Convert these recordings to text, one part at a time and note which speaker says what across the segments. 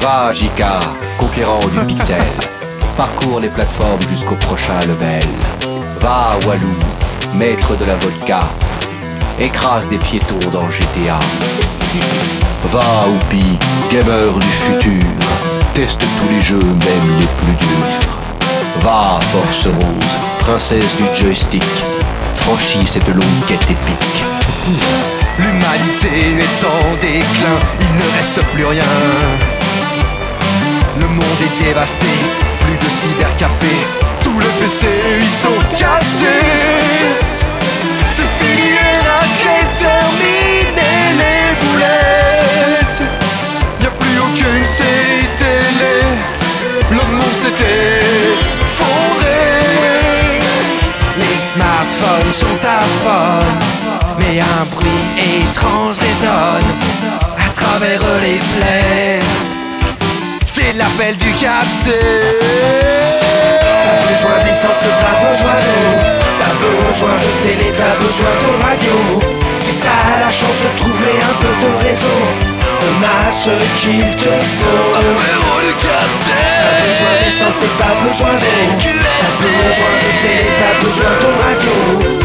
Speaker 1: Va, Jika, conquérant du pixel. Parcours les plateformes jusqu'au prochain level. Va, Walou, maître de la vodka. Écrase des piétons dans GTA. Va, Oupi, gamer du futur. Teste tous les jeux, même les plus durs. Va, Force Rose, princesse du joystick. Franchis cette longue quête épique. L'humanité est en déclin, il ne reste plus rien. Le monde est dévasté, plus de cybercafé. Tous les PC, ils sont cassés. C'est fini les raquettes, terminé les boulettes. Y a plus aucune série télé. Le monde s'était fondé. Les smartphones sont à fond, mais un bruit étrange résonne à travers les plaies. C'est l'appel du capteur.
Speaker 2: Pas besoin d'essence, pas besoin d'eau. Pas besoin de télé, pas besoin de radio. Si t'as la chance de trouver un peu de réseau, on a ce qu'il te faut. Pas besoin d'essence, pas besoin d'eau. Pas besoin de télé, pas besoin de radio.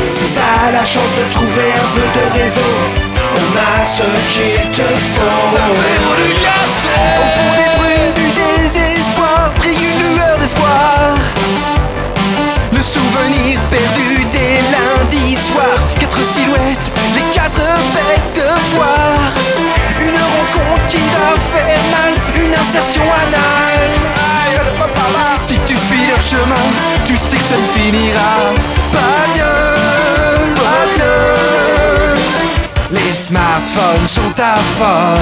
Speaker 2: Si t'as la chance de trouver un peu de réseau, on a ce qu'il te faut.
Speaker 1: Au fond des brumes du désespoir brille une lueur d'espoir. Le souvenir perdu des lundis soirs. Quatre silhouettes, les quatre fêtes de foire. Une rencontre qui a fait mal, une insertion anale. Si tu suis leur chemin, tu sais que ça ne finira pas bien, pas bien. Les smartphones sont à fond,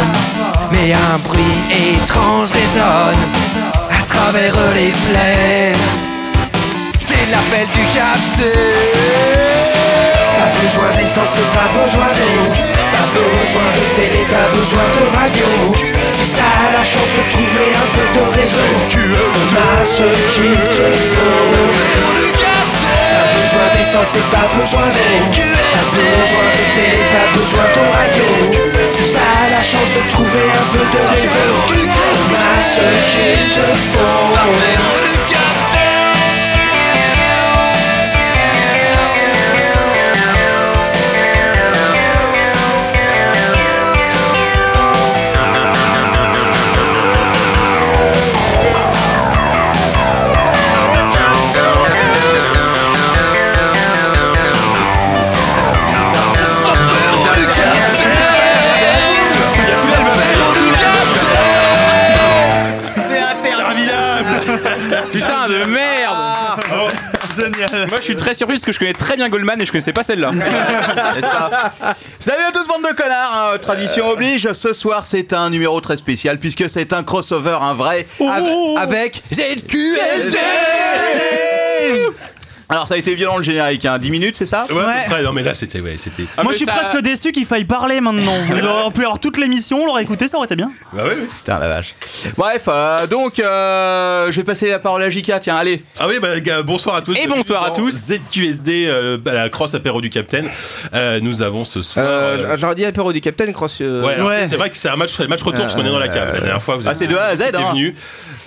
Speaker 1: mais un bruit étrange résonne à travers les plaines. C'est l'appel du capteur.
Speaker 2: Pas besoin d'essence, pas besoin d'eau Pas besoin de télé, pas besoin de radio Si t'as la chance de trouver un peu de réseau On a ce qu'il te faut Pas besoin d'essence, pas besoin d'eau Pas besoin de télé, pas besoin de radio Si t'as la chance de trouver un peu de réseau On a ce qu'il te faut
Speaker 3: Putain de merde
Speaker 4: Ah, oh,
Speaker 5: Génial.
Speaker 3: Moi je suis très surpris parce que je connais très bien Goldman et je connaissais pas celle-là.
Speaker 5: N'est-ce pas Salut à tous, bande de connards hein,
Speaker 4: Euh.
Speaker 5: Tradition oblige, ce soir c'est un numéro très spécial puisque c'est un crossover, un vrai, av- avec ZQSD Alors ça a été violent le générique, hein. 10 minutes c'est ça
Speaker 4: Ouais, à peu
Speaker 6: Ouais.
Speaker 4: près. non mais là c'était ouais, c'était.
Speaker 5: Ah,
Speaker 4: Ah,
Speaker 6: Moi,
Speaker 3: mais
Speaker 6: je suis
Speaker 3: ça-
Speaker 6: presque déçu qu'il faille parler maintenant. On peut avoir toute l'émission, on l'aurait écouté, ça aurait été bien.
Speaker 4: Bah oui, oui.
Speaker 5: Putain la vache. Bref, euh, donc euh, je vais passer la parole à Jika, tiens, allez.
Speaker 4: Ah oui, bah, gars, bonsoir à tous.
Speaker 3: Et bonsoir à
Speaker 4: Dans
Speaker 3: tous.
Speaker 4: ZQSD, euh, bah, la cross apéro du Capitaine. Euh, nous avons ce soir. euh,
Speaker 7: Euh, J'aurais dit apéro du Captain Cross. euh,
Speaker 4: Ouais, alors,
Speaker 6: Ouais.
Speaker 4: C'est vrai que c'est un match, match retour parce qu'on est dans la cave. La dernière fois, vous
Speaker 5: Ah,
Speaker 4: êtes-
Speaker 5: c'est de A à Z,
Speaker 4: vous étiez
Speaker 5: hein.
Speaker 4: venu.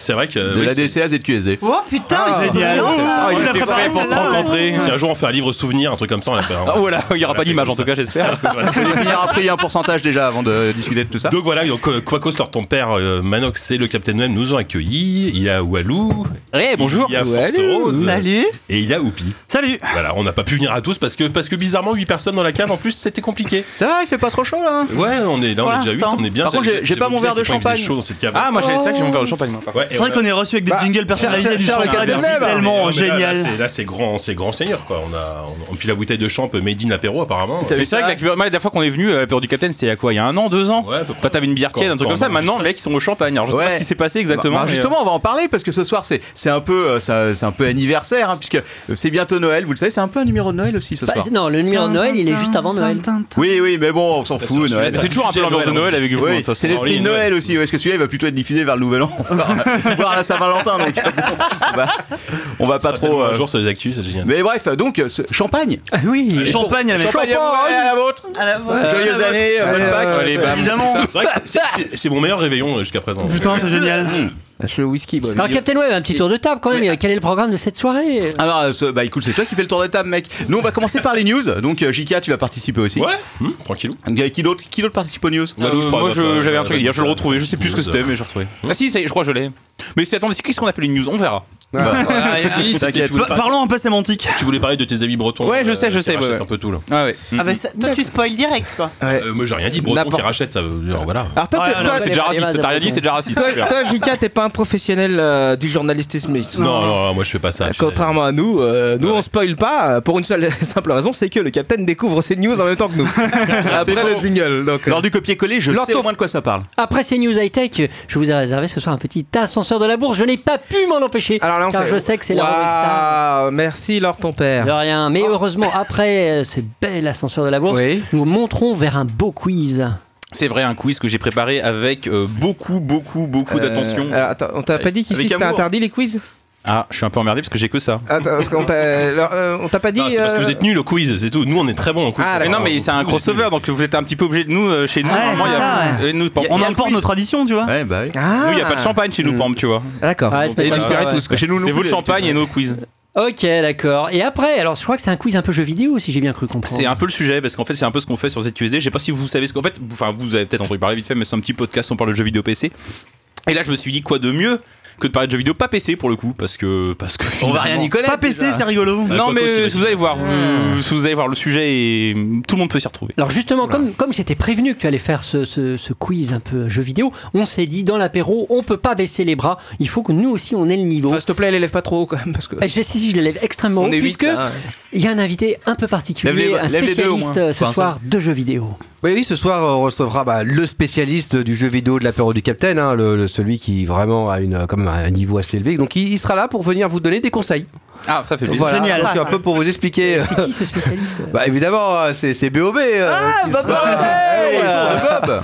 Speaker 4: C'est vrai que.
Speaker 5: De
Speaker 4: oui,
Speaker 5: la
Speaker 4: c'est-
Speaker 5: DCA ZQSD.
Speaker 8: Oh putain, mais c'est
Speaker 6: Génial.
Speaker 4: hein.
Speaker 8: Ah,
Speaker 6: il a
Speaker 3: C'était
Speaker 6: préparé
Speaker 3: fait pour se
Speaker 6: celle-là, ouais.
Speaker 3: rencontrer.
Speaker 4: Si un jour on fait un livre souvenir, un truc comme ça, on l'appelle.
Speaker 3: Ah, voilà, il n'y aura pas d'image en tout cas, j'espère. parce que-
Speaker 5: Je vais finir après un pourcentage déjà avant de discuter de tout ça.
Speaker 4: Donc voilà, donc, euh, Quacos, leur ton père, euh, Manox et le Capitaine même nous ont accueillis. Il y a Walou.
Speaker 3: Eh, bonjour
Speaker 4: Il y a Force
Speaker 7: Walou.
Speaker 4: Rose.
Speaker 6: Salut
Speaker 4: Et il y a Oupi.
Speaker 6: Salut
Speaker 4: Voilà, on n'a pas pu venir à tous parce que, parce que bizarrement, 8 personnes dans la cave en plus, c'était compliqué.
Speaker 5: Ça va, il fait pas trop chaud là hein
Speaker 4: Ouais, on est là, on
Speaker 6: Pour
Speaker 4: est déjà 8,
Speaker 6: l'instant.
Speaker 4: on est bien.
Speaker 5: Par contre, j'ai- j'ai pas mon
Speaker 4: oublié
Speaker 5: verre de
Speaker 4: à quel point il
Speaker 5: champagne. Oh.
Speaker 4: faisait chaud dans cette cave.
Speaker 3: Ah, moi j'avais ça que je vais me faire le champagne, moi. par contre.
Speaker 4: Ouais, et
Speaker 6: C'est vrai
Speaker 4: voilà.
Speaker 6: qu'on est reçu avec des
Speaker 7: Bah,
Speaker 6: jingles personnalisés
Speaker 7: faire-
Speaker 6: du
Speaker 7: faire
Speaker 6: soir,
Speaker 7: le
Speaker 4: hein.
Speaker 6: c'est
Speaker 7: Captain Web.
Speaker 6: tellement
Speaker 4: Mais là,
Speaker 6: génial.
Speaker 4: là, c'est- Là, c'est grand, c'est grand seigneur, quoi. On a, on, on- puis la bouteille de champ euh, made in apéro, apparemment.
Speaker 3: Mais c'est vrai que la, moi, la dernière fois qu'on est venu à la peur du Capitaine, c'était il y a quoi Il y a un an, deux ans
Speaker 4: Ouais, à peu près.
Speaker 3: Quand t'avais une bière tiède, un truc
Speaker 4: Quand-
Speaker 3: comme ça.
Speaker 4: quand-
Speaker 3: Maintenant, les mecs, ils sont au champagne. Alors, je sais
Speaker 5: Ouais.
Speaker 3: pas ce qui s'est passé exactement.
Speaker 5: Bah,
Speaker 3: mais, euh,
Speaker 5: justement, on va en parler parce que ce soir c'est c'est un peu euh, ça- c'est un peu anniversaire hein, puisque c'est bientôt Noël. Vous le savez, c'est un peu un numéro de Noël aussi ce
Speaker 8: Bah,
Speaker 5: soir.
Speaker 8: c'est- non, le numéro de Noël, il est juste avant Noël.
Speaker 5: Oui, oui, mais bon, on s'en fout.
Speaker 4: sûr,
Speaker 5: Noël.
Speaker 3: C'est toujours un peu l'ambiance de Noël avec vous. hein, de
Speaker 5: Oui,
Speaker 3: toute façon.
Speaker 5: c'est l'esprit de
Speaker 4: Noël.
Speaker 5: Noël aussi. ouais, Est-ce que celui-là il va plutôt être diffusé vers le Nouvel An, voire voire la Saint-Valentin. Donc, on va, on va pas
Speaker 4: Certainement,
Speaker 5: trop. euh,
Speaker 4: Un jour, sur les actus là-dessus, c'est génial.
Speaker 5: Mais bref, donc, euh, ce- champagne.
Speaker 3: Ah
Speaker 6: Oui, champagne à la maison.
Speaker 5: Champagne à vous, et à la vôtre.
Speaker 9: Ah,
Speaker 5: Joyeuses années, euh, bonne Pâques.
Speaker 3: Allez, bam.
Speaker 6: Évidemment.
Speaker 4: C'est vrai que c'est- c'est- c'est mon meilleur réveillon euh, jusqu'à présent.
Speaker 6: Putain, c'est génial.
Speaker 3: Ah,
Speaker 5: Mmh.
Speaker 7: C'est le whisky, bon.
Speaker 8: Alors, Captain Web, un petit tour de table quand même. Quel est le programme de cette soirée
Speaker 5: Alors, euh, ce- bah écoute, c'est toi qui fais le tour de table, mec. Nous, on va commencer par les news. Donc, euh, JK, tu vas participer aussi.
Speaker 4: Ouais, hum, tranquillou.
Speaker 5: Donc, euh, Qui d'autre qui d'autre participe aux news
Speaker 4: Bah, donc, je
Speaker 3: Euh,
Speaker 4: crois,
Speaker 3: moi,
Speaker 4: bah,
Speaker 3: je-
Speaker 4: bah,
Speaker 3: j'avais un
Speaker 4: bah,
Speaker 3: truc à dire, je le retrouvais, je sais plus ce que c'était, mais je le retrouvais.
Speaker 5: Hmm.
Speaker 3: Ah si, ça y est, je crois que je l'ai. Mais c'est attendez, c'est qu'est-ce qu'on appelle une news On verra. Bah,
Speaker 4: Vas-y,
Speaker 5: T'inquiète.
Speaker 4: tu voulais
Speaker 6: Pa-
Speaker 4: parler-
Speaker 6: Parlons un peu sémantique.
Speaker 4: tu voulais parler de tes amis bretons. euh,
Speaker 3: Ouais, je sais, je
Speaker 4: qui
Speaker 3: sais, ouais,
Speaker 4: rachètent
Speaker 3: ouais.
Speaker 4: un peu tout là. Mmh,
Speaker 3: Ah ouais.
Speaker 9: Ah bah, ça- toi, tu spoil direct, quoi.
Speaker 4: Euh, moi j'ai rien dit, breton qui
Speaker 7: N'importe-
Speaker 4: rachète ça. veut dire, voilà.
Speaker 7: Alors, toi,
Speaker 6: Ouais,
Speaker 7: t'es-
Speaker 6: alors,
Speaker 7: toi,
Speaker 3: C'est déjà
Speaker 8: les
Speaker 3: raciste,
Speaker 8: bases,
Speaker 3: t'as rien dit,
Speaker 8: après.
Speaker 3: c'est déjà raciste.
Speaker 7: toi, toi, Jika, t'es pas un professionnel euh, du journalisme.
Speaker 4: Non, non, non, moi je fais pas ça. je-
Speaker 7: Contrairement à nous, euh, nous on spoil pas euh, pour une seule et simple raison, c'est que le capitaine découvre ses news en même temps que nous. Après
Speaker 5: C'est
Speaker 7: le
Speaker 5: faux.
Speaker 7: jingle. Donc, euh,
Speaker 5: Lors du copier-coller, je
Speaker 7: Lors
Speaker 5: sais
Speaker 7: ton-
Speaker 5: au moins de quoi ça parle.
Speaker 8: Après ces news high-tech, je vous ai réservé ce soir un petit ascenseur de la bourse. Je n'ai pas pu m'en empêcher.
Speaker 7: Alors là, on
Speaker 8: car
Speaker 7: fait-
Speaker 8: je sais que c'est la
Speaker 7: Waouh,
Speaker 8: Rolling Star.
Speaker 7: Merci, Laure, ton père.
Speaker 8: De rien. Mais heureusement, après euh, ce bel ascenseur de la bourse,
Speaker 7: Oh. Oui.
Speaker 8: nous monterons vers un beau quiz.
Speaker 3: C'est vrai, un quiz que j'ai préparé avec euh, beaucoup, beaucoup, beaucoup d'attention.
Speaker 7: Euh, alors, attends, on t'a pas dit qu'ici
Speaker 3: Avec
Speaker 7: c'était
Speaker 3: amour.
Speaker 7: interdit les quiz
Speaker 3: Ah, je suis un peu emmerdé parce que j'ai que ça.
Speaker 7: Attends, parce qu'on t'a alors, euh, on t'a pas dit.
Speaker 4: Ah, c'est parce que
Speaker 7: euh,
Speaker 4: vous êtes nuls au quiz, c'est tout. Nous on est très bons au quiz.
Speaker 7: Ah,
Speaker 3: Mais non, mais c'est un crossover, donc vous êtes un petit peu obligé de nous, euh, chez nous.
Speaker 6: Ouais,
Speaker 3: normalement, il y a-
Speaker 6: c'est ça,
Speaker 3: euh, nous, par-
Speaker 6: On
Speaker 3: on a-
Speaker 6: importe nos traditions, tu vois.
Speaker 5: Ouais, bah oui.
Speaker 7: Ah,
Speaker 3: nous, il n'y a pas de champagne chez nous, Pam, tu vois.
Speaker 7: D'accord.
Speaker 8: Ah, Ouais, c'est pas
Speaker 7: Et du
Speaker 8: grave, ouais.
Speaker 7: spiritus, quoi.
Speaker 5: Chez nous, non
Speaker 3: C'est vous
Speaker 5: plus,
Speaker 3: le
Speaker 5: les-
Speaker 3: champagne et nos quiz.
Speaker 8: Ok, d'accord. Et après, alors je crois que c'est un quiz un peu jeu vidéo, si j'ai bien cru comprendre.
Speaker 3: C'est un peu le sujet parce qu'en fait c'est un peu ce qu'on fait sur ZQSD. Je sais pas si vous savez ce qu'en fait, vous- enfin vous avez peut-être entendu parler vite fait, mais c'est un petit podcast on parle de jeux vidéo PC. Et là je me suis dit quoi de mieux que de parler de jeux vidéo pas PC pour le coup parce que parce que
Speaker 5: On va rien y connaître.
Speaker 6: Pas PC, c'est rigolo.
Speaker 4: Euh,
Speaker 3: Non
Speaker 4: quoi qu'aussi,
Speaker 3: mais
Speaker 4: vas-y.
Speaker 3: vous allez voir, vous, vous allez voir le sujet et tout le monde peut s'y retrouver.
Speaker 8: Alors justement, comme, comme j'étais prévenu que tu allais faire ce, ce- ce quiz un peu jeu vidéo, on s'est dit dans l'apéro, on peut pas baisser les bras, il faut que nous aussi on ait le niveau.
Speaker 7: Enfin, S'il te plaît, l'élève pas trop haut quand même, parce que.
Speaker 8: Eh, je, si, si, je l'élève extrêmement haut,
Speaker 7: On est huit,
Speaker 8: puisque
Speaker 7: là, ouais.
Speaker 8: il y a un invité un peu particulier,
Speaker 5: Lève les-
Speaker 8: un
Speaker 5: lève les deux, au moins.
Speaker 8: spécialiste euh, ce
Speaker 5: Enfin,
Speaker 8: soir de jeux vidéo.
Speaker 10: Oui, oui, ce soir, on recevra bah, le spécialiste du jeu vidéo de l'apéro du Capitaine, hein, le, le- celui qui vraiment a une, euh, comme un niveau assez élevé. Donc, il, il sera là pour venir vous donner des conseils.
Speaker 3: Ah ça fait plaisir.
Speaker 10: Voilà,
Speaker 6: Génial.
Speaker 10: donc, un peu pour vous expliquer.
Speaker 8: C'est qui ce spécialiste
Speaker 10: Bah, évidemment, euh, c'est c'est BOB. euh, qui sera- Ouais, autour de Bob.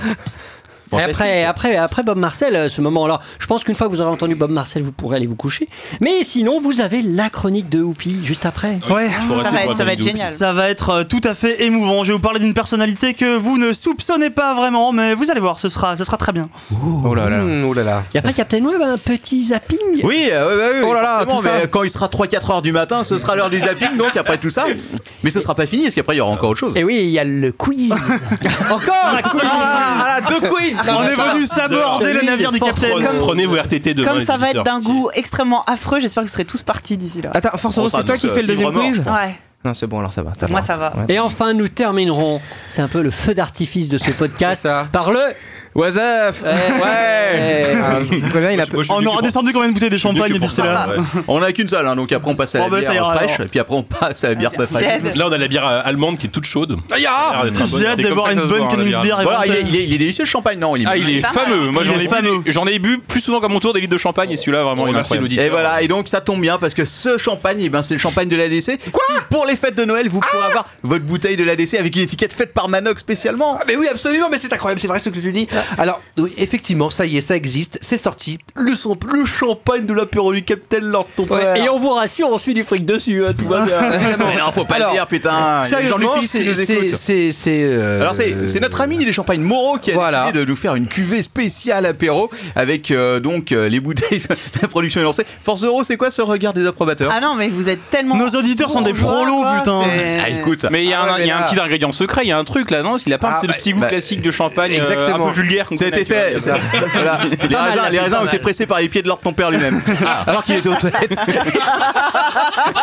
Speaker 8: Et après, après, après Bob Marcel, euh, ce moment-là, je pense qu'une fois que vous aurez entendu Bob Marcel, vous pourrez aller vous coucher. Mais sinon, vous avez la chronique de Whoopi juste après.
Speaker 6: Ouais.
Speaker 4: Faut rester
Speaker 9: Ça va
Speaker 4: pour
Speaker 9: être- ça
Speaker 4: un
Speaker 9: va être
Speaker 4: doux.
Speaker 9: génial.
Speaker 6: Ça va être euh, tout à fait émouvant. Je vais vous parler d'une personnalité que vous ne soupçonnez pas vraiment, mais vous allez voir, ce sera, ce sera très bien.
Speaker 10: Oh là là.
Speaker 7: Hmm.
Speaker 10: oh là là.
Speaker 8: Il a pas Captain Web, un petit zapping
Speaker 5: Oui, euh, ouais, ouais, ouais,
Speaker 7: Oh là là,
Speaker 5: forcément,
Speaker 7: tout ça.
Speaker 5: mais quand il sera 3-4 heures du matin, ce sera l'heure du zapping, donc après tout ça. Mais ce sera pas fini, parce qu'après il y aura encore autre chose.
Speaker 8: Et oui, il y a le quiz. Encore
Speaker 7: Ah, deux quiz
Speaker 6: On est venu saborder le navire du capitaine.
Speaker 4: Prenez, prenez vos RTT demain.
Speaker 9: Comme
Speaker 4: les
Speaker 9: ça va être
Speaker 4: auditeurs.
Speaker 9: d'un goût extrêmement affreux, j'espère que vous serez tous partis d'ici là.
Speaker 7: Attends, Force
Speaker 5: On
Speaker 7: Rose,
Speaker 5: sera
Speaker 7: c'est toi
Speaker 5: tous,
Speaker 7: qui
Speaker 5: euh,
Speaker 7: fais le deuxième
Speaker 5: librement,
Speaker 7: quiz
Speaker 9: Ouais.
Speaker 7: Non, c'est bon, alors ça va. t'as le
Speaker 9: Moi,
Speaker 7: droit.
Speaker 9: ça va.
Speaker 7: Ouais.
Speaker 8: Et enfin, nous terminerons, c'est un peu le feu d'artifice de ce podcast,
Speaker 10: C'est ça.
Speaker 8: par le... Eh,
Speaker 7: What's up
Speaker 5: Eh,
Speaker 8: Ouais
Speaker 7: Ah, Je vous préviens, il a
Speaker 4: Moi, je suis
Speaker 6: On
Speaker 4: venu
Speaker 6: aura
Speaker 4: pour-
Speaker 6: descendu combien de bouteilles de champagne et
Speaker 4: venu
Speaker 6: puis
Speaker 4: pour
Speaker 6: c'est
Speaker 4: ça,
Speaker 8: Ah,
Speaker 6: là.
Speaker 4: ouais.
Speaker 5: On en a qu'une seule, hein, donc après on passe à la
Speaker 6: Oh, bah, ça
Speaker 5: bière
Speaker 6: ira,
Speaker 5: fraîche,
Speaker 6: alors.
Speaker 5: et puis après on passe à la bière pas fraîche.
Speaker 9: Zed.
Speaker 4: Là, on a la bière euh, allemande qui est toute chaude. Ah,
Speaker 6: J'ai hâte
Speaker 3: C'est
Speaker 6: d'avoir
Speaker 3: comme
Speaker 6: une
Speaker 3: ça
Speaker 6: bonne
Speaker 3: que ça se boit, hein, la bière.
Speaker 6: Königsberg.
Speaker 5: Bon, alors, il est,
Speaker 6: éventuelle.
Speaker 5: il est- il est délicieux le champagne, non il est
Speaker 3: Ah il est
Speaker 9: pas mal.
Speaker 3: fameux. Oh, Moi
Speaker 6: Il
Speaker 3: j'en
Speaker 6: est
Speaker 3: ai
Speaker 6: fameux.
Speaker 3: bu, j'en ai bu plus souvent qu'à mon tour des litres de champagne et celui-là vraiment il est
Speaker 4: Merci
Speaker 3: incroyable. Eh ben,
Speaker 4: l'auditeur.
Speaker 5: Et voilà, et donc ça tombe bien parce que ce champagne, eh ben, c'est le champagne de l'ADC. Quoi Pour les fêtes de Noël, vous pourrez avoir votre bouteille de l'ADC avec une étiquette faite par Manox spécialement.
Speaker 10: Ah, mais oui, absolument, mais c'est incroyable, c'est vrai ce que tu dis. Ah. Alors, oui, effectivement, ça y est, ça existe, c'est sorti. Le, son- le champagne de l'apéro du Capitaine, Lord ton
Speaker 8: Ouais,
Speaker 10: père.
Speaker 8: Et on vous rassure, on suit du fric dessus, hein, tout va bien.
Speaker 5: Mais non, faut pas
Speaker 10: Alors,
Speaker 5: le dire, putain. Il y a
Speaker 10: Sérieusement,
Speaker 5: Jean-Luc Fils qui
Speaker 10: c'est
Speaker 5: nous
Speaker 10: c'est-
Speaker 5: écoute.
Speaker 10: c'est- c'est, euh,
Speaker 5: Alors c'est c'est notre ami les champagnes Moreau qui a
Speaker 10: Voilà.
Speaker 5: décidé de nous faire une cuvée spéciale apéro avec euh, donc euh, les bouteilles. La production est lancée. Force Euro, c'est quoi ce regard des approbateurs
Speaker 9: Ah non, mais vous êtes tellement.
Speaker 6: Nos auditeurs sont des
Speaker 9: bourgeois,
Speaker 6: prolos,
Speaker 9: quoi,
Speaker 6: putain.
Speaker 9: c'est-
Speaker 5: Ah, écoute.
Speaker 3: Mais il y a,
Speaker 10: Ah ouais,
Speaker 3: un, il y a
Speaker 10: mais
Speaker 3: un
Speaker 10: là-
Speaker 3: petit ingrédient secret, il y a un truc là, non Il a pas un
Speaker 10: Ah,
Speaker 3: petit- le
Speaker 10: bah,
Speaker 3: petit goût
Speaker 10: bah,
Speaker 3: classique de champagne euh,
Speaker 10: exactement.
Speaker 3: un peu vulgaire. qu'on
Speaker 5: Ça a été
Speaker 3: connaît, tu
Speaker 5: fait.
Speaker 3: vois.
Speaker 5: ça- voilà. Les
Speaker 8: mal,
Speaker 5: raisins, les
Speaker 8: c'est
Speaker 5: raisins
Speaker 8: pas
Speaker 5: ont été
Speaker 8: mal.
Speaker 5: pressés par les pieds de l'ordre ton père lui-même.
Speaker 10: Ah.
Speaker 5: Alors qu'il était aux toilettes.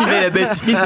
Speaker 5: Il met la bassine.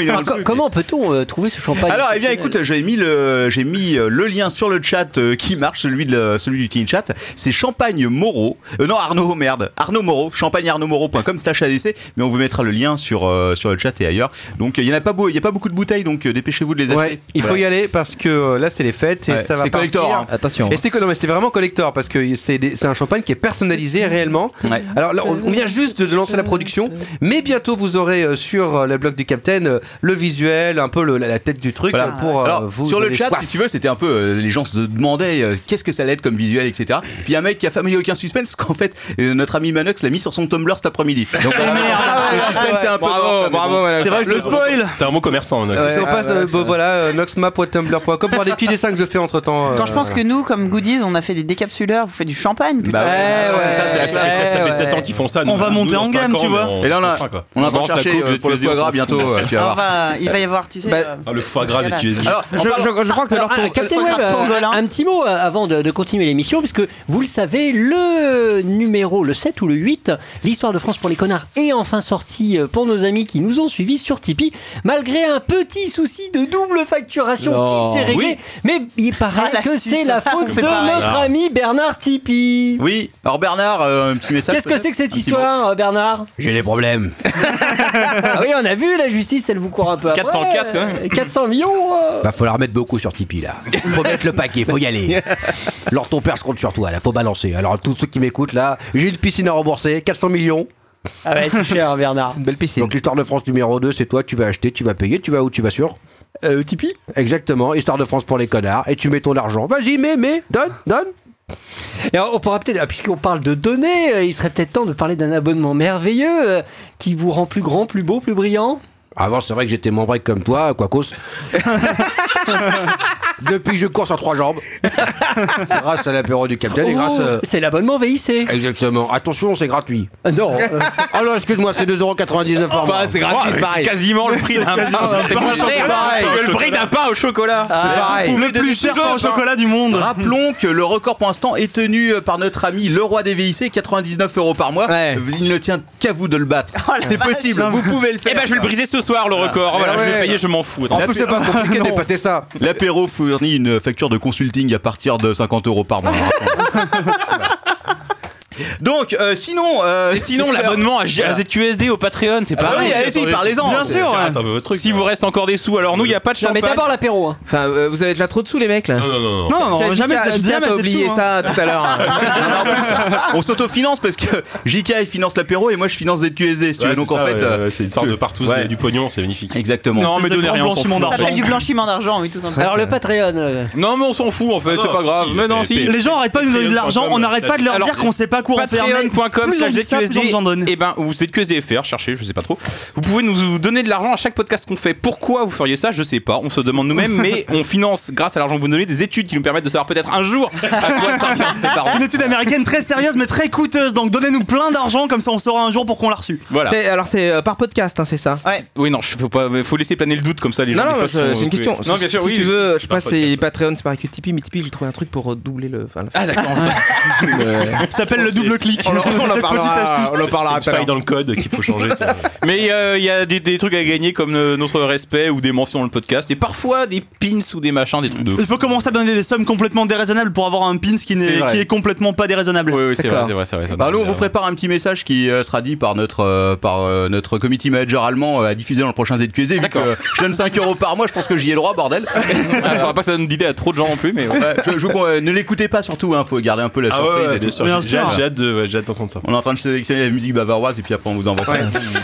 Speaker 5: Il est en
Speaker 8: Alors, Ah, co-
Speaker 5: dessous.
Speaker 8: comment peut-on euh, trouver ce champagne
Speaker 5: Alors, eh bien, écoute, j'ai mis le, j'ai mis euh, le lien sur le chat euh, qui marche, celui de, la- celui du Teen Chat. C'est Champagne Moreau. Euh, non, Arnaud, merde. Arnaud Moreau. champagnearnaudmoreau.com slash ADC. Mais on vous mettra le lien sur, euh, sur le chat et ailleurs. Donc, euh, il n'y en a pas, beau- il y a pas beaucoup de bouteilles, donc euh, dépêchez-vous de les acheter.
Speaker 10: Ouais, il faut y aller parce que euh, là c'est les fêtes et
Speaker 5: Ouais,
Speaker 10: ça va
Speaker 5: c'est collector,
Speaker 10: partir.
Speaker 5: hein.
Speaker 7: Attention.
Speaker 10: Et c'est que- non, mais c'est
Speaker 7: c'est vraiment collector parce que c'est des- c'est un champagne qui est personnalisé réellement. Alors là, on on vient juste de lancer la production, mais bientôt vous aurez euh, sur euh, le blog du Capitaine euh, le visuel, un peu le- la la tête du truc
Speaker 5: Voilà.
Speaker 7: euh, pour euh,
Speaker 5: Alors,
Speaker 7: vous.
Speaker 5: sur le
Speaker 7: donner
Speaker 5: chat,
Speaker 7: soif.
Speaker 5: si tu veux, c'était un peu. euh, les gens se demandaient euh, qu'est-ce que ça allait être comme visuel, etc. Puis il y a un mec qui a familier aucun suspense, qu'en fait, euh, notre ami Manox l'a mis sur son Tumblr cet après-midi.
Speaker 10: Ah,
Speaker 5: Donc, le suspense c'est un peu. mort, mais bon.
Speaker 4: le spoil T'es un mot commerçant, Nox.
Speaker 7: Ouais, on passe, euh, bon, voilà, euh, noxmap.tumblr.com pour des petits dessins que je fais euh, entre temps.
Speaker 9: Quand je pense que nous, comme goodies, on a fait des décapsuleurs, vous faites du champagne. putain.
Speaker 7: Bah ouais,
Speaker 4: C'est ça, c'est la classe. Ça, ça fait
Speaker 7: ouais.
Speaker 4: 7 ans qu'ils font ça.
Speaker 9: On va monter en gamme, tu vois.
Speaker 5: Et là, on a- on a
Speaker 4: encore
Speaker 5: encore cherché, euh, pour le foie gras bientôt, euh, tu vas voir.
Speaker 9: Enfin, il va y avoir, tu sais. euh,
Speaker 4: le foie gras des
Speaker 9: voilà.
Speaker 4: Tunisiens.
Speaker 5: Alors,
Speaker 8: je, crois que
Speaker 9: leur tour-
Speaker 8: Captain
Speaker 9: le
Speaker 8: Web,
Speaker 9: tour
Speaker 8: euh,
Speaker 9: pangolin.
Speaker 8: un petit mot euh, avant de, de continuer l'émission, puisque vous le savez, le numéro, le 7 ou le 8, l'histoire de France pour les connards est enfin sorti euh, pour nos amis qui nous ont suivis sur Tipeee, malgré un petit souci de double facturation
Speaker 5: Non.
Speaker 8: qui s'est réglé.
Speaker 5: Oui.
Speaker 8: Mais il paraît
Speaker 9: Ah,
Speaker 8: que
Speaker 9: l'astuce.
Speaker 8: c'est la
Speaker 9: On
Speaker 8: faute de
Speaker 9: fait pareil.
Speaker 8: notre
Speaker 5: Ah.
Speaker 8: ami Bernard Tipeee.
Speaker 5: Oui, alors Bernard, euh, un petit message.
Speaker 8: Qu'est-ce que c'est que cette histoire, euh, Bernard
Speaker 10: J'ai des problèmes.
Speaker 8: Ah oui, on a vu, la justice, elle vous court un peu après.
Speaker 3: 404,
Speaker 8: Euh,
Speaker 3: ouais.
Speaker 8: 400 millions euh.
Speaker 10: Va falloir mettre beaucoup sur Tipeee là. Faut mettre le paquet, faut y aller. Alors ton père se compte sur toi là, faut balancer. Alors tous ceux qui m'écoutent là, j'ai une piscine à rembourser, 400 millions.
Speaker 8: Ah ouais, c'est cher, Bernard.
Speaker 7: C'est une belle piscine.
Speaker 10: Donc l'histoire de France numéro 2, c'est toi, tu vas acheter, tu vas payer, tu vas où, tu vas sur
Speaker 8: Euh, Tipeee
Speaker 10: Exactement, histoire de France pour les connards, et tu mets ton argent. Vas-y, mets, mets, donne, donne.
Speaker 8: Et alors, on pourra peut-être, ah, puisqu'on parle de données, euh, il serait peut-être temps de parler d'un abonnement merveilleux euh, qui vous rend plus grand, plus beau, plus brillant.
Speaker 10: Avant, c'est vrai que j'étais membré comme toi, Quacos. Depuis, je cours sur trois jambes. grâce à l'apéro du capitaine et
Speaker 8: Oh,
Speaker 10: grâce. euh,
Speaker 8: C'est l'abonnement VIC.
Speaker 10: Exactement. Attention, c'est gratuit.
Speaker 8: Ah, Non, euh,
Speaker 10: Ah non, excuse-moi, c'est 2,99€ par mois. C'est
Speaker 5: Ouah, c'est quasiment le prix d'un
Speaker 10: pareil.
Speaker 5: Le prix d'un pain au chocolat.
Speaker 3: Euh,
Speaker 10: pareil.
Speaker 5: Vous
Speaker 6: Le
Speaker 5: pouvez
Speaker 6: plus
Speaker 5: donner
Speaker 6: cher
Speaker 5: tout
Speaker 6: pain au
Speaker 5: autre, hein.
Speaker 6: chocolat du monde.
Speaker 5: Ah, Rappelons que le record pour l'instant est tenu euh, par notre ami le roi des VIC, 99 euros par mois. Euh,
Speaker 7: Ouais.
Speaker 5: Il ne tient qu'à vous de le battre.
Speaker 3: Ah,
Speaker 5: c'est possible, vous pouvez le faire. Ah,
Speaker 3: Eh ben, je vais le briser ce soir, le record. Voilà, je
Speaker 10: ouais.
Speaker 3: vais payer, je m'en fous.
Speaker 10: En plus, c'est pas compliqué de dépasser ça.
Speaker 5: L'apéro fournit une facture de consulting à partir de 50 euros par mois. Donc, euh, sinon, euh,
Speaker 3: Et sinon, l'abonnement à, G- à ZQSD au Patreon, c'est
Speaker 5: Ah
Speaker 3: pas
Speaker 5: oui, allez-y, parlez-en.
Speaker 4: Bien
Speaker 5: C'est-
Speaker 4: sûr. un peu votre truc.
Speaker 3: Si vous reste encore des sous, alors nous, il n'y a pas de
Speaker 8: non, mais
Speaker 3: champagne.
Speaker 8: d'abord l'apéro. hein.
Speaker 7: Enfin, euh, vous avez déjà trop de sous, les mecs là.
Speaker 4: Non, non, non. non.
Speaker 6: Non, non, on va
Speaker 7: Tiens,
Speaker 6: jamais
Speaker 7: JK,
Speaker 6: jamais
Speaker 7: JK, t'as
Speaker 6: assez de
Speaker 7: oublié
Speaker 6: sous, hein.
Speaker 7: ça tout à l'heure.
Speaker 5: Non, en plus, on s'autofinance parce que JK il finance l'apéro et moi je finance ZQSD. Si tu
Speaker 4: Ouais,
Speaker 5: veux. Donc
Speaker 4: c'est
Speaker 5: en
Speaker 4: ça,
Speaker 5: fait,
Speaker 4: ouais,
Speaker 5: euh,
Speaker 4: ouais, c'est une sorte de partout
Speaker 5: Ouais.
Speaker 4: du pognon, c'est magnifique.
Speaker 5: exactement.
Speaker 3: Non, mais
Speaker 6: de
Speaker 3: donnez
Speaker 6: grand
Speaker 3: rien, on s'en
Speaker 6: blanchiment
Speaker 3: fout.
Speaker 9: Ça s'appelle du blanchiment d'argent, oui, tout simplement.
Speaker 8: Alors, le Patreon. euh,
Speaker 3: Non, mais on s'en fout en fait,
Speaker 4: Ah
Speaker 3: c'est
Speaker 4: non,
Speaker 3: pas
Speaker 4: si,
Speaker 3: grave.
Speaker 4: si,
Speaker 3: Mais non,
Speaker 4: mais-
Speaker 3: si.
Speaker 4: mais-
Speaker 6: Les gens arrêtent pas de nous donner de l'argent, on n'arrête pas de leur
Speaker 3: Alors,
Speaker 6: dire qu'on sait pas quoi en faire. mais
Speaker 3: Patreon.com
Speaker 6: plus on
Speaker 3: slash
Speaker 6: dit ça, plus on
Speaker 3: ZQSD.
Speaker 6: nous en donne.
Speaker 3: Eh ben, ou ZQSDFR, cherchez, je sais pas trop. Vous pouvez nous donner de l'argent à chaque podcast qu'on fait. Pourquoi vous feriez ça Je sais pas. On se demande nous-mêmes, mais on finance, grâce à l'argent que vous nous donnez, des études qui nous permettent de savoir peut-être un jour à quoi servir cet
Speaker 6: C'est
Speaker 3: argent.
Speaker 6: une étude américaine très sérieuse mais très coûteuse, donc donnez-nous plein d'argent, comme ça on saura un jour pour qu'on l'a reçu.
Speaker 3: Voilà.
Speaker 7: C'est- Alors, c'est euh, par podcast, hein, c'est ça
Speaker 3: Oui, non, je- faut pas, faut laisser planer le doute comme ça, les gens.
Speaker 7: Non,
Speaker 3: des
Speaker 7: non, mais
Speaker 3: fois,
Speaker 7: c'est
Speaker 3: sont-
Speaker 7: c'est une question.
Speaker 3: Non, bien sûr,
Speaker 7: si
Speaker 3: oui.
Speaker 7: tu veux, je sais
Speaker 4: par
Speaker 7: pas, c'est Patreon, c'est pas avec Tipeee, mais Tipeee, j'ai trouvé un truc pour euh, doubler le. enfin, la-
Speaker 3: Ah, d'accord.
Speaker 6: Ça s'appelle le double clic.
Speaker 7: On en- on en
Speaker 6: Cette petite
Speaker 7: parlera.
Speaker 6: astuce.
Speaker 7: On en parlera tout
Speaker 4: C'est une
Speaker 7: à l'heure.
Speaker 4: faille dans le code qu'il faut changer. tu vois.
Speaker 3: Mais euh, il y a des, des trucs à gagner comme euh, notre respect ou des mentions dans le podcast et parfois des pins ou des machins, des trucs de
Speaker 6: Il
Speaker 3: fou.
Speaker 6: faut commencer à donner des sommes complètement déraisonnables pour avoir un pins qui,
Speaker 3: C'est
Speaker 6: n'est,
Speaker 3: vrai.
Speaker 6: qui est complètement pas déraisonnable.
Speaker 3: Oui, oui, c'est vrai,
Speaker 7: D'accord.
Speaker 3: c'est vrai, c'est vrai. ça.
Speaker 5: Bah, nous, on vous prépare un petit message qui euh, sera dit par notre, euh, par, euh, notre committee manager allemand euh, à diffuser dans le prochain ZQSD. Vu que
Speaker 3: D'accord.
Speaker 5: euh, je donne 5 euros par mois, je pense que j'y ai le droit, bordel. Euh,
Speaker 3: Ah, faudra pas que ça donne d'idées à trop de gens non plus, mais. ouais.
Speaker 5: Ouais, je, je vous con- euh, ne l'écoutez pas surtout, hein, faut garder un peu la
Speaker 4: Ah ouais,
Speaker 5: surprise.
Speaker 4: ouais,
Speaker 5: et
Speaker 4: bien
Speaker 5: tout.
Speaker 4: sûr.
Speaker 6: Bien
Speaker 4: J'ai j'ai
Speaker 6: sûr.
Speaker 4: hâte j'ai hâte de- ouais, j'ai hâte d'entendre ça.
Speaker 5: On est en train de sélectionner la musique bavaroise et puis après on vous envoie ça.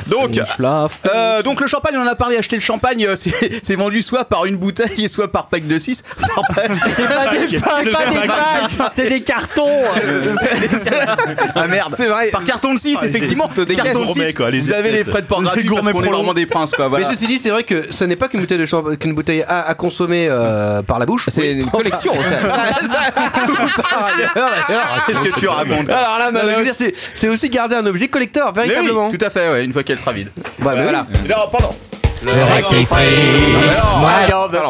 Speaker 5: Donc,
Speaker 7: Schlaf.
Speaker 5: euh, donc le champagne, on en a parlé, acheter le champagne, euh, c'est c'est vendu soit par une bouteille et soit par pack de 6.
Speaker 8: C'est pas des packs, pas des packs, c'est des cartons.
Speaker 5: ah merde
Speaker 7: C'est vrai.
Speaker 5: Par carton de 6, effectivement.
Speaker 7: des
Speaker 5: Carton de
Speaker 4: gourmets,
Speaker 5: 6,
Speaker 4: quoi, les
Speaker 5: vous avez les
Speaker 4: esthètes.
Speaker 5: frais de port
Speaker 6: Les
Speaker 5: gratuits parce
Speaker 6: gourmets
Speaker 5: qu'on est
Speaker 6: prolos.
Speaker 5: vraiment des princes, quoi. Bah, Voilà.
Speaker 10: Mais ceci dit, c'est vrai que ce n'est pas qu'une bouteille, de champ- qu'une bouteille à, à consommer euh, par la bouche.
Speaker 7: C'est une collection, ça.
Speaker 5: Qu'est-ce que tu racontes
Speaker 7: Alors là,
Speaker 10: Non, mais je veux
Speaker 7: Manox,
Speaker 10: dire, c'est- C'est aussi garder un objet collector,
Speaker 5: Mais oui,
Speaker 10: véritablement.
Speaker 5: tout à fait, ouais, une fois qu'elle sera vide. Euh,
Speaker 10: Bah, mais
Speaker 5: Voilà.
Speaker 10: oui.
Speaker 5: Non, pardon.
Speaker 10: Alors,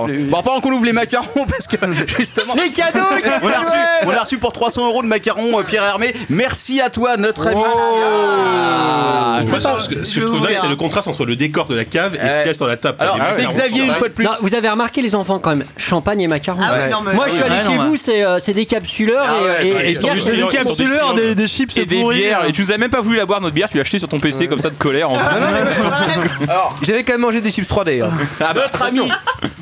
Speaker 5: Bon, pendant qu'on ouvre les macarons, parce que justement.
Speaker 8: Les cadeaux, les
Speaker 5: On a,
Speaker 8: cadeaux.
Speaker 5: reçu, on a reçu pour 300 euros de macarons euh, Pierre Hermé. Merci à toi, notre
Speaker 8: Oh.
Speaker 5: ami. Ah,
Speaker 4: De toute façon, ce que, ce que Ah, je trouve dingue, c'est le hein. contraste entre le décor de la cave et ce qu'il y a sur la table. Ah
Speaker 5: Alors,
Speaker 4: Les
Speaker 5: c'est
Speaker 4: macarons
Speaker 5: Xavier
Speaker 4: sont
Speaker 5: une
Speaker 4: là.
Speaker 5: fois de plus.
Speaker 8: Non, vous avez remarqué les enfants quand même, champagne et macarons.
Speaker 9: Ah ouais, non, mais-
Speaker 8: Moi je suis
Speaker 9: Ah oui,
Speaker 8: allé
Speaker 6: ouais,
Speaker 8: chez
Speaker 6: non,
Speaker 8: vous, c'est euh, c'est des capsuleurs et,
Speaker 5: Ah ouais,
Speaker 8: et-
Speaker 5: ouais,
Speaker 8: et
Speaker 5: ils sont
Speaker 8: bière.
Speaker 5: juste-
Speaker 6: C'est des
Speaker 4: Ils sont
Speaker 6: capsuleurs,
Speaker 4: des-
Speaker 6: des, des chips
Speaker 3: Et des
Speaker 6: pourris.
Speaker 5: hein.
Speaker 3: bières, et tu nous as même pas voulu la boire notre bière, tu l'as acheté sur ton PC comme ça de colère en
Speaker 10: J'avais quand même mangé des chips 3D. hein.
Speaker 3: Ah bah,
Speaker 5: Notre ami,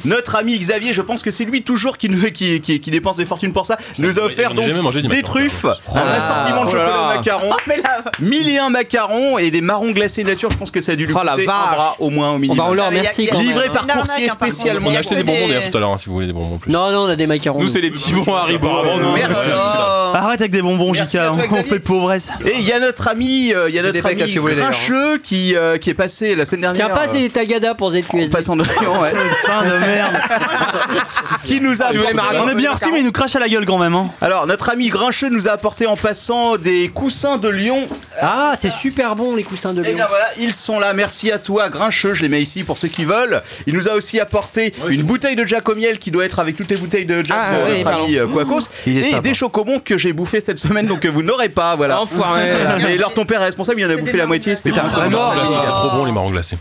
Speaker 5: Notre ami Xavier, je pense que c'est lui toujours qui, nous- qui, qui, qui dépense des fortunes pour ça, nous a offert
Speaker 4: j'en ai
Speaker 5: donc
Speaker 4: jamais mangé du
Speaker 5: des
Speaker 4: macaron,
Speaker 5: truffes,
Speaker 4: par
Speaker 5: un
Speaker 4: contre.
Speaker 5: assortiment de
Speaker 4: Oh là
Speaker 5: chocolat
Speaker 4: là.
Speaker 5: au macaron, mille et un macarons et des marrons glacés nature. Je pense que ça a dû lui
Speaker 4: Oh la
Speaker 5: coûter un
Speaker 4: vache.
Speaker 5: bras au moins au minimum.
Speaker 4: On va leur remercier quand même,
Speaker 5: Livré
Speaker 4: hein.
Speaker 5: par
Speaker 4: Une arnaque,
Speaker 5: coursier
Speaker 4: hein, par contre.
Speaker 5: spécialement.
Speaker 4: On a acheté des bonbons d'ailleurs tout à l'heure, hein, si vous voulez des bonbons en plus.
Speaker 8: Non, non, on a des macarons.
Speaker 4: Nous,
Speaker 8: nous.
Speaker 4: c'est les petits bons Haribo.
Speaker 5: Merci.
Speaker 6: Ah, Arrête avec des bonbons,
Speaker 5: Merci
Speaker 6: Jika. hein.
Speaker 5: à toi,
Speaker 6: On
Speaker 5: Xavier.
Speaker 6: fait pauvresse.
Speaker 5: Et il y a notre ami, euh, il y a
Speaker 6: Des
Speaker 5: notre
Speaker 6: pécas,
Speaker 5: ami
Speaker 6: si vous voulez,
Speaker 4: hein.
Speaker 6: d'ailleurs.
Speaker 5: Grincheux qui, euh, qui est passé la semaine dernière. euh,
Speaker 8: Tiens, pas des tagadas pour ZQSD.
Speaker 5: Passant de ouais.
Speaker 6: Putain de merde.
Speaker 5: qui nous a
Speaker 6: Tu voulais me raconter On est bien reçus, mais il nous crache à la gueule quand même.
Speaker 5: Alors, notre ami Grincheux nous a apporté en passant des coussins de lion.
Speaker 8: Ah, c'est super bon les coussins de lion.
Speaker 5: Et bien voilà, ils sont là. Merci à toi, Grincheux. Je les mets ici pour ceux qui veulent. Il nous a aussi apporté une bouteille de Jack au miel qui doit être avec toutes les bouteilles de Jack
Speaker 11: Ah
Speaker 5: pour
Speaker 11: oui,
Speaker 5: notre
Speaker 11: pardon.
Speaker 5: ami euh, Quacos.
Speaker 11: Il est
Speaker 5: Et
Speaker 11: sympa.
Speaker 5: des chocobons que j'ai bouffé cette semaine, donc que vous n'aurez pas. Voilà.
Speaker 11: Enfoiré.
Speaker 5: Mais alors, ton père est responsable, il en a bouffé la moitié. C'était un vrai
Speaker 4: Les marrons
Speaker 5: mort.
Speaker 4: glacés, Ah, C'est trop bon les marrons glacés.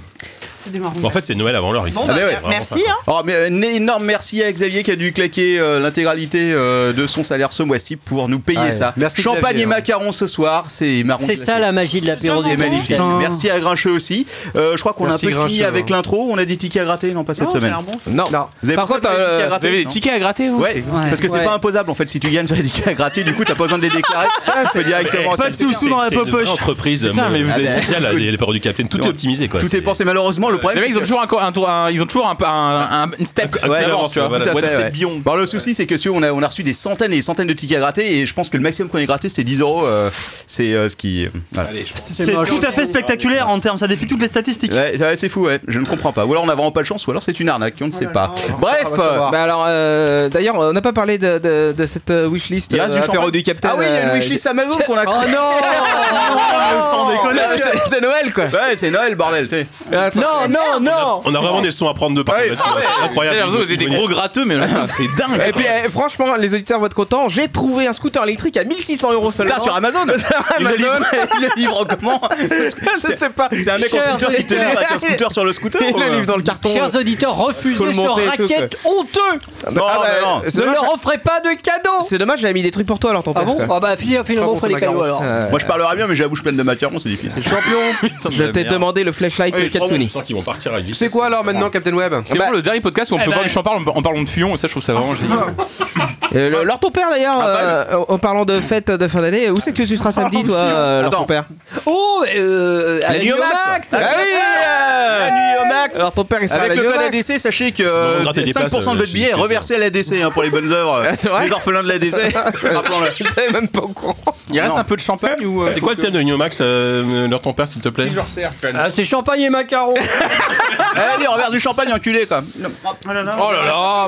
Speaker 12: C'est des marrons.
Speaker 4: En fait, c'est Noël avant l'heure ici.
Speaker 5: Ah
Speaker 11: ben
Speaker 5: bah ouais, vraiment sympa.
Speaker 8: hein.
Speaker 5: Oh, mais un énorme merci à Xavier qui a dû claquer euh, l'intégralité euh, de son salaire ce mois-ci pour nous payer
Speaker 11: Ah Ouais.
Speaker 5: ça.
Speaker 11: Merci,
Speaker 5: Champagne
Speaker 11: Xavier,
Speaker 5: et
Speaker 11: hein.
Speaker 5: macarons ce soir, c'est marron.
Speaker 8: C'est ça, la magie de l'apéro
Speaker 5: C'est
Speaker 8: des gens.
Speaker 5: magnifique.
Speaker 8: Putain.
Speaker 5: Merci à Grincheux aussi. Euh, je crois qu'on a un
Speaker 11: Merci,
Speaker 5: peu fini
Speaker 11: Grincheux,
Speaker 5: avec
Speaker 11: hein.
Speaker 5: l'intro. On a des tickets à gratter, non pas cette
Speaker 12: Non, ça a
Speaker 5: semaine.
Speaker 12: l'air bon.
Speaker 11: Non.
Speaker 5: Vous avez
Speaker 11: Par
Speaker 5: pas
Speaker 11: contre,
Speaker 5: encore
Speaker 11: euh,
Speaker 5: les tickets à gratter,
Speaker 11: vous avez des
Speaker 5: non
Speaker 11: tickets à gratter, vous
Speaker 5: Ouais,
Speaker 11: C'est-
Speaker 5: parce que c'est
Speaker 8: Ouais.
Speaker 5: pas imposable en fait. Si tu gagnes sur les tickets à gratter, du coup, t'as pas besoin de les déclarer. Tu peux
Speaker 4: Eh,
Speaker 5: directement.
Speaker 6: Pas de
Speaker 5: c'est-
Speaker 6: sous-sous dans la
Speaker 4: C'est une vraie
Speaker 6: popoche.
Speaker 4: entreprise. Ah ben.
Speaker 3: Putain, mais vous
Speaker 4: mondiale,
Speaker 3: êtes-
Speaker 4: là, les, les paroles du capitaine, tout est optimisé quoi.
Speaker 5: Tout est pensé. Malheureusement, le problème.
Speaker 3: Les mecs,
Speaker 5: c'est
Speaker 3: ils ont
Speaker 5: que-
Speaker 3: toujours un, co- un tour- un- ils ont toujours un, peu- un, un- une step
Speaker 4: Un- un
Speaker 3: ouais,
Speaker 4: coup
Speaker 3: d'avance,
Speaker 4: d'avance,
Speaker 3: tu vois.
Speaker 4: voilà.
Speaker 3: One
Speaker 5: Tout à fait,
Speaker 3: step
Speaker 5: ouais.
Speaker 3: beyond.
Speaker 5: Bon, le souci, c'est que si on a, on a reçu des centaines et des centaines de tickets à gratter, et je pense que le maximum qu'on ait gratté, c'était 10 euros. euh, c'est euh, ce qui. euh, voilà.
Speaker 4: Allez, je pense.
Speaker 6: C'est
Speaker 8: moche.
Speaker 6: tout à fait spectaculaire en termes. Ça défie toutes les statistiques.
Speaker 5: Ouais, ouais, c'est fou, ouais. Je ne comprends pas. Ou alors on a vraiment pas de chance, ou alors c'est une arnaque, on ne sait pas. Bref, euh,
Speaker 13: Bah alors, euh, d'ailleurs, on n'a pas parlé de, de- de cette euh, wishlist.
Speaker 5: il reste
Speaker 13: euh,
Speaker 5: du
Speaker 13: apéro
Speaker 5: champagne.
Speaker 13: du Capitaine.
Speaker 5: Ah oui, il y a
Speaker 13: euh,
Speaker 5: une wishlist Amazon qu'on a
Speaker 8: Oh
Speaker 5: créée.
Speaker 8: non
Speaker 1: Ah, Oh,
Speaker 6: Sans déconner.
Speaker 5: Parce que-
Speaker 13: C'est Noël, quoi.
Speaker 5: Ouais, c'est Noël, bordel, tu sais.
Speaker 13: Non, non, non.
Speaker 4: On a vraiment des leçons à prendre de par
Speaker 5: Ouais.
Speaker 4: contre, là-dessus,
Speaker 5: Ah ouais.
Speaker 4: C'est
Speaker 3: J'ai
Speaker 4: incroyable.
Speaker 3: l'impression que vous êtes des gros gratteux, mais là,
Speaker 5: Ah,
Speaker 3: c'est dingue.
Speaker 13: Et puis, eh, franchement, les auditeurs vont être contents. J'ai trouvé un scooter électrique à 1600 euros seulement.
Speaker 5: Putain, sur Amazon Il le livre, il le livre comment
Speaker 13: Je sais pas.
Speaker 5: C'est un mec en
Speaker 13: Cher
Speaker 5: scooter qui te livre avec un scooter sur le scooter
Speaker 13: Il
Speaker 5: ou,
Speaker 13: le
Speaker 5: euh,
Speaker 13: livre dans le carton.
Speaker 8: Chers auditeurs,
Speaker 13: Faut
Speaker 8: refusez
Speaker 13: le
Speaker 8: ce
Speaker 13: monter et tout,
Speaker 8: racket honteux
Speaker 5: Non,
Speaker 13: Ah bah,
Speaker 5: mais non.
Speaker 13: c'est
Speaker 8: Ne
Speaker 13: dommage,
Speaker 8: leur offrez pas de cadeaux
Speaker 13: C'est dommage, j'avais mis des trucs pour toi alors, ton
Speaker 8: Ah bon
Speaker 13: père, quoi.
Speaker 8: Ah bah finalement,
Speaker 13: Pas
Speaker 8: finalement,
Speaker 13: pour
Speaker 8: offrez
Speaker 13: ton
Speaker 8: des cadeaux
Speaker 13: macaron.
Speaker 8: alors.
Speaker 13: Euh,
Speaker 5: Moi je parlerai bien, mais j'ai la bouche pleine de matière, bon, c'est difficile.
Speaker 13: Champion, je t'ai
Speaker 3: merde.
Speaker 13: demandé le flashlight
Speaker 4: Ouais, je pense-
Speaker 13: Katsuni.
Speaker 4: Je sens qu'ils vont partir à une vitesse.
Speaker 11: C'est quoi alors maintenant, Captain Web Eh ben-
Speaker 3: C'est vraiment le dernier podcast où on peut voir du champagne en en parlant de fuyon, et ça, je trouve ça vraiment génial.
Speaker 13: Euh, le- Lors ton père
Speaker 5: Ah,
Speaker 13: d'ailleurs, euh, en en parlant de fête de fin d'année, où c'est que tu
Speaker 8: Ah,
Speaker 13: seras samedi toi, euh, Lord
Speaker 5: Attends.
Speaker 13: ton père
Speaker 8: Oh, euh, à
Speaker 5: La nuit au max
Speaker 13: Ah oui
Speaker 5: La nuit au max
Speaker 13: Alors ton père il sera
Speaker 5: Avec
Speaker 13: à la
Speaker 5: le
Speaker 13: Lyon
Speaker 5: code
Speaker 13: Max.
Speaker 5: ADC, sachez que
Speaker 4: on
Speaker 5: euh,
Speaker 4: gratte
Speaker 5: 5%
Speaker 4: des places,
Speaker 5: de
Speaker 4: euh,
Speaker 5: votre billet est
Speaker 4: chez-
Speaker 5: reversé à l'ADC hein, pour les bonnes œuvres.
Speaker 13: Ah, c'est vrai
Speaker 5: les orphelins de l'ADC. Rappelons-le.
Speaker 13: Je t'avais même pas au courant.
Speaker 3: Il reste un peu de champagne ou.
Speaker 4: C'est quoi le thème de New Max, euh, leur ton père, s'il te plaît
Speaker 8: Ah, c'est champagne et macarons.
Speaker 5: Eh, Allez, revers du champagne, enculé, quoi.
Speaker 3: Oh là là,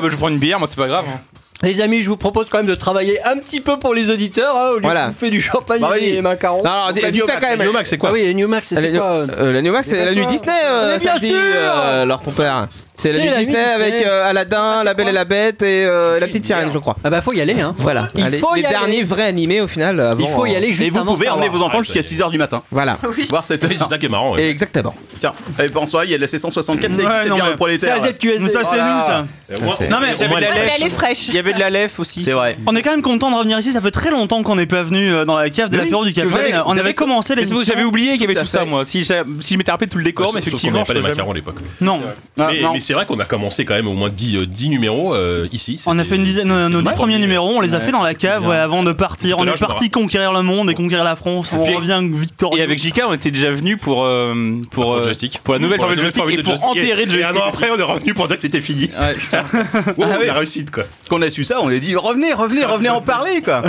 Speaker 3: bah, je prends une bière, moi, c'est pas grave. hein.
Speaker 8: Les amis, je vous propose quand même de travailler un petit peu pour les auditeurs, hein, au lieu
Speaker 13: Voilà.
Speaker 8: de bouffer du champagne
Speaker 5: Bah oui.
Speaker 8: et des macarons.
Speaker 13: Non, alors, dis- dis ça quand même.
Speaker 4: New Max, c'est
Speaker 8: Ah
Speaker 4: quoi
Speaker 8: oui, les New Max, c'est
Speaker 13: La-
Speaker 8: quoi euh,
Speaker 13: euh, la New Max, c'est la nuit Disney, euh,
Speaker 8: Mais bien
Speaker 13: samedi,
Speaker 8: sûr
Speaker 13: euh, Lord ton père. C'est la nuit Disney avec euh, Aladdin, La Belle et la Bête et euh, La Petite Sirène, je crois.
Speaker 8: Ah bah faut y aller, hein.
Speaker 13: Voilà.
Speaker 8: Il
Speaker 13: Allez,
Speaker 8: faut y
Speaker 13: les
Speaker 8: aller.
Speaker 13: derniers vrais animés au final.
Speaker 8: Il
Speaker 13: Avant, Ah,
Speaker 8: faut y
Speaker 13: euh,
Speaker 8: aller juste
Speaker 5: Et vous
Speaker 8: avant
Speaker 5: pouvez
Speaker 8: Star
Speaker 5: emmener
Speaker 8: Wars.
Speaker 5: vos enfants
Speaker 4: Ouais,
Speaker 5: jusqu'à
Speaker 4: ça y
Speaker 5: 6h du matin.
Speaker 13: Voilà.
Speaker 5: Voir cette
Speaker 4: C'est ça qui est marrant. ouais.
Speaker 13: Exactement.
Speaker 5: Tiens, et en soirée, il y a de la C164, c'est
Speaker 6: Ouais,
Speaker 5: c'est
Speaker 6: non,
Speaker 5: bien
Speaker 6: mais-
Speaker 5: le prolétaire.
Speaker 8: C'est la ZQSD.
Speaker 6: Nous, ça, c'est nous, ça.
Speaker 4: Au moins-
Speaker 6: Non, mais
Speaker 4: au
Speaker 6: j'avais
Speaker 4: moins,
Speaker 6: de la
Speaker 4: elle-
Speaker 6: lèche.
Speaker 12: Elle est fraîche.
Speaker 13: Il y avait de la lèvre aussi.
Speaker 5: C'est vrai.
Speaker 6: On est quand même content de revenir ici. Ça fait très longtemps qu'on n'est pas venu euh, dans la cave de la l'apéro du
Speaker 3: Vous
Speaker 6: Capitaine.
Speaker 3: avez-
Speaker 6: On
Speaker 3: vous
Speaker 6: avait
Speaker 3: avez-
Speaker 6: commencé
Speaker 3: Mais c'est parce
Speaker 6: l'émission.
Speaker 3: que J'avais oublié qu'il y avait
Speaker 13: Tout à
Speaker 3: tout ça,
Speaker 13: fait.
Speaker 3: moi. Si j'a- si je m'étais rappelé de tout le décor, mais
Speaker 4: Sauf- sauf qu'on
Speaker 3: effectivement,
Speaker 4: n'avait pas les
Speaker 3: je-
Speaker 4: macarons à l'époque.
Speaker 6: Non.
Speaker 5: Ah,
Speaker 4: Mais,
Speaker 5: non.
Speaker 4: mais c'est vrai qu'on a commencé quand même au moins 10, euh, 10 numéros euh, ici.
Speaker 6: On a
Speaker 4: C'était-
Speaker 6: fait une dizaine,
Speaker 4: c'est-
Speaker 6: nos,
Speaker 4: c'est
Speaker 6: nos
Speaker 4: le
Speaker 6: dix premiers
Speaker 4: premier.
Speaker 6: numéros, on les a fait dans la cave ouais, avant de partir.
Speaker 4: Tout à
Speaker 6: On
Speaker 4: l'heure,
Speaker 6: est
Speaker 4: je me
Speaker 6: parti conquérir le monde et conquérir la France. On
Speaker 3: Et-
Speaker 4: oh
Speaker 6: revient
Speaker 3: Et
Speaker 6: victorieux.
Speaker 3: avec JK, on était déjà venu pour euh, pour euh,
Speaker 4: Ah, Joystick.
Speaker 3: pour la nouvelle formule de
Speaker 4: nouvelle
Speaker 3: joystick
Speaker 4: formule
Speaker 3: et
Speaker 4: de
Speaker 3: pour
Speaker 4: joystick.
Speaker 3: enterrer
Speaker 4: Et un
Speaker 3: joystick.
Speaker 4: an après, on est revenu pour dire que c'était fini. Wow, La réussite, quoi.
Speaker 5: Ah Qu'on a su ça, on a dit revenez, revenez, revenez en parler, quoi.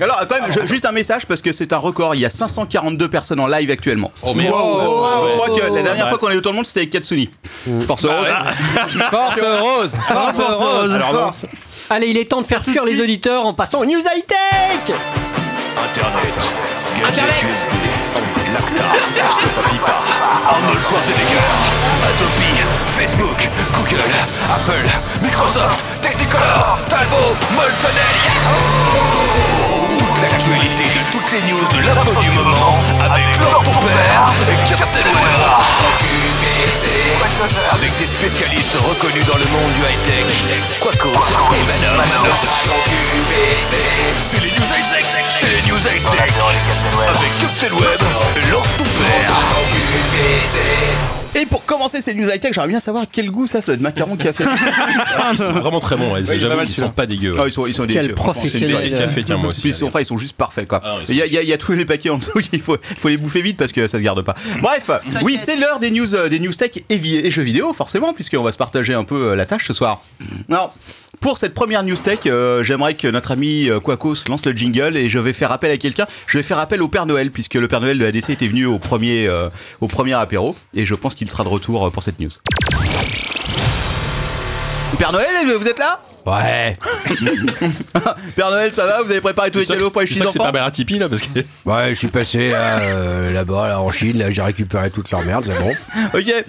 Speaker 5: Alors, quand même, je- juste un message parce que c'est un record. Il y a 542 personnes en live actuellement.
Speaker 4: Oh, merde.
Speaker 5: Je crois que la dernière fois qu'on a eu autant de monde, c'était avec Katsuni.
Speaker 4: Mm.
Speaker 5: Force
Speaker 4: Bah,
Speaker 5: heureuse.
Speaker 13: euh. Force rose. Force rose.
Speaker 4: Alors, bon,
Speaker 8: Allez, il est temps de faire fuir les auditeurs en passant aux news high tech.
Speaker 1: Internet, gadget USB, Lacta, Stopapipa, Arnold Schwarzenegger, Adobe, Facebook, Google, Apple, Microsoft, Technicolor, Talbot, Moltonel, Yahoo Toute l'actualité de toutes les news de l'info du moment avec Laurent ton père et Captain Web. Avec des spécialistes reconnus dans le monde du high-tech. Quacos, Ivanov, c'est les news high-tech. C'est les news high-tech. Avec Captain Web, Lord ton père.
Speaker 13: Et
Speaker 5: Et pour commencer ces news high-tech, j'aimerais bien savoir quel goût ça, ça doit être macaron café.
Speaker 4: Ah, Ils sont vraiment très bons, ouais.
Speaker 5: Ouais, il est pas
Speaker 4: J'avoue,
Speaker 5: mal,
Speaker 4: ils sont
Speaker 5: celui-là.
Speaker 4: pas dégueux.
Speaker 5: Ah, ils sont, ils sont délicieux.
Speaker 4: C'est une café, tiens, moi aussi. hein. Ah,
Speaker 5: Puis ils sont, enfin, ils sont juste parfaits, quoi. Il y, a- il y a- il y a tous les paquets en dessous, il faut, il faut les bouffer vite parce que ça se garde pas.
Speaker 4: Hmm.
Speaker 5: Bref, oui, c'est l'heure des news, euh, des news tech et, vi- et jeux vidéo, forcément, puisqu'on va se partager un peu euh, la tâche ce soir.
Speaker 4: Hmm.
Speaker 5: Alors, pour cette première news tech, euh, j'aimerais que notre ami euh, Quacos lance le jingle et je vais faire appel à quelqu'un. Je vais faire appel au Père Noël, puisque le Père Noël de ADC était venu au premier, euh, au premier apéro, et je pense qu'il sera de retour euh, pour cette news. Père Noël, vous êtes là Ouais. Père Noël, ça va Vous avez préparé tous les cadeaux pour les petits enfants
Speaker 4: Tipeee là parce que.
Speaker 10: Ouais, je suis passé là, euh, là-bas, là, en Chine, là, j'ai récupéré toute leur merde, c'est bon.
Speaker 5: Ok.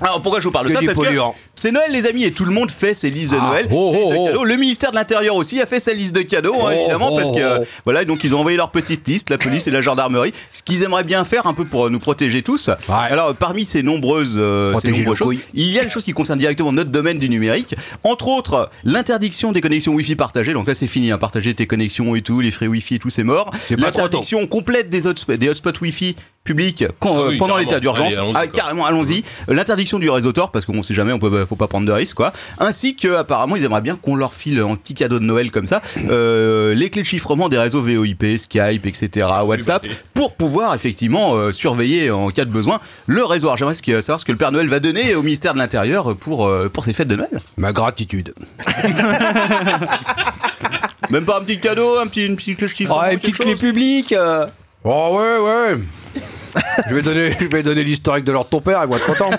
Speaker 5: Alors pourquoi je vous parle de
Speaker 10: Que
Speaker 5: ça
Speaker 10: du
Speaker 5: Parce
Speaker 10: polluant. Ah,
Speaker 5: que c'est Noël les amis et tout le monde fait ses listes de Noël. ses listes de cadeaux. Le ministère de l'Intérieur aussi a fait sa liste de cadeaux
Speaker 10: Oh,
Speaker 5: hein, évidemment
Speaker 10: oh,
Speaker 5: parce que
Speaker 10: oh.
Speaker 5: voilà donc ils ont envoyé leur petite liste la police et la gendarmerie ce qu'ils aimeraient bien faire un peu pour euh, nous protéger tous. Alors parmi ces nombreuses, euh, ces
Speaker 10: Protéger
Speaker 5: nombreuses
Speaker 10: nos
Speaker 5: choses,
Speaker 10: couilles.
Speaker 5: il y a des choses qui concernent directement notre domaine du numérique. Entre autres l'interdiction des connexions Wi-Fi partagées donc là c'est fini hein, partager tes connexions et tout les frais Wi-Fi et tout c'est mort.
Speaker 10: pas trop tôt.
Speaker 5: L'interdiction complète des hotspots, des hotspots Wi-Fi publics quand, euh,
Speaker 10: Ah oui,
Speaker 5: pendant
Speaker 10: carrément.
Speaker 5: l'état
Speaker 10: Allez,
Speaker 5: d'urgence.
Speaker 10: allons-y,
Speaker 5: Ah,
Speaker 10: quoi. Mmh.
Speaker 5: carrément, allons-y. Euh, L'interdiction du réseau Tor, parce qu'on sait jamais, on peut, faut pas prendre de risques, quoi. Ainsi que, apparemment, ils aimeraient bien qu'on leur file en petit cadeau de Noël comme ça,
Speaker 10: Mmh.
Speaker 5: euh, les clés de chiffrement des réseaux VoIP, Skype, etc.,
Speaker 10: bah,
Speaker 5: WhatsApp, pour pouvoir effectivement euh, surveiller en cas de besoin le réseau. Alors, J'aimerais ce que- savoir ce que le Père Noël va donner au ministère de l'Intérieur pour euh, pour ces fêtes de Noël.
Speaker 10: Ma gratitude.
Speaker 5: Même pas un petit cadeau, un petit une petite clé de chiffrement.
Speaker 10: Ouais, une
Speaker 5: quelque
Speaker 10: petite clé
Speaker 5: chose
Speaker 8: public.
Speaker 10: Oh ouais, ouais. je vais donner, je vais donner l'historique de leur ton père, ils vont être contents.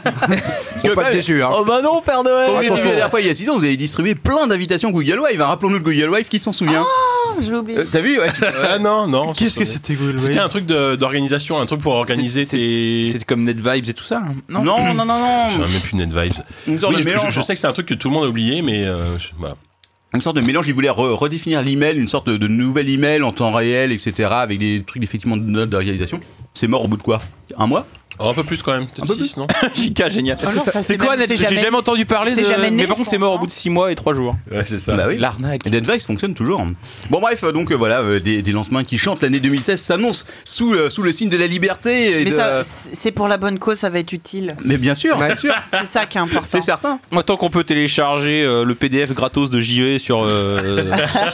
Speaker 10: Ils vont pas être déçus, hein.
Speaker 5: Oh,
Speaker 8: bah non, Père Noël
Speaker 5: Vous avez dit
Speaker 10: Attention.
Speaker 5: la dernière fois, il y a six ans, vous avez distribué plein d'invitations Google Live. hein. Rappelons-nous de Google Live, qui s'en souvient
Speaker 10: Ah
Speaker 9: Je l'ai Ah, oublié.
Speaker 5: Euh, T'as vu ouais.
Speaker 4: Ah non, non.
Speaker 5: Qu'est-ce que
Speaker 4: c'était C'était un truc de- d'organisation, un truc pour organiser tes. C'était
Speaker 3: comme NetVibes et tout ça. hein.
Speaker 5: Non, non, non, non. non.
Speaker 4: Je sais même plus NetVibes.
Speaker 5: Une sorte
Speaker 4: Oui,
Speaker 5: de
Speaker 4: je,
Speaker 5: mélange,
Speaker 4: je- je
Speaker 5: hein.
Speaker 4: sais que c'est un truc que tout le monde a oublié, mais euh, je- voilà.
Speaker 5: Une sorte de mélange, il voulait re- redéfinir l'email, une sorte de, de nouvel email en temps réel, etc. Avec des trucs effectivement de notes de réalisation. C'est mort au bout de quoi Un mois
Speaker 4: Oh, Un peu plus quand même, peut-être 6, non
Speaker 3: JK, génial.
Speaker 4: Ah non, ça,
Speaker 3: c'est
Speaker 4: c'est
Speaker 3: quoi
Speaker 4: même-
Speaker 3: Net
Speaker 4: c'est
Speaker 3: J'ai
Speaker 4: jamais-
Speaker 3: jamais entendu parler
Speaker 4: c'est
Speaker 3: de.
Speaker 4: jamais né,
Speaker 3: mais par contre, c'est mort au bout de 6 mois et 3 jours.
Speaker 4: Ouais, c'est ça.
Speaker 5: Bah oui. L'arnaque. Et Netflix fonctionne toujours. Bon, bref, euh, donc euh, voilà, euh, des, des lancements qui chantent. L'année 2016 s'annonce sous, euh, sous le signe de la liberté. Et
Speaker 9: Mais
Speaker 5: de-
Speaker 9: ça, c'est pour la bonne cause, ça va être utile.
Speaker 5: Mais bien sûr, bien sûr.
Speaker 9: C'est ça qui est important.
Speaker 5: C'est certain.
Speaker 3: Moi, tant qu'on peut télécharger euh, le PDF gratos de JV sur. euh,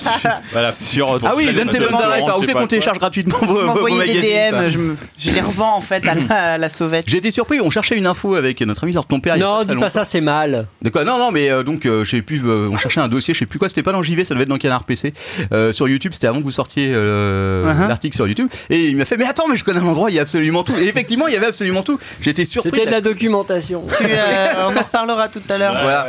Speaker 4: voilà.
Speaker 3: Sur,
Speaker 5: Ah oui, donne tes bonnes adresses. Alors, Vous savez qu'on télécharge gratuitement
Speaker 9: Vous
Speaker 5: vos, vos, vos
Speaker 9: m'envoyez des
Speaker 5: magazines.
Speaker 9: DM, je, me- je les revends en fait à la, à la sauvette.
Speaker 5: J'ai été surpris, on cherchait une info avec notre ami sur ton père. il y a
Speaker 9: Non,
Speaker 5: très
Speaker 9: dis pas
Speaker 5: longtemps.
Speaker 9: ça,
Speaker 8: c'est mal.
Speaker 5: De quoi Non, non, mais euh, donc, euh, je sais plus, euh, on cherchait un dossier, je sais plus quoi, c'était pas dans JV, ça devait être dans Canard PC. Euh, sur YouTube, c'était avant que vous sortiez euh,
Speaker 10: Uh-huh.
Speaker 5: l'article sur YouTube. Et il m'a fait, mais attends, mais je connais un endroit, il y a absolument tout. Et effectivement, il y avait absolument tout. J'étais surpris.
Speaker 8: C'était de la documentation.
Speaker 9: Tu, euh, on en reparlera tout à l'heure.
Speaker 5: Voilà.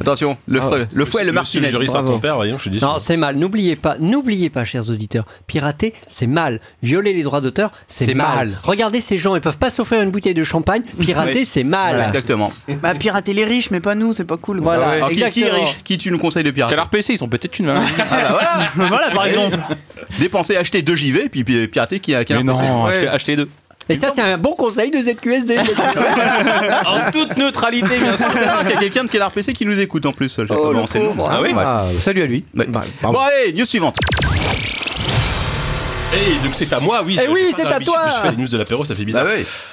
Speaker 5: Attention, le,
Speaker 8: Ah
Speaker 5: fouet,
Speaker 8: ouais.
Speaker 5: le fouet et le
Speaker 4: Monsieur
Speaker 5: martinet.
Speaker 4: le juriste
Speaker 5: Bravo.
Speaker 4: Arton Père, voyons, je suis déçu.
Speaker 8: Non, c'est mal. N'oubliez pas, n'oubliez pas, chers auditeurs, pirater, c'est mal. Violer les droits d'auteur, c'est
Speaker 5: C'est
Speaker 8: mal.
Speaker 5: mal.
Speaker 8: Regardez ces gens, ils peuvent pas s'offrir une bouteille de champagne. Pirater,
Speaker 5: Oui.
Speaker 8: c'est mal.
Speaker 5: Voilà, exactement.
Speaker 9: Bah, pirater les riches, mais pas nous, c'est pas cool.
Speaker 8: Voilà,
Speaker 5: Alors, Ah qui, qui est
Speaker 8: exactement.
Speaker 5: riche Qui tu nous conseilles de pirater
Speaker 3: Canard PC, ils sont peut-être une. hein.
Speaker 5: Ah bah voilà, par exemple. Dépenser, acheter 2 JV, puis pi- pirater qui a Canard
Speaker 3: Mais non,
Speaker 5: PC.
Speaker 3: achetez- achetez les deux.
Speaker 8: Et ça, c'est un bon conseil de ZQSD.
Speaker 3: en toute neutralité, bien sûr.
Speaker 5: Il y a quelqu'un de Canard PC qui nous écoute en plus. j'ai pas
Speaker 8: le
Speaker 5: balancé nom.
Speaker 8: pauvre.
Speaker 5: Ah oui
Speaker 10: Ah, salut à lui.
Speaker 5: Ouais. Bon, allez, news suivante.
Speaker 4: Et donc c'est à moi, oui.
Speaker 8: Eh
Speaker 4: parce que
Speaker 8: oui,
Speaker 4: j'ai pas
Speaker 8: c'est à
Speaker 4: l'habitude
Speaker 8: toi.
Speaker 4: que Je fais les news de l'apéro, ça fait bizarre.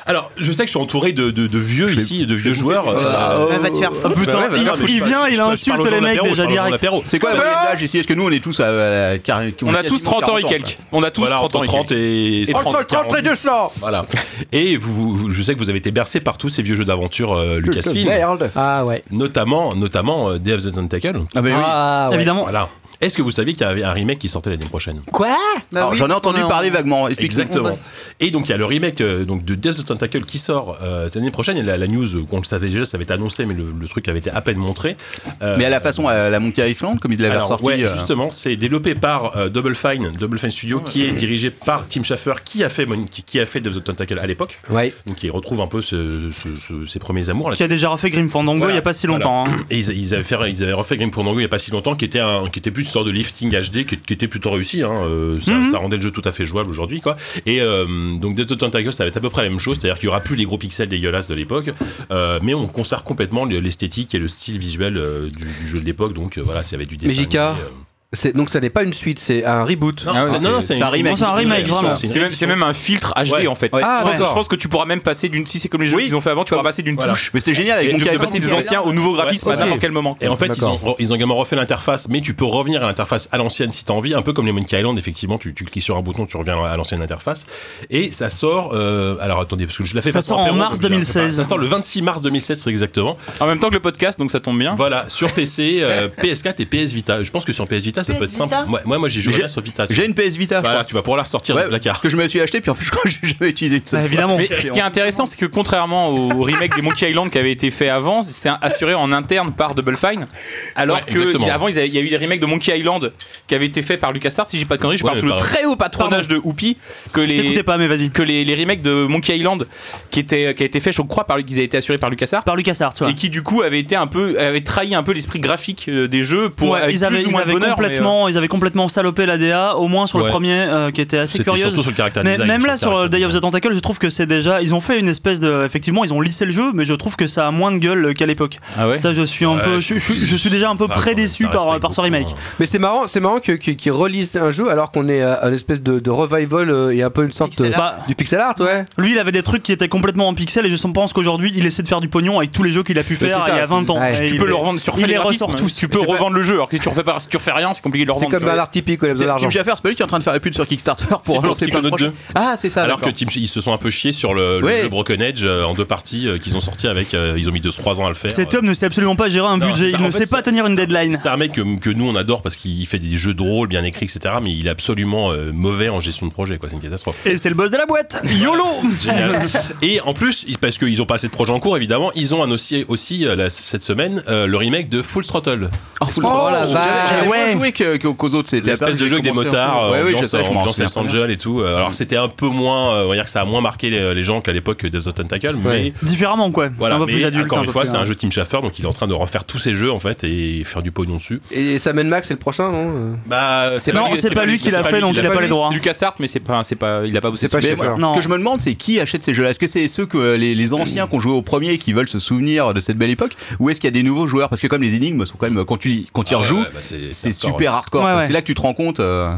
Speaker 4: Alors, je sais que je suis entouré de, de- de vieux ici, de vieux joueurs. euh,
Speaker 9: Elle va te faire foutre.
Speaker 4: putain, il- il vient, il insulte les mecs, déjà, direct.
Speaker 5: C'est quoi la
Speaker 4: Bah,
Speaker 5: moyenne d'âge ici Est-ce que nous on est tous à, euh, quar-
Speaker 3: On a
Speaker 5: quasiment
Speaker 3: tous 30 ans et
Speaker 5: 40
Speaker 3: quelques. On a tous
Speaker 4: Voilà,
Speaker 3: 30 ans
Speaker 4: entre
Speaker 3: et
Speaker 4: 30
Speaker 3: quelques.
Speaker 4: et,
Speaker 3: Et
Speaker 4: 40.
Speaker 3: entre
Speaker 10: 30 et 200
Speaker 4: Voilà. Et vous, vous- vous- je sais que vous avez été bercé par tous ces vieux jeux d'aventure euh, Lucasfilm.
Speaker 10: Merde.
Speaker 8: Ah ouais.
Speaker 4: Notamment, notamment euh, Day of the Tentacle.
Speaker 5: Ah bah oui.
Speaker 8: Ah ouais.
Speaker 4: Évidemment. Voilà. Est-ce que vous saviez qu'il y avait un remake qui sortait l'année prochaine
Speaker 8: Quoi
Speaker 6: Bah
Speaker 9: Bah
Speaker 5: Alors, j'en ai entendu parler
Speaker 4: hein,
Speaker 5: vaguement. Explique-nous.
Speaker 4: Exactement. Et donc il y a le remake euh, donc de Death of Tentacle qui sort euh, cette année prochaine. Et la, la news euh, qu'on le savait déjà, ça avait été annoncé, mais le, le truc avait été à peine montré. Euh,
Speaker 5: Mais à la façon à la Monkey Island, comme il l'avait
Speaker 4: alors,
Speaker 5: ressorti.
Speaker 4: ouais,
Speaker 5: euh,
Speaker 4: justement, c'est développé par euh, Double Fine, Double Fine Studio,
Speaker 6: Ah,
Speaker 4: qui est dirigé par Tim Schafer, qui a fait Mon- qui, qui a fait Death of Tentacle à l'époque.
Speaker 10: Ouais.
Speaker 4: Donc il retrouve un peu ce- ce- ce- ses premiers amours. là.
Speaker 6: Qui a déjà refait Grim Fandango
Speaker 4: Voilà.
Speaker 6: il y a pas si longtemps.
Speaker 4: Voilà.
Speaker 6: hein.
Speaker 4: Et ils, ils avaient fait, ils avaient refait Grim Fandango il n'y a pas si longtemps, qui était, un, qui était plus une sorte de lifting HD, qui, qui était plutôt réussi. hein, euh, ça,
Speaker 6: Mhm.
Speaker 4: ça rendait le jeu tout à fait jouable aujourd'hui. quoi. Et euh, donc Death of Tentacle, ça va être à peu près la même chose, c'est-à-dire qu'il n'y aura plus les gros pixels dégueulasses de l'époque, euh, mais on conserve complètement l'esthétique et le style visuel euh, du, du jeu de l'époque. Donc euh, voilà, ça va être du dessin.
Speaker 10: Mais JK,
Speaker 4: animé, euh,
Speaker 10: C'est- Donc ça n'est pas une suite, c'est un reboot.
Speaker 3: Ah ouais, C'est même, c'est même un filtre HD
Speaker 10: Ouais.
Speaker 3: en fait.
Speaker 10: Ouais. Ah,
Speaker 3: Je pense-
Speaker 10: d'accord.
Speaker 3: Je pense que tu pourras même passer d'une. Si c'est comme les jeux qu'ils ont fait avant, tu pourras passer d'une touche.
Speaker 5: Mais c'était génial avec
Speaker 3: Et
Speaker 5: mon
Speaker 3: tu peux
Speaker 5: casque.
Speaker 3: passer des anciens au nouveau graphisme à n'importe quel moment.
Speaker 4: Et en fait, ils ont, ils ont également refait l'interface, mais tu peux revenir à l'interface à l'ancienne si t'as envie, un peu comme les Monkey Island, effectivement, tu, tu cliques sur un bouton, tu reviens à l'ancienne interface. Et ça sort, euh, alors attendez, parce que je l'ai fait
Speaker 6: Ça
Speaker 4: pas sans
Speaker 6: sort en
Speaker 4: apéro,
Speaker 6: mars
Speaker 4: donc je la fais pas.
Speaker 6: 2016.
Speaker 4: Ça sort le 26 mars 2016, très exactement.
Speaker 3: En même temps que le podcast, donc ça tombe bien.
Speaker 4: Voilà, sur PC, euh, PS4 et PS Vita. Je pense que sur PS Vita, ça
Speaker 5: PS
Speaker 4: peut être simple.
Speaker 5: Vita
Speaker 4: Moi, moi, moi, j'ai joué
Speaker 5: J'ai-
Speaker 4: là sur Vita.
Speaker 5: J'ai une PS Vita, je
Speaker 4: Voilà,
Speaker 5: crois.
Speaker 4: tu vas pouvoir la ressortir du placard.
Speaker 5: Que je me la suis acheté, puis en fait, je crois que j'ai jamais utilisé de
Speaker 6: Bah,
Speaker 5: ça.
Speaker 3: Bah, Mais ce qui est intéressant, c'est que contrairement au remake des Monkey Island qui avait été fait avant, c'est un- assuré en interne par Double Fine. Alors
Speaker 4: Ouais,
Speaker 3: que
Speaker 4: exactement.
Speaker 3: y- avant, ils avaient- il y a eu des remakes de Monkey Island qui avaient été faits par LucasArts. Si j'ai pas de conneries, je
Speaker 4: Ouais,
Speaker 3: parle sous
Speaker 4: mais
Speaker 3: le
Speaker 4: pareil.
Speaker 3: très haut patronage de Whoopi que les
Speaker 6: t'écoutais
Speaker 3: que les, les remakes de Monkey Island qui étaient qui a été fait, je crois, par qu'ils avaient été assurés par LucasArts.
Speaker 6: Par LucasArts,
Speaker 3: Et qui du coup avait été un peu avait trahi un peu l'esprit graphique euh, des jeux pour
Speaker 6: Ouais,
Speaker 3: avec
Speaker 6: ils
Speaker 3: plus
Speaker 6: avaient,
Speaker 3: ou
Speaker 6: ils
Speaker 3: moins de
Speaker 6: avaient
Speaker 3: bonheur, mais, euh,
Speaker 6: complètement, ils avaient complètement salopé la DA, au moins sur
Speaker 4: Ouais.
Speaker 6: le premier, euh, qui était assez
Speaker 4: C'était
Speaker 6: curieux.
Speaker 4: surtout sur le caractère
Speaker 6: mais
Speaker 4: design,
Speaker 6: même
Speaker 4: sur
Speaker 6: là,
Speaker 4: le
Speaker 6: sur
Speaker 4: caractère
Speaker 6: Day of the Tentacle, je trouve que c'est déjà, ils ont fait une espèce de, effectivement, ils ont lissé le jeu, mais je trouve que ça a moins de gueule qu'à l'époque.
Speaker 3: Ah ouais
Speaker 6: ça, je suis un
Speaker 10: Ouais,
Speaker 6: peu, je, je- je suis déjà un peu
Speaker 10: ça
Speaker 6: prédéçu
Speaker 10: respecte
Speaker 6: par, par ce remake.
Speaker 4: hein.
Speaker 10: Mais c'est marrant, c'est marrant que- que- qu'ils relisent un jeu alors qu'on est à une espèce de, de revival euh, et un peu une sorte de- du pixel art, ouais.
Speaker 6: Lui, il avait des trucs qui étaient complètement en pixel et je pense qu'aujourd'hui, il essaie de faire du pognon avec tous les jeux qu'il a pu
Speaker 3: Mais
Speaker 6: faire
Speaker 3: c'est ça,
Speaker 6: il y a
Speaker 3: c'est-
Speaker 6: 20 ans.
Speaker 3: c'est-
Speaker 6: Et
Speaker 3: Tu
Speaker 6: il
Speaker 3: peux
Speaker 6: les-
Speaker 3: le revendre sur
Speaker 6: Il les
Speaker 3: Fangraphisme,
Speaker 6: ressort tous.
Speaker 3: Tu peux revendre le jeu. Alors que si tu refais pas, si tu refais rien, c'est compliqué de le revendre. tu vois.
Speaker 10: typique, on a
Speaker 3: besoin d'argent.
Speaker 5: Team Jaffer, c'est pas lui qui est en train de faire la pub sur Kickstarter pour relancer plein de
Speaker 4: Psychonaut 2.
Speaker 5: projets. Ah, c'est ça.
Speaker 4: Alors que
Speaker 5: d'accord.
Speaker 4: Team- ils se sont un peu chiés sur le, le
Speaker 5: Ouais.
Speaker 4: jeu Broken Edge euh, en deux parties euh, qu'ils ont sorti avec. euh, ils ont mis 2-3 ans à le faire.
Speaker 6: Cet homme ne sait absolument pas gérer un
Speaker 4: Non,
Speaker 6: budget,
Speaker 4: c'est ça.
Speaker 6: il
Speaker 4: En
Speaker 6: ne
Speaker 4: fait,
Speaker 6: sait pas tenir une deadline.
Speaker 4: C'est un mec que, que nous on adore parce qu'il fait des jeux drôles, bien écrits, etc. Mais il est absolument euh, mauvais en gestion de projet, quoi. C'est une catastrophe.
Speaker 6: Et c'est le boss de la boîte YOLO
Speaker 4: Génial. Et en plus, ils- parce qu'ils ont pas assez de projets en cours, évidemment, ils ont annoncé aussi euh, la- cette semaine euh, le remake de Full Throttle.
Speaker 5: Oh, Full
Speaker 4: oh,
Speaker 5: Throttle.
Speaker 6: Oh,
Speaker 5: J'avais-
Speaker 4: Ah
Speaker 5: J'avais moins joué que- que- qu'aux autres. C'était la
Speaker 4: L'espèce
Speaker 5: période
Speaker 4: de
Speaker 5: où
Speaker 4: jeu avec des
Speaker 5: j'ai commencé à-
Speaker 4: motards,
Speaker 5: Ouais,
Speaker 4: euh,
Speaker 5: oui, je
Speaker 4: ambiance,
Speaker 5: sais, je m'en
Speaker 4: ambiance
Speaker 5: souviens
Speaker 4: Los
Speaker 5: très bien.
Speaker 4: Angeles et tout. Euh, Alors c'était un peu moins, euh, on va dire que ça a moins marqué les, les gens qu'à l'époque de The Tentacle, mais
Speaker 6: Différemment, quoi.
Speaker 4: voilà.
Speaker 6: c'est un peu
Speaker 4: mais
Speaker 6: plus adulte.
Speaker 4: encore
Speaker 6: un
Speaker 4: une
Speaker 6: peu
Speaker 4: fois,
Speaker 6: plus- hein.
Speaker 4: c'est un jeu Tim Schafer, donc il est en train de refaire tous ses jeux en fait et faire du pognon dessus.
Speaker 10: Et Sam Max, c'est le prochain, non
Speaker 4: Bah,
Speaker 3: pas lui- c'est pas lui,
Speaker 4: lui.
Speaker 3: C'est LucasArts, mais c'est pas, c'est pas, il a pas bossé. dessus.
Speaker 5: Mais voilà, Ce que je me demande, c'est qui achète ces jeux-là Est-ce que c'est ceux que euh, les, les anciens qui ont joué au premier et qui veulent se souvenir de cette belle époque Ou est-ce qu'il y a des nouveaux joueurs Parce que comme les énigmes sont quand même, quand tu, quand tu y
Speaker 4: Ah ouais,
Speaker 5: rejoues,
Speaker 4: ouais, bah, c'est-
Speaker 5: c'est
Speaker 4: c'est hardcore,
Speaker 5: super
Speaker 4: ouais.
Speaker 5: hardcore.
Speaker 4: Ouais,
Speaker 5: quoi.
Speaker 4: ouais. euh,
Speaker 5: C'est là que tu te rends compte. euh,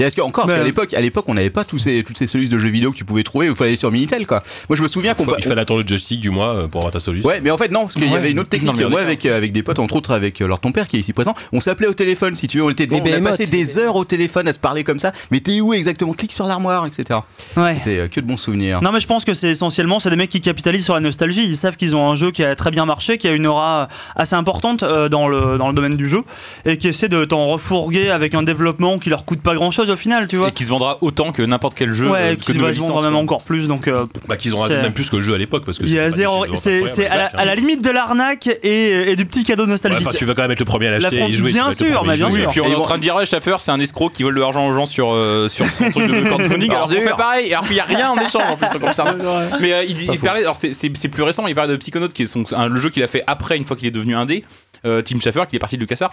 Speaker 5: Et est-ce que, encore, parce
Speaker 4: Ouais.
Speaker 5: qu'à l'époque, à l'époque, on n'avait pas tous ces, toutes ces solutions de jeux vidéo que tu pouvais trouver, il fallait aller sur Minitel, quoi. Moi, je me souviens qu'on
Speaker 4: Faut-
Speaker 5: pa-
Speaker 4: il fallait attendre le joystick du mois euh, pour avoir ta solution.
Speaker 5: Ouais, mais en fait, non, parce qu'il y
Speaker 4: Ouais.
Speaker 5: avait une autre
Speaker 4: Non,
Speaker 5: technique.
Speaker 4: mais on est
Speaker 5: Moi,
Speaker 4: d'accord.
Speaker 5: avec, euh, avec des potes, entre autres avec euh, leur ton père qui est ici présent, on s'appelait au téléphone, si tu veux. On était
Speaker 4: Eh
Speaker 5: devant,
Speaker 4: ben,
Speaker 10: Les
Speaker 5: on a
Speaker 10: behemoths.
Speaker 5: passé des heures au téléphone à se parler comme ça. Mais t'es où exactement Clique sur l'armoire, etc.
Speaker 6: Ouais.
Speaker 5: C'était euh, que de bons
Speaker 3: Hein.
Speaker 5: souvenirs.
Speaker 6: Non mais je pense que c'est essentiellement c'est des mecs qui capitalisent sur la nostalgie. Ils savent qu'ils ont un jeu qui a très bien marché, qui a une aura assez importante euh, dans le dans le domaine du jeu et qui essaie de t'en refourguer avec un développement qui leur coûte pas grand chose au final, tu vois.
Speaker 3: Et qui se vendra autant que n'importe quel jeu.
Speaker 6: ouais,
Speaker 3: euh,
Speaker 6: qui
Speaker 3: que de
Speaker 6: va
Speaker 3: la
Speaker 6: se
Speaker 3: licence,
Speaker 6: vendre même
Speaker 3: quoi.
Speaker 6: encore plus donc. euh,
Speaker 4: Bah qu'ils ont
Speaker 6: c'est-
Speaker 4: raté même plus que le jeu à l'époque parce que
Speaker 6: Il y a
Speaker 4: c'est pas des
Speaker 6: zéro,
Speaker 4: jeux de vente
Speaker 6: c'est
Speaker 4: incroyables,
Speaker 6: c'est à, la-
Speaker 4: Black, hein.
Speaker 6: à la limite de l'arnaque et, et du petit cadeau
Speaker 4: Ouais,
Speaker 6: nostalgique.
Speaker 4: enfin, tu vas quand même être le premier à
Speaker 6: La
Speaker 4: l'acheter et y
Speaker 6: France-
Speaker 4: jouer. tu
Speaker 6: bien
Speaker 4: vas être le
Speaker 6: sûr,
Speaker 4: premier à
Speaker 6: mais
Speaker 4: y
Speaker 6: bien
Speaker 4: jouer.
Speaker 3: Oui, et puis on
Speaker 4: Et
Speaker 3: est en
Speaker 4: bon,
Speaker 3: train de dire, ouais, Schaffer, c'est un escroc qui vole de l'argent aux gens sur, euh, sur son truc de crowdfunding. alors qu'on fait pareil, alors qu'il n'y a rien en échange en plus en concernant. Mais euh, il, il parlait, alors c'est- c'est c'est plus récent, il parlait de Psychonaut, qui est son- un- le jeu qu'il a fait après, une fois qu'il est devenu indé. euh, Tim Schafer qui est parti de LucasArts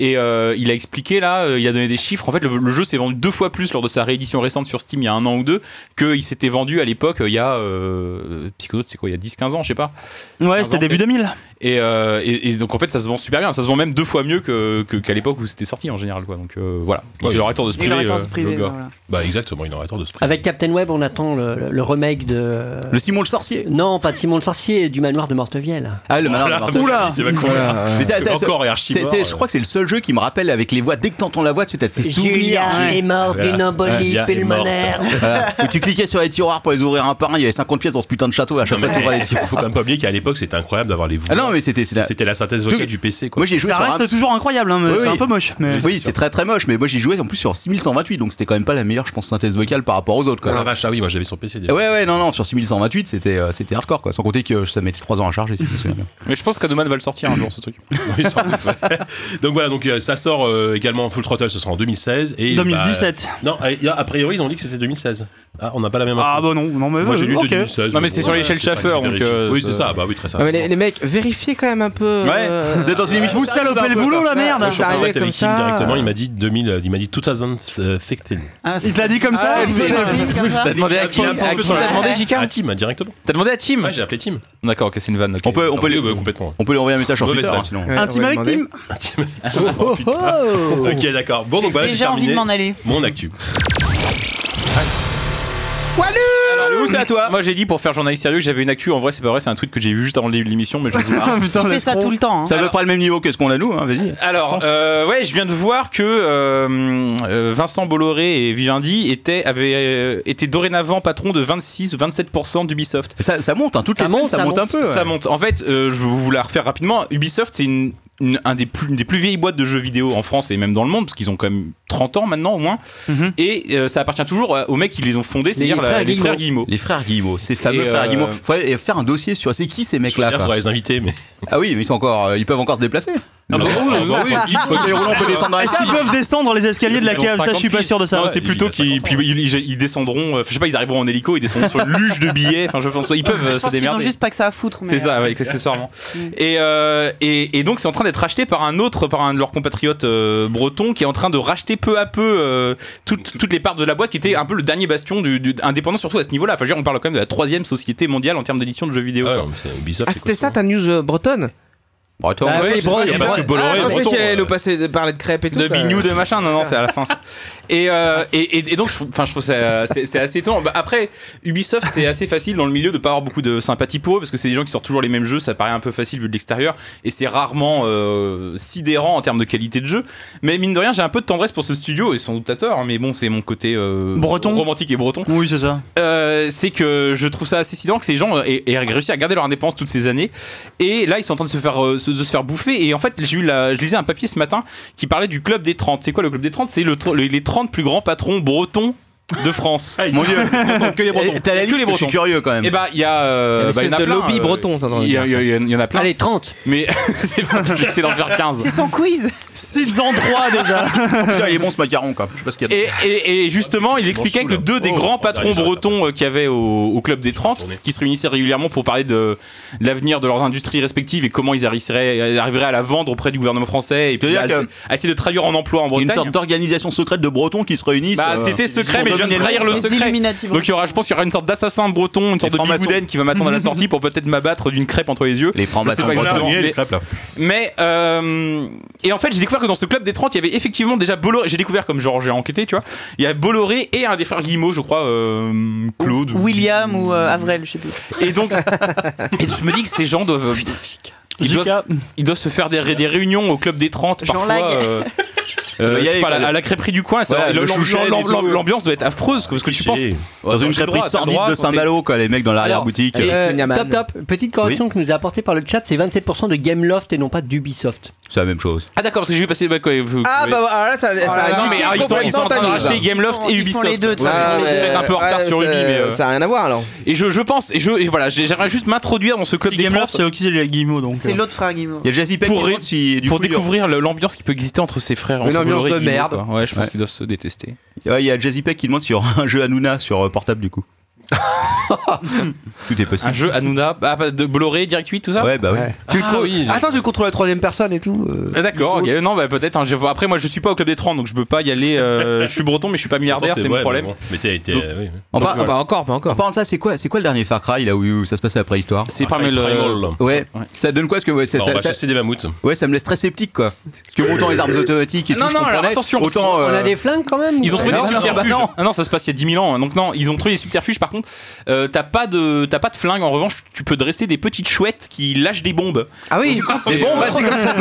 Speaker 3: et euh, il a expliqué là euh, il a donné des chiffres en fait le, le jeu s'est vendu deux fois plus lors de sa réédition récente sur Steam il y a un an ou deux qu'il s'était vendu à l'époque euh, il y a euh, Psychonaut c'est quoi il y a 10-15 ans je sais pas
Speaker 6: Ouais, c'était début 2000.
Speaker 3: et, euh, et, et donc en fait ça se vend super bien, ça se vend même deux fois mieux que que- qu'à l'époque où c'était sorti en général quoi. Donc euh, voilà,
Speaker 4: Ouais.
Speaker 3: il aurait tort de se
Speaker 4: Il
Speaker 3: priver.
Speaker 4: aurait tort de
Speaker 3: euh,
Speaker 4: se priver,
Speaker 3: le gars.
Speaker 4: voilà. Bah exactement, il aurait tort de se priver.
Speaker 8: Avec Captain Web, on attend le, le- le remake de.
Speaker 5: Le Simon le Sorcier
Speaker 8: Non, pas de Simon le Sorcier, du manoir de Mortevielle.
Speaker 5: Ah, le malheur
Speaker 4: Voilà,
Speaker 5: de Martin.
Speaker 4: Oh oula, c'est pas con.
Speaker 5: Voilà.
Speaker 4: Parce
Speaker 5: Mais ça,
Speaker 4: que
Speaker 5: ça, ça-
Speaker 4: encore, et archi
Speaker 5: c'est-
Speaker 4: mort,
Speaker 5: c'est-
Speaker 4: euh.
Speaker 5: Je crois que c'est le seul jeu qui me rappelle avec les voix. Dès que t'entends la voix, tu as tes souvenirs.
Speaker 8: Julien est mort
Speaker 5: Voilà.
Speaker 8: d'une embolie
Speaker 5: Julia est
Speaker 8: pulmonaire.
Speaker 5: morte. Voilà. Où tu cliquais sur les tiroirs pour les ouvrir un par un. Il y avait 50 pièces dans ce putain de château. À chaque
Speaker 4: Non,
Speaker 5: fois,
Speaker 4: mais
Speaker 5: t'ouvrais les
Speaker 4: faut
Speaker 5: tiroirs.
Speaker 4: faut quand même pas oublier qu'à l'époque c'était incroyable d'avoir les voix.
Speaker 5: Ah non, mais c'était- c'était-
Speaker 4: c'était la synthèse vocale
Speaker 5: Tout-
Speaker 4: du PC quoi.
Speaker 5: Moi, j'ai joué
Speaker 6: Ça
Speaker 5: sur
Speaker 6: reste
Speaker 5: un-
Speaker 6: toujours incroyable, hein, mais
Speaker 5: Oui,
Speaker 6: c'est
Speaker 5: oui.
Speaker 6: un peu moche. Mais
Speaker 5: Oui, c'est très très moche, mais moi j'y jouais en plus sur 6128, donc c'était quand même pas la meilleure, je pense, synthèse vocale par rapport aux autres. Quoi.
Speaker 4: Ah la vache, ah oui, moi j'avais sur PC déjà.
Speaker 5: Ouais, ouais, non, non, sur 6128, c'était euh, c'était hardcore, quoi. Sans compter que ça mettait 3 ans à charger, si je me souviens bien.
Speaker 3: Mais je pense qu'Adoman va le sortir un jour ce truc.
Speaker 4: Oui, sans doute, ouais. Donc voilà, donc euh, ça sort euh, également Full Throttle, ce sera en 2016 et bah,
Speaker 6: 2017.
Speaker 4: non, euh, y a- a priori ils ont dit que c'était 2016. Ah, on n'a pas la même info.
Speaker 6: Ah bah non, non mais
Speaker 4: Moi j'ai lu
Speaker 6: ok.
Speaker 4: de 2016.
Speaker 3: Non, mais c'est sur l'échelle
Speaker 4: c'est pas
Speaker 3: Schaeffer,
Speaker 4: que j'ai
Speaker 3: donc,
Speaker 4: vérifié.
Speaker 3: euh,
Speaker 4: oui, c'est
Speaker 3: ça-
Speaker 4: ça. Bah oui, très ça.
Speaker 10: Ah, mais les, les mecs, vérifiez quand même un peu.
Speaker 4: Euh,
Speaker 5: Ouais,
Speaker 13: euh,
Speaker 5: vous êtes dans une émission,
Speaker 6: Vous salopez le boulot, la merde
Speaker 4: Moi, je suis en
Speaker 10: T'arrivais
Speaker 4: contact
Speaker 10: comme
Speaker 4: avec Kim
Speaker 10: ça.
Speaker 4: directement, il m'a dit 2000, euh, il m'a dit 2016.
Speaker 6: Il te l'a dit comme ça
Speaker 10: Ah,
Speaker 6: il
Speaker 10: il
Speaker 6: te-
Speaker 10: l'a dit comme ça.
Speaker 3: T'as demandé à qui
Speaker 4: Il a un
Speaker 9: Ah,
Speaker 4: petit
Speaker 3: À
Speaker 4: peu
Speaker 3: qui
Speaker 4: sur la-
Speaker 3: t'as demandé JK
Speaker 4: À Tim, directement.
Speaker 3: T'as demandé à Tim
Speaker 4: Ouais, j'ai appelé Tim.
Speaker 3: D'accord, ok, c'est une vanne. ok.
Speaker 5: On peut, on peut,
Speaker 4: Oui,
Speaker 5: lui-
Speaker 4: bah, complètement.
Speaker 5: on peut lui envoyer un message sur
Speaker 4: Mauvaise
Speaker 5: Twitter,
Speaker 4: vanne.
Speaker 5: hein, sinon. question.
Speaker 9: Ah,
Speaker 6: Intime avec Tim.
Speaker 4: Oh, putain. Ok, d'accord. Bon, donc voilà,
Speaker 9: J'ai
Speaker 4: j'ai
Speaker 9: déjà envie
Speaker 4: terminé
Speaker 9: de m'en aller.
Speaker 4: Mon actu.
Speaker 3: Nous, c'est à toi. Moi, j'ai dit pour faire journaliste sérieux que j'avais une actu. En vrai, c'est pas vrai, c'est un tweet que j'ai vu juste avant le début de l'émission, mais je ah. vous
Speaker 9: Tu fais ça tout le temps. hein.
Speaker 5: Ça veut pas le même niveau que ce qu'on a nous, hein, vas-y.
Speaker 3: Alors, euh, ouais, je viens de voir que euh, euh, Vincent Bolloré et Vivendi étaient, avaient, euh, étaient dorénavant patrons de 26 ou 27% d'Ubisoft.
Speaker 5: Ça, ça monte, hein, toutes
Speaker 8: Ça
Speaker 5: les semaines,
Speaker 8: monte,
Speaker 5: ça,
Speaker 8: ça
Speaker 5: monte, un
Speaker 8: monte.
Speaker 5: peu. ouais.
Speaker 3: Ça monte. En fait, euh, je vais vous la refaire rapidement. Ubisoft, c'est une, une- un des plus, une des plus vieilles boîtes de jeux vidéo en France et même dans le monde, parce qu'ils ont quand même 30 ans maintenant au moins.
Speaker 5: Mhm.
Speaker 3: Et euh, ça appartient toujours euh, aux mecs qui les ont fondés, c'est-à-dire
Speaker 8: frères
Speaker 3: la- les
Speaker 8: Guillemot.
Speaker 3: frères Guillemot.
Speaker 5: Les frères Guillemot, ces fameux
Speaker 3: Et, euh,
Speaker 5: frères Guillemot. Faut aller faire un dossier sur c'est qui ces
Speaker 4: Je veux
Speaker 5: mecs-là.
Speaker 4: dire,
Speaker 5: quoi.
Speaker 4: faudra les inviter, mais.
Speaker 5: Ah oui, mais ils sont encore, euh, ils peuvent encore se déplacer.
Speaker 3: Ah bah oui, oui, oui.
Speaker 4: ils-
Speaker 5: Fauteuil roulant, on peut descendre dans la
Speaker 6: Est-ce qu'ils
Speaker 5: cave.
Speaker 6: peuvent descendre les escaliers de la
Speaker 4: Ils ont
Speaker 6: cave Ça, je suis
Speaker 4: 50
Speaker 6: pas sûr de ça.
Speaker 3: Non, c'est
Speaker 4: il
Speaker 3: plutôt
Speaker 4: a 50
Speaker 3: qu'ils puis ils, ils descendront, euh, je sais pas, ils arriveront en hélico, ils descendront sur une luge de billets, enfin je pense, ils peuvent euh,
Speaker 9: Je
Speaker 3: se
Speaker 9: pense qu'ils ont
Speaker 3: démerder.
Speaker 9: juste pas que ça à foutre. mais,
Speaker 3: C'est ça,
Speaker 9: euh,
Speaker 3: ouais, accessoirement.
Speaker 6: Mm.
Speaker 3: et, euh, et, et donc, c'est en train d'être racheté par un autre, par un de leurs compatriotes euh, bretons, qui est en train de racheter peu à peu euh, toutes, toutes les parts de la boîte, qui était un peu le dernier bastion du, du- indépendant, surtout à ce niveau-là. Enfin, je veux dire, on parle quand même de la troisième société mondiale en termes d'édition de jeux vidéo.
Speaker 4: Ah non, mais c'est Ubisoft.
Speaker 10: Ah,
Speaker 4: c'est
Speaker 10: c'était
Speaker 4: costaud.
Speaker 10: ça ta news euh, bretonne
Speaker 5: Bon, attends,
Speaker 8: Bah
Speaker 5: ouais,
Speaker 8: oui,
Speaker 5: c'est-
Speaker 8: bon,
Speaker 4: parce
Speaker 8: bon,
Speaker 4: que
Speaker 10: Ah,
Speaker 4: Bolloré est
Speaker 10: je pensais
Speaker 4: breton,
Speaker 10: qu'elle allait
Speaker 4: euh,
Speaker 10: nous passer de parler de crêpes et tout.
Speaker 3: de
Speaker 10: quoi.
Speaker 3: bignou de machin non non c'est à la fin ça. et, euh, et, et- et donc je trouve- enfin je trouve ça euh, c'est c'est assez étonnant Bah, après Ubisoft c'est assez facile dans le milieu de pas avoir beaucoup de sympathie pour eux parce que c'est des gens qui sortent toujours les mêmes jeux ça paraît un peu facile vu de l'extérieur et c'est rarement euh, sidérant en termes de qualité de jeu mais mine de rien j'ai un peu de tendresse pour ce studio et sans doute à tort hein, mais bon c'est mon côté euh,
Speaker 6: Breton.
Speaker 3: romantique et breton
Speaker 6: Oui, c'est ça.
Speaker 3: euh, c'est que je trouve ça assez sidérant que ces gens euh, aient, aient réussi à garder leur indépendance toutes ces années. Et là, ils sont en train de se faire, euh, se- de se faire bouffer. Et en fait, j'ai eu la- je lisais un papier ce matin qui parlait du Club des 30. C'est quoi le Club des 30 C'est le, tr- le- les 30 plus grands patrons bretons de France.
Speaker 4: Ah, il-
Speaker 5: Mon dieu, que les
Speaker 3: Bretons.
Speaker 5: T'as la
Speaker 3: Que
Speaker 5: liste,
Speaker 3: les
Speaker 5: je suis
Speaker 3: Bretons.
Speaker 5: curieux quand même.
Speaker 3: Et bah, il y a. euh,
Speaker 10: Une
Speaker 3: bah,
Speaker 10: espèce
Speaker 3: il y en a
Speaker 10: de
Speaker 3: plein,
Speaker 10: lobby breton, ça, dans le
Speaker 3: Il y, a- il y a- il y en a plein.
Speaker 8: Allez, 30.
Speaker 3: Mais c'est pas j'essaie d'en faire 15.
Speaker 9: C'est son quiz.
Speaker 6: 6 endroits déjà.
Speaker 5: Putain, il est bon ce macaron quoi. Je sais pas ce qu'il y a.
Speaker 3: Et, et- et justement, il expliquait que
Speaker 4: Manchou, Ah, là.
Speaker 3: deux des
Speaker 4: Oh,
Speaker 3: grands
Speaker 4: oh,
Speaker 3: patrons
Speaker 4: derrière,
Speaker 3: bretons euh, qu'il y avait au, au club des 30,
Speaker 4: Tournée.
Speaker 3: qui se réunissaient régulièrement pour parler de de l'avenir de leurs industries respectives et comment ils arriveraient, arriveraient à la vendre auprès du gouvernement français et puis à,
Speaker 5: C'est-à-dire que-
Speaker 3: à essayer de traduire en emploi en
Speaker 5: Il y a une
Speaker 3: Bretagne.
Speaker 5: sorte d'organisation secrète de Bretons qui se réunissent.
Speaker 3: Bah,
Speaker 5: euh,
Speaker 3: c'était secret,
Speaker 5: ils
Speaker 3: mais
Speaker 5: ont
Speaker 3: je viens
Speaker 5: dominé
Speaker 3: de trahir le
Speaker 9: Les
Speaker 3: secret.
Speaker 9: Illuminati, vraiment.
Speaker 3: Donc, il y aura, je pense qu'il y aura une sorte d'assassin breton, une sorte
Speaker 5: Les
Speaker 3: de
Speaker 5: francs-maçons.
Speaker 3: bigouden qui va m'attendre à la sortie pour peut-être me battre d'une crêpe entre les yeux.
Speaker 5: Les
Speaker 3: Je sais
Speaker 5: francs-maçons.
Speaker 3: pas
Speaker 4: Voilà,
Speaker 3: exactement,
Speaker 4: Muriel,
Speaker 3: mais-
Speaker 4: clap, là.
Speaker 3: Mais euh, et en fait, j'ai découvert que dans ce club des 30, il y avait effectivement déjà Bolloré. J'ai découvert comme genre j'ai enquêté, tu vois. Il y a Bolloré et un des frères Guillemot, je crois, euh, Claude. ou-
Speaker 9: William ou euh, Avril, je sais plus.
Speaker 3: Et donc, et je me dis que ces gens doivent. euh, Ils doivent, ils doivent se faire des, des réunions au club des 30
Speaker 9: Jean
Speaker 3: parfois.
Speaker 9: Lague.
Speaker 3: euh,
Speaker 5: Ça doit y
Speaker 3: euh, je sais
Speaker 5: aller,
Speaker 3: pas, à la-
Speaker 5: quoi.
Speaker 3: à la crêperie du coin, ça-
Speaker 5: Ouais,
Speaker 3: l'am-
Speaker 5: le chouchou,
Speaker 3: l'am- l'am-
Speaker 5: et tout.
Speaker 3: l'ambiance doit être affreuse parce que tu penses
Speaker 4: Cliché.
Speaker 5: Dans une
Speaker 3: J'ai le
Speaker 5: crêperie
Speaker 3: droit, t'as le
Speaker 5: sordide
Speaker 3: droit
Speaker 5: de
Speaker 3: quand t'es-
Speaker 5: Saint-Malo, quoi, les mecs dans l'arrière-boutique.
Speaker 8: Et,
Speaker 10: Euh, Yaman.
Speaker 8: top, top. Petite correction que nous a apportée par le chat, c'est 27% de Gameloft et non pas d'Ubisoft.
Speaker 5: C'est la même chose.
Speaker 3: Ah d'accord, parce que j'ai vu passer. bah, quoi, vous-
Speaker 10: Ah
Speaker 3: oui.
Speaker 10: bah voilà, ça, ça a
Speaker 3: non,
Speaker 10: niqué
Speaker 3: mais ah, ils, sont, ils sont en train de
Speaker 10: complètement ta
Speaker 3: racheter
Speaker 10: news.
Speaker 3: Gameloft et
Speaker 9: Ils font
Speaker 3: Ubisoft.
Speaker 9: les deux, de toute
Speaker 10: Ah,
Speaker 9: façon.
Speaker 3: Ils sont
Speaker 10: mais-
Speaker 3: peut-être un peu en retard
Speaker 10: ouais,
Speaker 3: sur
Speaker 10: ça-
Speaker 3: Ubi, mais. euh,
Speaker 10: Ça a rien à voir alors.
Speaker 3: Et je, je pense, et je, et voilà, j'ai- j'aimerais juste m'introduire dans ce club
Speaker 6: Si
Speaker 3: des
Speaker 6: Game
Speaker 3: 30
Speaker 6: Loft, c'est qui c'est les Guillemot donc.
Speaker 9: C'est
Speaker 6: euh.
Speaker 9: l'autre frère Guillemot.
Speaker 5: Il y a Jazzy Peck
Speaker 3: Pour
Speaker 5: qui
Speaker 3: ré-
Speaker 5: demande si, du
Speaker 3: pour
Speaker 5: coup, il y a-
Speaker 3: découvrir le- l'ambiance qui peut exister entre ses frères. entre
Speaker 10: ambiance
Speaker 3: Bolloré
Speaker 10: de
Speaker 3: et Guillemot,
Speaker 10: merde.
Speaker 3: quoi. Ouais, je pense qu'ils doivent se détester.
Speaker 5: Ouais, il y a Jazzy Peck qui demande s'il y aura un jeu Hanouna sur euh, portable du coup. Tout est
Speaker 3: Un
Speaker 5: possible.
Speaker 3: jeu Hanouna, ah, pas de Bolloré, Direct 8, tout ça
Speaker 5: Ouais, bah oui.
Speaker 10: Tu le co- Attends, tu le contrôles la troisième personne et tout. euh,
Speaker 3: Ah, D'accord,
Speaker 10: Ah ils
Speaker 3: ok.
Speaker 10: sont-
Speaker 3: non, bah peut-être. hein, je vois- Après, moi je suis pas au club des 30, donc je peux pas y aller. euh, je suis breton, mais je suis pas milliardaire, c'est
Speaker 4: Ouais,
Speaker 3: mon
Speaker 4: mais
Speaker 3: problème.
Speaker 4: bon. Mais t'as été.
Speaker 3: Donc-
Speaker 4: oui, oui.
Speaker 5: En, par-
Speaker 10: Ah, bah encore, pas
Speaker 5: en
Speaker 10: encore.
Speaker 5: parlant de ça, c'est quoi, c'est quoi le dernier Far Cry là où, où ça se passe à la préhistoire
Speaker 3: C'est euh,
Speaker 4: Far
Speaker 3: parmi
Speaker 4: Cry
Speaker 3: le.
Speaker 4: Primal.
Speaker 5: ouais. ça donne quoi Parce que ouais, ça,
Speaker 4: Alors, on
Speaker 5: ça-
Speaker 4: va
Speaker 5: ça-
Speaker 4: chasser des mammouths.
Speaker 5: ouais, ça me laisse très sceptique quoi. Parce que autant les armes automatiques et
Speaker 3: Non,
Speaker 5: tout, je
Speaker 3: non, alors,
Speaker 5: comprenais,
Speaker 3: attention, parce
Speaker 5: autant.
Speaker 8: On a
Speaker 5: euh,
Speaker 8: des flingues quand même
Speaker 3: Ils ont trouvé
Speaker 8: Ouais,
Speaker 3: des
Speaker 8: non, non,
Speaker 3: subterfuges.
Speaker 8: bah non.
Speaker 3: Ah non, ça se passe il y a 10 000 ans. hein. Donc non, ils ont trouvé des subterfuges. Par contre, euh, t'as pas de, t'as pas de flingue. En revanche, tu peux dresser des petites chouettes qui lâchent des bombes.
Speaker 10: Ah oui,
Speaker 3: C'est bon, bah, c'est
Speaker 10: comme ça.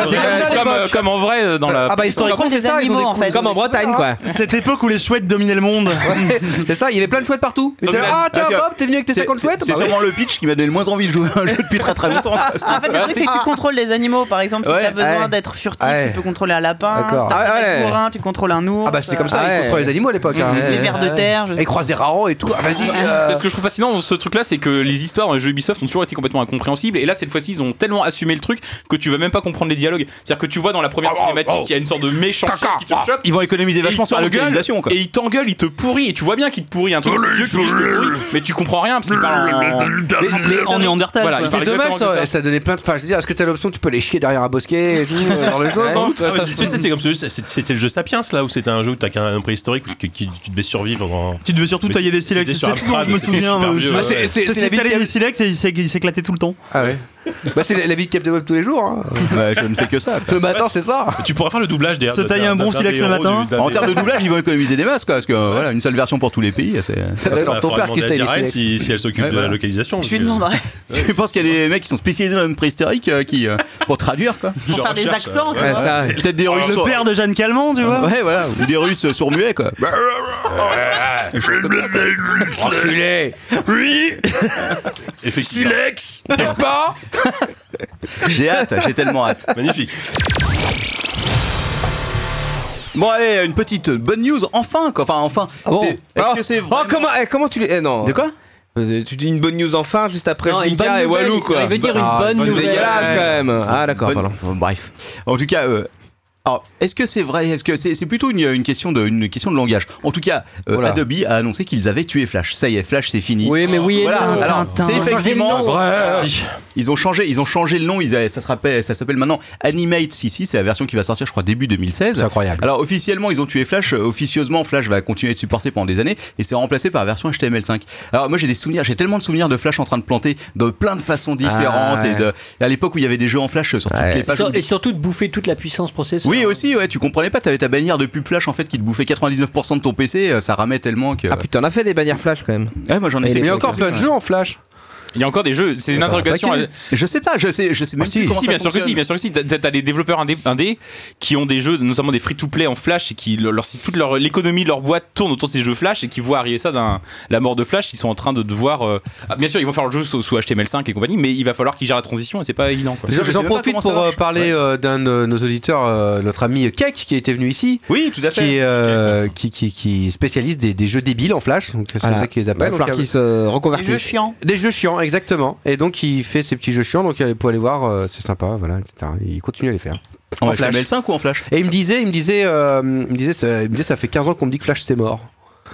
Speaker 3: Comme, euh, comme en vrai euh, dans la.
Speaker 10: Ah bah historiquement
Speaker 9: Comme
Speaker 10: c'est
Speaker 9: des
Speaker 10: ça, ils
Speaker 9: animaux, en
Speaker 10: ont des-
Speaker 9: fait.
Speaker 10: comme en
Speaker 3: Ah.
Speaker 10: Bretagne quoi.
Speaker 6: Cette époque où les chouettes dominaient le monde.
Speaker 10: C'est ça, il y avait plein de chouettes partout. Ils
Speaker 3: Donc,
Speaker 10: étaient là,
Speaker 3: la-
Speaker 10: Ah tiens
Speaker 5: parce que
Speaker 10: Bob, t'es venu avec tes
Speaker 5: C'est
Speaker 10: 50 chouettes
Speaker 5: c'est
Speaker 10: Bah oui.
Speaker 5: sûrement le pitch qui m'a donné le moins envie de jouer à un jeu depuis très très longtemps. quoi. C'est-
Speaker 9: En fait, le truc, c'est que tu contrôles les animaux. Par exemple, si
Speaker 5: Ouais,
Speaker 9: t'as besoin
Speaker 10: ouais.
Speaker 9: d'être furtif,
Speaker 10: Ouais.
Speaker 9: tu peux contrôler un lapin. Si t'as
Speaker 10: D'accord.
Speaker 9: besoin
Speaker 10: Ah,
Speaker 9: d'être
Speaker 10: ouais.
Speaker 9: bourrin, tu contrôles un ours.
Speaker 10: Ah bah c'est comme ça,
Speaker 9: euh,
Speaker 10: ils ouais. contrôlaient les animaux à l'époque. hein.
Speaker 9: Les vers de terre. je-
Speaker 10: Ils croisent des rarons et tout. Ah, Vas-y. euh,
Speaker 3: bah, Ce que je trouve fascinant dans ce truc-là, c'est que les histoires dans les jeux Ubisoft ont toujours été complètement incompréhensibles. Et là, cette fois-ci, ils ont tellement assumé le truc que tu vas même pas comprendre les dialogues. C'est-à-dire que tu vois dans la première cinématique, il y a une sorte de méchant chien qui te chope.
Speaker 5: Ils vont économiser
Speaker 3: et il
Speaker 5: vachement sur la
Speaker 3: t'engueule,
Speaker 5: localisation quoi.
Speaker 3: Et il t'engueule, il te pourrit, et tu vois bien qu'il te pourrit un truc dans ses yeux, qu'il dit, je te pourris, mais tu comprends rien parce qu'il parle en.
Speaker 6: En Néandertal.
Speaker 3: Voilà,
Speaker 6: quoi.
Speaker 3: ils
Speaker 10: C'est
Speaker 3: parlent
Speaker 10: dommage,
Speaker 3: exactement
Speaker 10: ça,
Speaker 3: comme
Speaker 10: ça donnait plein de. Enfin, je veux dire, est-ce que t'as l'option, tu peux les chier derrière un bosquet et tout, euh, dans le
Speaker 5: hein.
Speaker 10: sens
Speaker 3: Sans doute,
Speaker 4: Ah,
Speaker 3: ouais, ça
Speaker 4: mais tu sais, c'est comme celui, c'est- c'était le jeu Sapiens là où c'était un jeu où t'as qu'un un préhistorique que- qui- tu devais survivre en.
Speaker 6: Tu devais surtout
Speaker 4: Mais
Speaker 6: tailler des
Speaker 4: c'était
Speaker 6: silex.
Speaker 4: sur
Speaker 6: C'est tout,
Speaker 4: Amstrad,
Speaker 6: je me
Speaker 4: c'était
Speaker 6: souviens.
Speaker 4: super
Speaker 6: euh,
Speaker 4: vieux,
Speaker 6: je-
Speaker 4: ouais.
Speaker 6: T'essayais de tailler des silex et il s'éc- il s'éclatait tout le temps.
Speaker 10: Ah ouais. Bah, c'est la, la vie de Captain Web tous les jours. hein.
Speaker 5: Bah, je ne fais que ça.
Speaker 10: Le matin, c'est ça.
Speaker 4: Tu pourras faire le doublage derrière.
Speaker 6: Se tailler un bon silex le matin.
Speaker 5: En termes de doublage, ils vont économiser des masses, quoi, parce que voilà, une seule version pour tous les pays, c'est.
Speaker 4: Alors, ton père qui
Speaker 10: style, les
Speaker 4: si, si elle s'occupe
Speaker 5: Ouais,
Speaker 4: de la
Speaker 5: voilà.
Speaker 4: localisation.
Speaker 9: Je lui
Speaker 4: parce que-
Speaker 9: demanderai
Speaker 5: Je pense qu'il y a des mecs qui sont spécialisés dans le préhistorique euh, qui euh, pour traduire quoi.
Speaker 9: pour faire des
Speaker 4: recherche,
Speaker 9: accents. tu
Speaker 10: Ouais,
Speaker 9: vois.
Speaker 10: ça.
Speaker 5: Peut-être des Russes.
Speaker 6: Le père de Jeanne Calment, tu vois.
Speaker 5: Ouais voilà, ou des Russes euh, sourds-muets quoi.
Speaker 1: Bah, Enculé Oui
Speaker 4: Effectivement.
Speaker 1: Silex N'est-ce pas
Speaker 5: J'ai hâte, j'ai tellement hâte.
Speaker 4: Magnifique.
Speaker 5: Bon allez, une petite bonne news enfin quoi. Enfin enfin.
Speaker 10: Ah
Speaker 8: bon
Speaker 5: C'est- Est-ce que c'est
Speaker 10: Oh,
Speaker 5: vraiment-
Speaker 10: comment, eh, comment tu les. eh, non.
Speaker 5: De quoi
Speaker 10: Euh, Tu dis une bonne news enfin, juste après
Speaker 8: Non, une bonne
Speaker 10: Jinka et
Speaker 8: nouvelle,
Speaker 10: Walou, quoi.
Speaker 8: il veut
Speaker 5: Bah,
Speaker 8: dire une
Speaker 10: Ah,
Speaker 8: bonne nouvelle.
Speaker 10: Dégueulasse, quand même. Ah, d'accord,
Speaker 5: Bonne-
Speaker 10: pardon.
Speaker 5: Bon, Bref. En tout cas, euh, alors, est-ce que c'est vrai Est-ce que c'est c'est plutôt une, une question de, une question de langage En tout cas, euh,
Speaker 10: Voilà.
Speaker 5: Adobe a annoncé qu'ils avaient tué Flash. Ça y est, Flash, c'est fini.
Speaker 8: Oui, mais oui et
Speaker 5: Voilà.
Speaker 8: non.
Speaker 5: Alors,
Speaker 8: Tintin.
Speaker 5: c'est
Speaker 8: Ils ont changé
Speaker 5: effectivement
Speaker 8: le nom.
Speaker 4: Si.
Speaker 5: Ils ont changé, ils ont changé le nom. Ils avaient- ça se rappelle- ça s'appelle maintenant Animate CC. C'est la version qui va sortir, je crois, début 2016.
Speaker 10: C'est incroyable.
Speaker 5: Alors officiellement, ils ont tué Flash. Euh, Officieusement, Flash va continuer de supporter pendant des années et c'est remplacé par la version HTML5. Alors moi, j'ai des souvenirs, j'ai tellement de souvenirs de Flash en train de planter de plein de façons différentes
Speaker 10: Ah, ouais.
Speaker 5: et de et à l'époque où il y avait des jeux en Flash euh, sur toutes les pages.
Speaker 8: Sur- et surtout de bouffer toute la puissance processeur.
Speaker 5: Oui aussi ouais tu comprenais pas t'avais ta bannière de pub flash en fait qui te bouffait 99% de ton PC euh, ça ramait tellement que
Speaker 10: Ah, putain, on a fait des bannières flash, quand même.
Speaker 5: ouais, moi j'en ai fait
Speaker 7: Mais il y a encore plein de jeux en flash.
Speaker 3: Il y a encore des jeux, c'est une interrogation. euh,
Speaker 5: laquelle
Speaker 3: à-
Speaker 5: Bah, je sais pas je sais je sais même
Speaker 3: bah, Ah, Si,
Speaker 5: plus comment
Speaker 3: si,
Speaker 5: ça
Speaker 3: bien sûr que
Speaker 5: fonctionne.
Speaker 3: si, bien sûr que si. T'as t'as les développeurs indé- indés qui ont des jeux, notamment des free-to-play en Flash et qui leur, leur- toute leur l'économie de leur boîte tourne autour de ces jeux Flash et qui voient arriver ça d'un la mort de Flash. Ils sont en train de devoir, euh, ah, bien sûr, ils vont faire le jeu sous, sous HTML5 et compagnie, mais il va falloir qu'ils gèrent la transition et c'est pas évident. Quoi.
Speaker 5: Parce que je sais
Speaker 10: J'en
Speaker 5: même pas
Speaker 10: profite
Speaker 5: comment ça
Speaker 10: pour euh,
Speaker 5: marche.
Speaker 10: parler euh, d'un de nos auditeurs, euh, notre ami Kek, qui était venu ici.
Speaker 5: oui tout à fait
Speaker 10: Qui, est, euh, qui, qui, qui spécialise des, des jeux débiles en flash, donc c'est comme ça qu'ils les appellent.
Speaker 7: Il va falloir
Speaker 10: Donc, euh,
Speaker 7: qu'ils se
Speaker 9: Des
Speaker 7: reconvertissent.
Speaker 9: jeux chiants.
Speaker 10: Des jeux chiants, exactement. Et donc il fait ses petits jeux chiants, donc euh, pour aller voir, euh, c'est sympa, voilà, etc. Il continue à les faire.
Speaker 5: en
Speaker 10: en Flash.
Speaker 5: HTML5 ou en flash
Speaker 10: Et il me disait, il me disait, euh, il me disait, ça- il me disait, ça fait 15 ans qu'on me dit que Flash c'est mort.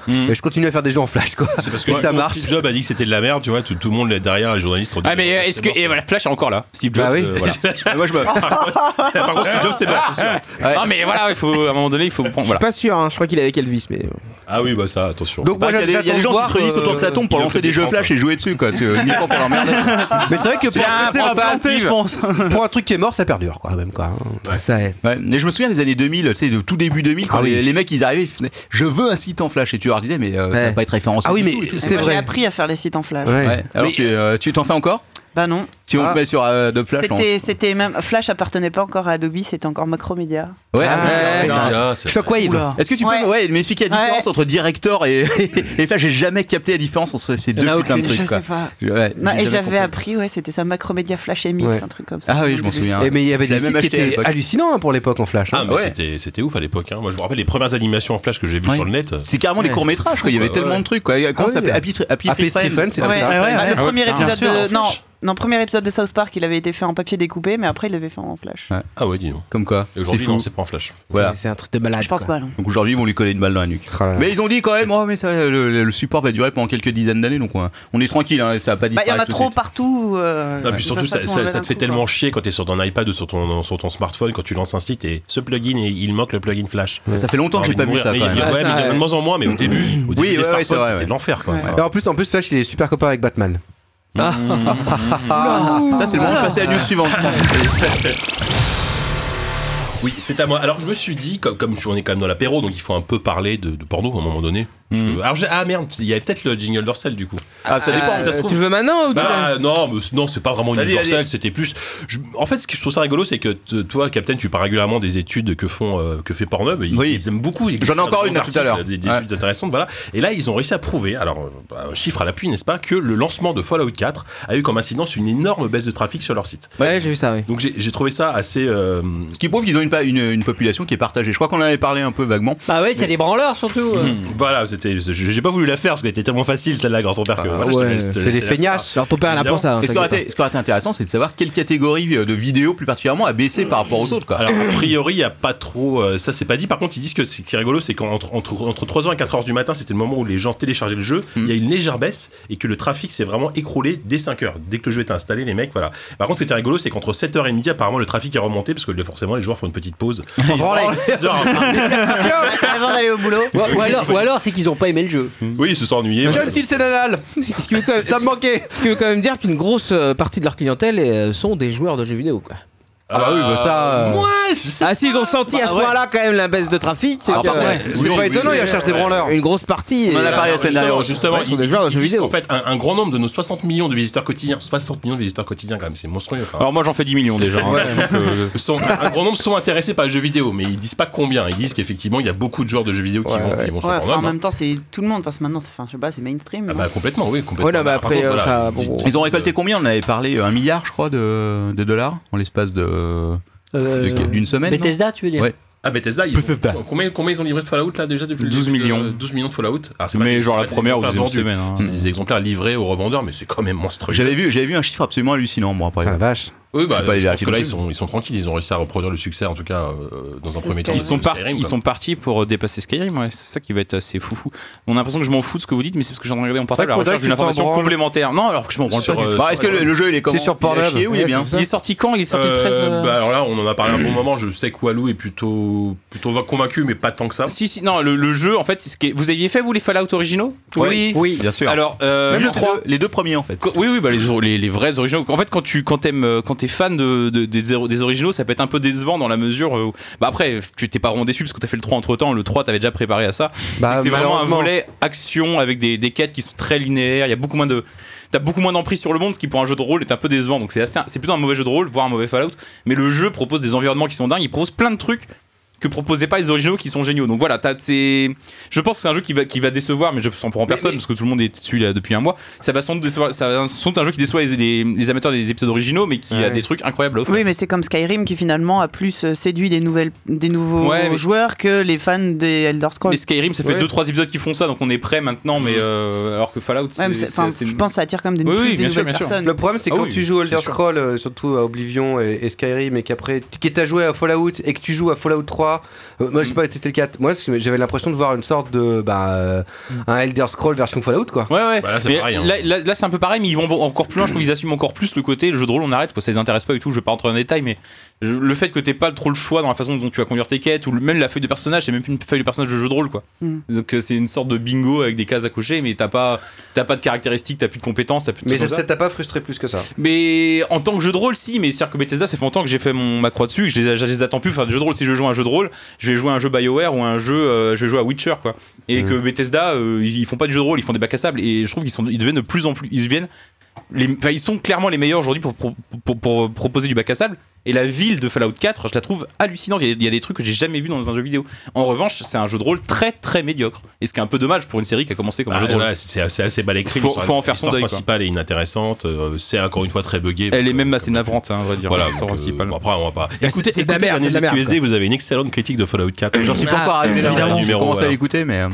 Speaker 5: Mmh.
Speaker 10: Mais je continue à faire des jeux en Flash, quoi.
Speaker 4: C'est parce
Speaker 10: Et
Speaker 4: que
Speaker 10: ça
Speaker 4: quand
Speaker 10: marche.
Speaker 4: Steve Jobs a dit que c'était de la merde, tu vois, tout, tout le monde là, derrière, les journalistes. ont dit,
Speaker 3: Ah mais euh, est-ce
Speaker 4: c'est
Speaker 3: que
Speaker 4: mort.
Speaker 3: et voilà, Flash est encore là, Steve Jobs.
Speaker 10: Bah oui.
Speaker 3: euh, voilà.
Speaker 5: Ah, moi je me
Speaker 4: Par contre, Steve Jobs, c'est mort, c'est sûr.
Speaker 3: Ah, Non mais voilà, il faut à un moment donné, il faut prendre. Voilà.
Speaker 7: Pas sûr, hein, je crois qu'il est avec Elvis, mais.
Speaker 4: Ah oui, bah ça, attention.
Speaker 10: Donc moi
Speaker 5: Bah, il y a
Speaker 10: j'attends
Speaker 5: des- il y a
Speaker 10: de
Speaker 5: des gens
Speaker 10: voir,
Speaker 5: qui se réunissent autour de sa tombe pour
Speaker 4: euh,
Speaker 5: lancer des jeux
Speaker 4: Bill
Speaker 5: flash et jouer dessus quoi. C'est uniquement pour l'emmerder.
Speaker 10: euh, Mais c'est vrai que pour,
Speaker 6: C'est
Speaker 3: prends
Speaker 6: la
Speaker 3: ça,
Speaker 6: planter,
Speaker 3: Steve.
Speaker 6: je pense.
Speaker 10: pour un truc qui est mort, ça perdure, quoi, même
Speaker 7: hein.
Speaker 10: quoi. Ça est.
Speaker 5: Ouais. Et je me souviens des années 2000, tu sais, de tout début 2000, quand
Speaker 10: Ah oui.
Speaker 5: les, les mecs ils arrivaient, ils faisaient, je veux un site en flash et tu leur disais mais euh, ça va
Speaker 10: Ouais.
Speaker 5: pas être référencé.
Speaker 10: Ah oui,
Speaker 5: du tout
Speaker 10: mais
Speaker 5: et tout.
Speaker 10: c'est
Speaker 9: Moi, J'ai
Speaker 10: vrai.
Speaker 9: appris à faire les sites en flash.
Speaker 10: Ouais.
Speaker 5: Ouais. Alors tu euh, tu t'en fais encore
Speaker 9: Bah non.
Speaker 5: Si on
Speaker 10: Ah.
Speaker 5: te met sur euh, de flash. on-
Speaker 9: C'était, c'était même Flash appartenait pas encore à Adobe, c'était encore Macromedia.
Speaker 10: Ah,
Speaker 5: Ouais. ouais,
Speaker 10: ouais,
Speaker 5: ouais.
Speaker 4: Ah, c'est-
Speaker 10: Shockwave.
Speaker 9: Oula.
Speaker 5: Est-ce que tu peux
Speaker 9: Ouais.
Speaker 5: ouais, m'expliquer la différence
Speaker 9: Ouais.
Speaker 5: entre director et, et flash J'ai jamais capté la différence entre ces deux
Speaker 8: en a
Speaker 5: putains de
Speaker 8: aucune,
Speaker 5: trucs.
Speaker 9: je
Speaker 5: quoi.
Speaker 9: sais pas.
Speaker 5: Ouais,
Speaker 9: Non,
Speaker 5: j'ai jamais
Speaker 9: et j'avais
Speaker 5: compris.
Speaker 9: appris, ouais, c'était ça Macromedia Flash MX,
Speaker 10: Ouais.
Speaker 9: un truc comme ça.
Speaker 5: Ah oui, je m'en souviens.
Speaker 10: Et mais il y avait
Speaker 5: Je l'ai
Speaker 10: des sites
Speaker 5: même
Speaker 10: qui
Speaker 5: acheté à
Speaker 10: étaient
Speaker 5: l'époque. bah
Speaker 10: hallucinants pour l'époque en Flash. hein.
Speaker 4: Ah, mais
Speaker 5: ouais.
Speaker 4: c'était- c'était ouf à l'époque. hein. Moi, je me rappelle les premières animations en flash que j'ai vues
Speaker 5: Ouais.
Speaker 4: sur le net.
Speaker 5: C'est carrément des
Speaker 10: Ouais.
Speaker 5: courts métrages. Il y avait
Speaker 4: ouais,
Speaker 5: tellement
Speaker 4: ouais.
Speaker 5: de trucs. Quoi. Comment
Speaker 10: Ah
Speaker 5: ça s'appelle
Speaker 10: oui.
Speaker 5: Happy, Tr- Happy,
Speaker 10: Happy
Speaker 5: Free
Speaker 10: Tree Friends,
Speaker 5: Friends
Speaker 10: c'est
Speaker 9: Ouais.
Speaker 10: ça.
Speaker 9: Ah,
Speaker 6: ouais,
Speaker 9: le
Speaker 6: ouais.
Speaker 9: premier
Speaker 3: putain.
Speaker 9: épisode
Speaker 6: Bien sûr, en
Speaker 9: de, non,
Speaker 6: Flash.
Speaker 9: non, le premier épisode de South Park, il avait été fait en papier découpé, mais après il l'avait fait en Flash.
Speaker 4: Ah ouais, dis donc.
Speaker 5: Comme quoi
Speaker 4: Et
Speaker 5: C'est
Speaker 4: Aujourd'hui,
Speaker 5: fou.
Speaker 4: non, c'est pas en flash.
Speaker 5: Voilà.
Speaker 7: C'est un truc de malade.
Speaker 9: Je pense
Speaker 7: quoi.
Speaker 9: pas, non.
Speaker 5: Donc aujourd'hui, ils vont lui coller une balle dans la nuque.
Speaker 10: Ah là là.
Speaker 5: Mais ils ont dit quand même, oh, mais ça, le, le support va durer pendant quelques dizaines d'années, donc on, on est tranquille, hein, ça va pas
Speaker 9: Bah, il y en
Speaker 5: disparaître.
Speaker 9: a
Speaker 5: tout de
Speaker 9: trop
Speaker 5: suite.
Speaker 9: partout. euh,
Speaker 4: Ah, puis
Speaker 9: ils
Speaker 4: surtout,
Speaker 9: peuvent pas
Speaker 4: ça,
Speaker 9: tout
Speaker 4: ça-
Speaker 9: enlever
Speaker 4: ça
Speaker 9: d'un
Speaker 4: te fait
Speaker 9: coup,
Speaker 4: tellement
Speaker 9: quoi.
Speaker 4: chier quand t'es sur ton iPad ou sur ton, sur ton smartphone, quand tu lances un site et ce plugin, il, il manque le plugin Flash.
Speaker 5: Bah, Ça fait longtemps que j'ai
Speaker 4: J'ai
Speaker 5: pas vu
Speaker 4: mourir.
Speaker 5: ça.
Speaker 4: Mais
Speaker 5: Quand
Speaker 4: il y
Speaker 5: même.
Speaker 4: a- ouais, mais il y en a de moins en moins, mais au début, au début
Speaker 5: ouais,
Speaker 4: des
Speaker 5: ouais,
Speaker 4: smartphones,
Speaker 5: c'est vrai,
Speaker 4: c'était
Speaker 5: ouais.
Speaker 4: l'enfer, quoi.
Speaker 9: Ouais.
Speaker 4: Enfin,
Speaker 10: Et en plus, en plus, Flash, il est super copain avec Batman.
Speaker 5: Ça, c'est le moment de passer à la news suivante. je pense.
Speaker 4: Oui, c'est à moi. Alors je me suis dit, comme, comme je- on est quand même dans l'apéro, donc il faut un peu parler de, de porno à un moment donné. Je- alors j'ai- ah merde, il y avait peut-être le jingle dorsal du coup.
Speaker 5: Ah, ça dépend.
Speaker 4: Ah, ça se trouve.
Speaker 7: Tu veux maintenant ou tu veux-
Speaker 4: Bah, non, mais c- non, c'est pas vraiment une
Speaker 5: Vas-y,
Speaker 4: news dorsale,
Speaker 5: vas-y.
Speaker 4: c'était plus. je- en fait, ce que je trouve ça rigolo, c'est que t- toi, Captain, tu parles régulièrement des études que font, euh, que fait Pornhub. Ils,
Speaker 5: Oui.
Speaker 4: ils aiment beaucoup. Ils-
Speaker 5: J'en ai encore
Speaker 4: des
Speaker 5: une là,
Speaker 4: articles,
Speaker 5: tout à l'heure.
Speaker 4: Des, des
Speaker 5: Ouais.
Speaker 4: études intéressantes, voilà. Et là, ils ont réussi à prouver, alors, euh, bah, chiffre à l'appui, n'est-ce pas, que le lancement de Fallout 4 a eu comme incidence une énorme baisse de trafic sur leur site.
Speaker 7: Ouais, j'ai vu ça, oui.
Speaker 4: Donc j'ai j'ai trouvé ça assez. euh,
Speaker 5: Ce qui prouve qu'ils ont une, pa- une, une population qui est partagée. Je crois qu'on en avait parlé un peu vaguement.
Speaker 8: Bah ouais, c'est des branleurs surtout. euh.
Speaker 5: Hum.
Speaker 4: Voilà, c'était. J'ai pas voulu la faire parce qu'elle était tellement facile celle-là, grand ton père. Que,
Speaker 5: Ah
Speaker 4: voilà, je te
Speaker 7: ouais,
Speaker 4: laisse- je te
Speaker 10: C'est
Speaker 4: laisse
Speaker 10: des
Speaker 4: la
Speaker 10: feignasses.
Speaker 7: Alors ton père, il apprend ça. hein,
Speaker 5: Et ce qui aurait
Speaker 7: t'inquiète
Speaker 5: été- ce qui aurait été intéressant, c'est de savoir quelle catégorie euh, de vidéos plus particulièrement a baissé par rapport aux autres. Quoi.
Speaker 4: Alors, a priori, il n'y a pas trop. euh, ça, c'est pas dit. Par contre, ils disent que ce qui est rigolo, c'est qu'entre entre, entre 3h et 4h du matin, c'était le moment où les gens téléchargeaient le jeu. Il
Speaker 5: Hmm.
Speaker 4: y a eu une légère baisse et que le trafic s'est vraiment écroulé dès 5h. Dès que le jeu était installé, les mecs, voilà. Par contre, ce qui était rigolo, c'est qu'entre 7h et midi, apparemment, le trafic est remonté parce que là, forcément, les joueurs font une petite pause. Ils se branlent 6 heures.
Speaker 9: Avant d'aller au boulot.
Speaker 8: Ou, ou alors, ou alors c'est qu'ils qu'ils ont pas aimé le jeu.
Speaker 4: Oui, ils se sont ennuyés.
Speaker 8: Comme
Speaker 4: voilà.
Speaker 8: si-
Speaker 7: C'est Nadal
Speaker 13: Ce qui veut quand même,
Speaker 7: Ça me manquait.
Speaker 13: Ce qui veut quand même dire qu'une grosse euh, partie de leur clientèle euh, sont des joueurs de jeux vidéo. Quoi.
Speaker 7: Ah bah oui, bah ça. euh,
Speaker 13: Ah si, ils ont senti
Speaker 3: Bah
Speaker 13: à ce point-là quand même la baisse de trafic.
Speaker 7: Ah,
Speaker 13: que-
Speaker 7: par contre,
Speaker 13: Ouais.
Speaker 7: c'est pas étonnant, ils recherchent des branleurs.
Speaker 13: Une grosse partie.
Speaker 4: euh, On en a parlé la semaine dernière. Justement,
Speaker 13: Justement, ils sont
Speaker 4: ils-
Speaker 13: des joueurs de
Speaker 4: ils
Speaker 13: jeux
Speaker 4: disent
Speaker 13: vidéo.
Speaker 4: qu'en fait, un, un grand nombre de nos 60 millions de visiteurs quotidiens, 60 millions de visiteurs quotidiens quand même, c'est monstrueux. enfin.
Speaker 3: Alors moi j'en fais 10 millions déjà. hein.
Speaker 4: Sont- un grand nombre sont intéressés par les jeux vidéo, mais ils disent pas combien. Ils disent qu'effectivement, il y a beaucoup de joueurs de jeux vidéo qui vont, qui vont sur
Speaker 9: Ouais,
Speaker 4: Pornhub,
Speaker 9: enfin, en
Speaker 4: hein.
Speaker 9: même temps, c'est tout le monde. Enfin, c'est maintenant, c'est- enfin, je sais pas, c'est mainstream.
Speaker 4: Ah bah, complètement, oui, complètement.
Speaker 13: Ouais, non, mais
Speaker 4: Par
Speaker 13: après,
Speaker 4: contre,
Speaker 13: euh,
Speaker 4: voilà,
Speaker 13: enfin, bon,
Speaker 4: ils disent-
Speaker 5: Ils ont récolté combien On avait parlé euh, un milliard, je crois, de, de dollars en l'espace de
Speaker 8: Euh,
Speaker 5: de- d'une semaine. non
Speaker 8: Bethesda, tu veux dire
Speaker 5: Ouais.
Speaker 4: hein. Ah, Bethesda, ils ont, combien, combien ils ont livré de Fallout là déjà depuis le
Speaker 3: 12
Speaker 4: début de-
Speaker 3: millions.
Speaker 4: 12 millions de Fallout. Ah, c'est
Speaker 3: Mais
Speaker 4: des-
Speaker 3: genre
Speaker 4: c'est
Speaker 3: la
Speaker 4: des
Speaker 3: première ou
Speaker 4: exemplaires
Speaker 3: deuxième
Speaker 4: vendus.
Speaker 3: semaine, hein.
Speaker 4: C'est des exemplaires livrés aux revendeurs, mais c'est quand même monstrueux.
Speaker 5: J'avais vu, j'avais vu un chiffre absolument hallucinant, moi, après.
Speaker 7: La vache.
Speaker 4: Oui, bah,
Speaker 5: Faut pas les
Speaker 4: je pense
Speaker 5: vérifier
Speaker 4: que là, ils
Speaker 5: non plus.
Speaker 4: sont, ils sont tranquilles, ils ont réussi à reproduire le succès, en tout cas, euh, dans un premier temps.
Speaker 3: Ils sont,
Speaker 4: de
Speaker 3: partis,
Speaker 4: Skyrim,
Speaker 3: ils
Speaker 4: quoi.
Speaker 3: sont partis pour euh, dépasser Skyrim, ouais. c'est ça qui va être assez foufou. On a l'impression que je m'en fous de ce que vous dites, mais c'est parce que j'ai regardé mon portable à la
Speaker 7: Faudrait que
Speaker 3: recherche
Speaker 7: tu
Speaker 3: d'une
Speaker 7: t'en
Speaker 3: information
Speaker 7: branles.
Speaker 3: complémentaire. Non, alors que je m'en branle
Speaker 4: Sur,
Speaker 3: pas du
Speaker 4: euh,
Speaker 3: tout.
Speaker 5: Bah, est-ce que le, le jeu, il est comment
Speaker 7: T'es sur
Speaker 5: Il est à
Speaker 7: Pornhub.
Speaker 5: chier ou il est
Speaker 7: Ouais,
Speaker 5: bien
Speaker 7: c'est ça.
Speaker 3: Il est sorti quand Il est sorti le 13
Speaker 4: Euh,
Speaker 3: de-
Speaker 4: bah, alors là, on en a parlé un bon moment. Je sais que Walou est plutôt, plutôt convaincu, mais pas tant que ça.
Speaker 3: Si, si, non, le, le jeu, en fait, c'est ce qui est- Vous aviez fait, vous, les Fallout originaux
Speaker 7: Oui.
Speaker 5: Oui, bien sûr.
Speaker 3: Alors, euh,
Speaker 5: Même le
Speaker 3: juste-
Speaker 5: 3, les deux premiers en fait.
Speaker 3: Quand- Oui, oui, bah, les, les, les vrais originaux. En fait, quand tu quand t'aimes, euh, quand t'es fan de, de- des, zéro- des originaux, ça peut être un peu décevant dans la mesure. où- bah après, tu t'es pas vraiment déçu parce que t'as fait le 3 entre temps. Le 3, t'avais déjà préparé à ça.
Speaker 7: Bah,
Speaker 3: C'est que c'est vraiment un
Speaker 7: malheureusement.
Speaker 3: volet action avec des, des quêtes qui sont très linéaires. Il y a beaucoup moins de t'as beaucoup moins d'emprise sur le monde, ce qui pour un jeu de rôle est un peu décevant. Donc c'est assez, c'est plutôt un mauvais jeu de rôle, voire un mauvais Fallout. Mais le jeu propose des environnements qui sont dingues. Il propose plein de trucs que proposaient pas les originaux qui sont géniaux. Donc voilà, t'as- c'est, je pense que c'est un jeu qui va, qui va décevoir, mais je s'en prends personne parce que tout le monde est dessus là depuis un mois. Ça va sans doute décevoir, ça va sans doute un jeu qui déçoit les, les- les amateurs des épisodes originaux, mais qui a des trucs incroyables à offrir.
Speaker 9: Oui, mais c'est comme Skyrim qui finalement a plus euh, séduit des, nouvelles, des nouveaux
Speaker 3: Ouais, mais-
Speaker 9: joueurs que les fans des Elder Scrolls.
Speaker 3: Mais Skyrim, ça fait
Speaker 7: Ouais.
Speaker 3: 2-3 épisodes qui font ça, donc on est prêt maintenant, mais euh, alors que Fallout,
Speaker 9: Ouais, mais
Speaker 3: c'est-
Speaker 9: c'est-
Speaker 3: c'est
Speaker 9: enfin,
Speaker 3: assez-
Speaker 9: je pense que ça attire quand même des,
Speaker 3: Oui,
Speaker 9: plus
Speaker 3: oui,
Speaker 9: des
Speaker 3: bien sûr,
Speaker 9: nouvelles
Speaker 3: bien sûr.
Speaker 9: personnes.
Speaker 7: Le problème, c'est
Speaker 3: Ah
Speaker 7: quand
Speaker 3: oui,
Speaker 7: tu joues à
Speaker 3: c'est
Speaker 7: Elder
Speaker 3: sûr.
Speaker 7: Scrolls, euh, surtout à Oblivion et, et Skyrim, et qu'après, que t'as joué à Fallout et que tu joues à Fallout 3, euh, moi je sais pas, c'était le 4. Moi c'est que j'avais l'impression de voir une sorte de. Bah, euh, un Elder Scroll version Fallout quoi.
Speaker 3: Ouais, ouais.
Speaker 4: Bah là, c'est
Speaker 3: Mais
Speaker 4: pareil, hein.
Speaker 3: Là, là- là, c'est un peu pareil, mais ils vont encore plus loin. Je trouve qu'ils assument encore plus le côté le jeu de rôle, on arrête, quoi. Ça les intéresse pas du tout. Je vais pas rentrer dans les détails, mais je- le fait que t'aies pas trop le choix dans la façon dont tu vas conduire tes quêtes, ou le- même la feuille de personnage, c'est même plus une feuille de personnage de jeu de rôle, quoi.
Speaker 10: Mm.
Speaker 9: Hmm.
Speaker 3: Donc euh, c'est une sorte de bingo avec des cases à cocher, mais t'as pas, t'as pas de caractéristiques, t'as plus de compétences, t'as plus de
Speaker 7: Mais
Speaker 3: trucs
Speaker 7: ça
Speaker 3: comme ça.
Speaker 7: ça t'a pas frustré plus que ça.
Speaker 3: Mais en tant que jeu de rôle, si, mais c'est-à-dire que Bethesda, ça fait longtemps que j'ai fait mon, ma croix dessus, et que je les, je les attends plus pour faire des jeux de rôle. Si je joue à un jeu de rôle, je vais jouer à un jeu BioWare ou à un jeu, euh, je vais jouer à Witcher, quoi. Et
Speaker 4: Mmh.
Speaker 3: que Bethesda, euh, ils font pas du jeu de rôle, ils font des bacs à sable, et je trouve qu'ils sont, ils deviennent de plus en plus, ils deviennent, les, enfin, ils sont clairement les meilleurs aujourd'hui pour, pour, pour- pour proposer du bac à sable. Et la ville de Fallout 4, je la trouve hallucinante. Il y a, il y a des trucs que j'ai jamais vu dans un jeu vidéo. En revanche, c'est un jeu de rôle très très médiocre. Et ce qui est un peu dommage pour une série qui a commencé comme un
Speaker 4: Ah,
Speaker 3: jeu de rôle.
Speaker 4: voilà, c'est assez, assez bas les crimes.
Speaker 3: Faut-
Speaker 4: Sur la-
Speaker 3: faut en faire son
Speaker 4: l'histoire
Speaker 3: deuil, quoi.
Speaker 4: principale est inintéressante. euh, c'est encore une fois très buggé.
Speaker 3: Elle
Speaker 4: donc,
Speaker 3: est même
Speaker 4: euh,
Speaker 3: assez navrante, hein, on va dire.
Speaker 4: Voilà,
Speaker 3: l'histoire
Speaker 4: donc, euh,
Speaker 3: principale.
Speaker 4: bon, après on va pas.
Speaker 13: c'est-
Speaker 4: Écoutez,
Speaker 13: c'est de la
Speaker 4: écoutez,
Speaker 13: merde, c'est de la
Speaker 4: Vanessa
Speaker 13: merde,
Speaker 4: QSD, vous avez une excellente critique de Fallout 4. J'en suis
Speaker 5: Pas encore arrivé là,
Speaker 4: évidemment,
Speaker 5: Ah, je
Speaker 4: hein. numéro,
Speaker 5: commence à
Speaker 4: voilà.
Speaker 5: l'écouter, mais. euh,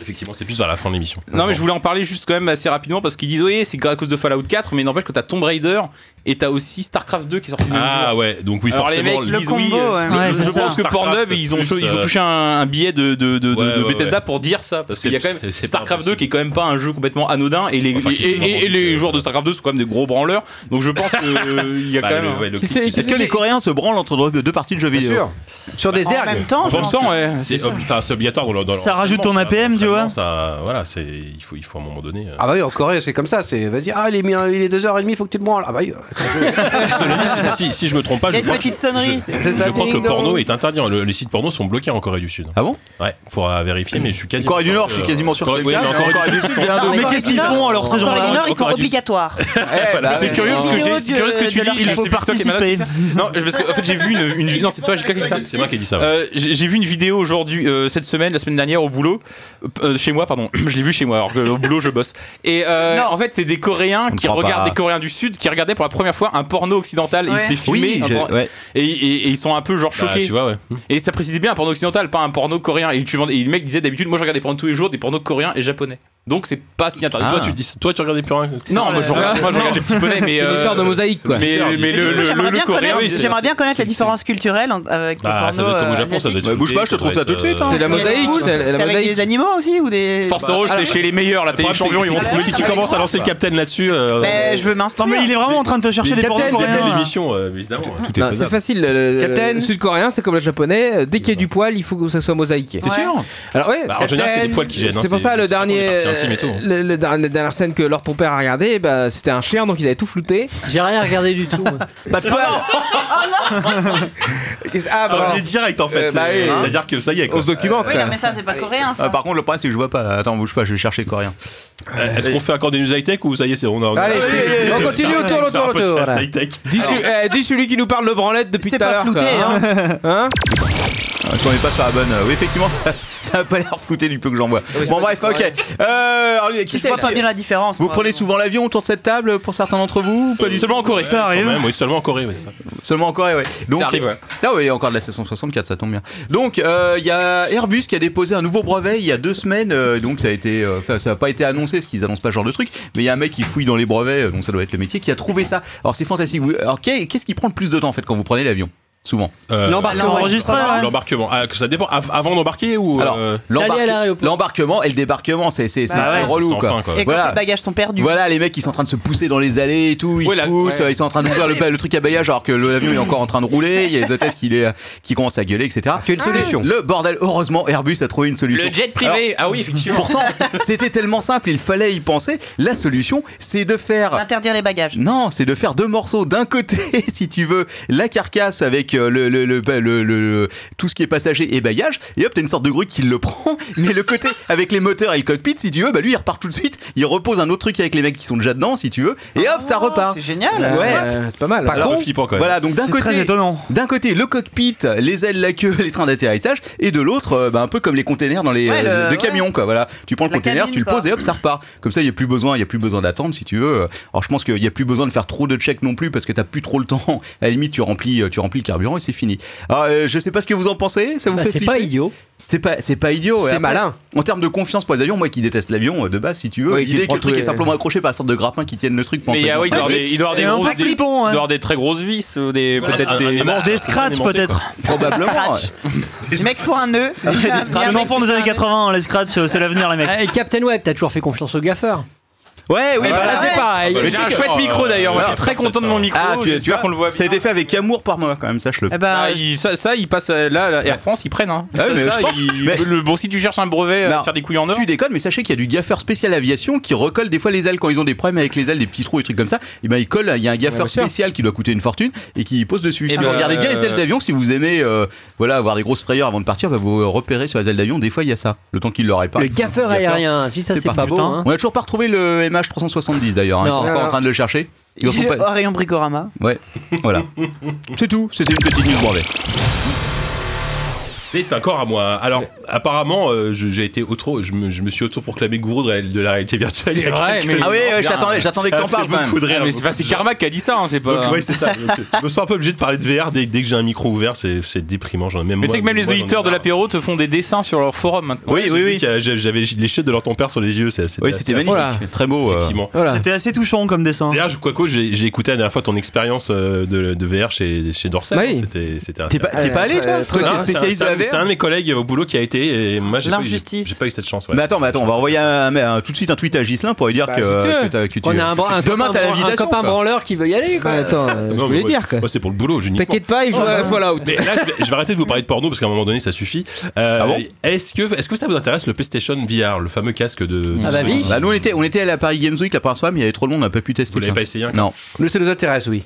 Speaker 4: Effectivement, c'est plus vers la fin de l'émission.
Speaker 3: Non mais je voulais en parler juste quand même assez rapidement parce qu'ils disent oui c'est à cause de Fallout 4 mais n'empêche que t'as Tomb Raider et t'as aussi Starcraft 2 qui est sorti le même jour.
Speaker 4: Ah ouais, donc oui,
Speaker 3: Alors les
Speaker 4: forcément.
Speaker 3: mecs ils
Speaker 4: le-
Speaker 3: disent
Speaker 9: combo,
Speaker 3: oui,
Speaker 9: ouais.
Speaker 3: euh,
Speaker 9: Ouais,
Speaker 3: je-
Speaker 9: c'est
Speaker 3: je
Speaker 9: ça.
Speaker 3: pense que
Speaker 4: Starcraft,
Speaker 3: Pornhub ils ont,
Speaker 4: plus,
Speaker 3: ils ont
Speaker 4: euh,
Speaker 3: touché un, un billet de, de, de- de-
Speaker 4: Ouais,
Speaker 3: de
Speaker 4: ouais,
Speaker 3: Bethesda
Speaker 4: ouais.
Speaker 3: pour dire ça parce
Speaker 4: C'est-
Speaker 3: qu'il y a quand même
Speaker 4: c'est pas
Speaker 3: Starcraft 2
Speaker 4: impossible.
Speaker 3: qui est quand même pas un jeu complètement anodin et les,
Speaker 4: Enfin,
Speaker 3: et,
Speaker 4: qui se
Speaker 3: et- et les
Speaker 4: revendique,
Speaker 3: joueurs de
Speaker 4: euh,
Speaker 3: Starcraft 2 sont quand même des gros branleurs donc je pense qu'il y a
Speaker 4: bah,
Speaker 3: quand
Speaker 4: le-
Speaker 3: même hein.
Speaker 4: ouais, le
Speaker 9: Qui
Speaker 4: clic-
Speaker 9: c'est-
Speaker 5: Est-ce que les Coréens se branlent entre deux parties de jeux
Speaker 7: Bien
Speaker 5: vidéo Bah,
Speaker 7: sûr. Sur des
Speaker 9: En
Speaker 7: ergs.
Speaker 9: même temps, je
Speaker 4: Bon,
Speaker 9: pense
Speaker 4: pourtant,
Speaker 9: que
Speaker 4: ouais,
Speaker 9: c'est-
Speaker 4: c'est obli- enfin, c'est obligatoire dans leur- dans leur
Speaker 6: Ça rajoute ton
Speaker 4: entraînement,
Speaker 6: APM, tu
Speaker 4: entraînement,
Speaker 6: vois.
Speaker 4: Ça, voilà, c'est il faut il faut à un moment donné. euh,
Speaker 7: Ah bah oui, en Corée c'est comme ça, c'est vas-y, ah il est, mi- il est 2h30, faut que tu te branles. Ah bah oui.
Speaker 4: Cela dit, si, si je me trompe pas,
Speaker 9: Ah,
Speaker 4: je
Speaker 9: Il y a une
Speaker 4: crois,
Speaker 9: petite
Speaker 4: que-
Speaker 9: sonnerie.
Speaker 4: je-
Speaker 9: C'est
Speaker 4: je
Speaker 9: ça,
Speaker 4: crois que
Speaker 9: ding
Speaker 4: le porno
Speaker 9: dong.
Speaker 4: est interdit. Le- les sites porno sont bloqués en Corée du Sud.
Speaker 5: Ah bon
Speaker 4: Ouais, faudra vérifier, mais je suis quasi.
Speaker 5: Corée du Nord, je suis quasiment sûr que c'est le
Speaker 4: oui,
Speaker 5: cas,
Speaker 4: mais en
Speaker 5: mais en
Speaker 4: Corée du Sud, c'est un
Speaker 6: Mais qu'est-ce qu'ils font alors ces
Speaker 9: Encore les
Speaker 6: gens-là
Speaker 9: Nord, ils sont
Speaker 4: Encore du-
Speaker 9: obligatoires.
Speaker 3: C'est curieux parce que j'ai- c'est curieux ce que tu dis.
Speaker 6: Il
Speaker 3: je
Speaker 6: faut
Speaker 3: sais plus toi qui es malade,
Speaker 6: participer.
Speaker 3: c'est ça Non, parce que, en fait j'ai vu une, une- non c'est toi j'ai quelqu'un qui dit ça.
Speaker 4: C'est c'est moi qui ai dit ça. ouais.
Speaker 3: Euh, j'ai j'ai vu une vidéo aujourd'hui, euh, cette semaine, la semaine dernière au boulot, Euh, chez moi, pardon, je l'ai vu chez moi, alors que au boulot je bosse. Et euh, en fait, c'est des Coréens
Speaker 5: On
Speaker 3: qui
Speaker 5: croit
Speaker 3: regardent,
Speaker 5: pas.
Speaker 3: des Coréens du Sud qui regardaient pour la première fois un porno occidental.
Speaker 9: Ouais.
Speaker 3: Ils étaient filmés
Speaker 5: Oui, j'ai-
Speaker 3: entre-
Speaker 5: ouais.
Speaker 3: et, et- et ils sont un peu genre
Speaker 4: Bah,
Speaker 3: choqués.
Speaker 4: tu vois, ouais.
Speaker 3: et ça précisait bien un porno occidental, pas un porno coréen. Et, tu, demandes- et le mec disait d'habitude, moi je regarde des pornos tous les jours, des pornos coréens et japonais. Donc c'est pas si interdit.
Speaker 4: Toi, tu dis, toi, tu regardais plus rien. que ça.
Speaker 3: Non, moi je regarde, moi, je regarde les petits poneys, mais.
Speaker 4: C'est une
Speaker 3: euh,
Speaker 4: histoire de mosaïque, quoi.
Speaker 3: Mais, mais,
Speaker 4: J'aimerais
Speaker 3: le, le- le-
Speaker 9: J'aimerais
Speaker 3: le
Speaker 9: bien
Speaker 3: coréen,
Speaker 9: connaître-
Speaker 3: oui, c'est-
Speaker 9: J'aimerais bien connaître la différence culturelle en- avec
Speaker 4: Bah,
Speaker 9: les
Speaker 4: ça doit être comme au
Speaker 9: pornos, euh,
Speaker 4: Japon, ça doit être.
Speaker 5: Ouais, bouge pas, je te trouve ça tout de suite, hein.
Speaker 9: C'est la mosaïque, c'est la mosaïque. animaux aussi ou des. Bah,
Speaker 3: Force Orange, t'es chez les meilleurs, là, t'es les champions, ils vont
Speaker 4: Si si tu commences à lancer le capitaine là-dessus.
Speaker 5: Bah,
Speaker 4: euh,
Speaker 9: Mais je veux m'instruire.
Speaker 6: Mais il est vraiment en train de te chercher des pornos
Speaker 4: Capitaine,
Speaker 6: coréens,
Speaker 4: capitaine,
Speaker 6: là.
Speaker 4: l'émission, euh, évidemment.
Speaker 5: Tout est
Speaker 13: Non, C'est
Speaker 5: faisable.
Speaker 13: facile. le- le-
Speaker 7: Captain.
Speaker 13: Le sud-coréen, c'est comme le japonais. euh, Dès qu'il y a du poil, il faut que ça soit mosaïque.
Speaker 5: T'es sûr
Speaker 13: Alors ouais.
Speaker 4: Bah, en général, c'est des poils qui gênent. hein,
Speaker 13: C'est pour ça le dernier,
Speaker 4: C'est intime et tout. hein.
Speaker 13: euh, le, le dernier- la dernière scène que Lord ton père a regardé, bah, c'était un chien donc ils avaient tout flouté.
Speaker 8: J'ai rien regardé du tout. moi.
Speaker 13: Pas de poil.
Speaker 9: Oh,
Speaker 13: Qu'est-ce- ah bah,
Speaker 4: Ah, on est direct en fait.
Speaker 13: Euh, bah
Speaker 4: c'est-
Speaker 13: oui.
Speaker 4: C'est-à-dire que ça y est.
Speaker 13: on
Speaker 4: quoi.
Speaker 13: se documente.
Speaker 9: Oui,
Speaker 13: quoi.
Speaker 9: non, mais ça, c'est pas coréen, ça.
Speaker 5: Ah, par contre, le problème, c'est que je vois pas là. Attends, bouge pas, je vais chercher coréen.
Speaker 4: Euh, Est-ce qu'on fait encore des news high tech ou ça y est, c'est on a. on a-
Speaker 7: Allez, c'est- on continue autour, autour,
Speaker 4: Faire un
Speaker 7: autour.
Speaker 4: podcast
Speaker 7: voilà.
Speaker 4: high tech.
Speaker 13: Dis, celui- eh, dis celui qui nous parle de branlette depuis tout
Speaker 9: C'est
Speaker 13: à
Speaker 9: pas
Speaker 13: l'heure.
Speaker 9: flouté,
Speaker 13: quoi, hein.
Speaker 9: hein.
Speaker 13: Hein
Speaker 5: Ah, Je tombais pas sur la bonne. euh, Oui, effectivement, ça, ça a pas l'air flouté du peu que j'en vois. Bon, bref, ok. Euh, alors, qui
Speaker 9: Je
Speaker 5: c'est
Speaker 9: vois pas bien la différence.
Speaker 5: Vous
Speaker 9: moi.
Speaker 5: prenez souvent l'avion autour de cette table pour certains d'entre vous ou pas du-
Speaker 3: Seulement en Corée.
Speaker 6: Ça
Speaker 4: Quand
Speaker 6: arrive.
Speaker 4: même, oui, seulement en Corée, ouais, c'est ça.
Speaker 5: Seulement en Corée, ouais. Donc,
Speaker 3: Ça arrive, ouais.
Speaker 5: Ah oui, encore de la 764, ça tombe bien. Donc, euh, il y a Airbus qui a déposé un nouveau brevet il y a deux semaines. euh, donc, ça a été, euh, enfin, ça n'a pas été annoncé, parce qu'ils annoncent pas ce genre de truc. Mais il y a un mec qui fouille dans les brevets, euh, donc ça doit être le métier, qui a trouvé ça. Alors, c'est fantastique. Vous- Alors, qu'est- qu'est-ce qui prend le plus de temps, en fait, quand vous prenez l'avion Souvent.
Speaker 4: Euh,
Speaker 6: L'embarquement enregistré,
Speaker 3: hein.
Speaker 6: ouais.
Speaker 4: L'embarquement. Ah, que ça dépend. av- Avant d'embarquer ou.
Speaker 5: Alors,
Speaker 4: euh,
Speaker 5: l'embarque-
Speaker 8: d'aller à l'aéroport.
Speaker 5: l'embarquement et le débarquement, c'est c'est- c'est-
Speaker 4: Ah
Speaker 5: c'est
Speaker 4: ouais,
Speaker 5: relou,
Speaker 4: c'est sans
Speaker 5: quoi.
Speaker 4: fin, quoi.
Speaker 9: Et quand
Speaker 5: Voilà.
Speaker 9: les bagages sont perdus.
Speaker 5: Voilà, les mecs, ils sont en train de se pousser dans les allées et tout. Ils
Speaker 3: Ouais, la-
Speaker 5: poussent,
Speaker 3: ouais.
Speaker 5: euh, ils sont en train d'ouvrir le, ba- le truc à baillage alors que l'avion est encore en train de rouler. Il y a les hôtesses qui, les, euh, qui commencent à gueuler, etc.
Speaker 7: Quelle
Speaker 5: C'est
Speaker 7: solution.
Speaker 5: Le bordel. Heureusement, Airbus a trouvé une solution.
Speaker 3: Le jet privé. ah oui,
Speaker 5: Alors,
Speaker 3: effectivement.
Speaker 5: pourtant, c'était tellement simple, il fallait y penser. La solution, c'est de faire
Speaker 9: Interdire les bagages.
Speaker 5: non, c'est de faire deux morceaux. D'un côté, si tu veux, la carcasse avec euh, le, le, le, bah, le- le- le- tout ce qui est passager et bagages, et hop, t'as une sorte de grue qui le prend. Mais le côté avec les moteurs et le cockpit, si tu veux, bah lui, il repart tout de suite. Il repose un autre truc avec les mecs qui sont déjà dedans, si tu veux, et hop, ça repart.
Speaker 9: Ah, C'est génial.
Speaker 5: Ouais.
Speaker 13: Euh, c'est pas mal.
Speaker 4: Alors, flippant, quand même.
Speaker 5: Voilà, donc d'un
Speaker 6: C'est
Speaker 5: côté,
Speaker 6: très étonnant.
Speaker 5: d'un côté le cockpit, les ailes, la queue, les trains d'atterrissage, et de l'autre, euh, bah, un peu comme les containers dans les
Speaker 9: Ouais,
Speaker 5: euh,
Speaker 9: le-
Speaker 5: de
Speaker 9: ouais.
Speaker 5: camions, quoi. Voilà, tu prends le
Speaker 9: La
Speaker 5: container,
Speaker 9: cabine,
Speaker 5: tu le
Speaker 9: quoi.
Speaker 5: poses et hop, ça repart. Comme ça, il y a plus besoin, il y a plus besoin d'attendre, si tu veux. Alors, je pense qu'il y a plus besoin de faire trop de checks non plus parce que t'as plus trop le temps. À la limite, tu remplis, euh, tu remplis le carburant et c'est fini. Alors, euh, je sais pas ce que vous en pensez. Ça vous
Speaker 8: Bah,
Speaker 5: fait
Speaker 8: c'est pas
Speaker 5: flipper
Speaker 8: idiot.
Speaker 5: C'est pas, c'est pas idiot.
Speaker 7: C'est
Speaker 5: Et après,
Speaker 7: malin.
Speaker 5: En termes de confiance pour les avions, moi qui déteste l'avion euh, de base, si tu veux,
Speaker 13: Oui, tu
Speaker 5: l'idée
Speaker 13: prends
Speaker 5: que le truc
Speaker 13: tous
Speaker 5: est
Speaker 13: les-
Speaker 5: simplement accroché par une sorte de grappin qui tienne le truc. pour
Speaker 3: Mais il y a-
Speaker 5: empêcher-
Speaker 3: ouais, il doit y
Speaker 4: Ah,
Speaker 3: avoir des- il doit y
Speaker 6: Ah, C'est un
Speaker 3: avoir des
Speaker 6: peu
Speaker 3: grosses- des- il
Speaker 6: flippant, hein.
Speaker 3: doit y avoir des très grosses vis, ou des- peut-être
Speaker 4: un-
Speaker 3: des.
Speaker 4: un-
Speaker 6: Des scratchs peut-être.
Speaker 5: Probablement.
Speaker 9: Les mecs font un nœud.
Speaker 6: Un enfant des années 80, les scratchs, euh, c'est l'avenir les mecs.
Speaker 8: Eh, Captain Web, t'as toujours fait confiance aux gaffeurs.
Speaker 5: Ouais, oui, bah,
Speaker 8: Là,
Speaker 5: là,
Speaker 8: c'est pareil.
Speaker 4: bah,
Speaker 3: Mais
Speaker 4: Mais
Speaker 3: J'ai
Speaker 4: c'est
Speaker 3: un
Speaker 4: que-
Speaker 3: chouette micro d'ailleurs, moi, je suis
Speaker 4: Ah,
Speaker 3: très
Speaker 4: ça,
Speaker 3: content de
Speaker 4: ça.
Speaker 3: mon micro.
Speaker 5: Ah, tu, tu
Speaker 3: j'espère
Speaker 5: vois,
Speaker 3: qu'on le voit
Speaker 5: ça a
Speaker 3: bien.
Speaker 5: été fait avec amour par moi quand même, sache-le. Bah,
Speaker 9: Eh
Speaker 3: Ah,
Speaker 9: ben,
Speaker 3: il- ça, ça, il passe à- là, là, Air France, ils prennent. Hein.
Speaker 5: euh, Ah,
Speaker 3: ça,
Speaker 5: mais
Speaker 3: ça,
Speaker 5: je pense-
Speaker 3: il-
Speaker 5: mais-
Speaker 3: le, bon, si tu cherches un brevet, euh,
Speaker 5: Non.
Speaker 3: faire des couilles en or.
Speaker 5: Tu déconnes, mais sachez qu'il y a du gaffeur spécial aviation qui recolle des fois les ailes quand ils ont des problèmes avec les ailes, des petits trous et trucs comme ça. Et ben il colle, il y a un gaffeur spécial qui doit coûter une fortune et qui pose dessus. si
Speaker 3: ben,
Speaker 5: vous regardez bien
Speaker 3: euh,
Speaker 5: les ailes d'avion, si vous aimez euh, voilà avoir des grosses frayeurs avant de partir, bah, vous repérez sur les ailes d'avion. Des fois il y a ça. Le temps qu'il le répare.
Speaker 8: Le gaffeur aérien, si ça c'est pas beau. hein.
Speaker 5: On a toujours pas retrouvé le MH370 d'ailleurs. hein. Ils sont
Speaker 8: Non.
Speaker 5: encore en train de le chercher. Ils le
Speaker 9: j'ai
Speaker 5: trouvent
Speaker 9: le
Speaker 5: pas-
Speaker 9: Orion Bricorama. Hein
Speaker 5: Ouais, voilà. C'est tout. C'était une petite news brevet.
Speaker 4: C'est un corps à moi. Alors, apparemment, euh, je- j'ai été auto, je me, je me suis auto-proclamé gourou de la, de la réalité virtuelle. il y a quelques-
Speaker 3: mais Ah,
Speaker 5: Ah oui, ouais, je t'attendais, j'attendais que
Speaker 4: Ça
Speaker 5: t'en
Speaker 4: fait
Speaker 5: parles. quand même.
Speaker 4: beaucoup de rire.
Speaker 3: mais c'est- enfin, c'est Karma qui a dit ça, hein, c'est pas.
Speaker 4: Donc, ouais, c'est ça. Donc, je me sens un peu obligé de parler de VR dès, dès que j'ai un micro ouvert, c'est c'est déprimant. J'en ai même
Speaker 3: mais tu sais que
Speaker 4: moi-
Speaker 3: même les
Speaker 4: moi, j'en ai
Speaker 3: auditeurs de
Speaker 4: marre.
Speaker 3: l'apéro te font des dessins sur leur forum hein. maintenant.
Speaker 4: Oui,
Speaker 5: Ouais,
Speaker 4: oui,
Speaker 5: j'ai vu
Speaker 4: oui. J'avais j'avais les chutes de leur ton père sur les yeux. c'est-
Speaker 5: Oui, c'était
Speaker 4: assez
Speaker 5: magnifique.
Speaker 4: affolant,
Speaker 5: Très beau. euh,
Speaker 4: Effectivement.
Speaker 13: Voilà.
Speaker 6: C'était assez touchant comme dessin.
Speaker 4: D'ailleurs, je- Quaco, j'ai j'ai écouté la dernière fois ton expérience euh, de, de VR chez, chez Dorset.
Speaker 13: Oui.
Speaker 4: hein, c'était- C'était
Speaker 5: T'es pas, t'es
Speaker 13: Euh,
Speaker 5: pas allé toi
Speaker 13: euh,
Speaker 5: Toi qui
Speaker 4: Non,
Speaker 5: es
Speaker 4: c'est un-
Speaker 5: spécialiste
Speaker 4: c'est
Speaker 5: de
Speaker 4: un,
Speaker 5: la
Speaker 4: c'est
Speaker 5: VR
Speaker 4: un de mes collègues au boulot qui a été et moi j'ai pas eu-
Speaker 9: L'injustice.
Speaker 4: j'ai pas eu cette chance. ouais.
Speaker 5: mais attends, mais attends, on va envoyer un- un- tout de suite un tweet à Gislin pour lui
Speaker 8: Bah,
Speaker 5: dire que, euh,
Speaker 13: si tu veux.
Speaker 5: que t'as- que tu-
Speaker 8: On a un, bran- un
Speaker 5: Demain,
Speaker 8: copain,
Speaker 5: t'as
Speaker 8: bran- un
Speaker 5: l'invitation.
Speaker 8: copain
Speaker 5: quoi.
Speaker 8: branleur qui veut y aller. Quoi.
Speaker 13: Ouais, attends, euh, je
Speaker 4: Non,
Speaker 13: voulais
Speaker 4: mais
Speaker 13: dire quoi.
Speaker 4: moi, c'est pour le boulot, uniquement. Oh,
Speaker 13: T'inquiète pas, il joue à Fallout.
Speaker 4: Mais là, je vais, je vais arrêter de vous parler de porno parce qu'à un moment donné, ça suffit. Euh,
Speaker 5: Ah bon
Speaker 4: est-ce que, est-ce que ça vous intéresse le PlayStation VR, le fameux casque de.
Speaker 8: Ah
Speaker 4: de-
Speaker 8: bah oui.
Speaker 5: Bah, nous, on était, on était à la Paris Games Week la première fois, mais il y avait trop de monde, on n'a pas pu tester.
Speaker 4: Vous l'avez
Speaker 5: quoi.
Speaker 4: pas essayé un
Speaker 5: Non.
Speaker 7: Nous, ça nous intéresse, oui.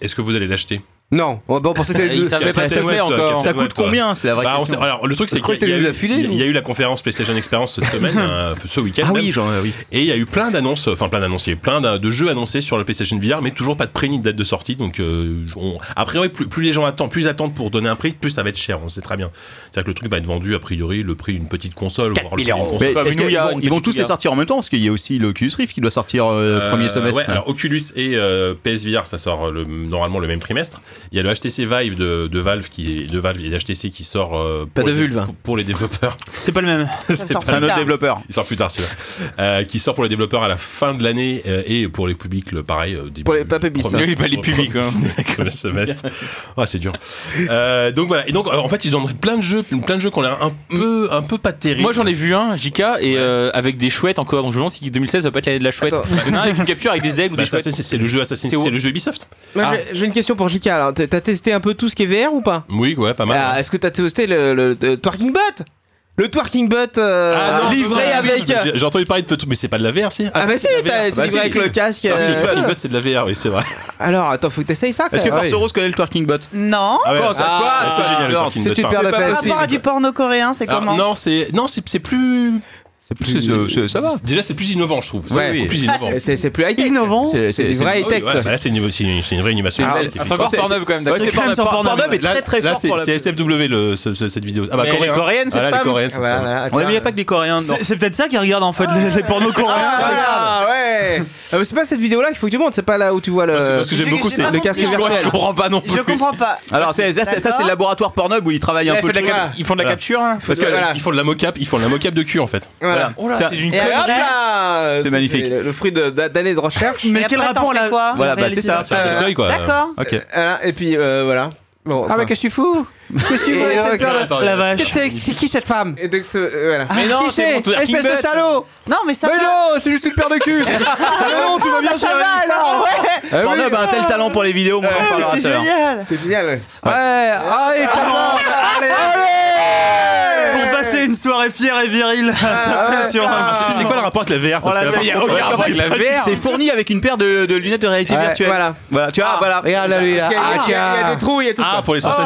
Speaker 4: Est-ce que vous allez l'acheter
Speaker 7: Non, on, bon, on pensait que c'était-
Speaker 3: Ils savaient pas
Speaker 4: Captain
Speaker 3: ce que c'est
Speaker 4: Web, toi,
Speaker 3: encore.
Speaker 4: Captain
Speaker 5: Ça coûte
Speaker 4: Web, toi.
Speaker 5: combien C'est la vraie
Speaker 4: Bah, on
Speaker 5: question.
Speaker 4: sait- alors, le truc, c'est
Speaker 7: crois
Speaker 4: qu'il y,
Speaker 7: que
Speaker 4: a
Speaker 7: t'as eu
Speaker 4: eu-
Speaker 7: la filée,
Speaker 4: il y a-
Speaker 7: ou-
Speaker 4: il y a eu la conférence PlayStation Experience cette semaine, euh, ce week-end.
Speaker 5: Ah
Speaker 4: même.
Speaker 5: oui, genre, euh, oui.
Speaker 4: Et il y a eu plein d'annonces, euh, enfin plein d'annonces, il y a eu plein de, de jeux annoncés sur le PlayStation VR, mais toujours pas de prix ni de date de sortie. Donc, euh, on- a priori, plus, plus les gens attendent, plus ils attendent pour donner un prix, plus ça va être cher, on sait très bien. C'est-à-dire que le truc va être vendu, a priori, le prix d'une petite console, voire le prix
Speaker 3: 4000
Speaker 4: d'une
Speaker 3: euros.
Speaker 4: console.
Speaker 5: Mais
Speaker 3: Comme
Speaker 5: est-ce
Speaker 3: nous,
Speaker 5: que-
Speaker 3: il y a
Speaker 5: bon,
Speaker 3: une
Speaker 5: ils vont tous
Speaker 3: petite
Speaker 5: les
Speaker 3: VR.
Speaker 5: sortir en même temps parce qu'il y a aussi le Oculus Rift qui doit sortir euh,
Speaker 4: Euh,
Speaker 13: hein.
Speaker 5: premier semestre.
Speaker 4: ouais, alors Oculus et euh, PS VR, ça sort le- euh, normalement le même trimestre. Il y a le HTC Vive de, de Valve qui est- de Valve et HTC qui sort euh, pour,
Speaker 13: Pas de
Speaker 4: les,
Speaker 13: vulve. hein.
Speaker 4: pour- pour les développeurs.
Speaker 6: C'est pas le même.
Speaker 4: C'est pas le- Il sort plus tard celui-là. Euh, qui sort pour les développeurs à la fin de l'année euh, et pour les publics, le pareil. euh, début-
Speaker 13: Pour les- pas publics,
Speaker 4: premier-
Speaker 13: ça. Oui, pas les publics, hein.
Speaker 4: Comme le semestre. Ah, c'est dur. Euh, donc voilà. Et donc, euh, en fait, ils ont plein de jeux, plein de jeux qu'on a un peu, un peu pas terribles.
Speaker 3: Moi j'en ai vu un, JK, et euh, avec des chouettes encore, donc je me demande si 2016 va pas être l'année de la chouette. Il y en a un avec une capture avec des aigles ou
Speaker 4: Bah,
Speaker 3: des
Speaker 4: ça,
Speaker 3: chouettes.
Speaker 4: c'est- c'est le jeu Assassin's
Speaker 3: C'est
Speaker 4: c'est
Speaker 3: où
Speaker 4: le jeu Ubisoft.
Speaker 13: Moi,
Speaker 3: Ah.
Speaker 13: j'ai- j'ai une question pour JK. alors. T'as t'as testé un peu tout ce qui est VR ou pas
Speaker 4: Oui, ouais, pas mal.
Speaker 13: Ah, Est-ce que t'as testé le, le, le Twerking Bot Le Twerking Bot euh,
Speaker 4: Ah,
Speaker 13: livré
Speaker 4: ça, oui,
Speaker 13: avec. euh,
Speaker 4: j'ai- J'ai entendu parler de peu tout, mais c'est pas de la VR, si
Speaker 13: Ah, mais si,
Speaker 4: c'est de la
Speaker 13: t'as-
Speaker 4: VR.
Speaker 13: c'est livré
Speaker 4: si.
Speaker 13: avec le casque,
Speaker 4: Ah, oui,
Speaker 13: euh,
Speaker 4: le twerking
Speaker 13: voilà.
Speaker 4: bot, c'est de la VR, oui, c'est vrai.
Speaker 13: Alors, attends, faut que t'essayes ça.
Speaker 4: Est-ce que Force Rose
Speaker 5: connaît le twerking bot
Speaker 9: Non.
Speaker 4: Ah ouais,
Speaker 13: Comment ça
Speaker 4: ah,
Speaker 13: Quoi
Speaker 4: ouais, C'est
Speaker 13: Ça
Speaker 4: génial, le
Speaker 13: Non,
Speaker 4: twerking
Speaker 13: c'est
Speaker 4: bot.
Speaker 13: une
Speaker 4: Enfin,
Speaker 13: perle à
Speaker 4: c'est-
Speaker 9: Par rapport à du porno coréen, c'est
Speaker 4: Alors,
Speaker 9: comment
Speaker 4: non, c'est non, c'est c'est plus. C'est
Speaker 5: plus- c'est- c'est- ça va.
Speaker 4: Déjà, c'est plus innovant, je trouve. Ah, C'est
Speaker 13: Ouais. Ah,
Speaker 4: beaucoup plus innovant.
Speaker 13: C'est- C'est plus high-tech. Innovant. C'est du vrai
Speaker 4: Ah oui,
Speaker 13: high-tech.
Speaker 4: ouais, ça, Là, c'est une, c'est une- c'est une vraie animation.
Speaker 13: Ah,
Speaker 4: High-tech,
Speaker 13: c'est
Speaker 4: effectivement.
Speaker 13: encore Pornhub, quand même, d'accord.
Speaker 4: Ouais,
Speaker 13: C'est crème sans
Speaker 4: Por-
Speaker 13: Pornhub.
Speaker 4: Pornhub est
Speaker 13: Là-
Speaker 4: très très
Speaker 13: là,
Speaker 4: fort.
Speaker 13: c'est-
Speaker 4: pour la-
Speaker 13: c'est
Speaker 4: C'est SFW le- ce- ce- cette vidéo. Ah
Speaker 13: Mais bah, elle est
Speaker 4: coréen.
Speaker 13: coréenne, cette
Speaker 4: Ah, là, elle est
Speaker 13: femme.
Speaker 4: coréenne, cette
Speaker 13: Voilà,
Speaker 4: femme.
Speaker 13: voilà, Ouais, mais il y a tiens. pas
Speaker 6: que
Speaker 5: des coréens
Speaker 6: C'est c'est peut-être ça qui regarde en fait les, les pornos coréens.
Speaker 13: Ah ouais Ah, mais C'est pas cette vidéo-là qu'il faut que tu montes, c'est pas là où tu vois le.
Speaker 5: parce que j'aime beaucoup, c'est-
Speaker 13: le casque
Speaker 5: Je comprends-
Speaker 13: virtuel.
Speaker 5: je comprends pas non plus. Je comprends
Speaker 13: pas.
Speaker 5: Alors, c'est- ça, c'est- ça, c'est le laboratoire Pornhub où ils travaillent
Speaker 4: Là,
Speaker 5: un
Speaker 4: il
Speaker 5: peu.
Speaker 4: fait de la
Speaker 5: le truc.
Speaker 4: cap- ils font de la
Speaker 5: Voilà.
Speaker 4: capture, hein.
Speaker 5: Parce que
Speaker 4: Voilà. Ils font de la mocap, ils font de la mocap de cul en fait.
Speaker 13: Voilà.
Speaker 4: Voilà. Ça-
Speaker 13: Et hop là
Speaker 4: C'est
Speaker 13: Ça,
Speaker 4: magnifique.
Speaker 13: le- Le fruit de- d'a- d'années de recherche.
Speaker 9: Mais Et quel après, rapport t'en la- fais quoi
Speaker 4: Voilà, bah, c'est ça, c'est un
Speaker 13: Euh,
Speaker 4: sextoy, quoi.
Speaker 9: D'accord.
Speaker 13: Euh, voilà, Et puis euh, voilà. Bon,
Speaker 10: Ah,
Speaker 13: enfin.
Speaker 10: mais qu'est-ce que tu fous Qu'est-ce que tu veux
Speaker 13: Et
Speaker 10: avec
Speaker 13: ouais,
Speaker 10: cette perle
Speaker 13: attends, attends.
Speaker 10: Qu'est-ce que C'est c'est qui cette femme
Speaker 13: Et donc ce. euh, Voilà.
Speaker 10: Ah, qui c'est Espèce de salaud
Speaker 9: Non, mais ça
Speaker 10: Mais
Speaker 9: va.
Speaker 10: non, c'est juste une paire de cul
Speaker 5: Ah
Speaker 9: Ah
Speaker 13: non, tout va bien,
Speaker 9: ça va alors
Speaker 1: Ah
Speaker 9: ouais.
Speaker 5: Pornhub a un tel talent pour les vidéos, moi, on en parlera tout à l'heure.
Speaker 13: C'est génial. Ouais,
Speaker 10: allez, ta
Speaker 5: Ah,
Speaker 13: Allez
Speaker 6: Pour passer une soirée fière et virile.
Speaker 9: Ah,
Speaker 6: sur un-
Speaker 4: C'est quoi le rapport avec la VR Parce
Speaker 6: Oh, la
Speaker 4: que là,
Speaker 6: VR,
Speaker 4: par
Speaker 6: aucun
Speaker 4: contre,
Speaker 6: rapport avec la VR.
Speaker 5: C'est fourni avec une paire de, de lunettes de réalité
Speaker 6: Ouais,
Speaker 5: virtuelle.
Speaker 6: voilà.
Speaker 5: Voilà,
Speaker 3: Ah.
Speaker 5: tu vois, voilà.
Speaker 10: Regarde là, lui, là.
Speaker 5: Parce qu'il y a-
Speaker 10: Ah,
Speaker 5: il y a
Speaker 10: tiens.
Speaker 5: des trous, il y a tout, quoi. Oh là
Speaker 3: euh,
Speaker 5: là.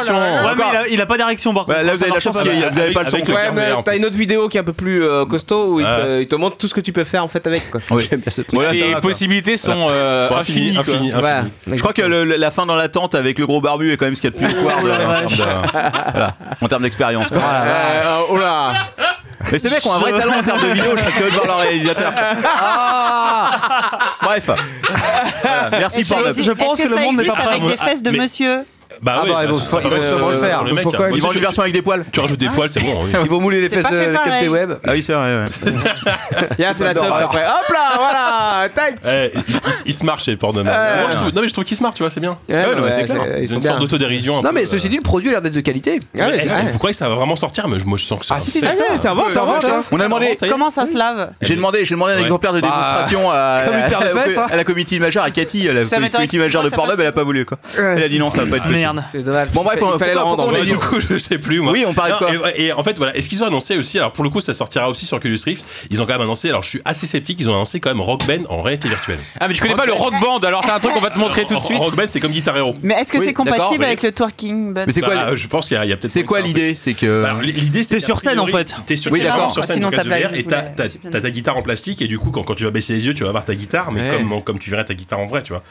Speaker 6: Ouais, mais il a, il a pas d'érection par contre.
Speaker 13: Ah,
Speaker 5: là, vous avez la chance qu'il y a- vous avez
Speaker 6: Ah,
Speaker 5: pas le son.
Speaker 13: Ouais, mais t'as une autre vidéo qui est un peu plus euh, costaud où il, te, il te montre tout ce que tu peux faire en fait avec quoi.
Speaker 5: J'aime bien ce truc. Voilà, ça
Speaker 3: les
Speaker 5: va, quoi.
Speaker 3: possibilités sont euh,
Speaker 5: Sont
Speaker 3: infinies. quoi.
Speaker 5: infinies, infinies. Je crois que le- le- la fin dans la tente avec le gros barbu est quand même ce qu'il y a de plus
Speaker 3: Oh
Speaker 5: voir
Speaker 3: la
Speaker 5: en,
Speaker 3: vache.
Speaker 5: termes de- voilà, en termes d'expérience. quoi.
Speaker 13: Euh, oh là
Speaker 5: Mais ces mecs ont un vrai talent en termes de vidéo, je serais curieux de voir leur réalisateur.
Speaker 1: Ah.
Speaker 5: Ah. Bref. Voilà, merci
Speaker 9: Est-ce que
Speaker 5: Pornhub.
Speaker 9: ça existe- est-ce que ça existe Avec des fesses de
Speaker 4: Mais-
Speaker 9: monsieur.
Speaker 4: Bah
Speaker 5: Ah
Speaker 4: ouais,
Speaker 5: bah, ils vont
Speaker 4: c'est
Speaker 5: se-
Speaker 4: pas
Speaker 5: ils vont
Speaker 4: mal,
Speaker 5: sûrement
Speaker 4: euh,
Speaker 5: le faire.
Speaker 4: les
Speaker 5: Donc
Speaker 4: mecs,
Speaker 5: pourquoi
Speaker 4: hein.
Speaker 5: ils
Speaker 4: Tu-
Speaker 5: vendent
Speaker 4: tu-
Speaker 5: une version avec des poils
Speaker 4: Tu rajoutes des poils, c'est bon. oui.
Speaker 10: Ils vont mouler les
Speaker 5: C'est
Speaker 10: fesses
Speaker 5: pas
Speaker 10: de
Speaker 5: fait
Speaker 10: de
Speaker 5: pareil.
Speaker 10: Captain Web.
Speaker 5: Ah oui, c'est vrai.
Speaker 13: Regarde, c'est la teuf après. Hop là, voilà Tac
Speaker 4: Eh, il- il- Il se marre chez Pornhub. Moi, je trouve- Non mais je trouve qu'il se marre, tu vois, c'est bien.
Speaker 10: Euh, Ouais,
Speaker 4: Ouais, non, mais
Speaker 10: ouais,
Speaker 4: c'est clair.
Speaker 10: c'est- ils
Speaker 4: Ils
Speaker 10: sont
Speaker 4: ont une
Speaker 10: bien.
Speaker 4: sorte d'autodérision. un
Speaker 10: Non,
Speaker 4: peu,
Speaker 10: mais
Speaker 4: euh,
Speaker 10: ceci dit, le produit a l'air d'être de qualité.
Speaker 4: Eh, eh, Vous croyez que ça va vraiment sortir Mais je- moi je sens que ça.
Speaker 10: Ah, si, si,
Speaker 4: ça hein.
Speaker 10: ça y est, ça va, ça va, ça va.
Speaker 5: On a demandé.
Speaker 9: hein. Comment ça se lave
Speaker 5: J'ai demandé, j'ai demandé un
Speaker 4: Ouais.
Speaker 5: exemplaire de
Speaker 4: Bah,
Speaker 5: démonstration à,
Speaker 4: comme une
Speaker 5: à-
Speaker 4: paire de
Speaker 5: au-
Speaker 4: fesses, hein.
Speaker 5: à la community majeure, à Cathy, la
Speaker 9: Ça m'étonne
Speaker 5: community
Speaker 9: que-
Speaker 5: majeure de
Speaker 9: ça
Speaker 5: Pornhub,
Speaker 9: passe.
Speaker 5: elle a pas voulu quoi. Elle a dit non, ça va pas être possible.
Speaker 6: Merde.
Speaker 13: C'est dommage.
Speaker 5: Bon bref,
Speaker 13: il fallait le rendre.
Speaker 5: on
Speaker 4: Ouais,
Speaker 5: va
Speaker 4: du
Speaker 5: dire.
Speaker 4: coup, je sais plus. Moi.
Speaker 5: Oui, on parlait de
Speaker 4: Non,
Speaker 5: quoi
Speaker 4: et, et en fait, voilà. Et ce qu'ils ont annoncé aussi, alors pour le coup, ça sortira aussi sur Oculus Rift. Ils ont quand même annoncé, alors je suis assez sceptique, ils ont annoncé quand même Rock Band en réalité virtuelle.
Speaker 3: Ah, mais tu connais pas le rock band, alors c'est un truc qu'on va te montrer tout de suite.
Speaker 4: Rock Band, c'est comme Guitar Hero.
Speaker 9: Mais est-ce que c'est compatible avec le twerking bot
Speaker 4: Bah, Je pense qu'il y a, il y a peut-être.
Speaker 5: C'est quoi l'idée C'est que.
Speaker 4: Bah, Alors, l- l'idée, c'est
Speaker 6: T'es
Speaker 4: qu'a
Speaker 6: sur scène,
Speaker 4: priori,
Speaker 6: en fait.
Speaker 4: T'es sur,
Speaker 5: Oui,
Speaker 4: t'es vraiment
Speaker 5: d'accord.
Speaker 4: sur
Speaker 5: Ah,
Speaker 4: scène,
Speaker 5: sinon,
Speaker 4: donc, à
Speaker 5: t'as pas
Speaker 4: VR,
Speaker 5: la-
Speaker 4: et t'as, t'as- t'as ta guitare en plastique, et du coup, quand, quand tu vas baisser les yeux, tu vas voir ta guitare, mais
Speaker 10: Ouais.
Speaker 4: comme, comme tu verrais ta guitare en vrai, tu vois.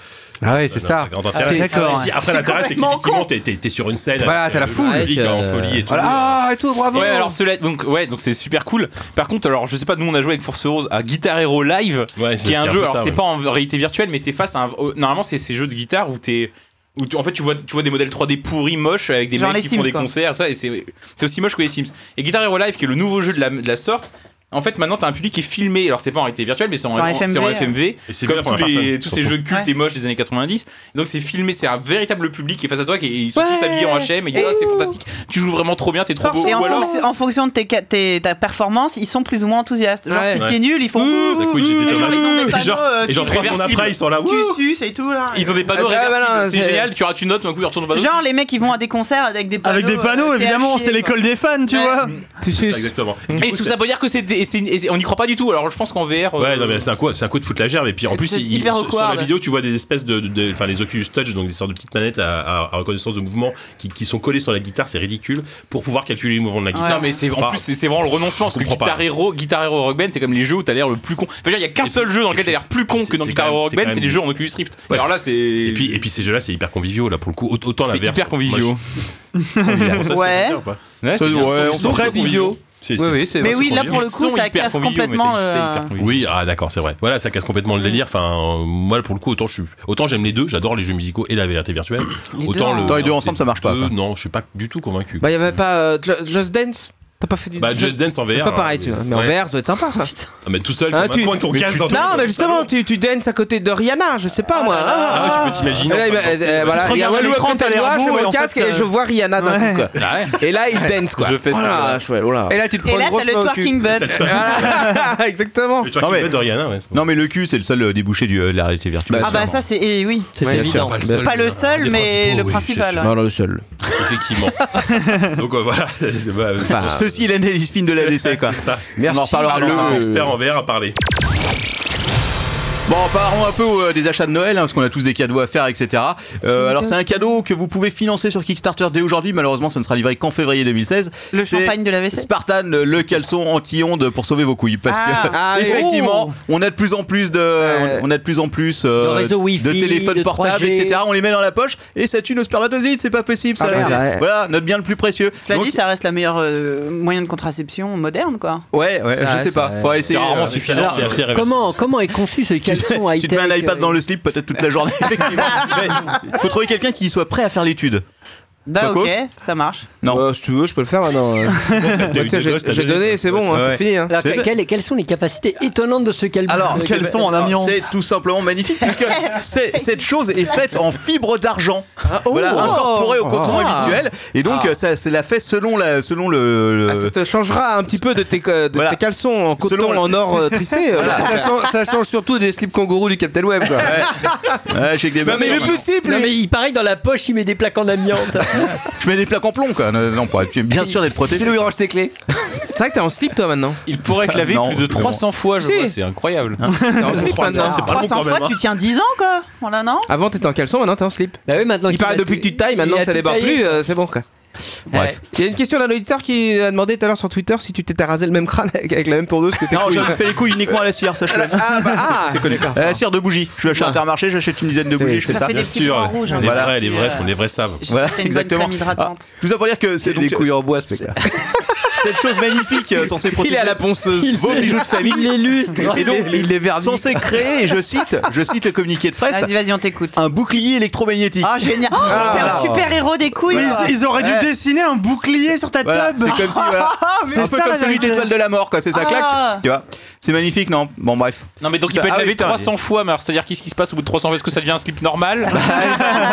Speaker 10: Ah ouais, c'est
Speaker 4: n'a
Speaker 10: ça.
Speaker 4: pas grand intérêt.
Speaker 10: Ah, t'es- d'accord,
Speaker 4: Et si-
Speaker 10: ouais.
Speaker 4: après, l'intérêt, c'est
Speaker 10: Complètement
Speaker 4: qu'effectivement, t'es, t'es- t'es sur une scène.
Speaker 10: Voilà,
Speaker 4: avec,
Speaker 10: t'as la
Speaker 4: euh, le
Speaker 10: foule.
Speaker 4: public en
Speaker 10: euh,
Speaker 4: folie et tout.
Speaker 10: voilà. Ah, et tout, bravo.
Speaker 3: Ouais, alors cela, donc ouais, donc c'est super cool. Par contre, alors je sais pas, nous on a joué avec Force Rose à Guitar Hero Live,
Speaker 4: Ouais,
Speaker 3: qui est un
Speaker 4: peu
Speaker 3: jeu.
Speaker 4: ça,
Speaker 3: alors c'est
Speaker 4: ouais.
Speaker 3: pas en réalité virtuelle, mais t'es face à un. au- Normalement, c'est ces jeux de guitare où t'es. Où tu- en fait, tu vois, tu vois des modèles 3D pourris, moches, avec des
Speaker 9: Genre
Speaker 3: mecs
Speaker 9: les
Speaker 3: qui
Speaker 9: Sims,
Speaker 3: font des
Speaker 9: quoi.
Speaker 3: concerts, tout ça, et c'est c'est aussi moche que les Sims. Et Guitar Hero Live, qui est le nouveau jeu de la, de la sorte, en fait, maintenant, t'as un public qui est filmé. Alors, c'est pas en réalité virtuelle, mais c'est en,
Speaker 9: C'est en
Speaker 3: en-
Speaker 9: FMV,
Speaker 3: c'est en
Speaker 9: ouais.
Speaker 3: FMV.
Speaker 4: Et c'est vu
Speaker 3: comme
Speaker 4: la première
Speaker 3: tous, les-
Speaker 4: personne,
Speaker 3: tous ces
Speaker 4: surtout.
Speaker 3: jeux cultes et moches des années 90. Donc, c'est filmé, c'est un véritable public qui est face à toi, qui, et ils sont tous
Speaker 9: Ouais.
Speaker 3: habillés en HM, et ils disent, Ah, c'est fantastique, tu joues vraiment trop bien, t'es trop beau.
Speaker 9: Et en,
Speaker 3: Ou alors-
Speaker 9: fonction- en fonction de tes, ca- tes- ta performance, ils sont plus ou moins enthousiastes. Genre,
Speaker 3: Ouais.
Speaker 9: si
Speaker 3: Ouais.
Speaker 9: t'es nul, ils font.
Speaker 4: D'un coup,
Speaker 9: ouh,
Speaker 4: ils
Speaker 9: ouh,
Speaker 4: étaient
Speaker 9: et
Speaker 4: dans-
Speaker 9: genre, ils
Speaker 4: Et
Speaker 9: ont des
Speaker 4: genre-
Speaker 9: panneaux, euh,
Speaker 4: et genre, trois secondes
Speaker 3: réversibles.
Speaker 4: après, ils sont là, ouh.
Speaker 9: Tu suces et tout là.
Speaker 3: Ils ont des panneaux
Speaker 9: Ah, bah,
Speaker 3: réversibles.
Speaker 9: voilà,
Speaker 3: c'est génial, tu, tu notes, un coup, ils retournent
Speaker 9: Genre, les mecs, ils vont à des concerts avec des panneaux.
Speaker 6: Avec des panneaux,
Speaker 9: euh, t'es à
Speaker 6: évidemment,
Speaker 9: chier,
Speaker 6: c'est l'école
Speaker 9: quoi.
Speaker 6: des fans, tu
Speaker 9: Ouais.
Speaker 6: vois.
Speaker 3: Mm.
Speaker 4: Tu suces. Exactement. Et du
Speaker 3: Et
Speaker 4: coup,
Speaker 3: tout
Speaker 4: c'est-
Speaker 3: ça veut dire que c'est, des- et c'est une- et c'est- on n'y croit pas du tout. Alors je pense qu'en VR, euh,
Speaker 4: Ouais, non, mais c'est un coup, c'est un coup de foutre la gerbe. Et puis en
Speaker 3: Et
Speaker 4: plus,
Speaker 3: c'est
Speaker 4: il-
Speaker 3: hyper
Speaker 4: sur, sur la
Speaker 3: awkward.
Speaker 4: vidéo, tu vois des espèces de, de- de- enfin les Oculus Touch, donc des sortes de petites manettes à, à- à reconnaissance de mouvement qui, qui sont collées sur la guitare, c'est ridicule pour pouvoir calculer le mouvement de la guitare.
Speaker 3: Non mais c'est en
Speaker 4: Bah,
Speaker 3: plus c'est c'est vraiment le renoncement parce que
Speaker 4: comprends pas.
Speaker 3: Guitar Hero, Guitar Hero Rock Band c'est comme les jeux où t'as l'air le plus con. Enfin, je veux dire, il y a qu'un seul jeu dans lequel t'as l'air plus con
Speaker 4: c'est-
Speaker 3: que dans
Speaker 4: c'est
Speaker 3: Guitar
Speaker 4: quand
Speaker 3: Hero
Speaker 4: même-
Speaker 3: Rock
Speaker 4: c'est
Speaker 3: Band,
Speaker 4: quand même-
Speaker 3: c'est les jeux en Oculus Rift.
Speaker 4: Ouais.
Speaker 3: Alors là c'est
Speaker 4: Et puis, et puis ces jeux-là, c'est hyper conviviaux là pour le coup. Aut- Autant la
Speaker 3: C'est
Speaker 4: version.
Speaker 3: hyper conviviaux.
Speaker 4: Moi, je- Ah, Moi, je-
Speaker 9: Ouais.
Speaker 4: ou pas
Speaker 3: Ouais, c'est bien.
Speaker 4: Ouais,
Speaker 3: Ils sont
Speaker 4: on
Speaker 3: très
Speaker 4: conviviaux.
Speaker 3: conviviaux.
Speaker 4: C'est-
Speaker 7: Oui, oui, c'est-
Speaker 9: Mais oui, là, pour le coup,
Speaker 4: Ils sont
Speaker 9: ça
Speaker 4: hyper
Speaker 9: casse
Speaker 4: conviviaux,
Speaker 9: complètement
Speaker 4: mais
Speaker 9: le-
Speaker 4: c'est hyper convivial. Oui, ah d'accord, c'est vrai. Voilà, ça casse complètement le délire. Enfin, euh, moi, pour le coup, autant je suis, autant j'aime les deux. J'adore les jeux musicaux et la vérité virtuelle.
Speaker 13: Les
Speaker 4: autant
Speaker 13: deux,
Speaker 4: le,
Speaker 13: hein. Dans les deux
Speaker 4: ensemble, ça marche pas. Non, je suis pas du tout convaincu.
Speaker 13: Bah, il avait pas euh, Ju- Just Dance T'as pas fait du.
Speaker 4: Bah, Just Dance en
Speaker 13: C'est
Speaker 4: VR,
Speaker 13: pas
Speaker 4: hein,
Speaker 13: pareil, tu vois. Mais en
Speaker 4: ouais.
Speaker 13: VR, ça doit être sympa ça.
Speaker 4: Ah, mais tout seul,
Speaker 13: Hein,
Speaker 4: t'as tu... pointe ton
Speaker 13: mais
Speaker 4: casque
Speaker 13: tu-
Speaker 4: dans ton.
Speaker 13: Non, mais justement, tu, tu dances à côté de Rihanna, je sais pas moi.
Speaker 4: Ah, tu peux t'imaginer en
Speaker 13: Là,
Speaker 4: train de
Speaker 13: bah,
Speaker 4: danser,
Speaker 13: euh,
Speaker 4: ouais.
Speaker 13: voilà,
Speaker 4: Tu te
Speaker 13: il y a
Speaker 4: regardes à
Speaker 13: Walou à
Speaker 4: l'écran,
Speaker 13: côté
Speaker 4: t'as
Speaker 13: de
Speaker 4: l'air
Speaker 13: moi,
Speaker 4: beau,
Speaker 13: j'ai
Speaker 4: et en
Speaker 13: mon
Speaker 4: fait,
Speaker 13: casque
Speaker 4: euh,
Speaker 13: et je vois Rihanna d'un
Speaker 4: Ouais.
Speaker 13: coup. quoi.
Speaker 4: Ah ouais.
Speaker 13: Et là, il dance quoi. Ah,
Speaker 4: Je fais ça,
Speaker 13: Voilà, je fais- voilà.
Speaker 7: Et là, tu te prends
Speaker 13: Et là,
Speaker 7: une grosse
Speaker 13: t'as le
Speaker 7: main au
Speaker 13: twerking
Speaker 7: cul.
Speaker 13: butt. Voilà, Exactement.
Speaker 4: Tu vois, de Rihanna, ouais.
Speaker 5: Non, mais le cul, c'est le seul euh, débouché du- euh, de la réalité virtuelle.
Speaker 9: Ah bah ça c'est eh oui.
Speaker 5: C'est Ouais, Bah, évident.
Speaker 9: Pas
Speaker 5: bien
Speaker 9: le
Speaker 5: sûr.
Speaker 9: seul, hein,
Speaker 5: Pas le
Speaker 4: seul,
Speaker 9: mais le principal. ouais.
Speaker 5: le seul.
Speaker 4: Effectivement. Donc euh, voilà. c'est pas-
Speaker 5: Enfin, ceci est l'analyse fine de l'ADC, quoi.
Speaker 4: Merci,
Speaker 5: On en reparlera
Speaker 4: Marlon,
Speaker 5: le-
Speaker 4: un expert en VR à parler.
Speaker 5: Bon, parlons un peu euh, des achats de Noël, hein, parce qu'on a tous des cadeaux à faire, etc. Euh, alors, c'est un cadeau que vous pouvez financer sur Kickstarter dès aujourd'hui. Malheureusement, ça ne sera livré qu'en février 2016.
Speaker 9: Le
Speaker 5: C'est
Speaker 9: champagne de la vaisselle
Speaker 5: Spartan, le caleçon anti-ondes pour sauver vos couilles. Parce que,
Speaker 9: Ah. Ah,
Speaker 5: effectivement, on a de plus en plus de, on a de plus en plus euh,
Speaker 8: De réseaux Wi-Fi,
Speaker 5: de téléphones
Speaker 8: de
Speaker 5: portables,
Speaker 8: 3G.
Speaker 5: etc. On les met dans la poche et ça tue nos spermatozoïdes. C'est pas possible, ça.
Speaker 9: Ah, merde,
Speaker 5: bah, C'est-
Speaker 9: ouais.
Speaker 5: Voilà, notre bien le plus précieux.
Speaker 9: Cela
Speaker 5: Donc,
Speaker 9: dit, ça reste la meilleure euh, moyen de contraception moderne quoi.
Speaker 5: Ouais, ouais, je sais pas. Faut essayer.
Speaker 4: rarement
Speaker 9: hein,
Speaker 5: euh,
Speaker 4: suffisant,
Speaker 5: c'est-
Speaker 4: c'est assez
Speaker 8: Comment, comment est conçu ce caleçon high
Speaker 5: tu te mets un iPad dans le slip peut-être toute la journée. Effectivement. Mais faut trouver quelqu'un qui soit prêt à faire l'étude.
Speaker 9: Bah
Speaker 5: Cocos
Speaker 9: ok, ça marche.
Speaker 5: Non.
Speaker 13: si tu veux, je peux le faire maintenant.
Speaker 5: t'as eu
Speaker 13: Bah, J'ai
Speaker 5: des gosses, t'as
Speaker 13: j'ai
Speaker 5: déjà-
Speaker 13: donné, c'est bon, hein,
Speaker 5: Ouais.
Speaker 13: c'est fini. hein.
Speaker 8: Alors, que- quelles, quelles sont les capacités étonnantes de ce calbut
Speaker 5: Alors,
Speaker 8: Euh,
Speaker 5: c'est- alors, C'est tout simplement magnifique puisque c'est- cette chose est faite en fibre d'argent. voilà, incorporée au coton
Speaker 13: oh. Ah.
Speaker 5: habituel. Et donc, euh, ça, c'est la fait selon la, selon le.
Speaker 4: euh,
Speaker 5: le-
Speaker 13: Ah, ça te changera un petit peu de tes, co- de
Speaker 5: Voilà.
Speaker 13: tes caleçons en coton,
Speaker 5: Selon la-
Speaker 13: en or euh, tricé. euh,
Speaker 5: Voilà.
Speaker 13: ça-
Speaker 10: Ça change, ça change surtout des slips kangourous du Captain Web, quoi.
Speaker 5: Ouais, j'ai que des
Speaker 13: Non, mais
Speaker 5: bonnes-
Speaker 13: le plus simple,
Speaker 8: Non, mais il paraît que dans la poche, il met des plaques en amiante.
Speaker 5: Je mets des plaques en plomb, quoi. Non, non, pour être- bien sûr d'être protégé.
Speaker 13: c'est lui range tes clés. C'est vrai que t'es en slip toi maintenant.
Speaker 14: Il pourrait claver
Speaker 5: Non,
Speaker 14: plus de
Speaker 5: mais bon.
Speaker 14: 300 fois, je
Speaker 13: Si.
Speaker 14: vois, c'est incroyable.
Speaker 13: T'es en slip maintenant.
Speaker 4: c'est pas long
Speaker 9: 300
Speaker 4: quand même.
Speaker 9: fois tu tiens 10 ans quoi. Voilà non
Speaker 13: Avant t'étais en caleçon, maintenant t'es en slip.
Speaker 8: bah oui, maintenant
Speaker 13: Il
Speaker 8: qu'il
Speaker 13: paraît
Speaker 8: a
Speaker 13: depuis que
Speaker 8: tout-
Speaker 13: tu tailles, maintenant
Speaker 8: il a
Speaker 13: que ça
Speaker 8: tout
Speaker 13: débarre
Speaker 8: taillé.
Speaker 13: plus, euh, c'est bon quoi.
Speaker 5: Bref.
Speaker 13: Il y a une question d'un auditeur qui a demandé tout à l'heure sur Twitter si tu t'étais rasé le même crâne avec, avec la même tondeuse que tes
Speaker 5: Non,
Speaker 13: couilles.
Speaker 5: je me fais les couilles uniquement à la cire, sache-le.
Speaker 13: Ah, bah, ah.
Speaker 5: C'est connu. À la cire de bougie. Je vais chez Intermarché, j'achète une dizaine de bougies, je fais ça.
Speaker 9: fait des
Speaker 4: Bien
Speaker 9: petits
Speaker 4: sûr.
Speaker 9: points rouges, hein,
Speaker 4: Les
Speaker 9: voilà.
Speaker 4: vrais, les vrais,
Speaker 9: Puis, euh,
Speaker 4: font- les vrais savent.
Speaker 9: J'espère que t'as une bonne crème hydratante.
Speaker 5: Ah, tout ça pour dire que c'est donc
Speaker 10: Les couilles en bois, ce mec-là.
Speaker 5: cette chose magnifique euh, censée protéger
Speaker 13: Il est à la ponceuse.
Speaker 5: vos bijoux de famille.
Speaker 8: Il l'illustre.
Speaker 5: Et donc, il est censé créer, et je cite, je cite le communiqué de presse,
Speaker 9: Vas-y vas-y on t'écoute.
Speaker 5: un bouclier électromagnétique.
Speaker 9: Ah génial. Oh, T'es un super héros des couilles. quoi.
Speaker 6: Ils, ils auraient dû
Speaker 5: Ouais.
Speaker 6: dessiner un bouclier sur ta
Speaker 5: Voilà,
Speaker 6: table.
Speaker 5: c'est comme si, voilà, c'est un
Speaker 6: c'est
Speaker 5: peu
Speaker 6: ça,
Speaker 5: comme
Speaker 6: la
Speaker 5: celui de
Speaker 6: vérité.
Speaker 5: l'étoile de la mort, quoi. C'est ça,
Speaker 9: Ah.
Speaker 5: claque. Tu vois, c'est magnifique, non Bon, bref.
Speaker 14: Non, mais donc il
Speaker 5: Ça-
Speaker 14: peut être
Speaker 5: ah oui,
Speaker 14: lavé
Speaker 5: putain,
Speaker 14: 300 fois, mais alors c'est-à-dire qu'est-ce qui se passe au bout de 300 fois Est-ce que ça devient un slip normal
Speaker 5: Bah,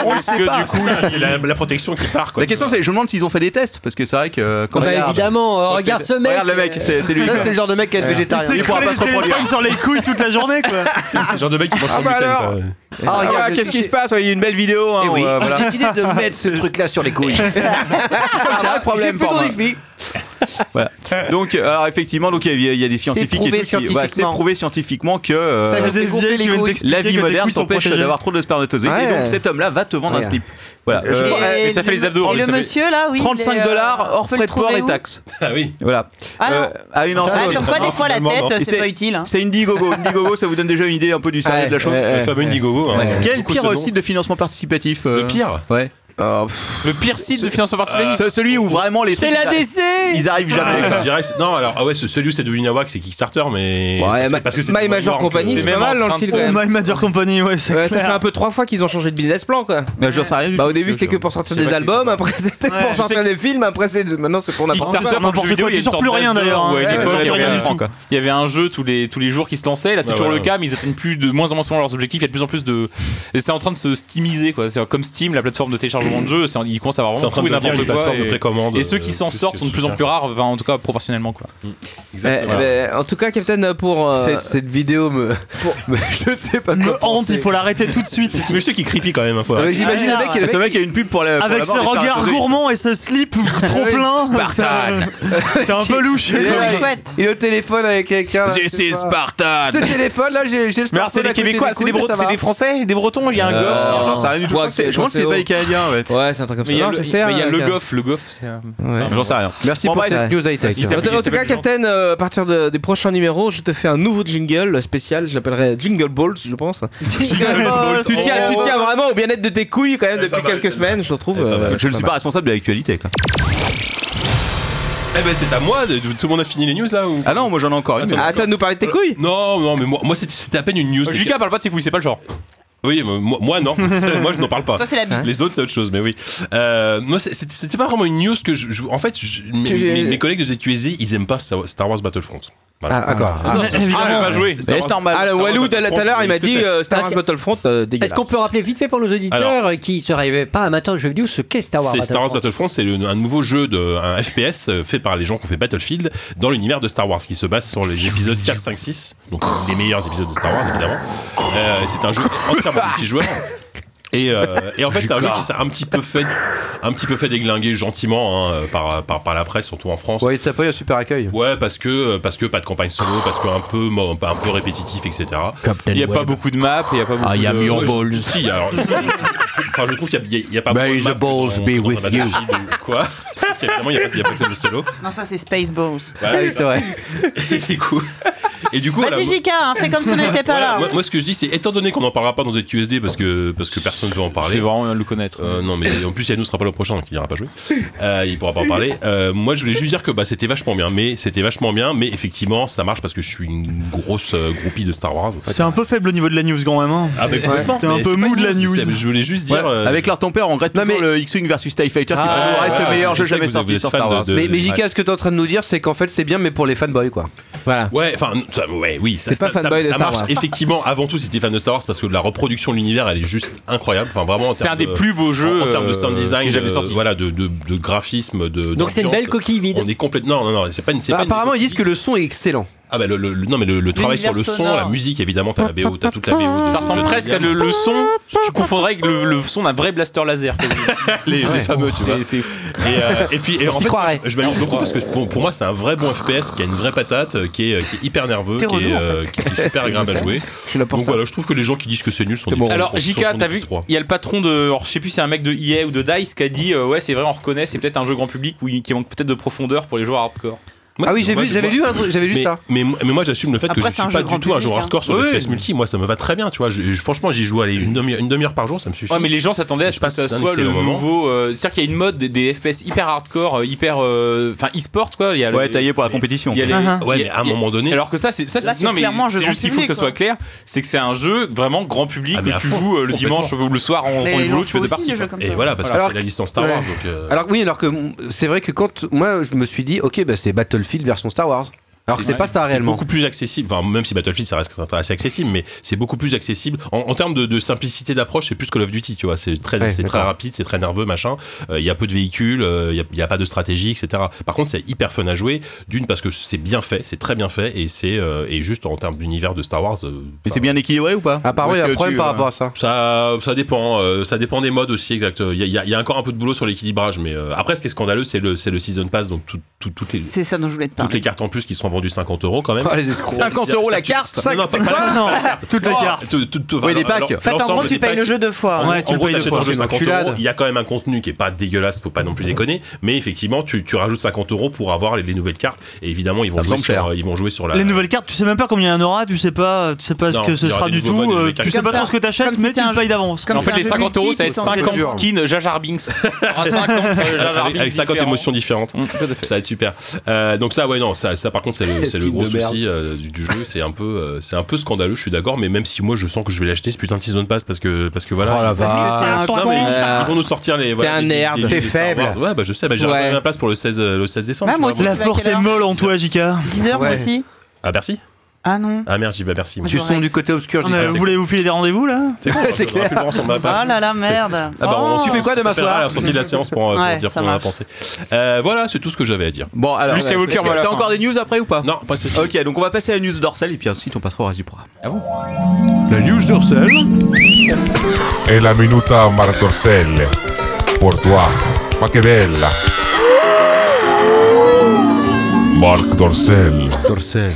Speaker 5: On le sait
Speaker 14: que
Speaker 5: pas.
Speaker 14: du coup,
Speaker 4: Ah, c'est la, la protection qui part. Quoi,
Speaker 5: La question, c'est, je me demande s'ils ont fait des tests, parce que c'est vrai que euh, quand
Speaker 8: Bah,
Speaker 5: on regarde-
Speaker 8: évidemment, euh, regarde ce mec.
Speaker 5: Regarde le mec, c'est c'est lui.
Speaker 10: Ça,
Speaker 5: quoi.
Speaker 10: c'est le genre de mec qui est végétarien.
Speaker 6: C'est
Speaker 5: Il pourra
Speaker 6: collé
Speaker 5: pas
Speaker 6: les
Speaker 5: se reproduire.
Speaker 6: téléphones sur les couilles toute la journée quoi.
Speaker 4: c'est c'est le genre de mec qui mange son
Speaker 5: bah
Speaker 4: gluten,
Speaker 5: alors.
Speaker 4: quoi.
Speaker 10: Ah,
Speaker 5: Ah,
Speaker 10: regarde,
Speaker 5: voilà,
Speaker 10: je-
Speaker 5: qu'est-ce qui se passe Ouais, Il y a une belle vidéo. hein,
Speaker 10: Eh oui,
Speaker 5: on, euh, voilà.
Speaker 10: j'ai décidé de mettre ce truc-là sur les couilles. Comme ça,
Speaker 5: problème
Speaker 10: j'ai plus
Speaker 5: pour
Speaker 10: ton
Speaker 5: moi.
Speaker 10: défi.
Speaker 5: Voilà. Donc, euh, alors effectivement, donc il y, a- il y a des scientifiques. et
Speaker 10: prouvé
Speaker 5: tout qui-
Speaker 10: scientifiquement.
Speaker 5: voilà, c'est prouvé scientifiquement que euh,
Speaker 10: Ça, je fais gonfler les couilles.
Speaker 5: la vie moderne t'empêche d'avoir trop de spermatozoïdes. Et
Speaker 13: Ouais.
Speaker 5: donc cet homme-là va te vendre
Speaker 13: Ouais.
Speaker 5: un slip. Voilà. Euh,
Speaker 9: Et
Speaker 14: mais ça fait les abdos,
Speaker 9: Et
Speaker 14: lui,
Speaker 9: le
Speaker 14: ça fait-
Speaker 9: monsieur là oui.
Speaker 5: 35
Speaker 9: il est, euh,
Speaker 5: dollars
Speaker 9: on
Speaker 5: hors
Speaker 9: peut le
Speaker 5: frais de port
Speaker 9: trouver
Speaker 5: et
Speaker 9: où
Speaker 5: taxes.
Speaker 4: Ah oui.
Speaker 5: Voilà.
Speaker 9: Ah non.
Speaker 5: Euh, à une
Speaker 9: Ah,
Speaker 5: enceinte.
Speaker 9: comme quoi, des fois, la
Speaker 4: Finalement,
Speaker 9: tête,
Speaker 5: Et
Speaker 9: c'est pas utile. hein.
Speaker 5: C'est Indiegogo. Indiegogo, ça vous donne déjà une idée un peu du sérieux
Speaker 13: Ouais,
Speaker 5: de la chose.
Speaker 13: ouais,
Speaker 4: Le fameux Indiegogo. hein.
Speaker 5: Quel
Speaker 4: Beaucoup
Speaker 5: pire
Speaker 4: ce nom.
Speaker 5: euh, site de financement participatif euh,
Speaker 4: Le pire
Speaker 5: Ouais.
Speaker 14: le pire site de financement participatif
Speaker 5: C'est Euh, Celui où vraiment les trucs.
Speaker 8: C'est l'ADC
Speaker 5: Ils arrivent jamais.
Speaker 4: Je dirais que c'est- non alors ah ouais ce- celui où c'est devenu Nawak c'est Kickstarter mais
Speaker 13: Ouais,
Speaker 4: c'est
Speaker 13: Eh, ma-
Speaker 4: c'est
Speaker 13: My
Speaker 4: tellement
Speaker 13: Major
Speaker 4: énorme que
Speaker 13: Company,
Speaker 4: c'est
Speaker 13: c'est pas
Speaker 4: même
Speaker 13: mal
Speaker 4: en
Speaker 13: dans
Speaker 4: train
Speaker 13: le
Speaker 4: de Oh,
Speaker 13: style,
Speaker 4: se-
Speaker 13: quand même.
Speaker 6: My Major Company, ouais, c'est
Speaker 13: Ouais, ça fait
Speaker 6: clair.
Speaker 13: un peu trois fois qu'ils ont changé de business plan quoi.
Speaker 5: Bah, J'en sais rien du
Speaker 13: Bah
Speaker 5: tout.
Speaker 13: au début c'était que pour sortir des albums, après c'était pour sortir des films, après c'est maintenant c'est pour n'importe
Speaker 14: Kickstarter
Speaker 13: quoi.
Speaker 14: dans le jeu
Speaker 6: n'importe
Speaker 14: vidéo,
Speaker 6: quoi,
Speaker 14: il y a
Speaker 6: tu sors
Speaker 14: une sorte
Speaker 6: plus rien,
Speaker 14: d'âge
Speaker 6: d'ailleurs,
Speaker 14: d'or,
Speaker 6: hein.
Speaker 14: ouais, à une
Speaker 6: Ouais,
Speaker 14: époque,
Speaker 6: ouais,
Speaker 14: il y avait
Speaker 6: rien
Speaker 14: un-
Speaker 6: du tout.
Speaker 14: Il y avait un jeu tous les, tous les jours qui se lançait, là c'est
Speaker 4: Ouais,
Speaker 14: toujours
Speaker 4: voilà.
Speaker 14: le cas, mais ils atteignent plus de moins en moins souvent leurs objectifs, il y a de plus en plus de. et C'est en train de se steamiser quoi, c'est comme Steam, la plateforme de téléchargement de jeux, c'est- ils commencent à avoir
Speaker 4: c'est en
Speaker 14: vraiment
Speaker 4: train
Speaker 14: tout
Speaker 4: de
Speaker 14: et
Speaker 4: devenir une
Speaker 14: n'importe quoi.
Speaker 4: plateforme de
Speaker 14: Et,
Speaker 4: précommande
Speaker 14: et ceux qui s'en sortent sont de plus en plus rares, enfin, en tout cas professionnellement quoi.
Speaker 13: Euh, euh, en tout cas, Captain, pour. euh,
Speaker 10: Cette, cette vidéo me. me- je ne sais pas quoi.
Speaker 6: Me hante, il faut l'arrêter tout de suite.
Speaker 4: c'est ce monsieur qui est creepy quand même hein, faut
Speaker 10: Mais
Speaker 4: arrêter.
Speaker 10: J'imagine le mec,
Speaker 5: Et
Speaker 10: le
Speaker 5: Ce
Speaker 10: mec,
Speaker 5: mec a une pub pour la. pour
Speaker 6: Avec
Speaker 5: la
Speaker 6: ce
Speaker 5: mort des
Speaker 6: regard
Speaker 5: spermatozoïdes.
Speaker 6: gourmand et ce slip trop plein.
Speaker 15: Spartan.
Speaker 6: ça- C'est un peu louche.
Speaker 13: il est là,
Speaker 9: Ouais,
Speaker 13: il-
Speaker 9: chouette.
Speaker 10: il est au téléphone avec quelqu'un. là, je sais pas.
Speaker 15: Spartan.
Speaker 10: Je te téléphone, là, j'ai j'ai le
Speaker 14: Mais alors c'est
Speaker 10: smartphone à
Speaker 14: des
Speaker 10: côté
Speaker 14: Québécois,
Speaker 10: des
Speaker 14: c'est des,
Speaker 10: couilles,
Speaker 14: Bre-
Speaker 10: ça
Speaker 14: c'est
Speaker 10: va.
Speaker 14: des Français, des Bretons, il y a un
Speaker 13: euh,
Speaker 5: Non,
Speaker 14: goff.
Speaker 5: J'en sais rien du tout.
Speaker 13: Ouais,
Speaker 5: Je pense que c'est- je pense que c'est
Speaker 13: c'est
Speaker 5: pas
Speaker 13: haut.
Speaker 5: les Canadiens en fait.
Speaker 13: Ouais, c'est un truc comme
Speaker 14: Mais il y
Speaker 13: ça.
Speaker 14: a
Speaker 13: Non,
Speaker 14: le-
Speaker 13: c'est ça,
Speaker 14: mais il y a
Speaker 13: hein,
Speaker 14: le
Speaker 13: gars.
Speaker 14: goff, le goff. c'est un-
Speaker 13: Ouais.
Speaker 5: J'en sais rien.
Speaker 10: Merci
Speaker 5: Bon,
Speaker 10: pour
Speaker 5: bah,
Speaker 13: bah,
Speaker 5: bref.
Speaker 10: cette news high-tech.
Speaker 14: Il
Speaker 13: En tout-
Speaker 14: s'appelle-
Speaker 13: en
Speaker 14: il
Speaker 13: tout cas,
Speaker 14: s'appelle Jean.
Speaker 13: Captain, euh, à partir de- du prochain numéro, je te fais un nouveau jingle spécial. Je l'appellerai Jingle Balls, je pense. Jingle Balls. Tu tiens,
Speaker 5: Oh.
Speaker 13: tu tiens vraiment au bien-être de tes couilles quand même
Speaker 4: Eh,
Speaker 13: depuis
Speaker 4: pas mal,
Speaker 13: quelques
Speaker 4: ça.
Speaker 13: semaines, je trouve. euh,
Speaker 5: Je ne suis pas responsable de l'actualité. quoi.
Speaker 4: Eh ben c'est à moi, de- de- tout le monde a fini les news là ou...
Speaker 5: Ah non, moi j'en ai encore
Speaker 13: une. Ah, toi, de nous parler de tes couilles
Speaker 4: Non, non, mais moi, moi c'était- c'était à peine une news.
Speaker 13: Lucas
Speaker 4: parle pas de ses couilles, c'est pas le genre. Oui, mais moi, moi, non, moi je n'en parle pas.
Speaker 13: Toi, c'est la bite.
Speaker 4: Les autres c'est autre chose, mais oui. Euh, moi c'est- c'était c'était pas vraiment une news que je. je- en fait, je- mes,
Speaker 13: Tu-
Speaker 4: mes- mes collègues de ZQSD ils aiment pas Star Star Wars Battlefront. Voilà.
Speaker 13: Ah, d'accord. Ah,
Speaker 4: non,
Speaker 13: mais
Speaker 4: ça-
Speaker 13: évidemment.
Speaker 4: Ah, pas joué.
Speaker 13: Mais
Speaker 4: Star Wars-
Speaker 13: c'est normal.
Speaker 4: Star
Speaker 13: Ah, le
Speaker 4: Wars
Speaker 13: Walou, tout à l'heure,
Speaker 4: Battlefront,
Speaker 13: il m'a dit,
Speaker 4: qu'est-ce que
Speaker 13: euh,
Speaker 4: c'est
Speaker 13: Star Wars Battlefront, euh, dégueulasse.
Speaker 8: Est-ce qu'on peut rappeler vite fait pour nos auditeurs
Speaker 4: Alors,
Speaker 8: euh, qui se réveillent pas un matin aux jeux vidéo ce qu'est Star Wars
Speaker 4: C'est Star Wars
Speaker 8: Battlefront
Speaker 4: Battlefront, c'est le- un nouveau jeu de un FPS euh, fait par les gens qui ont fait Battlefield dans l'univers de Star Wars, qui se base sur les épisodes 4, 5, 6, donc les meilleurs épisodes de Star Wars évidemment. Euh, c'est un jeu entièrement multijoueur. Et, euh, et en fait, c'est un jeu qui s'est un petit peu fait, un petit peu fait déglinguer gentiment hein, par, par, par la presse, surtout en France.
Speaker 7: Ouais, ça peut un super accueil.
Speaker 4: Ouais, parce que parce que pas de campagne solo, parce que un peu mo- un peu répétitif, etc.
Speaker 3: Il n'y a pas beaucoup de maps, il n'y a pas beaucoup.
Speaker 4: Ah, il y a
Speaker 3: de-
Speaker 4: Muir Balls. Si, alors, si, Enfin, je trouve qu'il n'y a, il y a pas
Speaker 3: May
Speaker 4: beaucoup de
Speaker 3: the
Speaker 4: maps dans-
Speaker 3: balls be
Speaker 4: dans un
Speaker 3: with you.
Speaker 4: Battlefield ou Quoi Évidemment, il n'y a, pas- il y a pas que le solo.
Speaker 9: Non, ça, c'est Spaceballs.
Speaker 4: Bah, oui, bah. Et du coup, et du coup, voilà,
Speaker 9: Vas-y,
Speaker 4: moi-
Speaker 9: JK, hein, fais comme si on n'était pas
Speaker 4: voilà,
Speaker 9: là.
Speaker 4: moi, moi, ce que je dis, c'est étant donné qu'on n'en parlera pas dans ZQSD parce que, parce que personne ne veut en parler. C'est
Speaker 3: vraiment le connaître.
Speaker 4: non, mais en plus, Yannou ne sera pas le prochain, donc il n'ira pas jouer. Euh, il pourra pas en parler. Euh, moi, je voulais juste dire que bah, c'était vachement bien, mais c'était vachement bien, mais effectivement, ça marche parce que je suis une grosse euh, groupie de Star Wars. en fait.
Speaker 6: C'est un peu faible au niveau de la news, grand maman.
Speaker 4: Ah, mais complètement.
Speaker 6: T'es un
Speaker 4: Mais
Speaker 6: peu
Speaker 4: c'est pas
Speaker 6: mou de la
Speaker 4: une
Speaker 6: news.
Speaker 4: c'est- Je voulais juste dire. euh,
Speaker 5: Avec leur tempère, on regrette toujours le X-Wing versus TIE Fighter
Speaker 7: Ah,
Speaker 5: qui pour
Speaker 4: Ah,
Speaker 5: nous reste le meilleur jeu jamais sorti sur Star Wars.
Speaker 7: mais mais JK, ce que t'es en train de nous dire, c'est qu'en fait, c'est bien, mais pour les fanboys, quoi.
Speaker 13: Voilà.
Speaker 4: Ouais, enfin, ça- ouais, oui, ça,
Speaker 7: T'es pas
Speaker 4: ça-
Speaker 7: fanboy
Speaker 4: ça-
Speaker 7: de
Speaker 4: ça
Speaker 7: Star
Speaker 4: marche.
Speaker 7: Wars.
Speaker 4: Effectivement, avant tout, si t'es fan de Star Wars, parce que la reproduction de l'univers, elle est juste incroyable. Enfin, vraiment, en
Speaker 3: C'est un
Speaker 4: termes
Speaker 3: des
Speaker 4: de-
Speaker 3: plus beaux jeux,
Speaker 4: en, en termes de sound
Speaker 3: euh,
Speaker 4: design,
Speaker 3: que j'avais
Speaker 4: euh,
Speaker 3: sorti.
Speaker 4: voilà, de, de, de graphisme, de.
Speaker 7: Donc c'est une
Speaker 4: d'ambiance.
Speaker 7: belle coquille vide.
Speaker 4: On est complètement. Non, non, non, c'est pas une. c'est
Speaker 7: Bah,
Speaker 4: pas une-
Speaker 7: apparemment, ils disent que le son est excellent.
Speaker 4: Ah bah le, le- le- non mais le, le travail sur le son,
Speaker 7: sonore.
Speaker 4: la musique évidemment, t'as la BO, t'as toute la BO.
Speaker 3: Ça ressemble presque à le, le son. Tu confondrais avec le, le son d'un vrai blaster laser.
Speaker 4: les, les fameux, tu vois.
Speaker 3: C'est
Speaker 4: Et, euh, et puis, et
Speaker 3: On
Speaker 4: en
Speaker 3: s'y
Speaker 4: fait,
Speaker 3: croirait.
Speaker 4: je m'amuse beaucoup parce que pour, pour moi, c'est un vrai bon FPS qui a une vraie patate, euh, qui est, euh, qui est hyper nerveux, qui
Speaker 3: T'es
Speaker 4: est,
Speaker 3: relou, en
Speaker 4: euh, qui est super agréable à jouer. Donc voilà, je trouve que les gens qui disent que c'est nul sont des petits-
Speaker 3: Alors,
Speaker 4: sont- sont-
Speaker 3: JK,
Speaker 4: sont
Speaker 3: t'as
Speaker 4: des
Speaker 3: vu,
Speaker 4: petits rois.
Speaker 3: il y a le patron de, alors, je sais plus, c'est un mec de EA ou de Dice qui a dit, euh, ouais, c'est vrai, on reconnaît, c'est peut-être un jeu grand public où il- qui manque peut-être de profondeur pour les joueurs hardcore.
Speaker 4: Moi, moi, je vois- mais, Mais, moi- mais moi, j'assume le fait
Speaker 3: Après,
Speaker 4: que je
Speaker 3: c'est
Speaker 4: suis
Speaker 3: un
Speaker 4: pas
Speaker 3: jeu grand
Speaker 4: du tout un
Speaker 3: public,
Speaker 4: joueur
Speaker 3: hein.
Speaker 4: hardcore sur
Speaker 3: Oui,
Speaker 4: le
Speaker 3: oui.
Speaker 4: FPS multi. Moi, ça me va très bien, tu vois. Je- je- franchement, j'y joue allez, une demi-heure une demi-heure par jour, ça me suffit.
Speaker 3: Ouais, mais les gens s'attendaient à ce que
Speaker 4: passe
Speaker 3: ça
Speaker 4: un
Speaker 3: soit le
Speaker 4: excellent moment.
Speaker 3: nouveau. euh, C'est-à-dire qu'il y a une mode des, des FPS hyper hardcore, euh, hyper. euh, Enfin, e-sport, quoi. Il y a
Speaker 5: Ouais, taillé pour la compétition. Uh-huh. Ouais, mais à un moment
Speaker 4: donné.
Speaker 3: Alors que ça, c'est. ça,
Speaker 5: Là,
Speaker 3: c'est-
Speaker 5: c'est
Speaker 3: Non, mais
Speaker 5: clairement un jeu
Speaker 3: c'est
Speaker 5: grand
Speaker 3: juste qu'il faut que
Speaker 5: public,
Speaker 3: ça soit
Speaker 5: quoi.
Speaker 3: clair. C'est que c'est un jeu vraiment grand public
Speaker 4: mais à
Speaker 3: que tu
Speaker 4: fond,
Speaker 3: joues euh, le dimanche
Speaker 4: complètement.
Speaker 3: ou le soir en
Speaker 4: Mais
Speaker 3: rentrant
Speaker 4: les
Speaker 3: du
Speaker 4: gens
Speaker 3: boulot, tu
Speaker 4: font
Speaker 3: fais des
Speaker 4: aussi
Speaker 3: parties.
Speaker 4: des jeux
Speaker 3: quoi.
Speaker 4: comme Et ça. voilà, parce que c'est la licence Star
Speaker 7: ouais.
Speaker 4: Wars, donc, euh,
Speaker 7: Alors oui, alors que mm, c'est vrai que quand moi je me suis dit, ok, bah, c'est Battlefield version Star Wars. Alors que c'est pas ça réellement.
Speaker 4: beaucoup plus accessible. Enfin, même si Battlefield, ça reste assez accessible, mais c'est beaucoup plus accessible. En, en termes de, de simplicité d'approche, c'est plus Call of Duty, tu vois. C'est très,
Speaker 7: Ouais,
Speaker 4: c'est très
Speaker 7: d'accord.
Speaker 4: rapide, c'est très nerveux, machin. Euh, Il y a peu de véhicules, euh, il n'y a, pas de stratégie, etc. Par contre, c'est hyper fun à jouer. D'une, parce que c'est bien fait, c'est très bien fait, et c'est, euh, et juste en termes d'univers de Star Wars. euh,
Speaker 5: Mais c'est bien équilibré ou pas
Speaker 7: Apparemment,
Speaker 5: Ou
Speaker 7: il y a
Speaker 5: est-ce
Speaker 7: un
Speaker 5: que
Speaker 7: problème
Speaker 5: tu,
Speaker 7: par
Speaker 5: euh,
Speaker 7: rapport à ça.
Speaker 4: ça, ça dépend. euh, ça dépend des modes aussi, exact. Il y a, il y a- il y a encore un peu de boulot sur l'équilibrage, mais euh, après, ce qui est scandaleux, c'est le, c'est le season pass, donc tout- tout- toutes les.
Speaker 9: C'est ça dont je voulais te
Speaker 4: Toutes les
Speaker 9: parler.
Speaker 4: cartes en plus qui seront vendues 50 euros quand même.
Speaker 9: Ah, les escrocs.
Speaker 13: 50 euros la carte
Speaker 4: Non, non, pas,
Speaker 13: Cinq-
Speaker 4: pas-
Speaker 13: Non.
Speaker 4: pas la carte.
Speaker 13: Toutes les
Speaker 4: Oh,
Speaker 13: cartes.
Speaker 4: tout- tout- tout-
Speaker 13: Ouais, des
Speaker 4: alors,
Speaker 13: packs.
Speaker 4: alors,
Speaker 13: En fait, en
Speaker 4: l'ensemble
Speaker 13: gros, tu
Speaker 4: des
Speaker 13: payes
Speaker 4: packs-
Speaker 13: le jeu deux fois.
Speaker 4: En-
Speaker 13: Ouais, tu
Speaker 4: en
Speaker 13: le
Speaker 4: gros,
Speaker 13: payes deux
Speaker 4: t'achètes
Speaker 13: fois.
Speaker 4: un jeu
Speaker 13: C'est une
Speaker 4: 50
Speaker 13: enculade.
Speaker 4: euros. Il y a quand même un contenu qui est pas dégueulasse, faut pas non plus déconner. Mais effectivement, tu, tu rajoutes 50 euros pour avoir les, les nouvelles cartes. Et évidemment, ils vont, jouer sur, euh, ils vont jouer sur la.
Speaker 6: Les nouvelles cartes, tu sais même pas combien il y en aura, tu sais pas, tu sais pas
Speaker 4: Non,
Speaker 6: ce que
Speaker 4: il
Speaker 6: ce
Speaker 4: y aura
Speaker 6: sera
Speaker 4: des
Speaker 6: du
Speaker 4: nouveaux
Speaker 6: tout,
Speaker 4: modes, des
Speaker 6: euh,
Speaker 4: nouvelles
Speaker 6: tu sais
Speaker 4: cartes.
Speaker 6: pas trop ce que t'achètes, mais tu le payes d'avance.
Speaker 3: En fait, les 50 euros, ça va être 50 skins Jajar Binks. Alors, 50 euh, Jar Jar
Speaker 4: avec,
Speaker 3: Binks
Speaker 4: avec 50
Speaker 3: différents.
Speaker 4: émotions différentes. Ça va être super. Euh, donc ça, ouais, non, ça, ça par contre, c'est le, c'est le
Speaker 3: Skin
Speaker 4: gros
Speaker 3: de merde.
Speaker 4: souci euh, du, du jeu. C'est un peu, euh, c'est un peu scandaleux. Je suis d'accord, mais même si moi, je sens que je vais l'acheter ce putain de season pass parce que, parce que voilà.
Speaker 13: Oh la Parce que vache. c'est
Speaker 4: Non,
Speaker 13: un
Speaker 4: mais
Speaker 13: con.
Speaker 4: ils- ils vont nous sortir les.
Speaker 13: T'es
Speaker 4: voilà,
Speaker 13: un
Speaker 4: des- des-
Speaker 13: nerd.
Speaker 4: des-
Speaker 13: T'es
Speaker 4: des Star
Speaker 13: faible.
Speaker 4: Wars. Ouais, bah je sais, bah, j'ai
Speaker 13: Ouais.
Speaker 4: réservé ma place pour le 16, euh, le 16 décembre.
Speaker 9: Ah,
Speaker 4: tu
Speaker 9: moi
Speaker 4: vois,
Speaker 9: aussi,
Speaker 4: voilà.
Speaker 9: je vais à quelle heure
Speaker 6: molle en toi, Jika.
Speaker 4: Ah,
Speaker 9: 10 heures, moi aussi.
Speaker 4: À Bercy
Speaker 9: Ah non.
Speaker 4: Ah merde, j'y vais à Bercy. moi.
Speaker 9: Tu sens du
Speaker 7: côté obscur,
Speaker 4: Jika.
Speaker 6: Vous voulez vous filer des rendez-vous là
Speaker 4: C'est clair. C'est clair. On m'a pas-
Speaker 9: Oh là là, merde.
Speaker 4: Ah bah, on
Speaker 9: Oh.
Speaker 4: on s'appellera à la sortie de la séance pour, euh, pour
Speaker 9: Ouais,
Speaker 4: dire ce
Speaker 9: ça
Speaker 4: qu'on en a
Speaker 9: marche.
Speaker 4: pensé. Euh, voilà, c'est tout ce que j'avais à dire.
Speaker 5: Bon, alors.
Speaker 4: Lucien
Speaker 5: est-ce
Speaker 4: Walker,
Speaker 5: que
Speaker 4: voilà.
Speaker 5: T'as encore des news après ou pas
Speaker 4: Non, pas ceci.
Speaker 5: Ok, donc on va passer à la news dorsale et puis ensuite on passera au reste du programme.
Speaker 3: Ah bon
Speaker 5: La news dorsale
Speaker 16: È la minuta Martorselle. Portois. Ma che bella. Marc Dorsel.
Speaker 7: Dorsel.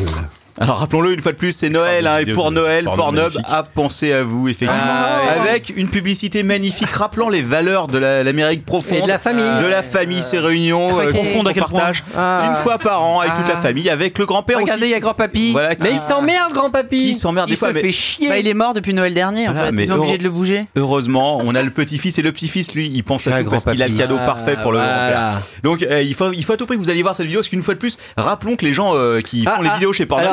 Speaker 5: Alors rappelons-le une fois de plus, c'est Noël, hein, et pour Noël, Pornhub a pensé à vous, effectivement.
Speaker 3: Ah ouais.
Speaker 5: Avec une publicité magnifique rappelant les valeurs de la- l'Amérique profonde.
Speaker 3: Et de la famille.
Speaker 5: De la famille, ses réunions,
Speaker 3: Très
Speaker 5: euh,
Speaker 3: profonde,
Speaker 5: qu'on
Speaker 3: à quel point
Speaker 5: partage une fois par an avec toute la famille, avec le grand-père aussi.
Speaker 10: Regardez, il y a grand-papy.
Speaker 5: Voilà,
Speaker 10: Mais
Speaker 5: qui-
Speaker 10: il
Speaker 9: s'emmerde, grand-papy.
Speaker 5: Qui s'emmerde des
Speaker 9: Il
Speaker 5: fois,
Speaker 9: se
Speaker 5: mais-
Speaker 9: fait chier. Bah, il est mort depuis Noël dernier. en
Speaker 5: Voilà,
Speaker 9: fait.
Speaker 5: mais
Speaker 9: Ils ont obligé
Speaker 5: heureux-
Speaker 9: de le bouger.
Speaker 5: Heureusement, on a le petit-fils et le petit-fils, lui, il pense à tout parce qu'il a le cadeau
Speaker 10: Ah,
Speaker 5: parfait pour le
Speaker 10: voilà.
Speaker 5: grand-père. Donc, euh, il, faut, il faut à tout prix que vous allez voir cette vidéo parce qu'une fois de plus, rappelons que les gens euh, qui
Speaker 8: Ah,
Speaker 5: font les vidéos chez Pornhub,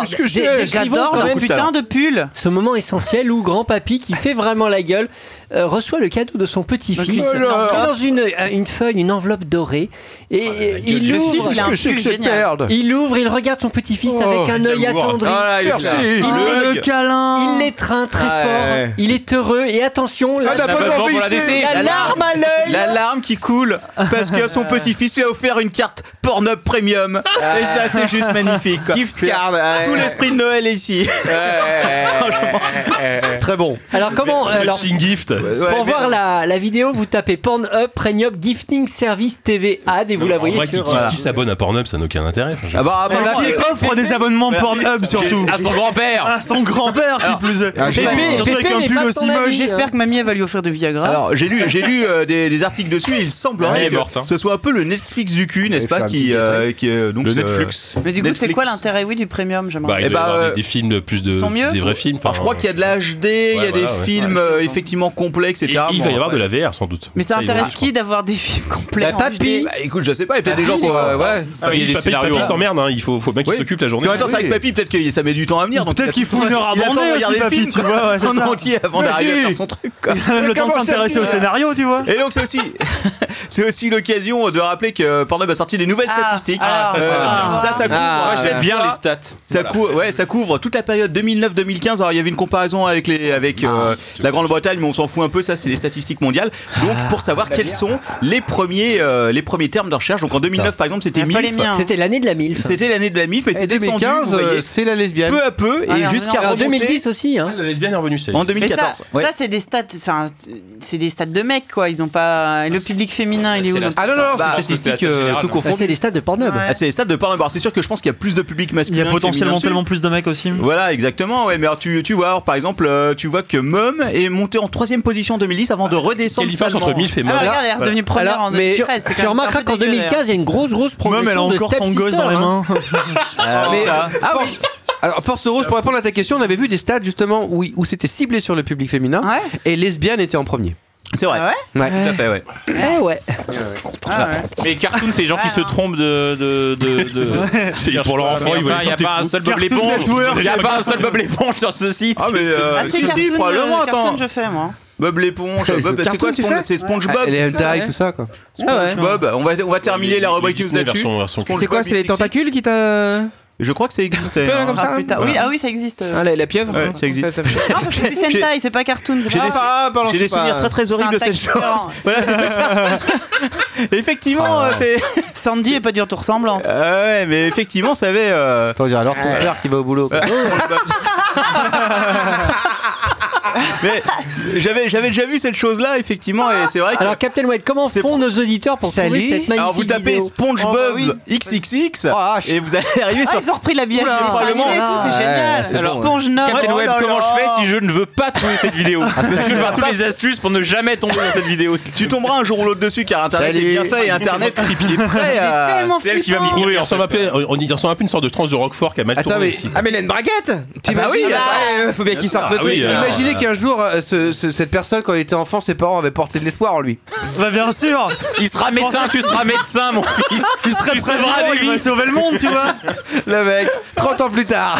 Speaker 8: j'adore
Speaker 5: Beaucoup
Speaker 8: le
Speaker 5: de talent.
Speaker 9: pull.
Speaker 8: Ce moment essentiel où grand-papy qui fait vraiment la gueule euh, reçoit le cadeau de son petit-fils.
Speaker 10: Oh là.
Speaker 8: C'est dans une, euh, une feuille, une enveloppe dorée. Et
Speaker 10: Oh,
Speaker 8: euh, il
Speaker 10: Le
Speaker 8: ouvre.
Speaker 10: fils, il a un Qu'est-ce que c'est que pull cette génial. merde
Speaker 8: Il ouvre, il regarde son petit-fils
Speaker 10: Oh,
Speaker 8: avec un
Speaker 10: quel
Speaker 8: œil
Speaker 10: amour.
Speaker 8: attendri.
Speaker 10: Ah là, il est Merci. là.
Speaker 8: Il
Speaker 10: Le
Speaker 8: l'é-
Speaker 9: câlin.
Speaker 8: Il l'étreint très
Speaker 5: Ah, ouais.
Speaker 8: fort. Il est heureux. Et attention,
Speaker 5: Ah, bah, bonne envie, c'est-
Speaker 8: la larme à l'œil.
Speaker 5: La larme qui coule parce que son petit-fils lui a offert une carte Pornhub Premium. Et ça, c'est juste magnifique. quoi.
Speaker 13: Gift card, ouais.
Speaker 5: Tout l'esprit de Noël est ici. Ah, Franchement.
Speaker 10: Très bon.
Speaker 8: Alors comment
Speaker 4: Le
Speaker 8: alors,
Speaker 4: touching euh, gift.
Speaker 8: Pour voir la, la vidéo, vous tapez Pornhub Premium Gifting Service TV Ad et vous la
Speaker 4: En
Speaker 8: voyez
Speaker 4: vrai, qui,
Speaker 8: sur. euh,
Speaker 4: qui- qui s'abonne à Pornhub, ça n'a aucun intérêt.
Speaker 5: Ah bah,
Speaker 6: Qui offre des abonnements Pornhub surtout
Speaker 4: bah, À son grand-père.
Speaker 6: À son grand-père qui plus est.
Speaker 5: Ah, j'ai-
Speaker 6: Pépé,
Speaker 5: Surtout
Speaker 6: Pépé n'est pas ton ami.
Speaker 9: J'espère que mamie elle va lui offrir de Viagra.
Speaker 5: Alors j'ai lu, j'ai lu euh, des, des articles dessus. Et il semblerait
Speaker 4: Elle est
Speaker 5: que
Speaker 4: morte, hein.
Speaker 5: ce soit un peu le Netflix du cul, n'est-ce pas,
Speaker 4: faire un
Speaker 5: qui,
Speaker 4: petit
Speaker 5: euh, qui euh, donc
Speaker 4: Le
Speaker 5: euh,
Speaker 4: Netflix.
Speaker 9: Mais du coup, c'est
Speaker 5: Netflix.
Speaker 9: quoi l'intérêt, oui, du premium j'aimerais
Speaker 4: Bah, il
Speaker 5: Eh
Speaker 4: doit y
Speaker 5: bah,
Speaker 4: avoir
Speaker 5: euh,
Speaker 4: des, des films de plus de
Speaker 9: sont mieux
Speaker 4: des vrais films.
Speaker 5: Alors, je crois qu'il y a de la HD, il y a
Speaker 4: Ouais,
Speaker 5: des
Speaker 4: voilà, ouais.
Speaker 5: films
Speaker 4: Ouais.
Speaker 5: euh, effectivement complexes, etc.
Speaker 4: il va y avoir
Speaker 5: ouais.
Speaker 4: de la VR sans doute.
Speaker 9: Mais ça
Speaker 4: ils vont
Speaker 9: intéresse
Speaker 4: dire,
Speaker 9: qui d'avoir des films complets
Speaker 8: Bah,
Speaker 9: en
Speaker 8: papy.
Speaker 9: HD?
Speaker 5: Bah, écoute, je sais pas, il y a peut-être des gens qui ont.
Speaker 4: Ah,
Speaker 5: euh, ouais.
Speaker 4: Papy, papy, papy s'emmerde, hein, il faut, faut bien qu'il
Speaker 5: Oui.
Speaker 4: s'occupe la journée.
Speaker 5: Puis en même temps, c'est avec papy, peut-être que ça met du temps à venir. donc
Speaker 6: Peut-être qu'il faut une heure à
Speaker 5: il a le temps
Speaker 6: bander
Speaker 5: de regarder
Speaker 6: aussi,
Speaker 5: le
Speaker 6: papy,
Speaker 5: film
Speaker 6: tu
Speaker 5: quoi,
Speaker 6: vois, ouais, c'est
Speaker 5: en
Speaker 6: ça.
Speaker 5: entier avant
Speaker 6: Mais
Speaker 5: d'arriver
Speaker 6: dis.
Speaker 5: à faire son truc. quoi.
Speaker 6: Même le temps de s'intéresser au scénario, tu vois.
Speaker 5: Et donc c'est aussi, c'est aussi l'occasion de rappeler que Pornhub a sorti des nouvelles statistiques. Euh,
Speaker 14: ah, ça, c'est bien.
Speaker 5: ça, ça couvre
Speaker 14: Ah,
Speaker 5: cette
Speaker 14: j'aime bien
Speaker 5: fois,
Speaker 14: les stats.
Speaker 5: Ça, couvre, ouais, ça couvre toute la période 2009-2015. Alors il y avait une comparaison avec les, avec
Speaker 14: Ah,
Speaker 5: euh, la Grande-Bretagne, mais on s'en fout un peu. Ça, c'est les statistiques mondiales. Donc
Speaker 14: Ah,
Speaker 5: pour savoir quels sont les premiers, euh, les premiers termes de recherche. Donc en 2009 par exemple, c'était
Speaker 9: Ah, pas les miens.
Speaker 5: MILF.
Speaker 8: C'était l'année de la MILF.
Speaker 5: C'était l'année de la MILF, mais
Speaker 10: Et
Speaker 5: c'est descendu.
Speaker 10: 2015,
Speaker 5: vous voyez,
Speaker 10: euh, c'est la lesbienne.
Speaker 5: peu à peu
Speaker 9: Ah,
Speaker 5: et
Speaker 9: non,
Speaker 5: jusqu'à
Speaker 9: non,
Speaker 8: En
Speaker 5: remonter
Speaker 8: 2010 aussi. Hein.
Speaker 4: La lesbienne est revenue, c'est
Speaker 5: en
Speaker 9: Mais ça,
Speaker 5: 2014. ouais.
Speaker 9: ça c'est des stats, enfin, c'est des stats de mecs quoi. Ils ont pas le public féminin, il est, où
Speaker 14: la-
Speaker 9: dans
Speaker 10: Ah non, non, non,
Speaker 5: Bah,
Speaker 10: c'est
Speaker 5: je pense que c'est
Speaker 10: statistique
Speaker 5: assez
Speaker 10: euh,
Speaker 5: général,
Speaker 10: tout
Speaker 5: hein.
Speaker 9: Ah,
Speaker 10: confondu.
Speaker 8: C'est des stats de Pornhub.
Speaker 9: Ouais.
Speaker 5: Ah, c'est les stades de Pornhub. Alors, c'est sûr que je pense qu'il y a plus de public
Speaker 6: Il
Speaker 5: masculin.
Speaker 6: y a
Speaker 5: que
Speaker 6: potentiellement
Speaker 5: féminin
Speaker 6: tellement
Speaker 5: dessus.
Speaker 6: plus de mecs aussi.
Speaker 5: Voilà, exactement. Ouais, mais alors, tu, tu vois, alors, par exemple, euh, tu vois que Mum est monté en troisième position en 2010 avant de
Speaker 4: Quelle
Speaker 5: redescendre.
Speaker 4: différence
Speaker 5: seulement.
Speaker 4: entre MILF et
Speaker 9: Ah,
Speaker 4: Mom
Speaker 9: regarde, elle est redevenue première
Speaker 8: Alors,
Speaker 9: en
Speaker 8: mais tu,
Speaker 9: 2013. c'est quand
Speaker 8: tu
Speaker 9: même un
Speaker 8: remarqueras
Speaker 9: peu
Speaker 8: qu'en
Speaker 9: dégueulasse.
Speaker 8: 2015, il y a une grosse, grosse
Speaker 6: Même elle a
Speaker 8: progression de
Speaker 6: encore
Speaker 8: Step
Speaker 6: son gosse
Speaker 8: Sister,
Speaker 6: dans les
Speaker 8: hein.
Speaker 6: mains.
Speaker 5: Ah,
Speaker 10: Mais-
Speaker 5: ça.
Speaker 7: euh,
Speaker 10: Ah oui. Alors, Force Rose, pour répondre à ta question, on avait vu des stats justement où, où c'était ciblé sur le public féminin
Speaker 9: Ouais.
Speaker 10: et lesbienne était en premier.
Speaker 5: C'est vrai.
Speaker 9: Ah ouais
Speaker 10: Ouais.
Speaker 5: Tout à fait, ouais.
Speaker 8: Eh ouais.
Speaker 9: Ah ouais. hein.
Speaker 14: Mais cartoon, c'est les gens qui se trompent de. de, de, de...
Speaker 4: C'est pour leur enfant, ils
Speaker 14: il
Speaker 4: vont
Speaker 14: n'y a pas un seul Bob
Speaker 6: Cartoon
Speaker 14: l'éponge.
Speaker 6: Network.
Speaker 14: Il n'y a pas un seul Bob l'éponge sur ce site.
Speaker 5: Ah, mais euh,
Speaker 9: Ah, c'est
Speaker 5: si, si,
Speaker 9: cartoon,
Speaker 5: probablement.
Speaker 9: euh, cartoon
Speaker 5: Attends,
Speaker 9: que je fais moi.
Speaker 5: Bob l'éponge.
Speaker 10: Ouais,
Speaker 5: Bob,
Speaker 10: c'est
Speaker 5: c'est
Speaker 10: cartoon,
Speaker 5: quoi
Speaker 10: tu
Speaker 5: Spon-
Speaker 10: fais Ah,
Speaker 5: C'est SpongeBob.
Speaker 10: les
Speaker 5: c'est ça
Speaker 10: hentai, tout ça quoi.
Speaker 13: Ah ouais.
Speaker 5: SpongeBob. On va on va terminer la rubrique news
Speaker 4: Disney
Speaker 5: là-dessus.
Speaker 4: version- version
Speaker 13: C'est quoi, c'est les tentacules qui t'a. euh,
Speaker 5: Je crois que ça existait.
Speaker 13: Peu
Speaker 5: hein.
Speaker 13: comme ça.
Speaker 9: Ah, putain. Oui, ah oui, ça existe.
Speaker 13: Ah, la, la pieuvre
Speaker 5: Ouais,
Speaker 13: hein.
Speaker 5: ça existe.
Speaker 13: Tout à fait.
Speaker 9: Non, ça c'est plus
Speaker 5: J'ai-
Speaker 9: Sentai, c'est pas cartoon, c'est
Speaker 5: J'ai
Speaker 9: pas
Speaker 5: des,
Speaker 13: ah, pardon,
Speaker 5: j'ai
Speaker 13: je
Speaker 5: des
Speaker 13: sais pas.
Speaker 5: souvenirs très très horribles de cette
Speaker 9: C'est un
Speaker 5: chose.
Speaker 9: taxi.
Speaker 5: Voilà, c'était ça. Effectivement,
Speaker 10: Ah.
Speaker 5: euh, c'est.
Speaker 9: Sandy est pas du tout ressemblante.
Speaker 5: Ah ouais, mais effectivement, ça avait. euh,
Speaker 10: Attends, on dirait alors ton père qui va au boulot. quoi.
Speaker 5: Mais j'avais j'avais déjà vu cette chose-là effectivement et c'est vrai que
Speaker 8: Alors, Captain White, comment
Speaker 5: C'est
Speaker 8: font nos auditeurs pour
Speaker 10: Salut. Oh, bah
Speaker 8: trouver cette magnifique
Speaker 5: alors vous tapez
Speaker 8: vidéo
Speaker 5: SpongeBob XXX et vous allez arriver
Speaker 9: Ah,
Speaker 5: sur
Speaker 9: ils ont repris la bière.
Speaker 5: Oula,
Speaker 9: animé et tout, c'est génial.
Speaker 10: Ah, c'est
Speaker 9: Alors, Sponge Nord.
Speaker 14: Captain
Speaker 9: Oh
Speaker 14: Web,
Speaker 9: là là.
Speaker 14: comment je fais si je ne veux pas trouver cette vidéo
Speaker 5: Ah,
Speaker 14: Parce que je vais avoir toutes les astuces pour ne jamais tomber dans cette vidéo.
Speaker 5: tu tomberas un jour ou l'autre dessus car internet
Speaker 10: Salut.
Speaker 5: est bien fait et internet il est prêt
Speaker 9: C'est
Speaker 5: à
Speaker 9: tellement
Speaker 14: C'est elle qui va m'y
Speaker 9: flippant.
Speaker 14: trouver.
Speaker 4: Il
Speaker 14: en fait.
Speaker 4: ressemble un peu- on y ressemble un peu une sorte de trans de Roquefort qui a mal
Speaker 10: Attends,
Speaker 4: tourné
Speaker 10: mais-
Speaker 4: aussi.
Speaker 13: Ah, mais elle a une braguette
Speaker 10: T'imagines-
Speaker 4: bah
Speaker 13: Ah oui,
Speaker 10: Ah,
Speaker 13: attends, euh, faut bien qu'il sorte le
Speaker 4: Ah oui,
Speaker 13: truc.
Speaker 4: euh,
Speaker 10: Imaginez qu'un jour euh, ce- ce- cette personne quand il était enfant, ses parents avaient porté de l'espoir en lui.
Speaker 6: Bah bien sûr
Speaker 14: Il sera médecin, tu seras médecin, mon fils.
Speaker 6: Il serait
Speaker 14: Tu
Speaker 6: président,
Speaker 14: sauveras des
Speaker 6: il va
Speaker 14: vies.
Speaker 6: sauver le monde, tu vois
Speaker 10: Le mec, 30 ans plus tard.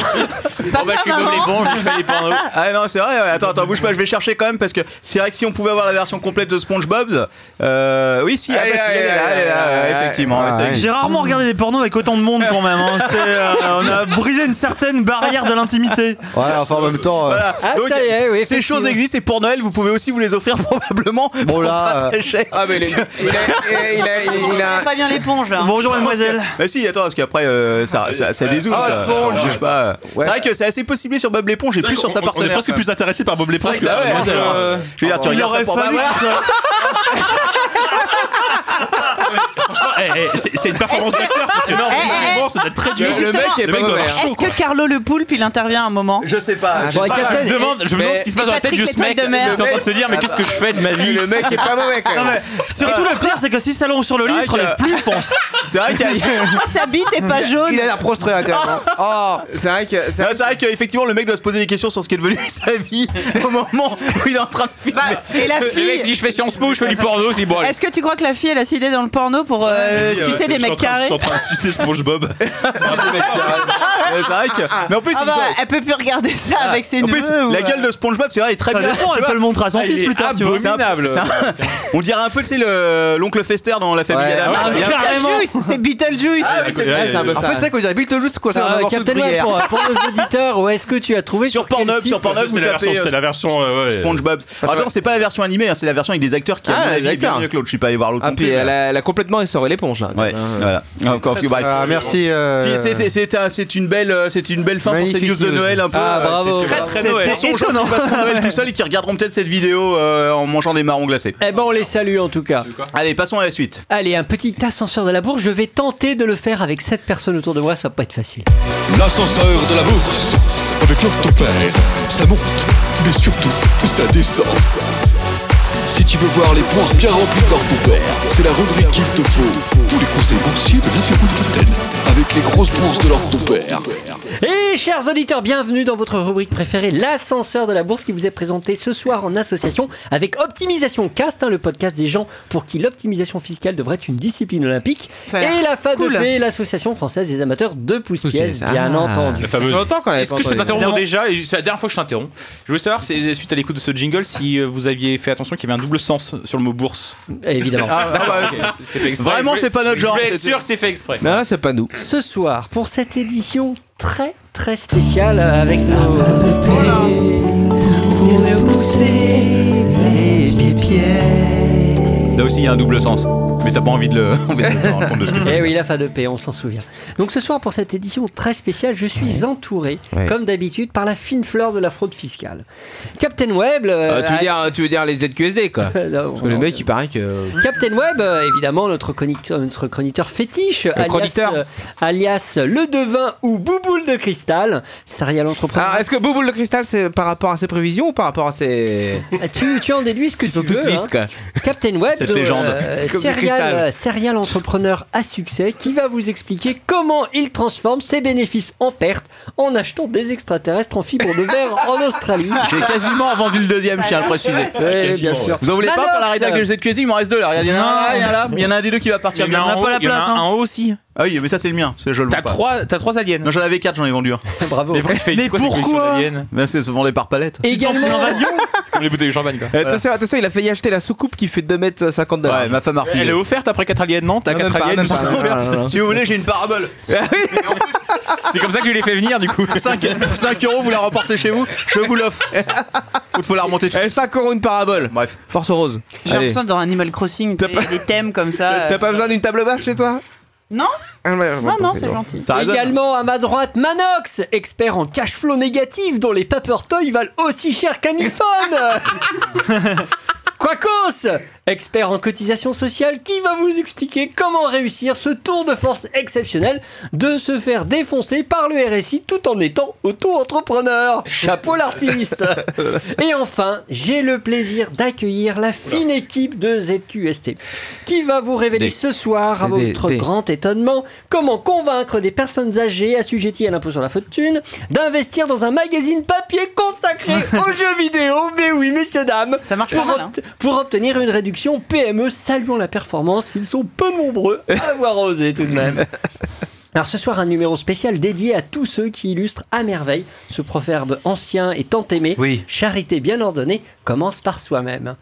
Speaker 14: Bon, bah, je suis Bob l'éponge, je fais les pornos.
Speaker 5: ah non c'est vrai ouais. attends attends bouge pas je vais chercher quand même parce que c'est vrai que si on pouvait avoir la version complète de SpongeBob euh, oui si ah,
Speaker 13: Allez,
Speaker 5: bah, si,
Speaker 13: allez,
Speaker 5: elle est là,
Speaker 13: allez,
Speaker 5: elle est là,
Speaker 13: allez,
Speaker 5: ouais, effectivement
Speaker 10: allez,
Speaker 5: ouais, ça
Speaker 10: allez.
Speaker 5: existe.
Speaker 6: Ah, J'ai rarement regardé des pornos avec autant de monde quand même. hein. C'est, euh, on a brisé une certaine barrière de l'intimité.
Speaker 10: Ouais, enfin en même temps. euh,
Speaker 5: Voilà.
Speaker 8: Ah,
Speaker 5: Donc,
Speaker 8: ça y est, oui,
Speaker 5: ces choses
Speaker 8: effectivement.
Speaker 5: existent et pour Noël vous pouvez aussi vous les offrir probablement
Speaker 10: Bon là,
Speaker 5: pas très cher
Speaker 13: Ah, mais il a- il a- il a- il a- il a-
Speaker 9: Pas bien l'éponge
Speaker 8: hein.
Speaker 9: là.
Speaker 6: Bonjour mademoiselle.
Speaker 5: Bah si, attends, parce qu'après, euh, ça, ça, ça dézoome,
Speaker 10: Ah,
Speaker 5: ça.
Speaker 10: Sponge.
Speaker 5: Attends, je sais pas. C'est vrai que c'est assez possible sur Bob l'éponge et plus sur sa
Speaker 4: On- On est
Speaker 5: partenaire.
Speaker 4: presque plus intéressé par Bob l'éponge que
Speaker 5: Ah
Speaker 4: par
Speaker 5: ouais,
Speaker 4: Mademoiselle,
Speaker 5: euh,
Speaker 4: hein.
Speaker 5: Je veux dire, tu
Speaker 6: Il
Speaker 5: regardes ça
Speaker 6: aurait
Speaker 5: pour
Speaker 6: fallu
Speaker 5: Barbara.
Speaker 6: que ce soit-
Speaker 4: franchement, eh, eh, c'est- c'est une performance d'acteur parce que non,
Speaker 9: Eh, eh,
Speaker 4: vraiment, ça doit être très dur.
Speaker 9: Mais justement,
Speaker 4: doit avoir chaud,
Speaker 9: Est-ce
Speaker 4: quoi.
Speaker 9: que Carlo le Poulpe il intervient à un moment
Speaker 5: Je sais pas.
Speaker 3: je, sais pas, je me demande, je me demande ce qui se passe dans la tête de ce mec. Il est en train de se dire, mais qu'est-ce que je fais de ma vie
Speaker 13: Le mec est pas mauvais, quand même.
Speaker 6: Non, mais surtout le pire, c'est que si ça l'enroule sur le lit, il se relève plus, je pense. euh,
Speaker 5: C'est vrai qu'il y a-
Speaker 9: Sa bite est pas jaune.
Speaker 7: Il a l'air prostré hein, quand même.
Speaker 5: Oh, c'est vrai que c'est vrai, qu'effectivement le mec doit se poser des questions sur ce qui est devenu sa vie au moment où il est en train de filmer.
Speaker 9: Bah, et la
Speaker 3: Le mec,
Speaker 9: fille-
Speaker 3: il dit, je fais Sciences Po, je fais du porno, c'est bon. allez.
Speaker 9: Est-ce que tu crois que la fille elle a sidé dans le porno pour euh,
Speaker 4: Oui, euh,
Speaker 9: sucer
Speaker 4: je
Speaker 9: des
Speaker 4: suis en
Speaker 9: mecs
Speaker 4: train- Je
Speaker 9: carrés
Speaker 4: suis en train de sucer SpongeBob.
Speaker 15: hein.
Speaker 5: Ouais, c'est vrai que- Mais en plus,
Speaker 9: Ah
Speaker 5: il
Speaker 9: bah,
Speaker 5: sort-
Speaker 9: elle peut plus regarder ça avec ses
Speaker 5: en plus,
Speaker 9: neveux. ou,
Speaker 5: la
Speaker 9: euh,
Speaker 5: gueule de SpongeBob, c'est vrai, elle est très
Speaker 6: Ça
Speaker 5: bien.
Speaker 6: dépend,
Speaker 5: tu
Speaker 6: elle
Speaker 5: vois.
Speaker 6: peut le montrer à son Ah, fils il est plus tard, tu vois. abominable.
Speaker 5: C'est un- c'est un- On dirait un peu, c'est le l'oncle Fester dans la famille
Speaker 7: Ouais.
Speaker 5: Adams.
Speaker 7: Ah,
Speaker 5: Il y a-
Speaker 9: Beetlejuice, c'est Beetlejuice.
Speaker 5: Ah oui, c'est vrai, c'est un peu
Speaker 7: En fait,
Speaker 5: ça.
Speaker 7: c'est ça qu'on dirait Beetlejuice, quoi. C'est
Speaker 8: Ah,
Speaker 7: un morceau de
Speaker 8: Captain Web,
Speaker 7: bruyère.
Speaker 8: pour, pour nos auditeurs, où est-ce que tu as trouvé sur, quel
Speaker 5: Pornhub,
Speaker 8: site
Speaker 5: sur Pornhub,
Speaker 4: c'est
Speaker 5: vous
Speaker 4: la version-
Speaker 5: tapez euh,
Speaker 4: c'est la version, euh, ouais.
Speaker 5: SpongeBob. Attends, c'est pas la version animée, hein, c'est la version avec des acteurs qui, à
Speaker 13: Ah, les
Speaker 5: mon avis, est bien
Speaker 13: acteurs.
Speaker 5: mieux que l'autre. Je suis pas allé voir l'autre.
Speaker 13: Ah,
Speaker 5: non
Speaker 13: puis
Speaker 5: plus, mais-
Speaker 13: elle a, elle a complètement essoré l'éponge. là.
Speaker 5: Ouais, voilà. Encore tu bref.
Speaker 7: Ah, merci. euh,
Speaker 5: Puis c'est- c'est- C'est un- c'est une belle, euh, c'est une belle fin pour ces
Speaker 7: Magnifique
Speaker 5: news de
Speaker 7: news.
Speaker 5: Noël un peu.
Speaker 8: Ah,
Speaker 5: euh,
Speaker 8: bravo.
Speaker 5: c'est
Speaker 8: Très,
Speaker 5: très Noël. Pensons aux gens qui passeront Noël tout seuls et qui regarderont peut-être cette vidéo euh, en mangeant des marrons glacés.
Speaker 8: Eh ben, on les salue en tout cas.
Speaker 5: Allez, passons à la suite.
Speaker 8: Allez, un petit ascenseur de la bourse. Je vais tenter de le faire avec 7 personnes autour de moi. Ça va pas être facile.
Speaker 15: L'ascenseur de la bourse, avec leur ton père, ça monte, mais surtout, ça descend. Si tu veux voir les bourses bien remplies de leur ton père, c'est la rubrique qu'il te faut. Tous les conseils boursiers de l'interview Touten, avec les grosses bourses de leur ton père.
Speaker 8: Et chers auditeurs, bienvenue dans votre rubrique préférée, l'ascenseur de la bourse qui vous est présenté ce soir en association avec Optimisation Cast, hein, le podcast des gens pour qui l'optimisation fiscale devrait être une discipline olympique.
Speaker 9: Ça a l'air
Speaker 8: Et la FADEP,
Speaker 9: cool.
Speaker 8: E l'association française des amateurs de pouce-pièces,
Speaker 13: Ah.
Speaker 8: bien entendu.
Speaker 4: La fameuse.
Speaker 13: longtemps qu'on avait
Speaker 3: Est-ce
Speaker 13: pas
Speaker 3: que je peux
Speaker 13: entendu.
Speaker 3: t'interrompre déjà Et C'est la dernière fois que je t'interromps. Je voulais savoir, c'est- suite à l'écoute de ce jingle, si euh, vous aviez fait attention qu'il y avait un double sens sur le mot bourse. Ah,
Speaker 8: Évidemment.
Speaker 3: Ok, c'est fait exprès.
Speaker 5: Vraiment,
Speaker 3: Je voulais-
Speaker 5: c'est pas notre genre,
Speaker 3: Je voulais être
Speaker 5: c'est-
Speaker 3: sûr, que c'était fait exprès.
Speaker 13: Non, là, c'est pas nous.
Speaker 8: Ce soir, pour cette édition très très spéciale euh, avec nos...
Speaker 5: Là aussi, il y a un double sens. Mais t'as pas envie de le. On va te rendre compte de ce que c'est.
Speaker 8: Eh oui, la fin de paix, on s'en souvient. Donc ce soir, pour cette édition très spéciale, je suis entouré,
Speaker 13: Ouais.
Speaker 8: comme d'habitude, par la fine fleur de la fraude fiscale. Captain Web. euh,
Speaker 13: Euh, tu, veux dire, tu veux dire les ZQSD, quoi.
Speaker 8: euh, non,
Speaker 13: Parce que le
Speaker 8: non.
Speaker 13: mec, il paraît que.
Speaker 8: Captain Web, euh, évidemment, notre chroniqueur, notre chroniqueur fétiche, alias,
Speaker 13: chroniqueur.
Speaker 8: euh, alias le devin ou bouboule de cristal, serial entrepreneur.
Speaker 13: Alors, est-ce que Bouboule le Cristal, c'est par rapport à ses prévisions ou par rapport à ses.
Speaker 8: Ah, tu, tu en déduis ce que
Speaker 13: Ils sont
Speaker 8: tu veux.
Speaker 13: toutes lisses,
Speaker 8: hein.
Speaker 13: quoi.
Speaker 8: Captain Web,
Speaker 5: Cette
Speaker 8: de,
Speaker 5: légende.
Speaker 8: euh,
Speaker 13: Comme du
Speaker 8: serial,
Speaker 13: cristal.
Speaker 8: euh, serial entrepreneur à succès, qui va vous expliquer comment il transforme ses bénéfices en pertes en achetant des extraterrestres en fibre de verre en Australie.
Speaker 5: J'ai quasiment vendu le deuxième, je tiens à le préciser.
Speaker 8: Ouais, bien sûr.
Speaker 5: Vous en voulez pas
Speaker 8: Manox,
Speaker 5: pour la rédac de ZQSD Il m'en reste deux là. Regarde, il y en a un là, il y en a un là. Il y en a un des deux qui va partir.
Speaker 3: Il y en
Speaker 5: bien.
Speaker 3: a un haut, il y en a un en haut aussi.
Speaker 5: Ah oui, mais ça, c'est le mien. C'est- Je le
Speaker 3: T'as
Speaker 5: vends pas.
Speaker 3: trois, t'as trois aliens.
Speaker 5: Non, j'en avais quatre, j'en ai vendu un.
Speaker 8: Bravo.
Speaker 3: Mais pourquoi tu fais-
Speaker 6: Mais
Speaker 3: c'est quoi cette collection
Speaker 6: pourquoi
Speaker 3: d'aliens
Speaker 5: Ben, c'est se vendait par palette.
Speaker 8: Également,
Speaker 3: C'est comme les bouteilles de champagne quoi.
Speaker 13: Euh, Attention, attention, il a failli acheter la soucoupe qui fait 2m50 dollars.
Speaker 5: Ouais, ma femme a refilé.
Speaker 3: Elle est offerte
Speaker 8: hein.
Speaker 3: après 4 aliens, non T'as
Speaker 13: Non, même
Speaker 3: 4
Speaker 13: pas,
Speaker 3: aliens,
Speaker 13: même
Speaker 3: nous
Speaker 13: pas,
Speaker 3: sommes
Speaker 13: non,
Speaker 3: offertes.
Speaker 13: non, non, non.
Speaker 5: Si vous voulez, j'ai une parabole.
Speaker 3: C'est comme ça que je les fait venir du coup.
Speaker 5: 5, euros, vous la remportez chez vous, je vous l'offre. Il faut la remonter tout de
Speaker 13: Eh,
Speaker 5: suite.
Speaker 13: 5 euros une parabole.
Speaker 5: Bref.
Speaker 13: Force rose.
Speaker 9: J'ai
Speaker 13: Allez.
Speaker 9: l'impression que dans Animal Crossing, t'as
Speaker 13: pas-
Speaker 9: des thèmes comme ça. euh,
Speaker 13: T'as pas besoin d'une table basse chez toi
Speaker 9: Non
Speaker 13: Ah, ouais, bon,
Speaker 9: Non, non,
Speaker 13: bon,
Speaker 9: c'est
Speaker 13: bon.
Speaker 9: gentil.
Speaker 5: Ça résonne.
Speaker 8: également à ma droite, Manox, expert en cash flow négatif dont les paper toys valent aussi cher qu'un iPhone. Quacos, expert en cotisation sociale, qui va vous expliquer comment réussir ce tour de force exceptionnel de se faire défoncer par le RSI tout en étant auto-entrepreneur. Chapeau l'artiste. Et enfin, j'ai le plaisir d'accueillir la fine équipe de ZQST, qui va vous révéler
Speaker 13: Des-
Speaker 8: ce soir, à
Speaker 13: des-
Speaker 8: votre
Speaker 13: des-
Speaker 8: grand étonnement, comment convaincre des personnes âgées assujetties à l'impôt sur la fortune d'investir dans un magazine papier consacré aux jeux vidéo. Mais oui, messieurs, dames.
Speaker 9: Ça marche
Speaker 8: pour,
Speaker 9: pas mal, hein.
Speaker 8: obt- pour obtenir une réduction PME, saluons la performance. Ils sont peu nombreux à avoir osé tout de même. Alors ce soir, un numéro spécial dédié à tous ceux qui illustrent à merveille ce proverbe ancien et tant aimé.
Speaker 7: Oui.
Speaker 8: Charité bien ordonnée commence par soi-même.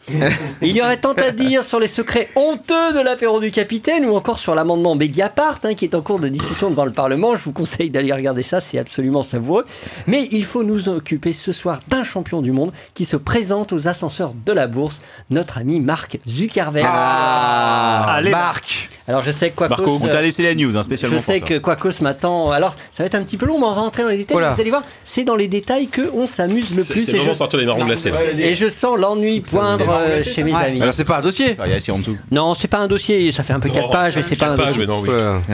Speaker 8: Il y aurait tant à dire sur les secrets honteux de l'apéro du capitaine ou encore sur l'amendement Mediapart hein, qui est en cours de discussion devant le Parlement. Je vous conseille d'aller regarder ça, c'est absolument savoureux. Mais il faut nous occuper ce soir d'un champion du monde qui se présente aux ascenseurs de la bourse, notre ami Ah. Marc Zuckerberg.
Speaker 3: Ah,
Speaker 6: Allez,
Speaker 7: Ah, Marc.
Speaker 8: Alors je sais que Quacos.
Speaker 5: Marco, on t'a laissé la news, hein, spécialement
Speaker 8: Je sais
Speaker 5: pour
Speaker 8: que Quacos m'attend. Alors ça va être un petit peu long, mais on va rentrer dans les détails.
Speaker 5: Voilà.
Speaker 8: Vous allez voir, c'est dans les détails que on s'amuse le
Speaker 4: C'est-
Speaker 8: plus.
Speaker 4: c'est
Speaker 8: et
Speaker 4: le moment
Speaker 8: je...
Speaker 4: de sortir les marrons glacés, là.
Speaker 8: Et je sens l'ennui poindre euh, chez mes amis.
Speaker 5: Alors c'est pas un dossier. Il y a en tout.
Speaker 8: Non, c'est pas un dossier, ça fait un peu 4
Speaker 5: Oh,
Speaker 8: pages, mais c'est pas un
Speaker 5: quatre pages,
Speaker 8: dossier.
Speaker 5: mais non, oui.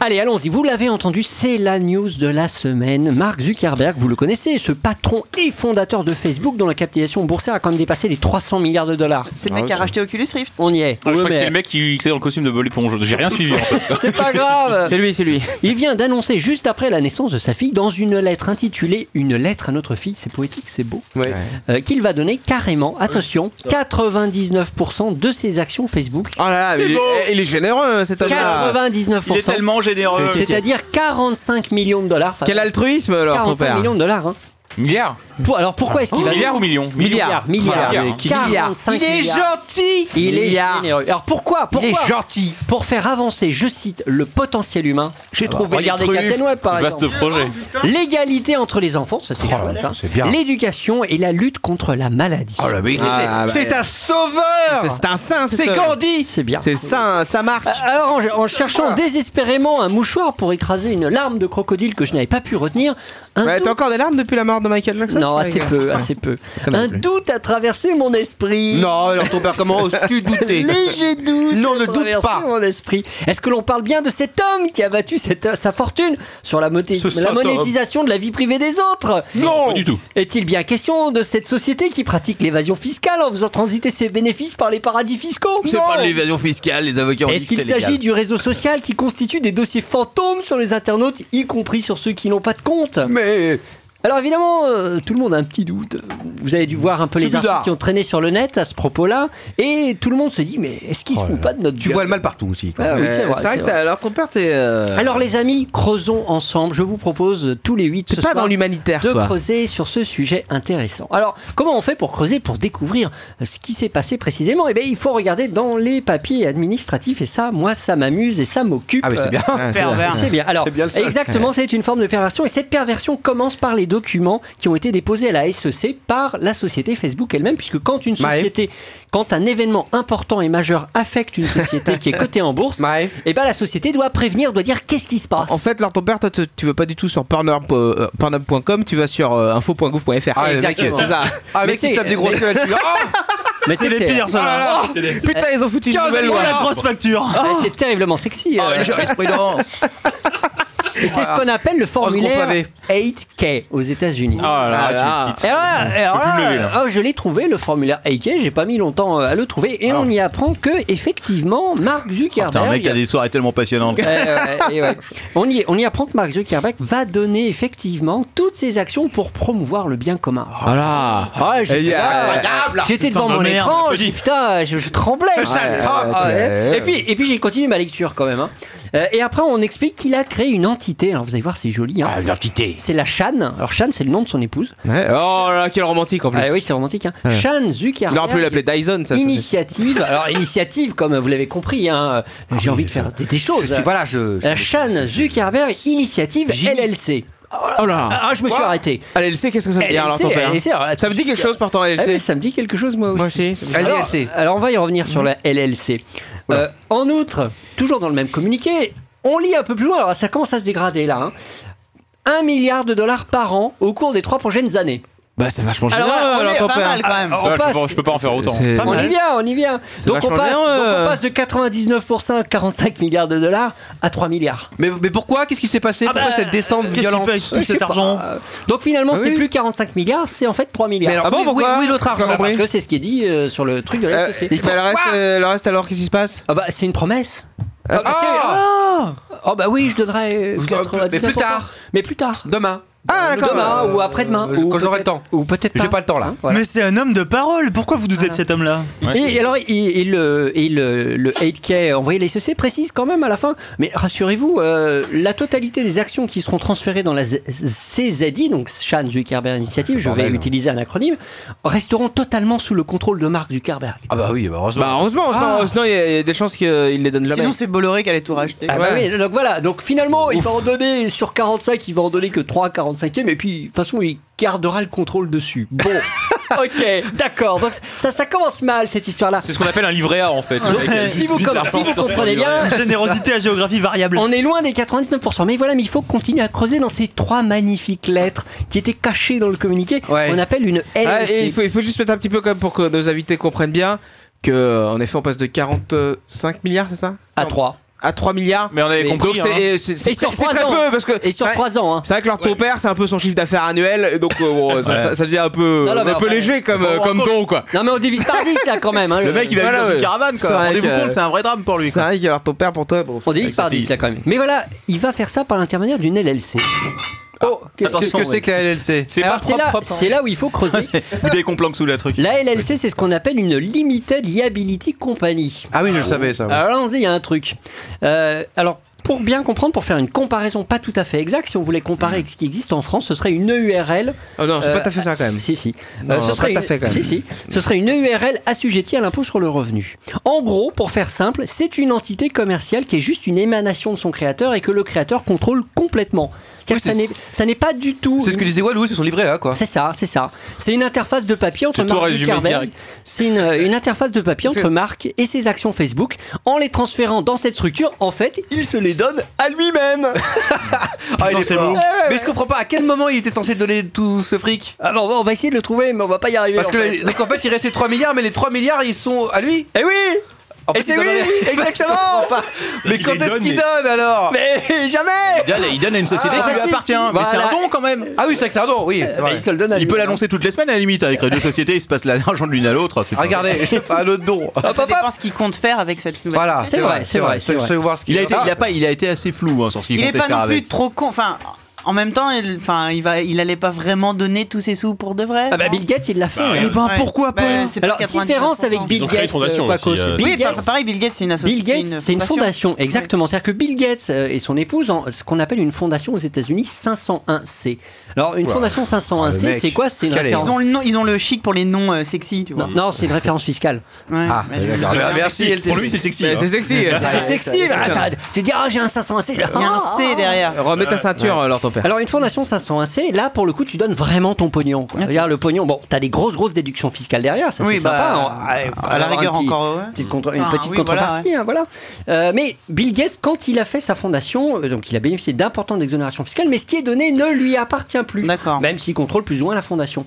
Speaker 8: Allez, allons-y. Vous l'avez entendu, c'est la news de la semaine. Mark Zuckerberg, vous le connaissez, ce patron et fondateur de Facebook dont la capitalisation boursière a quand même dépassé les 300 milliards de dollars.
Speaker 9: C'est
Speaker 5: Ah
Speaker 9: le mec qui a racheté Oculus Rift.
Speaker 8: On y est.
Speaker 3: Ah, je crois
Speaker 8: Ouais,
Speaker 3: que c'était
Speaker 8: mais-
Speaker 3: le mec qui était dans le costume de Bob l'éponge. J'ai rien suivi en fait.
Speaker 8: C'est pas grave.
Speaker 13: C'est lui, c'est lui.
Speaker 8: Il vient d'annoncer juste après la naissance de sa fille dans une lettre intitulée Une lettre à notre fille, c'est poétique, c'est beau, euh, qu'il va donner carrément, attention, 99% de ses actions Facebook.
Speaker 13: Oh là là, mais il, est, il est généreux hein, cet homme-là.
Speaker 8: 99%.
Speaker 13: Il est tellement généreux.
Speaker 8: C'est-à-dire 45 millions de dollars. Enfin,
Speaker 13: Quel altruisme, alors, ton
Speaker 8: 45
Speaker 13: père.
Speaker 8: millions de dollars. Hein. Milliards Alors pourquoi est-ce qu'il
Speaker 13: Oh.
Speaker 8: va.
Speaker 13: Milliards ou millions
Speaker 8: Milliards. Milliards.
Speaker 13: Milliards. Mais qui-
Speaker 8: 45
Speaker 13: Il est
Speaker 8: milliards.
Speaker 13: gentil
Speaker 8: Il est
Speaker 13: Milliards.
Speaker 8: généreux. Alors pourquoi, pourquoi
Speaker 13: Il est
Speaker 8: gentil Pour faire avancer, je cite, le potentiel humain.
Speaker 13: Ah
Speaker 8: J'ai
Speaker 3: bah,
Speaker 8: trouvé.
Speaker 3: regardez
Speaker 8: Regardez
Speaker 3: Captain
Speaker 8: Captain Web par
Speaker 3: Vaste
Speaker 8: exemple.
Speaker 3: projet.
Speaker 8: L'égalité entre les enfants, ça c'est
Speaker 3: Oh là
Speaker 8: chouette,
Speaker 3: là,
Speaker 8: hein.
Speaker 3: c'est bien.
Speaker 8: L'éducation et la lutte contre la maladie.
Speaker 13: Oh là, mais il est- Ah, c'est- bah, c'est un
Speaker 8: sauveur
Speaker 13: C'est- c'est un saint, c'est un-
Speaker 8: C'est bien. Euh,
Speaker 13: C'est ça, ça marque.
Speaker 8: Alors, en, en cherchant désespérément un mouchoir pour écraser une larme de crocodile que je n'avais pas pu retenir, un
Speaker 13: Ouais,
Speaker 8: doute-
Speaker 13: T'as encore des larmes depuis la mort de Michael Jackson
Speaker 8: Non,
Speaker 13: tu sais,
Speaker 8: assez
Speaker 13: gars.
Speaker 8: peu, assez peu.
Speaker 13: Ça m'a
Speaker 8: Un
Speaker 13: plu.
Speaker 8: doute a traversé mon esprit.
Speaker 13: Non, alors ton père, comment oses-tu douter
Speaker 8: Léger doute.
Speaker 13: Non,
Speaker 8: a
Speaker 13: ne doute
Speaker 8: traversé
Speaker 13: pas.
Speaker 8: mon esprit. Est-ce que l'on parle bien de cet homme qui a battu cette- euh, sa fortune sur la, moté-
Speaker 13: Ce
Speaker 8: la
Speaker 13: saint
Speaker 8: monétisation de la vie privée des autres
Speaker 13: Non, pas du
Speaker 8: tout. Est-il bien question de cette société qui pratique l'évasion fiscale en faisant transiter ses bénéfices par les paradis fiscaux
Speaker 5: C'est
Speaker 8: Non.
Speaker 5: pas de l'évasion fiscale, les avocats ont dit
Speaker 8: Est-ce
Speaker 5: que
Speaker 8: qu'il
Speaker 5: c'était
Speaker 8: s'agit
Speaker 5: légal.
Speaker 8: du réseau social qui constitue des dossiers fantômes sur les internautes, y compris sur ceux qui n'ont pas de compte Mais. Alors évidemment, euh, tout le monde a un petit doute. Vous avez dû voir un peu
Speaker 7: C'est
Speaker 8: les
Speaker 7: bizarre.
Speaker 8: articles qui ont traîné sur le net à ce propos-là, et tout le monde se dit mais est-ce qu'ils se foutent pas de notre
Speaker 7: Tu
Speaker 8: gueule
Speaker 7: vois le mal partout aussi. quoi.
Speaker 8: Ah oui, c'est vrai,
Speaker 13: Euh, C'est vrai
Speaker 8: c'est
Speaker 13: que
Speaker 8: vrai.
Speaker 13: t'as- alors ton père, t'es. euh,
Speaker 8: Alors les amis, creusons ensemble. Je vous propose euh, tous les 8
Speaker 13: T'es
Speaker 8: ce
Speaker 13: pas
Speaker 8: soir
Speaker 13: dans l'humanitaire,
Speaker 8: de
Speaker 13: toi.
Speaker 8: creuser sur ce sujet intéressant. Alors comment on fait pour creuser, pour découvrir euh, ce qui s'est passé précisément Eh bien il faut regarder dans les papiers administratifs et ça, moi ça m'amuse et ça m'occupe.
Speaker 7: Ah, mais c'est bien.
Speaker 8: Euh,
Speaker 7: Ah, c'est Pervers. bien.
Speaker 8: C'est bien. Alors
Speaker 7: C'est bien le seul.
Speaker 8: exactement,
Speaker 7: Ouais.
Speaker 8: c'est une forme de perversion et cette perversion commence par les documents qui ont été déposés à la SEC par la société Facebook elle-même, puisque quand une
Speaker 7: Ouais.
Speaker 8: société, quand un événement important et majeur affecte une société qui est cotée en bourse, et ben la société doit prévenir, doit dire qu'est-ce qui se passe.
Speaker 13: En fait, alors ton père, toi, tu tu vas pas du tout sur pornhub, euh, pornhub.com, tu vas sur euh, info.gouv.fr.
Speaker 8: Ah, le mec,
Speaker 13: Exactement.
Speaker 8: euh,
Speaker 13: C'est ça.
Speaker 8: ah, le mec,
Speaker 13: Mais
Speaker 8: il
Speaker 13: tu
Speaker 8: tape
Speaker 13: sais,
Speaker 8: des grosses
Speaker 13: mais-
Speaker 8: gueules là-dessus.
Speaker 13: Mais c'est les pires, ça, là.
Speaker 8: Ah
Speaker 13: Oh, Putain, ils ont foutu une
Speaker 8: 15
Speaker 13: nouvelle
Speaker 8: euros
Speaker 13: loi.
Speaker 8: la grosse
Speaker 13: facture.
Speaker 8: Ah, C'est terriblement sexy. euh. Et c'est ce qu'on appelle le formulaire
Speaker 13: pavé.
Speaker 8: 8K aux États-Unis. Oh
Speaker 13: là, Ah là. tu me cites.
Speaker 8: là,
Speaker 13: Je peux plus me lever, là.
Speaker 8: Oh, je l'ai trouvé le formulaire 8K, j'ai pas mis longtemps euh, à le trouver et
Speaker 13: Ah
Speaker 8: on y apprend que effectivement Mark Zuckerberg
Speaker 5: Putain, mec, t'as des soirées tellement passionnantes.
Speaker 8: Ouais, Eh, ouais, ouais, ouais. On, y, on y apprend que Mark Zuckerberg va donner effectivement toutes ses actions pour promouvoir le bien commun.
Speaker 5: Voilà.
Speaker 8: Ouais, Ah, j'étais
Speaker 5: Et il y a-
Speaker 8: là,
Speaker 5: Incroyable.
Speaker 8: j'étais
Speaker 5: Putain
Speaker 8: devant
Speaker 5: de
Speaker 8: mon
Speaker 5: merde,
Speaker 8: écran,
Speaker 5: applaudis.
Speaker 8: j'ai dit, putain, je, je tremblais.
Speaker 5: Ce sale Trump.
Speaker 8: Ah ouais.
Speaker 5: Ouais.
Speaker 8: Et puis, et puis j'ai continué ma lecture quand même. hein. Euh, et après, on explique qu'il a créé une entité. Alors vous allez voir, c'est joli. Hein.
Speaker 13: Ah,
Speaker 8: une entité. C'est la Shan. Alors Shan, c'est le nom de son épouse.
Speaker 13: Ouais. Oh là, quel romantique en plus.
Speaker 8: Ah oui, c'est romantique. Hein.
Speaker 13: Ouais.
Speaker 8: Shan Zuckerberg.
Speaker 13: Il aurait pu l'appeler Dyson, ça.
Speaker 8: Initiative, alors initiative comme vous l'avez compris,
Speaker 13: Ah
Speaker 8: hein, euh, j'ai envie de faire des, des choses.
Speaker 7: suis- voilà, je- je-
Speaker 8: La Shan Zuckerberg Initiative LLC.
Speaker 13: Oh là
Speaker 8: Ah, je me suis arrêté.
Speaker 13: LLC, qu'est-ce
Speaker 8: Eh,
Speaker 13: que ça veut dire alors ton
Speaker 8: LLC,
Speaker 13: père
Speaker 8: LLC, alors,
Speaker 13: hein Ça me dit quelque chose pourtant,
Speaker 8: Ah oui,
Speaker 13: LLC
Speaker 8: ça me dit quelque chose moi aussi.
Speaker 13: Moi aussi.
Speaker 8: Alors, alors, on va y revenir sur la LLC. Euh, en outre, toujours dans le même communiqué, on lit un peu plus loin, alors ça commence à se dégrader là. hein. 1 milliard de dollars par an au cours des trois prochaines années.
Speaker 13: Bah, c'est vachement
Speaker 8: Alors,
Speaker 13: généreux,
Speaker 8: voilà, on
Speaker 13: alors
Speaker 8: est
Speaker 13: ton
Speaker 8: pas
Speaker 13: père.
Speaker 8: mal, quand même.
Speaker 3: Ah,
Speaker 8: On
Speaker 3: je peux
Speaker 8: passe-
Speaker 3: pas- je peux pas en faire autant.
Speaker 13: C'est-
Speaker 8: On y vient, on y vient.
Speaker 13: C'est
Speaker 8: Donc on,
Speaker 13: vachement
Speaker 8: passe,
Speaker 13: bien, euh.
Speaker 8: donc on passe de 99% à 45 milliards de dollars à 3 milliards.
Speaker 7: Mais, mais pourquoi Qu'est-ce qui s'est passé
Speaker 8: Ah
Speaker 7: Pourquoi
Speaker 8: bah,
Speaker 7: cette descente
Speaker 8: qu'est-ce qu'il
Speaker 7: violente
Speaker 8: fait avec tout cet argent Donc finalement,
Speaker 7: Ah
Speaker 8: c'est
Speaker 7: oui.
Speaker 8: plus 45 milliards, c'est en fait 3 milliards.
Speaker 7: Mais alors, Ah bon, oui, pourquoi oui, oui, l'autre argent.
Speaker 8: Parce que c'est ce qui est dit euh, sur le truc de la
Speaker 13: Euh,
Speaker 8: SEC.
Speaker 13: mais le reste, euh, le reste alors, qu'est-ce qui se passe Euh,
Speaker 8: Ah bah, c'est une promesse. Ah, bah, tiens, oh bah oui, je donnerai. euh, 99%.
Speaker 7: Ah mais plus tard.
Speaker 8: Mais plus tard.
Speaker 7: Demain.
Speaker 8: Ah,
Speaker 7: d'accord.
Speaker 8: Demain ou après-demain.
Speaker 7: Euh, quand j'aurai
Speaker 8: le temps. Ou peut-être
Speaker 7: J'ai pas le temps, là.
Speaker 8: Hein, voilà.
Speaker 6: Mais c'est un homme de parole. Pourquoi vous doutez de cet homme-là
Speaker 8: et alors, il- il- le, et le, le 8K envoyé à la SEC précise quand même à la fin, mais rassurez-vous, euh, la totalité des actions qui seront transférées dans la Z- CZI, donc Shan Zuckerberg Initiative, je vais utiliser un acronyme, resteront totalement sous le contrôle de Mark Zuckerberg.
Speaker 7: Ah bah oui, bah heureusement.
Speaker 13: Bah, heureusement,
Speaker 8: Ah.
Speaker 13: heureusement, heureusement, il y, a- il y a des chances qu'il les donne jamais.
Speaker 9: Sinon, c'est Bolloré qui allait tout racheter.
Speaker 8: Ah bah oui, donc voilà, donc finalement, il
Speaker 13: Ouf.
Speaker 8: va en donner sur 45, il va en donner que 3 45e, et puis de toute façon, il gardera le contrôle dessus. Bon. ok, d'accord. Donc ça, ça commence mal cette histoire-là.
Speaker 3: C'est ce qu'on appelle un livret A en fait.
Speaker 8: Donc,
Speaker 3: Avec, euh,
Speaker 8: si vous,
Speaker 3: juste
Speaker 8: com- si
Speaker 3: l'argent
Speaker 8: vous
Speaker 3: sur son
Speaker 8: comprenez
Speaker 3: livret
Speaker 8: bien,
Speaker 3: A.
Speaker 6: Générosité à géographie variable.
Speaker 8: On est loin des 99%, mais voilà, mais il faut continuer à creuser dans ces trois magnifiques lettres qui étaient cachées dans le communiqué. On appelle une LLC.
Speaker 13: Ah, et il, faut, il faut juste mettre un petit peu quand même pour que nos invités comprennent bien que, euh, en effet, on passe de 45 milliards, c'est ça
Speaker 8: À 3.
Speaker 13: À 3 milliards.
Speaker 14: Mais on avait
Speaker 13: Donc
Speaker 14: compris,
Speaker 13: c'est-
Speaker 14: hein.
Speaker 13: et C'est c'est
Speaker 14: Et
Speaker 13: très,
Speaker 14: sur
Speaker 13: c'est
Speaker 14: trois
Speaker 13: très
Speaker 14: ans.
Speaker 13: peu parce que.
Speaker 14: Et sur
Speaker 13: c'est-
Speaker 14: trois ans, hein.
Speaker 13: C'est vrai que leur ton père, c'est un peu son chiffre d'affaires annuel. et Donc, euh, bon, ça,
Speaker 14: Ouais.
Speaker 13: ça- ça devient un peu,
Speaker 8: Non, non, mais
Speaker 13: un peu
Speaker 8: enfin,
Speaker 13: léger comme,
Speaker 8: faut
Speaker 13: euh,
Speaker 8: rendre
Speaker 13: comme
Speaker 8: compte.
Speaker 13: don, quoi.
Speaker 8: Non, mais on divise par 10 là quand même. hein.
Speaker 13: Voilà, ouais. C'est euh, vrai que- C'est vrai qu'il va avoir ton père pour toi.
Speaker 8: On divise par 10 là quand même. Mais voilà, il va faire ça par l'intermédiaire d'une LLC. Oh, qu'est-ce
Speaker 5: Attention,
Speaker 8: que c'est
Speaker 5: ouais.
Speaker 8: que la LLC
Speaker 5: C'est
Speaker 8: Alors,
Speaker 5: pas
Speaker 8: c'est là,
Speaker 5: propre, propre, hein.
Speaker 8: c'est là où il faut creuser.
Speaker 5: Vous avez complanque sous la truc.
Speaker 8: La LLC, c'est ce qu'on appelle une Limited Liability Company.
Speaker 7: Ah oui, je le savais, ça, oui.
Speaker 8: Alors là, on se dit, il y a un truc. Euh, alors, pour bien comprendre, pour faire une comparaison pas tout à fait exacte, si on voulait comparer avec ce qui existe en France, ce serait une E EURL.
Speaker 13: Oh non, c'est
Speaker 8: euh,
Speaker 13: pas tout à fait ça quand même.
Speaker 8: Si, si.
Speaker 13: Non,
Speaker 8: Euh, ce
Speaker 13: pas
Speaker 8: serait
Speaker 13: tout à
Speaker 8: une-
Speaker 13: fait, quand même.
Speaker 8: Si, si. Ce serait une E EURL assujettie à l'impôt sur le revenu. En gros, pour faire simple, c'est une entité commerciale qui est juste une émanation de son créateur et que le créateur contrôle complètement. C'est-à-dire que ça n'est- ça n'est pas du tout.
Speaker 7: C'est ce que disait Walou, c'est son livret A quoi.
Speaker 8: C'est ça, c'est ça. C'est une interface de papier entre
Speaker 7: Tuto
Speaker 8: Mark
Speaker 7: résumé
Speaker 8: Zuckerberg.
Speaker 7: direct.
Speaker 8: C'est une, euh, une interface de papier entre Mark et ses actions Facebook. En les transférant dans cette structure, en fait, il se les donne à lui-même.
Speaker 7: Ah, il est
Speaker 8: c'est
Speaker 7: fort.
Speaker 8: bon. Eh, Ouais, ouais,
Speaker 7: Mais
Speaker 8: ouais.
Speaker 7: je comprends pas à quel moment il était censé donner tout ce fric.
Speaker 8: Ah bon, on va essayer de le trouver, mais on va pas y arriver.
Speaker 7: Parce
Speaker 8: en
Speaker 7: que
Speaker 8: fait.
Speaker 7: donc en fait il restait 3 milliards, mais les 3 milliards ils sont à lui.
Speaker 8: Eh oui.
Speaker 7: En fait,
Speaker 13: Et c'est
Speaker 7: il donne
Speaker 13: lui,
Speaker 7: rien.
Speaker 13: exactement.
Speaker 7: Je comprends pas. Mais
Speaker 13: Il
Speaker 7: quand
Speaker 13: les
Speaker 7: est-ce
Speaker 13: donne,
Speaker 7: qu'il
Speaker 13: mais-
Speaker 7: donne alors
Speaker 13: Mais jamais
Speaker 5: Il donne, il donne à une société
Speaker 7: Ah,
Speaker 5: qui lui
Speaker 7: si,
Speaker 5: appartient,
Speaker 7: si,
Speaker 5: mais c'est un
Speaker 7: voilà.
Speaker 5: don quand même.
Speaker 7: Ah oui, c'est vrai que c'est un don, oui. c'est vrai.
Speaker 5: il peut l'annoncer toutes les semaines à la limite avec les deux sociétés, il se passe l'argent de l'une à l'autre. c'est pas-
Speaker 7: Regardez, je fais un autre don.
Speaker 9: Ça dépend ce qu'il compte faire avec cette nouvelle.
Speaker 5: Voilà,
Speaker 9: société.
Speaker 5: il a été, il a pas, il a été assez flou hein, sur ce qu'il
Speaker 9: Il est
Speaker 5: comptait
Speaker 9: pas
Speaker 5: faire
Speaker 9: non plus
Speaker 5: avec.
Speaker 9: trop con. Enfin, en même temps, il, enfin, il va, il allait pas vraiment donner tous ses sous pour de vrai.
Speaker 8: Ah bah Bill Gates il l'a fait.
Speaker 9: Bah,
Speaker 8: Eh ben
Speaker 9: ouais.
Speaker 8: pourquoi pas
Speaker 9: Bah, c'est pas
Speaker 8: Alors
Speaker 9: 99%.
Speaker 8: différence avec Bill
Speaker 9: Ils ont créé une
Speaker 8: Gates,
Speaker 9: fondation
Speaker 8: euh, quoi
Speaker 9: aussi,
Speaker 8: qu'au-
Speaker 9: euh,
Speaker 8: Bill
Speaker 9: Oui,
Speaker 8: Gates-
Speaker 9: bah, pareil, Bill Gates c'est une
Speaker 8: Bill
Speaker 9: association.
Speaker 8: Gates, c'est une fondation, exactement. C'est-à-dire que Bill Gates euh, et son épouse ont ce qu'on appelle une fondation aux États-Unis 501C. Alors, une
Speaker 9: Ouah.
Speaker 8: fondation
Speaker 9: Ah, le
Speaker 8: 501C,
Speaker 9: mec,
Speaker 8: c'est quoi C'est une
Speaker 9: quelle est-
Speaker 8: référence.
Speaker 9: Ils ont le nom- ils ont le chic pour les noms euh, sexy, tu vois.
Speaker 8: Non, non, c'est une référence fiscale.
Speaker 9: Ah,
Speaker 8: mais-
Speaker 9: d'accord.
Speaker 8: mais-
Speaker 9: Merci,
Speaker 8: mais-
Speaker 9: pour lui, c'est sexy, Mais hein. c'est sexy.
Speaker 8: C'est
Speaker 9: Ouais,
Speaker 8: sexy.
Speaker 9: c'est
Speaker 8: là,
Speaker 9: ça.
Speaker 8: attends, Tu dis, ah, j'ai un 501C. là.
Speaker 9: Il y a un
Speaker 8: Ah,
Speaker 9: C
Speaker 1: Oh.
Speaker 8: ah,
Speaker 9: derrière.
Speaker 13: Euh, Remets ta ceinture, alors ton père.
Speaker 8: alors une fondation 501c, là pour le coup tu donnes vraiment ton pognon. Quoi. Regarde, le pognon, bon, t'as des grosses grosses déductions fiscales derrière, ça
Speaker 9: Oui,
Speaker 8: c'est
Speaker 9: bah,
Speaker 8: sympa. hein.
Speaker 9: à
Speaker 8: Ouais, faut
Speaker 9: la
Speaker 8: avoir un
Speaker 9: rigueur
Speaker 8: petit-
Speaker 9: encore, ouais.
Speaker 8: petite contre- une
Speaker 9: Ah,
Speaker 8: petite
Speaker 9: oui,
Speaker 8: contrepartie,
Speaker 9: voilà, ouais.
Speaker 8: hein, voilà. Euh, mais Bill Gates, quand il a fait sa fondation, euh, donc il a bénéficié d'importantes exonérations fiscales, mais ce qui est donné ne lui appartient plus. Même s'il contrôle plus ou moins la fondation.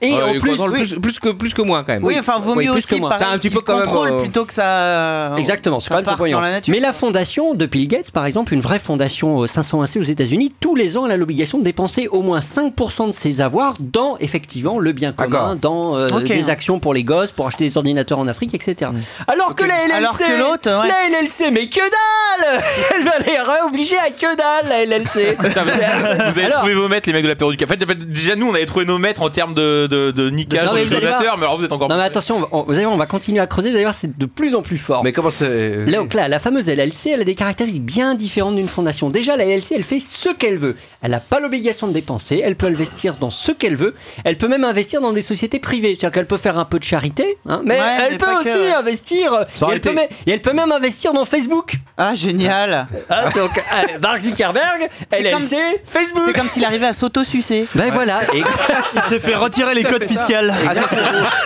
Speaker 8: Et
Speaker 13: Euh,
Speaker 8: en
Speaker 13: il
Speaker 8: plus,
Speaker 13: contrôle
Speaker 8: oui.
Speaker 13: plus, plus que, plus que moi quand même.
Speaker 9: Oui, enfin, vaut
Speaker 8: Oui,
Speaker 9: mieux
Speaker 8: plus que
Speaker 9: aussi.
Speaker 8: moi.
Speaker 9: pareil,
Speaker 8: C'est un petit
Speaker 9: qu'il
Speaker 8: peu quand même,
Speaker 9: contrôle
Speaker 8: euh,
Speaker 9: plutôt que ça. euh,
Speaker 8: Exactement, c'est
Speaker 9: ça
Speaker 8: pas le
Speaker 9: parte
Speaker 8: faux
Speaker 9: dans
Speaker 8: pognon.
Speaker 9: la nature.
Speaker 8: Mais la fondation de Bill Gates, par exemple, une vraie fondation euh, 501C aux États-Unis, tous les ans, elle a l'obligation de dépenser au moins 5% de ses avoirs dans, effectivement, le bien commun, dans euh,
Speaker 9: Ok. Mm.
Speaker 8: des actions pour les gosses, pour acheter des ordinateurs en Afrique, Ah, etc. Alors que la LLC,
Speaker 9: Alors que l'autre, ouais.
Speaker 8: la LLC, mais que dalle Elle va les réobliger à que dalle, la LLC.
Speaker 3: Putain, vous vous avez
Speaker 8: Alors,
Speaker 3: trouvé vos maîtres, les mecs de la période du café. En fait, Déjà, nous, on avait trouvé nos maîtres en termes de, de, de niquage
Speaker 8: Non,
Speaker 3: de
Speaker 8: mais vous allez
Speaker 3: donateur,
Speaker 8: voir.
Speaker 3: mais alors vous êtes encore.
Speaker 8: Non mais attention, on va- on- vous allez voir, on va continuer à creuser. D'ailleurs, c'est de plus en plus fort.
Speaker 7: Mais comment c'est
Speaker 8: Là, donc là, la fameuse LLC, elle a des caractéristiques bien différentes d'une fondation. Déjà, la LLC, elle fait ce qu'elle veut. Elle n'a pas l'obligation de dépenser. Elle peut investir dans ce qu'elle veut. Elle peut même investir dans des sociétés privées. C'est-à-dire qu'elle peut faire un peu de charité, hein, mais
Speaker 9: Ouais,
Speaker 8: elle
Speaker 9: mais
Speaker 8: peut
Speaker 9: pas
Speaker 8: aussi
Speaker 9: que.
Speaker 8: investir.
Speaker 9: Sans
Speaker 8: et, elle
Speaker 9: arrêter.
Speaker 8: peut même, et elle peut même investir dans Facebook.
Speaker 9: Ah génial.
Speaker 8: Ah, donc, allez, Mark Zuckerberg,
Speaker 9: C'est
Speaker 8: LLC,
Speaker 9: comme si-
Speaker 8: Facebook.
Speaker 9: C'est comme s'il arrivait à s'auto-sucer.
Speaker 8: Ben voilà. Et...
Speaker 6: Il s'est fait retirer les codes fiscales. Ah,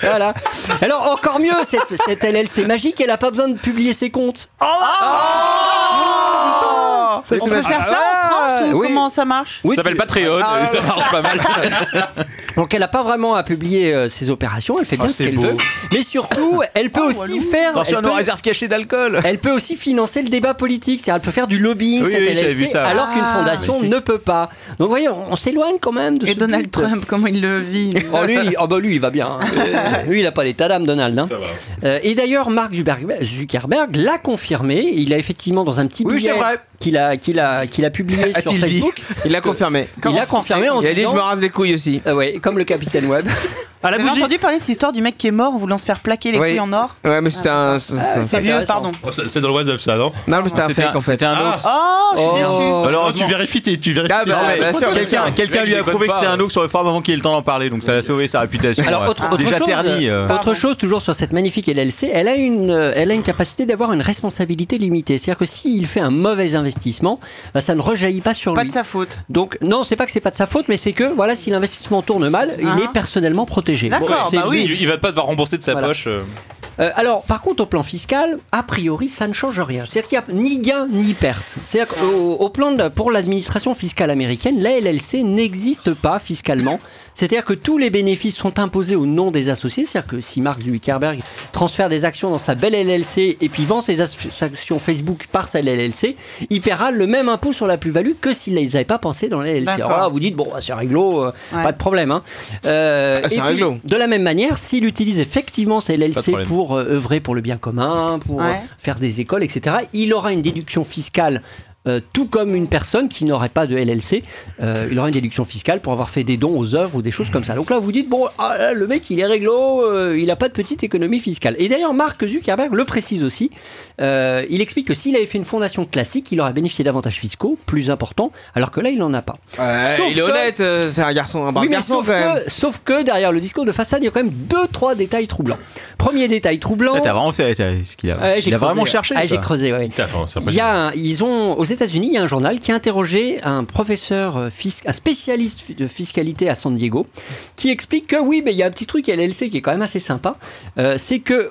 Speaker 8: voilà. Alors encore mieux, cette, cette LLC magique, elle a pas besoin de publier ses comptes. Oh
Speaker 9: Oh On peut faire ça en France ou
Speaker 8: Ah Oui.
Speaker 9: comment ça marche
Speaker 3: ça s'appelle Patreon,
Speaker 8: Ah,
Speaker 3: et ça marche pas mal.
Speaker 8: Donc elle n'a pas vraiment à publier euh, ses opérations, elle fait
Speaker 5: Ah,
Speaker 8: bien ce qu'elle veut. Mais surtout, elle peut aussi faire.
Speaker 5: Attention à
Speaker 8: elle
Speaker 5: nos
Speaker 8: peut-
Speaker 5: réserves cachées d'alcool.
Speaker 8: Elle peut aussi financer le débat politique, c'est-à-dire elle peut faire du lobbying,
Speaker 5: Oui,
Speaker 8: cette
Speaker 5: oui, j'avais
Speaker 8: LLC,
Speaker 5: vu ça, ouais.
Speaker 8: alors qu'une
Speaker 9: Ah.
Speaker 8: fondation ne peut pas. Donc vous voyez, on, on s'éloigne quand même de
Speaker 9: Et
Speaker 8: ce
Speaker 9: Donald
Speaker 8: but.
Speaker 9: Trump, comment il le vit
Speaker 8: Oh lui, il- oh, bah, lui, il va bien. hein. Euh, lui, il a pas d'état d'âme, Donald. hein. Euh, et d'ailleurs, Mark Zuckerberg, Zuckerberg l'a confirmé. Il a effectivement dans un petit
Speaker 13: Oui,
Speaker 8: billet
Speaker 13: c'est vrai.
Speaker 8: qu'il a, qu'il a, qu'il a publié sur
Speaker 13: A-t-il dit
Speaker 8: Facebook.
Speaker 13: Il l'a confirmé.
Speaker 8: Il a confirmé en
Speaker 13: Il a dit
Speaker 8: disant-
Speaker 13: je me rase les couilles aussi.
Speaker 8: Ah ouais, comme le capitaine Web.
Speaker 6: À la
Speaker 9: Vous avez
Speaker 6: bougie.
Speaker 9: entendu parler de cette histoire du mec qui est mort en voulant se faire plaquer les
Speaker 13: Oui.
Speaker 9: couilles en or
Speaker 13: Ouais, mais c'était un.
Speaker 9: Ah, c'est vieux, pardon.
Speaker 4: Oh, c'est c'est dans le WhatsApp ça, non
Speaker 13: Non, mais c'était un
Speaker 4: C'était
Speaker 13: fake
Speaker 4: un-
Speaker 13: en fait.
Speaker 4: c'était un autre.
Speaker 9: Oh, je suis déçu.
Speaker 4: Alors tu vérifies, tes- tu vérifies.
Speaker 5: Ah,
Speaker 4: tes-
Speaker 5: bah, ouais, bien sûr, Quelqu'un quelqu'un lui a prouvé que c'était un
Speaker 4: autre
Speaker 5: ours sur le forum avant qu'il ait le temps d'en parler, donc ça a sauvé sa réputation.
Speaker 8: Alors, autre, autre
Speaker 5: Ah. déjà
Speaker 8: chose,
Speaker 5: ternie.
Speaker 8: euh,
Speaker 5: euh.
Speaker 8: autre chose, toujours sur cette magnifique LLC, elle a une, euh, elle a une capacité d'avoir une responsabilité limitée. C'est-à-dire que s'il fait un mauvais investissement, bah, ça ne rejaillit pas sur
Speaker 9: Pas
Speaker 8: lui.
Speaker 9: de sa faute.
Speaker 8: Donc, non, c'est pas que c'est pas de sa faute, mais c'est que, voilà, si l'investissement tourne mal,
Speaker 9: Ah.
Speaker 8: il est personnellement protégé.
Speaker 9: D'accord,
Speaker 8: C'est
Speaker 9: bah
Speaker 8: lui.
Speaker 14: Il, il va pas devoir rembourser de sa poche. euh.
Speaker 8: Euh, alors, par contre, au plan fiscal, a priori, ça ne change rien. C'est-à-dire qu'il n'y a ni gain ni perte. C'est-à-dire qu'au au plan de, pour l'administration fiscale américaine, la LLC n'existe pas fiscalement. C'est-à-dire que tous les bénéfices sont imposés au nom des associés. C'est-à-dire que si Mark Zuckerberg transfère des actions dans sa belle LLC et puis vend ses as- actions Facebook par sa LLC, il paiera le même impôt sur la plus-value que s'il ne les avait pas pensées dans la LLC. Alors
Speaker 9: D'accord.
Speaker 8: là, vous dites, bon, bah, c'est réglo, euh,
Speaker 9: Ouais.
Speaker 8: pas de problème. hein. Euh,
Speaker 13: Ah, c'est
Speaker 8: et puis,
Speaker 13: réglo.
Speaker 8: De la même manière, s'il utilise effectivement sa
Speaker 13: Pas de
Speaker 8: LLC
Speaker 13: problème.
Speaker 8: pour pour euh, œuvrer pour le bien commun, pour
Speaker 9: Ouais.
Speaker 8: euh, faire des écoles, etc. Il aura une déduction fiscale. euh, tout comme une personne qui n'aurait pas de LLC, euh, il aura une déduction fiscale pour avoir fait des dons aux œuvres ou des choses comme ça. Donc là, vous dites, bon, ah, là, le mec, il est réglo, euh, il n'a pas de petite économie fiscale. Et d'ailleurs, Mark Zuckerberg le précise aussi. Euh, il explique que s'il avait fait une fondation classique, il aurait bénéficié d'avantages fiscaux plus importants, alors que là, il n'en a pas.
Speaker 13: Ouais,
Speaker 8: Sauf
Speaker 13: il est
Speaker 8: que-
Speaker 13: honnête, euh, c'est un garçon, un brave
Speaker 8: oui, mais
Speaker 13: garçon
Speaker 8: sauf,
Speaker 13: quand même.
Speaker 8: que, sauf que derrière le discours de façade, il y a quand même deux, trois détails troublants. Premier détail troublant.
Speaker 5: Là, Eh, t'as vraiment, t'as- t'as- ce qu'il a,
Speaker 8: Ouais, j'ai
Speaker 5: il
Speaker 8: creusé,
Speaker 5: a vraiment
Speaker 8: ouais.
Speaker 5: cherché.
Speaker 8: Ah, j'ai
Speaker 5: quoi.
Speaker 8: creusé, ouais. Il y a un- ils ont, aux États-Unis, il y a un journal qui a interrogé un professeur, euh, fis- un spécialiste fi- de fiscalité à San Diego, qui explique que oui, mais il y a un petit truc à LLC qui est quand même assez sympa. euh, c'est que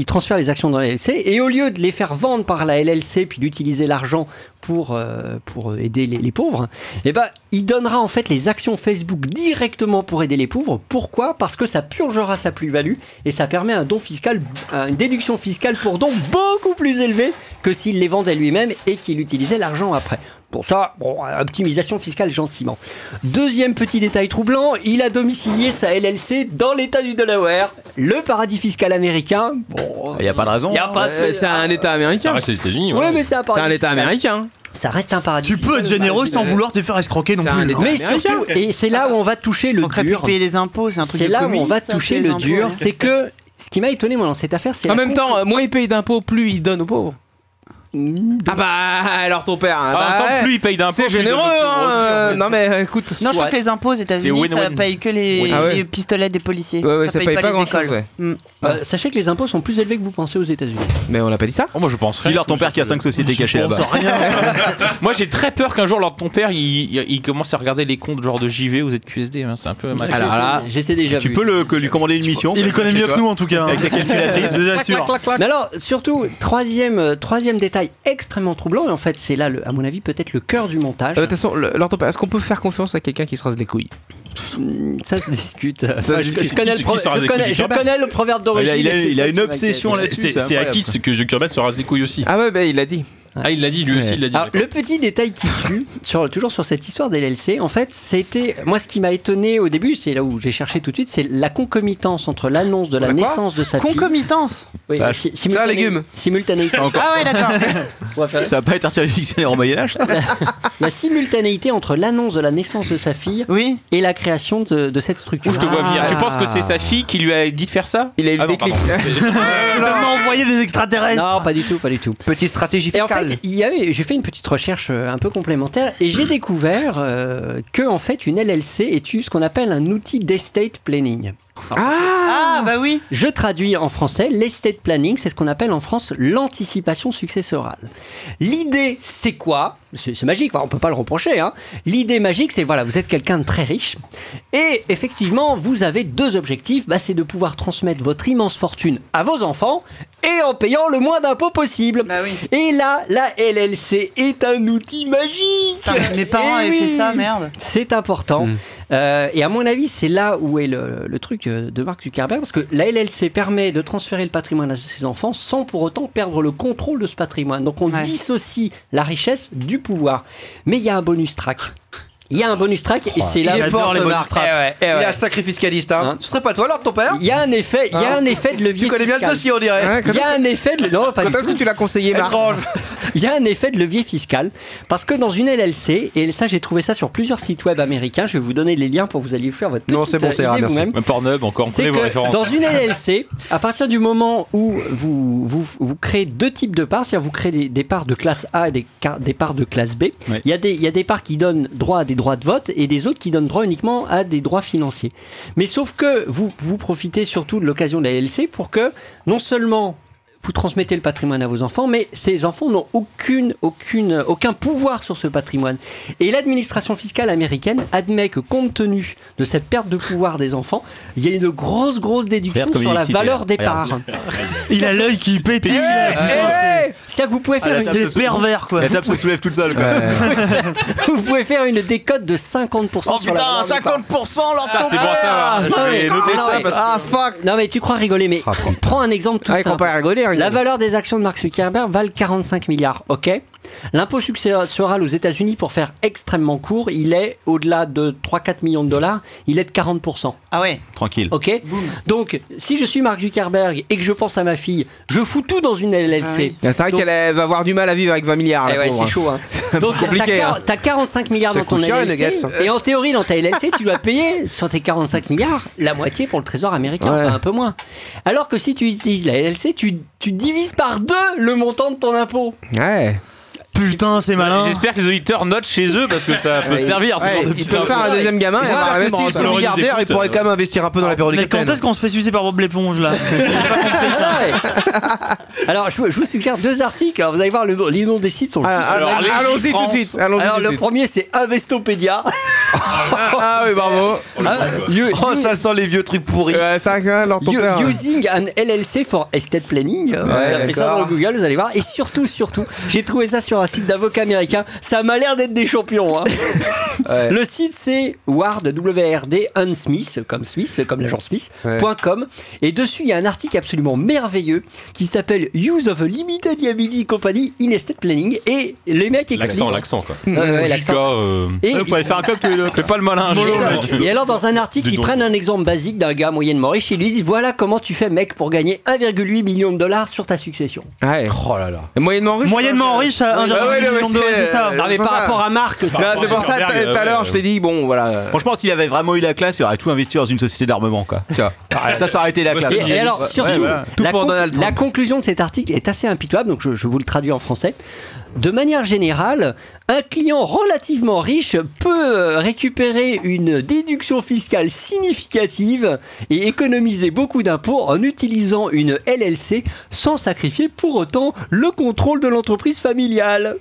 Speaker 8: ils transfèrent les actions dans la LLC et au lieu de les faire vendre par la LLC puis d'utiliser l'argent pour, euh, pour aider les, les pauvres, eh ben, il donnera en fait les actions Facebook directement pour aider les pauvres. Pourquoi Parce que ça purgera sa plus-value et ça permet un don fiscal, euh, une déduction fiscale pour don beaucoup plus élevée que s'il les vendait lui-même et qu'il utilisait l'argent après. Pour ça, bon, optimisation fiscale gentiment. Deuxième petit détail troublant, il a domicilié sa LLC dans l'état du Delaware, le paradis fiscal américain. Bon,
Speaker 5: Il y a pas de raison.
Speaker 8: Il y a pas de-
Speaker 13: Euh, C'est
Speaker 9: Ah.
Speaker 13: un État américain.
Speaker 4: reste les États-Unis.
Speaker 8: ouais, mais c'est un
Speaker 13: C'est
Speaker 8: paradis
Speaker 13: un État
Speaker 8: fiscal.
Speaker 13: américain.
Speaker 8: Ça reste un paradis.
Speaker 6: Tu peux être généreux
Speaker 9: Bah,
Speaker 6: sans vouloir te faire escroquer non
Speaker 13: C'est
Speaker 6: plus.
Speaker 13: un
Speaker 6: hein.
Speaker 13: État
Speaker 8: Mais
Speaker 13: américain.
Speaker 8: surtout, et c'est là où on va toucher le
Speaker 9: On aurait pu
Speaker 8: dur.
Speaker 9: payer des impôts, c'est un truc
Speaker 8: C'est
Speaker 9: de
Speaker 8: là où on
Speaker 9: communiste,
Speaker 8: va
Speaker 9: ça,
Speaker 8: toucher
Speaker 9: payer
Speaker 8: le
Speaker 9: les impôts,
Speaker 8: dur,
Speaker 9: ouais.
Speaker 8: c'est que ce qui m'a étonné moi dans cette affaire, c'est
Speaker 13: En
Speaker 8: la
Speaker 13: même temps, euh, moins il paye d'impôts, plus il donne aux pauvres. Ah bah alors ton père.
Speaker 4: Ah,
Speaker 13: hein,
Speaker 14: En
Speaker 13: bah
Speaker 14: même temps,
Speaker 13: ouais.
Speaker 14: plus il paye d'impôts,
Speaker 13: C'est
Speaker 14: plus il
Speaker 13: généreux.
Speaker 14: donne aux pauvres
Speaker 13: hein,
Speaker 14: aussi, en
Speaker 13: euh,
Speaker 14: fait.
Speaker 13: Non mais euh, écoute.
Speaker 9: Non, je crois que les impôts aux États-Unis,
Speaker 14: C'est
Speaker 9: ça
Speaker 14: win-win.
Speaker 9: paye que les,
Speaker 13: Ah ouais.
Speaker 9: les pistolets des policiers.
Speaker 13: Ouais, ouais, ça paye pas
Speaker 9: les
Speaker 13: grand-chose,
Speaker 9: écoles.
Speaker 13: ouais.
Speaker 9: Mm.
Speaker 8: Euh, sachez que les impôts sont plus élevés que vous pensez aux États-Unis.
Speaker 13: Mais on a pas dit ça.
Speaker 14: Oh, moi je pense.
Speaker 5: Dis-leur ton père qui a 5 sociétés cachées là-bas.
Speaker 14: Moi j'ai très peur qu'un jour, lors de ton père, il, il- il commence à regarder les comptes genre de JV ou ZQSD. hein. C'est un peu mal.
Speaker 5: Alors là,
Speaker 8: J'étais déjà
Speaker 5: tu
Speaker 8: vu.
Speaker 5: peux le, que lui commander une mission.
Speaker 6: Il les connaît mieux que nous en tout cas. hein.
Speaker 5: Avec sa calculatrice, déjà sûr.
Speaker 8: Mais alors, surtout, troisième, euh, troisième détail extrêmement troublant, et en fait, c'est là, le- à mon avis, peut-être le cœur du montage.
Speaker 13: Euh, De toute façon, le- leur ton père, est-ce qu'on peut faire confiance à quelqu'un qui se rase les couilles
Speaker 8: Hmm, Ça se discute.
Speaker 13: se
Speaker 8: Enfin, je,
Speaker 13: discute.
Speaker 8: je connais
Speaker 4: Qui-
Speaker 8: le pro-
Speaker 4: qui sera
Speaker 8: je
Speaker 4: avec
Speaker 8: connais-
Speaker 4: Lucie
Speaker 8: je
Speaker 4: Charbin
Speaker 8: connais le proverbe
Speaker 5: Il
Speaker 8: d'origine.
Speaker 5: a- il a-
Speaker 8: et c'est
Speaker 5: il a
Speaker 8: ça
Speaker 5: une
Speaker 8: qui m'inquiète.
Speaker 5: obsession
Speaker 4: C'est-
Speaker 5: là-dessus.
Speaker 4: C'est c'est
Speaker 5: incroyable.
Speaker 4: acquis ce que Zuckerberg se rase les couilles aussi.
Speaker 13: Ah ouais, bah il l'a dit.
Speaker 4: Ah, il l'a dit, lui aussi, il l'a dit.
Speaker 8: Alors, le petit détail qui tue, sur, toujours sur cette histoire des LLC, en fait, c'était. Moi, ce qui m'a étonné au début, c'est là où j'ai cherché tout de suite, c'est la concomitance entre l'annonce de la
Speaker 13: Bah, quoi
Speaker 8: naissance de sa fille.
Speaker 9: Concomitance.
Speaker 8: Oui,
Speaker 5: Bah,
Speaker 8: si-
Speaker 13: un
Speaker 8: simultané-
Speaker 13: légume.
Speaker 8: Simultanéité.
Speaker 9: Ah ouais, d'accord.
Speaker 8: On va faire-
Speaker 5: Ça va pas être un du dictionnaire au Moyen-Âge.
Speaker 8: La simultanéité entre l'annonce de la naissance de sa fille
Speaker 9: Oui.
Speaker 8: et la création de, de cette structure. Ah.
Speaker 14: Où je te vois venir. Tu penses que c'est sa fille qui lui a dit de faire ça
Speaker 13: Il a eu le
Speaker 14: Ah non,
Speaker 13: déclic.
Speaker 14: pardon.
Speaker 6: Tu vas m'envoyer des extraterrestres.
Speaker 8: Non, pas du tout, pas du tout.
Speaker 13: Petite stratégie
Speaker 8: Et en
Speaker 13: fiscale.
Speaker 8: fait, il y avait, j'ai fait une petite recherche euh, un peu complémentaire et j'ai découvert euh, que en fait une LLC est une- ce qu'on appelle un outil d'estate planning.
Speaker 9: Ah bah oui.
Speaker 8: Je traduis en français, l'estate planning, c'est ce qu'on appelle en France l'anticipation successorale. L'idée, c'est quoi C'est c'est magique, enfin, on peut pas le reprocher. hein. L'idée magique, c'est voilà, vous êtes quelqu'un de très riche et effectivement, vous avez deux objectifs. Bah, c'est de pouvoir transmettre votre immense fortune à vos enfants et en payant le moins d'impôts possible.
Speaker 9: Bah oui.
Speaker 8: Et là, la LLC est un outil magique.
Speaker 9: Putain, mes parents
Speaker 8: Eh
Speaker 9: avaient fait
Speaker 8: oui.
Speaker 9: ça, merde.
Speaker 8: C'est important. Euh, et à mon avis, c'est là où est le, le truc euh, de Mark Zuckerberg, parce que la LLC permet de transférer le patrimoine à ses enfants sans pour autant perdre le contrôle de ce patrimoine. Donc on
Speaker 9: Ouais.
Speaker 8: dissocie la richesse du pouvoir. Mais il y a un bonus track. Il y a un bonus track et c'est là
Speaker 7: il est fort, ce Marc.
Speaker 8: Eh ouais, eh
Speaker 7: Il est
Speaker 8: ouais.
Speaker 7: un sacré fiscaliste. Hein.
Speaker 8: Hein.
Speaker 7: Ce serait pas toi, alors, ton père
Speaker 8: Il y a un effet, il y a
Speaker 7: Hein.
Speaker 8: un effet de levier.
Speaker 7: Tu connais bien le
Speaker 8: fiscal.
Speaker 7: dossier, on dirait.
Speaker 13: Ouais,
Speaker 8: Il y a un effet de non pas
Speaker 13: Quand
Speaker 8: du
Speaker 13: est-ce que
Speaker 8: tout.
Speaker 13: tu l'as conseillé, Marc
Speaker 7: Étrange.
Speaker 8: il y a un effet de levier fiscal. Parce que dans une LLC, et ça j'ai trouvé ça sur plusieurs sites web américains, je vais vous donner les liens pour que vous alliez faire votre petite
Speaker 7: Non, c'est bon,
Speaker 8: euh,
Speaker 7: c'est ira,
Speaker 8: idée
Speaker 7: merci.
Speaker 8: vous-même.
Speaker 3: Pornhub, encore, on
Speaker 8: C'est
Speaker 3: connaît vos
Speaker 8: que
Speaker 3: références.
Speaker 8: Dans une LLC, à partir du moment où vous, vous, vous créez deux types de parts, c'est-à-dire vous créez des, des parts de classe A et des, car- des parts de classe B,
Speaker 3: Ouais.
Speaker 8: il y, a des- il y a des parts qui donnent droit à des droits de vote et des autres qui donnent droit uniquement à des droits financiers. Mais sauf que vous, vous profitez surtout de l'occasion de la LLC pour que non seulement vous transmettez le patrimoine à vos enfants, mais ces enfants n'ont aucune, aucune, aucun pouvoir sur ce patrimoine. Et l'administration fiscale américaine admet que compte tenu de cette perte de pouvoir des enfants, il y a une grosse, grosse déduction
Speaker 3: Regarde comme
Speaker 8: sur
Speaker 3: il est
Speaker 8: la
Speaker 3: excité,
Speaker 8: valeur
Speaker 3: là.
Speaker 8: des
Speaker 3: Regarde.
Speaker 8: parts.
Speaker 6: Il a l'œil qui pétille.
Speaker 8: Eh,
Speaker 6: là.
Speaker 8: eh, C'est-à-dire que vous pouvez
Speaker 6: Ah,
Speaker 8: faire
Speaker 6: la
Speaker 8: une-
Speaker 6: table se soulève.
Speaker 5: La table se soulève toute seule, quoi.
Speaker 8: vous pouvez faire une décote de 50%
Speaker 5: Oh
Speaker 8: sur la valeur
Speaker 5: putain,
Speaker 8: des parts. Ah,
Speaker 5: 50%
Speaker 3: Ah,
Speaker 5: l'entendre
Speaker 8: c'est bon à savoir. Je vais noter ça parce que-
Speaker 13: Ah fuck
Speaker 8: Non mais tu crois rigoler, mais prends un exemple tout
Speaker 13: Ah, il
Speaker 8: simple.
Speaker 13: croit pas rigoler, hein,
Speaker 8: La
Speaker 13: Guillaume.
Speaker 8: valeur des actions de Mark Zuckerberg valent 45 milliards, ok L'impôt successoral aux États-Unis, pour faire extrêmement court, il est au-delà de 3-4 millions de dollars, il est de 40%.
Speaker 9: Ah ouais
Speaker 5: Tranquille.
Speaker 8: Ok Donc, si je suis Mark Zuckerberg et que je pense à ma fille, je fous tout dans une LLC.
Speaker 13: Ah, C'est vrai
Speaker 8: Donc-
Speaker 13: qu'elle euh, va avoir du mal à vivre avec 20 milliards.
Speaker 8: Eh
Speaker 13: la
Speaker 8: ouais,
Speaker 13: pauvre,
Speaker 8: c'est chaud. Hein.
Speaker 13: C'est
Speaker 8: Donc, t'as
Speaker 13: compliqué.
Speaker 8: quar-
Speaker 13: hein.
Speaker 8: t'as 45 milliards
Speaker 13: Ça
Speaker 8: dans ton
Speaker 13: coûte cher, les
Speaker 8: LLC.
Speaker 13: nuggets.
Speaker 8: Et en théorie, dans ta LLC, tu dois payer sur tes 45 milliards la moitié pour le trésor américain,
Speaker 13: Ouais.
Speaker 8: enfin un peu moins. Alors que si tu utilises la LLC, tu, tu divises par deux le montant de ton impôt.
Speaker 13: Ouais.
Speaker 6: Putain, c'est malin.
Speaker 3: J'espère que les auditeurs notent chez eux parce que ça peut servir. ce
Speaker 13: Ouais,
Speaker 3: genre de
Speaker 13: il
Speaker 3: petite
Speaker 13: peut faire
Speaker 3: info.
Speaker 13: un deuxième gamin.
Speaker 7: Ils ont
Speaker 13: va
Speaker 7: alerté
Speaker 13: investir
Speaker 7: s'ils sont
Speaker 13: dans-
Speaker 7: milliardaires, ils pourraient quand même investir un peu dans la période du
Speaker 6: Mais quand est-ce qu'on se fait sucer par Bob l'éponge là
Speaker 8: Alors, je, vous- je vous suggère deux articles. Alors, vous allez voir, le, nom- les noms des sites sont
Speaker 13: Ah,
Speaker 8: juste
Speaker 13: alors,
Speaker 8: magnifiques.
Speaker 13: Allons-y tout de suite. Allons-y
Speaker 8: Alors,
Speaker 13: tout de
Speaker 8: le
Speaker 13: suite.
Speaker 8: premier, c'est Investopedia.
Speaker 13: Ah oui, bravo.
Speaker 8: You-
Speaker 7: Oh, ça sent les vieux trucs pourris.
Speaker 13: Ouais, ça, hein, leur ton
Speaker 8: You-
Speaker 13: père.
Speaker 8: using an LLC for estate planning. Euh,
Speaker 13: Ouais,
Speaker 8: tapez ça
Speaker 13: d'accord.
Speaker 8: dans Google, vous allez voir. Et surtout, surtout, j'ai trouvé ça sur un site d'avocats américain. Ça m'a l'air d'être des champions. hein. Le site c'est Ward WRD and Smith comme Smith comme l'agent Smith
Speaker 13: Ouais.
Speaker 8: point .com et dessus il y a un article absolument merveilleux qui s'appelle Use of a Limited Liability Company in Estate Planning et les mecs expliquent
Speaker 4: L'accent, l'accent, quoi.
Speaker 8: Ouais, ouais,
Speaker 3: Jika,
Speaker 8: l'accent.
Speaker 3: euh,
Speaker 8: Et-
Speaker 3: vous pouvez faire un club tous les deux. Fais pas le malin.
Speaker 8: Et
Speaker 3: Jika.
Speaker 8: alors- Et alors, dans un article,
Speaker 3: Dis
Speaker 8: ils
Speaker 3: donc.
Speaker 8: prennent un exemple basique d'un gars moyennement riche. Ils lui disent Voilà comment tu fais, mec, pour gagner 1,8 million de dollars sur ta succession.
Speaker 13: Ouais.
Speaker 7: Oh là là.
Speaker 13: Et Moyennement riche.
Speaker 6: Moyennement riche à 1,8
Speaker 13: Ah ouais, le
Speaker 6: million de
Speaker 13: monsieur,
Speaker 6: c'est ça.
Speaker 13: euh,
Speaker 8: Non, mais
Speaker 13: c'est
Speaker 8: par
Speaker 13: ça.
Speaker 8: rapport à Marc, c'est-
Speaker 13: Non, c'est pour ça,
Speaker 4: Zuckerberg,
Speaker 5: euh,
Speaker 13: tout à l'heure,
Speaker 4: ouais,
Speaker 13: je t'ai dit, bon, voilà.
Speaker 5: Franchement, s'il avait vraiment eu la classe, il aurait tout investi dans une société d'armement, quoi. Tu vois. Ça, ça aurait été la classe.
Speaker 8: Et, et alors, surtout,
Speaker 13: Tout
Speaker 8: la,
Speaker 13: pour
Speaker 8: con-
Speaker 13: Donald Trump.
Speaker 8: la conclusion de cet article est assez impitoyable, donc je, je vous le traduis en français. De manière générale, un client relativement riche peut euh, récupérer une déduction fiscale significative et économiser beaucoup d'impôts en utilisant une LLC sans sacrifier pour autant le contrôle de l'entreprise familiale.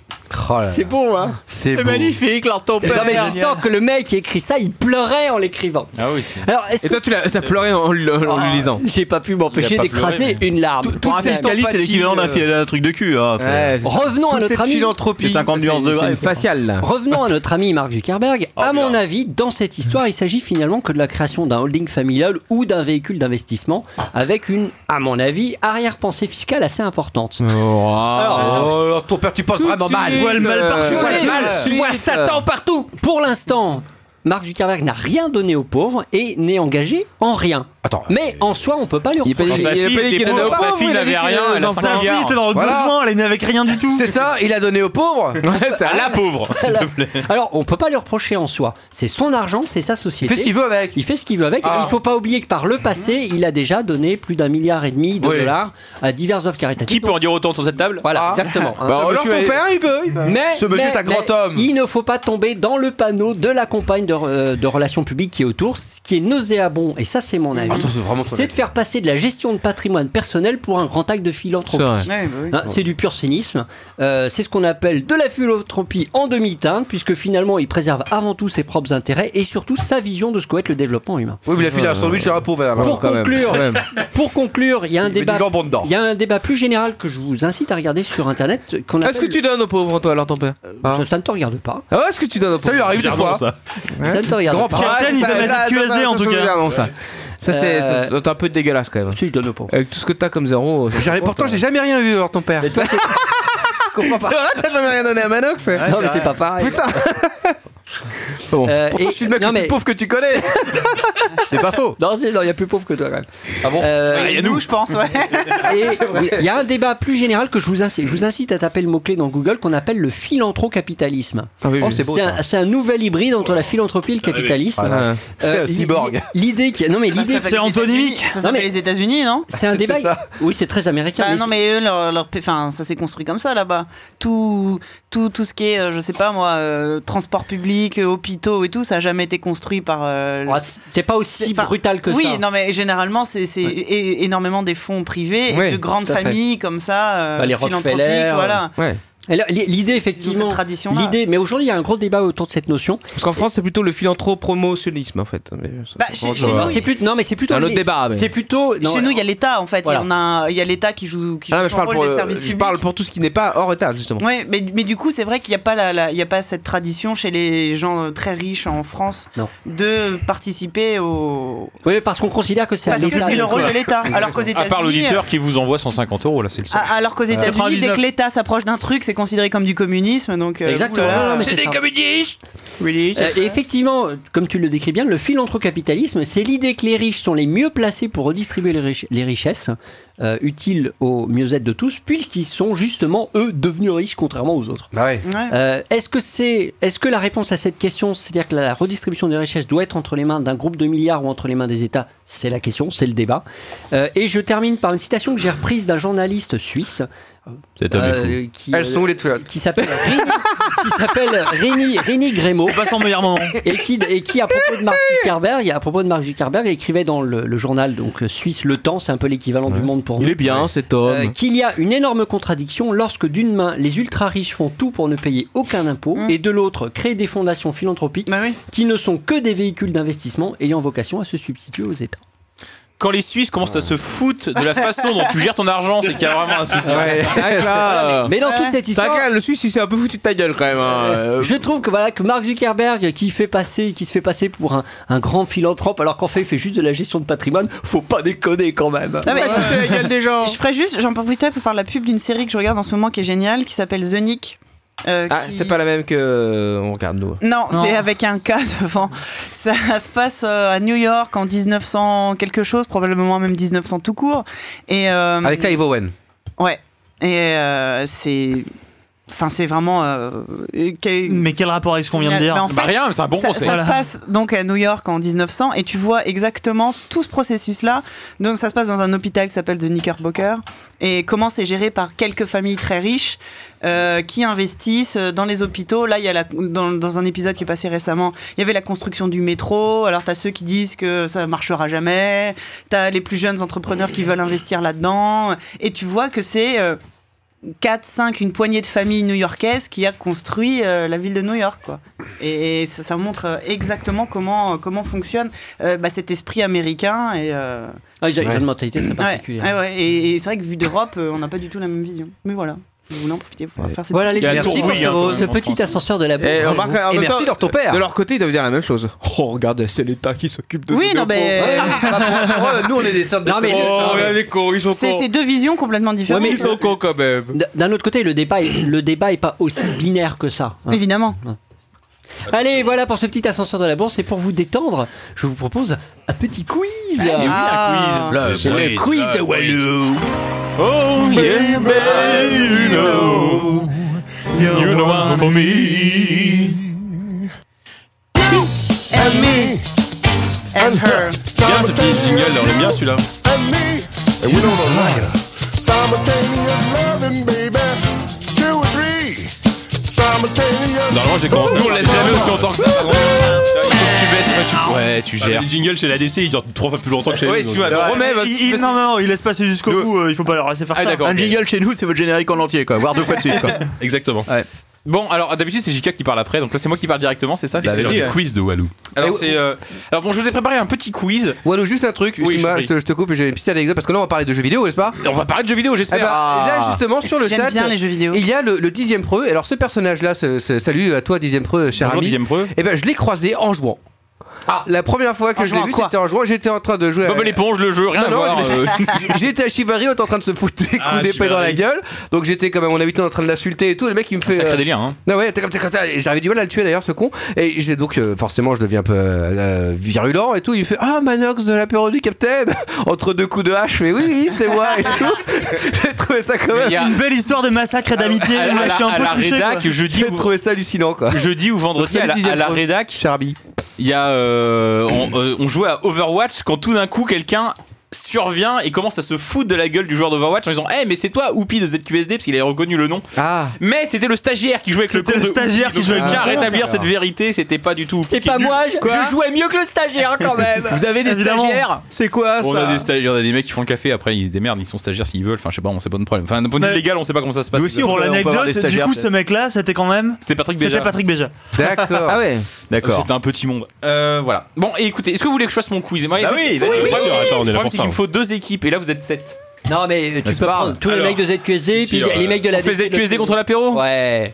Speaker 7: Oh là là.
Speaker 8: C'est beau, hein
Speaker 7: C'est beau.
Speaker 13: magnifique, leur ton
Speaker 8: Non, mais je sens que le mec qui écrit ça, il pleurait en l'écrivant.
Speaker 3: Ah oui, c'est.
Speaker 8: Alors, est-ce
Speaker 13: Et
Speaker 8: que Ah,
Speaker 13: toi, tu l'as- t'as pleuré en le en le lisant.
Speaker 8: j'ai pas pu m'empêcher
Speaker 3: Il a pas
Speaker 8: d'écraser une larme Ah,
Speaker 5: Tout
Speaker 8: Bravo.
Speaker 5: fiscaliste, c'est l'équivalent d'un fi- d'un truc de cul. hein, c'est-
Speaker 13: Ouais, Ah, c'est-
Speaker 8: euh. Revenons à
Speaker 7: Toute
Speaker 8: notre
Speaker 7: cette
Speaker 8: ami.
Speaker 7: philanthropie.
Speaker 5: Les 50 nuances de
Speaker 13: c'est
Speaker 5: grey.
Speaker 13: une faciale, là.
Speaker 5: hein.
Speaker 8: Revenons à notre ami Mark Zuckerberg.
Speaker 13: Oh,
Speaker 8: à mon avis, dans cette histoire, il s'agit finalement que de la création d'un holding familial ou d'un véhicule d'investissement avec une, à mon avis, arrière-pensée fiscale assez importante.
Speaker 13: Oh,
Speaker 8: Alors,
Speaker 7: Oh, là, ton père, tu penses vraiment mal.
Speaker 6: Tu vois le mal partout.
Speaker 7: Tu vois le mal.
Speaker 13: Euh,
Speaker 7: Tu vois Satan partout.
Speaker 8: pour l'instant, Mark Zuckerberg n'a rien donné aux pauvres et n'est engagé en rien.
Speaker 7: Attends.
Speaker 8: Mais en soi, on peut pas lui
Speaker 13: Il est pas
Speaker 8: reprocher.
Speaker 3: Sa
Speaker 13: il a
Speaker 3: fille
Speaker 13: pas dit
Speaker 3: était
Speaker 13: qu'il
Speaker 3: pauvre,
Speaker 13: était
Speaker 3: sa
Speaker 13: pauvre,
Speaker 3: fille
Speaker 13: il a
Speaker 3: n'avait
Speaker 13: dit qu'il
Speaker 3: rien,
Speaker 13: avait
Speaker 3: elle a
Speaker 13: des
Speaker 3: cinq
Speaker 6: Sa
Speaker 13: enfants.
Speaker 6: fille
Speaker 3: milliards.
Speaker 6: était dans le
Speaker 7: Voilà.
Speaker 6: besoin, elle est née avec rien du tout.
Speaker 7: C'est ça, il a donné aux pauvres.
Speaker 13: Ouais, ça-
Speaker 3: À la pauvre. s'il te plaît.
Speaker 8: Alors, on peut pas lui reprocher en soi. C'est son argent, c'est sa
Speaker 7: Il
Speaker 8: société.
Speaker 7: fait ce qu'il veut avec. Ah.
Speaker 8: Il fait ce qu'il veut avec. Et il faut pas oublier que par le passé, il a déjà donné plus d'un milliard et demi de
Speaker 7: Oui.
Speaker 8: dollars à diverses œuvres caritatives.
Speaker 3: Qui peut en dire autant sur cette table
Speaker 8: Voilà, exactement.
Speaker 7: Bah,
Speaker 8: hein.
Speaker 13: Ah. Alors,
Speaker 7: alors,
Speaker 13: ton père, il peut. il peut.
Speaker 8: mais,
Speaker 7: ce monsieur
Speaker 8: mais-
Speaker 7: est un grand
Speaker 8: mais
Speaker 7: homme.
Speaker 8: Il ne faut pas tomber dans le panneau de la campagne de, euh, de relations publiques qui est autour. Ce qui est nauséabond, et ça c'est mon avis,
Speaker 7: Ah, ça, c'est vraiment ton
Speaker 8: c'est de
Speaker 7: avis.
Speaker 8: faire passer de la gestion de patrimoine personnel pour un grand acte de philanthropie.
Speaker 13: C'est vrai.
Speaker 9: Ouais, bah oui.
Speaker 8: Hein, c'est du pur cynisme. Euh, c'est ce qu'on appelle de la philanthropie en demi-teinte, puisque finalement, il préserve avant tout ses propres intérêts et surtout sa vision de ce qu'est le développement humain.
Speaker 7: Oui, mais la fille d'un sandwich,
Speaker 13: Euh,
Speaker 7: c'est un pauvre. alors,
Speaker 8: Pour
Speaker 7: quand même.
Speaker 8: conclure, pour conclure, il y a un
Speaker 7: Il met
Speaker 8: débat.
Speaker 7: du jambon dedans.
Speaker 8: Il y a un débat plus général que je vous incite à regarder sur internet qu'on
Speaker 13: Est-ce que
Speaker 8: appelle- Euh,
Speaker 13: tu donnes aux pauvres, toi, alors, ton père
Speaker 8: ça, ça ne te regarde pas.
Speaker 13: Ah ouais, est-ce que tu donnes aux pauvres
Speaker 7: Ça lui arrive deux fois.
Speaker 4: ça.
Speaker 8: Ça ne te regarde
Speaker 7: Grand
Speaker 8: pas.
Speaker 13: Ah,
Speaker 6: Captain, il
Speaker 13: ça-
Speaker 6: donne à
Speaker 13: ça-
Speaker 6: cette QSD,
Speaker 13: ça-
Speaker 6: en
Speaker 13: ça-
Speaker 6: tout
Speaker 13: ça-
Speaker 6: cas.
Speaker 13: ça- non, ça. Ça, c'est ça, ça doit être un peu dégueulasse quand même.
Speaker 8: Euh, Si je donne au pauvre.
Speaker 13: Avec tout ce que t'as comme zéro. euh, ça-
Speaker 7: J'ai- Pourtant,
Speaker 13: hein.
Speaker 7: j'ai jamais rien eu alors ton père.
Speaker 8: Mais toi, t'es-
Speaker 13: C'est vrai, t'as jamais rien donné à Manox
Speaker 8: non mais c'est pas pareil.
Speaker 13: Putain
Speaker 8: Euh,
Speaker 7: Pourtant,
Speaker 8: et-
Speaker 7: je suis le mec
Speaker 8: non,
Speaker 7: le plus
Speaker 8: mais-
Speaker 7: pauvre que tu connais.
Speaker 8: C'est pas faux. Non, il y a plus pauvre que toi quand même. Ah bon
Speaker 9: Il y a nous, je pense, ouais.
Speaker 8: Et il y a un débat plus général que je vous incite, je vous incite à taper le mot-clé dans Google qu'on appelle le philanthro-capitalisme.
Speaker 7: Ah oui, oui. Oh, c'est beau, ça.
Speaker 8: un, c'est un nouvel hybride entre la philanthropie et le capitalisme. Euh,
Speaker 7: Ah, ouais. C'est un
Speaker 8: l'i-
Speaker 7: cyborg.
Speaker 8: L'idée qui non mais
Speaker 9: Ça
Speaker 8: l'idée
Speaker 9: s'appelle les États-Unis. Ça
Speaker 8: Non,
Speaker 9: s'appelle
Speaker 8: mais
Speaker 9: les États-Unis, non
Speaker 8: c'est un débat. Oui, c'est très américain.
Speaker 9: Bah
Speaker 8: mais
Speaker 9: non
Speaker 8: c'est-
Speaker 9: mais eux leur, leur- enfin ça s'est construit comme ça là-bas. Tout tout tout ce qui est euh, je sais pas moi euh, transport public, euh, hôpitaux et tout ça a jamais été construit par euh, le-
Speaker 8: c'est pas aussi
Speaker 9: enfin,
Speaker 8: brutal que ça.
Speaker 9: Oui, non mais généralement c'est c'est é- énormément des fonds privés et
Speaker 8: Ouais,
Speaker 9: de grandes
Speaker 8: tout à fait.
Speaker 9: familles comme ça euh,
Speaker 8: Bah, les
Speaker 9: philanthropiques
Speaker 8: Rockefeller,
Speaker 9: voilà.
Speaker 8: euh, Alors, li- L'idée, effectivement,
Speaker 9: tradition-là.
Speaker 8: l'idée, mais aujourd'hui, il y a un gros débat autour de cette notion.
Speaker 13: Parce qu'en France, c'est plutôt le philanthrope-promotionnisme en fait. Mais euh, ça,
Speaker 9: Bah,
Speaker 13: ça
Speaker 9: chez-
Speaker 13: commence
Speaker 9: chez
Speaker 13: à-
Speaker 9: nous,
Speaker 8: C'est plus- non, mais c'est plutôt
Speaker 13: Un autre
Speaker 8: les-
Speaker 13: débat, mais-
Speaker 8: C'est plutôt non,
Speaker 9: Chez nous, il y a l'État en fait, il y
Speaker 13: Voilà.
Speaker 9: en a un- il y a l'État qui joue qui
Speaker 13: Ah,
Speaker 9: joue
Speaker 13: mais je
Speaker 9: son
Speaker 13: parle,
Speaker 9: rôle
Speaker 13: pour,
Speaker 9: des
Speaker 13: le-
Speaker 9: services
Speaker 13: je
Speaker 9: publics.
Speaker 13: parle pour tout ce qui n'est pas hors état justement.
Speaker 9: Ouais, mais, mais du coup, c'est vrai qu'il n'y a, pas la- la- il y a pas cette tradition chez les gens euh, très riches en France
Speaker 8: Non.
Speaker 9: de participer au.
Speaker 8: Oui, parce qu'on considère que c'est
Speaker 9: Parce
Speaker 8: un
Speaker 9: que c'est le rôle de l'État. Alors qu'aux
Speaker 14: À part
Speaker 9: États-Unis.
Speaker 13: euh,
Speaker 14: l'auditeur qui vous envoie 150 euros, là, c'est le seul.
Speaker 9: Ah, Alors qu'aux États-Unis, dès
Speaker 14: 99.
Speaker 9: que l'État s'approche d'un truc, c'est considéré comme du communisme. Donc, euh,
Speaker 8: Exactement.
Speaker 9: oulala.
Speaker 8: Non, non, mais C'est c'est des ça.
Speaker 9: communistes
Speaker 8: Euh, et effectivement, comme tu le décris bien, le philanthropicapitalisme, c'est l'idée que les riches sont les mieux placés pour redistribuer les, riches- les richesses euh, utiles au mieux-être de tous, puisqu'ils sont justement eux devenus riches contrairement aux autres.
Speaker 4: Bah
Speaker 8: Euh, est-ce que c'est, est-ce que la réponse à cette question, c'est-à-dire que la redistribution des richesses doit être entre les mains d'un groupe de milliards ou entre les mains des États, c'est la question, c'est le débat. Euh, et je termine par une citation que j'ai reprise d'un journaliste suisse. euh,
Speaker 4: Cet homme est fou.
Speaker 8: Qui, Elles sont les Qui s'appelle Rini, qui s'appelle Rini, Rini Grémaud.
Speaker 14: pas son meilleur moment.
Speaker 8: Et qui, et qui, à propos de Mark Zuckerberg, à propos de Mark Zuckerberg, écrivait dans le, le journal donc euh, suisse Le Temps, c'est un peu l'équivalent du Monde pour nous.
Speaker 13: Il est bien cet homme.
Speaker 8: Euh, qu'il y a une énorme contradiction lorsque d'une main les ultra riches font tout pour ne payer aucun impôt et de l'autre créent des fondations philanthropiques qui ne sont que des véhicules d'investissement ayant vocation à se substituer aux États.
Speaker 14: Quand les Suisses commencent à se foutre de la façon dont tu gères ton argent, c'est qu'il y a vraiment un souci.
Speaker 13: Ouais, c'est vrai que là, euh,
Speaker 8: Mais dans toute cette
Speaker 13: c'est vrai que
Speaker 8: histoire-
Speaker 13: là, le Suisse, il s'est un peu foutu de ta gueule quand même. hein. Euh,
Speaker 8: Je trouve que voilà que Mark Zuckerberg qui fait passer qui se fait passer pour un, un grand philanthrope alors qu'en fait il fait juste de la gestion de patrimoine, faut pas déconner quand même.
Speaker 9: Non, mais
Speaker 8: Ouais.
Speaker 9: je, je ferais juste, j'en profiterais pour faire la pub d'une série que je regarde en ce moment qui est géniale, qui s'appelle The Nick. euh,
Speaker 13: Ah,
Speaker 9: qui-
Speaker 13: c'est pas la même que euh, on regarde nous.
Speaker 9: Non, c'est avec un K devant. Ça se passe euh, à New York en 1900 quelque chose, probablement même 1900 tout court. Et euh,
Speaker 7: Avec Clive Owen.
Speaker 9: Ouais. Et euh, c'est. Enfin, c'est vraiment. euh, que-
Speaker 6: Mais quel rapport avec ce qu'on vient de dire
Speaker 9: Mais en fait,
Speaker 6: Bah rien, mais c'est un bon
Speaker 9: ça,
Speaker 6: conseil.
Speaker 9: Ça
Speaker 6: Voilà.
Speaker 9: se passe donc à New York en 1900 et tu vois exactement tout ce processus-là. Donc ça se passe dans un hôpital qui s'appelle The Knickerbocker et comment c'est géré par quelques familles très riches euh, qui investissent euh, dans les hôpitaux. Là, il y a la, dans, dans un épisode qui est passé récemment, il y avait la construction du métro. Alors t'as ceux qui disent que ça marchera jamais. T'as les plus jeunes entrepreneurs qui veulent investir là-dedans et tu vois que c'est euh, 4, 5, une poignée de familles new-yorkaises qui a construit euh, la ville de New York. Quoi. Et, et ça, ça montre euh, exactement comment, euh, comment fonctionne euh, bah, cet esprit américain. Et, euh,
Speaker 8: Ah, ils ont
Speaker 9: ouais.
Speaker 8: une mentalité très
Speaker 9: Ouais,
Speaker 8: particulière.
Speaker 9: ouais, ouais. Et, et c'est vrai que vu d'Europe, euh, on n'a pas du tout la même vision. Mais voilà, vous voulez en profiter pour faire cette
Speaker 8: Voilà les
Speaker 9: petite-
Speaker 8: amis, merci pour
Speaker 14: hein,
Speaker 8: ce, ce petit ascenseur de la bourse.
Speaker 13: Et, on Eh, remarque, en même temps,
Speaker 7: ton père.
Speaker 13: De leur côté, ils doivent dire la même chose. Oh, regarde, c'est l'État qui s'occupe de Ah,
Speaker 9: Oui,
Speaker 13: nous,
Speaker 9: non,
Speaker 13: de
Speaker 9: mais- euh,
Speaker 13: pauvres.
Speaker 7: nous, on est des sommes de
Speaker 8: Non, mais-
Speaker 7: pauvres.
Speaker 13: Oh, regarde les cons, ils sont
Speaker 9: C'est
Speaker 13: cons.
Speaker 9: c'est deux visions complètement différentes.
Speaker 13: Ils sont cons quand même.
Speaker 8: D- D'un autre côté, le débat, est, le débat est pas aussi binaire que ça. hein.
Speaker 9: Évidemment.
Speaker 8: Allez, voilà pour ce petit ascenseur de la bourse. Et pour vous détendre, je vous propose un petit quiz.
Speaker 1: Eh
Speaker 9: Ah.
Speaker 8: Le
Speaker 15: quiz. Le
Speaker 8: quiz de Walou.
Speaker 15: Oh yeah, babe, you know, you know one for me.
Speaker 9: And me, and her.
Speaker 4: Bien ce petit jingle, là, on l'aime bien celui-là.
Speaker 17: and me. And we don't know lighter. Simultaneous loving, baby. Two or three. Simultaneous.
Speaker 4: Normalement, j'ai commencé.
Speaker 14: Nous, on laisse jamais aussi longtemps que ça. par contre. Il faut que tu baisses, ouais, tu- Ouais, tu
Speaker 4: Ah, mais
Speaker 14: gères.
Speaker 4: le jingle chez l'ADC, il dure trois fois plus longtemps que chez
Speaker 14: Ouais,
Speaker 4: nous.
Speaker 14: excuse-moi, attends, remets, vas-y,
Speaker 6: Il- il-
Speaker 14: vas-y.
Speaker 6: non, non, non, il laisse passer jusqu'au bout, euh, il faut pas leur laisser faire
Speaker 14: Ah,
Speaker 6: ça.
Speaker 14: d'accord,
Speaker 5: Un
Speaker 14: ok.
Speaker 5: jingle chez nous, c'est votre générique en entier, quoi. Voir deux fois de suite, quoi.
Speaker 4: Exactement.
Speaker 14: Bon, alors d'habitude c'est JK qui parle après, donc là c'est moi qui parle directement, c'est ça
Speaker 10: Bah,
Speaker 4: Et c'est
Speaker 14: C'est
Speaker 4: l'heure
Speaker 14: le
Speaker 10: hein.
Speaker 4: du Bah, quiz de Walou.
Speaker 14: Alors c'est euh, alors bon, je vous ai préparé un petit quiz.
Speaker 7: Walou, juste un truc,
Speaker 14: Oui,
Speaker 7: excuse-moi,
Speaker 14: je
Speaker 7: je, te, je te coupe, j'ai une petite anecdote parce que là on va parler de jeux vidéo, n'est-ce pas
Speaker 14: On va parler de jeux
Speaker 3: Oh,
Speaker 14: vidéo, j'espère.
Speaker 7: Eh ben, Là justement sur le
Speaker 9: J'aime
Speaker 7: chat,
Speaker 9: bien les jeux vidéo.
Speaker 7: il y a le, le dixième preux. Alors ce personnage-là, ce- ce- salut à toi dixième preux, cher
Speaker 14: Bonjour,
Speaker 7: ami.
Speaker 14: dixième preux.
Speaker 7: Eh ben je l'ai croisé en jouant.
Speaker 10: La première fois que
Speaker 7: En
Speaker 10: je
Speaker 7: jouant
Speaker 10: l'ai
Speaker 7: à
Speaker 10: vu,
Speaker 7: quoi
Speaker 10: c'était en jouant. J'étais en train de jouer. à-
Speaker 3: Bob l'éponge, le jeu, rien
Speaker 10: Non,
Speaker 3: à
Speaker 10: non,
Speaker 3: voir.
Speaker 10: mais-
Speaker 3: euh.
Speaker 10: J'étais à Chivari, on était en train de se foutre des coups
Speaker 3: Ah,
Speaker 10: d'épée dans la
Speaker 3: Chivari.
Speaker 10: gueule. Donc j'étais comme à mon habitant en train de l'insulter et tout. Le mec, il me fait.
Speaker 3: Ça crée
Speaker 10: euh,
Speaker 3: des liens, hein.
Speaker 10: Non, ouais, t'es comme ça, comme ça. Et J'avais du mal à le tuer d'ailleurs, ce con. Et j'ai donc, euh, forcément, je deviens un peu euh, virulent et tout. Il fait Ah, Manox de l'apéro du Capitaine Entre deux coups de hache, mais oui, oui, c'est moi et tout. j'ai trouvé ça quand même.
Speaker 6: Il y a une belle histoire de massacre et d'amitié.
Speaker 10: À- à-
Speaker 6: Moi, je suis
Speaker 10: à
Speaker 6: un peu
Speaker 10: la
Speaker 6: touché, quoi.
Speaker 10: rédac, jeudi J'ai ou- trouvé ça hallucinant, quoi.
Speaker 3: Jeudi ou vendredi
Speaker 10: Donc, c'est
Speaker 3: à
Speaker 10: le
Speaker 3: la,
Speaker 10: dixième
Speaker 3: à la
Speaker 10: pro-
Speaker 3: rédac, il y a, euh, on, euh, on jouait à Overwatch quand tout d'un coup quelqu'un survient et commence à se foutre de la gueule du joueur d'Overwatch en disant Eh mais c'est toi Oupi de ZQSD parce qu'il avait reconnu le nom. Mais c'était le stagiaire qui jouait avec le
Speaker 6: C'était
Speaker 3: compte
Speaker 6: le
Speaker 3: de
Speaker 6: stagiaire
Speaker 3: Oupi,
Speaker 6: qui
Speaker 3: donc
Speaker 6: jouait
Speaker 3: je tiens à
Speaker 6: avec le
Speaker 3: rétablir
Speaker 6: compte.
Speaker 3: cette vérité, c'était pas du tout Oupi
Speaker 8: C'est
Speaker 3: qui
Speaker 8: pas
Speaker 3: dit-
Speaker 8: moi,
Speaker 13: Ah,
Speaker 8: je,
Speaker 3: Quoi
Speaker 8: je jouais mieux que le stagiaire quand même.
Speaker 3: Vous avez des Évidemment. stagiaires
Speaker 10: C'est quoi
Speaker 3: on a des stagiaires, on a des mecs qui font le café, après ils se démerdent, ils sont stagiaires s'ils veulent, enfin je sais pas, on sait pas de problème. Enfin, d'un point de vue
Speaker 6: Mais-
Speaker 3: légal, on sait pas comment ça se passe.
Speaker 6: pour l'anecdote, du coup, ce mec-là, c'était quand même.
Speaker 3: C'était Patrick Béja.
Speaker 6: C'était Patrick Béja.
Speaker 3: Ah ouais. C'était un petit monde. Euh, voilà. Bon, et écoutez, est-ce que vous voulez que je fasse mon quiz Moi,
Speaker 4: Bah
Speaker 3: écoute-
Speaker 4: oui, vas-y, bien sûr, attends, on est là
Speaker 3: Le problème,
Speaker 4: pour
Speaker 3: c'est
Speaker 4: ça,
Speaker 3: qu'il me
Speaker 4: hein.
Speaker 3: faut deux équipes, et là vous êtes sept.
Speaker 8: Non, mais euh, tu
Speaker 3: N'est-ce
Speaker 8: peux
Speaker 3: pas
Speaker 8: prendre tous les
Speaker 3: Alors,
Speaker 8: mecs de ZQSD,
Speaker 3: si,
Speaker 8: puis
Speaker 3: euh,
Speaker 8: les mecs de la
Speaker 3: on fait
Speaker 8: DC,
Speaker 3: ZQSD
Speaker 8: le-
Speaker 3: contre l'apéro
Speaker 8: Ouais.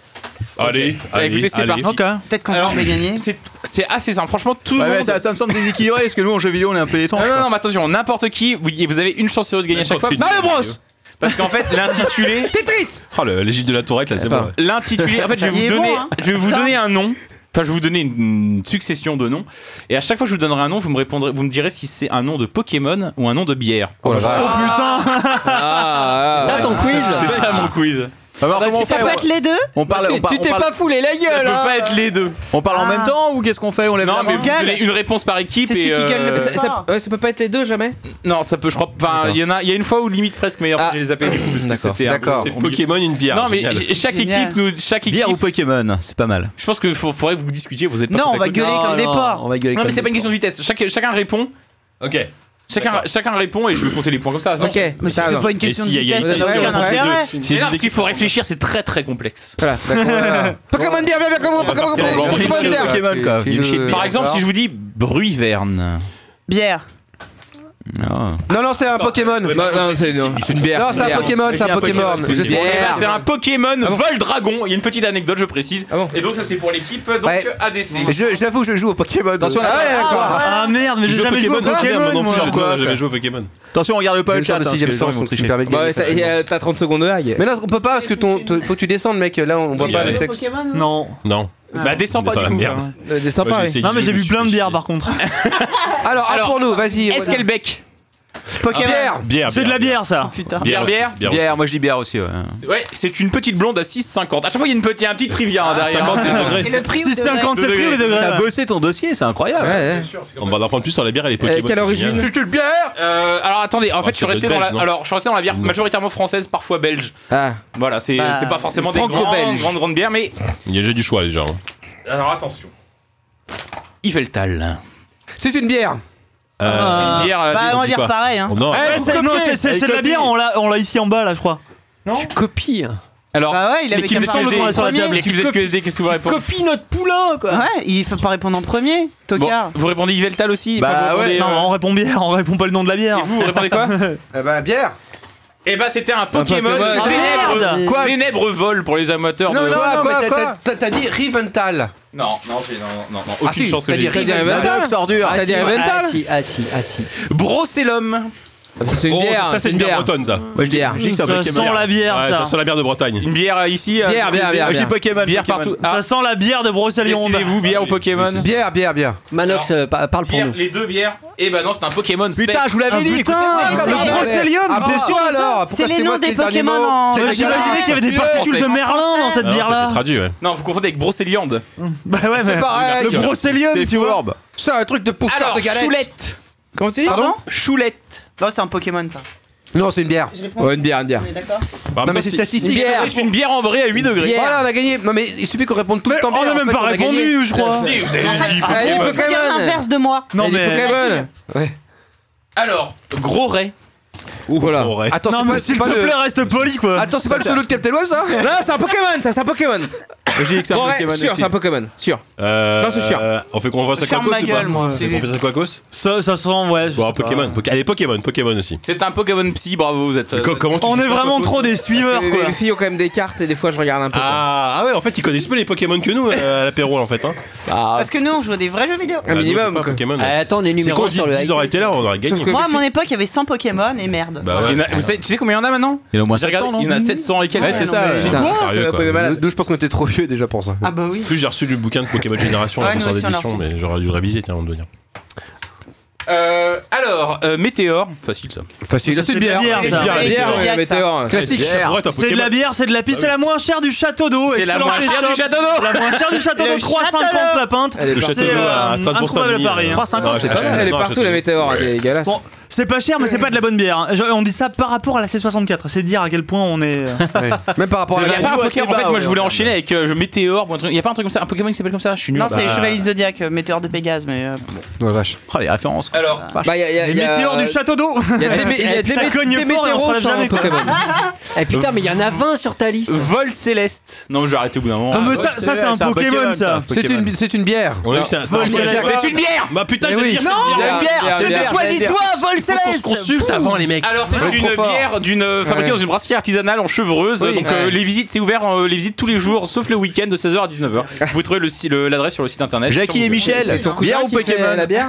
Speaker 4: Allez,
Speaker 3: Bah, écoutez, c'est parti.
Speaker 9: Peut-être qu'on
Speaker 3: Alors,
Speaker 9: va gagner.
Speaker 3: C'est c'est assez simple. Franchement, tout
Speaker 5: Ouais,
Speaker 3: le
Speaker 5: ouais,
Speaker 3: monde.
Speaker 5: ça, ça me semble déséquilibré parce que nous en jeu vidéo on est un peu étanche.
Speaker 3: non, non,
Speaker 5: quoi.
Speaker 3: non, mais attention, n'importe qui, vous, vous avez une chance sur deux de gagner à chaque fois.
Speaker 4: Patrick
Speaker 3: parce-
Speaker 4: Mario Bros.
Speaker 3: Parce qu'en fait, l'intitulé.
Speaker 10: Tetris
Speaker 4: Oh, le- l'égide de la tourette, là, c'est bon.
Speaker 3: L'intitulé. En fait, je vais
Speaker 4: Il est
Speaker 3: vous donner,
Speaker 4: bon, hein.
Speaker 3: je vais vous
Speaker 4: Putain.
Speaker 3: donner un nom. Enfin, je vais vous donner une une succession de noms. Et à chaque fois que je vous donnerai un nom, vous me répondrez, vous me direz si c'est un nom de Pokémon ou un nom de bière. Oh,
Speaker 5: Ah,
Speaker 9: putain
Speaker 3: Ça,
Speaker 8: ton quiz
Speaker 3: C'est ça mon quiz.
Speaker 9: Bah, tu- Ça peut être les deux
Speaker 5: On parle,
Speaker 8: Tu-
Speaker 5: on parle-
Speaker 8: tu t'es
Speaker 5: on parle-
Speaker 8: pas foulé la gueule,
Speaker 3: Ça peut
Speaker 8: hein.
Speaker 3: pas être les deux.
Speaker 5: On parle en même temps ou qu'est-ce qu'on fait On lève
Speaker 3: Non,
Speaker 5: la
Speaker 3: mais
Speaker 5: main
Speaker 3: vous donnez une réponse par équipe.
Speaker 13: C'est
Speaker 3: et,
Speaker 13: celui qui gagne le-
Speaker 3: euh,
Speaker 13: ça- ça- ouais, ça peut pas être les deux jamais
Speaker 3: Non, ça peut, je crois. Enfin, il y en a, il y a une fois où limite presque meilleur. J'ai les zappés du coup parce que c'était. un peu-
Speaker 5: Ah, D'accord.
Speaker 3: c'est
Speaker 4: Pokémon, une bière.
Speaker 3: Non, mais
Speaker 4: génial.
Speaker 3: j- chaque
Speaker 9: Génial.
Speaker 3: équipe, nous, chaque équipe.
Speaker 5: Bière ou Pokémon, c'est pas mal.
Speaker 3: Je pense qu'il faut- faudrait que vous discutiez. Vous êtes pas
Speaker 9: Non,
Speaker 3: côte à
Speaker 9: on va
Speaker 3: côte.
Speaker 9: gueuler
Speaker 3: Non,
Speaker 9: comme
Speaker 3: non,
Speaker 9: des porcs.
Speaker 8: On va gueuler
Speaker 3: Non, mais
Speaker 8: comme
Speaker 3: c'est
Speaker 8: des
Speaker 3: pas une question de vitesse. Chaque- chacun répond.
Speaker 4: Ok.
Speaker 3: Chacun, chacun répond et je vais compter les points comme ça.
Speaker 13: Ok, mais si ce soit une question de vitesse, ça n'a aucun intérêt.
Speaker 3: C'est parce qu'il faut réfléchir, c'est très très complexe.
Speaker 13: Pokémon bière, bien, bien, comment, comment, comment, comment, Pokémon bière.
Speaker 5: Pokémon, quoi.
Speaker 3: Par exemple, si je vous dis Bruiverne.
Speaker 9: Bière.
Speaker 10: Non, non, c'est un Pokémon. Non,
Speaker 13: Non, non, c'est non. C'est une bière.
Speaker 10: c'est un Pokémon, c'est un Pokémon. Je sais.
Speaker 3: Bah, C'est un Pokémon Vol Dragon. Il y a une petite anecdote, je précise.
Speaker 13: bon
Speaker 3: Et donc, ça c'est pour l'équipe donc
Speaker 10: Ouais.
Speaker 3: ADC.
Speaker 10: Je- J'avoue, je joue au Pokémon.
Speaker 5: Attention,
Speaker 10: Ah ouais, d'accord.
Speaker 6: Ah merde, mais
Speaker 4: Tu
Speaker 6: j'ai
Speaker 4: joues à
Speaker 6: jamais joué
Speaker 4: Pokémon
Speaker 6: au
Speaker 4: toi Merde,
Speaker 6: Pokémon.
Speaker 4: non
Speaker 6: moi.
Speaker 4: plus, je-
Speaker 10: quoi,
Speaker 4: non, J'avais
Speaker 10: quoi.
Speaker 4: joué au Pokémon.
Speaker 5: Attention, on regarde le pas
Speaker 10: Je
Speaker 5: le
Speaker 10: vais faire
Speaker 5: chat.
Speaker 10: le
Speaker 5: hein,
Speaker 10: sixième
Speaker 5: parce que les gens,
Speaker 10: sens,
Speaker 5: ils vont
Speaker 10: donc je
Speaker 5: tricher.
Speaker 10: me permets de
Speaker 13: Bah ouais,
Speaker 10: gagner,
Speaker 13: ça- et,
Speaker 10: facilement.
Speaker 13: euh, t'as 30 secondes de lag.
Speaker 10: Mais là, on peut pas parce que ton, ton- faut que tu descendes, mec. Là, on voit
Speaker 4: Oui,
Speaker 10: pas
Speaker 4: il y
Speaker 10: le
Speaker 4: a-
Speaker 10: texte.
Speaker 6: Non.
Speaker 4: Non.
Speaker 9: Ah.
Speaker 3: Bah, descends
Speaker 4: On est
Speaker 3: pas
Speaker 4: dans
Speaker 3: du
Speaker 4: la
Speaker 3: coup.
Speaker 4: merde.
Speaker 3: hein.
Speaker 13: Ah. Euh, C'est
Speaker 4: Moi,
Speaker 13: sympa,
Speaker 4: j'ai
Speaker 13: ouais.
Speaker 4: essayé
Speaker 6: Non,
Speaker 4: de
Speaker 6: mais
Speaker 4: jouer,
Speaker 6: j'ai
Speaker 4: je
Speaker 6: vu
Speaker 4: me
Speaker 6: plein de
Speaker 4: suis
Speaker 6: bières
Speaker 4: fait
Speaker 6: par contre.
Speaker 10: Alors, un
Speaker 3: Alors,
Speaker 10: pour nous, vas-y.
Speaker 3: Est-ce
Speaker 10: Renaud.
Speaker 3: qu'elle bec
Speaker 9: Pokémon. Oh,
Speaker 10: Bière.
Speaker 4: chier. Bière.
Speaker 6: C'est de la Ah, bière ça.
Speaker 9: Putain.
Speaker 3: Ah, Bière, bière
Speaker 4: aussi, aussi.
Speaker 5: Bière, moi je dis bière aussi. ouais.
Speaker 3: Ouais, c'est une petite blonde à 6,50. À chaque fois, il y a une petite, il y a un petit trivia
Speaker 9: Ah,
Speaker 3: hein, derrière.
Speaker 9: Et le prix
Speaker 6: C'est
Speaker 9: ou le degré
Speaker 6: 57 prix ou les degrés
Speaker 5: T'as
Speaker 6: ouais.
Speaker 5: bossé ton dossier, c'est incroyable.
Speaker 13: Ouais, ouais.
Speaker 4: On va en apprendre plus sur la bière et les Pokémon.
Speaker 13: quelle
Speaker 4: c'est
Speaker 13: origine
Speaker 4: génial.
Speaker 10: C'est une bière
Speaker 3: Euh, alors attendez, en fait, je suis
Speaker 4: c'est
Speaker 3: resté
Speaker 4: belge,
Speaker 3: dans la,
Speaker 4: non
Speaker 3: alors je suis resté dans la bière majoritairement française, parfois belge.
Speaker 13: Ah.
Speaker 3: Voilà, c'est
Speaker 9: Bah,
Speaker 3: c'est pas forcément des grandes,
Speaker 13: franco-belge.
Speaker 3: grandes grandes bières, mais
Speaker 4: Il y a déjà du choix déjà. hein.
Speaker 3: alors attention. Yveltal.
Speaker 10: C'est une bière.
Speaker 4: Euh,
Speaker 3: Une bière. euh,
Speaker 9: Bah,
Speaker 3: des-
Speaker 9: on va
Speaker 4: dis
Speaker 9: dire
Speaker 4: pas.
Speaker 9: pareil. Hein.
Speaker 4: Non,
Speaker 3: Eh,
Speaker 6: Ouais, c'est- non, c'est- c'est c'est de la bière, on l'a on l'a ici en bas là, je crois.
Speaker 8: Tu copies.
Speaker 3: Alors
Speaker 9: Bah ouais, il avait
Speaker 3: l'équipe
Speaker 9: qu'à faire
Speaker 3: ZQSD,
Speaker 9: le droit sur la table.
Speaker 3: l'équipe
Speaker 9: Tu copies-
Speaker 3: ZQSD, qu'est-ce que vous répondez
Speaker 8: Copie notre poulain, quoi.
Speaker 9: Ouais, il faut pas répondre en premier,
Speaker 3: Bon,
Speaker 9: Tocard.
Speaker 3: Vous répondez Yveltal aussi Enfin,
Speaker 5: Bah
Speaker 3: vous répondez,
Speaker 6: Non,
Speaker 3: euh,
Speaker 6: on répond bière, on répond pas le nom de la bière.
Speaker 3: Et vous, vous répondez quoi
Speaker 10: Eh ben, bière.
Speaker 3: Eh ben, c'était un Pokémon.
Speaker 13: Pokémon.
Speaker 3: Ténèbres,
Speaker 13: Ah,
Speaker 6: merde
Speaker 3: Ténèbres vol pour les amateurs.
Speaker 10: Non,
Speaker 3: de...
Speaker 10: non, non,
Speaker 13: quoi,
Speaker 10: mais
Speaker 13: quoi
Speaker 10: t'as- t'as t'as dit Rivental.
Speaker 3: non, non, j'ai- non, non, non, aucune
Speaker 10: Ah, si,
Speaker 3: chance que
Speaker 10: t'as dit
Speaker 3: j'ai.
Speaker 13: T'as dit
Speaker 10: Rivental.
Speaker 3: Ah,
Speaker 13: Ravental
Speaker 5: ordure.
Speaker 13: T'as dit Ravental
Speaker 8: Ah si, ah si, ah si.
Speaker 3: Brosser l'homme.
Speaker 13: C'est une
Speaker 4: Oh,
Speaker 13: bière.
Speaker 4: ça c'est une bière bretonne ça.
Speaker 13: Moi je dis bière.
Speaker 4: C'est un
Speaker 6: Ça
Speaker 4: Pokémon.
Speaker 6: sent la bière,
Speaker 4: Ouais,
Speaker 6: ça.
Speaker 4: Ça sent la bière de Bretagne.
Speaker 3: Une bière euh, ici. euh,
Speaker 13: Bière, bière, bière.
Speaker 5: Moi je dis
Speaker 13: bière.
Speaker 5: Pokémon.
Speaker 3: bière
Speaker 5: Pokémon.
Speaker 3: partout. Ah,
Speaker 6: Ça sent la bière de Brossalionde.
Speaker 3: Décidez-vous, bière ou Pokémon
Speaker 10: Bière, bière, bière.
Speaker 8: Manox, euh, pa- parle pour
Speaker 3: Bière,
Speaker 8: nous.
Speaker 3: Les deux bières. Eh ben non, c'est un Pokémon.
Speaker 5: Putain, je vous l'avais dit.
Speaker 6: Putain,
Speaker 9: écoutez,
Speaker 6: le
Speaker 9: c'est-
Speaker 6: Brossélium
Speaker 10: Ah,
Speaker 6: Déçu.
Speaker 10: pourquoi alors Pourquoi
Speaker 9: les
Speaker 10: c'est
Speaker 9: noms
Speaker 10: moi qui ai
Speaker 9: des
Speaker 10: le dernier
Speaker 9: Pokémon
Speaker 10: mot
Speaker 9: en-
Speaker 10: C'est
Speaker 9: Mais
Speaker 10: la
Speaker 9: j'imaginais
Speaker 10: galère.
Speaker 6: J'imaginais qu'il y avait des
Speaker 3: Français.
Speaker 6: particules de merlin dans cette
Speaker 4: Ah non,
Speaker 6: bière
Speaker 4: c'était
Speaker 6: là.
Speaker 4: traduit, ouais.
Speaker 3: Non, vous confondez avec Brosséliande.
Speaker 6: Bah ouais, mais-
Speaker 10: C'est pareil.
Speaker 6: Le Brossélium,
Speaker 5: C'est
Speaker 6: tu vois.
Speaker 5: fourbe.
Speaker 10: C'est un truc de pousseur
Speaker 3: Alors,
Speaker 10: de galette.
Speaker 3: Choulette.
Speaker 13: Comment tu dis
Speaker 10: Pardon
Speaker 3: Choulette.
Speaker 9: Non, Oh, c'est un Pokémon, ça.
Speaker 10: Non, c'est une bière.
Speaker 13: Ouais, une bière, une bière.
Speaker 9: D'accord.
Speaker 4: Bah, en
Speaker 10: Non,
Speaker 4: même
Speaker 10: mais
Speaker 4: temps,
Speaker 10: c'est
Speaker 4: si-
Speaker 10: statistique.
Speaker 3: C'est une bière ambrée à 8 degrés.
Speaker 10: Voilà, on a gagné. Non, mais il suffit qu'on réponde tout le temps.
Speaker 6: On
Speaker 10: bière,
Speaker 6: a
Speaker 10: en
Speaker 6: même
Speaker 10: fait,
Speaker 6: pas
Speaker 10: on a gagné.
Speaker 6: répondu, je crois.
Speaker 3: Si, vous avez dit
Speaker 13: Ah, les
Speaker 3: Pokémon.
Speaker 9: Regarde
Speaker 13: Pokémon
Speaker 9: l'inverse de moi.
Speaker 6: Non,
Speaker 13: Les
Speaker 6: mais.
Speaker 13: Pokémon
Speaker 10: Ouais.
Speaker 3: Alors, gros ray.
Speaker 13: Voilà.
Speaker 4: on aurait-
Speaker 10: Attends,
Speaker 6: Non,
Speaker 10: c'est
Speaker 6: mais
Speaker 10: pas- c'est
Speaker 6: s'il
Speaker 10: pas
Speaker 6: te
Speaker 10: le.
Speaker 6: plaît, reste poli quoi.
Speaker 10: Attends, c'est pas le solo de Captain Web ça
Speaker 13: Non, c'est un Pokémon, ça, c'est un Pokémon. J'ai dit que c'est un
Speaker 3: Correct,
Speaker 13: Pokémon.
Speaker 3: sûr,
Speaker 13: aussi.
Speaker 3: c'est un Pokémon, sûr.
Speaker 4: Euh,
Speaker 13: Ça, c'est sûr.
Speaker 4: euh, on fait qu'on voit ça
Speaker 9: Ferme
Speaker 4: Quacos
Speaker 9: ma
Speaker 4: ou pas
Speaker 9: gueule, moi.
Speaker 4: On fait qu'on fait ça Quacos
Speaker 6: Ça, ça sent, ouais. je
Speaker 4: Bon,
Speaker 6: sais pas.
Speaker 4: Pokémon. Poké- Allez, Pokémon, Pokémon aussi.
Speaker 3: C'est un Pokémon psy, bravo, vous êtes. euh,
Speaker 4: Co- comment tu
Speaker 6: On
Speaker 4: dis
Speaker 6: est
Speaker 4: ça,
Speaker 6: vraiment
Speaker 4: Quacos
Speaker 6: trop des suiveurs,
Speaker 13: Les-
Speaker 6: quoi.
Speaker 13: Les filles ont quand même des cartes et des fois je regarde un peu. quoi.
Speaker 4: Ah, ah ouais, en fait, ils connaissent mieux les Pokémon que nous euh, à l'apéro, en
Speaker 3: Ah,
Speaker 4: fait. Hein.
Speaker 9: Parce que nous, on joue à des vrais jeux vidéo.
Speaker 13: Un
Speaker 4: Bah, nous,
Speaker 13: minimum,
Speaker 4: c'est pas
Speaker 13: quoi.
Speaker 4: Pokémon.
Speaker 8: Euh, attends, on est
Speaker 4: C'est
Speaker 8: numéro
Speaker 4: con,
Speaker 8: un sur le
Speaker 4: s'ils auraient été là, on aurait gagné.
Speaker 13: Sauf que-
Speaker 9: Moi, à mon époque, il y avait 100 Pokémon et merde.
Speaker 4: Bah ouais.
Speaker 3: il y en a- vous savez- tu sais combien il y en a maintenant
Speaker 5: Il y en a au moins
Speaker 3: J'ai regardé,
Speaker 5: 700, non
Speaker 3: Il y en a 700 et quelques.
Speaker 4: Ouais, c'est ça.
Speaker 13: Putain,
Speaker 4: Putain,
Speaker 3: hein,
Speaker 4: sérieux, quoi.
Speaker 13: t'es malade.
Speaker 10: Nous, je pense qu'on était trop vieux déjà pour ça.
Speaker 9: Ah bah oui.
Speaker 4: En plus, j'ai reçu le bouquin de Pokémon Génération,
Speaker 9: Ouais,
Speaker 4: la
Speaker 9: nous
Speaker 4: en
Speaker 9: aussi, on l'a
Speaker 4: édition, mais j'aurais dû le réviser, tiens, on doit dire.
Speaker 3: Euh, alors, euh, Météor, facile ça.
Speaker 10: Facile, c'est une
Speaker 6: de la
Speaker 10: bière.
Speaker 6: bière, ça.
Speaker 4: Bière,
Speaker 13: La bière,
Speaker 9: bière,
Speaker 13: ouais, la
Speaker 9: ça.
Speaker 13: météore.
Speaker 10: Classique.
Speaker 4: Pourquoi t'as
Speaker 6: C'est de la
Speaker 4: Pokémon
Speaker 6: bière, c'est de la pisse, c'est la moins chère du château d'eau.
Speaker 3: Ah C'est la
Speaker 6: Excellent
Speaker 3: moins chère
Speaker 6: pêcheur.
Speaker 3: du château d'eau.
Speaker 6: La moins chère du château d'eau, 3,50
Speaker 9: Château
Speaker 6: la pinte.
Speaker 13: Elle est
Speaker 4: Le
Speaker 13: partout.
Speaker 4: château d'eau
Speaker 6: euh,
Speaker 4: à Strasbourg
Speaker 6: introuvable à Paris, hein.
Speaker 4: Paris.
Speaker 13: Ah, Elle est partout la météore, elle est dégueulasse.
Speaker 6: Bon, c'est pas cher, mais c'est pas de la bonne bière. hein. Je- On dit ça par rapport à la C64. C'est dire à quel point on est. euh,
Speaker 10: Même par rapport à
Speaker 3: Il y a
Speaker 10: la
Speaker 3: pas un Ah, Pokémon. En fait, moi je voulais
Speaker 6: ouais,
Speaker 3: enchaîner avec euh, je- Météor. ou un truc- Il y a pas un truc comme ça, un Pokémon qui s'appelle comme ça Je suis nul. Bah.
Speaker 9: Non, c'est Chevalier du Zodiac, euh, météore de Pégase, mais. euh,
Speaker 10: Oh, la vache.
Speaker 5: Oh, les références. quoi.
Speaker 3: Alors,
Speaker 13: Bah, il y a- il y a-
Speaker 6: Les
Speaker 13: il y a-
Speaker 6: météores du château d'eau.
Speaker 13: Il y a des mé- il y a des
Speaker 6: Ça
Speaker 13: mé-
Speaker 6: cogne
Speaker 13: des
Speaker 6: fort et on se
Speaker 13: météores
Speaker 6: relève
Speaker 13: sur
Speaker 6: jamais, quoi.
Speaker 13: Pokémon.
Speaker 8: Eh putain, mais il y en a 20 sur ta liste.
Speaker 3: Vol Céleste. Non, je vais arrêter au bout d'un moment.
Speaker 6: Ah, mais ça, ça, c'est un Pokémon, ça.
Speaker 10: C'est une, c'est une bière.
Speaker 4: On a vu que c'est un- c'est un-
Speaker 3: C'est une bière
Speaker 4: Bah putain,
Speaker 10: Mais
Speaker 4: j'ai
Speaker 10: oui.
Speaker 4: dit
Speaker 13: Il y a
Speaker 4: Non
Speaker 13: une bière, il y a une bière.
Speaker 8: Vol Céleste
Speaker 4: Consulte avant les mecs.
Speaker 3: Alors c'est une
Speaker 10: trop fort.
Speaker 3: bière d'une euh, fabriquée dans une brasserie artisanale en chevreuse.
Speaker 10: Oui.
Speaker 3: donc euh,
Speaker 10: Ouais.
Speaker 3: les visites c'est ouvert euh, les visites tous les jours sauf le week-end de 16h à 19h. Vous pouvez trouver le si- le- l'adresse sur le site internet.
Speaker 5: Jackie
Speaker 3: Sur-
Speaker 5: et Michel,
Speaker 13: Bière
Speaker 5: bière ou
Speaker 13: qui fait
Speaker 5: Pokémon
Speaker 13: La bière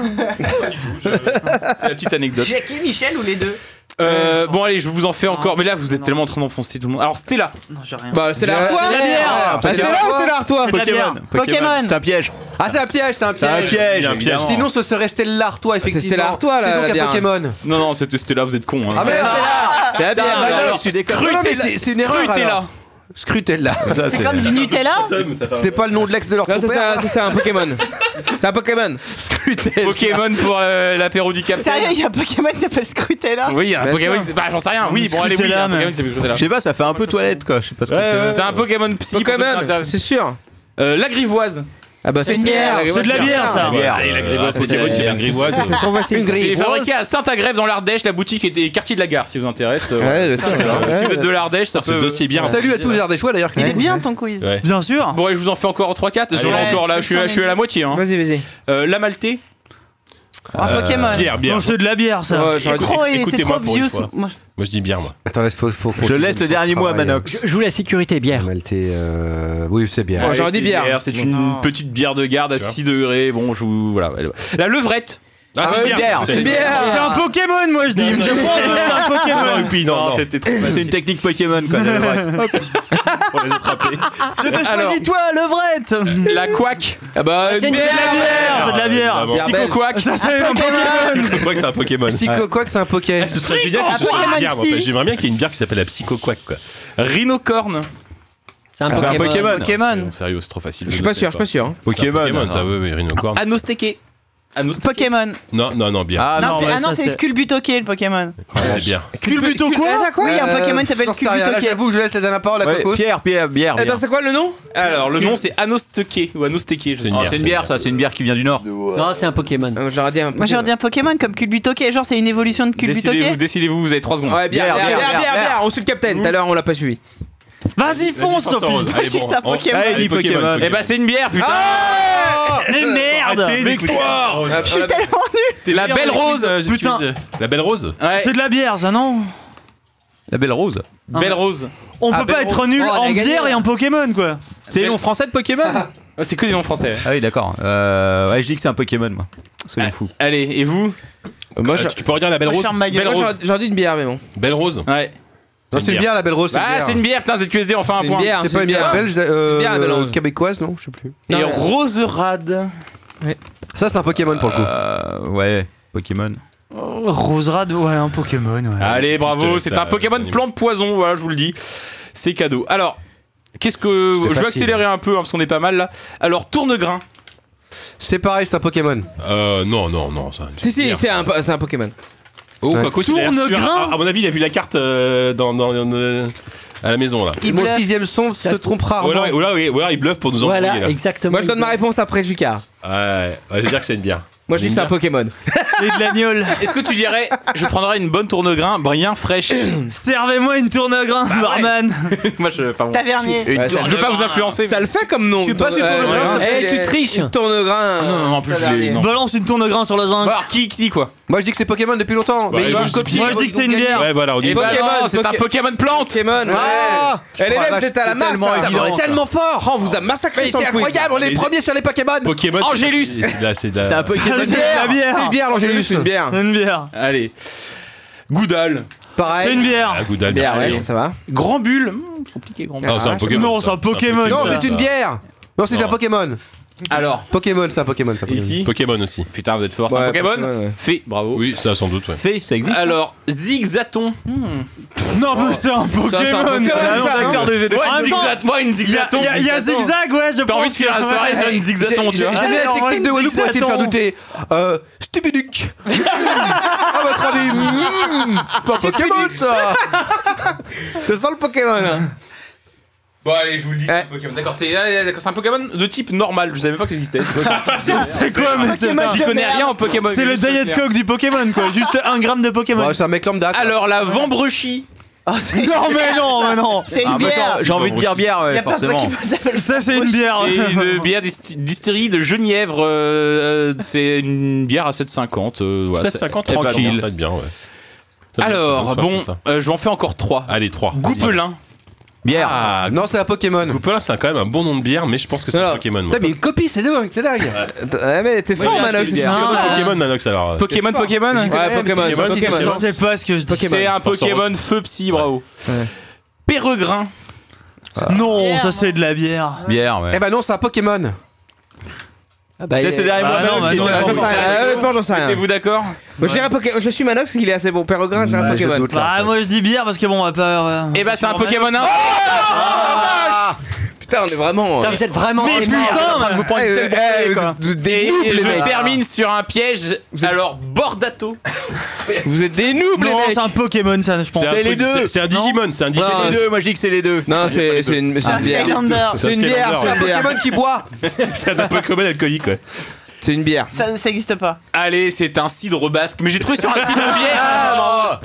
Speaker 3: C'est la petite anecdote.
Speaker 9: Jackie, Michel ou les deux
Speaker 3: Euh, bon allez je vous en fais encore mais là vous êtes tellement en train d'enfoncer tout le monde. Alors Stella.
Speaker 6: Non, j'ai rien.
Speaker 13: Bah, c'est la
Speaker 6: C'est de la bière.
Speaker 13: C'est là ou c'est là, toi
Speaker 6: C'est de la bière.
Speaker 9: Pokémon.
Speaker 5: C'est un piège.
Speaker 10: Ah, c'est un piège, c'est un
Speaker 5: C'est un
Speaker 10: piège.
Speaker 5: piège.
Speaker 4: Il y a un piège.
Speaker 10: Sinon, ce serait Stella Artois, effectivement.
Speaker 13: Ah, Stella Artois, là,
Speaker 10: C'est donc
Speaker 13: la
Speaker 10: un
Speaker 13: bière.
Speaker 10: Pokémon.
Speaker 3: Non non c'était Stella vous êtes con. Hein.
Speaker 10: Ah, merde,
Speaker 13: C'est la bière.
Speaker 3: Alors,
Speaker 10: Manox, tu déconnes. Non, non, mais c'est- c'est une erreur,
Speaker 3: Scrutez-la.
Speaker 10: alors. Scrutella.
Speaker 9: C'est comme du Nutella
Speaker 10: C'est pas le nom de l'ex de leur
Speaker 13: Non, ça, c'est
Speaker 3: bah,
Speaker 10: compère.
Speaker 13: un- ça, c'est un Pokémon. C'est un Pokémon.
Speaker 10: Scrutella.
Speaker 3: Pokémon pour euh, l'apéro du
Speaker 9: Sérieux,
Speaker 3: capitaine.
Speaker 9: il y a un Pokémon qui s'appelle Scrutella
Speaker 3: Oui, il y a un
Speaker 13: Bien
Speaker 3: Pokémon,
Speaker 13: sûr.
Speaker 3: qui- bah, j'en sais rien. Oui, bon, allez, oui, il y a un
Speaker 6: Scrutella,
Speaker 3: Pokémon,
Speaker 6: mais-
Speaker 3: c'est Scrutella.
Speaker 5: Je sais pas, ça fait un peu toilette quoi. Je sais pas ce que c'est.
Speaker 3: C'est un Pokémon psy. pour ceux qui
Speaker 13: Pokémon,
Speaker 3: s'intéressent.
Speaker 13: c'est sûr.
Speaker 3: Euh, la grivoise.
Speaker 13: Ah bah c'est
Speaker 9: une bière.
Speaker 6: C'est de la bière, ça.
Speaker 4: Allez, la grivoise, c'est Pokémon, c'est la grivoise.
Speaker 13: Ah, C'est trop facile.
Speaker 3: C'est fabriqué à Saint-Agrève dans l'Ardèche. La boutique était quartier de la gare, si vous intéresse. Euh,
Speaker 13: Ouais, le-
Speaker 3: Euh, si vous
Speaker 13: ouais.
Speaker 3: êtes de l'Ardèche, ça
Speaker 4: Ce
Speaker 3: peut.
Speaker 4: dossier bière.
Speaker 10: Salut à tous les Ardéchois d'ailleurs. qui
Speaker 9: Il
Speaker 10: nous
Speaker 9: est
Speaker 10: écoutent.
Speaker 9: bien ton quiz.
Speaker 4: Ouais.
Speaker 6: Bien sûr.
Speaker 3: Bon, et je vous en fais encore 3-4. J'en ai
Speaker 9: Allez.
Speaker 3: encore là, je suis, je suis à la moitié. Hein.
Speaker 13: Vas-y, vas-y.
Speaker 3: Euh, la Maltais.
Speaker 9: Un Pokémon.
Speaker 4: Euh, Bière, bière.
Speaker 6: Non, c'est de la bière, ça.
Speaker 13: Ouais, j'aurais
Speaker 9: C'est
Speaker 13: dû-
Speaker 9: trop, et c'est
Speaker 4: Écoutez-moi
Speaker 9: trop
Speaker 4: pour une
Speaker 9: vieux.
Speaker 4: fois.
Speaker 9: Moi,
Speaker 4: Moi je dis bière, moi.
Speaker 10: Attends, laisse, faut, faut, faut-
Speaker 5: Je
Speaker 10: faut-
Speaker 5: laisse le dernier mot à
Speaker 10: travail,
Speaker 5: Manox.
Speaker 8: Je joue la sécurité bière.
Speaker 10: Maltais, euh, oui, c'est bien.
Speaker 13: Ouais, j'aurais dit
Speaker 3: c'est
Speaker 13: bière.
Speaker 3: C'est une petite bière de garde à 6 degrés. Bon, je vous. Voilà. elle- La levrette.
Speaker 4: Ah,
Speaker 5: ouais, une bière,
Speaker 4: C'est
Speaker 13: Une
Speaker 6: C'est un
Speaker 13: bière.
Speaker 6: Pokémon, moi, je dis. Je pense que c'est un
Speaker 4: Non, et
Speaker 6: Pokémon.
Speaker 4: puis non, non.
Speaker 3: c'était trop
Speaker 5: C'est une
Speaker 3: facile.
Speaker 5: technique Pokémon quoi. la levrette.
Speaker 4: pour les attraper.
Speaker 6: Je t'ai
Speaker 3: Alors.
Speaker 6: choisi, toi, levrette.
Speaker 3: La quack.
Speaker 13: Ah bah
Speaker 8: C'est une
Speaker 6: C'est de la
Speaker 8: bière.
Speaker 5: Ah,
Speaker 6: bière. C'est de la bière.
Speaker 4: Ah, Évidemment.
Speaker 13: Bière
Speaker 3: Psycho-quack.
Speaker 6: Ça, c'est un Pokémon.
Speaker 4: Je crois que c'est un Pokémon.
Speaker 10: Psycho quoi que c'est un Poké.
Speaker 4: Ah, Ce serait génial que ce soit une bière. moi. J'aimerais bien qu'il y ait une bière qui s'appelle la Psycho Quack. Quoi.
Speaker 3: Rhinocorne.
Speaker 8: C'est un Pokémon.
Speaker 3: Non, sérieux, c'est trop facile.
Speaker 13: Je suis pas sûr, je suis pas sûr. hein.
Speaker 4: Pokémon, ça, oui, oui,
Speaker 9: Ah,
Speaker 4: Rhinocorn.
Speaker 3: Anosteke. Anosteke.
Speaker 9: Pokémon.
Speaker 4: Non, non, non, bière.
Speaker 5: Ah
Speaker 9: non,
Speaker 5: non,
Speaker 9: c'est-
Speaker 5: mais
Speaker 9: ah non,
Speaker 6: ça,
Speaker 9: c'est
Speaker 6: c'est-
Speaker 9: Sculbutoké le Pokémon.
Speaker 4: Ah, c'est bière.
Speaker 13: Culbuto quoi
Speaker 9: Oui, il y a un Pokémon qui s'appelle
Speaker 10: Là,
Speaker 9: Culbutoké.
Speaker 10: j'avoue, je laisse la dernière
Speaker 3: Oh,
Speaker 10: parole à
Speaker 5: Ouais,
Speaker 10: Cocos.
Speaker 5: Pierre, Pierre, bière. bière.
Speaker 13: Attends, c'est quoi le nom
Speaker 3: Alors, le nom, c'est Anosteke. Ou Anosteke, je sais
Speaker 4: C'est une
Speaker 3: pas.
Speaker 4: bière.
Speaker 5: C'est une bière ça, c'est une bière qui vient du Nord.
Speaker 8: Non, c'est un Pokémon.
Speaker 13: Euh, J'aurais dit un
Speaker 9: Moi j'aurais
Speaker 13: Pokémon.
Speaker 9: dit un Pokémon comme Culbutoké, genre c'est une évolution de
Speaker 3: Décidez-vous,
Speaker 9: Culbutoké.
Speaker 3: décidez-vous, vous avez 3 secondes.
Speaker 13: Ouais, bière,
Speaker 5: Bière,
Speaker 13: bière,
Speaker 5: bière,
Speaker 13: bière, bière,
Speaker 5: bière.
Speaker 13: bière. On suit le capitaine. Tout à l'heure, on l'a pas suivi.
Speaker 6: Vas-y, fonce, Sophie.
Speaker 4: Allez,
Speaker 9: J'ai
Speaker 4: bon,
Speaker 9: ça,
Speaker 4: on-
Speaker 9: Pokémon.
Speaker 13: Ah,
Speaker 4: Allez,
Speaker 5: Allez,
Speaker 4: Pokémon.
Speaker 5: Pokémon.
Speaker 4: Pokémon.
Speaker 3: Eh bah, c'est une bière, putain.
Speaker 6: Mais merde.
Speaker 4: Arrêtez d'écouter ça.
Speaker 9: Je suis tellement nul.
Speaker 4: T'es
Speaker 3: La
Speaker 4: meilleur
Speaker 3: Belle
Speaker 4: dans les
Speaker 3: Rose,
Speaker 4: quiz, euh, j'ai
Speaker 6: putain.
Speaker 4: utilisé. La Belle Rose
Speaker 3: Ouais.
Speaker 6: C'est de la bière, ça, non
Speaker 5: La belle rose.
Speaker 3: Belle Rose.
Speaker 6: Ah. On peut pas
Speaker 5: ben,
Speaker 6: être nul
Speaker 8: Oh, elle a
Speaker 6: en
Speaker 8: gagné,
Speaker 6: bière
Speaker 8: là.
Speaker 6: et en Pokémon, quoi.
Speaker 5: C'est les noms français de Pokémon
Speaker 3: Ouais, C'est que des noms français. ouais.
Speaker 5: Ah oui, d'accord. Euh, ouais, je dis que c'est un Pokémon, moi. Soyons
Speaker 3: Ah,
Speaker 5: fous.
Speaker 3: Allez, et vous
Speaker 13: Moi,
Speaker 4: Euh, Tu peux redire la Belle
Speaker 9: Je
Speaker 4: Rose
Speaker 9: ferme ma gueule.
Speaker 3: Belle Rose.
Speaker 13: j'aurais- j'aurais dit une bière, mais bon.
Speaker 4: Belle Rose
Speaker 3: Ouais.
Speaker 10: Non, c'est une bière, la belle rose.
Speaker 3: Ah, c'est une bière, putain, ZQSD, enfin un
Speaker 13: C'est une
Speaker 3: point.
Speaker 13: bière.
Speaker 10: C'est pas une bière belge, euh,
Speaker 13: bière, la belle rose.
Speaker 10: québécoise, non Je sais plus.
Speaker 3: Et
Speaker 13: Non, mais-
Speaker 3: Roserade.
Speaker 10: Ça, c'est un Pokémon pour le coup.
Speaker 5: Euh, ouais, Pokémon.
Speaker 6: Oh, Roserade, ouais, un Pokémon, ouais.
Speaker 3: Allez,
Speaker 4: Je te
Speaker 3: bravo,
Speaker 4: laisse
Speaker 3: c'est
Speaker 4: la-
Speaker 3: un Pokémon
Speaker 6: euh,
Speaker 4: l'anime.
Speaker 3: plante poison, voilà, je vous le dis. C'est cadeau. Alors, qu'est-ce que. Je vais accélérer un peu, hein, parce qu'on est pas mal là. Alors, tournegrain.
Speaker 10: C'est pareil, c'est un Pokémon.
Speaker 4: Euh, non, non, non. ça-
Speaker 13: Si, si,
Speaker 4: bière.
Speaker 13: c'est un, po- c'est un Pokémon.
Speaker 4: Oh, quoi, quoi, il a l'air sûr.
Speaker 6: Tourne-grain.
Speaker 4: Ah, À mon avis, il a vu la carte euh, dans, dans, euh, à la maison, là.
Speaker 10: Mon sixième son se trompe
Speaker 4: Ou
Speaker 10: rarement.
Speaker 4: alors, ou alors, ou alors il bluffe pour nous embrouiller,
Speaker 8: Voilà,
Speaker 4: là.
Speaker 8: exactement.
Speaker 13: Moi, je donne ma réponse après Jukar.
Speaker 4: Ouais, ouais, je vais dire que c'est une bière.
Speaker 13: Moi, je dis que c'est un
Speaker 4: Une bière.
Speaker 13: Pokémon.
Speaker 6: C'est de l'agneau.
Speaker 3: Est-ce que tu dirais, je prendrais une bonne tourne au grain, bien fraîche
Speaker 6: Servez-moi une tourne au
Speaker 4: Bah
Speaker 6: grain, barman.
Speaker 3: Moi, je. Enfin, bon.
Speaker 9: Tavernier.
Speaker 3: Une tourne- je veux pas vous influencer.
Speaker 13: Ça le fait comme nom. Tu
Speaker 10: passes une tourne au grain, s'il te plaît.
Speaker 13: tu triches. Une tourne au grain.
Speaker 4: Ah
Speaker 3: Non, non, non, en plus, je l'ai. non. Bah,
Speaker 6: Balance une tourne au grain sur le zinc.
Speaker 3: Alors, qui, qui dit quoi
Speaker 10: Moi je dis que c'est Pokémon depuis longtemps.
Speaker 4: Bah,
Speaker 10: mais ils
Speaker 4: bah,
Speaker 10: vont
Speaker 4: je
Speaker 10: copier.
Speaker 6: Moi, je dis que c'est une bière.
Speaker 4: Ouais, voilà, on dit
Speaker 3: Eh ben
Speaker 13: Pokémon,
Speaker 3: non, c'est un
Speaker 13: Poké-
Speaker 3: Pokémon plante
Speaker 13: Pokémon. Ah, Et
Speaker 6: Oh,
Speaker 13: les mêmes, c'était à la masse.
Speaker 10: Tellement
Speaker 13: là.
Speaker 10: évident, tellement fort.
Speaker 13: Oh, on vous a massacré
Speaker 10: Mais
Speaker 13: sur
Speaker 10: c'est
Speaker 13: le quiz.
Speaker 10: incroyable, on est
Speaker 4: Mais-
Speaker 10: les premiers sur les Pokémon.
Speaker 4: Pokémon. c'est-
Speaker 3: Angélus.
Speaker 4: c'est- C'est de la- c'est de la-
Speaker 13: C'est un peu
Speaker 6: C'est de la bière.
Speaker 10: C'est une bière, l'Angélus.
Speaker 13: une bière.
Speaker 6: Une bière.
Speaker 3: Allez. Goudal.
Speaker 10: Pareil.
Speaker 6: C'est une bière.
Speaker 4: Ah, Goudal,
Speaker 13: Bière,
Speaker 4: merci.
Speaker 13: ouais, ça, ça va.
Speaker 3: Grand bulle. Hum, Compliqué, grand bulle.
Speaker 4: Non, c'est un Pokémon.
Speaker 6: Non, c'est un Pokémon.
Speaker 10: Ah, Non,
Speaker 6: Ça,
Speaker 10: c'est une bière. Non, c'est
Speaker 4: Non.
Speaker 10: un Pokémon.
Speaker 3: Alors,
Speaker 10: Pokémon, c'est un Pokémon. ça, Pokémon.
Speaker 3: ici.
Speaker 4: Pokémon aussi.
Speaker 3: Putain, vous êtes fort. C'est
Speaker 13: Ouais,
Speaker 3: un Pokémon.
Speaker 13: Pokémon, ouais.
Speaker 3: Fait, bravo.
Speaker 4: Oui, ça sans doute, ouais. Ah.
Speaker 5: Fait, ça existe.
Speaker 3: Alors, Zigzaton.
Speaker 6: Hmm. Non, mais c'est un Pokémon.
Speaker 13: c'est un Pokémon,
Speaker 6: C'est un
Speaker 13: ça,
Speaker 6: acteur
Speaker 13: hein.
Speaker 6: de jeu de-
Speaker 3: Ouais,
Speaker 6: En même temps,
Speaker 3: Zigzat- Moi, une
Speaker 6: Il y a-
Speaker 3: Zigzaton.
Speaker 6: il y a- il y a zigzag, ouais, je pense.
Speaker 3: T'as envie de finir la soirée sur une Zigzaton, tu
Speaker 10: J'ai-
Speaker 3: vois.
Speaker 10: J'aime bien
Speaker 6: Alors,
Speaker 10: la technique de
Speaker 6: ouais,
Speaker 10: Walou pour essayer de faire
Speaker 6: Zigzaton.
Speaker 10: douter. Euh, Stubiduc. à votre avis, hmm, pas Pokémon ça.
Speaker 13: Ça sent le Pokémon. hein.
Speaker 3: Bon, allez, je vous le dis, c'est un
Speaker 13: Eh.
Speaker 3: Pokémon. D'accord, c'est allez, allez, d'accord, c'est un Pokémon de type normal. Je savais même pas que ça existait. C'est quoi ça
Speaker 6: Ah, C'est quoi, mais c'est
Speaker 3: J'y connais rien en Pokémon.
Speaker 6: C'est le
Speaker 3: Juste
Speaker 6: Diet
Speaker 3: clair.
Speaker 6: Coke du Pokémon, quoi. Juste un gramme de Pokémon.
Speaker 10: Bon, c'est un mec lambda. quoi.
Speaker 3: Alors, la Vambrechi.
Speaker 6: Non, mais non, mais non.
Speaker 9: Oh, C'est une
Speaker 5: Ah, bah,
Speaker 9: bière.
Speaker 5: j'ai envie de dire bière, ouais,
Speaker 9: Il y a plein de
Speaker 5: forcément.
Speaker 9: Pokémon qui s'appellent
Speaker 6: Ça, c'est une bière.
Speaker 3: C'est une bière dist- distillerie de Genièvre. euh, euh, c'est une bière à 7,50. euh, voilà,
Speaker 4: 750
Speaker 3: c'est- elle va
Speaker 4: tranquille.
Speaker 3: bien.
Speaker 4: Ça va être bien, ouais. Ça va être- ça
Speaker 3: Alors,
Speaker 4: va être
Speaker 3: bon,
Speaker 4: ça.
Speaker 3: euh, je vais en faire encore 3.
Speaker 4: Allez, 3.
Speaker 3: Goupelin.
Speaker 5: Bière.
Speaker 4: Ah,
Speaker 10: Non, c'est un Pokémon.
Speaker 4: Goupelin, c'est quand même un bon nom de bière, mais je pense que c'est un
Speaker 13: Alors,
Speaker 4: Pokémon. moi.
Speaker 10: Putain, mais une copie, c'est dingue, c'est dingue.
Speaker 13: Ah, mais t'es fort,
Speaker 3: bien,
Speaker 13: Manox.
Speaker 3: c'est une bière.
Speaker 13: Ouais,
Speaker 4: Pokémon, Manox, alors.
Speaker 3: Pokémon, Pokémon
Speaker 13: Pokémon.
Speaker 4: Pokémon,
Speaker 13: Pokémon.
Speaker 6: Je sais pas ce que je dis.
Speaker 3: C'est un
Speaker 4: Force
Speaker 3: Pokémon
Speaker 4: rose.
Speaker 3: feu oh. psy, bravo. Pérégrin.
Speaker 6: Euh, Non, ça, c'est de la bière.
Speaker 5: Bière, ouais.
Speaker 10: Eh ben non, c'est un Pokémon.
Speaker 8: Ah bah,
Speaker 5: Laisse le dernier
Speaker 6: Bah
Speaker 5: mot à
Speaker 6: non,
Speaker 5: Manox,
Speaker 6: bah
Speaker 5: qui
Speaker 6: non,
Speaker 5: était
Speaker 6: non,
Speaker 5: là.
Speaker 13: J'en sais rien. Honnêtement, Euh, j'en sais rien.
Speaker 3: Êtes-vous d'accord
Speaker 13: Moi, je dirais un Pokémon. Je suis Manox, il est assez bon père au grain, je dirais un
Speaker 10: Ouais, je
Speaker 13: Pokémon.
Speaker 10: doute, là.
Speaker 6: Bah, moi, je dis bière parce que bon, euh, on va pas.
Speaker 3: Eh bah, c'est un Pokémon 1.
Speaker 10: Ah,
Speaker 13: Putain, on est vraiment.
Speaker 8: putain, ah, vous êtes vraiment.
Speaker 6: Mais
Speaker 8: des merdes.
Speaker 6: putain, mais-
Speaker 13: eh, eh, vous êtes- vous êtes
Speaker 3: Et,
Speaker 13: des
Speaker 3: et
Speaker 13: noobs, les
Speaker 3: je
Speaker 13: mecs.
Speaker 3: termine sur un piège. Alors, Bordato. euh,
Speaker 13: Vous êtes des noobs, les
Speaker 6: Non,
Speaker 13: mecs.
Speaker 6: c'est un Pokémon, ça, je pense.
Speaker 4: C'est un truc- c'est- C'est un Digimon, c'est un
Speaker 5: C'est
Speaker 4: Digimon.
Speaker 5: les deux, moi je dis que c'est les deux.
Speaker 13: Non, c'est c'est une c'est une bière.
Speaker 9: Highlander.
Speaker 4: C'est
Speaker 13: C'est une bière, c'est
Speaker 4: Scalander,
Speaker 13: une bière.
Speaker 10: Ah, Pokémon qui boit.
Speaker 4: C'est un Pokémon alcoolique, ouais.
Speaker 13: C'est une bière.
Speaker 9: Ça, ça n'existe pas.
Speaker 3: Allez, c'est un cidre basque. Mais j'ai trouvé sur un cidre bière.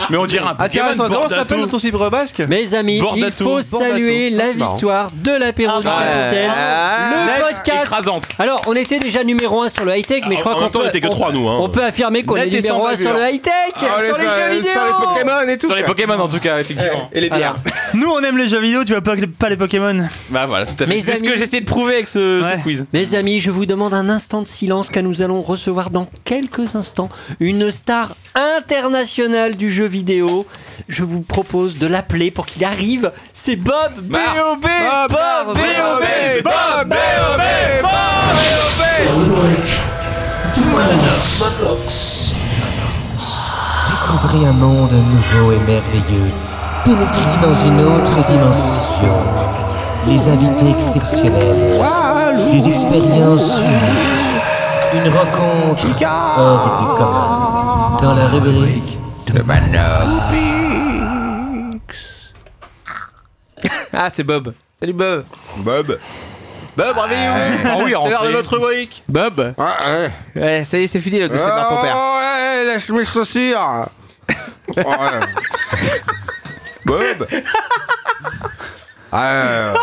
Speaker 3: Mais on dirait un
Speaker 8: Ah,
Speaker 3: Pokémon.
Speaker 10: Intéressant. Comment ça
Speaker 3: Bordato.
Speaker 10: s'appelle dans ton cibre basque
Speaker 8: Mes amis, il
Speaker 3: Bordato.
Speaker 8: faut
Speaker 10: Bordato.
Speaker 8: saluer
Speaker 10: Ah,
Speaker 8: la
Speaker 10: c'est marrant.
Speaker 8: victoire de l'apéro du
Speaker 9: Ah,
Speaker 8: Capitaine.
Speaker 13: ah,
Speaker 8: le
Speaker 13: net
Speaker 8: podcast.
Speaker 3: écrasante.
Speaker 8: Alors, on était déjà numéro 1 sur le high-tech, mais je crois
Speaker 4: En
Speaker 8: qu'on
Speaker 4: même temps, on
Speaker 8: peut,
Speaker 4: était que trois, nous, hein.
Speaker 8: on peut affirmer qu'on
Speaker 5: Net
Speaker 8: est
Speaker 5: et sans
Speaker 8: numéro 1 sur
Speaker 5: bavure.
Speaker 8: le high-tech,
Speaker 13: Ah,
Speaker 8: sur les, jeux vidéo.
Speaker 13: Sur les Pokémon et tout.
Speaker 3: Sur les
Speaker 13: quoi.
Speaker 3: Pokémon, en tout Eh, cas, effectivement.
Speaker 13: Et les bières.
Speaker 6: Nous, on aime les jeux vidéo, tu vas pas, pas les Pokémon.
Speaker 3: Bah voilà, tout à fait.
Speaker 8: Mes
Speaker 3: C'est ce
Speaker 8: amis.
Speaker 3: que j'essaie de prouver avec ce, ce
Speaker 6: Ouais.
Speaker 3: quiz.
Speaker 8: Mes amis, je vous demande un instant de silence car nous allons recevoir dans quelques instants une star internationale du jeu vidéo. Je vous propose de l'appeler pour qu'il arrive. C'est Bob B.O.B. Bob B.O.B. ah,
Speaker 1: Découvrez un monde nouveau et merveilleux. Pénétrez dans une autre dimension. Les invités exceptionnels. Des expériences uniques. Une rencontre hors du commun. Dans la rubrique de Manos.
Speaker 13: Ah, c'est Bob. Salut Bob.
Speaker 5: Bob. Bob, réveillez-vous.
Speaker 3: Ah
Speaker 5: C'est
Speaker 3: oui,
Speaker 5: l'heure de
Speaker 3: rentrez.
Speaker 5: notre rubrique.
Speaker 13: Bob.
Speaker 10: Ouais, ouais.
Speaker 13: Ah, Ouais, Ah, ça y est, c'est fini le dossier de Marc Père.
Speaker 10: Oh, ouais, lâche mes chaussures.
Speaker 3: Oh,
Speaker 10: Ouais.
Speaker 5: Bob.
Speaker 10: Euh,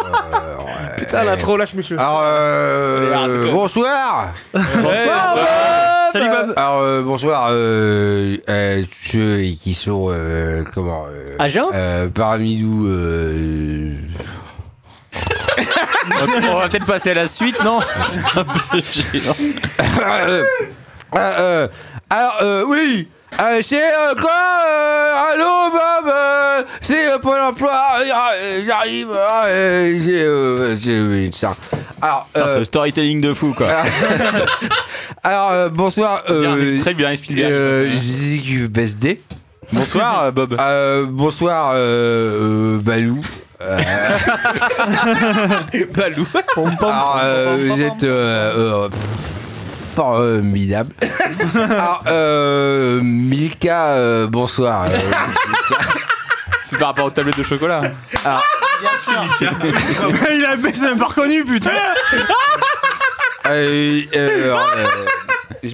Speaker 13: Putain, l'intro, lâche mes cheveux.
Speaker 10: alors, euh, bonsoir.
Speaker 6: Salut Bob.
Speaker 10: Alors, euh, bonsoir. Euh, euh, ceux qui sont, euh, comment euh,
Speaker 8: Agent
Speaker 10: euh, Parmi nous. euh,
Speaker 3: On va peut-être passer à la suite, non
Speaker 10: Euh, euh, alors, euh, oui. Euh, c'est euh, quoi euh, Allô, Bob euh, C'est euh, Pôle emploi. euh, J'arrive. euh, j'ai, euh, j'ai- oui, ça. Alors,
Speaker 5: Putain,
Speaker 10: euh,
Speaker 5: ce storytelling de fou, quoi.
Speaker 10: alors euh, bonsoir.
Speaker 3: Bien, un
Speaker 10: euh,
Speaker 3: extrait bien Spielberg.
Speaker 10: euh, ZQSD.
Speaker 3: Bonsoir, euh, Bob.
Speaker 10: Euh, bonsoir, euh, euh, Balou. Euh,
Speaker 13: Balou.
Speaker 10: Alors, euh, vous êtes euh, euh, pff, formidable. Alors, euh, Milka, euh, bonsoir. Euh,
Speaker 3: C'est par rapport aux tablettes de chocolat.
Speaker 6: Il a fait, ça m'a pas reconnu, putain.
Speaker 10: euh, euh, euh,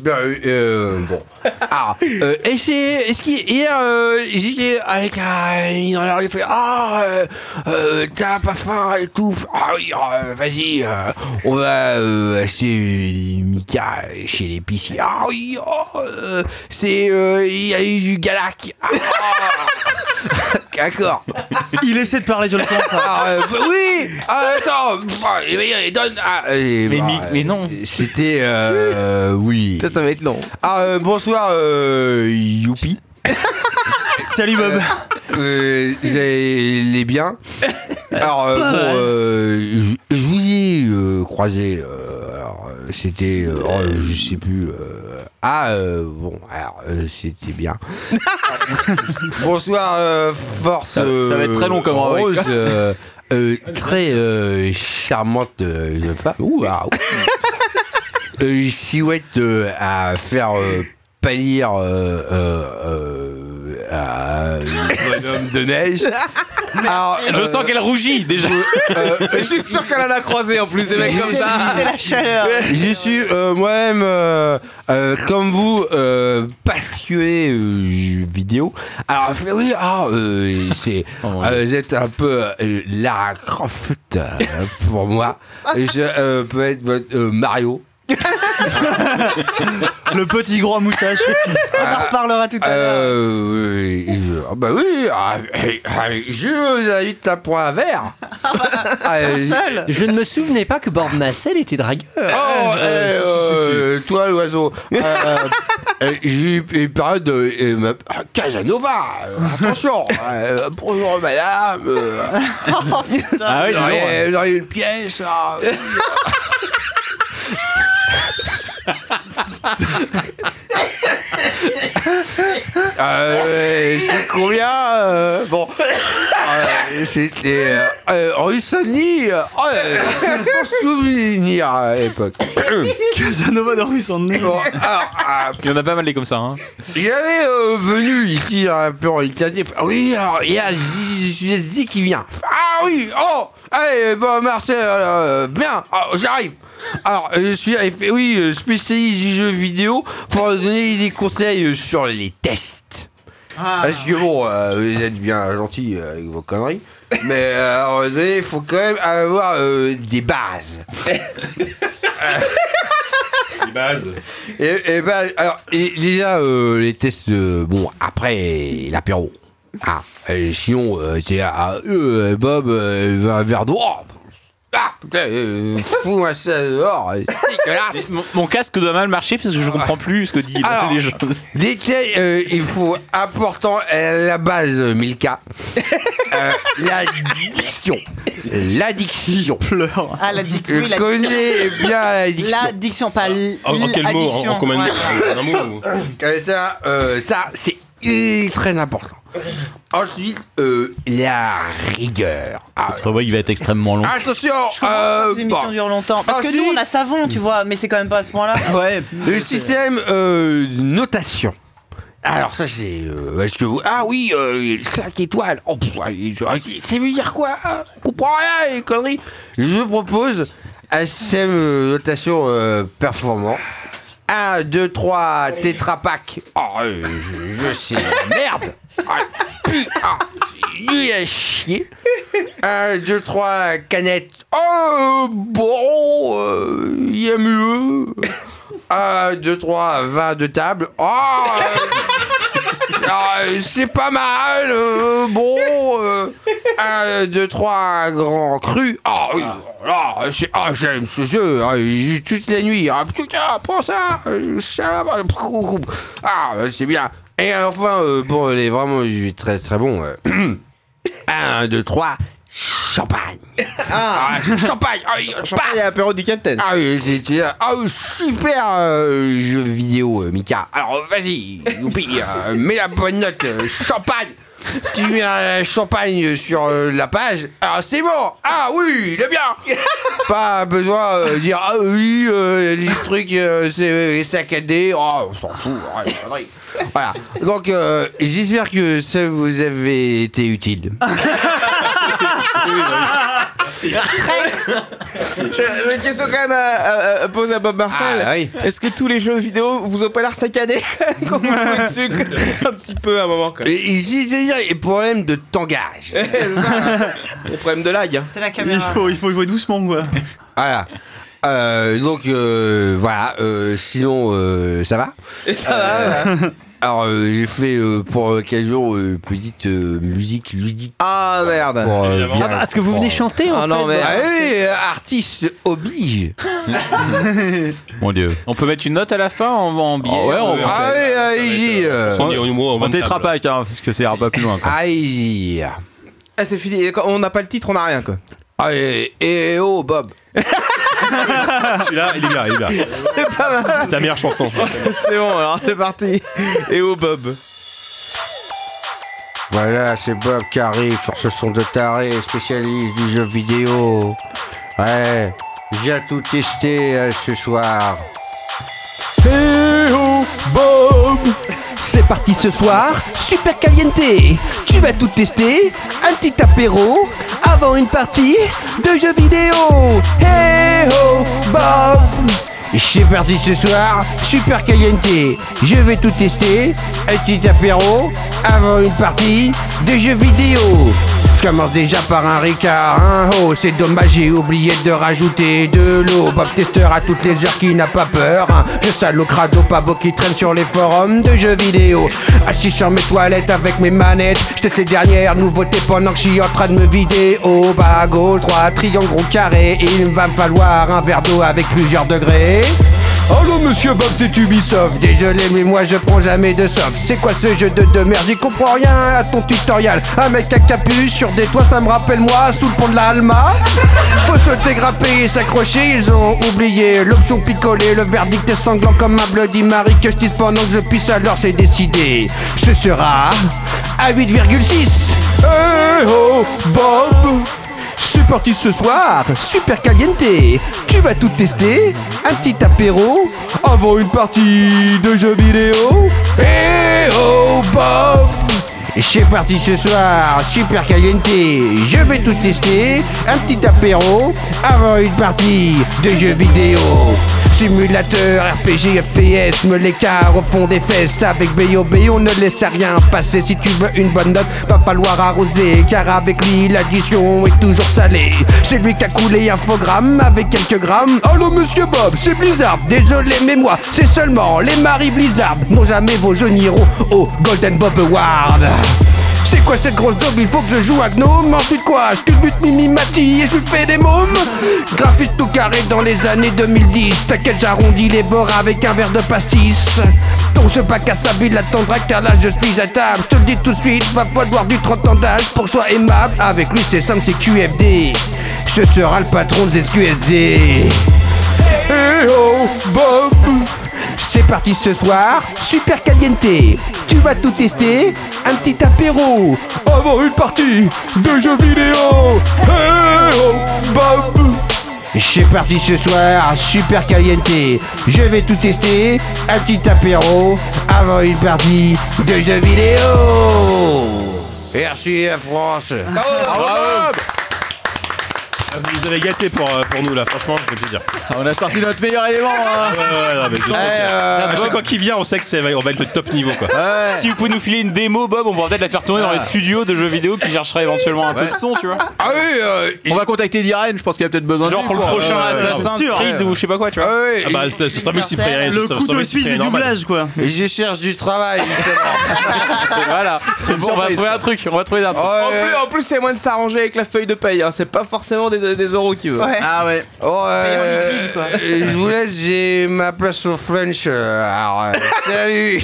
Speaker 10: Ben, euh, euh, bon. Alors, euh, et c'est. Est-ce qu'il. Hier, euh, j'étais avec un ami dans la rue, il fait Ah, euh, euh, t'as pas faim et tout. Ah oui, euh, vas-y, euh, on va euh, acheter des Mika chez l'épicier. Ah oui, oh, euh, c'est. euh, Il y a eu du galac. Ah, D'accord.
Speaker 6: Il essaie de parler sur le temps.
Speaker 10: Ah, euh, oui Ah, attends Eh ben, eh, donne ah, eh, bah,
Speaker 6: non.
Speaker 10: C'était. euh, oui.
Speaker 13: Ça, ça va être long.
Speaker 10: Ah, euh, bonsoir, euh, Youpi.
Speaker 6: Salut Bob.
Speaker 10: Euh, vous allez bien Alors, euh, bon, euh, je je vous ai euh, croisé. euh, alors, euh, c'était. euh, oh, je sais plus. euh, ah, euh, bon, alors, euh, c'était bien. Bonsoir, euh, Force.
Speaker 13: Ça- ça va être très long comme rubrique.
Speaker 10: Rose. euh, euh, très euh, charmante euh, jeune femme. Ouh, ah, ouh. Euh, silhouette euh, à faire euh, pâlir euh, euh, euh, à un bonhomme de neige. Alors,
Speaker 14: Je sens qu'elle rougit déjà.
Speaker 13: euh, Je suis sûr qu'elle en a croisé en plus des mecs comme ça.
Speaker 9: C'est la chaleur.
Speaker 10: Je suis euh, moi-même, euh, euh, comme vous, euh, passionné euh, jeux vidéo. Alors, elle fait, oui, ah, euh, c'est, euh, vous êtes un peu euh, Lara Croft euh, pour moi. Je euh, peux être votre euh, Mario.
Speaker 6: Le petit gros à moustache.
Speaker 9: On en reparlera tout à l'heure.
Speaker 10: Ah. Euh, oui, je- ah bah oui, ah, ah, je vous invite à prendre un verre. Ah, euh,
Speaker 9: Seul.
Speaker 8: Je ne me souvenais pas que Bob Massel était dragueur.
Speaker 10: Oh, eh, euh, toi l'oiseau. Euh, euh, J'ai eu une période de euh, ma- ah, Casanova. euh, Attention. euh, bonjour madame. euh,
Speaker 9: Oh, putain.
Speaker 14: Ah oui,
Speaker 10: vous auriez- vous auriez une pièce. ah, oui. Euh, c'est combien euh, Bon, Euh, c'était euh, euh, rue Saint-Denis. euh, euh, bon souvenir à l'époque.
Speaker 6: Casanova de Russe en
Speaker 10: Bon, alors, ah,
Speaker 14: Il y en a pas mal des comme ça. Hein.
Speaker 10: il y avait euh, venu ici un peu en Italie. Ah Oui, alors il y a JSD qui vient. Ah oui, oh Allez, bon, Marcel, euh, viens, ah, j'arrive. Alors, euh, je suis, il fait, oui, euh, spécialiste du jeu vidéo pour donner des conseils euh, sur les tests. Parce que bon, euh, vous êtes bien gentil euh, avec vos conneries, mais euh, à un moment donné, il faut quand même avoir euh, des bases.
Speaker 4: Les bases.
Speaker 10: Et, et ben, alors, et déjà, euh, les tests, euh, bon, après l'apéro. Ah, et sinon, euh, c'est à eux, euh, Bob, euh, il veut un verre d'eau. Oh, ah, putain, euh, fous-moi ça dehors, c'est dégueulasse.
Speaker 14: Mon, mon casque doit mal marcher parce que je comprends plus ce que dit
Speaker 10: Alors.
Speaker 14: les gens.
Speaker 10: Dès qu'il y a, euh, il faut important euh, la base euh, Milka, euh, l'addiction, l'addiction.
Speaker 9: Ah, la dic- oui,
Speaker 10: Je
Speaker 9: la-
Speaker 10: connais bien l'addiction.
Speaker 9: L'addiction, pas l-
Speaker 4: En, en quel mot En, en combien de
Speaker 9: ouais.
Speaker 4: mots En un mot ou-
Speaker 10: Euh, ça, euh, ça c'est euh, très important. Ensuite, euh, la rigueur. Ah,
Speaker 14: il va être extrêmement long.
Speaker 10: attention,
Speaker 9: Je comprends pas
Speaker 10: euh,
Speaker 9: que les émissions
Speaker 10: bon,
Speaker 9: durent longtemps. Parce que
Speaker 10: Ensuite-
Speaker 9: nous, on a savon, tu vois, mais c'est quand même pas à ce point-là.
Speaker 10: ah,
Speaker 13: Ouais.
Speaker 10: le système euh, de notation. Alors ça c'est euh, parce que ah oui 5 étoiles oh pff, ouais, je- ok, ça veut dire quoi hein Je comprends rien les conneries je propose un système euh, notation euh, performant 1, 2, 3 tétrapac oh euh, je, je sais merde ah, pu- ah, nul à chier 1, 2, 3 canettes oh euh, bon euh, il y a mieux 1, 2, 3, 20 de table. Oh euh, ah, euh, C'est pas mal. euh, bon. 1, 2, 3, grand cru. Ah oui. Ah, c'est- ah, j'aime ce jeu. Ah, j'y joue toute la nuit. Ah, putain, prends ça. euh, chalabra, prou, prou. Ah, euh, c'est bien. Et enfin, euh, bon, elle est vraiment je suis très très bon. 1, 2, 3, champagne. Ah, champagne. Ah, oui, paf.
Speaker 13: Il y a l'apéro du Capitaine.
Speaker 10: Ah oui, c'était ah, oui, super euh, jeu vidéo, euh, Mika. Alors vas-y, youpi, euh, mets la bonne note, euh, champagne. Tu mets un champagne sur euh, la page. Ah c'est bon. Ah oui, il est bien. Pas besoin euh, de dire ah oui, euh, les trucs euh, c'est euh, saccadé. Oh, on s'en fout. ouais, les conneries. Voilà. Donc euh, j'espère que ça vous avait été utile.
Speaker 4: Merci.
Speaker 13: J'ai Euh, une question quand même à, à- à poser à Bob Marcel.
Speaker 10: Ah, oui.
Speaker 13: Est-ce que tous les jeux vidéo vous ont pas l'air saccadés quand vous jouez dessus quoi Un petit peu à un moment quoi.
Speaker 10: Et ici, c'est dire, les problèmes de tangage.
Speaker 13: Les problèmes de lag. hein.
Speaker 18: C'est la
Speaker 6: Il
Speaker 18: caméra.
Speaker 6: faut, il faut jouer doucement, quoi.
Speaker 10: Voilà. Euh, donc, euh, voilà. euh, sinon, euh, ça va
Speaker 13: Et ça va. ouais.
Speaker 10: Alors, euh, j'ai fait euh, pour l'occasion euh, petite euh, musique ludique.
Speaker 13: Ah merde.
Speaker 10: Pour, euh, bien
Speaker 8: Ah, bah, parce que vous venez
Speaker 10: comprendre.
Speaker 8: chanter en
Speaker 13: Ah, non,
Speaker 8: fait.
Speaker 13: mais-
Speaker 10: Ah oui, euh, artiste oblige.
Speaker 5: Mon dieu.
Speaker 3: On peut mettre une note à la fin en, en billet.
Speaker 5: ouais, on-
Speaker 3: euh,
Speaker 10: Ah oui, ah, Iggy, euh,
Speaker 4: On, est au numéro
Speaker 5: On
Speaker 4: 24,
Speaker 5: t'étera
Speaker 4: là.
Speaker 5: pas, car- parce que ça ira pas plus loin. quoi.
Speaker 10: ah, Iggy.
Speaker 13: Ah, c'est fini. Et quand on n'a pas le titre, on n'a rien quoi.
Speaker 10: Ah, et, et oh, Bob.
Speaker 4: Celui-là, il est là, il est là.
Speaker 13: C'est pas mal.
Speaker 4: C'est ta meilleure chanson.
Speaker 13: C'est bon, alors c'est parti. Et oh Bob.
Speaker 10: Voilà, c'est Bob qui arrive sur ce son de taré, spécialiste du jeu vidéo. Ouais, j'ai tout testé euh, ce soir.
Speaker 19: C'est parti ce soir, Super Caliente. Tu vas tout tester, un petit apéro avant une partie de jeux vidéo. Hey ho, Bob.
Speaker 10: C'est parti ce soir, Super Caliente. Je vais tout tester, un petit apéro, avant une partie de jeux vidéo. Je commence déjà par un Ricard, hein, oh, c'est dommage, j'ai oublié de rajouter de l'eau. Bob Tester à toutes les heures qui n'a pas peur. hein. Je salaud crado, pabo qui traîne sur les forums de jeux vidéo. Assis sur mes toilettes avec mes manettes, je teste les dernières nouveautés pendant que je suis en train de me vider. Au bas, gauche, droite, triangle, rond, carré. Il va me falloir un verre d'eau avec plusieurs degrés. Allô monsieur Bob, c'est Ubisoft. Désolé, mais moi je prends jamais de soft. C'est quoi ce jeu de deux merde J'y comprends rien à ton tutoriel. Un mec à capuche sur des toits, ça me rappelle moi sous le pont de la Alma. Faut sauter, grimper et s'accrocher, ils ont oublié l'option picolée. Le verdict est sanglant comme un Bloody Mary que je tisse pendant que je puisse alors c'est décidé. Ce sera à 8,6. Eh oh Bob c'est parti ce soir, super caliente. Tu vas tout tester, un petit apéro avant une partie de jeux vidéo. Eh oh Bob C'est parti ce soir, super caliente. Je vais tout tester, un petit apéro avant une partie de jeux vidéo. Simulateur, RPG, FPS, me l'écart au fond des fesses avec VOB, on ne laisse à rien passer. Si tu veux une bonne note, va falloir arroser, car avec lui l'addition est toujours salée. C'est lui qui a coulé infogramme avec quelques grammes. Allô monsieur Bob, c'est Blizzard, désolé mais moi, c'est seulement les maris Blizzard n'ont jamais vos jeux Niro au Golden Bob Award. C'est quoi cette grosse daube Il faut que je joue à Gnome. Ensuite quoi Je culbute Mimi Mati et je lui fais des mômes. Graphiste tout carré dans les années 2010. T'inquiète, j'arrondis les bords avec un verre de pastis. Ton jeu bac à sable, il attendra car là je suis à table. Je te le dis tout de suite, va falloir du 30 ans d'âge pour que je sois aimable. Avec lui, c'est simple, c'est QFD. Ce sera le patron des SQSD. Eh oh, Bob C'est parti ce soir, super caliente. Tu vas tout tester, un petit apéro avant une partie de jeux vidéo. Eh oh, Bob C'est parti ce soir, super caliente. Je vais tout tester, un petit apéro avant une partie de jeux vidéo. Merci à France.
Speaker 4: Ah, Vous avez gâté pour, euh, pour nous là, franchement, je peux te dire.
Speaker 5: Ah, On a sorti notre meilleur élément. hein.
Speaker 4: Ouais, ouais, ouais, non, mais je sais que- à chaque fois qu'il vient, on sait que c'est on va être le top niveau quoi.
Speaker 3: Si vous pouvez nous filer une démo, Bob, on pourra peut-être la faire tourner
Speaker 5: Ah.
Speaker 3: dans les studios de jeux vidéo qui chercheraient éventuellement un peu de son, tu vois.
Speaker 10: Ah oui, euh,
Speaker 5: On va contacter Diren, je pense qu'il y a peut-être besoin
Speaker 3: Genre
Speaker 5: de
Speaker 3: pour
Speaker 5: lui,
Speaker 3: le
Speaker 5: quoi.
Speaker 3: prochain
Speaker 4: ouais, ouais,
Speaker 3: Assassin's
Speaker 6: c'est sûr.
Speaker 3: Creed ou je sais pas quoi, tu vois.
Speaker 10: ah oui,
Speaker 4: Ah bah, ça ça sera multiplayer.
Speaker 6: Le
Speaker 4: ça- ça
Speaker 6: couteau
Speaker 4: sera
Speaker 6: suisse du
Speaker 4: multiplayer normal.
Speaker 6: doublage, quoi.
Speaker 10: et Euh, je cherche du travail.
Speaker 3: Voilà. on va trouver un truc, on va trouver un truc.
Speaker 13: En plus, en plus, c'est moins de s'arranger avec la feuille de paye. hein. C'est pas forcément des, des euros qui veut.
Speaker 18: Ouais.
Speaker 10: Ah ouais. Oh, euh,
Speaker 18: Payant liquide, quoi.
Speaker 10: euh, je vous laisse, j'ai ma place au French. euh, alors, euh, salut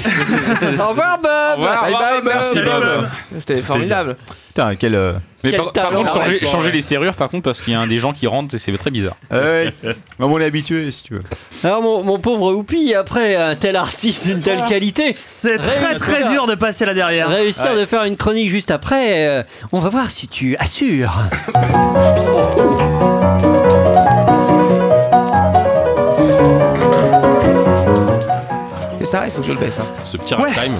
Speaker 13: Au revoir, Bob. bye bye, Bob.
Speaker 3: Eh
Speaker 4: Merci,
Speaker 3: ben,
Speaker 4: Bob.
Speaker 13: C'était formidable.
Speaker 5: Putain, quel. euh,
Speaker 3: bah, Mais
Speaker 18: Quel
Speaker 3: par, par
Speaker 18: talent,
Speaker 3: contre,
Speaker 18: ouais,
Speaker 3: changer,
Speaker 18: franchement,
Speaker 3: changer
Speaker 18: ouais.
Speaker 3: les serrures, par contre, parce qu'il y a un des gens qui rentrent et c'est très bizarre.
Speaker 6: Eh,
Speaker 5: Ouais, ouais. Bah, on est habitué si tu veux.
Speaker 8: Alors mon, mon pauvre Oupi, après un tel artiste d'une telle qualité,
Speaker 6: C'est très
Speaker 8: Réussir.
Speaker 6: très dur de passer là derrière.
Speaker 8: réussir de faire une chronique juste après, euh, on va voir si tu assures.
Speaker 13: Et ça, il faut que je le baisse. hein.
Speaker 4: Ce petit rap time.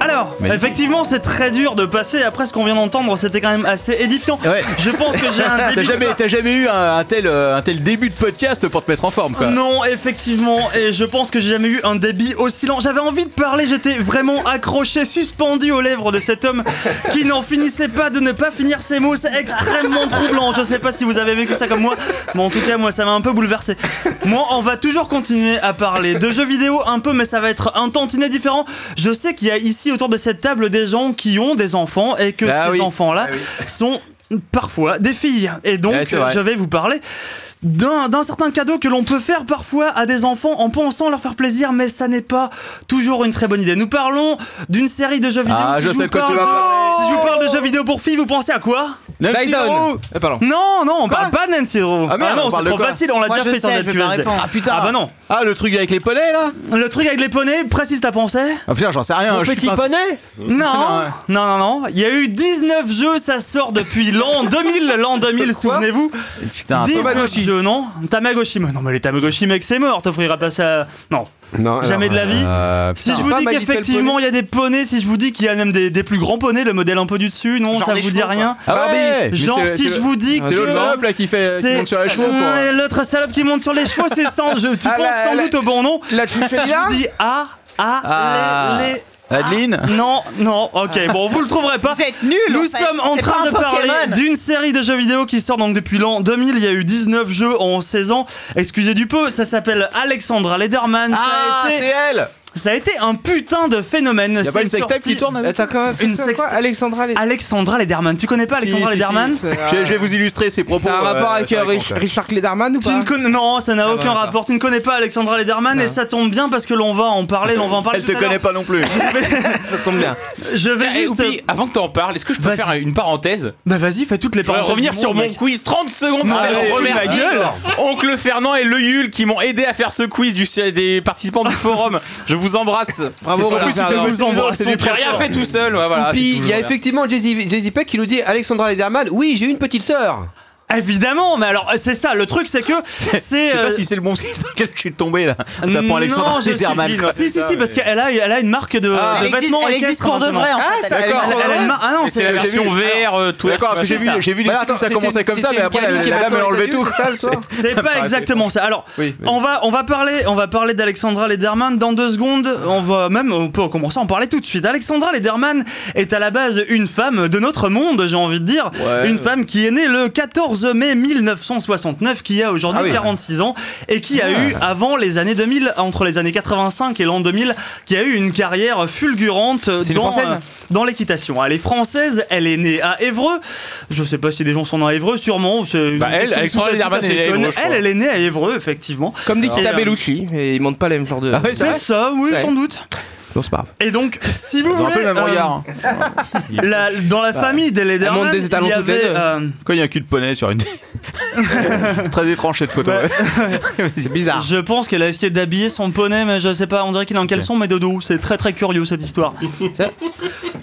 Speaker 6: Alors, effectivement, c'est très dur de passer. Après ce qu'on vient d'entendre, c'était quand même assez édifiant. Je pense que j'ai un
Speaker 5: T'as
Speaker 6: début.
Speaker 5: jamais, t'as jamais eu un, un tel, euh, un tel début de podcast pour te mettre en forme, quoi.
Speaker 6: Non, effectivement, et je pense que j'ai jamais eu un débit aussi lent. J'avais envie de parler, j'étais vraiment accroché, suspendu aux lèvres de cet homme qui n'en finissait pas de ne pas finir ses mots. C'est extrêmement troublant. Je sais pas si vous avez vécu ça comme moi, mais en tout cas, moi, ça m'a un peu bouleversé. Moi, on va toujours continuer à parler de jeux vidéo un peu, mais ça va être un tantinet différent. Je sais qu'il y a ici autour de cette table des gens qui ont des enfants et que
Speaker 10: Ah
Speaker 6: ces
Speaker 10: oui.
Speaker 6: enfants-là sont parfois des filles. Et donc,
Speaker 10: Ouais, c'est vrai.
Speaker 6: je vais vous parler d'un d'un certain cadeau que l'on peut faire parfois à des enfants en pensant leur faire plaisir, mais ça n'est pas toujours une très bonne idée. Nous parlons d'une série de jeux vidéo.
Speaker 10: Ah, je
Speaker 6: vous
Speaker 10: sais de quoi tu
Speaker 6: parle-
Speaker 10: vas parler.
Speaker 6: Si je vous parle de jeux vidéo pour filles, vous pensez à quoi
Speaker 10: Nancy Dyson. Drew. Eh, pardon.
Speaker 6: Non, non, on parle pas de Nancy Drew.
Speaker 10: Ah merde, on
Speaker 6: non,
Speaker 10: parle
Speaker 6: c'est
Speaker 10: de
Speaker 6: trop
Speaker 10: quoi
Speaker 6: facile, on l'a
Speaker 10: Moi,
Speaker 6: déjà
Speaker 10: je
Speaker 6: fait
Speaker 10: sais,
Speaker 6: sur
Speaker 10: je vais pas
Speaker 6: NetQSD.
Speaker 10: répondre.
Speaker 6: Ah putain. Ah bah non.
Speaker 5: Ah, le truc avec les poneys, là
Speaker 6: Le truc avec les poneys, précise ta pensée
Speaker 5: Ah, putain, j'en sais rien. je suis pas-
Speaker 6: non, non, non, non. Il y a eu 19 jeux, ça sort depuis l'an 2000, l'an 2000, souvenez-vous.
Speaker 5: Putain,
Speaker 6: 19
Speaker 5: Tamagotchi.
Speaker 6: jeux, non Tamagotchi, mais non, mais les Tamagotchi, mec, c'est mort, t'offriras pas ça. Non.
Speaker 10: Non,
Speaker 6: Jamais de la vie.
Speaker 10: euh,
Speaker 6: si
Speaker 10: putain,
Speaker 6: je vous
Speaker 10: pas
Speaker 6: dis
Speaker 10: My Little
Speaker 6: qu'effectivement il y a des poneys, si je vous dis qu'il y a même des, des plus grands poneys, le modèle un peu du dessus, non,
Speaker 10: Genre
Speaker 6: ça
Speaker 10: des
Speaker 6: vous dit
Speaker 10: chevaux,
Speaker 6: rien.
Speaker 10: quoi. Ah ouais, mais
Speaker 6: genre
Speaker 10: c'est-
Speaker 6: si
Speaker 10: c'est-
Speaker 6: je vous dis que
Speaker 10: c'est l'autre salope, là, qui fait- qui
Speaker 6: c'est-
Speaker 10: monte sur les chevaux, quoi.
Speaker 6: Ouais, l'autre salope qui monte sur les chevaux, c'est sans, je, tu
Speaker 10: Ah,
Speaker 6: penses
Speaker 10: la-
Speaker 6: sans
Speaker 10: la-
Speaker 6: doute au bon nom.
Speaker 10: la
Speaker 6: Si je
Speaker 10: Tucelia
Speaker 6: vous dis ah ah,
Speaker 10: Ah.
Speaker 6: les- les-
Speaker 5: Adeline
Speaker 6: non, non, ok, bon, vous le trouverez pas. Vous êtes nuls Nous
Speaker 9: en fait.
Speaker 6: sommes en
Speaker 9: C'est
Speaker 6: train
Speaker 9: pas
Speaker 6: de
Speaker 9: un
Speaker 6: parler
Speaker 9: Pokémon.
Speaker 6: d'une série de jeux vidéo qui sort donc depuis l'an 2000. Il y a eu 19 jeux en 16 ans. Excusez du peu, ça s'appelle Alexandra Lederman. Ça
Speaker 10: Ah,
Speaker 6: a été-
Speaker 10: c'est elle
Speaker 6: ça a été un putain de phénomène.
Speaker 10: Y a pas une
Speaker 6: C'est
Speaker 10: sextape
Speaker 6: sorti-
Speaker 10: qui tourne avec Attends, comment- c'est
Speaker 6: Une
Speaker 10: ça, quoi
Speaker 6: sextape.
Speaker 13: Alexandra Lederman.
Speaker 6: Alexandra Lederman. Tu connais pas
Speaker 13: Si,
Speaker 6: Alexandra
Speaker 13: si, si,
Speaker 6: Lederman
Speaker 13: c'est-
Speaker 5: Je, je vais vous illustrer ces propos.
Speaker 13: C'est un rapport
Speaker 5: euh,
Speaker 13: avec
Speaker 5: sur
Speaker 13: euh,
Speaker 5: la
Speaker 13: Rich-
Speaker 5: conf.
Speaker 13: Richard Lederman ou
Speaker 6: Tu
Speaker 13: pas
Speaker 6: ne connais- Non, ça
Speaker 5: Ah,
Speaker 6: n'a aucun
Speaker 13: d'accord.
Speaker 6: rapport. Tu ne connais pas Alexandra Lederman et ça tombe bien parce que l'on va en parler, l'on va en parler.
Speaker 5: Elle
Speaker 6: tout
Speaker 5: te
Speaker 6: à l'heure.
Speaker 5: connaît pas non plus.
Speaker 13: Ça tombe bien.
Speaker 6: Je vais
Speaker 14: Eh,
Speaker 6: juste.
Speaker 14: Oupi, avant que t'en parles, est-ce que je peux
Speaker 6: Vas-y.
Speaker 14: faire une parenthèse
Speaker 6: Bah vas-y, fais toutes les
Speaker 14: Je voudrais
Speaker 6: parenthèses
Speaker 14: revenir
Speaker 6: du
Speaker 14: sur
Speaker 6: monde,
Speaker 14: mon
Speaker 6: mec.
Speaker 14: quiz 30 secondes
Speaker 6: Ah,
Speaker 14: avec
Speaker 6: ouais,
Speaker 14: remercie
Speaker 6: ma gueule.
Speaker 14: oncle Fernand et le Yul qui m'ont aidé à faire ce quiz du, des participants du forum. Je vous embrasse.
Speaker 13: Bravo,
Speaker 14: Parce qu'en
Speaker 13: Robert
Speaker 14: plus, tu
Speaker 13: Fernand.
Speaker 14: peux nous embrasser.
Speaker 6: Ils sont
Speaker 14: J'ai
Speaker 6: très
Speaker 14: rien
Speaker 6: forts.
Speaker 14: fait tout seul. ouais, voilà, c'est
Speaker 10: Puis il y a
Speaker 14: toujours bien.
Speaker 10: effectivement Jay-Z Jay-Z Peck qui nous dit Alexandra Lederman, oui, j'ai une petite sœur.
Speaker 6: Évidemment, mais alors euh, c'est ça, le truc c'est que
Speaker 5: Je
Speaker 6: c'est.
Speaker 5: sais
Speaker 6: euh,
Speaker 5: pas si c'est le bon site sur lequel je suis tombé là. On t'apprend
Speaker 6: non,
Speaker 5: Alexandre
Speaker 6: je
Speaker 5: Peterman.
Speaker 6: Si, si, si, parce qu'elle a, elle a une marque de,
Speaker 5: Ah.
Speaker 6: de
Speaker 9: Elle existe-
Speaker 6: vêtements
Speaker 9: elle existe
Speaker 6: équestres
Speaker 9: pour de
Speaker 6: maintenant.
Speaker 9: vrai, en fait.
Speaker 6: Elle-
Speaker 5: d'accord.
Speaker 6: elle- elle a une marque- Ah non,
Speaker 14: C'est la
Speaker 6: c'est
Speaker 14: version VR, euh, tout
Speaker 5: D'accord, parce que j'ai
Speaker 6: c'est
Speaker 5: vu,
Speaker 6: ça.
Speaker 5: j'ai vu des
Speaker 10: Voilà,
Speaker 5: trucs,
Speaker 10: attends,
Speaker 5: ça commençait
Speaker 10: c'était-
Speaker 5: comme ça,
Speaker 10: c'était
Speaker 5: mais après
Speaker 10: une gamine
Speaker 5: la,
Speaker 10: qui
Speaker 5: la dame
Speaker 10: m'a
Speaker 5: elle
Speaker 10: tourné la
Speaker 5: enlevait tout. Ah,
Speaker 10: vue, c'est ça, le soir
Speaker 6: C'est pas exactement ça. Alors,
Speaker 10: Oui, mais-
Speaker 6: on va on va parler on va parler d'Alexandra Lederman dans deux secondes. On va même on peut commencer à en parler tout de suite. Alexandra Lederman est à la base une femme de notre monde, j'ai envie de dire, une femme qui est née le 14 mai 1969, qui a aujourd'hui
Speaker 10: Ah oui.
Speaker 6: 46 ans et qui a eu avant les années 2000, entre les années 85 et l'an 2000, qui a eu une carrière fulgurante
Speaker 5: une
Speaker 6: dans euh,
Speaker 5: Française
Speaker 6: dans l'équitation. Elle est française, elle est née à Évreux. Je sais pas si des gens sont nés à Évreux, sûrement. c'est une
Speaker 14: Bah, elle,
Speaker 6: question
Speaker 14: Alexandra
Speaker 6: tout à- tout à
Speaker 14: Lederman
Speaker 6: fait
Speaker 14: est née à Évreux,
Speaker 6: connue.
Speaker 14: je
Speaker 6: Elle,
Speaker 14: crois.
Speaker 6: elle est née à Évreux, effectivement.
Speaker 13: Comme dit
Speaker 6: Alors,
Speaker 13: Kita
Speaker 6: euh,
Speaker 13: Bellucci, et il monte pas les mêmes genres de.
Speaker 6: C'est ça, oui,
Speaker 13: Ouais.
Speaker 6: sans doute.
Speaker 13: Non, c'est pas grave.
Speaker 6: Et donc, si vous
Speaker 5: Ils ont un
Speaker 6: voulez,
Speaker 5: peu le même
Speaker 6: euh,
Speaker 5: regard. hein.
Speaker 6: la- dans
Speaker 5: Bah,
Speaker 6: la famille des
Speaker 13: monte
Speaker 6: Lederman,
Speaker 13: des
Speaker 6: il
Speaker 13: étalons
Speaker 6: y
Speaker 13: toutes les
Speaker 6: avait,
Speaker 13: deux.
Speaker 6: euh,
Speaker 5: Quand il y a un cul de poney sur une. c'est très étrange cette photo.
Speaker 6: Bah,
Speaker 5: ouais.
Speaker 13: C'est bizarre.
Speaker 6: je pense qu'elle a essayé d'habiller son poney, mais je sais pas, on dirait qu'il est en caleçon, mais dodo. C'est très très curieux cette histoire.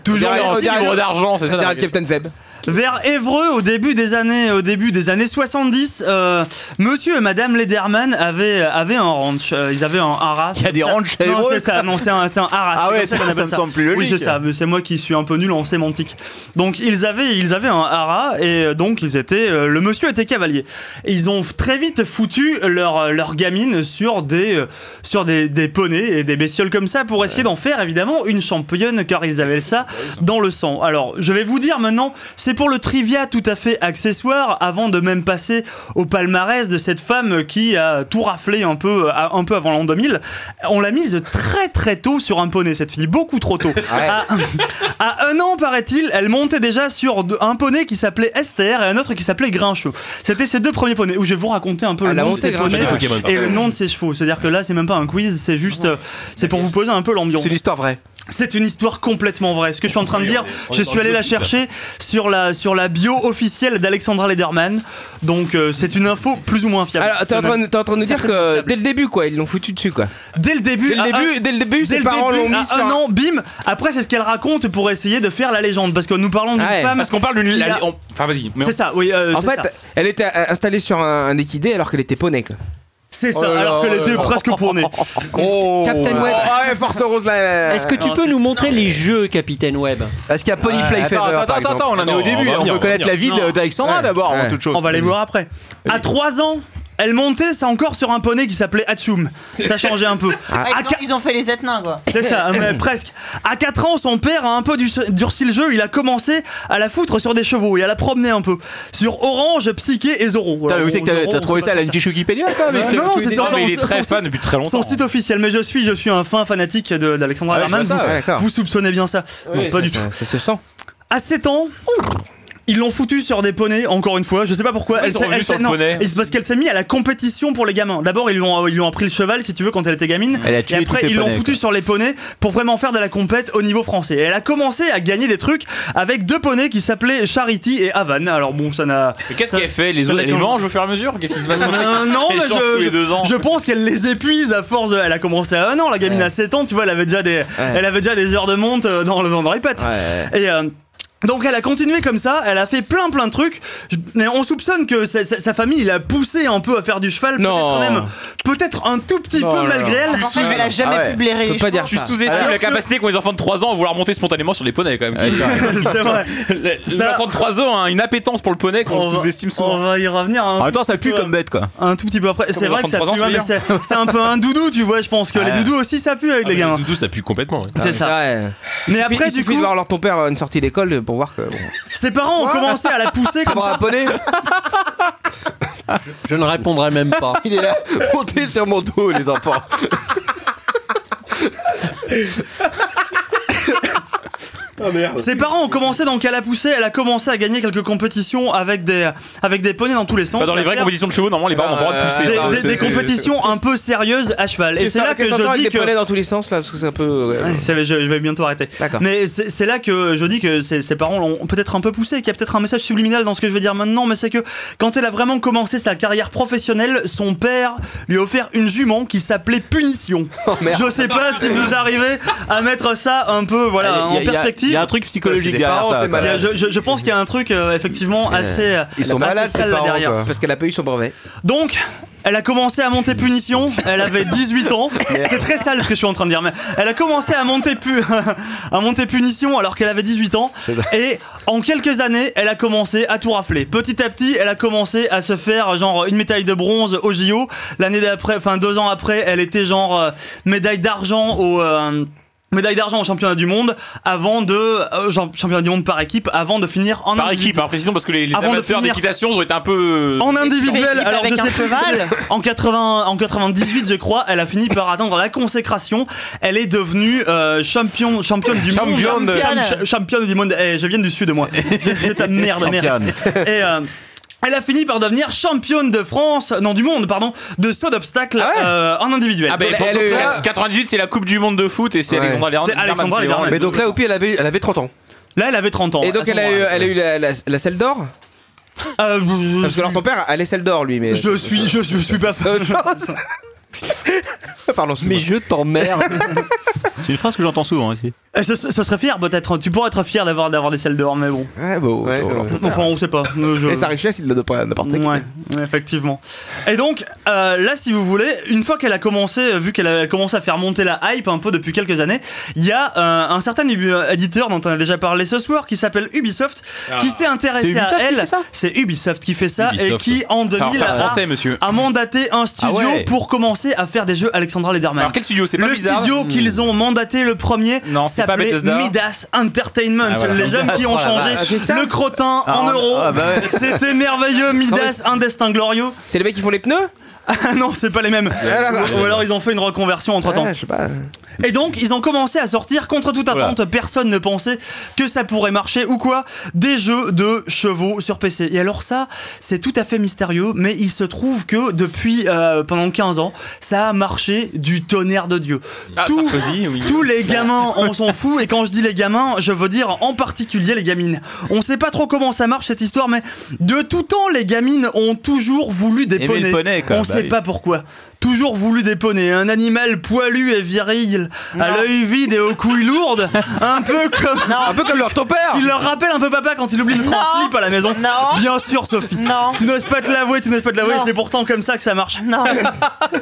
Speaker 14: Toujours
Speaker 13: Derrière-
Speaker 14: leur
Speaker 13: derrière-
Speaker 14: fibre d'argent, c'est ça. la
Speaker 13: Derrière
Speaker 14: question.
Speaker 13: Captain Web.
Speaker 6: Vers Évreux, au début des années, au début des années 70, euh, monsieur et madame Lederman avaient, avaient un ranch. Euh, ils avaient un haras.
Speaker 5: Il y a des
Speaker 6: Ça-
Speaker 5: ranchs à
Speaker 6: Non,
Speaker 5: Évreux,
Speaker 6: c'est ça, non, c'est un, c'est un haras.
Speaker 5: Ah
Speaker 6: C'est
Speaker 5: ouais,
Speaker 6: comme
Speaker 5: ça-
Speaker 6: qu'on
Speaker 5: ça
Speaker 6: appelle
Speaker 5: me semble plus
Speaker 6: Oui,
Speaker 5: logique.
Speaker 6: c'est ça, mais c'est moi qui suis un peu nul en sémantique. Donc, ils avaient, ils avaient un haras et euh, donc ils étaient, euh, le monsieur était cavalier. Et ils ont très vite foutu leur, euh, leur gamine sur des, euh, sur des, des poneys et des bestioles comme ça pour essayer d'en faire évidemment une championne car ils avaient ça dans le sang. Alors, je vais vous dire maintenant, c'est pour le trivia tout à fait accessoire avant de même passer au palmarès de cette femme qui a tout raflé un peu, euh, un peu avant l'an 2000. On l'a mise très très tôt sur un poney, cette fille, beaucoup trop tôt. À, à un an, paraît-il, elle montait déjà sur de- un poney qui s'appelait Esther et un autre qui s'appelait Grincheux. C'était ces deux premiers poneys où je vais vous raconter un peu le
Speaker 13: la
Speaker 6: nom de
Speaker 13: montée
Speaker 6: ces
Speaker 13: Grincheux.
Speaker 6: poneys
Speaker 4: Pokémon,
Speaker 6: et le nom de ces chevaux. C'est-à-dire que là, c'est même pas un quiz, c'est juste, euh, c'est pour vous poser un peu l'ambiance.
Speaker 10: C'est l'histoire vraie.
Speaker 6: C'est une histoire complètement vraie. Ce que je suis en train de dire, je suis allé la chercher sur la, sur la bio officielle d'Alexandra Lederman. Donc euh, c'est une info plus ou moins fiable.
Speaker 13: Alors, t'es en train de- t'es en train de nous dire que dès le début, quoi, ils l'ont foutu dessus, quoi.
Speaker 6: Dès le début,
Speaker 13: Dès le
Speaker 6: à
Speaker 13: début,
Speaker 6: un-
Speaker 13: dès le début,
Speaker 6: dès
Speaker 13: ses
Speaker 6: le
Speaker 13: parents l'ont
Speaker 6: début,
Speaker 13: mis
Speaker 6: à
Speaker 13: sur
Speaker 6: un
Speaker 13: un-
Speaker 6: an, bim. Après, c'est ce qu'elle raconte pour essayer de faire la légende. Parce que nous parlons d'une
Speaker 13: Ah ouais.
Speaker 6: femme.
Speaker 14: Parce qu'on parle d'une.
Speaker 6: qui
Speaker 14: la-
Speaker 6: a-
Speaker 14: on- Enfin, vas-y. mais on-
Speaker 6: C'est ça, oui. euh,
Speaker 13: En
Speaker 6: c'est
Speaker 13: fait,
Speaker 6: ça.
Speaker 13: elle était euh, installée sur un, un équidé alors qu'elle était poney. quoi.
Speaker 6: C'est ça,
Speaker 13: Oh là
Speaker 6: alors
Speaker 13: là,
Speaker 6: qu'elle
Speaker 13: oh
Speaker 6: était
Speaker 13: là là.
Speaker 5: Ah,
Speaker 6: presque tournée. Oh.
Speaker 8: Captain Web. Est-ce que tu
Speaker 6: Ah,
Speaker 8: peux nous montrer les jeux, Capitaine Web
Speaker 10: Est-ce qu'il y a Pony
Speaker 5: Euh, attends, attends, attends, attends, on en est au début. On, peut connaître la ville d'Alexandra d'abord, avant toute chose.
Speaker 6: On va aller voir après. À 3 ans, elle montait, ça encore sur un poney qui s'appelait Hatsum. Ça changeait un peu. À
Speaker 9: Ah, ils, ont, ils ont fait les etnins quoi.
Speaker 6: C'est ça, mais presque. À 4 ans, son père a un peu du- durci le jeu. Il a commencé à la foutre sur des chevaux et à la promener un peu. Sur Orange, Psyché et Zoro.
Speaker 5: Putain, mais
Speaker 6: Alors,
Speaker 5: où c'est que t'as-
Speaker 6: Zoro,
Speaker 5: t'as
Speaker 6: on
Speaker 5: trouvé
Speaker 6: sait
Speaker 5: ça
Speaker 6: pas
Speaker 5: à la
Speaker 6: trop
Speaker 5: Wikipédia quand même
Speaker 6: Non, non, c'est sur
Speaker 3: Non, mais
Speaker 6: son-
Speaker 3: il est
Speaker 6: sur son
Speaker 3: très fan
Speaker 6: site-
Speaker 3: depuis très longtemps.
Speaker 6: Son site officiel, mais je suis, je suis un fin fanatique de- d'Alexandra
Speaker 5: Ah ouais,
Speaker 6: Lerman.
Speaker 5: je vois ça,
Speaker 6: vous,
Speaker 5: ouais, d'accord.
Speaker 6: vous soupçonnez bien ça Non, pas du tout.
Speaker 13: Ça se sent.
Speaker 6: À 7 ans, ils l'ont foutu sur des poneys, encore une fois, je sais pas pourquoi.
Speaker 3: Pourquoi ils sont
Speaker 6: s'est-
Speaker 3: revenus
Speaker 6: s'est-
Speaker 3: sur le
Speaker 6: non,
Speaker 3: poney
Speaker 6: et c'est parce qu'elle s'est mise à la compétition pour les gamins. D'abord, ils lui ont, ils lui ont appris le cheval, si tu veux, quand elle était gamine.
Speaker 5: Elle a tué
Speaker 6: et
Speaker 5: tous
Speaker 6: après,
Speaker 5: ses
Speaker 6: ils l'ont
Speaker 5: poneys,
Speaker 6: foutu sur les poneys pour vraiment faire de la compète au niveau français. Et elle a commencé à gagner des trucs avec deux poneys qui s'appelaient Charity et Havane. Alors bon, ça n'a.
Speaker 3: Mais qu'est-ce
Speaker 6: ça-
Speaker 3: qu'elle fait Les
Speaker 6: ça
Speaker 3: autres,
Speaker 6: n'a
Speaker 3: elle les
Speaker 6: qu'un-
Speaker 3: mange au fur et à mesure Qu'est-ce qui se passe
Speaker 6: euh, non,
Speaker 3: Elle
Speaker 6: mais
Speaker 3: sort tous
Speaker 6: je,
Speaker 3: les deux ans.
Speaker 6: je pense qu'elle les épuise à force. De, elle a commencé à un an, la gamine à 7 ans, tu vois, elle avait déjà des, elle avait déjà des heures de monte euh, dans, le, dans les pattes. Et euh, donc elle a continué comme ça, elle a fait plein plein de trucs, Je- mais on soupçonne que sa, sa- sa famille l'a poussée un peu à faire du cheval, peut-être
Speaker 13: Non.
Speaker 6: même, peut-être un tout petit
Speaker 13: Non,
Speaker 6: peu
Speaker 13: non,
Speaker 6: malgré elle.
Speaker 9: En fait, Ah, elle a jamais
Speaker 3: Ah
Speaker 10: ouais.
Speaker 9: pu blairer
Speaker 13: Peut
Speaker 9: les
Speaker 13: pas
Speaker 9: chevaux.
Speaker 13: dire
Speaker 3: Tu
Speaker 13: ça.
Speaker 3: sous-estimes la capacité qu'ont les enfants de 3 ans à vouloir monter spontanément sur les poneys quand même.
Speaker 6: C'est vrai. Ça-
Speaker 3: L'enfant de 3
Speaker 14: hein.
Speaker 3: ans a une appétence pour le poney qu'on
Speaker 6: va-
Speaker 3: sous-estime
Speaker 6: on
Speaker 3: souvent.
Speaker 6: va y revenir. hein. un
Speaker 5: En même temps, ça
Speaker 6: petit
Speaker 5: pue
Speaker 6: peu-
Speaker 5: comme bête quoi.
Speaker 6: Un tout petit peu après. C'est
Speaker 3: les
Speaker 6: vrai que ça
Speaker 3: enfants de
Speaker 6: pue,
Speaker 3: trois
Speaker 6: hein,
Speaker 3: ans, tu
Speaker 6: mais
Speaker 3: veux
Speaker 6: c'est c'est un peu un doudou, tu vois. Je pense que les doudous aussi ça pue avec Ah, les gamins.
Speaker 4: Tout ça pue complètement. ouais.
Speaker 13: Ah,
Speaker 6: C'est ça. Mais
Speaker 13: Mais
Speaker 6: après,
Speaker 13: après, il
Speaker 6: du
Speaker 13: suffit
Speaker 6: coup-
Speaker 13: de voir leur ton père à une sortie d'école pour voir que. bon.
Speaker 6: Ses parents ont commencé à la pousser comme
Speaker 10: Avoir
Speaker 6: ça.
Speaker 10: un poney
Speaker 8: Je ne répondrai même pas.
Speaker 10: Il est là, montez sur mon dos, les enfants.
Speaker 6: Ses parents ont commencé donc à la pousser, elle a commencé à gagner quelques compétitions avec des, avec des poneys dans tous les sens.
Speaker 3: Pas Bah, dans les
Speaker 6: à
Speaker 3: vraies
Speaker 6: faire
Speaker 3: compétitions de chevaux, normalement les parents n'ont pas le droit de
Speaker 6: des,
Speaker 3: pousser. hein.
Speaker 6: des-
Speaker 3: Attends,
Speaker 6: des
Speaker 3: c'est- c'est-
Speaker 6: compétitions un peu sérieuses à cheval. Et c'est là que
Speaker 13: Qu'est-ce t'entends
Speaker 6: je
Speaker 13: avec
Speaker 6: dis
Speaker 13: des
Speaker 6: que...
Speaker 13: poneys dans tous les sens là, parce que c'est un peu. euh,
Speaker 6: Ouais, ça va, je, je vais bientôt arrêter.
Speaker 13: D'accord.
Speaker 6: Mais c'est c'est là que je dis que ses, ses parents l'ont peut-être un peu poussé, qu'il y a peut-être un message subliminal dans ce que je vais dire maintenant, mais c'est que quand elle a vraiment commencé sa carrière professionnelle, son père lui a offert une jument qui s'appelait Punition.
Speaker 5: Oh,
Speaker 6: je sais pas si vous arrivez à mettre ça un peu voilà, en perspective.
Speaker 5: Il y a un truc psychologique
Speaker 10: Les
Speaker 5: derrière
Speaker 10: parents,
Speaker 5: ça.
Speaker 10: c'est
Speaker 5: quoi.
Speaker 6: Il y a-
Speaker 10: malade.
Speaker 6: je, je- je pense qu'il y a un truc euh, effectivement assez, euh,
Speaker 10: Ils sont
Speaker 6: assez
Speaker 10: malades, ces
Speaker 6: sale là
Speaker 10: parents,
Speaker 6: derrière.
Speaker 10: quoi.
Speaker 13: Parce qu'elle a pas eu son brevet.
Speaker 6: Donc, elle a commencé à monter punition, elle avait 18 ans. C'est très sale ce que je suis en train de dire, mais elle a commencé à monter, pu- à monter punition alors qu'elle avait 18 ans. Et en quelques années, elle a commencé à tout rafler. Petit à petit, elle a commencé à se faire genre une médaille de bronze au JO. L'année d'après, enfin deux ans après, elle était genre euh, médaille d'argent au. euh, Médaille d'argent au championnat du monde avant de euh, genre, championnat du monde par équipe avant de finir en
Speaker 3: Par
Speaker 6: individu-
Speaker 3: équipe, hein, précision, parce que les, les
Speaker 6: Avant de
Speaker 3: amateurs
Speaker 6: finir-
Speaker 3: d'équitation ils ont été un peu.
Speaker 6: en individuel,
Speaker 9: équipe
Speaker 6: alors
Speaker 9: avec
Speaker 6: je sais
Speaker 9: un
Speaker 6: pas si
Speaker 9: cheval.
Speaker 6: c'est- En, 80, en 98, je crois, elle a fini par atteindre la consécration. Elle est devenue euh, champion, championne du
Speaker 9: Championne.
Speaker 6: monde. Champ- championne du monde. Eh, je viens du sud, moi. J'ai ta merde, merde. Et. euh, elle a fini par devenir championne de France, non du monde, pardon, de saut d'obstacle euh, en individuel.
Speaker 3: Ah, ben,
Speaker 6: Donc,
Speaker 3: pour-
Speaker 6: elle-
Speaker 3: pour-
Speaker 6: elle-
Speaker 3: 98, c'est la Coupe du Monde de foot et c'est
Speaker 10: Ouais.
Speaker 3: Alexandra Lerman.
Speaker 6: C'est Alexandra Lerman.
Speaker 10: Mais donc là, Oupi, elle avait, elle avait 30 ans.
Speaker 6: là, elle avait 30 ans. Ah,
Speaker 13: Et donc
Speaker 6: à ce
Speaker 13: elle a eu,
Speaker 6: moment-là.
Speaker 13: elle a eu la, la, la selle d'or
Speaker 6: Euh, je- je-
Speaker 13: Parce que alors ton père a les selles d'or lui, mais.
Speaker 6: je suis, je, je suis pas.
Speaker 13: Autre chose. Pardon, excuse-moi.
Speaker 8: Mais je t'emmerde.
Speaker 5: C'est une phrase que j'entends souvent aussi.
Speaker 6: Eh, Ce, ce- ce serait fier peut-être. Tu pourrais être fier d'avoir d'avoir des selles d'or, mais bon.
Speaker 13: Ouais, bon,
Speaker 10: Ouais,
Speaker 13: ça va.
Speaker 10: ouais.
Speaker 6: Enfin, on sait pas. Euh, je-
Speaker 13: Et sa richesse, il l'a de pas n'importe qui.
Speaker 6: Ouais, ouais, effectivement. Et donc, euh, là, si vous voulez, une fois qu'elle a commencé, euh, vu qu'elle a commencé à faire monter la hype un peu depuis quelques années, il y a euh, un certain ubi- éditeur dont on a déjà parlé ce soir qui s'appelle Ubisoft
Speaker 3: Ah.
Speaker 6: qui s'est intéressé à elle. C'est Ubisoft qui fait ça et
Speaker 4: Ubisoft.
Speaker 6: qui, en
Speaker 3: Ça va
Speaker 6: 2000,
Speaker 3: faire
Speaker 6: a,
Speaker 3: français, monsieur.
Speaker 6: a mandaté un studio
Speaker 5: Ah ouais.
Speaker 6: pour commencer à faire des jeux Alexandra Lederman.
Speaker 3: Alors, quel studio C'est pas
Speaker 6: Le
Speaker 3: bizarre.
Speaker 5: Hmm.
Speaker 6: studio qu'ils ont mandaté le premier
Speaker 3: Non, c'est pas
Speaker 6: s'appelait
Speaker 3: Bethesda.
Speaker 6: Midas Entertainment.
Speaker 3: Ah, voilà.
Speaker 6: Les hommes qui ont changé
Speaker 3: ah,
Speaker 13: ah,
Speaker 6: le crottin en
Speaker 8: Ah,
Speaker 6: euros.
Speaker 3: bah
Speaker 8: bah
Speaker 6: C'était merveilleux. Midas, un destin glorieux.
Speaker 13: Ah, C'est les mecs qui font les pneus
Speaker 6: Ah non, c'est pas les mêmes. Ou alors ils ont fait une reconversion entre temps.
Speaker 13: Ouais, Ah, je sais pas.
Speaker 6: Et donc, ils ont commencé à sortir contre toute attente. Personne ne pensait que ça pourrait marcher ou quoi. Des jeux de chevaux sur PC. Et alors, ça, c'est tout à fait mystérieux. Mais il se trouve que depuis euh, pendant 15 ans, ça a marché du tonnerre de Dieu.
Speaker 5: Ah,
Speaker 6: Tout- tous les gamins, on s'en fout. Et quand je dis les gamins, je veux dire en particulier les gamines. On sait pas trop comment ça marche cette histoire, mais de tout temps, les gamines ont toujours voulu des
Speaker 5: Aimer le
Speaker 6: poneys.
Speaker 5: poney, quoi.
Speaker 6: On
Speaker 5: Bah
Speaker 6: sait
Speaker 5: oui.
Speaker 6: pas pourquoi. toujours voulu déponner un animal poilu et viril, à l'œil vide et aux couilles lourdes, un peu comme
Speaker 10: un peu comme leur ton père.
Speaker 6: Il leur rappelle un peu papa quand il oublie de translip à la maison. Bien sûr, Sophie.
Speaker 9: Non.
Speaker 6: Tu n'oses pas te l'avouer, tu n'oses pas te l'avouer.
Speaker 9: Non.
Speaker 6: C'est pourtant comme ça que ça marche. Non.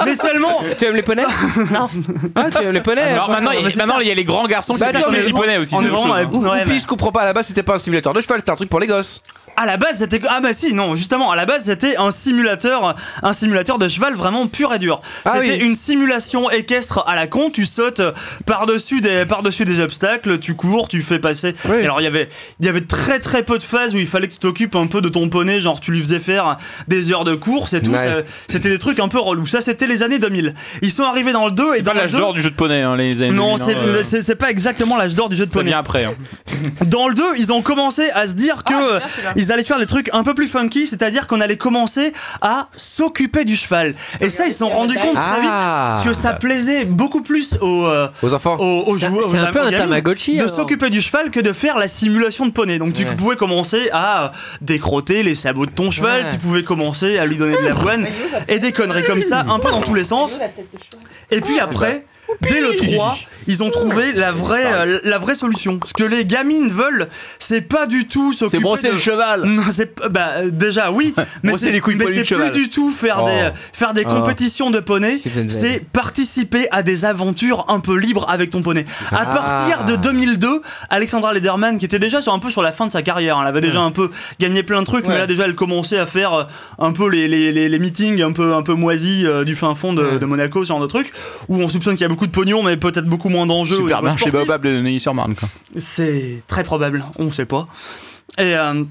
Speaker 6: Mais seulement.
Speaker 13: Tu aimes les poneys
Speaker 9: Non.
Speaker 13: Ah, tu aimes les poneys
Speaker 14: Alors maintenant, il y a- maintenant, il y a les grands garçons qui
Speaker 10: Bah, attends,
Speaker 14: s'appellent
Speaker 10: mais
Speaker 14: les poneys aussi.
Speaker 10: on
Speaker 14: c'est
Speaker 10: est
Speaker 14: autre
Speaker 10: vraiment
Speaker 14: chose.
Speaker 10: dans la- Oupi, je comprends pas à la base c'était pas un simulateur de cheval c'était un truc pour les gosses
Speaker 6: À la base, c'était ah bah si non justement à la base c'était un simulateur, un simulateur de cheval vraiment pur et dur.
Speaker 10: Ah
Speaker 6: c'était
Speaker 10: oui.
Speaker 6: une simulation équestre à la con. Tu sautes par dessus des par dessus des obstacles, tu cours, tu fais passer. Et alors il y avait il y avait très très peu de phases où il fallait que tu t'occupes un peu de ton poney, genre tu lui faisais faire des heures de course et tout.
Speaker 10: Ouais.
Speaker 6: Ça- C'était des trucs un peu relous. Ça c'était les années 2000. Ils sont arrivés dans le 2 et
Speaker 14: Pas
Speaker 6: dans le
Speaker 14: l'âge
Speaker 6: 2.
Speaker 14: d'or du jeu de poney, hein, les années.
Speaker 6: Non,
Speaker 14: 2000,
Speaker 6: c'est
Speaker 14: hein, euh,
Speaker 6: c'est- c'est pas exactement l'âge d'or du jeu de
Speaker 14: ça
Speaker 6: poney.
Speaker 14: vient après. hein.
Speaker 6: Dans le 2, ils ont commencé à se dire que euh, ils allaient faire des trucs un peu plus funky, c'est-à-dire qu'on allait commencer à s'occuper du cheval. Et ça, ils se sont rendus compte très
Speaker 10: Ah.
Speaker 6: vite que ça plaisait beaucoup plus aux, euh,
Speaker 10: aux enfants
Speaker 6: aux, aux
Speaker 8: C'est-
Speaker 6: joueurs.
Speaker 8: c'est
Speaker 6: aux-
Speaker 8: un peu
Speaker 6: aux
Speaker 8: un
Speaker 6: gamins,
Speaker 8: Tamagotchi, hein.
Speaker 6: De
Speaker 8: alors.
Speaker 6: s'occuper du cheval que de faire la simulation de poney. Donc tu pouvais commencer à euh, décrotter les sabots de ton cheval,
Speaker 13: Ouais.
Speaker 6: tu pouvais commencer à lui donner de
Speaker 1: Ah,
Speaker 6: l'avoine et des conneries comme ça, un peu dans tous les sens. Et puis après, dès le 3, ils ont trouvé la vraie, euh, la vraie solution. Ce que les gamines veulent, c'est pas du tout s'occuper.
Speaker 5: C'est brosser
Speaker 6: de-
Speaker 5: le cheval.
Speaker 6: Non, c'est p- bah euh, déjà oui, mais
Speaker 5: Brosser
Speaker 6: c'est
Speaker 5: les couilles
Speaker 6: mais
Speaker 5: poilues de
Speaker 6: c'est plus
Speaker 5: cheval.
Speaker 6: du tout faire
Speaker 10: Oh.
Speaker 6: des euh, faire des
Speaker 10: Oh.
Speaker 6: compétitions de poney.
Speaker 10: C'est une
Speaker 6: C'est participer à des aventures un peu libres avec ton poney. À partir de 2002, Alexandra Lederman, qui était déjà sur un peu sur la fin de sa carrière, hein, elle avait déjà un peu gagné plein de trucs, mais là déjà elle commençait à faire euh, un peu les, les, les, les meetings un peu un peu moisis euh, du fin fond de, de Monaco, ce genre de truc, où on soupçonne qu'il y a beaucoup de pognon, mais peut-être beaucoup moins d'enjeux. au niveau
Speaker 5: chez
Speaker 6: sportif.
Speaker 5: Baobab de Neuilly-sur-Marne. quoi.
Speaker 6: C'est très probable, on sait pas. Et euh,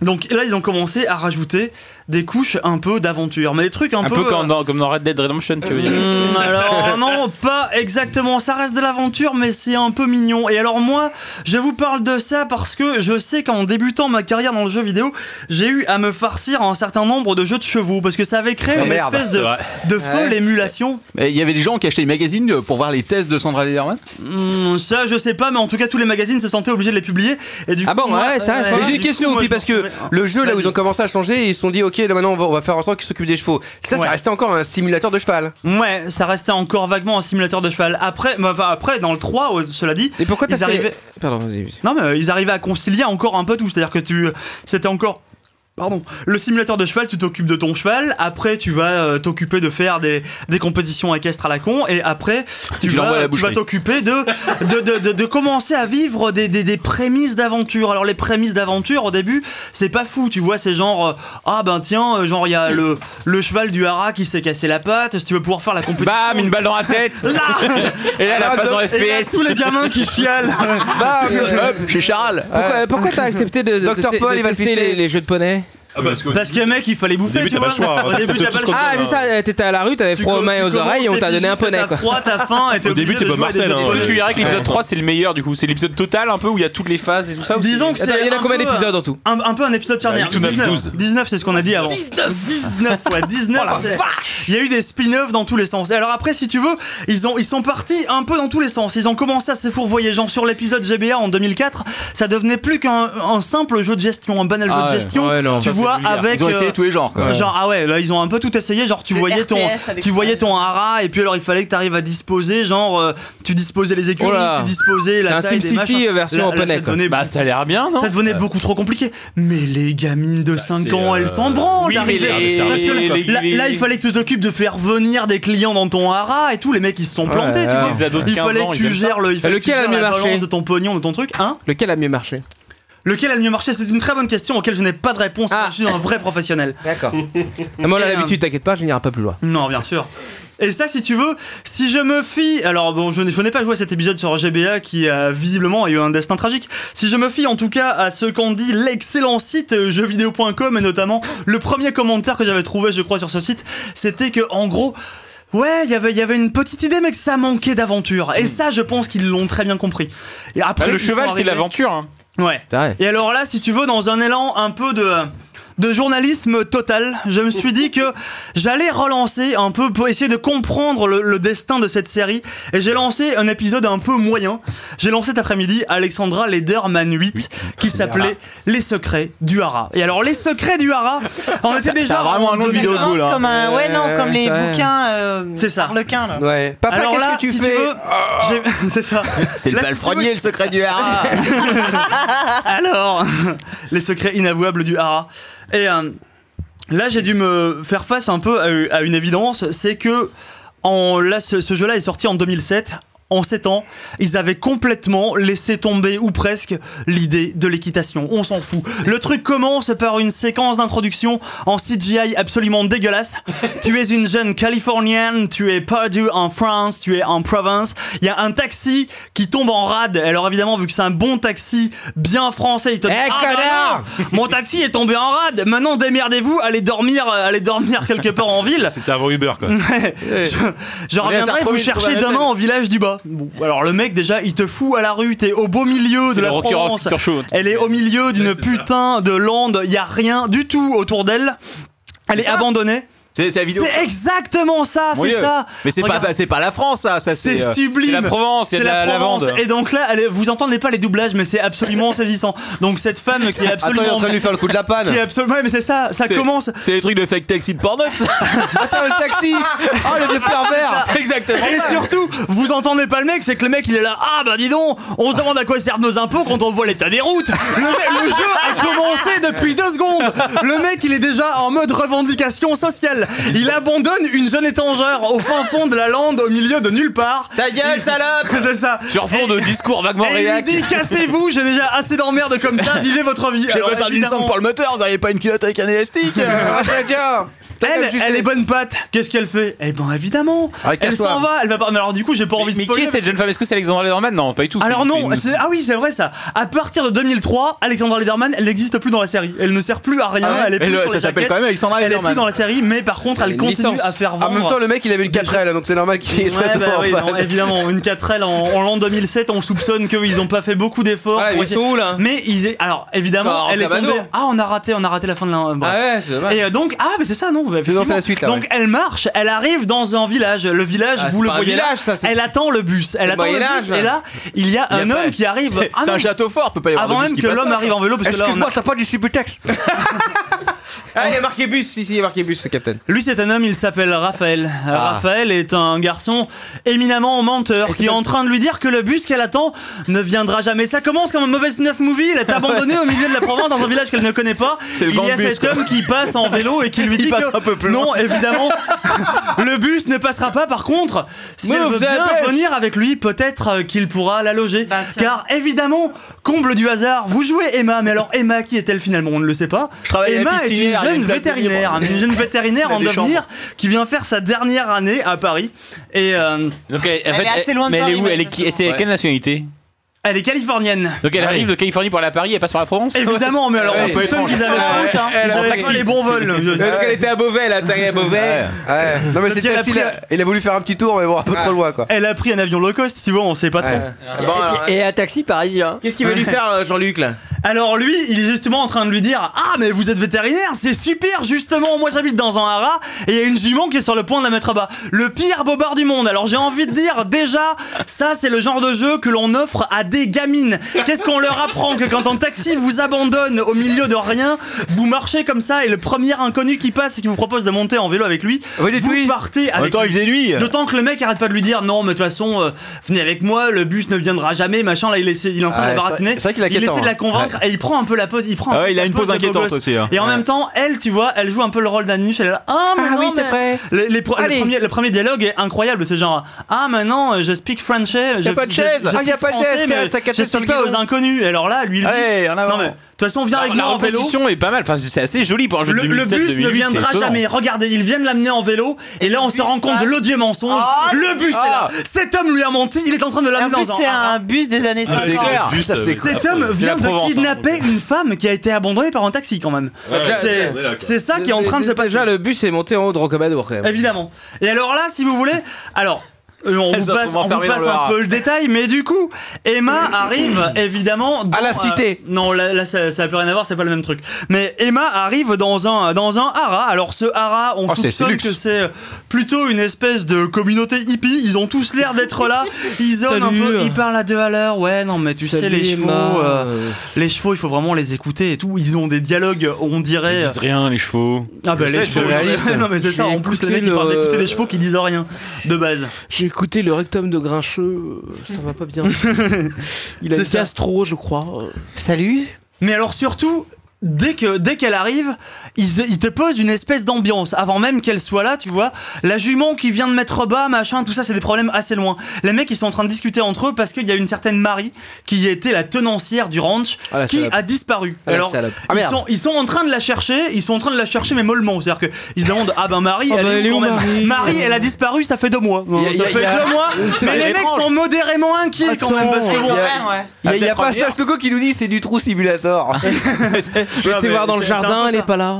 Speaker 6: donc là, ils ont commencé à rajouter des couches un peu d'aventure, mais des trucs un,
Speaker 14: Un
Speaker 6: peu.
Speaker 14: peu comme
Speaker 6: euh,
Speaker 14: dans, comme dans Red Dead Redemption, tu veux dire.
Speaker 6: Hmm, alors non, pas exactement. Ça reste de l'aventure, mais c'est un peu mignon. Et alors moi, je vous parle de ça parce que je sais qu'en débutant ma carrière dans le jeu vidéo, j'ai eu à me farcir un certain nombre de jeux de chevaux parce que ça avait créé
Speaker 5: Ah,
Speaker 6: une
Speaker 5: merde,
Speaker 6: espèce de,
Speaker 4: c'est vrai.
Speaker 6: de folle émulation.
Speaker 5: Mais Il y avait des gens qui achetaient les magazines euh, pour voir les tests de Sandra Lederman
Speaker 6: Hmm, ça, je sais pas, mais en tout cas, tous les magazines se sentaient obligés de les publier. Et du
Speaker 13: Ah
Speaker 6: coup,
Speaker 13: bon,
Speaker 6: moi,
Speaker 13: ouais, c'est vrai,
Speaker 6: euh,
Speaker 13: je
Speaker 10: Mais j'ai
Speaker 6: du
Speaker 10: une
Speaker 6: coup,
Speaker 10: question,
Speaker 6: moi,
Speaker 10: puis
Speaker 6: je-
Speaker 10: parce que
Speaker 6: ouais.
Speaker 10: le jeu, là où
Speaker 6: Vas-y.
Speaker 10: ils ont commencé à changer, ils se sont dit, ok, là maintenant on va, on va faire en sorte qu'ils s'occupent des chevaux. Ça,
Speaker 6: Ouais.
Speaker 10: ça restait encore un simulateur de cheval.
Speaker 6: Ouais, ça restait encore vaguement un simulateur de cheval. Après, bah, bah, après dans le 3, euh, cela dit,
Speaker 13: Et pourquoi t'as
Speaker 6: ils
Speaker 13: fait.
Speaker 6: arrivaient...
Speaker 13: Pardon, vas-y, vas-y.
Speaker 6: Non, mais euh, ils arrivaient à concilier encore un peu tout. C'est-à-dire que tu. euh, C'était encore. Pardon. Le simulateur de cheval, tu t'occupes de ton cheval. Après, tu vas euh, t'occuper de faire des, des compétitions équestres à la con. Et après, tu,
Speaker 5: Tu l'envoies à
Speaker 6: vas
Speaker 5: la
Speaker 6: tu vas
Speaker 5: boucherie.
Speaker 6: t'occuper de de, de, de- de commencer à vivre des, des, des prémices d'aventure. Alors, les prémices d'aventure, au début, c'est pas fou. Tu vois, c'est genre. euh, ah ben tiens, euh, genre, il y a le, le cheval du hara qui s'est cassé la patte. Si tu veux pouvoir faire la compétition.
Speaker 14: Bam, une balle dans la tête.
Speaker 6: Là
Speaker 14: Et là,
Speaker 4: Ah,
Speaker 14: la phase en
Speaker 6: Et là,
Speaker 14: FPS.
Speaker 6: tous les gamins qui chialent.
Speaker 10: Bah, mais-
Speaker 4: Euh,
Speaker 5: Hop, chez Charal
Speaker 13: Pourquoi, pourquoi t'as accepté de, de
Speaker 10: Dr.
Speaker 13: tester-
Speaker 10: Paul,
Speaker 13: de
Speaker 10: il va
Speaker 13: tester
Speaker 10: te pister.
Speaker 13: les, les jeux de poney
Speaker 6: Ah,
Speaker 4: parce que
Speaker 6: Parce que mec, il fallait bouffer,
Speaker 4: début,
Speaker 6: tu
Speaker 4: t'as
Speaker 6: vois.
Speaker 4: pas le choix,
Speaker 6: Au
Speaker 4: hein.
Speaker 6: début,
Speaker 4: C'est
Speaker 6: t'as pas
Speaker 4: tout ce
Speaker 6: le
Speaker 4: qu'on
Speaker 6: choix.
Speaker 4: te
Speaker 13: Ah,
Speaker 4: Ah,
Speaker 13: c'est ça, euh, t'étais à la rue, t'avais
Speaker 6: Tu
Speaker 13: froid aux mains et
Speaker 6: commences
Speaker 13: aux oreilles et on t'a
Speaker 6: tes
Speaker 13: donné un
Speaker 6: musiques,
Speaker 13: poney,
Speaker 6: T'as
Speaker 13: quoi.
Speaker 6: froid, t'as faim et t'es
Speaker 4: Au début,
Speaker 6: obligé
Speaker 4: t'es
Speaker 6: de
Speaker 4: Bob
Speaker 6: jouer à des
Speaker 4: Marcel,
Speaker 6: jeux
Speaker 4: hein.
Speaker 6: de
Speaker 14: Tu
Speaker 6: jeu.
Speaker 14: dirais que l'épisode 3 c'est le meilleur du coup, c'est l'épisode total un peu où il y a toutes les phases et tout ça. ou
Speaker 6: Disons que
Speaker 13: Attends,
Speaker 6: c'est
Speaker 13: il y en a
Speaker 6: un
Speaker 13: combien
Speaker 6: peu, euh,
Speaker 13: d'épisodes en tout
Speaker 6: un, un peu un épisode charnière.
Speaker 4: huit ou neuf,
Speaker 6: 19,
Speaker 4: douze.
Speaker 6: 19 c'est ce qu'on a dit avant. 19 19, ouais, 19. c'est- Il y a eu des spin-offs dans tous les sens. Et alors après, si tu veux, ils, ont, ils sont partis un peu dans tous les sens. Ils ont commencé à se fourvoyer. Genre sur l'épisode GBA en 2004, ça devenait plus qu'un un simple jeu de gestion, un banal
Speaker 13: Ah
Speaker 6: jeu
Speaker 13: ouais,
Speaker 6: de gestion.
Speaker 13: ouais, non,
Speaker 6: tu
Speaker 13: ça, c'est
Speaker 6: vois,
Speaker 13: vulgaire.
Speaker 6: avec.
Speaker 5: Ils ont essayé
Speaker 6: euh,
Speaker 5: tous les genres. quoi.
Speaker 13: Ouais.
Speaker 6: Genre ah ouais là ils ont un peu tout essayé genre tu
Speaker 9: Le
Speaker 6: voyais ton
Speaker 9: RTS avec
Speaker 6: tu
Speaker 9: ça.
Speaker 6: voyais ton hara et puis alors il fallait que tu arrives à disposer genre euh, tu disposais les écuries
Speaker 13: Oh là.
Speaker 6: tu disposais la
Speaker 13: C'est un
Speaker 6: taille des
Speaker 13: SimCity
Speaker 6: machins.
Speaker 13: version
Speaker 6: Là-
Speaker 13: open
Speaker 6: là, ça
Speaker 13: air, quoi.
Speaker 6: devenait-
Speaker 14: Bah ça a l'air bien, non Bah,
Speaker 6: ça devenait beaucoup trop compliqué. Mais les gamines de 5
Speaker 4: c'est,
Speaker 6: ans,
Speaker 4: euh,
Speaker 6: elles s'en branlent
Speaker 14: oui, mais
Speaker 6: d'arriver.
Speaker 14: les-
Speaker 6: Parce que
Speaker 14: les-
Speaker 6: là,
Speaker 14: les-
Speaker 6: là, il fallait que tu t'occupes de faire venir des clients dans ton hara et tout. Les mecs, ils se sont plantés. tu
Speaker 13: ouais.
Speaker 6: vois.
Speaker 14: Les ados de
Speaker 6: il
Speaker 14: 15
Speaker 6: fallait
Speaker 14: ans,
Speaker 6: que
Speaker 14: ils
Speaker 6: tu
Speaker 14: aiment ça.
Speaker 6: gères le, il fallait que tu
Speaker 13: Lequel a
Speaker 6: gères
Speaker 13: le mieux
Speaker 6: la
Speaker 13: marché
Speaker 6: balance de ton pognon, de ton truc. Hein
Speaker 13: Lequel a mieux marché
Speaker 6: Lequel a le mieux marché C'est une très bonne question auquel je n'ai pas de réponse.
Speaker 13: Ah.
Speaker 6: Je suis un vrai professionnel.
Speaker 13: D'accord. Moi, on a
Speaker 6: Et, euh,
Speaker 13: l'habitude, t'inquiète pas, je n'irai pas plus loin.
Speaker 6: Non, bien sûr. Et ça, si tu veux, si je me fie. Alors, bon, je, n- je n'ai pas joué à cet épisode sur GBA qui a visiblement a eu un destin tragique. Si je me fie en tout cas à ce qu'en dit l'excellent site euh, jeuxvideo.com et notamment le premier commentaire que j'avais trouvé, je crois, sur ce site, c'était que, en gros. Ouais, il y avait- il y avait une petite idée, mais que ça manquait d'aventure. Et ça, je pense qu'ils l'ont très bien compris. Et
Speaker 14: Hmm.
Speaker 6: après,
Speaker 14: Bah, Le
Speaker 6: ils sont
Speaker 14: cheval c'est
Speaker 6: arrivés-
Speaker 14: l'aventure. hein.
Speaker 6: Ouais.
Speaker 13: C'est vrai.
Speaker 6: Et alors là, si tu veux, dans un élan un peu de. de journalisme total. Je me suis dit que j'allais relancer un peu pour essayer de comprendre le, le destin de cette série. Et j'ai lancé un épisode un peu moyen. J'ai lancé cet après-midi Alexandra Lederman 8, qui s'appelait Les secrets du hara. Et alors, Les secrets du hara, on était déjà.
Speaker 9: Ça a vraiment
Speaker 6: en
Speaker 9: un nom de vidéo de
Speaker 6: 2001.
Speaker 9: boule, hein. Comme un- ouais, non, comme les bouquins, euh,
Speaker 6: C'est ça.
Speaker 10: Ouais. Papa,
Speaker 6: Alors
Speaker 10: qu'est-ce
Speaker 6: là,
Speaker 10: que tu
Speaker 6: si
Speaker 10: fais
Speaker 6: veux, j'ai- C'est ça.
Speaker 10: C'est le
Speaker 6: Là, si
Speaker 10: palefrenier,
Speaker 6: tu veux-
Speaker 10: le secret du hara.
Speaker 6: Alors, les secrets inavouables du hara. Et euh, là, j'ai dû me faire face un peu à, à une évidence, c'est que en, là, ce, ce jeu-là est sorti en 2007. En 7 ans, ils avaient complètement laissé tomber, ou presque, l'idée de l'équitation. On s'en fout. Le truc commence par une séquence d'introduction en CGI absolument dégueulasse. tu es une jeune californienne, tu es perdue en France, tu es en province. Il y a un taxi qui tombe en rade. Alors évidemment, vu que c'est un bon taxi, bien français, il te dit,
Speaker 10: Eh,
Speaker 6: Ah, bah
Speaker 10: connard
Speaker 6: non, mon taxi est tombé en rade. Maintenant, démerdez-vous, allez dormir, euh, allez dormir quelque part en ville.
Speaker 4: C'était avant Uber, quoi.
Speaker 6: Ouais. Je, je
Speaker 4: On vient
Speaker 6: reviendrai
Speaker 4: de se
Speaker 6: vous
Speaker 4: retrouver
Speaker 6: chercher
Speaker 4: dans un
Speaker 6: demain
Speaker 4: hôtel.
Speaker 6: au village du bas. Bon, alors le mec déjà, il te fout à la rue, t'es au beau milieu de
Speaker 14: le
Speaker 6: la
Speaker 14: Rocky Horror
Speaker 6: Provence.
Speaker 14: Picture Show.
Speaker 6: Elle est au milieu d'une putain de lande, il y a rien du tout autour d'elle. Elle est,
Speaker 5: ça
Speaker 6: abandonnée.
Speaker 5: C'est c'est la vidéo.
Speaker 6: C'est exactement ça,
Speaker 5: Mon
Speaker 6: c'est
Speaker 5: Dieu.
Speaker 6: ça.
Speaker 5: Mais c'est pas,
Speaker 6: Regarde.
Speaker 5: c'est pas la France, ça. ça
Speaker 6: C'est
Speaker 5: euh,
Speaker 6: sublime.
Speaker 5: il y a
Speaker 6: C'est Provence. Et donc là, elle est- vous entendez pas les doublages, mais c'est absolument saisissant. Donc cette femme qui est absolument.
Speaker 10: il est en train de lui faire le coup de la panne.
Speaker 6: Qui est absolument. ouais, mais c'est ça. Ça
Speaker 5: C'est-
Speaker 6: commence.
Speaker 5: C'est les trucs de fake taxi de porno.
Speaker 10: Attends, le taxi Oh, le vieux pervers
Speaker 5: Exactement.
Speaker 6: Et surtout, vous entendez pas le mec, c'est que le mec il est là. Ah bah dis donc, on se demande à quoi servent nos impôts quand on voit l'état des routes. Le, mec- le jeu a commencé depuis deux secondes. Le mec il est déjà en mode revendication sociale. Il abandonne une jeune étangeur au fin fond de la lande, au milieu de nulle part.
Speaker 5: Ta gueule, salope
Speaker 6: C'est ça.
Speaker 14: Sur fond de discours vaguement
Speaker 6: Et il lui
Speaker 14: réac.
Speaker 6: dit cassez-vous, j'ai déjà assez d'emmerdes comme ça, vivez votre vie.
Speaker 5: J'ai
Speaker 6: Alors,
Speaker 5: besoin d'une
Speaker 6: évidemment,
Speaker 5: sangle pour le moteur, vous n'avez pas une culotte avec un élastique
Speaker 10: Ah, tiens, tiens
Speaker 6: Elle, elle est bonne patte. Qu'est-ce qu'elle fait Eh ben évidemment,
Speaker 10: Ah,
Speaker 6: elle
Speaker 10: casse-toi.
Speaker 6: s'en va. Elle va pas. Mais alors du coup, j'ai pas envie de
Speaker 14: Mais qui
Speaker 6: spoiler.
Speaker 14: est cette jeune femme Est-ce que c'est Alexandra Lederman Non, pas du tout. c'est-
Speaker 6: Alors non,
Speaker 14: c'est une-
Speaker 6: c'est- ah oui, c'est vrai ça. À partir de 2003, Alexandra Lederman, elle n'existe plus dans la série. Elle ne sert plus à rien. elle est
Speaker 5: Mais
Speaker 6: plus
Speaker 5: le-
Speaker 6: sur
Speaker 5: ça
Speaker 6: les
Speaker 5: s'appelle
Speaker 6: jaquettes.
Speaker 5: quand même Alexandra
Speaker 6: Elle est plus
Speaker 5: Lederman.
Speaker 6: dans la série, mais par contre, elle
Speaker 10: Une
Speaker 6: continue
Speaker 10: licence.
Speaker 6: à faire
Speaker 10: En
Speaker 6: vendre.
Speaker 10: même temps, le mec, il avait une 4L, donc c'est normal qu'il
Speaker 6: Ouais,
Speaker 10: soit
Speaker 6: bah
Speaker 10: devant,
Speaker 6: oui,
Speaker 10: ouais.
Speaker 6: non, évidemment, une 4L en, en l'an 2007, on soupçonne qu'ils ont pas fait beaucoup d'efforts.
Speaker 13: Ah,
Speaker 6: pour
Speaker 13: ils
Speaker 6: essayer-
Speaker 13: sont où, là
Speaker 6: Mais ils, est- alors
Speaker 13: Enfin,
Speaker 6: évidemment,
Speaker 13: en
Speaker 6: elle est
Speaker 13: cabano.
Speaker 6: tombée. Ah, on a raté, on a raté la fin de la. bref.
Speaker 13: Ah ouais, c'est dommage.
Speaker 6: Et euh, donc, ah, mais c'est ça, non bah,
Speaker 10: Non, c'est la
Speaker 6: effectivement.
Speaker 10: suite, là,
Speaker 6: Donc,
Speaker 10: ouais.
Speaker 6: elle marche, elle arrive dans un village. Le village,
Speaker 13: Ah,
Speaker 6: vous
Speaker 13: c'est
Speaker 6: le
Speaker 13: pas un
Speaker 6: voyez là.
Speaker 13: village, ça, c'est-
Speaker 6: Elle attend le bus. Elle
Speaker 13: le
Speaker 6: attend le
Speaker 13: Moyen-Âge,
Speaker 6: bus.
Speaker 13: là.
Speaker 6: Et là, il y a
Speaker 5: Il y a
Speaker 6: un
Speaker 5: pas-
Speaker 6: homme qui arrive.
Speaker 5: C'est
Speaker 6: Ah
Speaker 5: c'est
Speaker 6: non,
Speaker 5: un château fort, peut pas y avoir
Speaker 6: Avant
Speaker 5: de bus
Speaker 6: même
Speaker 5: qui
Speaker 6: que
Speaker 5: passe
Speaker 6: l'homme
Speaker 5: là.
Speaker 6: arrive en vélo, parce que là, on
Speaker 10: Excuse-moi,
Speaker 6: a-
Speaker 10: t'as pas du subutex
Speaker 13: Ah, il y a marqué bus, si, si, il y a marqué bus, Ah. ce capitaine.
Speaker 6: lui c'est un homme, il s'appelle Raphaël. Euh, Raphaël est un garçon éminemment menteur qui est en train de lui dire que le bus qu'elle attend ne viendra jamais. Ça commence comme un mauvais snuff movie, elle est abandonnée au milieu de la province dans un village qu'elle ne connaît pas. Il y a
Speaker 5: grand bus,
Speaker 6: cet homme qui passe en vélo et qui lui dit
Speaker 5: passe
Speaker 6: que
Speaker 5: un peu plus loin.
Speaker 6: non, évidemment, le bus ne passera pas. Par contre, si
Speaker 13: Mais
Speaker 6: elle
Speaker 13: vous
Speaker 6: veut
Speaker 13: avez
Speaker 6: bien
Speaker 13: pêche.
Speaker 6: venir avec lui, peut-être euh, qu'il pourra la loger.
Speaker 13: Bah,
Speaker 9: tiens.
Speaker 6: Car évidemment, comble du hasard, vous jouez Emma. Mais alors Emma, qui est-elle finalement On ne le sait pas.
Speaker 5: Je travaille à la
Speaker 6: Emma est une
Speaker 5: pistinière, il y a
Speaker 6: jeune
Speaker 5: une place de libre.
Speaker 6: vétérinaire, une jeune vétérinaire
Speaker 5: Il y a
Speaker 6: en
Speaker 5: des
Speaker 6: devenir qui vient faire sa dernière année à Paris et euh,
Speaker 14: Donc elle, en
Speaker 9: Elle
Speaker 14: fait,
Speaker 9: est assez loin de
Speaker 14: Mais elle est
Speaker 9: Paris,
Speaker 14: où Elle est qui
Speaker 9: manifestement.
Speaker 14: C'est quelle nationalité
Speaker 6: elle est californienne.
Speaker 14: Donc
Speaker 10: Ah
Speaker 14: elle arrive de Californie pour aller à Paris, elle passe par la Provence
Speaker 6: Évidemment, mais alors on
Speaker 5: faut être
Speaker 6: soupçonne
Speaker 5: franche.
Speaker 6: qu'ils avaient pas route, hein. ils
Speaker 13: elle
Speaker 6: avaient
Speaker 13: avait-
Speaker 6: pas les bons vols.
Speaker 13: Parce qu'elle était à Beauvais, elle a atterri à Beauvais.
Speaker 10: Ouais. Non, mais
Speaker 6: Peut-être
Speaker 10: c'est
Speaker 6: qu'elle a
Speaker 10: facile.
Speaker 6: pris-
Speaker 10: là. Il a voulu faire un petit tour, mais bon, un peu trop loin, quoi.
Speaker 6: Elle a pris un avion low cost, tu vois, on sait pas trop.
Speaker 13: Bon, alors,
Speaker 8: Et un taxi parisien.
Speaker 13: qu'est-ce qu'il veut lui faire, euh, Jean-Luc, là
Speaker 6: Alors lui, il est justement en train de lui dire Ah, mais vous êtes vétérinaire, c'est super, justement. Moi, j'habite dans un hara et il y a une jument qui est sur le point de la mettre à bas. Le pire bobard du monde. Alors j'ai envie de dire, déjà, ça, c'est le genre de jeu que l'on offre à des gamines. Qu'est-ce qu'on leur apprend Que quand un taxi vous abandonne au milieu de rien, vous marchez comme ça et le premier inconnu qui passe et qui vous propose de monter en vélo avec lui, vous, partez
Speaker 5: En même
Speaker 6: avec
Speaker 5: temps,
Speaker 6: lui.
Speaker 5: il faisait nuit.
Speaker 6: D'autant que le mec arrête pas de lui dire non, mais de toute façon, euh, venez avec moi, le bus ne viendra jamais, machin. Là, il, essaie, il est en train
Speaker 10: Ah
Speaker 6: de
Speaker 10: ouais,
Speaker 6: la
Speaker 10: c'est-
Speaker 6: baratiner.
Speaker 10: c'est vrai qu'il a
Speaker 6: Il
Speaker 10: quatre
Speaker 6: essaie
Speaker 10: ans,
Speaker 6: de la
Speaker 10: hein.
Speaker 6: convaincre et il prend un peu la pose. Il prend un
Speaker 5: Ah
Speaker 6: peu
Speaker 5: ouais, il
Speaker 6: sa
Speaker 5: a une pose
Speaker 6: de beau
Speaker 5: inquiétante
Speaker 6: gosse.
Speaker 5: aussi, hein.
Speaker 6: Et en même temps, elle, tu vois, elle joue un peu le rôle d'Anus. Elle est là, ah, mais
Speaker 10: Ah
Speaker 6: non,
Speaker 10: oui, c'est
Speaker 6: mais-
Speaker 10: vrai.
Speaker 6: Les- les pro- le,
Speaker 10: Allez.
Speaker 6: premier, le premier dialogue est incroyable. C'est genre, ah, maintenant, euh, je speak français. Je,
Speaker 5: pas de
Speaker 6: je- je
Speaker 5: chaise.
Speaker 10: Ah, y a
Speaker 6: speak
Speaker 10: pas de chaise,
Speaker 6: français,
Speaker 10: t'as-
Speaker 6: mais
Speaker 10: t'as qu'à
Speaker 6: Je
Speaker 10: sur le
Speaker 6: suis pas
Speaker 10: guidon.
Speaker 6: aux inconnus. Et alors là, lui, il dit,
Speaker 5: Allez, en avant.
Speaker 6: non, mais de toute façon, viens avec
Speaker 14: Alors, La
Speaker 6: moi en vélo.
Speaker 14: reposition est pas mal, enfin, c'est assez joli pour un jeu de
Speaker 6: Le, le
Speaker 14: 2007,
Speaker 6: bus ne
Speaker 14: 2008,
Speaker 6: viendra
Speaker 14: c'est étonnant.
Speaker 6: jamais. Regardez, ils viennent l'amener en vélo et là on se rend compte de l'odieux mensonge.
Speaker 10: Ah,
Speaker 6: le bus est là. Cet homme lui a menti. Il est en train de
Speaker 9: Et En
Speaker 6: l'amener
Speaker 9: plus,
Speaker 6: dans
Speaker 9: c'est un bus des années
Speaker 6: Ah,
Speaker 9: 50.
Speaker 5: clair.
Speaker 4: Bus,
Speaker 10: Ça,
Speaker 4: euh,
Speaker 10: c'est
Speaker 6: Cet homme vient de
Speaker 14: Provence, hein,
Speaker 6: kidnapper une femme qui a été abandonnée par un taxi quand même. c'est
Speaker 4: ouais, ouais, ouais,
Speaker 6: c'est ça qui est en train de se passer.
Speaker 13: Déjà, le bus est monté en haut de Rocamadour, quand même.
Speaker 6: Évidemment. Et alors là, si vous voulez, alors Et on vous
Speaker 5: Elles ont
Speaker 6: passe,
Speaker 5: trouvé
Speaker 6: on vous
Speaker 5: enfermées
Speaker 6: passe
Speaker 5: dans leur
Speaker 6: un peu le détail, mais du coup, Emma arrive évidemment dans,
Speaker 10: À la
Speaker 6: euh,
Speaker 10: cité.
Speaker 6: non, là, là, ça, ça a plus rien à voir, c'est pas le même truc. Mais Emma arrive dans un dans un hara. Alors ce hara, on
Speaker 10: Oh, c'est- c'est
Speaker 6: soupçonne
Speaker 10: luxe.
Speaker 6: que c'est euh, plutôt une espèce de communauté hippie. Ils ont tous l'air d'être là. Ils ont un
Speaker 13: Salut.
Speaker 6: peu, ils parlent à deux à l'heure. Ouais, non, mais tu sais
Speaker 13: Salut,
Speaker 6: les chevaux,
Speaker 13: Emma.
Speaker 6: euh, les chevaux, il faut vraiment les écouter et tout. Ils ont des dialogues, on dirait.
Speaker 14: Ils disent rien, les chevaux.
Speaker 6: Ah bah
Speaker 13: Je
Speaker 6: les
Speaker 13: sais,
Speaker 6: chevaux,
Speaker 13: je suis réaliste.
Speaker 6: non mais c'est ça,
Speaker 13: J'ai
Speaker 6: en plus les mecs
Speaker 13: écouté
Speaker 6: ils parlent
Speaker 13: le-
Speaker 6: d'écouter des chevaux qui disent rien, de base.
Speaker 13: J'ai écouté le rectum de Grincheux, euh, ça va pas bien. Il a
Speaker 6: C'est
Speaker 13: une
Speaker 6: ça.
Speaker 13: gastro, je crois.
Speaker 10: Salut
Speaker 6: Mais alors surtout, dès que dès qu'elle arrive, ils, ils te posent une espèce d'ambiance avant même qu'elle soit là, tu vois. La jument qui vient de mettre bas, machin, tout ça, c'est des problèmes assez loin. Les mecs ils sont en train de discuter entre eux parce qu'il y a une certaine Marie qui était la tenancière du ranch
Speaker 13: Ah, la
Speaker 6: qui
Speaker 13: salope.
Speaker 6: a disparu.
Speaker 13: Ah, la
Speaker 6: alors
Speaker 13: salope.
Speaker 6: ils
Speaker 13: Ah, merde.
Speaker 6: sont ils sont en train de la chercher, ils sont en train de la chercher mais mollement, c'est-à-dire que ils se demandent ah ben Marie,
Speaker 13: Ah,
Speaker 6: elle,
Speaker 13: bah,
Speaker 6: est où quand même Marie, elle a disparu, ça fait deux mois.
Speaker 13: Il y a-
Speaker 6: ça
Speaker 13: il y
Speaker 6: fait
Speaker 13: a-
Speaker 6: deux mois,
Speaker 13: C'est
Speaker 6: mais les mecs
Speaker 13: étrange.
Speaker 6: sont modérément inquiets quand même parce que bon, Ah,
Speaker 10: Il y a, pas Stasloco qui nous dit c'est du trou simulator.
Speaker 13: J'ai été
Speaker 6: mais
Speaker 13: voir dans le
Speaker 6: c'est- c'est un
Speaker 13: jardin,
Speaker 6: peu
Speaker 13: elle est
Speaker 6: ça.
Speaker 13: pas là.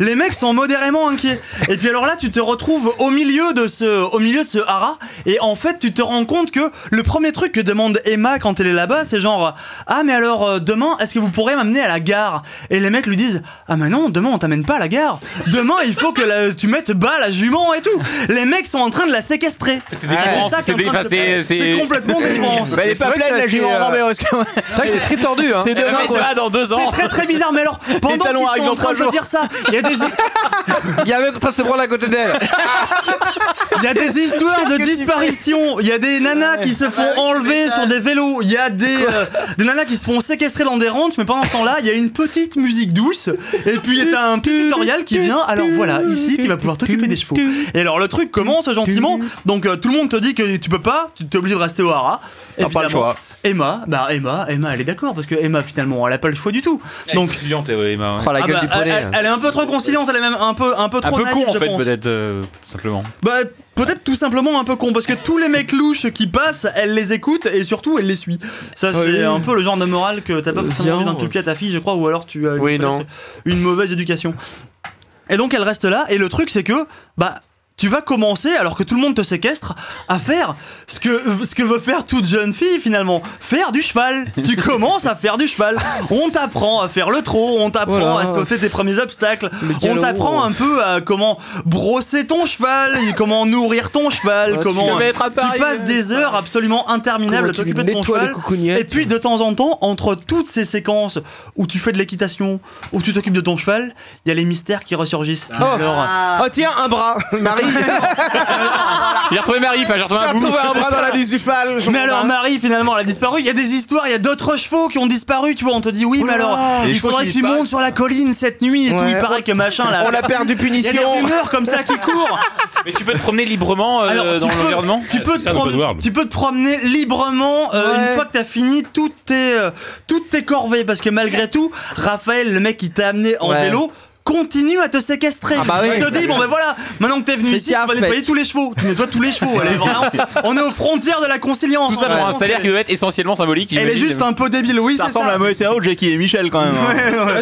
Speaker 6: les mecs sont modérément inquiets. Et puis alors là, tu te retrouves au milieu de ce, au milieu de ce hara, et en fait, tu te rends compte que le premier truc que demande Emma quand elle est là-bas, c'est genre, ah mais alors euh, demain, est-ce que vous pourrez m'amener à la gare Et les mecs lui disent, ah mais non, demain on t'amène pas à la gare. Demain, il faut que la- tu mettes bas la jument et tout. Les mecs sont en train de la séquestrer. C'est
Speaker 14: délivrance,
Speaker 6: ça qui est en
Speaker 14: c'est-
Speaker 6: train de se
Speaker 14: c'est-
Speaker 6: passer.
Speaker 14: c'est-
Speaker 6: C'est complètement délivrance.
Speaker 10: Bah, elle est pas pleine la jument.
Speaker 6: euh,
Speaker 10: Non, mais est-ce que- C'est vrai que c'est très tordu. Hein.
Speaker 13: C'est
Speaker 14: Eh ben,
Speaker 13: demain
Speaker 14: mais
Speaker 13: quoi.
Speaker 14: ça va dans deux
Speaker 6: C'est
Speaker 14: ans.
Speaker 6: très très bizarre, mais alors pendant qu'ils
Speaker 13: talons arrivent
Speaker 6: sont en
Speaker 13: dans
Speaker 6: train
Speaker 13: trois
Speaker 6: de
Speaker 13: jours.
Speaker 6: dire ça, il y a des
Speaker 10: Il y a un mec en train de se prendre à côté d'elle.
Speaker 6: Il y a des histoires de disparition. Il y a des nanas qui
Speaker 5: Ah
Speaker 6: se
Speaker 5: bah
Speaker 6: font enlever sur des vélos. Il y a des, euh, des nanas qui se font séquestrer dans des ranchs. Mais pendant ce temps-là, il y a une petite musique douce. Et puis il y a un petit tutoriel qui vient. Alors voilà, ici, tu vas pouvoir t'occuper des chevaux. Et alors le truc commence gentiment. Donc euh, tout le monde te dit que tu peux pas. Tu t'es obligé de rester au hara.
Speaker 5: T'as pas le
Speaker 6: Évidemment.
Speaker 5: choix.
Speaker 6: Emma, bah Emma, Emma, elle est d'accord parce que Emma finalement, elle a pas le choix du tout.
Speaker 14: Donc,
Speaker 6: Donc
Speaker 14: fuyante, ouais, Emma. ouais.
Speaker 10: Oh la
Speaker 6: ah
Speaker 10: gueule
Speaker 6: bah,
Speaker 10: du poney.
Speaker 6: elle, elle est un peu trop conciliante, elle est même un peu, un peu
Speaker 14: Un
Speaker 6: trop
Speaker 14: peu con
Speaker 6: naïve,
Speaker 14: en
Speaker 6: je
Speaker 14: fait,
Speaker 6: pense.
Speaker 14: peut-être, euh, simplement.
Speaker 6: Bah peut-être tout simplement un peu con parce que tous les mecs louches qui passent, elle les écoute et surtout elle les suit. Ça c'est
Speaker 13: Ah Oui.
Speaker 6: un peu le genre de morale que t'as pas
Speaker 13: Euh,
Speaker 6: forcément envie
Speaker 13: viens.
Speaker 6: d'inculquer à ta fille, je crois, ou alors tu as une-
Speaker 10: Oui,
Speaker 6: peut-être
Speaker 10: non.
Speaker 6: une mauvaise éducation. Et donc elle reste là et le truc c'est que bah tu vas commencer, alors que tout le monde te séquestre, à faire ce que, ce que veut faire toute jeune fille finalement. Faire du cheval. Tu commences à faire du cheval. On t'apprend à faire le trot, on t'apprend
Speaker 13: Voilà.
Speaker 6: à sauter tes premiers obstacles, on
Speaker 13: galop.
Speaker 6: t'apprend un peu à comment brosser ton cheval, et comment nourrir ton cheval,
Speaker 13: Ah, tu
Speaker 6: comment
Speaker 13: le mettre à
Speaker 6: tu
Speaker 13: Paris,
Speaker 6: passes
Speaker 13: ouais.
Speaker 6: des heures absolument interminables à
Speaker 13: Comment tu lui
Speaker 6: t'occuper de ton
Speaker 13: nettoies les
Speaker 6: cheval.
Speaker 13: coucougnettes.
Speaker 6: Et puis de temps en temps, entre toutes ces séquences où tu fais de l'équitation, où tu t'occupes de ton cheval, il y a les mystères qui ressurgissent. Alors, euh,
Speaker 13: Oh tiens, un bras Marie,
Speaker 14: J'ai retrouvé Marie, enfin j'ai retrouvé
Speaker 13: t'as
Speaker 14: un bout.
Speaker 13: trouvé un bras dans la liste du cheval j'en
Speaker 6: Mais alors
Speaker 13: ai marre.
Speaker 6: Marie finalement elle a disparu, il y a des histoires, il y a d'autres chevaux qui ont disparu, tu vois, on te dit
Speaker 13: Oh
Speaker 6: oui mais alors
Speaker 5: Les
Speaker 6: il
Speaker 5: chevaux
Speaker 6: faudrait
Speaker 5: qui
Speaker 6: que tu
Speaker 5: disparaissent.
Speaker 6: montes sur la colline cette nuit et tout,
Speaker 13: Ouais.
Speaker 6: il paraît que machin là.
Speaker 13: On a perdu
Speaker 6: Il y a des
Speaker 13: punition
Speaker 6: rumeurs comme ça qui courent.
Speaker 14: Mais tu peux te promener librement euh,
Speaker 6: Alors, tu
Speaker 14: dans
Speaker 6: peux-
Speaker 14: l'environnement
Speaker 6: Tu peux, te
Speaker 4: un open
Speaker 6: promener-
Speaker 4: world.
Speaker 6: tu peux te promener librement euh,
Speaker 13: Ouais.
Speaker 6: une fois que t'as fini toutes tes, euh, toutes tes corvées parce que malgré tout, Raphaël, le mec qui t'a amené en
Speaker 13: Ouais.
Speaker 6: vélo, continue à te séquestrer.
Speaker 13: Ah bah
Speaker 6: Il
Speaker 13: oui.
Speaker 6: te dit bon ben voilà, maintenant que t'es venu
Speaker 13: Fais
Speaker 6: ici, tu
Speaker 13: gaffe,
Speaker 6: vas nettoyer
Speaker 13: mec.
Speaker 6: tous les chevaux. Tu nettoies tous les chevaux. allez, vraiment. on est aux frontières de la conciliance.
Speaker 14: Tout ça
Speaker 6: hein,
Speaker 14: pour un
Speaker 6: vraiment.
Speaker 14: salaire qui doit être essentiellement symbolique.
Speaker 6: Elle est
Speaker 14: j'imagine.
Speaker 6: juste un peu débile, oui,
Speaker 5: Ça
Speaker 6: c'est ça.
Speaker 5: ressemble à Moesao, Jackie et Michel quand même. hein.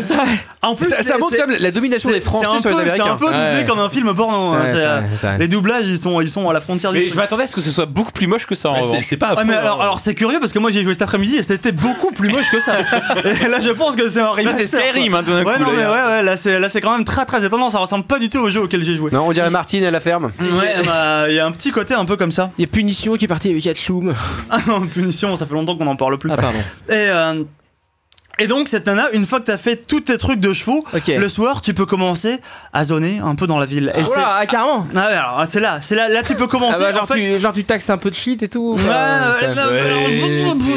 Speaker 6: En plus,
Speaker 10: Ça- ça
Speaker 6: c'est-
Speaker 10: montre
Speaker 6: c'est-
Speaker 10: quand même la domination
Speaker 6: c'est-
Speaker 10: des Français
Speaker 6: c'est un
Speaker 10: sur les
Speaker 6: peu- C'est
Speaker 10: Américains.
Speaker 6: un peu doublé
Speaker 10: Ouais.
Speaker 6: comme un film porno. hein,
Speaker 10: C'est vrai,
Speaker 6: c'est,
Speaker 10: c'est
Speaker 6: euh,
Speaker 10: vrai, c'est vrai.
Speaker 6: Les doublages, ils sont, ils sont à la frontière du.
Speaker 14: Mais je m'attendais à ce que ce soit beaucoup plus moche que ça en
Speaker 4: Ouais, c'est-
Speaker 14: revanche.
Speaker 4: C'est pas
Speaker 6: Ah
Speaker 4: affreux,
Speaker 6: mais
Speaker 4: hein.
Speaker 6: alors, alors c'est curieux parce que moi j'ai joué cet après-midi et c'était beaucoup plus moche que ça. Et là je pense que c'est un
Speaker 14: Là,
Speaker 6: remaster.
Speaker 14: c'est Skyrim,
Speaker 6: quoi.
Speaker 14: hein, tout d'un
Speaker 6: Ouais
Speaker 14: coup,
Speaker 6: non mais ouais
Speaker 14: là.
Speaker 6: ouais là c'est là c'est quand même très très étonnant. Ça ressemble pas du tout au jeu auquel j'ai joué.
Speaker 10: Non, on dirait Martine à la ferme.
Speaker 6: Ouais bah, il y a un petit côté un peu comme ça.
Speaker 13: Il y a punition qui est partie avec Yatchoum.
Speaker 6: Ah non punition ça fait longtemps qu'on en parle plus.
Speaker 13: Ah pardon.
Speaker 6: Et euh, et donc cette nana, une fois que t'as fait tous tes trucs de chevaux,
Speaker 13: Ok.
Speaker 6: le soir tu peux commencer à zoner un peu dans la ville. Et c'est-
Speaker 13: Voilà, ah, carrément.
Speaker 6: Ah ouais, alors, c'est là, c'est là, là tu peux commencer.
Speaker 13: Ah bah, genre,
Speaker 6: en fait,
Speaker 13: tu, genre tu taxes un peu de shit et
Speaker 6: Ouais,
Speaker 13: tout. enfin, euh,
Speaker 6: ouais,
Speaker 13: enfin.
Speaker 6: non, mais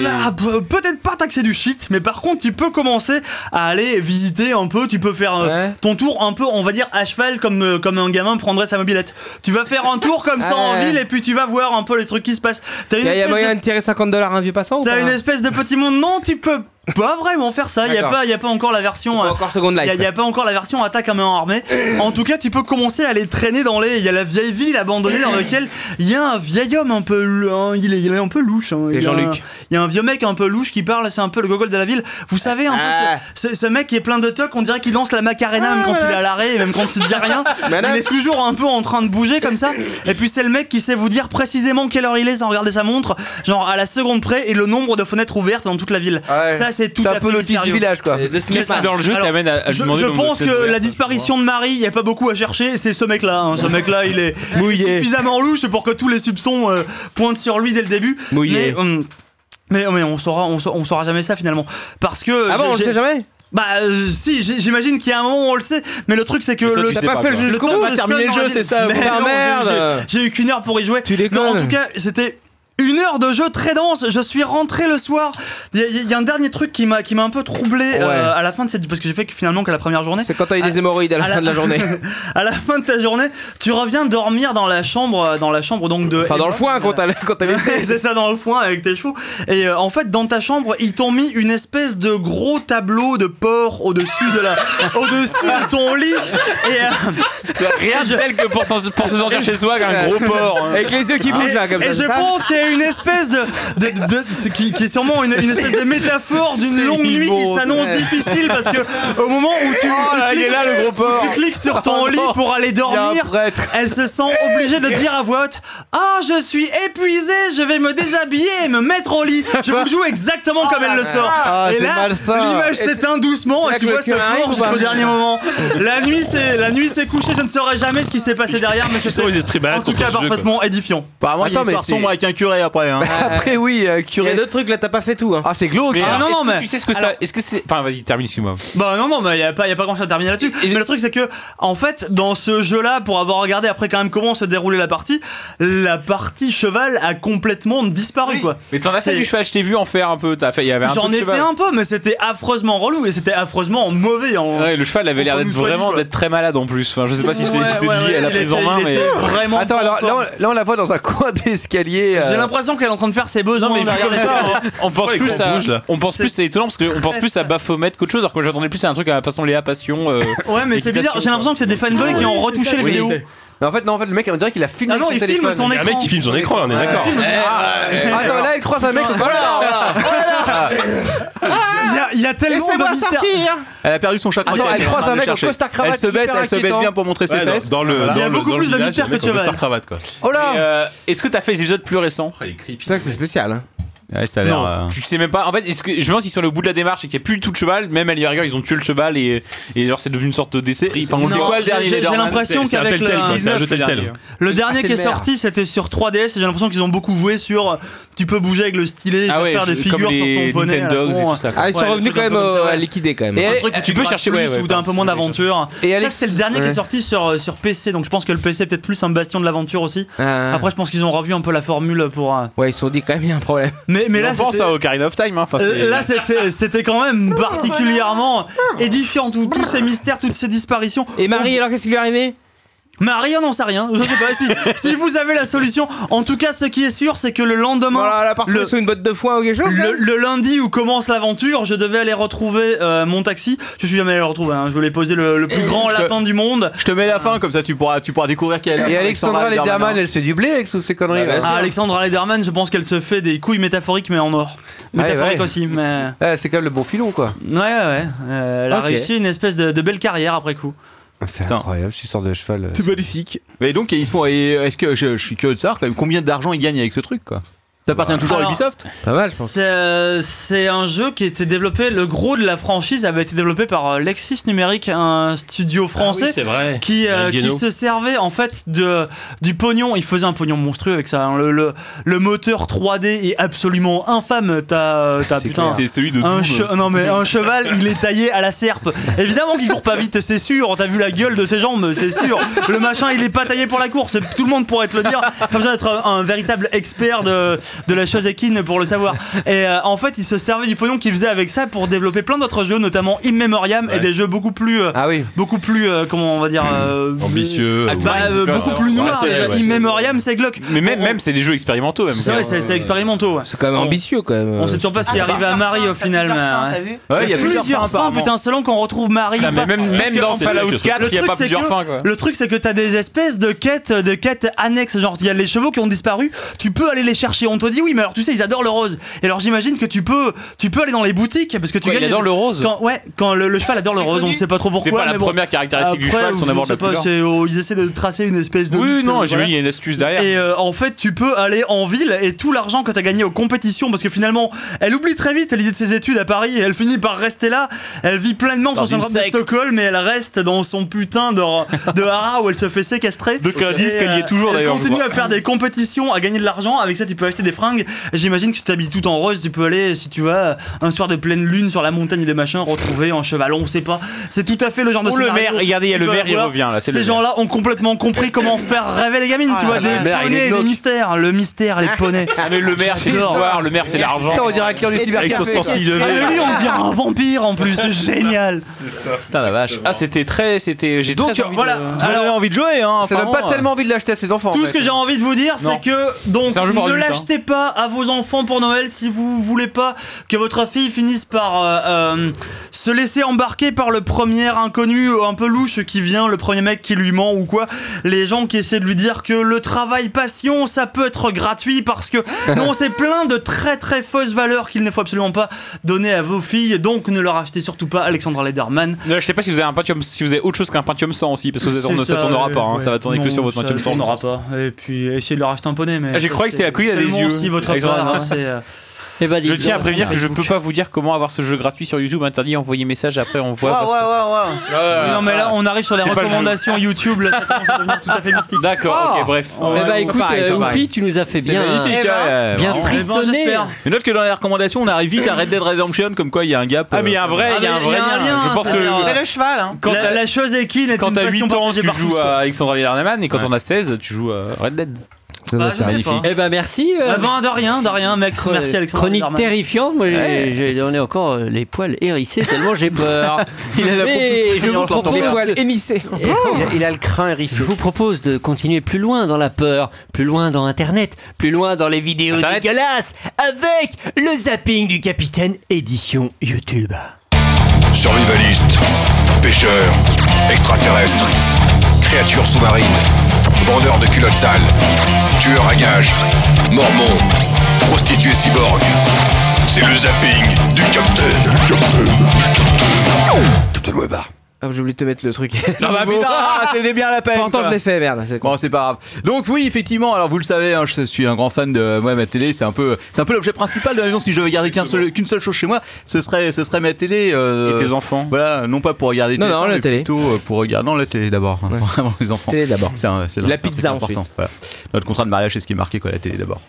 Speaker 6: alors, blablabla, pe- Peut-être pas taxer du shit, mais par contre, tu peux commencer à aller visiter un peu. Tu peux faire euh,
Speaker 13: Ouais.
Speaker 6: ton tour un peu, on va dire, à cheval, comme, euh, comme un gamin prendrait sa mobilette. Tu vas faire un tour comme ça
Speaker 13: Ah
Speaker 6: en
Speaker 13: ouais.
Speaker 6: ville et puis tu vas voir un peu les trucs qui se passent. T'as une,
Speaker 13: Y a, y a
Speaker 6: espèce
Speaker 13: moyen
Speaker 6: de-
Speaker 13: de tirer 50 dollars à un vieux passant ou
Speaker 6: t'as
Speaker 13: pas
Speaker 6: une espèce de petit monde. Non, tu peux pas vraiment faire ça. Il y a
Speaker 13: D'accord.
Speaker 6: pas, il y a pas encore la version. euh,
Speaker 13: encore Second Life,
Speaker 6: Il y a- il y, a
Speaker 13: ouais.
Speaker 6: pas encore la version attaque à main armée. en tout cas, tu peux commencer à les traîner dans les. Il y a la vieille ville abandonnée dans laquelle il y a un vieil homme un peu, lou- hein, il est, il est un peu louche. hein.
Speaker 13: C'est
Speaker 6: Il y a
Speaker 13: Jean-Luc.
Speaker 6: un- Il y a un vieux mec un peu louche qui parle. C'est un peu le gogol de la ville. Vous savez un
Speaker 13: Ah.
Speaker 6: peu ce, ce- ce mec qui est plein de toc. On dirait qu'il danse la macarena même quand il est à l'arrêt, et même quand il dit rien.
Speaker 13: Manox.
Speaker 6: Il est toujours un peu en train de bouger comme ça. Et puis c'est le mec qui sait vous dire précisément quelle heure il est sans regarder sa montre, genre à la seconde près et le nombre de fenêtres ouvertes dans toute la ville.
Speaker 13: Ah
Speaker 6: Ça c'est tout
Speaker 10: C'est
Speaker 6: à
Speaker 10: un
Speaker 6: fait
Speaker 10: peu l'autiste
Speaker 6: mystérieux.
Speaker 10: du village, quoi. C'est de ce
Speaker 6: Qu'est-ce
Speaker 10: mec-là.
Speaker 6: qui,
Speaker 3: Alors,
Speaker 6: Alors,
Speaker 3: t'amène à- à
Speaker 6: je,
Speaker 3: demander
Speaker 6: je
Speaker 3: le nombre de
Speaker 6: pense
Speaker 3: fenêtres
Speaker 6: que la
Speaker 3: ouvertes.
Speaker 6: disparition de Marie, il n'y a pas beaucoup à chercher, c'est ce mec-là. hein. Ce mec-là, il est il est suffisamment louche pour que tous les soupçons euh, pointent sur lui dès le début.
Speaker 13: Mouillé.
Speaker 6: Mais, hum, mais, mais on saura, on saura, on saura jamais ça finalement, parce que
Speaker 13: Ah bon,
Speaker 6: j'ai-
Speaker 13: on le
Speaker 6: j'ai-
Speaker 13: sait jamais
Speaker 6: Bah euh, si, j'ai- j'imagine qu'il y a un moment où on le sait, mais le truc c'est que
Speaker 13: Mais toi,
Speaker 6: le
Speaker 13: tu sais T'as pas pas, fait le quoi. jeu jusqu'au
Speaker 6: temps
Speaker 13: bout,
Speaker 6: de
Speaker 13: t'as terminé
Speaker 6: sonne
Speaker 13: le
Speaker 6: dans la
Speaker 13: jeu,
Speaker 6: ville.
Speaker 13: c'est ça,
Speaker 6: Mais
Speaker 13: putain,
Speaker 6: non,
Speaker 13: merde.
Speaker 6: j'ai- J'ai eu qu'une heure pour y jouer. Tu en tout cas, c'était une heure de jeu très dense. Je suis rentré le soir. Il y a- il y, a un dernier truc qui m'a qui m'a un peu troublé euh,
Speaker 13: Ouais.
Speaker 6: à la fin de cette parce que j'ai fait que finalement que la première journée.
Speaker 13: C'est quand t'as eu des hémorroïdes à la
Speaker 6: à
Speaker 13: fin de la journée.
Speaker 6: à la fin de ta journée, tu reviens dormir dans la chambre, euh, dans la chambre donc de.
Speaker 13: Enfin, dans le foin, quand t'as- quand t'as laissé.
Speaker 6: c'est ça dans le foin avec tes chevaux. Et euh, en fait, dans ta chambre, ils t'ont mis une espèce de gros tableau de porc au-dessus de la, au-dessus de ton lit. Et euh,
Speaker 3: Rien de tel que pour, s'en- pour se sentir chez soi, un gros porc. hein.
Speaker 13: Avec les yeux qui bougent là, comme
Speaker 6: et
Speaker 13: ça.
Speaker 6: je
Speaker 13: c'est ça
Speaker 6: pense qu'il y a une espèce de, de- de- de- ce qui, qui est sûrement une, une espèce de métaphore d'une
Speaker 13: C'est
Speaker 6: longue nuit qui
Speaker 13: immonde.
Speaker 6: s'annonce
Speaker 13: Ouais.
Speaker 6: difficile parce que au moment où tu, tu
Speaker 13: il est
Speaker 6: cliques,
Speaker 13: là, le gros porc.
Speaker 6: où tu cliques sur ton
Speaker 13: Oh
Speaker 6: lit
Speaker 13: non.
Speaker 6: pour aller
Speaker 10: Il y a
Speaker 6: dormir,
Speaker 10: un prêtre.
Speaker 6: elle se sent obligée de dire à voix haute Ah, je suis épuisée, je vais me déshabiller et me mettre au lit. Je vous le joue exactement
Speaker 13: Oh
Speaker 6: comme elle le sort.
Speaker 10: Ah,
Speaker 6: et
Speaker 10: c'est
Speaker 6: là,
Speaker 10: malsain.
Speaker 6: l'image
Speaker 13: Et
Speaker 6: s'éteint doucement
Speaker 13: c'est
Speaker 6: et
Speaker 13: là
Speaker 6: tu
Speaker 13: que le
Speaker 6: vois ce
Speaker 13: cœur arrive
Speaker 6: corps
Speaker 13: ou pas
Speaker 6: jusqu'au dernier moment. La nuit, c'est la nuit s'est couchée. Je ne saurais jamais ce qui s'est passé derrière, mais c'était
Speaker 4: Ils se tribalent
Speaker 6: en tout
Speaker 4: contre
Speaker 6: cas
Speaker 4: ce jeu, quoi.
Speaker 6: parfaitement édifiant.
Speaker 5: Apparemment, il y a
Speaker 10: Attends,
Speaker 5: une
Speaker 10: mais
Speaker 5: histoire
Speaker 10: c'est-
Speaker 5: sombre avec un curé après. hein.
Speaker 10: Après, oui, euh,
Speaker 13: Il y a
Speaker 10: curé.
Speaker 13: d'autres trucs là, t'as pas fait tout. Hein.
Speaker 10: Ah, c'est glauque.
Speaker 3: Mais
Speaker 10: hein.
Speaker 3: alors,
Speaker 6: non,
Speaker 3: est-ce
Speaker 6: non,
Speaker 3: que
Speaker 6: mais-
Speaker 3: Tu sais ce que ça. Est-ce que c'est. Enfin, vas-y, termine, excuse-moi.
Speaker 6: Bah non, non, mais il n'y a, pas- y a pas grand chose à terminer là-dessus. Mais le truc, c'est que, en fait, dans ce jeu-là, pour avoir regardé après quand même comment se déroulait la partie, la partie cheval a complètement disparu, quoi.
Speaker 3: Mais t'en as fait
Speaker 6: C'est-
Speaker 3: du cheval, je t'ai vu en faire un peu. T'as fait, il y avait un peu
Speaker 6: J'en
Speaker 3: de
Speaker 6: ai
Speaker 3: cheval.
Speaker 6: fait un peu, mais c'était affreusement relou et c'était affreusement mauvais. En...
Speaker 3: Ouais, le cheval avait l'air
Speaker 6: Qu'on
Speaker 3: d'être
Speaker 6: nous soit dit,
Speaker 3: vraiment
Speaker 6: quoi.
Speaker 3: d'être très malade en plus. Enfin, je sais pas si c'est
Speaker 6: Ouais,
Speaker 3: c'est
Speaker 6: ouais,
Speaker 3: lié
Speaker 6: ouais,
Speaker 3: à la
Speaker 6: il
Speaker 3: prise en
Speaker 6: était-
Speaker 3: main,
Speaker 6: il
Speaker 3: mais.
Speaker 6: était vraiment
Speaker 10: Attends,
Speaker 6: pas
Speaker 10: alors
Speaker 6: fort.
Speaker 10: là, on- là, on la voit dans un coin d'escalier. euh,
Speaker 6: j'ai l'impression qu'elle est en train de faire ses besoins.
Speaker 3: Non, mais
Speaker 6: derrière
Speaker 3: comme
Speaker 6: les
Speaker 3: ça, on on pense
Speaker 4: Ouais,
Speaker 3: plus
Speaker 4: qu'on
Speaker 3: à.
Speaker 4: bouge, là.
Speaker 3: On pense plus, c'est étonnant parce qu'on pense plus à Baphomet qu'autre chose, alors que moi, j'attendais plus à un truc à la façon Léa Passion. euh,
Speaker 6: Ouais, mais c'est bizarre.
Speaker 3: équitation,
Speaker 6: J'ai l'impression que c'est des fanboys qui ont retouché les
Speaker 10: Oui.
Speaker 6: vidéos.
Speaker 10: Mais en fait, non, en fait, le mec, on dirait qu'il a filmé
Speaker 6: Ah non,
Speaker 10: avec
Speaker 6: il
Speaker 10: son
Speaker 6: filme
Speaker 10: téléphone.
Speaker 6: son
Speaker 4: Il y a un mec qui filme son écran, on est d'accord.
Speaker 10: Attends, là, il croise un mec. au- Voilà,
Speaker 6: Il y a- Il y a tellement de mystères.
Speaker 5: Elle a perdu son chakra.
Speaker 10: Attends,
Speaker 5: qui
Speaker 10: elle
Speaker 5: était en
Speaker 10: croise
Speaker 5: train
Speaker 10: un
Speaker 5: de
Speaker 10: mec en
Speaker 5: chercher.
Speaker 10: costard cravate.
Speaker 5: Elle se baisse, elle se baisse bien pour montrer ses
Speaker 4: Ouais,
Speaker 5: fesses.
Speaker 4: dans, dans le, dans
Speaker 6: Il y a
Speaker 4: le-
Speaker 6: beaucoup
Speaker 4: dans le
Speaker 6: plus de
Speaker 4: village,
Speaker 6: mystère
Speaker 4: le mec
Speaker 6: que
Speaker 4: en costard
Speaker 6: cheval.
Speaker 4: cravate quoi.
Speaker 10: Oh là
Speaker 3: et, euh, Est-ce que t'as fait les épisodes plus récents
Speaker 4: Ah, il est creepy.
Speaker 13: C'est vrai que c'est spécial. Hein.
Speaker 5: Ouais, ça a l'air. euh,
Speaker 3: Tu sais même pas. En fait, est-ce que je me demande s'ils sont allés au bout de la démarche et qu'il n'y a plus du tout de cheval. Même à l'hiver, ils ont tué le cheval et, et genre c'est devenu une sorte d'esprit. Enfin,
Speaker 6: Non,
Speaker 3: on sait quoi le
Speaker 6: j'ai-
Speaker 3: dernier
Speaker 6: j'ai- J'ai
Speaker 3: Lederman
Speaker 6: l'impression
Speaker 4: C'est un
Speaker 6: qu'avec
Speaker 4: tel-tel,
Speaker 6: la-
Speaker 4: quoi, c'est un jeu tel-tel.
Speaker 13: Ah,
Speaker 6: Le dernier
Speaker 10: c'est
Speaker 6: qui est
Speaker 10: le maire.
Speaker 6: sorti, c'était sur 3DS et j'ai l'impression qu'ils ont beaucoup joué sur euh, tu peux bouger avec le stylet,
Speaker 3: Ah
Speaker 6: faire
Speaker 3: ouais,
Speaker 6: faire des
Speaker 3: je-
Speaker 6: figures
Speaker 3: comme les
Speaker 6: sur ton poney.
Speaker 3: Nintendogs
Speaker 6: là,
Speaker 3: et
Speaker 6: bon,
Speaker 3: tout ça, quoi.
Speaker 13: Ah, ils sont
Speaker 6: Ouais, des
Speaker 13: revenus
Speaker 6: trucs
Speaker 13: quand
Speaker 6: un
Speaker 13: même
Speaker 6: peu comme ça,
Speaker 13: euh,
Speaker 6: ouais.
Speaker 13: liquidés quand même.
Speaker 10: Et-
Speaker 13: hein.
Speaker 6: un truc où
Speaker 3: tu
Speaker 6: tu
Speaker 3: peux
Speaker 6: peux
Speaker 3: chercher,
Speaker 6: chercher
Speaker 3: ouais, ouais,
Speaker 6: ou d'un
Speaker 3: pardon,
Speaker 6: peu moins
Speaker 3: c'est-
Speaker 6: d'aventure.
Speaker 10: Et
Speaker 6: Ça
Speaker 10: Alex-
Speaker 6: c'est le dernier qui
Speaker 10: ouais.
Speaker 6: est sorti sur euh, sur PC donc je pense que le PC est peut-être plus un bastion de l'aventure aussi.
Speaker 13: Ah.
Speaker 6: Après je pense qu'ils ont revu un peu la formule pour euh,
Speaker 13: Ouais, ils se sont dit quand même, il y a un problème.
Speaker 6: Mais mais là
Speaker 3: On pense
Speaker 6: c'était-
Speaker 3: à Ocarina of Time. hein. Enfin,
Speaker 6: euh,
Speaker 3: c'est-
Speaker 6: Là, c'est- c'est- c'était quand même particulièrement édifiant, tout- tous ces mystères, toutes ces disparitions.
Speaker 13: Et Marie, alors qu'est-ce qui lui est arrivé
Speaker 6: Marie, on n'en sait rien. Je sais pas si, si vous avez la solution. En tout cas, ce qui est sûr, c'est que le lendemain,
Speaker 13: Voilà, la partie
Speaker 6: le-
Speaker 13: sous une botte de foin ou quelque chose
Speaker 6: le, le lundi où commence l'aventure, je devais aller retrouver euh, mon taxi. Je suis jamais allé le retrouver. hein. Je voulais poser le, le plus grand lapin du monde.
Speaker 5: Je te mets la fin, comme ça tu pourras, tu pourras découvrir qu'elle
Speaker 10: Et Alexandra Lederman, elle se fait du blé avec toutes ces conneries.
Speaker 13: bah,
Speaker 10: ouais.
Speaker 6: Ah, Alexandra Lederman, je pense qu'elle se fait des couilles métaphoriques, mais en or.
Speaker 10: Ouais,
Speaker 6: Métaphorique
Speaker 10: ouais.
Speaker 6: aussi, mais.
Speaker 10: Ah, c'est quand même le bon filon, quoi.
Speaker 6: Ouais, ouais, ouais. Euh, elle a
Speaker 13: Ok.
Speaker 6: réussi une espèce de, de belle carrière après coup.
Speaker 10: Ah, C'est
Speaker 5: Putain.
Speaker 10: incroyable, tu sors de cheval. euh,
Speaker 13: magnifique.
Speaker 5: Mais donc, ils se font. et euh, Est-ce que je, je suis curieux de savoir quand même combien d'argent ils gagnent avec ce truc, quoi Ça appartient toujours
Speaker 6: Alors-
Speaker 5: à Ubisoft
Speaker 13: Pas mal, je pense.
Speaker 6: C'est euh, c'est un jeu qui était développé, le gros de la franchise avait été développé par euh, Lexis Numérique, un studio français.
Speaker 4: oui, c'est vrai.
Speaker 6: Qui, euh,
Speaker 4: Yann
Speaker 6: qui
Speaker 4: Guénaud.
Speaker 6: se servait en fait de, du pognon. Il faisait un pognon monstrueux avec ça. hein. Le, le, le moteur 3D est absolument infâme. T'as euh, t'as, putain.
Speaker 3: C'est celui de
Speaker 6: Un,
Speaker 3: Doom.
Speaker 6: che- non mais un cheval, il est taillé à la serpe. Évidemment qu'il court pas vite, c'est sûr. T'as vu la gueule de ses jambes, c'est sûr. Le machin, il est pas taillé pour la course. Tout le monde pourrait te le dire. Pas besoin d'être un, un véritable expert de, de la chose équine pour le savoir. Et euh, en fait, il se servait du pognon qu'il faisait avec ça pour développer plein d'autres jeux, notamment In Memoriam et des jeux beaucoup plus,
Speaker 13: Ah
Speaker 6: euh, beaucoup plus, euh, comment on va dire, euh,
Speaker 4: Ambitieux,
Speaker 6: bah,
Speaker 4: ou-
Speaker 6: euh, beaucoup plus noirs.
Speaker 4: Ouais, ouais.
Speaker 6: In Memoriam, c'est glauque.
Speaker 3: Mais même, même c'est des jeux expérimentaux. Même,
Speaker 6: C'est vrai, c'est c'est expérimentaux. ouais.
Speaker 13: quand même ambitieux quand même.
Speaker 6: On sait toujours pas
Speaker 13: Ah,
Speaker 6: ce qui est arrivé à Marie au final. mais,
Speaker 13: fins, t'as
Speaker 6: ouais.
Speaker 13: vu Ouais, il y a plusieurs fins,
Speaker 6: fins,
Speaker 13: apparemment.
Speaker 6: putain, selon qu'on retrouve Marie.
Speaker 13: Putain, mais
Speaker 6: pas-
Speaker 13: même-
Speaker 6: parce
Speaker 13: même
Speaker 6: que-
Speaker 13: dans
Speaker 6: le
Speaker 13: Fallout
Speaker 6: truc,
Speaker 13: 4, il y a
Speaker 6: le
Speaker 13: pas
Speaker 6: truc, c'est
Speaker 13: plusieurs
Speaker 6: que-
Speaker 13: fins, quoi.
Speaker 6: Le truc, c'est que t'as des espèces de quêtes, de quêtes annexes. Genre, il y a les chevaux qui ont disparu, tu peux aller les chercher. On te dit, oui, mais alors tu sais, ils adorent le rose. Et alors, j'imagine que tu peux, tu peux aller dans les boutiques parce que tu
Speaker 3: Quoi, il
Speaker 6: gagnes.
Speaker 3: adore le rose
Speaker 6: Quand, ouais, quand le, le cheval adore le rose, on sait pas trop pourquoi.
Speaker 3: C'est pas la
Speaker 6: mais bon.
Speaker 3: première caractéristique du
Speaker 6: Après,
Speaker 3: cheval, son
Speaker 6: je
Speaker 3: amour de
Speaker 6: sais
Speaker 3: la
Speaker 6: pas,
Speaker 3: couleur.
Speaker 6: c'est- oh, Ils essaient de tracer une espèce de.
Speaker 3: Oui,
Speaker 6: mythe,
Speaker 3: non,
Speaker 6: euh,
Speaker 3: j'ai vu, il y a une astuce derrière.
Speaker 6: Et euh, en fait, tu peux aller en ville et tout l'argent que t'as gagné aux compétitions, parce que finalement, elle oublie très vite l'idée de ses études à Paris et elle finit par rester là. Elle vit pleinement
Speaker 3: Dans
Speaker 6: son
Speaker 3: une
Speaker 6: syndrome de
Speaker 3: secte.
Speaker 6: Stockholm, mais elle reste dans son putain de, de hara où elle se fait séquestrer.
Speaker 3: Donc, un
Speaker 6: Et, euh,
Speaker 3: disque, elle y est toujours,
Speaker 6: Elle
Speaker 3: d'ailleurs, je
Speaker 6: continue
Speaker 3: vois.
Speaker 6: à faire des compétitions, à gagner de l'argent. Avec ça, tu peux acheter des fringues. J'imagine que tu t'habilles tout en rose. Tu peux aller, si tu vas, un soir de pleine lune sur la montagne des machins, retrouver un chevalon, on sait pas. C'est tout à fait le genre de
Speaker 3: Oh, le
Speaker 6: scénario
Speaker 3: maire, regardez, il y a
Speaker 6: qui
Speaker 3: le
Speaker 6: peut
Speaker 3: maire, il
Speaker 6: avoir.
Speaker 3: revient, là, c'est le
Speaker 6: Ces
Speaker 3: maire.
Speaker 6: gens-là ont complètement compris comment faire rêver les gamines,
Speaker 3: Ah,
Speaker 6: tu vois,
Speaker 3: le
Speaker 6: des
Speaker 3: maire, il est
Speaker 6: poneys, des
Speaker 3: glauque.
Speaker 6: mystères, le mystère, les poneys.
Speaker 3: Ah, mais le maire, c'est
Speaker 6: J'adore.
Speaker 3: l'histoire, le maire, c'est l'argent.
Speaker 6: Putain, on dirait un client du cybercafé. Ah, lui, on dirait un vampire en plus, c'est génial.
Speaker 3: Putain, la vache. Ah, c'était très. C'était, j'ai
Speaker 6: Donc,
Speaker 3: très envie
Speaker 6: voilà.
Speaker 3: de...
Speaker 6: Alors,
Speaker 3: J'avais envie de jouer, hein.
Speaker 6: ça
Speaker 3: enfin,
Speaker 6: donne pas
Speaker 3: bon,
Speaker 6: tellement
Speaker 10: envie de l'acheter à ses enfants.
Speaker 6: Tout ce que j'ai envie de vous dire,
Speaker 3: Non.
Speaker 6: c'est que donc
Speaker 3: C'est un jeu pour
Speaker 6: ne
Speaker 3: adultes, hein.
Speaker 6: l'achetez pas à vos enfants pour Noël si vous voulez pas que votre fille finisse par euh, euh, se laisser embarquer par le premier inconnu un peu louche qui vient, le premier mec qui lui ment ou quoi. Les gens qui essaient de lui dire que le travail passion ça peut être gratuit parce que non c'est plein de très très fausses valeurs qu'il ne faut absolument pas donner à vos filles. Donc ne leur achetez surtout pas Alexandra Lederman.
Speaker 3: Ne l'achetez pas si vous avez un Pentium, si vous avez autre chose qu'un Pentium 100 aussi, parce que ça,
Speaker 6: C'est
Speaker 3: tourne- ça tournera
Speaker 6: euh,
Speaker 3: pas, hein,
Speaker 6: ouais.
Speaker 3: ça va tourner
Speaker 6: Non,
Speaker 3: que sur votre
Speaker 6: ça,
Speaker 3: Pentium 100.
Speaker 6: Ça tournera pas. Et puis, essayez de leur acheter un poney, mais.
Speaker 3: Ah, j'ai
Speaker 6: ça,
Speaker 3: cru que c'était la couille, il y a des
Speaker 6: seulement
Speaker 3: yeux.
Speaker 6: Si votre
Speaker 3: Alexandre
Speaker 6: part,
Speaker 3: Arnaud.
Speaker 6: c'est. euh,
Speaker 3: je tiens à prévenir que je
Speaker 6: Facebook.
Speaker 3: peux pas vous dire comment avoir ce jeu gratuit sur YouTube interdit. Envoyez message après, on voit.
Speaker 9: Waouh,
Speaker 3: parce-
Speaker 9: waouh, waouh, waouh.
Speaker 6: Oui, non, mais là, on arrive sur les
Speaker 3: C'est pas le jeu.
Speaker 6: recommandations YouTube, là, ça commence à devenir tout à fait mystique.
Speaker 3: D'accord, Ah ok, bref.
Speaker 8: Eh
Speaker 6: ben,
Speaker 8: bah, écoute, euh, Oupi, tu nous as fait
Speaker 5: C'est
Speaker 8: bien.
Speaker 5: magnifique,
Speaker 8: eh
Speaker 5: ouais,
Speaker 8: ben,
Speaker 5: ouais,
Speaker 8: bien
Speaker 5: vraiment.
Speaker 3: Eh
Speaker 8: frissonner.
Speaker 5: Mais note que dans les recommandations, on arrive vite à Red Dead Redemption, comme quoi il y a un gap. euh,
Speaker 3: Ah, mais il y a un vrai, il y a un vrai lien. Je pense que.
Speaker 9: C'est le cheval, hein.
Speaker 3: Quand
Speaker 6: la,
Speaker 3: t'as-
Speaker 6: la chose est qui n'est
Speaker 3: Quand
Speaker 6: une
Speaker 3: t'as
Speaker 6: passion
Speaker 3: 8 ans,
Speaker 6: partagée
Speaker 3: tu
Speaker 6: par tous,
Speaker 3: joues
Speaker 6: quoi.
Speaker 3: à Alexandra Lernerman et quand on a 16, tu joues à Red Dead.
Speaker 6: Bah, je sais pas.
Speaker 8: Eh ben merci. euh,
Speaker 6: Ah ben, de rien, de rien, mec. Merci, Alexandre.
Speaker 8: Chronique
Speaker 6: Zimmerman.
Speaker 8: terrifiante. Moi, j'ai- j'ai- on est encore euh, les poils hérissés tellement j'ai peur.
Speaker 10: Il a la peau
Speaker 8: Mais
Speaker 10: toute
Speaker 8: je vous
Speaker 10: friante, l'entendre.
Speaker 8: propose
Speaker 10: Les poils
Speaker 8: de-
Speaker 10: hérissés.
Speaker 8: Eh,
Speaker 10: Il a- Il a le crin
Speaker 8: Je
Speaker 10: hérissé.
Speaker 8: vous propose de continuer plus loin dans la peur, plus loin dans Internet, plus loin dans les vidéos
Speaker 3: Internet.
Speaker 8: dégueulasses, avec le zapping du capitaine édition YouTube.
Speaker 15: Survivaliste, pêcheur, extraterrestre, créature sous-marine, vendeur de culottes sales, tueur à gages, mormon, prostituée cyborg. C'est le zapping du Captain.
Speaker 13: Captain Weber. Ah, j'ai oublié de te mettre le truc.
Speaker 5: Non, bah, putain, ah, c'était bien la peine.
Speaker 13: Pourtant, je
Speaker 5: quoi.
Speaker 13: l'ai fait, merde. c'est con.
Speaker 5: Bon, c'est pas grave. Donc oui, effectivement. Alors vous le savez, hein, je suis un grand fan de moi ma télé. C'est un peu, c'est un peu l'objet principal de la maison. Si je devais garder qu'un seul- qu'une seule chose chez moi, ce serait, ce serait ma télé. euh,
Speaker 3: Et tes enfants.
Speaker 5: Voilà, non pas pour regarder.
Speaker 13: Non,
Speaker 5: téléphone,
Speaker 13: non, la
Speaker 5: mais
Speaker 13: télé.
Speaker 5: Plutôt euh, pour regarder non, la télé d'abord. hein, Vraiment les enfants.
Speaker 13: Télé d'abord.
Speaker 5: C'est un- c'est
Speaker 13: La
Speaker 5: c'est un truc
Speaker 13: pizza
Speaker 5: important.
Speaker 13: ensuite.
Speaker 5: Voilà. Notre contrat de mariage, c'est ce qui est marqué quoi, la télé d'abord.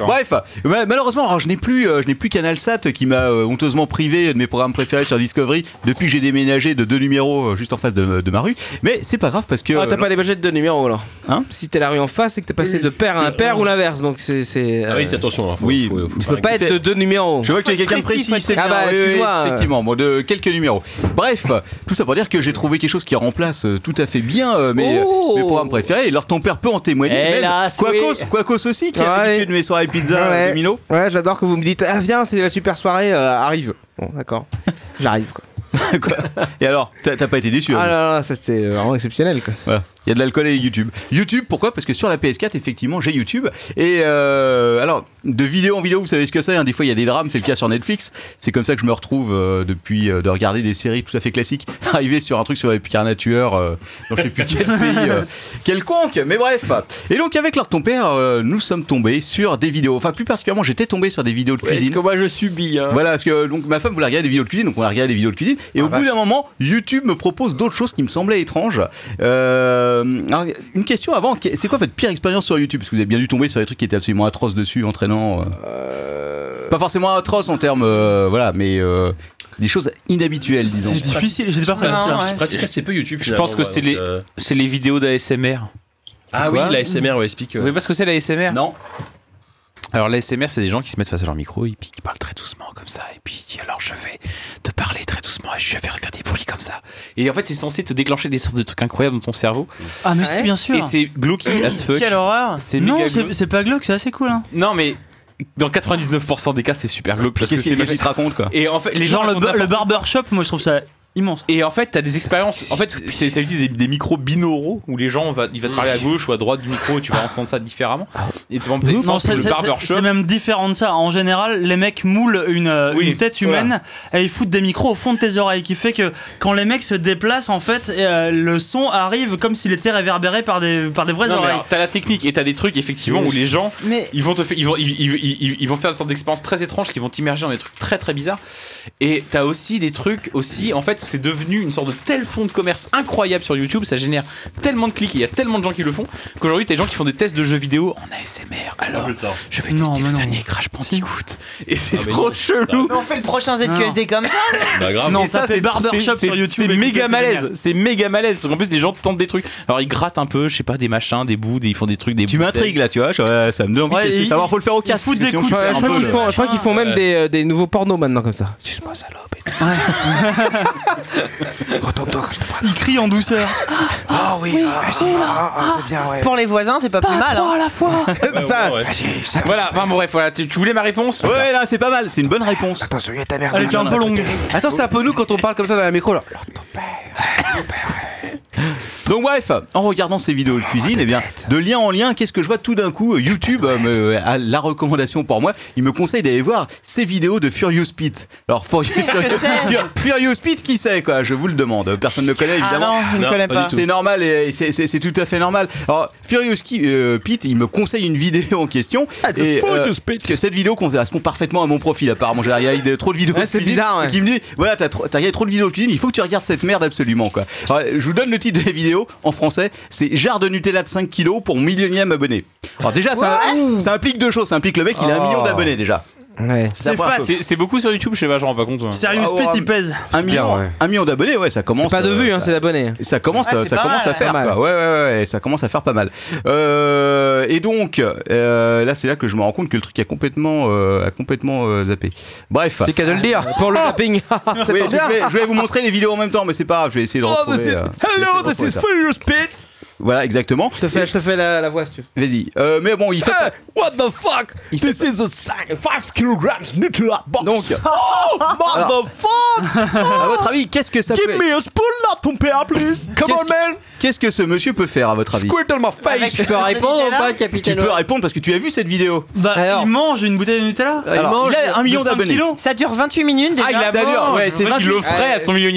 Speaker 5: Bref, ma- malheureusement, alors, je n'ai plus, euh, je n'ai plus Canal Sat qui m'a euh, honteusement privé de mes programmes préférés sur Discovery depuis que j'ai déménagé de deux numéros euh, juste en face de, de ma rue. Mais c'est pas grave parce que euh,
Speaker 13: Ah, t'as pas les budgets de numéro alors
Speaker 5: Hein
Speaker 13: Si t'es la rue en face et que t'es passé de paire à impair ou l'inverse, donc c'est. c'est, euh,
Speaker 4: Ah oui, c'est attention. hein, faut-
Speaker 5: Oui,
Speaker 4: faut- faut-
Speaker 13: tu peux pas être de deux numéros.
Speaker 5: Je vois que tu es quelqu'un de
Speaker 13: précis,
Speaker 5: précis, c'est
Speaker 13: Ah
Speaker 5: bien,
Speaker 13: bah,
Speaker 5: oui, oui,
Speaker 13: excuse-moi.
Speaker 5: Effectivement, bon, de quelques numéros. Bref, tout ça pour dire que j'ai trouvé quelque chose qui remplace euh, tout à fait bien euh, mes,
Speaker 8: Oh
Speaker 5: mes programmes préférés. Et alors, ton père peut en témoigner.
Speaker 8: Hélas,
Speaker 5: même Quacos,
Speaker 8: oui.
Speaker 5: Quacos aussi, qui
Speaker 13: Eh Ouais.
Speaker 5: a l'habitude de mes soirées pizza
Speaker 13: Ah
Speaker 5: euh,
Speaker 13: ouais.
Speaker 5: de Milo.
Speaker 13: Ouais, j'adore que vous me dites Ah, viens, c'est la super soirée, euh, arrive. Bon, d'accord. J'arrive quoi.
Speaker 5: Quoi Et alors, t'as t'as pas été déçu
Speaker 13: Ah
Speaker 5: hein
Speaker 13: là là, ça c'était vraiment exceptionnel quoi.
Speaker 5: Voilà. Il y a de l'alcool et YouTube. YouTube, pourquoi Parce que sur la PS4, effectivement, j'ai YouTube. Et euh, alors, de vidéo en vidéo, vous savez ce que c'est. hein. Des fois, il y a des drames, c'est le cas sur Netflix. C'est comme ça que je me retrouve euh, depuis euh, de regarder des séries tout à fait classiques. Arrivé sur un truc sur les carnats tueurs euh, dans je sais plus quel pays euh, quelconque. Mais bref. Et donc, avec leur ton père, euh, nous sommes tombés sur des vidéos. Enfin, plus particulièrement, j'étais tombé sur des vidéos de cuisine.
Speaker 8: moi je subis.
Speaker 10: hein.
Speaker 5: Voilà, parce que donc ma femme voulait regarder des vidéos de cuisine, donc on a regardé des vidéos de cuisine. Et au bout d'un moment, YouTube me propose d'autres choses qui me semblaient étranges. Euh, alors, une question avant, que- c'est quoi votre pire expérience sur YouTube Parce que vous avez bien dû tomber sur des trucs qui étaient absolument atroces dessus, entraînant. euh, Pas forcément atroces en termes, euh, voilà, mais euh, des choses inhabituelles, disons.
Speaker 6: C'est difficile, j'étais pas prêt.
Speaker 9: Non,
Speaker 6: tiens.
Speaker 9: ouais.
Speaker 4: Je pratique assez peu YouTube.
Speaker 3: Je pense que c'est les, c'est les
Speaker 5: euh,
Speaker 3: vidéos d'ASMR.
Speaker 4: Ah oui, euh. la SMR, ouais, explique.
Speaker 3: Vous voyez pas ce que c'est l'ASMR
Speaker 5: Non.
Speaker 3: Alors l'ASMR, c'est des gens qui se mettent face à leur micro et puis qui parlent très doucement comme ça. Et puis ils disent, alors je vais te parler très doucement et je vais faire, faire des bruits comme ça. Et en fait, c'est censé te déclencher des sortes de trucs incroyables dans ton cerveau.
Speaker 6: Ah, mais si, bien sûr.
Speaker 3: Et c'est glauky as fuck.
Speaker 6: Quelle horreur.
Speaker 3: C'est
Speaker 6: Non,
Speaker 3: méga
Speaker 6: c'est-
Speaker 3: glauque.
Speaker 6: c'est pas glauque, c'est assez cool. Hein.
Speaker 3: Non, mais dans 99% des cas, c'est super glauque parce que
Speaker 6: Qu'est-ce
Speaker 3: c'est
Speaker 6: qu'il- qu'est-ce qu'il te
Speaker 5: raconte quoi.
Speaker 3: Et en fait, les gens
Speaker 6: Genre le,
Speaker 3: racontent
Speaker 6: ba- le
Speaker 3: n'importe
Speaker 6: barbershop, moi je trouve ça immense.
Speaker 3: Et en fait, t'as des expériences. En fait, c'est, ça utilise des, des micros binauraux où les gens on va, il va te parler à gauche ou à droite du micro, et tu vas entendre ça différemment. Et tu vas des
Speaker 6: Non,
Speaker 3: expériences
Speaker 6: c'est-
Speaker 3: comme le
Speaker 6: c'est-
Speaker 3: barbershop.
Speaker 6: c'est même différent de ça. En général, les mecs moulent une, euh,
Speaker 3: Oui,
Speaker 6: une tête
Speaker 3: voilà.
Speaker 6: humaine et ils foutent des micros au fond de tes oreilles, qui fait que quand les mecs se déplacent, en fait, euh, le son arrive comme s'il était réverbéré par des, par des vraies
Speaker 3: Non, mais
Speaker 6: oreilles.
Speaker 3: alors, t'as la technique et t'as des trucs effectivement où les gens
Speaker 6: Mais-
Speaker 3: ils vont te faire, ils vont ils, ils- ils- ils vont faire une sorte d'expérience très étrange qui vont t'immerger dans des trucs très très bizarres et t'as aussi des trucs aussi en fait c'est devenu une sorte de tel fond de commerce incroyable sur YouTube ça génère tellement de clics et il y a tellement de gens qui le font qu'aujourd'hui t'as des gens qui font des tests de jeux vidéo en ASMR
Speaker 5: Ah,
Speaker 3: alors je vais tester le dernier Crash Bandicoot et c'est
Speaker 20: Ah, mais
Speaker 3: trop
Speaker 20: non.
Speaker 3: chelou
Speaker 21: Mais on fait le prochain ZQSD comme ça
Speaker 3: bah
Speaker 21: grave.
Speaker 3: Non,
Speaker 21: Mais
Speaker 3: ça
Speaker 21: tapez
Speaker 3: c'est
Speaker 21: Barbershop
Speaker 3: c'est-
Speaker 21: sur YouTube,
Speaker 3: C'est
Speaker 21: écoutez,
Speaker 3: méga
Speaker 21: c'est
Speaker 3: malaise.
Speaker 21: génial.
Speaker 3: C'est méga malaise parce qu'en plus les gens tentent des trucs. Alors ils grattent un peu, je sais pas, des machins, des bouts, des- ils font des trucs, des.
Speaker 5: Tu m'intrigues là, tu vois, je- ça me donne envie de tester. Savoir, faut le faire au casque.
Speaker 13: Je
Speaker 5: sinon je fais un
Speaker 13: crois
Speaker 5: peu
Speaker 13: qu'ils
Speaker 5: le-
Speaker 13: font, je crois qu'ils font même
Speaker 5: Ouais.
Speaker 13: des, euh, des nouveaux pornos maintenant comme ça. Suce-moi, salope.
Speaker 6: Ils crient en douceur.
Speaker 13: Ah oui,
Speaker 21: c'est bien, Pour les voisins, c'est pas, plus mal.
Speaker 9: hein.
Speaker 21: Trois à la fois.
Speaker 3: ça. Voilà. Enfin bon, bref, voilà. Tu, tu voulais ma réponse
Speaker 5: Ouais, là, c'est pas mal. C'est une bonne réponse.
Speaker 10: Attends, celui-là, ta mère,
Speaker 3: Elle était un peu longue.
Speaker 10: Attends, c'est un peu nous quand on parle comme ça dans la micro. Là.
Speaker 5: Donc bref, en regardant ces vidéos de cuisine,
Speaker 13: Ah,
Speaker 5: eh bien, de lien en lien, qu'est-ce que je vois tout d'un coup euh, YouTube euh, me- euh, a la recommandation pour moi. Il me conseille d'aller voir ces vidéos de Furious Pete. Alors Furious,
Speaker 22: Qu'est-ce que c'est
Speaker 5: Fur- Furious Pete, qui c'est quoi Je vous le demande. Personne ne connaît
Speaker 22: Ah
Speaker 5: évidemment.
Speaker 22: non, je ne Non, connais pas pas. du tout.
Speaker 5: C'est normal et et c'est- c'est c'est tout à fait normal. Alors Furious Ki- euh, Pete, il me conseille une vidéo en question
Speaker 13: Ah, de
Speaker 5: et euh,
Speaker 13: Furious
Speaker 5: que cette vidéo correspond parfaitement à mon profil apparemment. J'ai regardé trop de vidéos.
Speaker 13: Ouais,
Speaker 5: de
Speaker 13: c'est
Speaker 5: cuisine
Speaker 13: bizarre, ouais.
Speaker 5: et qui me dit voilà t'as trop- t'as regardé trop de vidéos de cuisine il faut que tu regardes cette merde absolument quoi Alors, je vous donne le titre de la vidéo en français c'est jarre de Nutella de 5 kilos pour millionième abonné alors déjà ça, ça implique deux choses ça implique le mec il a un
Speaker 3: Oh.
Speaker 5: million d'abonnés déjà
Speaker 3: C'est fast. C'est- C'est beaucoup sur YouTube, je sais pas, je me rends pas compte. moi.
Speaker 5: Ah, ouais, un- un million, un million d'abonnés, ouais, ça commence.
Speaker 3: C'est pas de vues, hein, c'est
Speaker 5: d'abonnés. Ça commence, euh,
Speaker 3: Ah, c'est
Speaker 5: ça
Speaker 3: pas
Speaker 5: commence à
Speaker 3: mal.
Speaker 5: faire,
Speaker 3: Pas
Speaker 5: quoi. Ouais, ouais, ouais, ça commence à faire pas mal. Euh, et donc, euh, là, c'est là que je me rends compte que le truc a complètement, euh, a complètement euh, zappé. Bref.
Speaker 10: C'est qu'à de le dire.
Speaker 13: euh,
Speaker 10: Pour le zapping.
Speaker 5: Oui, je, voulais, je voulais vous montrer les vidéos en même temps, mais c'est pas grave, je vais essayer de
Speaker 13: Oh,
Speaker 5: retrouver.
Speaker 13: this is-
Speaker 5: euh,
Speaker 13: Hello,
Speaker 5: je vais essayer de
Speaker 13: this is
Speaker 5: retrouver
Speaker 13: Furious
Speaker 5: ça. Voilà, exactement.
Speaker 13: Je te fais, je te fais la, la voix si tu veux.
Speaker 5: Vas-y. Euh, mais bon, il fait.
Speaker 13: what the fuck This is a 5 kg Nutella box.
Speaker 5: Donc,
Speaker 13: oh,
Speaker 5: motherfuck à votre avis, qu'est-ce que ça
Speaker 13: Give
Speaker 5: peut
Speaker 13: me a spoon, not ton père, please. Come
Speaker 5: Qu'est-ce
Speaker 13: on,
Speaker 5: que-
Speaker 13: man.
Speaker 5: Qu'est-ce que ce monsieur peut faire à votre avis
Speaker 10: Squirt on my face.
Speaker 5: Tu peux répondre ou pas, Capitaine Tu peux répondre parce que tu as vu cette vidéo.
Speaker 6: Bah, il mange une bouteille de Nutella
Speaker 5: Il Alors, mange il a un de million 5 d'abonnés. kilos.
Speaker 9: Ça dure 28 minutes déjà.
Speaker 10: Ah,
Speaker 5: ça dure, ouais, c'est 28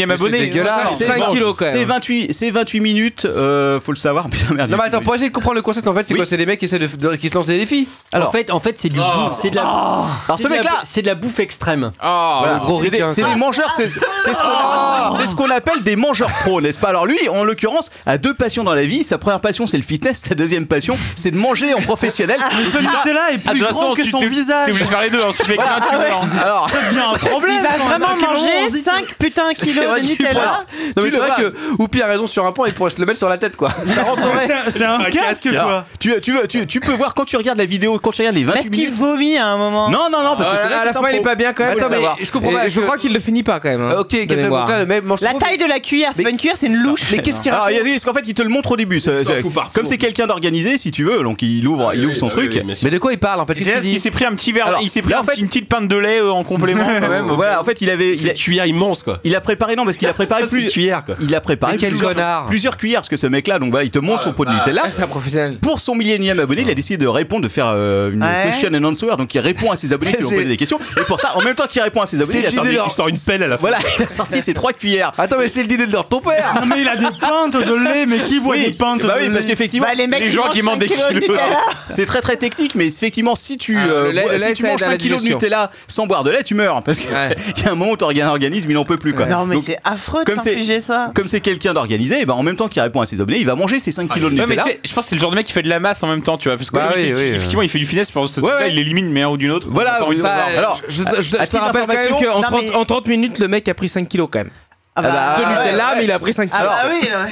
Speaker 10: Mais c'est dégueulasse.
Speaker 5: C'est
Speaker 10: 5 kilos, quand même.
Speaker 5: C'est 28, c'est 28 minutes, euh, faut le savoir. Putain, merde.
Speaker 10: Non, mais attends, pour essayer de comprendre le concept, en fait, c'est quoi C'est des mecs qui, essaient de- de- qui se lancent des défis.
Speaker 5: Alors.
Speaker 8: en fait, en fait, c'est du
Speaker 10: Oh.
Speaker 8: bouffe, c'est de la,
Speaker 10: Oh.
Speaker 8: c'est
Speaker 10: Alors, ce
Speaker 8: de la-
Speaker 10: mec-là.
Speaker 8: c'est de la bouffe extrême.
Speaker 10: Ah,
Speaker 5: Voilà. c'est des, c'est des mangeurs, c'est c'est ce qu'on
Speaker 1: Ah,
Speaker 5: c'est ce qu'on appelle des mangeurs pro, n'est-ce pas Alors lui, en l'occurrence, a deux passions dans la vie. Sa première passion, c'est le fitness. Sa deuxième passion, c'est de manger en professionnel.
Speaker 6: Mais ce
Speaker 5: Il a-
Speaker 6: Nutella est
Speaker 5: Ah, de
Speaker 6: plus
Speaker 5: toute façon,
Speaker 6: grand que
Speaker 5: tu-
Speaker 6: son
Speaker 5: tu-
Speaker 6: visage.
Speaker 5: t'es obligé de faire les deux, hein, si tu fais
Speaker 6: Voilà.
Speaker 5: qu'un, tu
Speaker 6: Ah ouais.
Speaker 5: vois, hein. Alors.
Speaker 6: Ça devient un problème.
Speaker 9: Il va
Speaker 6: quand même.
Speaker 9: vraiment
Speaker 6: À quel moment
Speaker 9: manger
Speaker 6: on se dit-
Speaker 9: 5 putains kilos de Nutella.
Speaker 10: Non, mais c'est vrai que Oupi a raison sur un point, il pourrait se le mettre sur la tête, quoi. Ça rentrerait.
Speaker 5: Alors, Tu, tu, tu, tu peux voir quand tu regardes la vidéo, quand tu regardes les 28
Speaker 9: Est-ce qu'il
Speaker 5: minutes-
Speaker 9: vomit à un moment
Speaker 5: Non, non, non, parce que c'est vrai
Speaker 13: à
Speaker 5: que
Speaker 13: la
Speaker 5: t'as
Speaker 13: fin,
Speaker 5: un
Speaker 13: il est
Speaker 5: pro.
Speaker 13: pas bien quand même.
Speaker 5: Faut le savoir.
Speaker 13: je comprends pas. Je crois qu'il le finit pas quand même. hein, de mémoire.
Speaker 9: La taille de la cuillère, c'est pas une cuillère, c'est une louche.
Speaker 13: Ah,
Speaker 5: Alors, Ah, il y a- Parce qu'en fait, il te le montre au début. ça-
Speaker 13: Il s'en
Speaker 5: ça-
Speaker 13: fout partout, Ah
Speaker 5: Comme c'est quelqu'un d'organisé, si tu veux, donc il ouvre, il ouvre son truc.
Speaker 10: Mais de quoi il parle en fait
Speaker 5: Qu'est-ce qu'il dit
Speaker 3: Il s'est pris un petit verre,
Speaker 5: Alors,
Speaker 3: il s'est pris
Speaker 5: là,
Speaker 3: un
Speaker 5: en fait-
Speaker 3: petit- une petite pinte de lait euh, en complément quand même.
Speaker 5: Voilà, en fait, il avait. Il a,
Speaker 4: cuillère immense, quoi.
Speaker 5: Il a préparé, non, parce qu'il a préparé
Speaker 3: Ça, c'est une
Speaker 5: plusieurs.
Speaker 4: cuillère, quoi.
Speaker 5: Il a préparé
Speaker 10: Mais quel
Speaker 5: plusieurs,
Speaker 10: connard.
Speaker 5: plusieurs cuillères, parce que ce mec-là, donc voilà, il te montre
Speaker 13: Ah
Speaker 5: son pot de Nutella.
Speaker 13: c'est un professionnel.
Speaker 5: Pour son millionième abonné, il a décidé de répondre, de faire euh, une
Speaker 13: Ouais.
Speaker 5: question and answer. Donc, il répond à ses abonnés qui lui ont
Speaker 10: C'est-
Speaker 5: posé des questions. Et pour ça, en même temps qu'il répond à ses abonnés,
Speaker 10: C'est
Speaker 5: il a sorti,
Speaker 10: l'idée de leur-
Speaker 4: une pelle à la fin.
Speaker 5: Voilà, il a sorti ses trois cuillères.
Speaker 10: Attends, mais c'est le dîner de leur ton père.
Speaker 6: Non, mais il a des pintes de lait, mais qui boit
Speaker 5: Oui,
Speaker 6: des pintes
Speaker 5: bah
Speaker 6: de
Speaker 5: oui,
Speaker 6: lait
Speaker 5: parce qu'effectivement,
Speaker 6: Bah, les mecs qui mangent
Speaker 5: mangent
Speaker 6: cinq kilos de Nutella.
Speaker 5: c'est très très technique, mais effectivement, si tu, euh,
Speaker 13: Ah, le lait-
Speaker 5: bois-
Speaker 13: le
Speaker 5: si
Speaker 13: lait,
Speaker 5: tu
Speaker 13: ça
Speaker 5: manges
Speaker 13: aide à la
Speaker 5: 5 kilos de
Speaker 13: digestion.
Speaker 5: Nutella sans boire de lait, tu meurs, hein, parce qu'il y a un moment où ton orga- organisme il n'en peut plus. Quoi.
Speaker 9: Non, mais
Speaker 5: Donc,
Speaker 9: c'est affreux de
Speaker 5: comme c'est-
Speaker 9: s'infliger ça.
Speaker 5: Comme c'est quelqu'un d'organisé, et ben en même temps qu'il répond à ses abonnés, il va manger ses 5 kilos de
Speaker 3: Ah, Ouais, mais
Speaker 5: Nutella.
Speaker 3: tu sais, je pense que c'est le genre de mec qui fait de la masse en même temps, tu vois. Parce que
Speaker 5: Bah
Speaker 3: lui,
Speaker 5: oui,
Speaker 3: il-
Speaker 5: oui,
Speaker 3: effectivement, il fait du finesse pour ce
Speaker 5: Ouais,
Speaker 3: truc-là,
Speaker 5: ouais.
Speaker 3: il élimine mais un ou d'une autre.
Speaker 5: Voilà,
Speaker 3: Encore une
Speaker 5: bah,
Speaker 3: fois.
Speaker 5: alors,
Speaker 13: Je,
Speaker 5: À-
Speaker 13: je-
Speaker 5: à
Speaker 13: je te
Speaker 5: titre
Speaker 13: rappelle quand même
Speaker 5: d'information-
Speaker 13: qu'en
Speaker 5: Non,
Speaker 13: 30,
Speaker 5: mais-
Speaker 13: en 30 minutes, le mec a pris 5 kilos quand même.
Speaker 9: Ah
Speaker 5: bah,
Speaker 13: de Nutella,
Speaker 5: ouais.
Speaker 13: mais il a pris 5 kilos.
Speaker 9: bah
Speaker 5: Alors,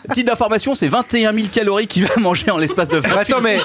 Speaker 5: Petite d'information, c'est 21 000 calories qu'il va manger en l'espace de 20
Speaker 10: Attends, mais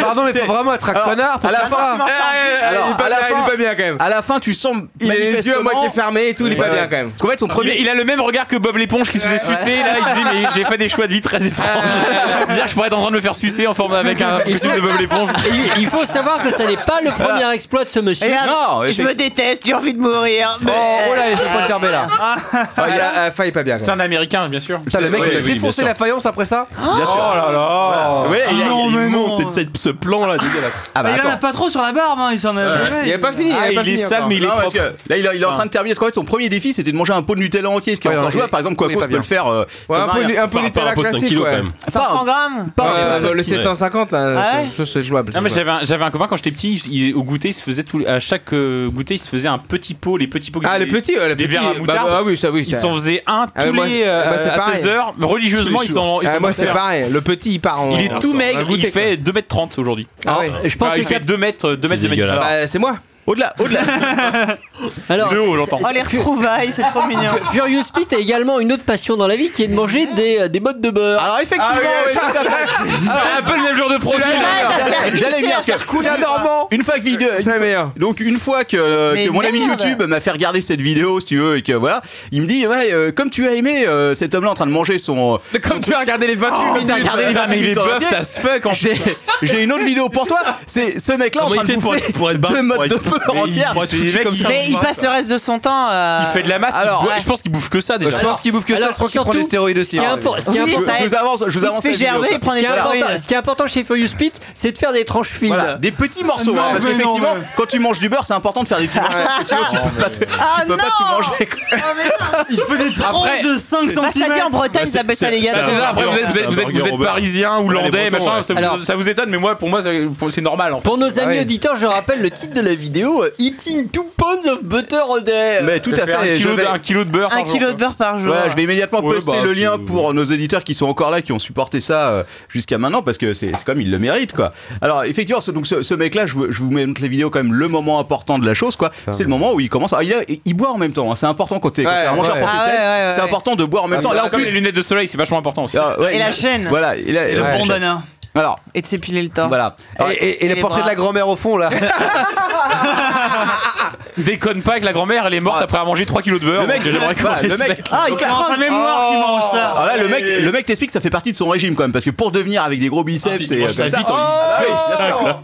Speaker 10: Pardon, mais faut vraiment être un
Speaker 5: Alors,
Speaker 10: connard pour
Speaker 5: à la
Speaker 10: faire
Speaker 5: fin-
Speaker 10: ça.
Speaker 9: Ah,
Speaker 5: Eh, eh, eh, il est pas
Speaker 10: à la
Speaker 5: bien, il est
Speaker 10: fin-
Speaker 5: pas bien, quand même. À la fin, tu sens.
Speaker 10: Il a les yeux à moitié fermés
Speaker 5: et tout, il est pas bien, quand même. Parce qu'en fait, son premier.
Speaker 3: Il a le même regard que Bob l'éponge qui se faisait sucer. Là, il dit Mais j'ai fait des choix de vie très
Speaker 13: Ah,
Speaker 3: étranges. Dire que je pourrais être en train de me faire sucer en forme avec un costume de Bob l'éponge.
Speaker 8: Il faut savoir que ça n'est pas le premier exploit de ce monsieur.
Speaker 9: Et regarde, je me
Speaker 8: effectivement.
Speaker 9: déteste, j'ai envie de mourir.
Speaker 8: Bon,
Speaker 9: mais-
Speaker 8: oh là, je vais pas te gerber, là.
Speaker 10: Ah, il a- ah, Faye est pas bien. quand
Speaker 3: C'est
Speaker 10: même.
Speaker 3: un américain, bien sûr.
Speaker 10: Putain, le mec, il a défoncé la faïence après ça
Speaker 9: Hein
Speaker 5: Bien sûr.
Speaker 3: Oh là là.
Speaker 5: Ouais, il y a-
Speaker 4: Ah non,
Speaker 5: il
Speaker 4: mais
Speaker 5: monte,
Speaker 4: non.
Speaker 5: c'est- c'est- ce plan-là, dégueulasse. Ah Euh,
Speaker 4: Mais il en a pas trop sur la barbe, hein, il s'en a. Ouais,
Speaker 5: avait
Speaker 4: Ah,
Speaker 5: Non, parce que là, il, est- Ah. il est en train de terminer. Parce qu'en fait, son premier défi, c'était de manger un pot de Nutella entier. Ce qui est encore jouable. Par exemple, quoi qu'on peut le faire. euh,
Speaker 13: Ouais, un
Speaker 5: Thomas,
Speaker 13: pot-
Speaker 5: il y a-
Speaker 13: un pot
Speaker 5: par rapport à
Speaker 13: Nutella
Speaker 5: un pot de 5
Speaker 13: classique,
Speaker 5: kilos,
Speaker 13: ouais.
Speaker 5: quand même.
Speaker 13: Pas un-
Speaker 9: 500 grammes
Speaker 13: Euh,
Speaker 3: Ouais.
Speaker 13: le 750 là,
Speaker 9: Ah ouais
Speaker 13: c'est- ça, c'est jouable.
Speaker 3: Non mais
Speaker 13: c'est
Speaker 3: j'avais un, j'avais un copain quand j'étais petit, il- au goûter, il se faisait tout, à chaque euh, goûter, il se faisait un petit pot, les petits pots.
Speaker 13: Ah,
Speaker 3: des-
Speaker 13: les petits, ouais, les
Speaker 3: des
Speaker 13: petits,
Speaker 3: verres à
Speaker 13: bah,
Speaker 3: moutarde.
Speaker 13: bah, oui, ça, oui,
Speaker 3: Ils
Speaker 13: ça.
Speaker 3: s'en faisaient un tous
Speaker 13: Ah, mais moi,
Speaker 3: les euh,
Speaker 13: bah, c'est
Speaker 3: à
Speaker 13: pareil.
Speaker 3: 16 heures. Religieusement, ils sont, ils
Speaker 13: Ah,
Speaker 3: sont
Speaker 13: moi
Speaker 3: morts de
Speaker 13: c'est
Speaker 3: faim.
Speaker 13: pareil, le hein. petit il part en.
Speaker 3: Il est tout maigre, il fait 2 mètres 30 aujourd'hui.
Speaker 13: Ah ouais.
Speaker 3: Je pense qu'il fait 2 mètres, 2 mètres, 2 mètres.
Speaker 13: Bah, c'est moi.
Speaker 5: Au-delà, au-delà.
Speaker 8: Alors,
Speaker 3: De haut, j'entends.
Speaker 9: Oh, les retrouvailles, c'est trop mignon.
Speaker 8: F- Furious Pete a également une autre passion dans la vie qui est de manger des, euh, des bottes de beurre.
Speaker 5: Alors effectivement,
Speaker 3: Ah, C'est un peu le Ah, même genre de
Speaker 5: J'allais
Speaker 3: produit.
Speaker 5: dire, J'allais dire parce que Une fois que vidéo, une fois- donc une fois que, euh,
Speaker 9: Mais
Speaker 5: que mon ami
Speaker 9: merde.
Speaker 5: YouTube m'a fait regarder cette vidéo, si tu veux, et que voilà, il me dit ouais, euh, comme tu as aimé euh, cet homme-là en train de manger son,
Speaker 13: Comme tu as regardé les 28
Speaker 5: Oh,
Speaker 13: minutes.
Speaker 5: t'as regardé les
Speaker 13: euh,
Speaker 3: Putain,
Speaker 5: 28
Speaker 3: mais il est
Speaker 5: minutes en
Speaker 3: buff,
Speaker 5: entier.
Speaker 3: as fuck en
Speaker 5: J'ai, j'ai une autre vidéo pour toi. C'est ce mec-là en
Speaker 23: Comment
Speaker 5: train
Speaker 23: il
Speaker 5: de
Speaker 23: fait pour
Speaker 5: bouffer
Speaker 23: être- pour être bas-
Speaker 5: deux
Speaker 23: pour
Speaker 5: modes de
Speaker 23: être-
Speaker 5: peur
Speaker 23: Mais il-
Speaker 5: entières.
Speaker 23: pour être foutu
Speaker 3: mec,
Speaker 23: comme ça.
Speaker 9: Mais il passe le reste de son temps euh, à.
Speaker 3: Il fait de la masse,
Speaker 5: Alors,
Speaker 3: il boit- je pense qu'il bouffe que ça déjà.
Speaker 10: Je pense qu'il bouffe que ça, je pense qu'il prend
Speaker 8: surtout,
Speaker 10: des stéroïdes aussi.
Speaker 8: ce qui est
Speaker 10: hein.
Speaker 8: impor- ce qui est
Speaker 9: Oui,
Speaker 8: impor-
Speaker 9: ça
Speaker 5: Je vous
Speaker 9: aide.
Speaker 5: avance, je vous
Speaker 9: Il se
Speaker 5: avance.
Speaker 9: fait
Speaker 5: la vidéo.
Speaker 9: gerber, il prend
Speaker 8: ce qui
Speaker 9: des
Speaker 8: est important-
Speaker 9: stéroïdes.
Speaker 8: ce qui est important chez Furious Pete, c'est de faire des tranches fines.
Speaker 5: Voilà, des petits morceaux, hein, parce qu'effectivement, quand tu manges du beurre, c'est important de faire des petits morceaux, parce que sinon tu peux pas, te-
Speaker 9: Ah
Speaker 5: tu peux pas tout manger. quoi.
Speaker 9: Il faut des
Speaker 3: Après-
Speaker 4: de 5
Speaker 9: Ah, ça dit
Speaker 4: cm.
Speaker 9: en Bretagne, ça appelle ça les gars.
Speaker 3: C'est ça, après vous êtes, vous êtes- vous êtes- vous êtes
Speaker 23: Burger au beurre.
Speaker 3: parisien,
Speaker 23: Ouais,
Speaker 3: hollandais,
Speaker 23: les Bretons,
Speaker 3: machin,
Speaker 23: ouais.
Speaker 3: ça, vous,
Speaker 8: Alors-
Speaker 3: ça vous étonne, mais moi, pour moi, ça- c'est normal en fait.
Speaker 8: Pour nos amis
Speaker 10: oui.
Speaker 8: auditeurs, je rappelle le titre de la vidéo euh, Eating two pounds of butter a day.
Speaker 5: Mais tout
Speaker 3: Ça
Speaker 5: à
Speaker 3: fait
Speaker 5: fait.
Speaker 3: un
Speaker 5: je
Speaker 3: kilo, de-
Speaker 5: vais-
Speaker 3: un kilo de beurre.
Speaker 9: Un
Speaker 3: par jour,
Speaker 9: kilo
Speaker 3: quoi.
Speaker 9: de beurre par jour.
Speaker 5: Voilà, je vais immédiatement
Speaker 3: Ouais,
Speaker 5: poster
Speaker 3: bah,
Speaker 5: le
Speaker 3: c'est-
Speaker 5: lien pour nos éditeurs qui sont encore là, qui ont supporté ça euh, jusqu'à maintenant, parce que c'est c'est comme ils le méritent, quoi. Alors, effectivement, ce, donc ce, ce mec-là, je, vous- je vous mets donc les vidéos quand même le moment important de la chose, quoi. C'est le moment où il commence. à il, a- il boit en même temps. hein. c'est important quand t'es quand
Speaker 10: Ouais,
Speaker 5: t'es un mangeur
Speaker 10: ouais.
Speaker 5: professionnel.
Speaker 9: Ah ouais, ouais, ouais,
Speaker 5: c'est
Speaker 9: ouais. Ah,
Speaker 5: important de boire en même temps. Là, Ah, en
Speaker 3: Comme les
Speaker 5: plus,
Speaker 3: lunettes de soleil, c'est vachement important aussi.
Speaker 5: ah, ouais,
Speaker 9: Et
Speaker 5: il-
Speaker 9: la chaîne.
Speaker 5: Voilà. Et la- la-
Speaker 10: Ouais.
Speaker 9: Bandana.
Speaker 5: Alors,
Speaker 9: Et de s'épiler le torse.
Speaker 5: voilà. Alors,
Speaker 10: Et, et- et
Speaker 9: Et
Speaker 10: le
Speaker 9: les
Speaker 10: portrait
Speaker 9: bras.
Speaker 10: de la grand-mère au fond là.
Speaker 3: Déconne pas que la grand-mère, elle est morte après avoir mangé 3 kilos de beurre.
Speaker 5: Le mec,
Speaker 3: Donc, j'aimerais qu'on
Speaker 5: voilà, le
Speaker 3: respecte.
Speaker 5: mec,
Speaker 9: Ah, il prend sa mémoire qui mange ça.
Speaker 5: Alors Oh. Ah, là, le mec, le mec t'explique que ça fait partie de son régime quand même, parce que pour devenir avec des gros biceps,
Speaker 23: il
Speaker 5: c'est euh,
Speaker 23: mange
Speaker 5: comme
Speaker 23: sa
Speaker 5: ça.
Speaker 23: bite en une-
Speaker 5: Ah oui, bien sûr.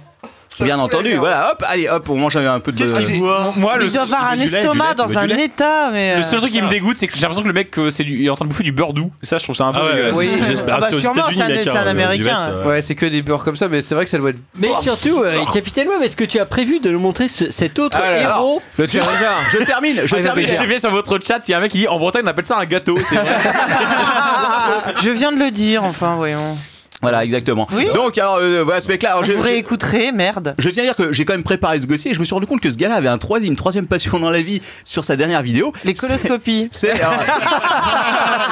Speaker 5: Bien entendu, voilà, hop, allez, hop, on mange un peu de. euh,
Speaker 3: Moi, le
Speaker 9: Il doit
Speaker 3: seul-
Speaker 9: avoir un
Speaker 23: du lait, du
Speaker 9: estomac
Speaker 23: lait,
Speaker 9: dans
Speaker 23: mais du
Speaker 9: un
Speaker 23: lait.
Speaker 9: état, mais.
Speaker 3: le
Speaker 9: euh,
Speaker 3: seul truc qui me dégoûte, c'est que j'ai l'impression que le mec, euh, c'est du- il est en train de bouffer du beurre doux. Et ça, je trouve ça un peu. euh,
Speaker 23: Ah ouais,
Speaker 3: dégueulasse.
Speaker 23: ouais,
Speaker 10: Oui.
Speaker 23: c'est- j'espère
Speaker 9: Ah bah
Speaker 23: c'est aux
Speaker 9: sûrement,
Speaker 23: États-Unis,
Speaker 9: c'est un-
Speaker 23: la
Speaker 9: c'est un
Speaker 23: carte, euh,
Speaker 9: Américain.
Speaker 23: aux US, euh,
Speaker 10: Ouais, c'est que des beurres comme ça, mais c'est vrai que ça doit être.
Speaker 8: Mais
Speaker 3: Oh.
Speaker 8: surtout, euh, Capitaine Web, est-ce que tu as prévu de nous montrer ce- cet autre
Speaker 5: Ah là là.
Speaker 8: héros
Speaker 5: Le Je termine, je
Speaker 10: Ah, il va
Speaker 5: termine.
Speaker 10: baiser.
Speaker 3: J'ai bien sur votre chat, il y a un mec qui dit en Bretagne, on appelle ça un gâteau. C'est vrai.
Speaker 9: Je viens de le dire, enfin, voyons.
Speaker 5: Voilà, exactement.
Speaker 9: Oui.
Speaker 5: Donc, alors, euh, voilà, ce mec-là, alors, je,
Speaker 9: Vous
Speaker 5: je-
Speaker 9: réécouterez, merde.
Speaker 5: je tiens à dire que j'ai quand même préparé ce dossier et je me suis rendu compte que ce gars-là avait un troisième, une troisième passion dans la vie sur sa dernière vidéo.
Speaker 9: Les coloscopies.
Speaker 5: C'est alors-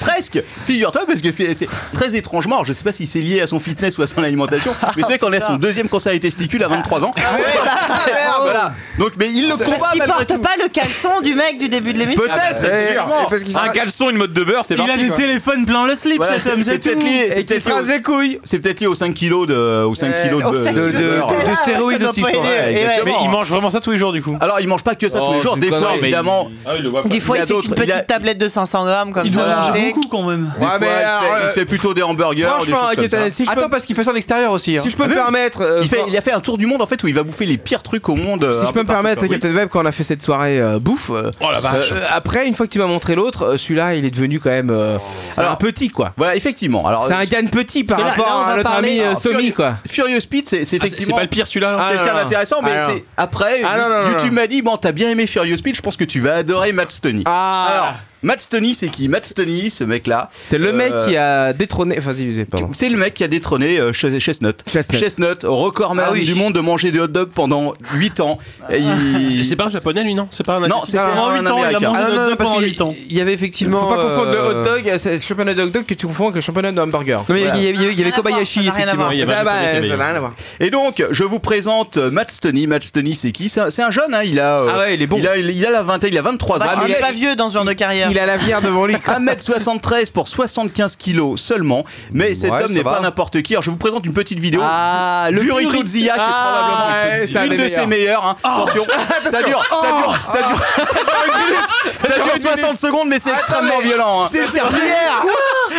Speaker 5: presque. Figure-toi parce que fi- c'est très étrangement. alors, je sais pas si c'est lié à son fitness ou à son alimentation, mais c'est vrai
Speaker 9: Ah,
Speaker 5: qu'on est à son deuxième cancer des testicules à 23 ans. voilà. Donc, mais il le combat
Speaker 9: Oh. Parce qu'il
Speaker 5: malgré
Speaker 9: porte
Speaker 5: tout.
Speaker 9: pas le caleçon du mec du début de l'émission. Ah bah,
Speaker 5: Peut-être.
Speaker 13: Et-
Speaker 5: sûrement.
Speaker 13: et parce qu'il
Speaker 3: un caleçon, une mode de beurre, c'est
Speaker 4: Il a
Speaker 3: parti,
Speaker 4: des
Speaker 3: quoi.
Speaker 4: téléphones plein le slip,
Speaker 5: Voilà,
Speaker 4: cet homme, c'est tout.
Speaker 5: peut-être lié, c'est
Speaker 13: Et qui
Speaker 5: peut-être
Speaker 13: se
Speaker 5: lié au-
Speaker 13: rase les couilles.
Speaker 5: c'est peut-être lié aux 5 kilos de, aux 5 kilos
Speaker 9: aux
Speaker 5: de, Ah,
Speaker 9: 5
Speaker 10: de- de-
Speaker 5: beurre.
Speaker 10: de- de stéroïdes aussi, je pense.
Speaker 5: Ouais,
Speaker 3: Mais
Speaker 5: exactement.
Speaker 3: il mange vraiment ça tous les jours, du coup.
Speaker 5: Alors, il mange pas que ça tous
Speaker 10: Oh,
Speaker 5: les jours.
Speaker 10: c'est
Speaker 5: Des
Speaker 10: une
Speaker 5: fois,
Speaker 10: connerie, mais
Speaker 5: évidemment,
Speaker 23: Ah, il le voit.
Speaker 9: Des fois,
Speaker 5: Il
Speaker 9: il,
Speaker 5: a
Speaker 9: fait
Speaker 5: d'autres-
Speaker 9: qu'une
Speaker 5: il
Speaker 9: petite
Speaker 5: a-
Speaker 9: tablette de 500 grammes comme
Speaker 4: Il doit
Speaker 9: ça.
Speaker 4: manger
Speaker 9: Des-
Speaker 4: beaucoup quand même.
Speaker 5: Des
Speaker 13: Ouais,
Speaker 5: fois,
Speaker 13: mais
Speaker 5: il, se fait,
Speaker 13: alors,
Speaker 5: il se fait plutôt des hamburgers, des
Speaker 13: Franchement,
Speaker 5: choses comme ça.
Speaker 13: Capitaine, si je peux,
Speaker 10: Attends, parce qu'il fait ça en extérieur aussi. hein.
Speaker 13: si je
Speaker 9: Ah
Speaker 13: peux me permettre. euh,
Speaker 5: Il, fait-
Speaker 13: fran-
Speaker 5: il a fait un tour du monde en fait où il va bouffer les pires trucs au monde. euh,
Speaker 13: Si
Speaker 5: un
Speaker 13: je
Speaker 5: peu
Speaker 13: peux me
Speaker 5: partout,
Speaker 13: permettre,
Speaker 5: quoi. Oui.
Speaker 13: Captain Web, quand on a fait cette soirée euh, bouffe, euh,
Speaker 23: Oh la vache.
Speaker 13: euh, après, une fois que tu m'as montré l'autre, euh, celui-là, il est devenu quand même. euh, c'est
Speaker 5: Alors-
Speaker 13: un petit, quoi.
Speaker 5: Voilà, effectivement. Alors, euh,
Speaker 13: C'est un gagne petit par
Speaker 8: Parce que là-
Speaker 13: rapport
Speaker 8: là, on
Speaker 13: à
Speaker 8: va
Speaker 13: notre
Speaker 8: parler-
Speaker 13: ami euh,
Speaker 5: Alors,
Speaker 13: Stomy,
Speaker 5: Furious-
Speaker 13: quoi.
Speaker 5: Furious Pete, c'est c'est
Speaker 23: C'est c'est
Speaker 5: effectivement
Speaker 23: pas le pire celui-là. là.
Speaker 13: Ah,
Speaker 5: quelqu'un
Speaker 13: non, non.
Speaker 5: d'intéressant, mais
Speaker 13: Ah, non.
Speaker 5: c'est après
Speaker 13: Ah, non, non, non,
Speaker 5: YouTube m'a dit bon, t'as bien aimé Furious Pete, je pense que tu vas adorer Matt Stoney.
Speaker 13: Ah.
Speaker 5: Alors, Matt Stoney, c'est qui Matt Stoney, ce mec-là.
Speaker 13: C'est le
Speaker 5: euh,
Speaker 13: mec qui a détrôné. Enfin, vas-y, pardon.
Speaker 5: C'est le mec qui a détrôné euh, Ch- Chestnut.
Speaker 13: Chestnut.
Speaker 5: recordman
Speaker 10: Ah oui.
Speaker 5: du monde de manger des hot dogs pendant 8 ans. Et il-
Speaker 23: C'est c'est pas un japonais, lui, non C'est pas un
Speaker 5: Non, c'était
Speaker 13: Pendant
Speaker 5: un
Speaker 4: 8 ans, il a
Speaker 5: Américain.
Speaker 4: mangé-
Speaker 10: Ah non,
Speaker 4: Deux
Speaker 10: non, non, parce
Speaker 4: pendant
Speaker 10: qu'il y-
Speaker 4: huit ans.
Speaker 10: il y avait effectivement.
Speaker 13: Faut pas confondre le
Speaker 10: euh,
Speaker 13: hot dog, euh, c'est le championnat de hot dog que tu confonds avec le championnat de hamburger.
Speaker 10: Non, mais il y avait- il y avait- il y avait
Speaker 9: Ça n'a rien à
Speaker 10: Kobayashi,
Speaker 9: voir, ça n'a rien
Speaker 10: effectivement.
Speaker 9: à
Speaker 23: voir. Il y avait un
Speaker 13: Ah, bah,
Speaker 23: japonais qui
Speaker 13: ça n'a
Speaker 23: avait-
Speaker 13: rien à voir.
Speaker 5: Et donc, je vous présente euh, Matt Stoney. Matt Stoney, c'est qui C'est un- C'est un jeune, hein, il a. euh,
Speaker 13: Ah ouais, il est bon.
Speaker 5: Il a, il, il a la vingtaine, il a 23 ans.
Speaker 9: Bah,
Speaker 5: Ah,
Speaker 9: il
Speaker 5: mais
Speaker 9: est pas vieux dans ce genre de carrière.
Speaker 13: il a l'avenir devant lui.
Speaker 5: 1m73 pour 75 kilos seulement. Mais cet
Speaker 10: Ouais,
Speaker 5: homme
Speaker 10: ça
Speaker 5: n'est pas
Speaker 10: va.
Speaker 5: n'importe qui. Alors je vous présente une petite vidéo.
Speaker 10: Ah, le
Speaker 5: Burrito
Speaker 10: burrito.
Speaker 5: Zia, qui
Speaker 10: Ah, ouais,
Speaker 5: est
Speaker 10: c'est un
Speaker 5: probablement
Speaker 10: des
Speaker 5: une de ses
Speaker 10: meilleurs.
Speaker 5: meilleures. hein.
Speaker 10: Oh.
Speaker 5: Attention, ça dure, ça
Speaker 1: Oh.
Speaker 9: Oh.
Speaker 5: dure, ça dure. Ça dure 60 secondes, mais c'est extrêmement violent. hein.
Speaker 10: C'est une servière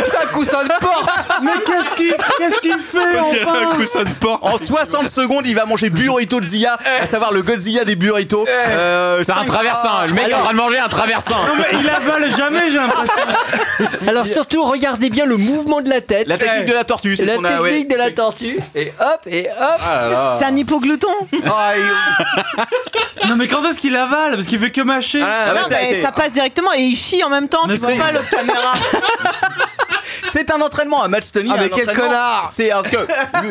Speaker 10: C'est un coussin de porte
Speaker 13: Mais qu'est-ce qu'il qu'est-ce qu'il fait enfin
Speaker 5: En 60 secondes, il va manger burrito de Zia,
Speaker 10: Eh.
Speaker 5: à savoir le Godzilla des burritos. Euh,
Speaker 14: C'est un
Speaker 5: cinq-
Speaker 14: traversin. Le mec est en train de manger un traversin.
Speaker 6: Non, mais il avale jamais, j'ai l'impression.
Speaker 8: Alors surtout, regardez bien le mouvement de la tête.
Speaker 5: La technique de la tortue, c'est ce
Speaker 8: La
Speaker 5: qu'on a. ouais. Ah
Speaker 8: technique de la tortue. Et hop, et hop.
Speaker 9: C'est un hypoglouton
Speaker 6: Non, mais quand est-ce qu'il avale Parce qu'il fait que mâcher.
Speaker 5: Ah bah,
Speaker 9: Non,
Speaker 5: c'est-
Speaker 9: mais
Speaker 5: c'est-
Speaker 9: ça passe directement et il chie en même temps,
Speaker 6: Mais
Speaker 9: tu vois
Speaker 6: c'est-
Speaker 9: pas l'autre caméra.
Speaker 5: C'est un entraînement à Matt Stoney.
Speaker 10: Ah, mais
Speaker 5: un
Speaker 10: quel
Speaker 5: entraînement-
Speaker 10: connard
Speaker 5: C'est parce que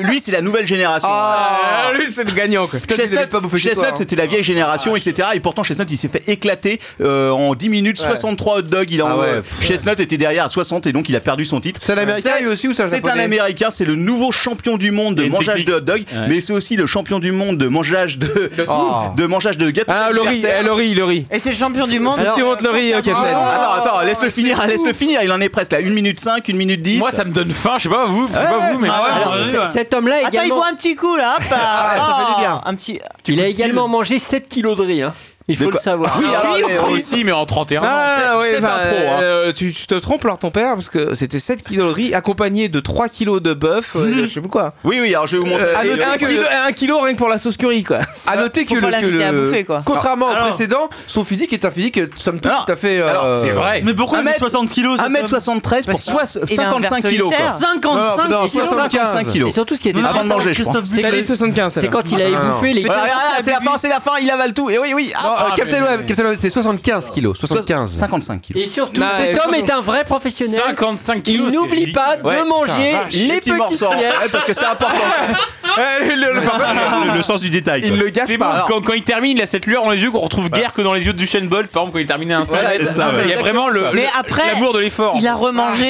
Speaker 5: lui, c'est la nouvelle génération.
Speaker 13: Ah, lui, c'est le gagnant, quoi.
Speaker 10: Putain, tu les avais pas bouffé chez
Speaker 5: Chestnut,
Speaker 10: toi, hein.
Speaker 5: c'était la vieille génération, etc. Et pourtant, Chestnut, il s'est fait éclater euh, en 10 minutes, 63 hot dogs. Il en,
Speaker 10: Ah ouais,
Speaker 5: euh,
Speaker 10: pff.
Speaker 5: Chestnut était derrière à 60 et donc il a perdu son titre.
Speaker 10: C'est un Américain,
Speaker 5: C'est-
Speaker 10: lui aussi, ou c'est un
Speaker 5: C'est un
Speaker 10: Japonais
Speaker 5: américain, c'est le nouveau champion du monde de
Speaker 14: une
Speaker 5: mangeage
Speaker 14: technique.
Speaker 5: de hot dog, mais c'est aussi le champion du monde de mangeage de,
Speaker 10: Oh.
Speaker 5: de mangeage de gâteaux.
Speaker 13: Ah, le riz,
Speaker 5: d'anniversaire.
Speaker 13: eh, le riz, le riz.
Speaker 9: Et c'est le champion du monde.
Speaker 13: Tu montes le riz, euh, Captain.
Speaker 5: Attends, attends, laisse-le finir, laisse-le finir, il en est presque là, 1 minute 5, 1 minute 10.
Speaker 14: Moi, ça me donne faim. Je sais pas vous, je sais pas vous, mais.
Speaker 6: Ah ouais,
Speaker 8: Alors,
Speaker 6: ouais,
Speaker 8: c-
Speaker 6: ouais.
Speaker 8: Cet homme-là
Speaker 9: Attends, il
Speaker 8: également,
Speaker 9: boit un petit coup là, hop
Speaker 10: Ah, ça fait du bien.
Speaker 9: Un petit.
Speaker 8: il a également mangé 7 kilos de riz. hein. Il faut
Speaker 5: De
Speaker 8: le
Speaker 5: quoi Ah
Speaker 8: savoir. Ah
Speaker 5: Oui, alors,
Speaker 14: Oui,
Speaker 5: mais aussi-
Speaker 14: aussi, mais en 31 ans.
Speaker 13: Ça,
Speaker 5: c'est-
Speaker 13: ouais,
Speaker 5: c'est un
Speaker 13: Ah, enfin,
Speaker 5: pro, hein.
Speaker 13: euh, tu, tu te trompes, alors ton père, parce que c'était 7 kilos de riz accompagné de 3 kilos de bœuf, euh, je sais plus quoi.
Speaker 5: Mhm.
Speaker 13: Euh,
Speaker 5: Oui, oui, alors je vais vous montrer.
Speaker 13: Et
Speaker 5: Et-
Speaker 13: un, kilo, un kilo rien que pour la sauce curry, quoi.
Speaker 10: À noter
Speaker 9: Faut
Speaker 10: que
Speaker 9: pas
Speaker 10: le, que
Speaker 9: l'inviter à
Speaker 10: le-
Speaker 9: bouffer, quoi.
Speaker 10: contrairement
Speaker 5: Alors-
Speaker 10: au précédent, son physique est un physique euh, somme toute
Speaker 5: Alors-
Speaker 10: tout à fait.
Speaker 5: alors,
Speaker 14: C'est vrai.
Speaker 6: Mais pourquoi il fait
Speaker 5: 1m-
Speaker 6: 60 kilos cet homme
Speaker 5: 1m73 pour sois-
Speaker 9: Il a un verre
Speaker 5: 55 kilos. quoi.
Speaker 9: solitaire.
Speaker 6: 55
Speaker 10: Non, non,
Speaker 6: kilos.
Speaker 10: 75
Speaker 5: 55
Speaker 8: Et
Speaker 5: kilos.
Speaker 8: surtout, ce qui était
Speaker 6: Non,
Speaker 5: Avant de
Speaker 8: intéressant,
Speaker 5: manger, je crois.
Speaker 6: Christophe
Speaker 8: c'est
Speaker 13: T'as les
Speaker 8: que-
Speaker 13: 75,
Speaker 8: c'est
Speaker 13: celle-là.
Speaker 8: quand il avait
Speaker 10: Ah, non.
Speaker 8: bouffé les.
Speaker 5: Voilà, regarde, c'est la fin, c'est la fin, il avale tout. Et oui, oui. ah,
Speaker 10: Non, euh, Captain Web, Captain Web, c'est 75 kilos. 75.
Speaker 5: 55 kilos.
Speaker 8: Et surtout,
Speaker 13: Non,
Speaker 8: cet
Speaker 13: euh,
Speaker 8: homme est un vrai professionnel.
Speaker 14: 55
Speaker 8: Il
Speaker 14: kilos.
Speaker 8: n'oublie pas de
Speaker 5: Ouais,
Speaker 8: manger les
Speaker 5: Petit
Speaker 8: petits
Speaker 5: morceau.
Speaker 8: frières.
Speaker 5: Ouais, parce que c'est important.
Speaker 4: Eh, le, le sens du détail.
Speaker 13: Il
Speaker 4: quoi.
Speaker 13: le gâche
Speaker 14: C'est
Speaker 13: pas.
Speaker 14: bon,
Speaker 13: Alors,
Speaker 14: quand, quand il termine, il a cette lueur dans les yeux qu'on retrouve guère que dans les yeux de Duchenne Bolt, par exemple, quand il terminait un seul.
Speaker 5: Voilà, c'est ça, ouais.
Speaker 14: Ah, Il y a vraiment le,
Speaker 9: Mais
Speaker 14: le-
Speaker 9: après,
Speaker 14: l'amour de l'effort.
Speaker 9: Il a
Speaker 3: Ah,
Speaker 9: remangé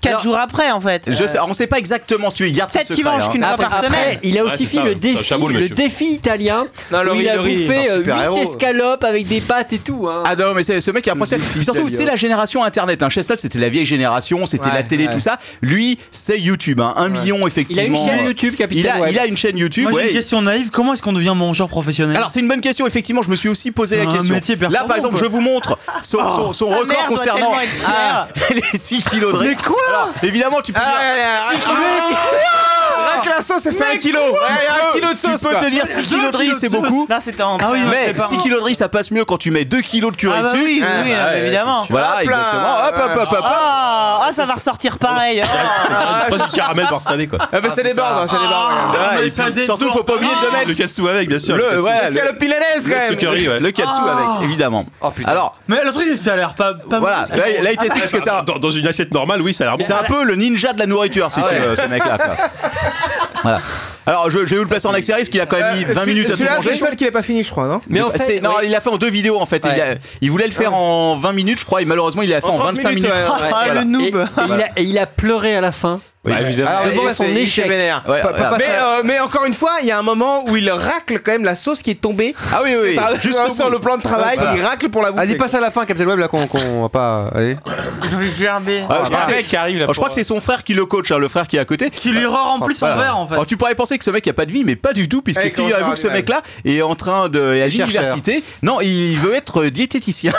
Speaker 9: 4
Speaker 8: Alors-
Speaker 9: jours après en fait.
Speaker 5: Je sais, on sait pas exactement si tu gardes ce
Speaker 9: Peut-être
Speaker 5: secret.
Speaker 9: qu'il mange
Speaker 5: hein.
Speaker 14: Ah,
Speaker 9: qu'une fois
Speaker 8: Après,
Speaker 9: par semaine.
Speaker 8: après, il a aussi fait
Speaker 4: c'est ça,
Speaker 8: le
Speaker 4: ça
Speaker 8: défi,
Speaker 4: chaboule,
Speaker 8: le
Speaker 4: monsieur.
Speaker 8: défi italien.
Speaker 13: Non, le
Speaker 8: où
Speaker 13: riz,
Speaker 8: il a
Speaker 13: le riz,
Speaker 10: c'est
Speaker 8: bouffé
Speaker 10: un
Speaker 8: euh,
Speaker 10: super
Speaker 8: 8
Speaker 10: héros.
Speaker 8: escalopes avec des pâtes et tout. hein.
Speaker 5: Ah non, mais c'est ce mec qui a un principe. Puis surtout, c'est la génération Internet. Hein. Chestnut, c'était la vieille génération, c'était
Speaker 13: Ouais,
Speaker 5: la télé,
Speaker 13: ouais.
Speaker 5: tout ça. Lui, c'est YouTube. Hein. Un million,
Speaker 8: Il a
Speaker 5: effectivement.
Speaker 8: une chaîne YouTube,
Speaker 5: Il
Speaker 8: Capitaine
Speaker 5: a,
Speaker 8: Web.
Speaker 5: il a une chaîne YouTube.
Speaker 6: Moi, j'ai
Speaker 5: ouais.
Speaker 6: une question naïve. Comment est-ce qu'on devient mangeur professionnel
Speaker 5: Alors c'est une bonne question, effectivement, je me suis aussi posé
Speaker 6: C'est
Speaker 5: la
Speaker 6: un
Speaker 5: question.
Speaker 6: métier
Speaker 5: Là
Speaker 6: performant,
Speaker 5: par exemple,
Speaker 6: quoi.
Speaker 5: je vous montre son, son- son
Speaker 9: Sa
Speaker 5: record
Speaker 9: mère doit
Speaker 5: concernant Ah,
Speaker 9: tellement être fière.
Speaker 5: les 6 kilos de riz. Mais quoi Évidemment, tu peux dire- Ah
Speaker 13: rien que la sauce, ça fait 1 kilo. Ouais, un kilo de sauce.
Speaker 5: Tu peux
Speaker 13: quoi.
Speaker 5: te dire 6 kilos de riz, c'est beaucoup.
Speaker 9: Là, c'était en.
Speaker 6: Ah oui,
Speaker 5: Mais 6 kilos de riz, ça passe mieux quand tu mets 2 kilos de curry
Speaker 9: Ah bah
Speaker 5: dessus.
Speaker 9: oui, oui, oui,
Speaker 13: Ah,
Speaker 9: euh,
Speaker 14: ouais,
Speaker 9: évidemment.
Speaker 5: Voilà, exactement. Hop, hop, hop, hop, hop.
Speaker 9: Ah, ah, ça va ressortir pareil. Ah.
Speaker 4: Pas du caramel par salé, quoi.
Speaker 13: Ah, bah, ça déborde, hein, ça déborde.
Speaker 5: Ouais,
Speaker 6: mais
Speaker 5: et
Speaker 6: ça
Speaker 5: puis,
Speaker 6: déborde.
Speaker 5: surtout, faut pas oublier de mettre
Speaker 4: Ah, Le katsu avec, bien sûr.
Speaker 5: le,
Speaker 4: katsu.
Speaker 5: ouais,
Speaker 13: Parce qu'il y a le pilanaise, quand
Speaker 4: Le
Speaker 13: même.
Speaker 4: curry, ouais.
Speaker 5: le katsu avec, évidemment.
Speaker 10: putain.
Speaker 5: Alors,
Speaker 6: Mais le truc, c'est que ça a l'air pas, pas
Speaker 5: voilà,
Speaker 6: mal.
Speaker 5: là, il- là, il t'explique ce que c'est. un-
Speaker 4: Dans, dans une assiette normale, oui, ça a l'air bon.
Speaker 5: C'est un peu le ninja de la nourriture, si
Speaker 10: Ah
Speaker 5: tu
Speaker 10: ouais.
Speaker 5: veux, ce mec-là. quoi. Voilà. Alors, je, je vais vous le placer en accès parce qu'il a quand même mis 20
Speaker 13: Celui-
Speaker 5: minutes à tout
Speaker 13: Celui-là, Euh, c'est
Speaker 5: manger.
Speaker 13: le seul qu'il a pas fini, je crois, non
Speaker 8: Mais en
Speaker 5: Bah,
Speaker 8: fait,
Speaker 5: c'est- non,
Speaker 8: oui.
Speaker 5: il l'a fait en deux vidéos en fait. Il, a-
Speaker 8: Ouais.
Speaker 5: il voulait le faire en 20 minutes, je crois, et malheureusement, il l'a fait en,
Speaker 13: 30
Speaker 5: 25 minutes.
Speaker 13: minutes, ouais, ouais.
Speaker 9: Ah,
Speaker 5: Voilà.
Speaker 9: le
Speaker 8: Et- et
Speaker 9: noob.
Speaker 8: il a- et il a pleuré à la fin.
Speaker 4: Bah, évidemment.
Speaker 13: Ah,
Speaker 10: Alors,
Speaker 8: Devant
Speaker 10: et-
Speaker 8: son
Speaker 10: et-
Speaker 13: Il
Speaker 8: échec.
Speaker 13: était vénère.
Speaker 5: Ouais,
Speaker 10: Pas- pas-
Speaker 5: voilà.
Speaker 10: pas-
Speaker 13: Mais, euh, mais encore une fois, il y a un moment où il racle quand même la sauce qui est tombée.
Speaker 5: Ah oui, oui,
Speaker 13: C'est tra-
Speaker 5: oui.
Speaker 13: sur-
Speaker 5: Jusqu'au
Speaker 13: sur
Speaker 5: bout.
Speaker 13: le plan de travail, il racle pour la bouffer.
Speaker 10: Vas-y, passe à la fin, Captain Web, là qu'on qu'on va pas. Allez.
Speaker 9: Gerbé.
Speaker 5: Ah, je crois que c'est-
Speaker 14: qui arrive là.
Speaker 5: Alors, je crois que c'est son frère qui le coach, hein, le frère qui est à côté.
Speaker 6: Qui lui re-remplit son
Speaker 5: Voilà.
Speaker 6: verre en fait.
Speaker 5: Alors, tu pourrais penser que ce mec a pas de vie, mais pas du tout, puisque
Speaker 13: Eh, comment ça
Speaker 5: figurez-vous
Speaker 13: va,
Speaker 5: que ce
Speaker 13: Lionel
Speaker 5: mec-là est en train de. est à
Speaker 10: Chercheur.
Speaker 5: l'université. Non, il veut être diététicien.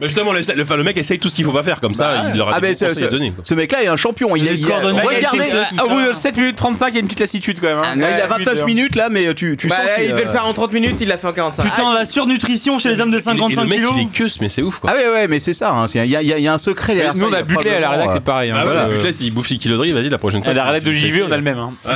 Speaker 4: Mais justement, le, le- enfin, le mec essaye tout ce qu'il faut pas faire, comme ça, il leur a
Speaker 5: Ah,
Speaker 4: des
Speaker 5: mais
Speaker 4: bons
Speaker 5: ce,
Speaker 4: conseils à donner.
Speaker 5: ce- ce mec-là est un champion. Il, a- il a,
Speaker 6: coordonné.
Speaker 5: regardez, Bah,
Speaker 14: Au bout de 7 minutes 35, il y a une petite lassitude quand même. hein.
Speaker 5: il a 29 minutes là, mais tu, tu
Speaker 13: Bah,
Speaker 5: sens
Speaker 13: là,
Speaker 5: qu'il,
Speaker 13: il devait le
Speaker 5: euh,
Speaker 13: faire en 30 minutes, il l'a fait en 45.
Speaker 6: Putain, la surnutrition chez les hommes de
Speaker 4: Et le
Speaker 6: 55
Speaker 4: mec,
Speaker 6: kilos.
Speaker 4: il est queuse, mais c'est ouf, quoi.
Speaker 5: Ah ouais, ouais, mais c'est ça. hein, c'est- Il y, a- il y a- il y a un secret derrière
Speaker 14: Nous,
Speaker 5: ça,
Speaker 14: on
Speaker 5: il y
Speaker 14: a buté à la
Speaker 5: probablement,
Speaker 14: rédac,
Speaker 5: euh,
Speaker 14: c'est pareil. hein.
Speaker 4: Ah, voilà.
Speaker 14: Euh,
Speaker 4: Donc là, s'il bouffe 6 kilos de riz, vas-y, la prochaine fois.
Speaker 14: À la rédac de
Speaker 4: tu-
Speaker 14: JV, on a le même. hein. Ah.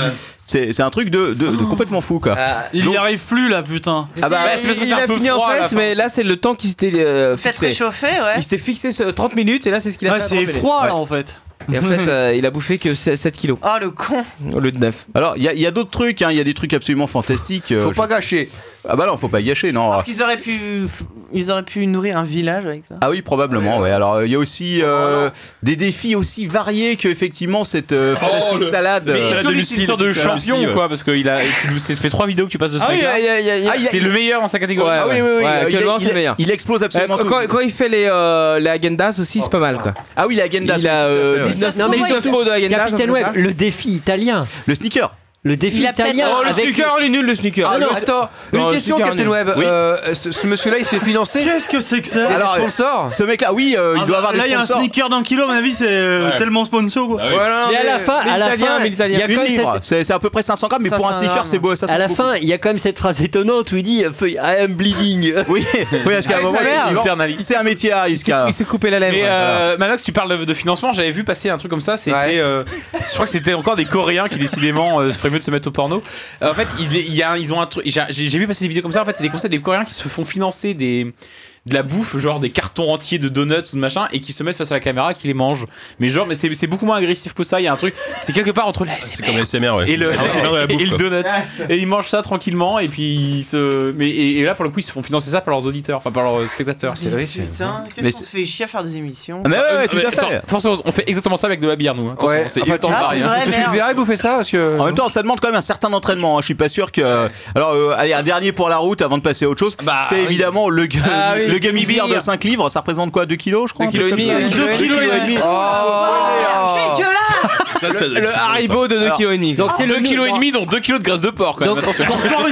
Speaker 5: C'est c'est un truc de, de- de complètement fou quoi.
Speaker 6: Il y arrive plus là, putain.
Speaker 5: Ah bah,
Speaker 13: Bah,
Speaker 5: c'est
Speaker 13: il
Speaker 14: parce que
Speaker 13: il
Speaker 14: c'est un
Speaker 13: a
Speaker 14: peu
Speaker 13: fini
Speaker 14: froid,
Speaker 13: en
Speaker 14: à la
Speaker 13: fait,
Speaker 14: fin.
Speaker 13: mais là c'est le temps qu'il s'était euh,
Speaker 9: Peut-être
Speaker 13: fixé.
Speaker 9: réchauffé, ouais.
Speaker 13: Il s'était fixé sur 30 minutes et là c'est ce qu'il a
Speaker 6: Ouais,
Speaker 13: fait. à
Speaker 6: c'est
Speaker 13: 30 minutes.
Speaker 6: froid là en fait.
Speaker 13: Et en fait, euh, il a bouffé que 7 kilos.
Speaker 9: Oh le con
Speaker 13: Au lieu de 9.
Speaker 5: Alors, il y a, il y a d'autres trucs, hein, il y a des trucs absolument fantastiques. faut
Speaker 10: pas gâcher.
Speaker 5: Ah bah non, faut pas gâcher, non.
Speaker 8: Ah,
Speaker 9: Ils auraient pu, ils auraient pu nourrir un village avec ça.
Speaker 5: Ah oui, probablement. Ouais. Alors, euh, il y a aussi euh, des défis aussi variés que effectivement cette euh, fantastique
Speaker 3: Oh, le-
Speaker 5: salade.
Speaker 3: Mais est-ce que lui, c'est une sorte de champion ou quoi Parce qu'il a, tu nous- ça fait trois vidéos que tu passes de ce
Speaker 5: Ah oui,
Speaker 3: mec-là.
Speaker 5: ah, il y a- il y a- il y a-
Speaker 3: C'est le meilleur en sa catégorie.
Speaker 13: Ouais,
Speaker 3: Ah
Speaker 13: ouais. Ouais, actuellement, c'est le meilleur. Euh, quand, quand il fait les, euh, les agendas aussi, c'est pas mal quoi.
Speaker 5: Ah oui, les agendas.
Speaker 13: Il a euh,
Speaker 8: Ça se
Speaker 13: 19
Speaker 8: trouve,
Speaker 13: dix-neuf
Speaker 8: avec
Speaker 13: mots de agendas.
Speaker 8: Capitaine Web, le défi italien.
Speaker 5: Le sneaker.
Speaker 8: Le défi
Speaker 13: Il a peut-être-
Speaker 8: italien.
Speaker 13: Oh, le
Speaker 8: avec-
Speaker 13: sneaker, il est nul, le sneaker.
Speaker 8: Ah,
Speaker 13: Ah,
Speaker 8: non,
Speaker 13: le-
Speaker 8: attends.
Speaker 13: Non,
Speaker 10: Une
Speaker 13: le
Speaker 10: question,
Speaker 13: sneaker,
Speaker 10: Captain
Speaker 13: nul.
Speaker 10: Web.
Speaker 13: Oui.
Speaker 10: Euh, ce, ce monsieur-là, il se fait financer.
Speaker 6: Qu'est-ce que c'est que ça
Speaker 10: Alors,
Speaker 5: euh, Ce mec-là, oui, euh, il doit avoir
Speaker 6: Ah, bah, Là,
Speaker 5: des
Speaker 6: il y a un
Speaker 5: sponsors.
Speaker 6: sneaker d'un kilo, à mon avis, c'est euh,
Speaker 5: Ouais. Ah
Speaker 6: tellement sponsor
Speaker 14: Ah
Speaker 6: quoi.
Speaker 8: Et à la fin, à la fin, il y a
Speaker 5: Une
Speaker 8: quand même
Speaker 5: livre,
Speaker 8: cette-
Speaker 5: c'est c'est à peu près 500 grammes, mais pour un sneaker, c'est beau. Ça, c'est
Speaker 8: à la
Speaker 5: beaucoup.
Speaker 8: fin, il y a quand même cette phrase étonnante où il dit euh, feuille, I am bleeding. Ah,
Speaker 5: Oui, oui parce
Speaker 3: Ah,
Speaker 5: qu'à un moment, effectivement, c'est un métier à Iska.
Speaker 13: Il s'est coupé la lèvre.
Speaker 3: Mais euh, Manox, tu parles de- de financement. J'avais vu passer un truc comme ça. C'était, euh, je crois que c'était encore des Coréens qui décidément euh, se feraient mieux de se mettre au porno. Euh, en fait, il, il y a, un- ils ont un truc. J'ai j'ai vu passer des vidéos comme ça. En fait, c'est des conseils des Coréens qui se font financer des de la bouffe, genre des cartons entiers de donuts ou de machin, et qui se mettent face à la caméra, et qui les mangent. Mais genre, mais c'est c'est beaucoup moins agressif que ça. Il y a un truc. C'est quelque part entre la
Speaker 4: Ah, C'est Ah, comme l'ASMR, ouais.
Speaker 3: et le,
Speaker 4: SMR de la bouffe,
Speaker 3: et le
Speaker 4: quoi.
Speaker 3: donut.
Speaker 5: Ah.
Speaker 3: Et ils mangent ça tranquillement et puis ils se. Mais, et, et là pour le coup ils se font financer ça par leurs auditeurs, enfin par leurs spectateurs.
Speaker 9: C'est vrai, Ah, Putain, qu'est-ce qu'on se fait chier à faire des émissions
Speaker 3: Ah, Euh, Forcément, on fait exactement ça avec de la bière nous. hein. Attention,
Speaker 5: Ouais.
Speaker 3: c'est
Speaker 5: Enfin,
Speaker 3: étant
Speaker 5: ah,
Speaker 3: pareil,
Speaker 5: c'est
Speaker 3: hein.
Speaker 5: vrai, merde.
Speaker 10: verrais bouffer ça parce que.
Speaker 5: En même temps, ça demande quand même un certain entraînement. hein. Je suis pas sûr que. Alors, euh, allez, un dernier pour la route avant de passer à autre chose. c'est
Speaker 3: Bah, oui.
Speaker 5: évidemment le, gu-
Speaker 3: Ah oui,
Speaker 5: le gummy beer de
Speaker 3: beer.
Speaker 5: 5 livres. Ça représente quoi 2 kilos, je crois
Speaker 13: Deux kilos et demi, deux
Speaker 5: Deux
Speaker 13: kilos et
Speaker 5: kilos et
Speaker 13: demi.
Speaker 1: Oh.
Speaker 5: demi.
Speaker 4: Ça, ça-
Speaker 13: Le
Speaker 4: ça-
Speaker 13: Haribo de 2
Speaker 4: Alors,
Speaker 13: kg et demi.
Speaker 3: Donc c'est 2 kg et demi, donc 2 kg de graisse de porc quand même.
Speaker 8: Donc,
Speaker 3: Attention.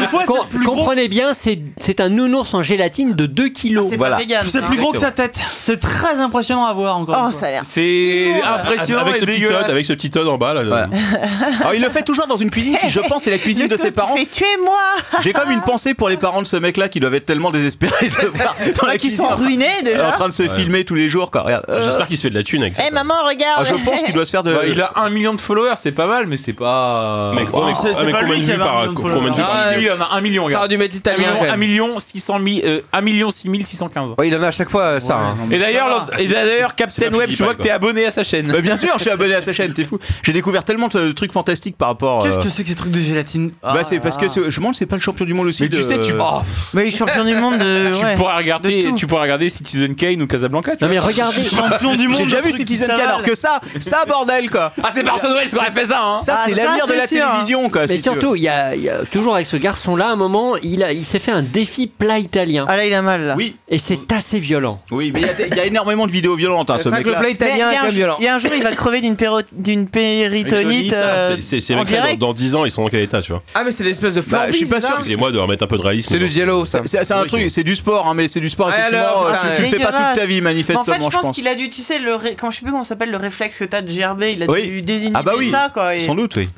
Speaker 8: com- comprenez bien, c'est c'est un nounours en gélatine de 2 kilos.
Speaker 3: c'est pas Voilà. vegan,
Speaker 6: C'est plus gros que sa tête. C'est très impressionnant à voir encore. Oh, ça a l'air.
Speaker 3: C'est
Speaker 6: impressionnant
Speaker 4: avec
Speaker 6: et
Speaker 4: ce petit
Speaker 6: dégueulasse.
Speaker 4: todd, avec ce petit todd en bas là.
Speaker 5: Alors, il le fait toujours dans une cuisine qui, je pense, est la cuisine de ses parents.
Speaker 9: Fais tuer moi
Speaker 5: J'ai comme une pensée pour les parents de ce mec-là qui doivent être tellement désespérés de le voir dans la
Speaker 9: qui
Speaker 5: cuisine.
Speaker 9: sont ruinés, déjà.
Speaker 5: En train de se
Speaker 4: Ouais.
Speaker 5: filmer tous les jours, quoi. Regarde. Euh, Ah,
Speaker 4: J'espère qu'il se fait de la thune avec ça.
Speaker 9: Eh maman, regarde
Speaker 3: Bah, il a 1 million de followers, c'est pas mal, mais c'est pas. euh,
Speaker 4: Mec, oh, mec, C'est- ah, c'est mais pas combien lui de qui vues avait un par- million de combien de vues followers. par
Speaker 3: Ah,
Speaker 4: vidéo
Speaker 3: lui, il en a 1 million, regarde.
Speaker 13: T'aurais dû mettre l'italien, quand même.
Speaker 3: 1 million 600 000, euh, 1 million 6 615.
Speaker 10: Ouais, il en a à chaque fois euh, ça. hein.
Speaker 3: Et d'ailleurs,
Speaker 4: Ah,
Speaker 3: l'autre- et d'ailleurs, Captain Web, je vois que t'es abonné à sa chaîne.
Speaker 5: Bah, bien sûr, je suis abonné à sa chaîne, t'es fou. J'ai découvert tellement de trucs fantastiques par rapport.
Speaker 6: Qu'est-ce
Speaker 5: euh,
Speaker 6: que c'est que ces trucs de gélatine
Speaker 5: Bah, c'est parce que c'est- je me demande, c'est pas le champion du monde aussi.
Speaker 3: Mais tu
Speaker 5: de-
Speaker 3: sais,
Speaker 8: euh,
Speaker 3: tu-
Speaker 5: Ah,
Speaker 3: Oh,
Speaker 9: Mais il est champion du monde de.
Speaker 3: Tu
Speaker 9: ouais.
Speaker 3: pourrais regarder, tu pourrais regarder Citizen Kane ou Casablanca. tu
Speaker 8: Non, mais
Speaker 3: vois.
Speaker 8: regardez.
Speaker 5: Ah, J'ai déjà vu Citizen Kane alors que ça, ça bordel quoi.
Speaker 3: Ah, c'est Orson Welles qui aurait fait ça, hein.
Speaker 5: Ça, c'est
Speaker 3: Ah,
Speaker 5: l'avenir
Speaker 3: ça,
Speaker 5: de la
Speaker 3: c'est sûr, hein.
Speaker 5: télévision quoi.
Speaker 8: Mais
Speaker 5: si tu
Speaker 8: surtout,
Speaker 5: veux.
Speaker 8: il y, a- il y a toujours avec ce garçon-là, à un moment, il, a- il s'est fait un défi plat italien.
Speaker 9: Ah là, il a mal là.
Speaker 5: Oui.
Speaker 8: Et c'est assez violent.
Speaker 5: Oui, mais il y a- il y, a énormément de vidéos violentes, hein, ce mec là.
Speaker 9: Mais il y a un jour- Il y a un jour, il va crever d'une péro- d'une péritonite. euh,
Speaker 4: C'est ces
Speaker 9: en
Speaker 4: mecs-là,
Speaker 9: direct.
Speaker 4: dans, dans 10 ans, ils sont dans quel état, tu vois
Speaker 13: Ah, mais c'est l'espèce de
Speaker 5: Bah, je suis pas sûr.
Speaker 4: Excusez-moi de remettre un peu de réalisme.
Speaker 5: C'est du
Speaker 10: Diallo,
Speaker 5: ça. C'est c'est un truc, c'est du sport, hein, mais c'est du sport. Effectivement, euh,
Speaker 9: Ah,
Speaker 5: tu, tu fais pas
Speaker 9: dégueulasse.
Speaker 5: toute ta vie, manifestement,
Speaker 9: Mais En fait, je
Speaker 5: je
Speaker 9: pense qu'il a dû, tu sais, le ré- quand je sais plus comment ça s'appelle le réflexe que t'as de gerber, il a dû
Speaker 5: Oui.
Speaker 9: désigner
Speaker 5: Ah bah oui.
Speaker 9: ça quoi. et-
Speaker 5: Sans doute, oui.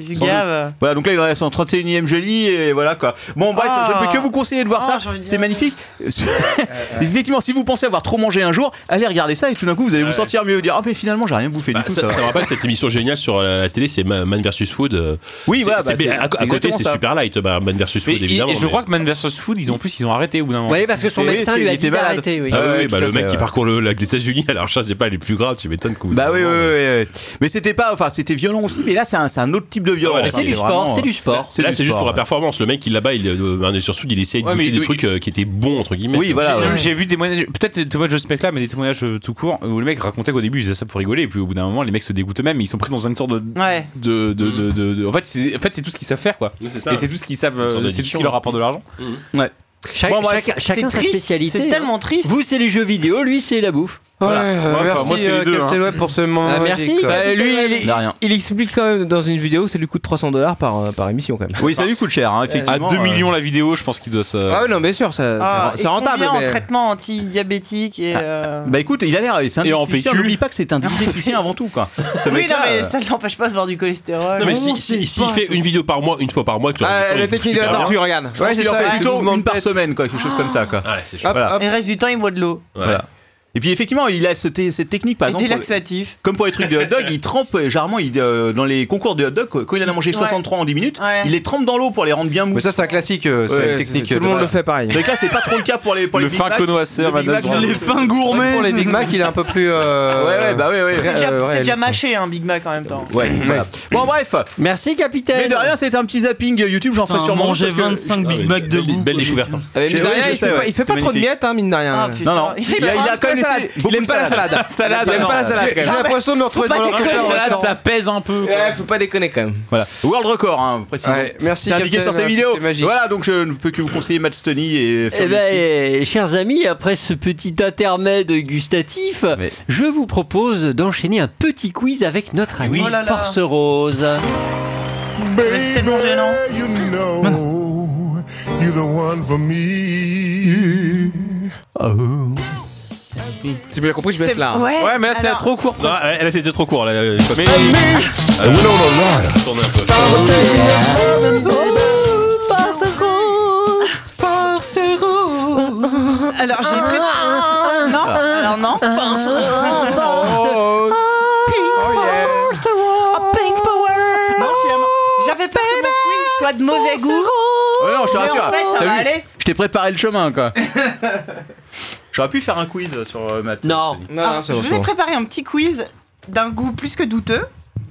Speaker 9: Il
Speaker 5: Sans doute. Euh,
Speaker 9: gave.
Speaker 5: Voilà, donc là il en reste en 31 e joli et voilà quoi. Bon bref,
Speaker 9: Ah.
Speaker 5: je ne peux que vous conseiller de voir ça, c'est magnifique.
Speaker 9: Euh,
Speaker 5: Effectivement, si vous pensez avoir trop mangé un jour, allez regarder ça et tout d'un coup vous allez vous sentir mieux, vous dire ah mais finalement j'ai rien bouffé
Speaker 4: Bah,
Speaker 5: du tout.
Speaker 4: ça,
Speaker 5: va.
Speaker 4: ça me rappelle cette émission géniale sur euh, la, la télé, c'est Ma- Man vs Food. euh,
Speaker 5: Oui,
Speaker 4: c'est-
Speaker 5: voilà,
Speaker 4: c'est-
Speaker 5: bah, c'est-
Speaker 4: à, à
Speaker 5: c'est
Speaker 4: côté,
Speaker 5: exactement
Speaker 4: c'est
Speaker 5: ça.
Speaker 4: super light, bah, Man vs Food,
Speaker 3: Et-
Speaker 4: évidemment.
Speaker 3: et je crois que Man vs Food, ils ont en plus, ils ont arrêté au bout d'un moment.
Speaker 8: Ouais, parce que son
Speaker 3: Et-
Speaker 8: médecin
Speaker 3: et-
Speaker 8: lui a
Speaker 3: il
Speaker 8: dit
Speaker 3: était malade.
Speaker 8: d'arrêter, oui.
Speaker 4: Ah oui,
Speaker 5: ouais,
Speaker 4: bah,
Speaker 5: tout à
Speaker 4: le mec
Speaker 5: fait,
Speaker 4: qui
Speaker 5: ouais.
Speaker 4: parcourt le lac des États-Unis à la recherche des pales les plus graves, tu m'étonnes qu'on.
Speaker 5: Bah oui, oui, oui, oui. mais c'était pas, enfin c'était violent aussi, mais là c'est un, c'est un autre type de violence. hein, vraiment, euh,
Speaker 4: C'est là,
Speaker 5: du
Speaker 4: c'est juste
Speaker 5: sport,
Speaker 4: pour la
Speaker 5: ouais.
Speaker 4: performance. Le mec, il là-bas, il euh, un des sursoud, il essayait de
Speaker 3: Ouais,
Speaker 4: goûter
Speaker 3: mais
Speaker 4: des
Speaker 3: oui.
Speaker 4: trucs euh, qui étaient bons entre guillemets. tu vois.
Speaker 3: J'ai- J'ai vu des témoignages, peut-être euh, des témoignages de ce mec-là, mais des témoignages euh, tout court où le mec racontait qu'au début ils faisaient ça pour rigoler, et puis au bout d'un moment les mecs se dégoûtent eux-mêmes, ils sont pris dans une sorte de.
Speaker 9: Ouais.
Speaker 3: de, de, de, de- de- En fait, c'est en fait, c'est tout ce qu'ils savent faire, quoi.
Speaker 4: Oui, c'est ça.
Speaker 3: Et c'est tout ce qu'ils savent,
Speaker 4: Une sorte Mhm.
Speaker 3: euh, c'est tout ce
Speaker 4: d'addiction.
Speaker 3: qui leur rapporte de l'argent.
Speaker 5: Ouais.
Speaker 8: Chaque-
Speaker 3: Bon, bref.
Speaker 8: chacun chacun
Speaker 9: C'est
Speaker 8: sa
Speaker 9: triste,
Speaker 8: spécialité.
Speaker 9: c'est
Speaker 8: hein.
Speaker 9: tellement triste.
Speaker 8: Vous, c'est les jeux vidéo, lui, c'est la bouffe.
Speaker 3: Voilà.
Speaker 10: Ouais, euh,
Speaker 3: Ouais, enfin,
Speaker 10: merci
Speaker 3: moi, c'est les
Speaker 10: euh,
Speaker 3: deux,
Speaker 10: Captain
Speaker 3: hein.
Speaker 10: Web pour ce moment.
Speaker 3: Ah, merci,
Speaker 10: magique, quoi.
Speaker 3: Captain
Speaker 13: Bah, lui,
Speaker 3: Web.
Speaker 13: il,
Speaker 3: De rien.
Speaker 13: il explique quand même dans une vidéo que ça lui coûte 300 dollars par, euh, par émission quand même.
Speaker 5: Oui, ça lui coûte cher, hein,
Speaker 3: À
Speaker 5: effectivement.
Speaker 3: 2
Speaker 5: euh.
Speaker 3: millions la vidéo, je pense qu'il doit ça.
Speaker 13: Ah ouais, non, bien sûr, ça,
Speaker 9: Ah,
Speaker 13: ça-
Speaker 9: et
Speaker 13: c'est rentable.
Speaker 9: combien
Speaker 13: mais-
Speaker 9: en traitement anti-diabétique et. euh,
Speaker 5: Bah écoute, il a l'air, c'est un
Speaker 3: Et en
Speaker 5: déficient.
Speaker 3: PQ.
Speaker 5: N'oublie pas que c'est un déficient avant tout quoi. Ce
Speaker 9: Oui, non,
Speaker 5: mec-là,
Speaker 9: mais
Speaker 5: euh,
Speaker 9: ça ne l'empêche pas de voir du cholestérol.
Speaker 4: Non, mais
Speaker 9: Vraiment,
Speaker 4: si, si,
Speaker 9: c'est
Speaker 4: s'il
Speaker 9: pas-
Speaker 4: fait une vidéo par mois, une fois par mois, que le
Speaker 13: Ah,
Speaker 4: résultat,
Speaker 13: la
Speaker 4: il
Speaker 13: technique de la
Speaker 4: super
Speaker 13: tortue,
Speaker 4: bien.
Speaker 13: regarde.
Speaker 5: je pense qu'il en fait plutôt une par semaine quoi, quelque chose comme ça quoi.
Speaker 4: Ah, Ouais, c'est chaud.
Speaker 5: Voilà.
Speaker 9: Et reste du temps, il boit de l'eau.
Speaker 4: Voilà.
Speaker 5: Et puis effectivement, il a ce té- cette technique, par
Speaker 9: Et
Speaker 5: exemple.
Speaker 9: des laxatifs.
Speaker 5: Comme pour les trucs de hot dog, il trempe, euh, généralement, il, euh, dans les concours de hot dog, quand il en a mangé
Speaker 9: Ouais.
Speaker 5: 63 en 10 minutes, il les trempe dans l'eau pour les rendre bien mous.
Speaker 10: Mais ça, c'est un classique, euh, c'est une technique de base.
Speaker 5: Donc là, c'est pas trop le cas pour les, pour
Speaker 10: Le
Speaker 5: les Big
Speaker 10: fin
Speaker 5: Mac.
Speaker 10: connoisseur,
Speaker 5: Le Big
Speaker 10: Madame
Speaker 5: Mac,
Speaker 10: Brown.
Speaker 5: c'est-
Speaker 10: Les fins gourmets. Pour les Big Mac, il est un peu plus.
Speaker 3: euh,
Speaker 5: Ouais, ouais, bah ouais, ouais.
Speaker 9: C'est déjà, c'est déjà mâché un Big Mac en même temps.
Speaker 5: Ouais, voilà. Bon, bref.
Speaker 8: Merci, capitaine.
Speaker 5: Mais de rien, c'était un petit zapping YouTube, j'en ferai
Speaker 6: Putain,
Speaker 5: sûrement
Speaker 6: manger
Speaker 5: d'autres parce que-
Speaker 6: 25 Big Mac
Speaker 5: belle-
Speaker 6: debout.
Speaker 5: Belle découverte. hein.
Speaker 13: Ah, mais
Speaker 5: J'ai-
Speaker 13: mine de
Speaker 5: oui,
Speaker 13: rien,
Speaker 5: je
Speaker 13: il
Speaker 5: sais,
Speaker 13: fait pas-
Speaker 5: ouais.
Speaker 13: il fait pas
Speaker 5: C'est
Speaker 13: trop de
Speaker 5: magnifique.
Speaker 13: miettes, hein, mine de rien.
Speaker 5: putain. Non, non. Il fait Il a- il a pas quand même la salade. essayé beaucoup
Speaker 13: Ah, Il aime
Speaker 5: de
Speaker 13: pas la
Speaker 5: salade.
Speaker 13: salade.
Speaker 5: Salade,
Speaker 13: Il aime
Speaker 5: non.
Speaker 13: pas la salade.
Speaker 5: J'ai- j'ai l'impression de me retrouver devant l'orthopère au restaurant.
Speaker 13: pèse un peu. Faut pas déconner quand même.
Speaker 5: Voilà. World record, hein, précisément.
Speaker 13: Ouais, merci,
Speaker 5: C'est indiqué
Speaker 13: Captain,
Speaker 5: sur ces
Speaker 13: c'était
Speaker 5: vidéos.
Speaker 13: magique.
Speaker 5: Voilà, donc euh, je ne peux que vous conseiller Matt Stoney et
Speaker 8: Eh
Speaker 5: Fabulous
Speaker 8: ben,
Speaker 5: Kid.
Speaker 8: eh, chers amis, après ce petit intermède gustatif, je vous propose d'enchaîner un petit quiz avec notre ami
Speaker 17: Oh là là.
Speaker 8: Force Rose.
Speaker 17: Baby, you know you're the one for me.
Speaker 4: Oh.
Speaker 13: Tu bien compris, je baisse là.
Speaker 17: ouais, Ouais, mais là, c'est alors- trop
Speaker 13: court.
Speaker 4: Non, elle elle, c'était trop court là. Mais. Tournez un peu.
Speaker 24: Force rose, force rose.
Speaker 9: Alors j'ai préparé. Non, alors non.
Speaker 24: Force
Speaker 9: rose.
Speaker 24: Force.
Speaker 9: Oh,
Speaker 24: Pink power. Pink power.
Speaker 9: J'avais peur que notre quiz soit de mauvais goût.
Speaker 5: Ouais, non, je te
Speaker 9: Mais
Speaker 5: rassure.
Speaker 9: En fait, ça
Speaker 5: T'as
Speaker 9: va
Speaker 5: vu
Speaker 9: aller.
Speaker 5: Je t'ai préparé le chemin, quoi. J'aurais pu faire un quiz sur euh, Matt Non,
Speaker 3: Ah,
Speaker 9: Alors, Ah, je vous ai préparé un petit quiz d'un goût plus que douteux.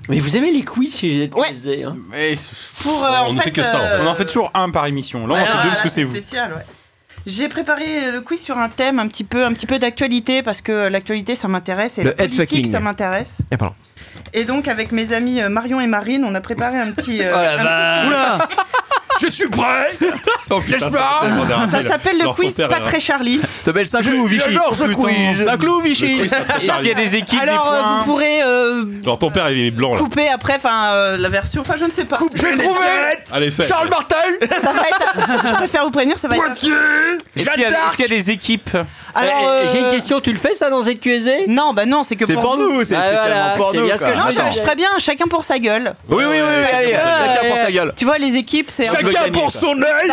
Speaker 8: Mais vous aimez les quiz chez les ouais.
Speaker 9: Pour, euh, en
Speaker 3: on ne fait
Speaker 9: fait,
Speaker 3: que ça. en fait.
Speaker 9: euh,
Speaker 3: On en fait toujours un par émission. Là, on en
Speaker 9: Ouais,
Speaker 3: fait
Speaker 9: là,
Speaker 3: deux parce
Speaker 9: là,
Speaker 3: que c'est vous.
Speaker 9: spécial, ouais. J'ai préparé le quiz sur un thème un petit peu, un petit peu d'actualité parce que l'actualité ça m'intéresse et
Speaker 13: Le
Speaker 9: le politique
Speaker 13: headfucking.
Speaker 9: ça m'intéresse.
Speaker 13: Eh, pardon.
Speaker 9: Et donc avec mes amis euh, Marion et Marine, on a préparé un petit. euh,
Speaker 13: Oh la
Speaker 9: un petit-
Speaker 13: vache. Oula. Je suis prêt.
Speaker 5: Oh
Speaker 9: putain, ça s'appelle mon dernier Ça appel. s'appelle le Leur quiz tempère, Pas hein. très Charlie.
Speaker 5: Ça s'appelle Saint-Cloud ou Vichy.
Speaker 9: J'adore ce
Speaker 5: Putain,
Speaker 9: quiz.
Speaker 5: Saint-Cloud ou Vichy
Speaker 4: Le quiz pas très Est-ce qu'il y a Charlie. des équipes,
Speaker 9: Alors
Speaker 4: des
Speaker 9: euh,
Speaker 4: points
Speaker 9: vous pourrez euh,
Speaker 4: Alors ton père il est blanc là.
Speaker 9: couper après, enfin euh, la version, enfin je ne sais pas.
Speaker 4: j'ai
Speaker 9: C'est-
Speaker 4: trouvé. Allez, fais. Charles
Speaker 9: Martel. Ça va être. Je préfère vous prévenir, ça va être.
Speaker 14: Est-ce qu'il y, a- est-ce qu'il y a des équipes
Speaker 9: Alors,
Speaker 14: Euh,
Speaker 8: eh, J'ai une question, tu le fais ça dans ZQSD
Speaker 9: Non, bah non, c'est que
Speaker 14: C'est pour pour nous. nous, c'est spécialement pour nous,
Speaker 8: Bah, Ah, Bien ce
Speaker 14: quoi.
Speaker 8: que je
Speaker 9: Non,
Speaker 8: me
Speaker 9: je, je
Speaker 8: disais.
Speaker 9: ferais bien un chacun pour sa gueule.
Speaker 5: Oui, oui, oui, oui, allez, chacun pour sa gueule.
Speaker 9: Tu vois, les équipes, c'est. un
Speaker 5: Chacun
Speaker 9: peu-
Speaker 5: Chacun pour
Speaker 9: Ça
Speaker 5: son œil.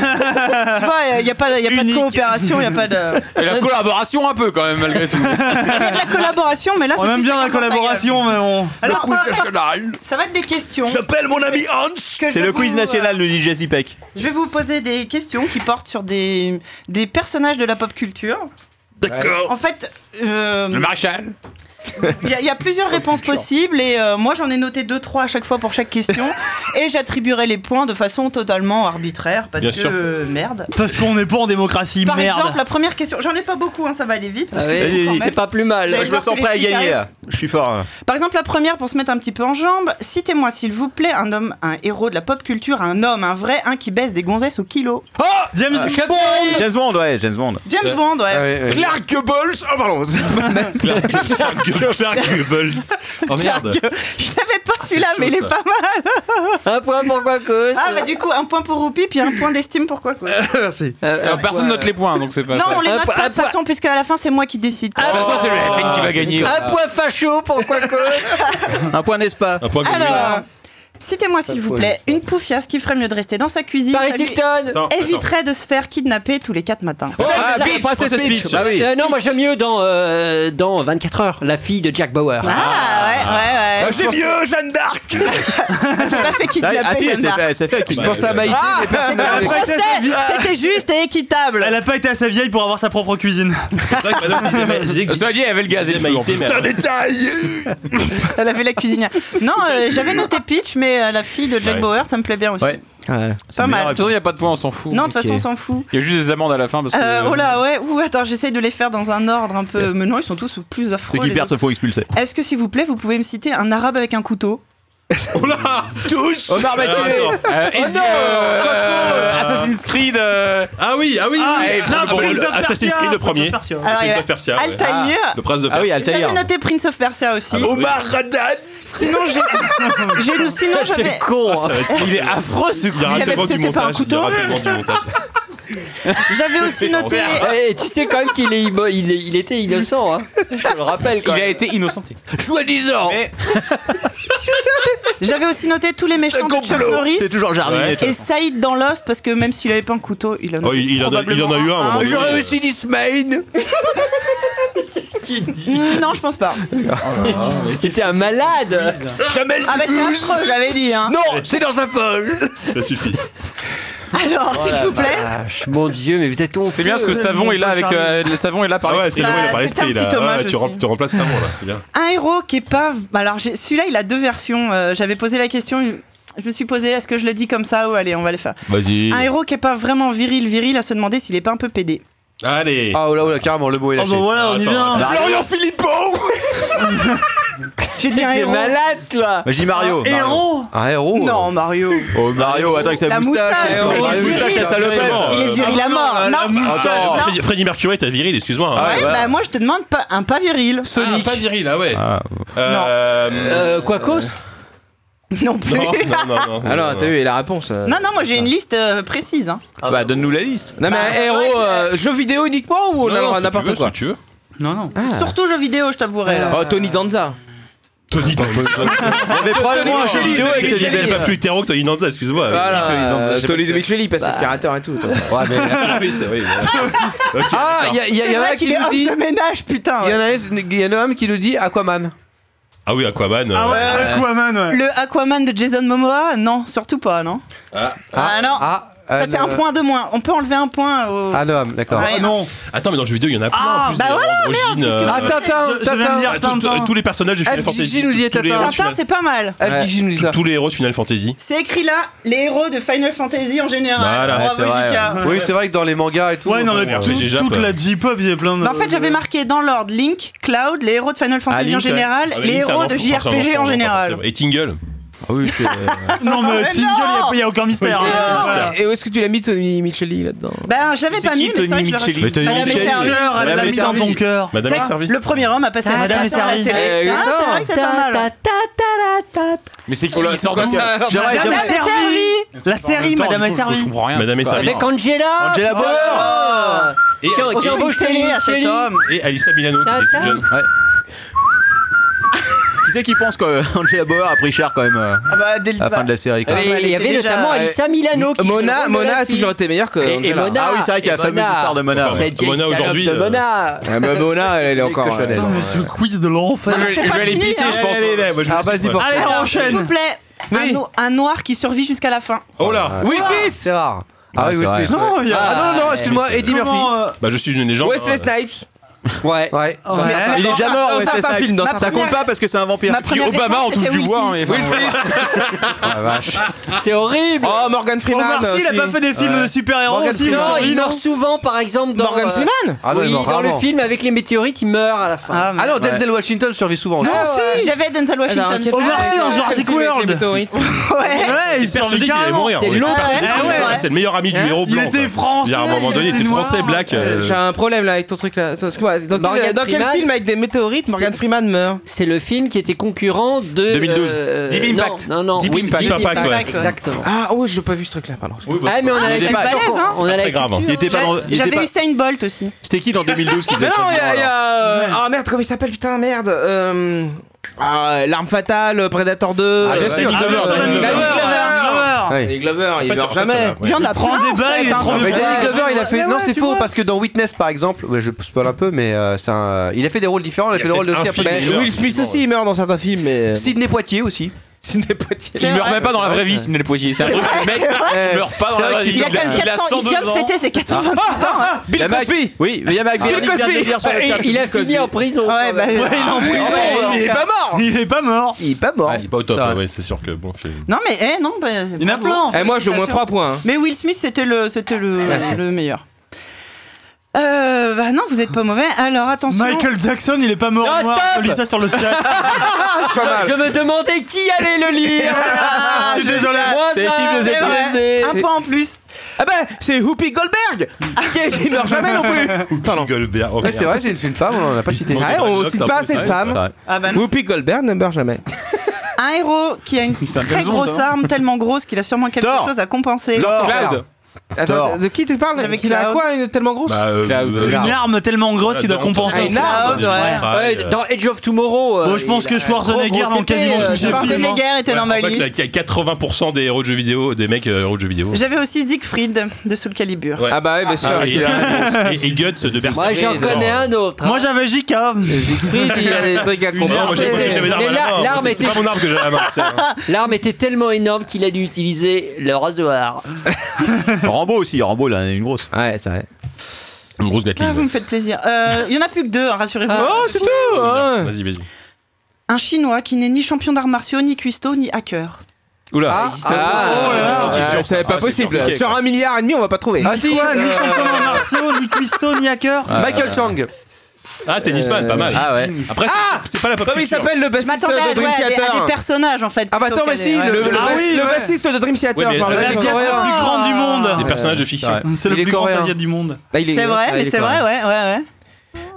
Speaker 9: va. Tu vois, il n'y a pas y a pas de coopération, il n'y a pas de.
Speaker 14: Et la collaboration un peu quand même malgré tout.
Speaker 9: Il y a de la collaboration, mais là, c'est.
Speaker 6: On aime
Speaker 9: plus
Speaker 6: bien la
Speaker 9: chacun pour sa
Speaker 6: collaboration, mais bon.
Speaker 9: Alors, euh, gueule. Ça va être des questions.
Speaker 5: J'appelle mon ami Hans.
Speaker 9: Que je
Speaker 5: C'est le
Speaker 9: vais
Speaker 5: quiz
Speaker 9: vous,
Speaker 5: national, nous dit Jesse Peck.
Speaker 9: euh, Je vais vous poser des questions qui portent sur des, des personnages de la pop culture.
Speaker 5: D'accord.
Speaker 9: En fait, euh,
Speaker 14: Le maréchal.
Speaker 9: Il y, a- il y a plusieurs réponses possibles et euh, moi j'en ai noté deux trois à chaque fois pour chaque question et j'attribuerai les points de façon totalement arbitraire parce
Speaker 6: Bien
Speaker 9: que
Speaker 6: sûr.
Speaker 9: euh, merde.
Speaker 6: Parce qu'on n'est pas en démocratie,
Speaker 9: Par
Speaker 6: merde.
Speaker 9: exemple, la première question, j'en ai pas beaucoup, hein, ça va aller vite. parce
Speaker 6: Ah
Speaker 9: que
Speaker 6: oui,
Speaker 9: du coup, quand
Speaker 6: c'est
Speaker 9: même-
Speaker 8: pas plus mal.
Speaker 9: J'allais
Speaker 5: Moi, je me
Speaker 9: voir
Speaker 5: sens
Speaker 9: que
Speaker 5: prêt à
Speaker 9: les filles
Speaker 5: gagner.
Speaker 9: arrivent.
Speaker 5: là. Je suis fort. hein.
Speaker 9: Par exemple, la première pour se mettre un petit peu en jambes, citez-moi s'il vous plaît un homme, un héros de la pop culture, un homme, un vrai, un qui baisse des gonzesses au kilo.
Speaker 5: Oh
Speaker 6: James
Speaker 9: Euh,
Speaker 5: Ah,
Speaker 6: Bond.
Speaker 5: James Bond, ouais, James Bond.
Speaker 9: James Bond, ouais.
Speaker 8: Ah
Speaker 5: Clark Gable Oh, pardon.
Speaker 4: Clark Gable. Oh merde.
Speaker 9: Je l'avais pas celui-là,
Speaker 4: c'est
Speaker 9: mais
Speaker 4: chaud,
Speaker 9: il est
Speaker 4: ça.
Speaker 9: pas mal.
Speaker 8: un point pour quoi cause
Speaker 9: Ah bah du coup, un point pour Roupi, puis un point d'estime pour quoi cause.
Speaker 13: Merci.
Speaker 14: Euh, Alors, personne
Speaker 8: ouais.
Speaker 14: note les points donc c'est
Speaker 3: bah,
Speaker 14: pas.
Speaker 9: Non,
Speaker 14: ça.
Speaker 9: on les note pas de toute façon, puisque à la fin, c'est moi qui décide.
Speaker 14: De toute façon, c'est le FN qui va gagner.
Speaker 8: Ah, Un point facho pour quoi cause
Speaker 5: Un point, n'est-ce pas
Speaker 4: Un
Speaker 14: Ah,
Speaker 4: point
Speaker 9: Alors, citez-moi s'il vous
Speaker 5: point,
Speaker 9: plaît une poufiasse qui ferait mieux de rester dans sa cuisine.
Speaker 8: Paris
Speaker 9: ça lui
Speaker 8: Hilton. Attends,
Speaker 9: Éviterait de se faire kidnapper tous les quatre matins.
Speaker 14: Oh,
Speaker 8: Oh,
Speaker 5: ah,
Speaker 8: Princess
Speaker 5: Peach, Princess Peach. Bah oui.
Speaker 8: Euh, non, moi j'aime mieux dans, euh, dans 24 heures, la fille de Jack Bauer.
Speaker 4: Bah,
Speaker 9: Ah, ouais, ouais, ouais.
Speaker 1: Bah,
Speaker 5: J'ai mieux, Jeanne d'Arc
Speaker 9: Elle s'est pas fait kidnapper.
Speaker 5: Ah si, elle s'est
Speaker 9: Jeanne
Speaker 5: fait- elle s'est fait
Speaker 6: Je pense à Maïté,
Speaker 9: Ah,
Speaker 6: mais personne
Speaker 9: c'était
Speaker 6: n'a
Speaker 9: un
Speaker 6: fait.
Speaker 9: procès,
Speaker 6: Ah.
Speaker 9: C'était juste et équitable.
Speaker 6: Elle a pas été assez vieille pour avoir sa propre cuisine.
Speaker 14: Cela dit, il y avait le gaz et le feu, en plus.
Speaker 9: Elle avait la cuisinière. Non, euh, j'avais noté Peach, mais euh, la fille de Jack
Speaker 14: Ouais.
Speaker 9: Bauer, ça me plaît bien aussi.
Speaker 14: C'est
Speaker 9: mal.
Speaker 14: De toute façon, il n'y a pas de points, on s'en fout.
Speaker 9: Non, de toute façon, on s'en fout.
Speaker 14: Il y a juste des amendes à la fin parce que.
Speaker 9: Euh, oh là, ouais. Ouh, attends, j'essaye de les faire dans un ordre un peu. Mais non, ils sont tous plus affreux.
Speaker 5: Ceux qui
Speaker 9: les
Speaker 5: perdent se
Speaker 9: autres.
Speaker 5: font expulser.
Speaker 9: Est-ce que, s'il vous plaît, vous pouvez me citer un arabe avec un couteau
Speaker 4: Tous
Speaker 5: Omar Mathilé
Speaker 14: Euh,
Speaker 9: Oh
Speaker 14: et si, euh, euh, Assassin's Creed. euh,
Speaker 4: Ah oui, ah oui,
Speaker 14: Ah,
Speaker 4: oui.
Speaker 14: et
Speaker 4: Ah,
Speaker 14: Prince
Speaker 4: le
Speaker 14: of
Speaker 4: bon, le
Speaker 14: Persia,
Speaker 4: Assassin's Creed le premier.
Speaker 6: Prince of Persia.
Speaker 9: Alors,
Speaker 4: Prince
Speaker 9: il y a
Speaker 4: of Persia. ouais.
Speaker 9: Altaïr.
Speaker 4: Ah, Le prince de
Speaker 5: Ah oui,
Speaker 4: Perse.
Speaker 5: Altaïr.
Speaker 9: J'avais noté Prince of Persia aussi.
Speaker 5: Omar Radan
Speaker 9: Sinon, j'ai. j'ai- Sinon, j'avais.
Speaker 4: Ah, ça va être
Speaker 14: Il est
Speaker 4: ça.
Speaker 14: affreux ce
Speaker 4: Il y a
Speaker 14: coup.
Speaker 9: Il avait-
Speaker 4: rapidement du
Speaker 9: c'était pas un
Speaker 4: montage. Il y a
Speaker 9: couteau.
Speaker 4: rapidement du montage.
Speaker 9: J'avais aussi noté.
Speaker 8: Ouais, et tu sais quand même qu'il est, immo- il est- il était innocent, hein. je te le rappelle quand
Speaker 14: Il a
Speaker 8: même.
Speaker 14: été innocenté.
Speaker 8: Soi-disant
Speaker 9: J'avais aussi noté tous les méchants de Chuck Norris.
Speaker 5: C'est toujours Jardinet.
Speaker 9: Et Saïd dans Lost, parce que même s'il avait pas un couteau, il en a,
Speaker 4: Oh, il- il en a- il en a
Speaker 9: probablement
Speaker 4: eu un, à un moment donné.
Speaker 9: J'aurais-
Speaker 8: aussi dit Smain
Speaker 9: qui dit Mm, Non, je pense pas.
Speaker 10: Ah.
Speaker 5: Ah,
Speaker 8: C'était un malade
Speaker 9: Ah, bah c'est affreux, j'avais dit. Hein.
Speaker 10: Non, c'est dans sa poche
Speaker 4: Ça suffit.
Speaker 9: Alors, s'il vous plaît.
Speaker 8: Oh mon dieu, mais vous êtes honteux.
Speaker 3: C'est bien parce que Savon est là avec euh, le Savon est là par
Speaker 4: Ah ouais,
Speaker 3: l'esprit.
Speaker 4: c'est bon, il a pas
Speaker 9: Bah, c'est un
Speaker 4: l'esprit, là.
Speaker 9: petit hommage
Speaker 4: Ouais, tu,
Speaker 9: aussi.
Speaker 4: rem- tu remplaces Savon, là, c'est bien.
Speaker 9: Un héros qui est pas. Alors, j'ai- celui-là, il a deux versions. Euh, J'avais posé la question. Je me suis posé, est-ce que je le dis comme ça ou allez, on va le faire.
Speaker 4: Vas-y.
Speaker 9: Un héros qui est pas vraiment viril, viril, à se demander s'il est pas un peu pédé.
Speaker 4: Allez.
Speaker 10: Ah, oh là, oh là, carrément, le mot est
Speaker 9: bah
Speaker 10: lâché.
Speaker 4: bah voilà, on y vient.
Speaker 10: Florian
Speaker 9: Philippot J'ai dit Oh, un
Speaker 8: T'es
Speaker 9: héros.
Speaker 8: malade, toi
Speaker 5: Bah, je dis Mario. Mario.
Speaker 9: Héros
Speaker 10: Un héros
Speaker 9: Non, Mario.
Speaker 5: Oh, Mario, attends, avec sa
Speaker 9: La
Speaker 5: moustache.
Speaker 9: moustache.
Speaker 5: Attends,
Speaker 9: Il est
Speaker 5: Mario,
Speaker 9: viril.
Speaker 5: moustache, elle salopette.
Speaker 4: Bon,
Speaker 9: Il est
Speaker 4: euh,
Speaker 9: viril à mort. Non,
Speaker 4: Attends,
Speaker 9: Non.
Speaker 4: Freddy- Freddy Mercury, t'as viril, excuse-moi. hein.
Speaker 9: Ouais, bah moi je te demande pas, un pas viril.
Speaker 4: Ah, pas viril, ah ouais. Euh,
Speaker 8: Euh, Quacos
Speaker 9: Euh, Non plus.
Speaker 4: Non, non, non, ah. non.
Speaker 13: Alors, t'as vu la réponse euh.
Speaker 9: Non, non, moi j'ai une liste euh, précise. hein.
Speaker 5: Bah, donne-nous la liste.
Speaker 13: Non, mais un héros, euh, jeu vidéo uniquement ou on a le droit à n'importe quoi
Speaker 4: tu veux.
Speaker 6: Non, non.
Speaker 4: Ah.
Speaker 9: Surtout jeux vidéo, je t'avouerai. là.
Speaker 13: Oh, Tony Danza.
Speaker 4: Tony Danza.
Speaker 13: Mais probablement un jeu vidéo avec Tony
Speaker 4: Il n'est pas
Speaker 13: Danza.
Speaker 4: plus hétéro que Tony Danza, excuse-moi.
Speaker 13: Voilà,
Speaker 4: Tony Danza,
Speaker 13: euh,
Speaker 4: j'ai
Speaker 13: Tony
Speaker 4: pas-
Speaker 13: Micheli passe l'aspirateur et tout. toi.
Speaker 10: Ouais, mais-
Speaker 4: Ah oui, c'est oui.
Speaker 10: Ah, il y, a- y a-
Speaker 9: C'est
Speaker 10: y en a
Speaker 9: vrai
Speaker 10: qui
Speaker 9: qu'il est
Speaker 10: nous
Speaker 9: homme
Speaker 10: dit.
Speaker 9: de ménage, putain.
Speaker 10: Il y en a, il y en a un homme qui nous dit Aquaman.
Speaker 4: Ah oui, Aquaman. euh,
Speaker 6: Aquaman, ouais.
Speaker 9: Le Aquaman de Jason Momoa Non, surtout pas, non
Speaker 4: Ah.
Speaker 9: Ah, non
Speaker 10: Ah,
Speaker 9: Ça
Speaker 10: un,
Speaker 9: c'est un
Speaker 10: euh,
Speaker 9: point de moins. On peut enlever un point au.
Speaker 10: Un homme, d'accord.
Speaker 4: Ah,
Speaker 9: Ouais.
Speaker 6: non.
Speaker 4: Attends, mais dans le jeu vidéo, il y en a plein.
Speaker 9: Ah,
Speaker 4: en plus,
Speaker 9: bah
Speaker 4: des
Speaker 9: voilà,
Speaker 4: androgynes, euh,
Speaker 10: Ah, Tintin,
Speaker 6: Je- je viens de
Speaker 10: Tintin.
Speaker 6: dire-
Speaker 4: ah, tout- tout-
Speaker 6: Tintin.
Speaker 4: Tous les personnages de Final
Speaker 10: FGG
Speaker 4: Fantasy.
Speaker 10: nous dit
Speaker 4: tous les
Speaker 10: Tintin.
Speaker 4: héros de
Speaker 9: Tintin,
Speaker 4: Final-
Speaker 9: c'est pas mal.
Speaker 10: FDJ nous dit ça.
Speaker 4: Tous les héros de Final Fantasy.
Speaker 9: C'est écrit là, les héros de Final Fantasy en général.
Speaker 4: Voilà,
Speaker 9: Bravo,
Speaker 4: c'est vrai,
Speaker 9: Jika.
Speaker 10: Oui, c'est vrai que dans les mangas et tout.
Speaker 6: Ouais, non, mais
Speaker 4: Ouais,
Speaker 6: tout-
Speaker 4: RPG Jap,
Speaker 6: toute
Speaker 4: ouais.
Speaker 6: la J-pop, il y a plein de.
Speaker 9: Bah, en fait,
Speaker 4: euh,
Speaker 9: j'avais marqué dans l'ordre Link, Cloud, les héros de Final Fantasy en
Speaker 5: Link, ouais.
Speaker 9: général,
Speaker 4: Ah, mais
Speaker 9: les
Speaker 4: Link, c'est un
Speaker 9: héros de
Speaker 4: enfant, forcément,
Speaker 9: JRPG en
Speaker 4: forcément,
Speaker 9: général.
Speaker 4: forcément. Et Tingle.
Speaker 6: Non, mais
Speaker 9: mais
Speaker 6: Tingle,
Speaker 9: non
Speaker 6: il n'y a, aucun mystère.
Speaker 13: Et où est-ce que tu l'as mis Tony Micheli là-dedans
Speaker 9: Ben, je l'avais
Speaker 14: C'est
Speaker 9: pas
Speaker 14: qui,
Speaker 9: mis, mais c'est
Speaker 14: Tony
Speaker 9: vrai que je l'aurais
Speaker 14: Micheli
Speaker 9: fait.
Speaker 4: Mais Tony
Speaker 9: Madame
Speaker 4: Micheli.
Speaker 9: et serveur,
Speaker 4: Madame et
Speaker 9: elle l'a
Speaker 6: La
Speaker 9: mis.
Speaker 6: mise dans
Speaker 4: servi.
Speaker 6: ton cœur.
Speaker 4: Madame
Speaker 9: C'est
Speaker 4: est
Speaker 9: vrai,
Speaker 4: servie.
Speaker 9: Le premier homme a passé
Speaker 8: Ah,
Speaker 9: un
Speaker 8: Madame
Speaker 9: matin
Speaker 8: et
Speaker 9: à la
Speaker 8: servie.
Speaker 14: Eh,
Speaker 9: télé.
Speaker 13: Euh,
Speaker 9: Hein, c'est vrai que c'est pas mal.
Speaker 14: Mais c'est qui qui sort de ça
Speaker 5: J'aimerais-
Speaker 9: Madame
Speaker 5: j'aimerais-
Speaker 9: est servie
Speaker 6: La série, Madame est
Speaker 14: Je
Speaker 6: servie.
Speaker 14: comprends rien.
Speaker 4: Madame est servie.
Speaker 8: Avec Angela
Speaker 10: Angela Bauer.
Speaker 8: Bauer
Speaker 4: Et-
Speaker 8: Tiens,
Speaker 4: et-
Speaker 8: tiens, embauche Tony
Speaker 9: à cet
Speaker 8: Micheli.
Speaker 9: homme.
Speaker 4: Et Alissa Milano, qui était toute jeune.
Speaker 5: Qui c'est qui pense qu'Angela Bauer a pris cher quand même euh,
Speaker 9: Ah bah, dès le
Speaker 5: à la fin de la série quoi.
Speaker 8: Mais
Speaker 9: Ah, bah,
Speaker 8: Il y
Speaker 9: elle
Speaker 8: avait
Speaker 9: était déjà-
Speaker 8: notamment
Speaker 9: elle-
Speaker 8: Alissa Milano qui jouait le
Speaker 13: euh, Mona,
Speaker 8: rôle de la
Speaker 13: Mona a
Speaker 8: fille.
Speaker 13: toujours été meilleure que
Speaker 8: Et- et
Speaker 13: Angela.
Speaker 8: Mona.
Speaker 5: Ah oui, c'est vrai qu'il y a
Speaker 8: Et
Speaker 5: la fameuse
Speaker 8: Mona.
Speaker 5: histoire de Mona.
Speaker 4: Enfin,
Speaker 5: ouais.
Speaker 8: Cette
Speaker 4: Mona,
Speaker 8: vieille
Speaker 4: aujourd'hui,
Speaker 8: salope de
Speaker 4: euh,
Speaker 8: Mona
Speaker 13: Ah, mais Mona, elle, elle est encore.
Speaker 5: cochonnettes.
Speaker 13: euh,
Speaker 6: Putain, mais ce quiz de l'enfer.
Speaker 9: Ah, c'est
Speaker 14: Je
Speaker 9: pas
Speaker 14: vais aller
Speaker 9: fini,
Speaker 14: pisser,
Speaker 9: hein.
Speaker 14: je pense.
Speaker 4: Allez, allez, moi, je me
Speaker 10: Ah,
Speaker 4: laisse,
Speaker 10: vas-y,
Speaker 4: ouais.
Speaker 10: pour-
Speaker 6: Allez,
Speaker 9: Alors, S'il vous
Speaker 6: enchaîne.
Speaker 9: plaît, un
Speaker 13: Oui.
Speaker 9: no- un noir qui survit jusqu'à la fin.
Speaker 4: Oh là
Speaker 10: Will Smith C'est rare. Ah oui,
Speaker 5: c'est
Speaker 10: Will
Speaker 5: vrai.
Speaker 10: Smith.
Speaker 6: Non, il y a.
Speaker 10: Ah non,
Speaker 9: euh,
Speaker 10: non, excuse-moi, Eddie Murphy.
Speaker 6: Comment, euh,
Speaker 4: Bah, je suis une légende.
Speaker 13: Wesley
Speaker 4: hein.
Speaker 13: Snipes.
Speaker 8: Ouais.
Speaker 10: Ouais.
Speaker 6: ouais.
Speaker 5: Il est déjà mort,
Speaker 13: Dans
Speaker 5: ouais,
Speaker 13: certains
Speaker 5: c'est ça.
Speaker 13: films, dans
Speaker 5: ça
Speaker 13: certains
Speaker 5: compte pas parce que c'est un vampire.
Speaker 9: Ma
Speaker 5: Puis
Speaker 9: première
Speaker 5: Obama,
Speaker 9: réponse,
Speaker 5: on touche
Speaker 9: c'était
Speaker 5: du
Speaker 9: Will
Speaker 5: bois. hein,
Speaker 9: Smith.
Speaker 5: et-
Speaker 8: C'est horrible
Speaker 13: Oh, Morgan Freeman.
Speaker 6: Omar Sy, il a
Speaker 13: aussi.
Speaker 6: pas fait des films de super-héros
Speaker 10: Morgan
Speaker 6: aussi.
Speaker 10: Freeman.
Speaker 8: Non,
Speaker 6: aujourd'hui,
Speaker 8: il
Speaker 6: non
Speaker 8: meurt souvent, par exemple, dans.
Speaker 13: Morgan
Speaker 8: euh,
Speaker 13: Freeman
Speaker 10: Ah non, il
Speaker 8: oui,
Speaker 10: meurt
Speaker 8: dans le
Speaker 10: rarement.
Speaker 8: film avec les météorites, il meurt à la fin.
Speaker 9: Ah, mais-
Speaker 10: Ah non, Denzel Washington survit souvent.
Speaker 9: Ah, si J'avais Denzel Washington. Ah,
Speaker 13: qu'est-ce
Speaker 6: Omar
Speaker 13: que-
Speaker 6: Sy dans Jurassic
Speaker 13: Avec les
Speaker 6: World.
Speaker 13: météorites.
Speaker 9: Ouais.
Speaker 6: Ouais, il
Speaker 4: Persuadé
Speaker 6: survit
Speaker 4: qu'il allait
Speaker 6: carrément.
Speaker 4: mourir.
Speaker 8: C'est
Speaker 4: On est
Speaker 8: l'autre.
Speaker 4: persuadé.
Speaker 6: Ah ouais.
Speaker 4: Ah, C'est le meilleur ami du
Speaker 6: Hein
Speaker 4: héros
Speaker 6: Il
Speaker 4: blanc.
Speaker 6: était
Speaker 4: quoi.
Speaker 6: français,
Speaker 4: Il y a un moment donné, il
Speaker 6: il
Speaker 4: était
Speaker 6: était
Speaker 4: français,
Speaker 6: noir.
Speaker 4: black. euh,
Speaker 13: J'ai un problème là avec ton truc là. Excuse-moi, Dans, quel-
Speaker 8: Morgan
Speaker 13: dans quel
Speaker 8: Freeman.
Speaker 13: film avec des météorites Morgan
Speaker 8: C'est-
Speaker 13: Freeman meurt
Speaker 8: C'est le film qui était concurrent de.
Speaker 5: 2012.
Speaker 8: euh,
Speaker 5: Deep
Speaker 8: non,
Speaker 5: Impact.
Speaker 8: Non, non,
Speaker 5: Deep
Speaker 8: oui,
Speaker 5: Impact.
Speaker 8: Deep
Speaker 4: Impact, ouais.
Speaker 8: Exactement.
Speaker 13: Ah oh, je l'ai pas vu ce truc là, pardon.
Speaker 4: oui, bah,
Speaker 8: Ah, mais on a la culture.
Speaker 9: balèze,
Speaker 8: qu'on-
Speaker 9: hein.
Speaker 8: on a
Speaker 4: C'est
Speaker 8: la
Speaker 4: pas grave.
Speaker 8: culture,
Speaker 5: Il était pas
Speaker 8: hein.
Speaker 5: dans. il était
Speaker 9: J'avais
Speaker 5: pas-
Speaker 9: Usain Bolt aussi.
Speaker 5: C'était qui dans 2012 qui
Speaker 13: Ah, Mais
Speaker 5: faisait
Speaker 13: non, il y a.
Speaker 5: président,
Speaker 13: il y
Speaker 5: alors
Speaker 13: a, euh, Ah merde, comment il s'appelle Putain, merde. euh, ah, L'arme fatale, Predator 2.
Speaker 10: Ah, bien sûr,
Speaker 13: Danny
Speaker 10: Glover,
Speaker 13: Glover.
Speaker 10: Danny
Speaker 13: Danny
Speaker 10: Glover.
Speaker 13: Glover.
Speaker 10: Ouais.
Speaker 13: Danny Glover, il meurt jamais.
Speaker 9: Il y en a plein.
Speaker 6: des
Speaker 9: en
Speaker 6: balles,
Speaker 9: fait,
Speaker 6: il est
Speaker 9: hein.
Speaker 6: trop
Speaker 10: Mais
Speaker 6: Ouais,
Speaker 10: Danny Glover, il a fait.
Speaker 9: mais
Speaker 10: Non,
Speaker 9: ouais,
Speaker 10: c'est
Speaker 9: tu
Speaker 10: faux
Speaker 9: vois.
Speaker 10: parce que dans Witness, par exemple, ouais, je spoil un peu, mais euh, c'est un. Il a fait des rôles différents. Il a fait le rôle de
Speaker 4: peut-être un
Speaker 10: aussi.
Speaker 4: film
Speaker 10: après.
Speaker 4: où il
Speaker 10: Mais
Speaker 4: meurt.
Speaker 13: Will Smith aussi, il meurt dans certains films, mais.
Speaker 10: Sidney Poitier aussi.
Speaker 13: Sidney Poitier.
Speaker 9: C'est
Speaker 14: Il meurt
Speaker 9: vrai.
Speaker 14: même pas dans la vraie vie, Sidney Le Poitier. C'est un truc, le mec
Speaker 13: Ouais.
Speaker 14: meurt pas dans la vraie vie.
Speaker 9: Il y a quand même 400 il vient de fêter ses 88 ans. hein.
Speaker 13: Bill Cosby
Speaker 5: Oui, mais Ah, il y
Speaker 9: Bah,
Speaker 5: avait Bill Cosby. Il vient de dire sur le chat,
Speaker 8: Et Il a
Speaker 5: Bill Cosby.
Speaker 8: fini en prison.
Speaker 9: Ouais,
Speaker 8: quand
Speaker 9: bah,
Speaker 8: même.
Speaker 9: il est
Speaker 5: Ah,
Speaker 9: en prison.
Speaker 13: Il est pas mort
Speaker 6: Il est pas mort.
Speaker 13: Il est pas mort
Speaker 4: Ah, il est pas au top,
Speaker 5: Putain.
Speaker 4: ouais, ouais, c'est sûr que bon. c'est-
Speaker 9: Non, mais eh, non. bah,
Speaker 6: Il y en a
Speaker 9: bravo.
Speaker 6: plein, en
Speaker 13: Eh, moi, j'ai au moins 3 points. hein. Ah,
Speaker 9: Mais Will Smith, c'était le, c'était le, le meilleur. Euh, bah non, vous êtes pas mauvais. Alors attention.
Speaker 6: Michael Jackson, il est pas mort.
Speaker 8: Non,
Speaker 6: moi,
Speaker 8: stop
Speaker 6: je lis ça sur le chat.
Speaker 8: Je me demandais qui allait le lire.
Speaker 6: Je suis désolé.
Speaker 8: C'est l'équipe de
Speaker 9: C'est vrai, un point en plus.
Speaker 13: Ah bah, c'est Whoopi Goldberg Qui- Il meurt jamais non plus Pardon.
Speaker 4: Goldberg. oh,
Speaker 10: Ouais, c'est
Speaker 4: merde.
Speaker 10: vrai, c'est une c'est une femme. On n'a pas cité
Speaker 13: C'est
Speaker 10: ça.
Speaker 13: vrai, on cite pas assez de femmes.
Speaker 9: Ah bah non.
Speaker 13: Whoopi Goldberg ne meurt jamais.
Speaker 9: Un héros qui a une très grosse arme, tellement grosse qu'il a sûrement quelque
Speaker 5: Thor.
Speaker 9: chose à compenser.
Speaker 5: Thor.
Speaker 14: Cloud.
Speaker 13: Attends, de qui tu parles
Speaker 9: J'avais
Speaker 13: Il a
Speaker 9: Cloud.
Speaker 13: quoi une tellement grosse
Speaker 4: Bah, euh, Cloud. euh,
Speaker 6: une arme tellement grosse qu'il doit
Speaker 4: Dans-
Speaker 6: compenser.
Speaker 4: Dans- Cloud, ouais. Ouais, euh,
Speaker 8: Dans Edge of Tomorrow. euh,
Speaker 6: Bon, je pense
Speaker 8: il
Speaker 6: que
Speaker 8: a un
Speaker 6: Schwarzenegger
Speaker 8: gros, gros
Speaker 6: dans quasiment
Speaker 8: CP, euh,
Speaker 6: tous ses films.
Speaker 9: Schwarzenegger était
Speaker 4: Ouais,
Speaker 9: dans ma
Speaker 4: en fait, là,
Speaker 9: liste.
Speaker 4: il y a 80% des héros de jeux vidéo, des mecs euh, héros de jeux vidéo.
Speaker 9: J'avais aussi Siegfried de Soul Calibur.
Speaker 4: Ouais. Ah,
Speaker 13: qu'il a-
Speaker 4: et, et, et Guts de Berserk.
Speaker 8: un autre.
Speaker 6: Moi j'avais JK.
Speaker 13: hein. Siegfried, il y a des trucs à
Speaker 4: Non,
Speaker 13: comprendre.
Speaker 4: moi, j'ai- moi, j'avais l'arme
Speaker 8: Mais
Speaker 4: à la
Speaker 8: la-
Speaker 4: main.
Speaker 8: l'arme
Speaker 4: C'est c'est
Speaker 8: était-
Speaker 4: pas mon arme que j'ai à la main. c'est- hein.
Speaker 8: L'arme était tellement énorme qu'il a dû utiliser le rasoir.
Speaker 5: Rambo aussi, Rambo, il en a une grosse.
Speaker 13: Ouais, c'est vrai.
Speaker 4: Une grosse Gatling.
Speaker 9: Ah, vous me faites plaisir. Euh, Il y en a plus que deux, hein, rassurez-vous.
Speaker 13: Oh, c'est tout hein.
Speaker 4: Vas-y, vas-y.
Speaker 9: Un Chinois qui n'est ni champion d'arts martiaux, ni cuistot, ni hacker.
Speaker 13: Oula. Ah,
Speaker 6: oh là là.
Speaker 13: ah, c'est pas
Speaker 4: Ah, c'est
Speaker 13: possible.
Speaker 4: compliqué,
Speaker 13: Sur un milliard et demi, on va pas trouver.
Speaker 10: Ah si
Speaker 4: euh,
Speaker 6: Quoi, ni champion d'arts martiaux, ni cuistot, ni hacker.
Speaker 10: Michael Chang
Speaker 4: Ah, Tennisman, pas mal.
Speaker 5: Ah ouais.
Speaker 4: Après, c'est- c'est pas la pop
Speaker 13: Comment il
Speaker 4: culture.
Speaker 13: s'appelle le
Speaker 9: Mais
Speaker 13: bassiste
Speaker 9: Bah, attendez,
Speaker 13: de
Speaker 9: elle,
Speaker 13: Dream
Speaker 9: ouais, elle est- elle est
Speaker 13: Theater
Speaker 9: personnage en fait.
Speaker 10: Ah bah attends,
Speaker 9: plutôt
Speaker 10: mais
Speaker 9: qu'elle
Speaker 10: si,
Speaker 9: est-
Speaker 10: le,
Speaker 9: ouais.
Speaker 10: le
Speaker 6: Ah
Speaker 10: bass-
Speaker 6: oui,
Speaker 10: le
Speaker 6: ouais.
Speaker 10: bassiste de Dream Theater,
Speaker 4: Oui, mais-
Speaker 10: je parle de
Speaker 4: Ah,
Speaker 6: Le
Speaker 10: Dream
Speaker 6: gardien
Speaker 10: Theater.
Speaker 6: plus grand du
Speaker 4: Des
Speaker 6: monde.
Speaker 4: personnages de fiction.
Speaker 5: Ouais.
Speaker 6: C'est le
Speaker 10: Il est
Speaker 6: plus grand
Speaker 10: coréen.
Speaker 6: gardien du monde.
Speaker 13: Ah, il est-
Speaker 9: C'est
Speaker 13: ah,
Speaker 9: vrai,
Speaker 13: il
Speaker 9: mais
Speaker 13: est
Speaker 9: c'est
Speaker 13: coréen.
Speaker 9: vrai, ouais, ouais, ouais.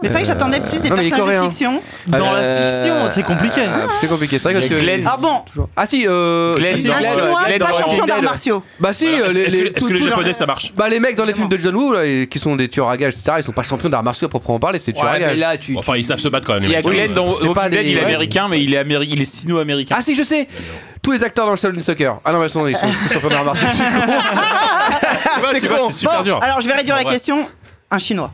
Speaker 9: Mais c'est vrai que j'attendais plus des
Speaker 10: Euh, non, mais il est
Speaker 9: personnages de
Speaker 10: coréen.
Speaker 9: fiction.
Speaker 6: Dans
Speaker 4: Euh,
Speaker 6: la fiction, c'est compliqué.
Speaker 10: Ah, C'est compliqué, c'est vrai parce que.
Speaker 9: Ah bon,
Speaker 10: Ah si, euh.
Speaker 4: Glenn
Speaker 10: si,
Speaker 4: dans-
Speaker 9: un
Speaker 10: Glenn,
Speaker 9: chinois,
Speaker 10: Glenn
Speaker 9: pas
Speaker 10: dans-
Speaker 9: champion d'arts
Speaker 10: Glenn.
Speaker 9: martiaux.
Speaker 10: Bah si, euh,
Speaker 4: Est-ce
Speaker 10: les-
Speaker 4: est-ce
Speaker 10: les-
Speaker 4: que, est-ce
Speaker 10: tout-
Speaker 4: que les
Speaker 10: tout leur-
Speaker 4: japonais ça marche
Speaker 10: Bah les mecs dans les films de John Woo là, et- qui sont des tueurs à gages etc ils sont pas champions d'arts martiaux à proprement parler c'est des tueurs à gages.
Speaker 8: là, tu.
Speaker 4: Bon, Enfin, ils savent se battre quand même. les
Speaker 14: Il y a
Speaker 4: mecs.
Speaker 14: Glenn dans
Speaker 10: c'est pas
Speaker 14: Walking Dead,
Speaker 10: des-
Speaker 14: il est
Speaker 10: ouais.
Speaker 14: américain, mais il est, améri- il est sino-américain.
Speaker 10: Ah si je sais tous les acteurs dans le Shaolin Soccer ah non mais ils sont ils sont tous champions d'arts martiaux.
Speaker 9: Ah,
Speaker 4: Ouais, tu vois, C'est super dur.
Speaker 9: Alors je vais réduire la
Speaker 4: Ouais.
Speaker 9: question. Un chinois.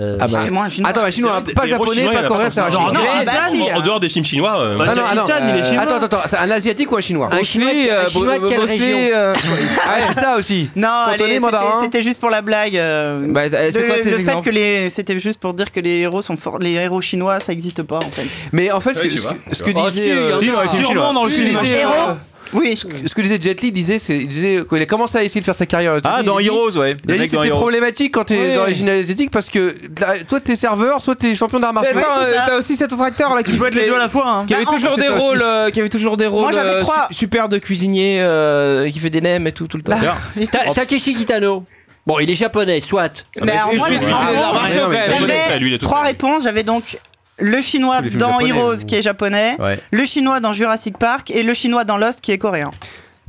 Speaker 10: Ah bah.
Speaker 9: C'est moi, un chinois.
Speaker 10: Attends mais chinois
Speaker 4: C'est vrai,
Speaker 10: pas
Speaker 4: des gros
Speaker 10: japonais
Speaker 4: chinois, il y en
Speaker 10: pas
Speaker 4: a
Speaker 10: coréen
Speaker 4: pas
Speaker 10: c'est un
Speaker 4: tant que ça.
Speaker 10: chinois.
Speaker 4: Non,
Speaker 9: Glenn,
Speaker 4: bah,
Speaker 9: si,
Speaker 4: en-
Speaker 9: hein.
Speaker 4: en dehors des films chinois.
Speaker 8: Bah,
Speaker 4: euh,
Speaker 10: Ah non, ah non,
Speaker 6: Jackie Chan, il est
Speaker 10: euh,
Speaker 6: chinois.
Speaker 10: Attends, attends, attends, c'est un asiatique ou un chinois
Speaker 8: Un chinois, de-
Speaker 10: Euh,
Speaker 9: euh,
Speaker 8: un chinois de quelle région
Speaker 10: Ah, c'est ça aussi.
Speaker 9: Non, allez,
Speaker 10: Cantonais,
Speaker 9: c'était-
Speaker 10: mandarin.
Speaker 9: c'était juste pour la blague. euh,
Speaker 13: Bah,
Speaker 5: Eh,
Speaker 13: euh, c'est
Speaker 9: le
Speaker 13: quoi tes
Speaker 9: le fait
Speaker 13: exemples
Speaker 9: que les, c'était juste pour dire que les héros sont forts, les héros chinois, ça existe pas en fait.
Speaker 10: Mais en fait, ce
Speaker 4: Ouais,
Speaker 10: que,
Speaker 4: tu
Speaker 10: ce
Speaker 4: vois,
Speaker 10: que- ce
Speaker 4: tu
Speaker 10: que
Speaker 4: vois.
Speaker 13: Oh,
Speaker 10: disait, euh,
Speaker 6: si, dans les films chinois.
Speaker 10: ce que
Speaker 6: Si,
Speaker 10: disait,
Speaker 9: héros.
Speaker 10: euh,
Speaker 9: Oui.
Speaker 10: ce que disait Jet Li, disait, c'est, il disait qu'il a commencé à essayer de faire sa carrière. Jet
Speaker 5: Ah,
Speaker 10: Li,
Speaker 5: dans
Speaker 10: il dit-
Speaker 5: Heroes, ouais.
Speaker 10: Il
Speaker 5: Le
Speaker 10: a dit
Speaker 5: mec dans
Speaker 10: c'était
Speaker 5: Heroes.
Speaker 10: problématique quand t'es dans les gymnastiques parce que là, soit t'es serveur, soit t'es champion d'arts
Speaker 13: Mais
Speaker 10: martiaux.
Speaker 13: attends, euh, t'as aussi cet autre acteur là qui
Speaker 6: Il faut être les deux à la fois. hein.
Speaker 13: Qui avait,
Speaker 9: Bah, en-
Speaker 13: toujours
Speaker 9: c'est
Speaker 13: des
Speaker 9: ça aussi.
Speaker 13: rôles, euh, qui avait toujours des rôles,
Speaker 9: j'avais
Speaker 13: euh,
Speaker 9: trois.
Speaker 13: su- super de cuisinier euh, qui fait des nems et tout tout le temps.
Speaker 8: Ta- Takeshi Kitano. Bon, il est japonais, soit.
Speaker 9: Mais alors, moi,
Speaker 4: fait- Ah,
Speaker 9: en
Speaker 4: il fait
Speaker 9: gros,
Speaker 4: des arts martiaux,
Speaker 13: quand même.
Speaker 9: j'avais
Speaker 4: Il est japonais, lui, il est tout
Speaker 9: trois
Speaker 4: fait.
Speaker 9: réponses. J'avais donc le chinois
Speaker 10: Tous les films
Speaker 9: dans
Speaker 10: japonais,
Speaker 9: Heroes
Speaker 10: ou-
Speaker 9: qui est japonais,
Speaker 5: Ouais.
Speaker 9: le chinois dans Jurassic Park et le chinois dans Lost qui est coréen.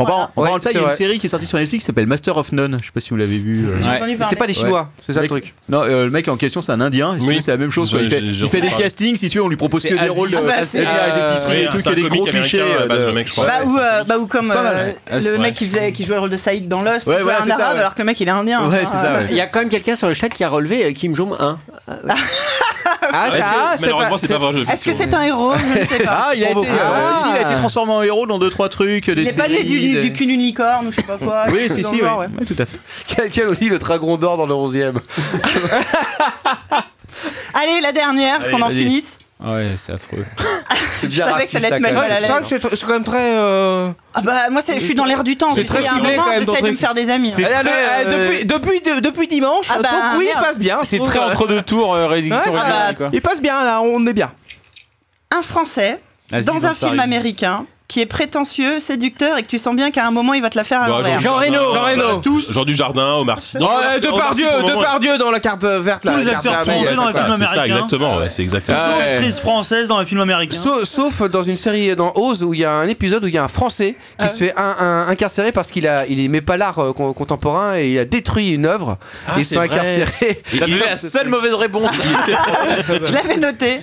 Speaker 5: En parlant- en
Speaker 10: Ouais,
Speaker 5: parlant de ça, il y a
Speaker 10: c'est
Speaker 5: une
Speaker 10: vrai.
Speaker 5: série qui est sortie sur Netflix qui s'appelle Master of None. Je sais pas si vous l'avez vu. euh,
Speaker 9: J'ai entendu
Speaker 10: C'était
Speaker 9: parler.
Speaker 10: pas des Chinois, c'est ça le
Speaker 5: Mec-
Speaker 10: truc.
Speaker 5: Non, euh, le mec en question, c'est un Indien. et si tu
Speaker 4: Oui.
Speaker 5: veux, C'est la même chose. quoi. Il
Speaker 4: Je-
Speaker 5: fait,
Speaker 4: je- je
Speaker 5: il fait des
Speaker 4: reprends. Ah,
Speaker 5: castings, si tu veux, on lui propose que
Speaker 4: C'est
Speaker 5: des rôles de
Speaker 4: Aziz,
Speaker 5: des
Speaker 9: Ah, bah, c'est-
Speaker 5: gars, des épiceries et
Speaker 4: Ouais,
Speaker 5: tout,
Speaker 4: c'est
Speaker 5: qu'il y a
Speaker 4: un
Speaker 5: des gros
Speaker 4: comique
Speaker 5: clichés.
Speaker 4: américain, à la base,
Speaker 5: euh, de-
Speaker 4: le mec, je crois.
Speaker 9: Bah, ou, euh, bah, ou comme
Speaker 5: C'est pas mal,
Speaker 9: euh, le mec qui, faisait, qui jouait le rôle de Saïd dans Lost,
Speaker 5: Ouais,
Speaker 9: qui
Speaker 5: voilà,
Speaker 9: jouait
Speaker 5: c'est
Speaker 9: un
Speaker 5: ça,
Speaker 9: arabe
Speaker 5: ouais.
Speaker 9: alors que le mec il est indien. Ah,
Speaker 5: Ouais, c'est ça.
Speaker 8: Il
Speaker 5: ouais.
Speaker 8: y a quand même quelqu'un sur le chat qui a relevé euh, Kim Jong-un.
Speaker 13: Ah,
Speaker 4: Est-ce que-
Speaker 13: ça, c'est
Speaker 4: Malheureusement, c'est pas vrai. je-
Speaker 9: Est-ce que c'est un héros Je ne sais pas.
Speaker 5: Ah, il a été, euh, si, il a été transformé en héros dans 2-3 trucs.
Speaker 9: Ah. Il
Speaker 5: des
Speaker 9: n'est pas né
Speaker 5: séries,
Speaker 9: du,
Speaker 5: des-
Speaker 9: du cul d'une licorne ou je sais pas quoi.
Speaker 5: Oui, si, si,
Speaker 9: Dans le
Speaker 5: oui.
Speaker 9: genre, ouais.
Speaker 5: Ouais, tout à fait.
Speaker 10: Quel, quel aussi le dragon d'or dans le 11 e
Speaker 9: Allez, la dernière, qu'on en
Speaker 5: vas-y.
Speaker 9: finisse.
Speaker 14: Ouais, c'est affreux.
Speaker 10: C'est
Speaker 9: Je savais que ça allait te
Speaker 10: hein,
Speaker 9: mettre
Speaker 10: quand
Speaker 9: mal à
Speaker 10: même.
Speaker 13: c'est vrai que c'est tr- c'est quand même très. euh,
Speaker 9: Ah bah, moi, c'est- je suis dans l'air du temps.
Speaker 13: C'est
Speaker 9: tu
Speaker 13: très
Speaker 9: sais, il y a un
Speaker 13: ciblé,
Speaker 9: moment,
Speaker 13: quand même,
Speaker 9: J'essaie
Speaker 13: ton
Speaker 9: de me
Speaker 13: truc.
Speaker 9: faire des amis. hein.
Speaker 13: eh, allez,
Speaker 14: très, euh,
Speaker 13: eh, depuis, depuis, de- depuis dimanche,
Speaker 9: Ah bah,
Speaker 13: ton quiz
Speaker 9: merde.
Speaker 13: passe bien. je
Speaker 14: C'est
Speaker 13: trouve,
Speaker 14: très
Speaker 13: euh,
Speaker 14: entre deux tours, euh,
Speaker 13: ouais,
Speaker 14: Résistance
Speaker 13: ça
Speaker 14: originale,
Speaker 13: va.
Speaker 14: quoi.
Speaker 13: Il passe bien là, on est bien.
Speaker 9: Un Français,
Speaker 14: Aziz
Speaker 9: dans un film
Speaker 14: Ansari.
Speaker 9: américain, qui est prétentieux, séducteur et que tu sens bien qu'à un moment, il va te la faire à
Speaker 4: Bah,
Speaker 9: l'envers.
Speaker 4: Jean Reno Jean Reno Tous Jean Dujardin, Omar Sy. Non,
Speaker 13: Ouais,
Speaker 4: Omar Sy,
Speaker 13: eh, Depardieu,
Speaker 4: pour le moment,
Speaker 13: Depardieu dans la carte euh, verte là.
Speaker 6: Tous les
Speaker 13: la carte
Speaker 6: acteurs
Speaker 13: verte,
Speaker 6: français
Speaker 13: ouais,
Speaker 6: dans
Speaker 13: c'est
Speaker 6: les
Speaker 13: ça.
Speaker 6: films
Speaker 4: C'est ça,
Speaker 6: américains.
Speaker 4: exactement, ouais, c'est exactement.
Speaker 6: Sauf crise française dans les films américains.
Speaker 10: Sauf, Ah sauf dans une série, euh, dans Oz, où il y a un épisode où il y a un Français qui se fait un, un- incarcérer parce qu'il a, il aimait pas l'art euh, con- contemporain et il a détruit une œuvre et il se
Speaker 4: c'est
Speaker 10: fait
Speaker 4: vrai.
Speaker 10: incarcérer.
Speaker 14: T'as donné la seule mauvaise réponse.
Speaker 9: Je l'avais noté.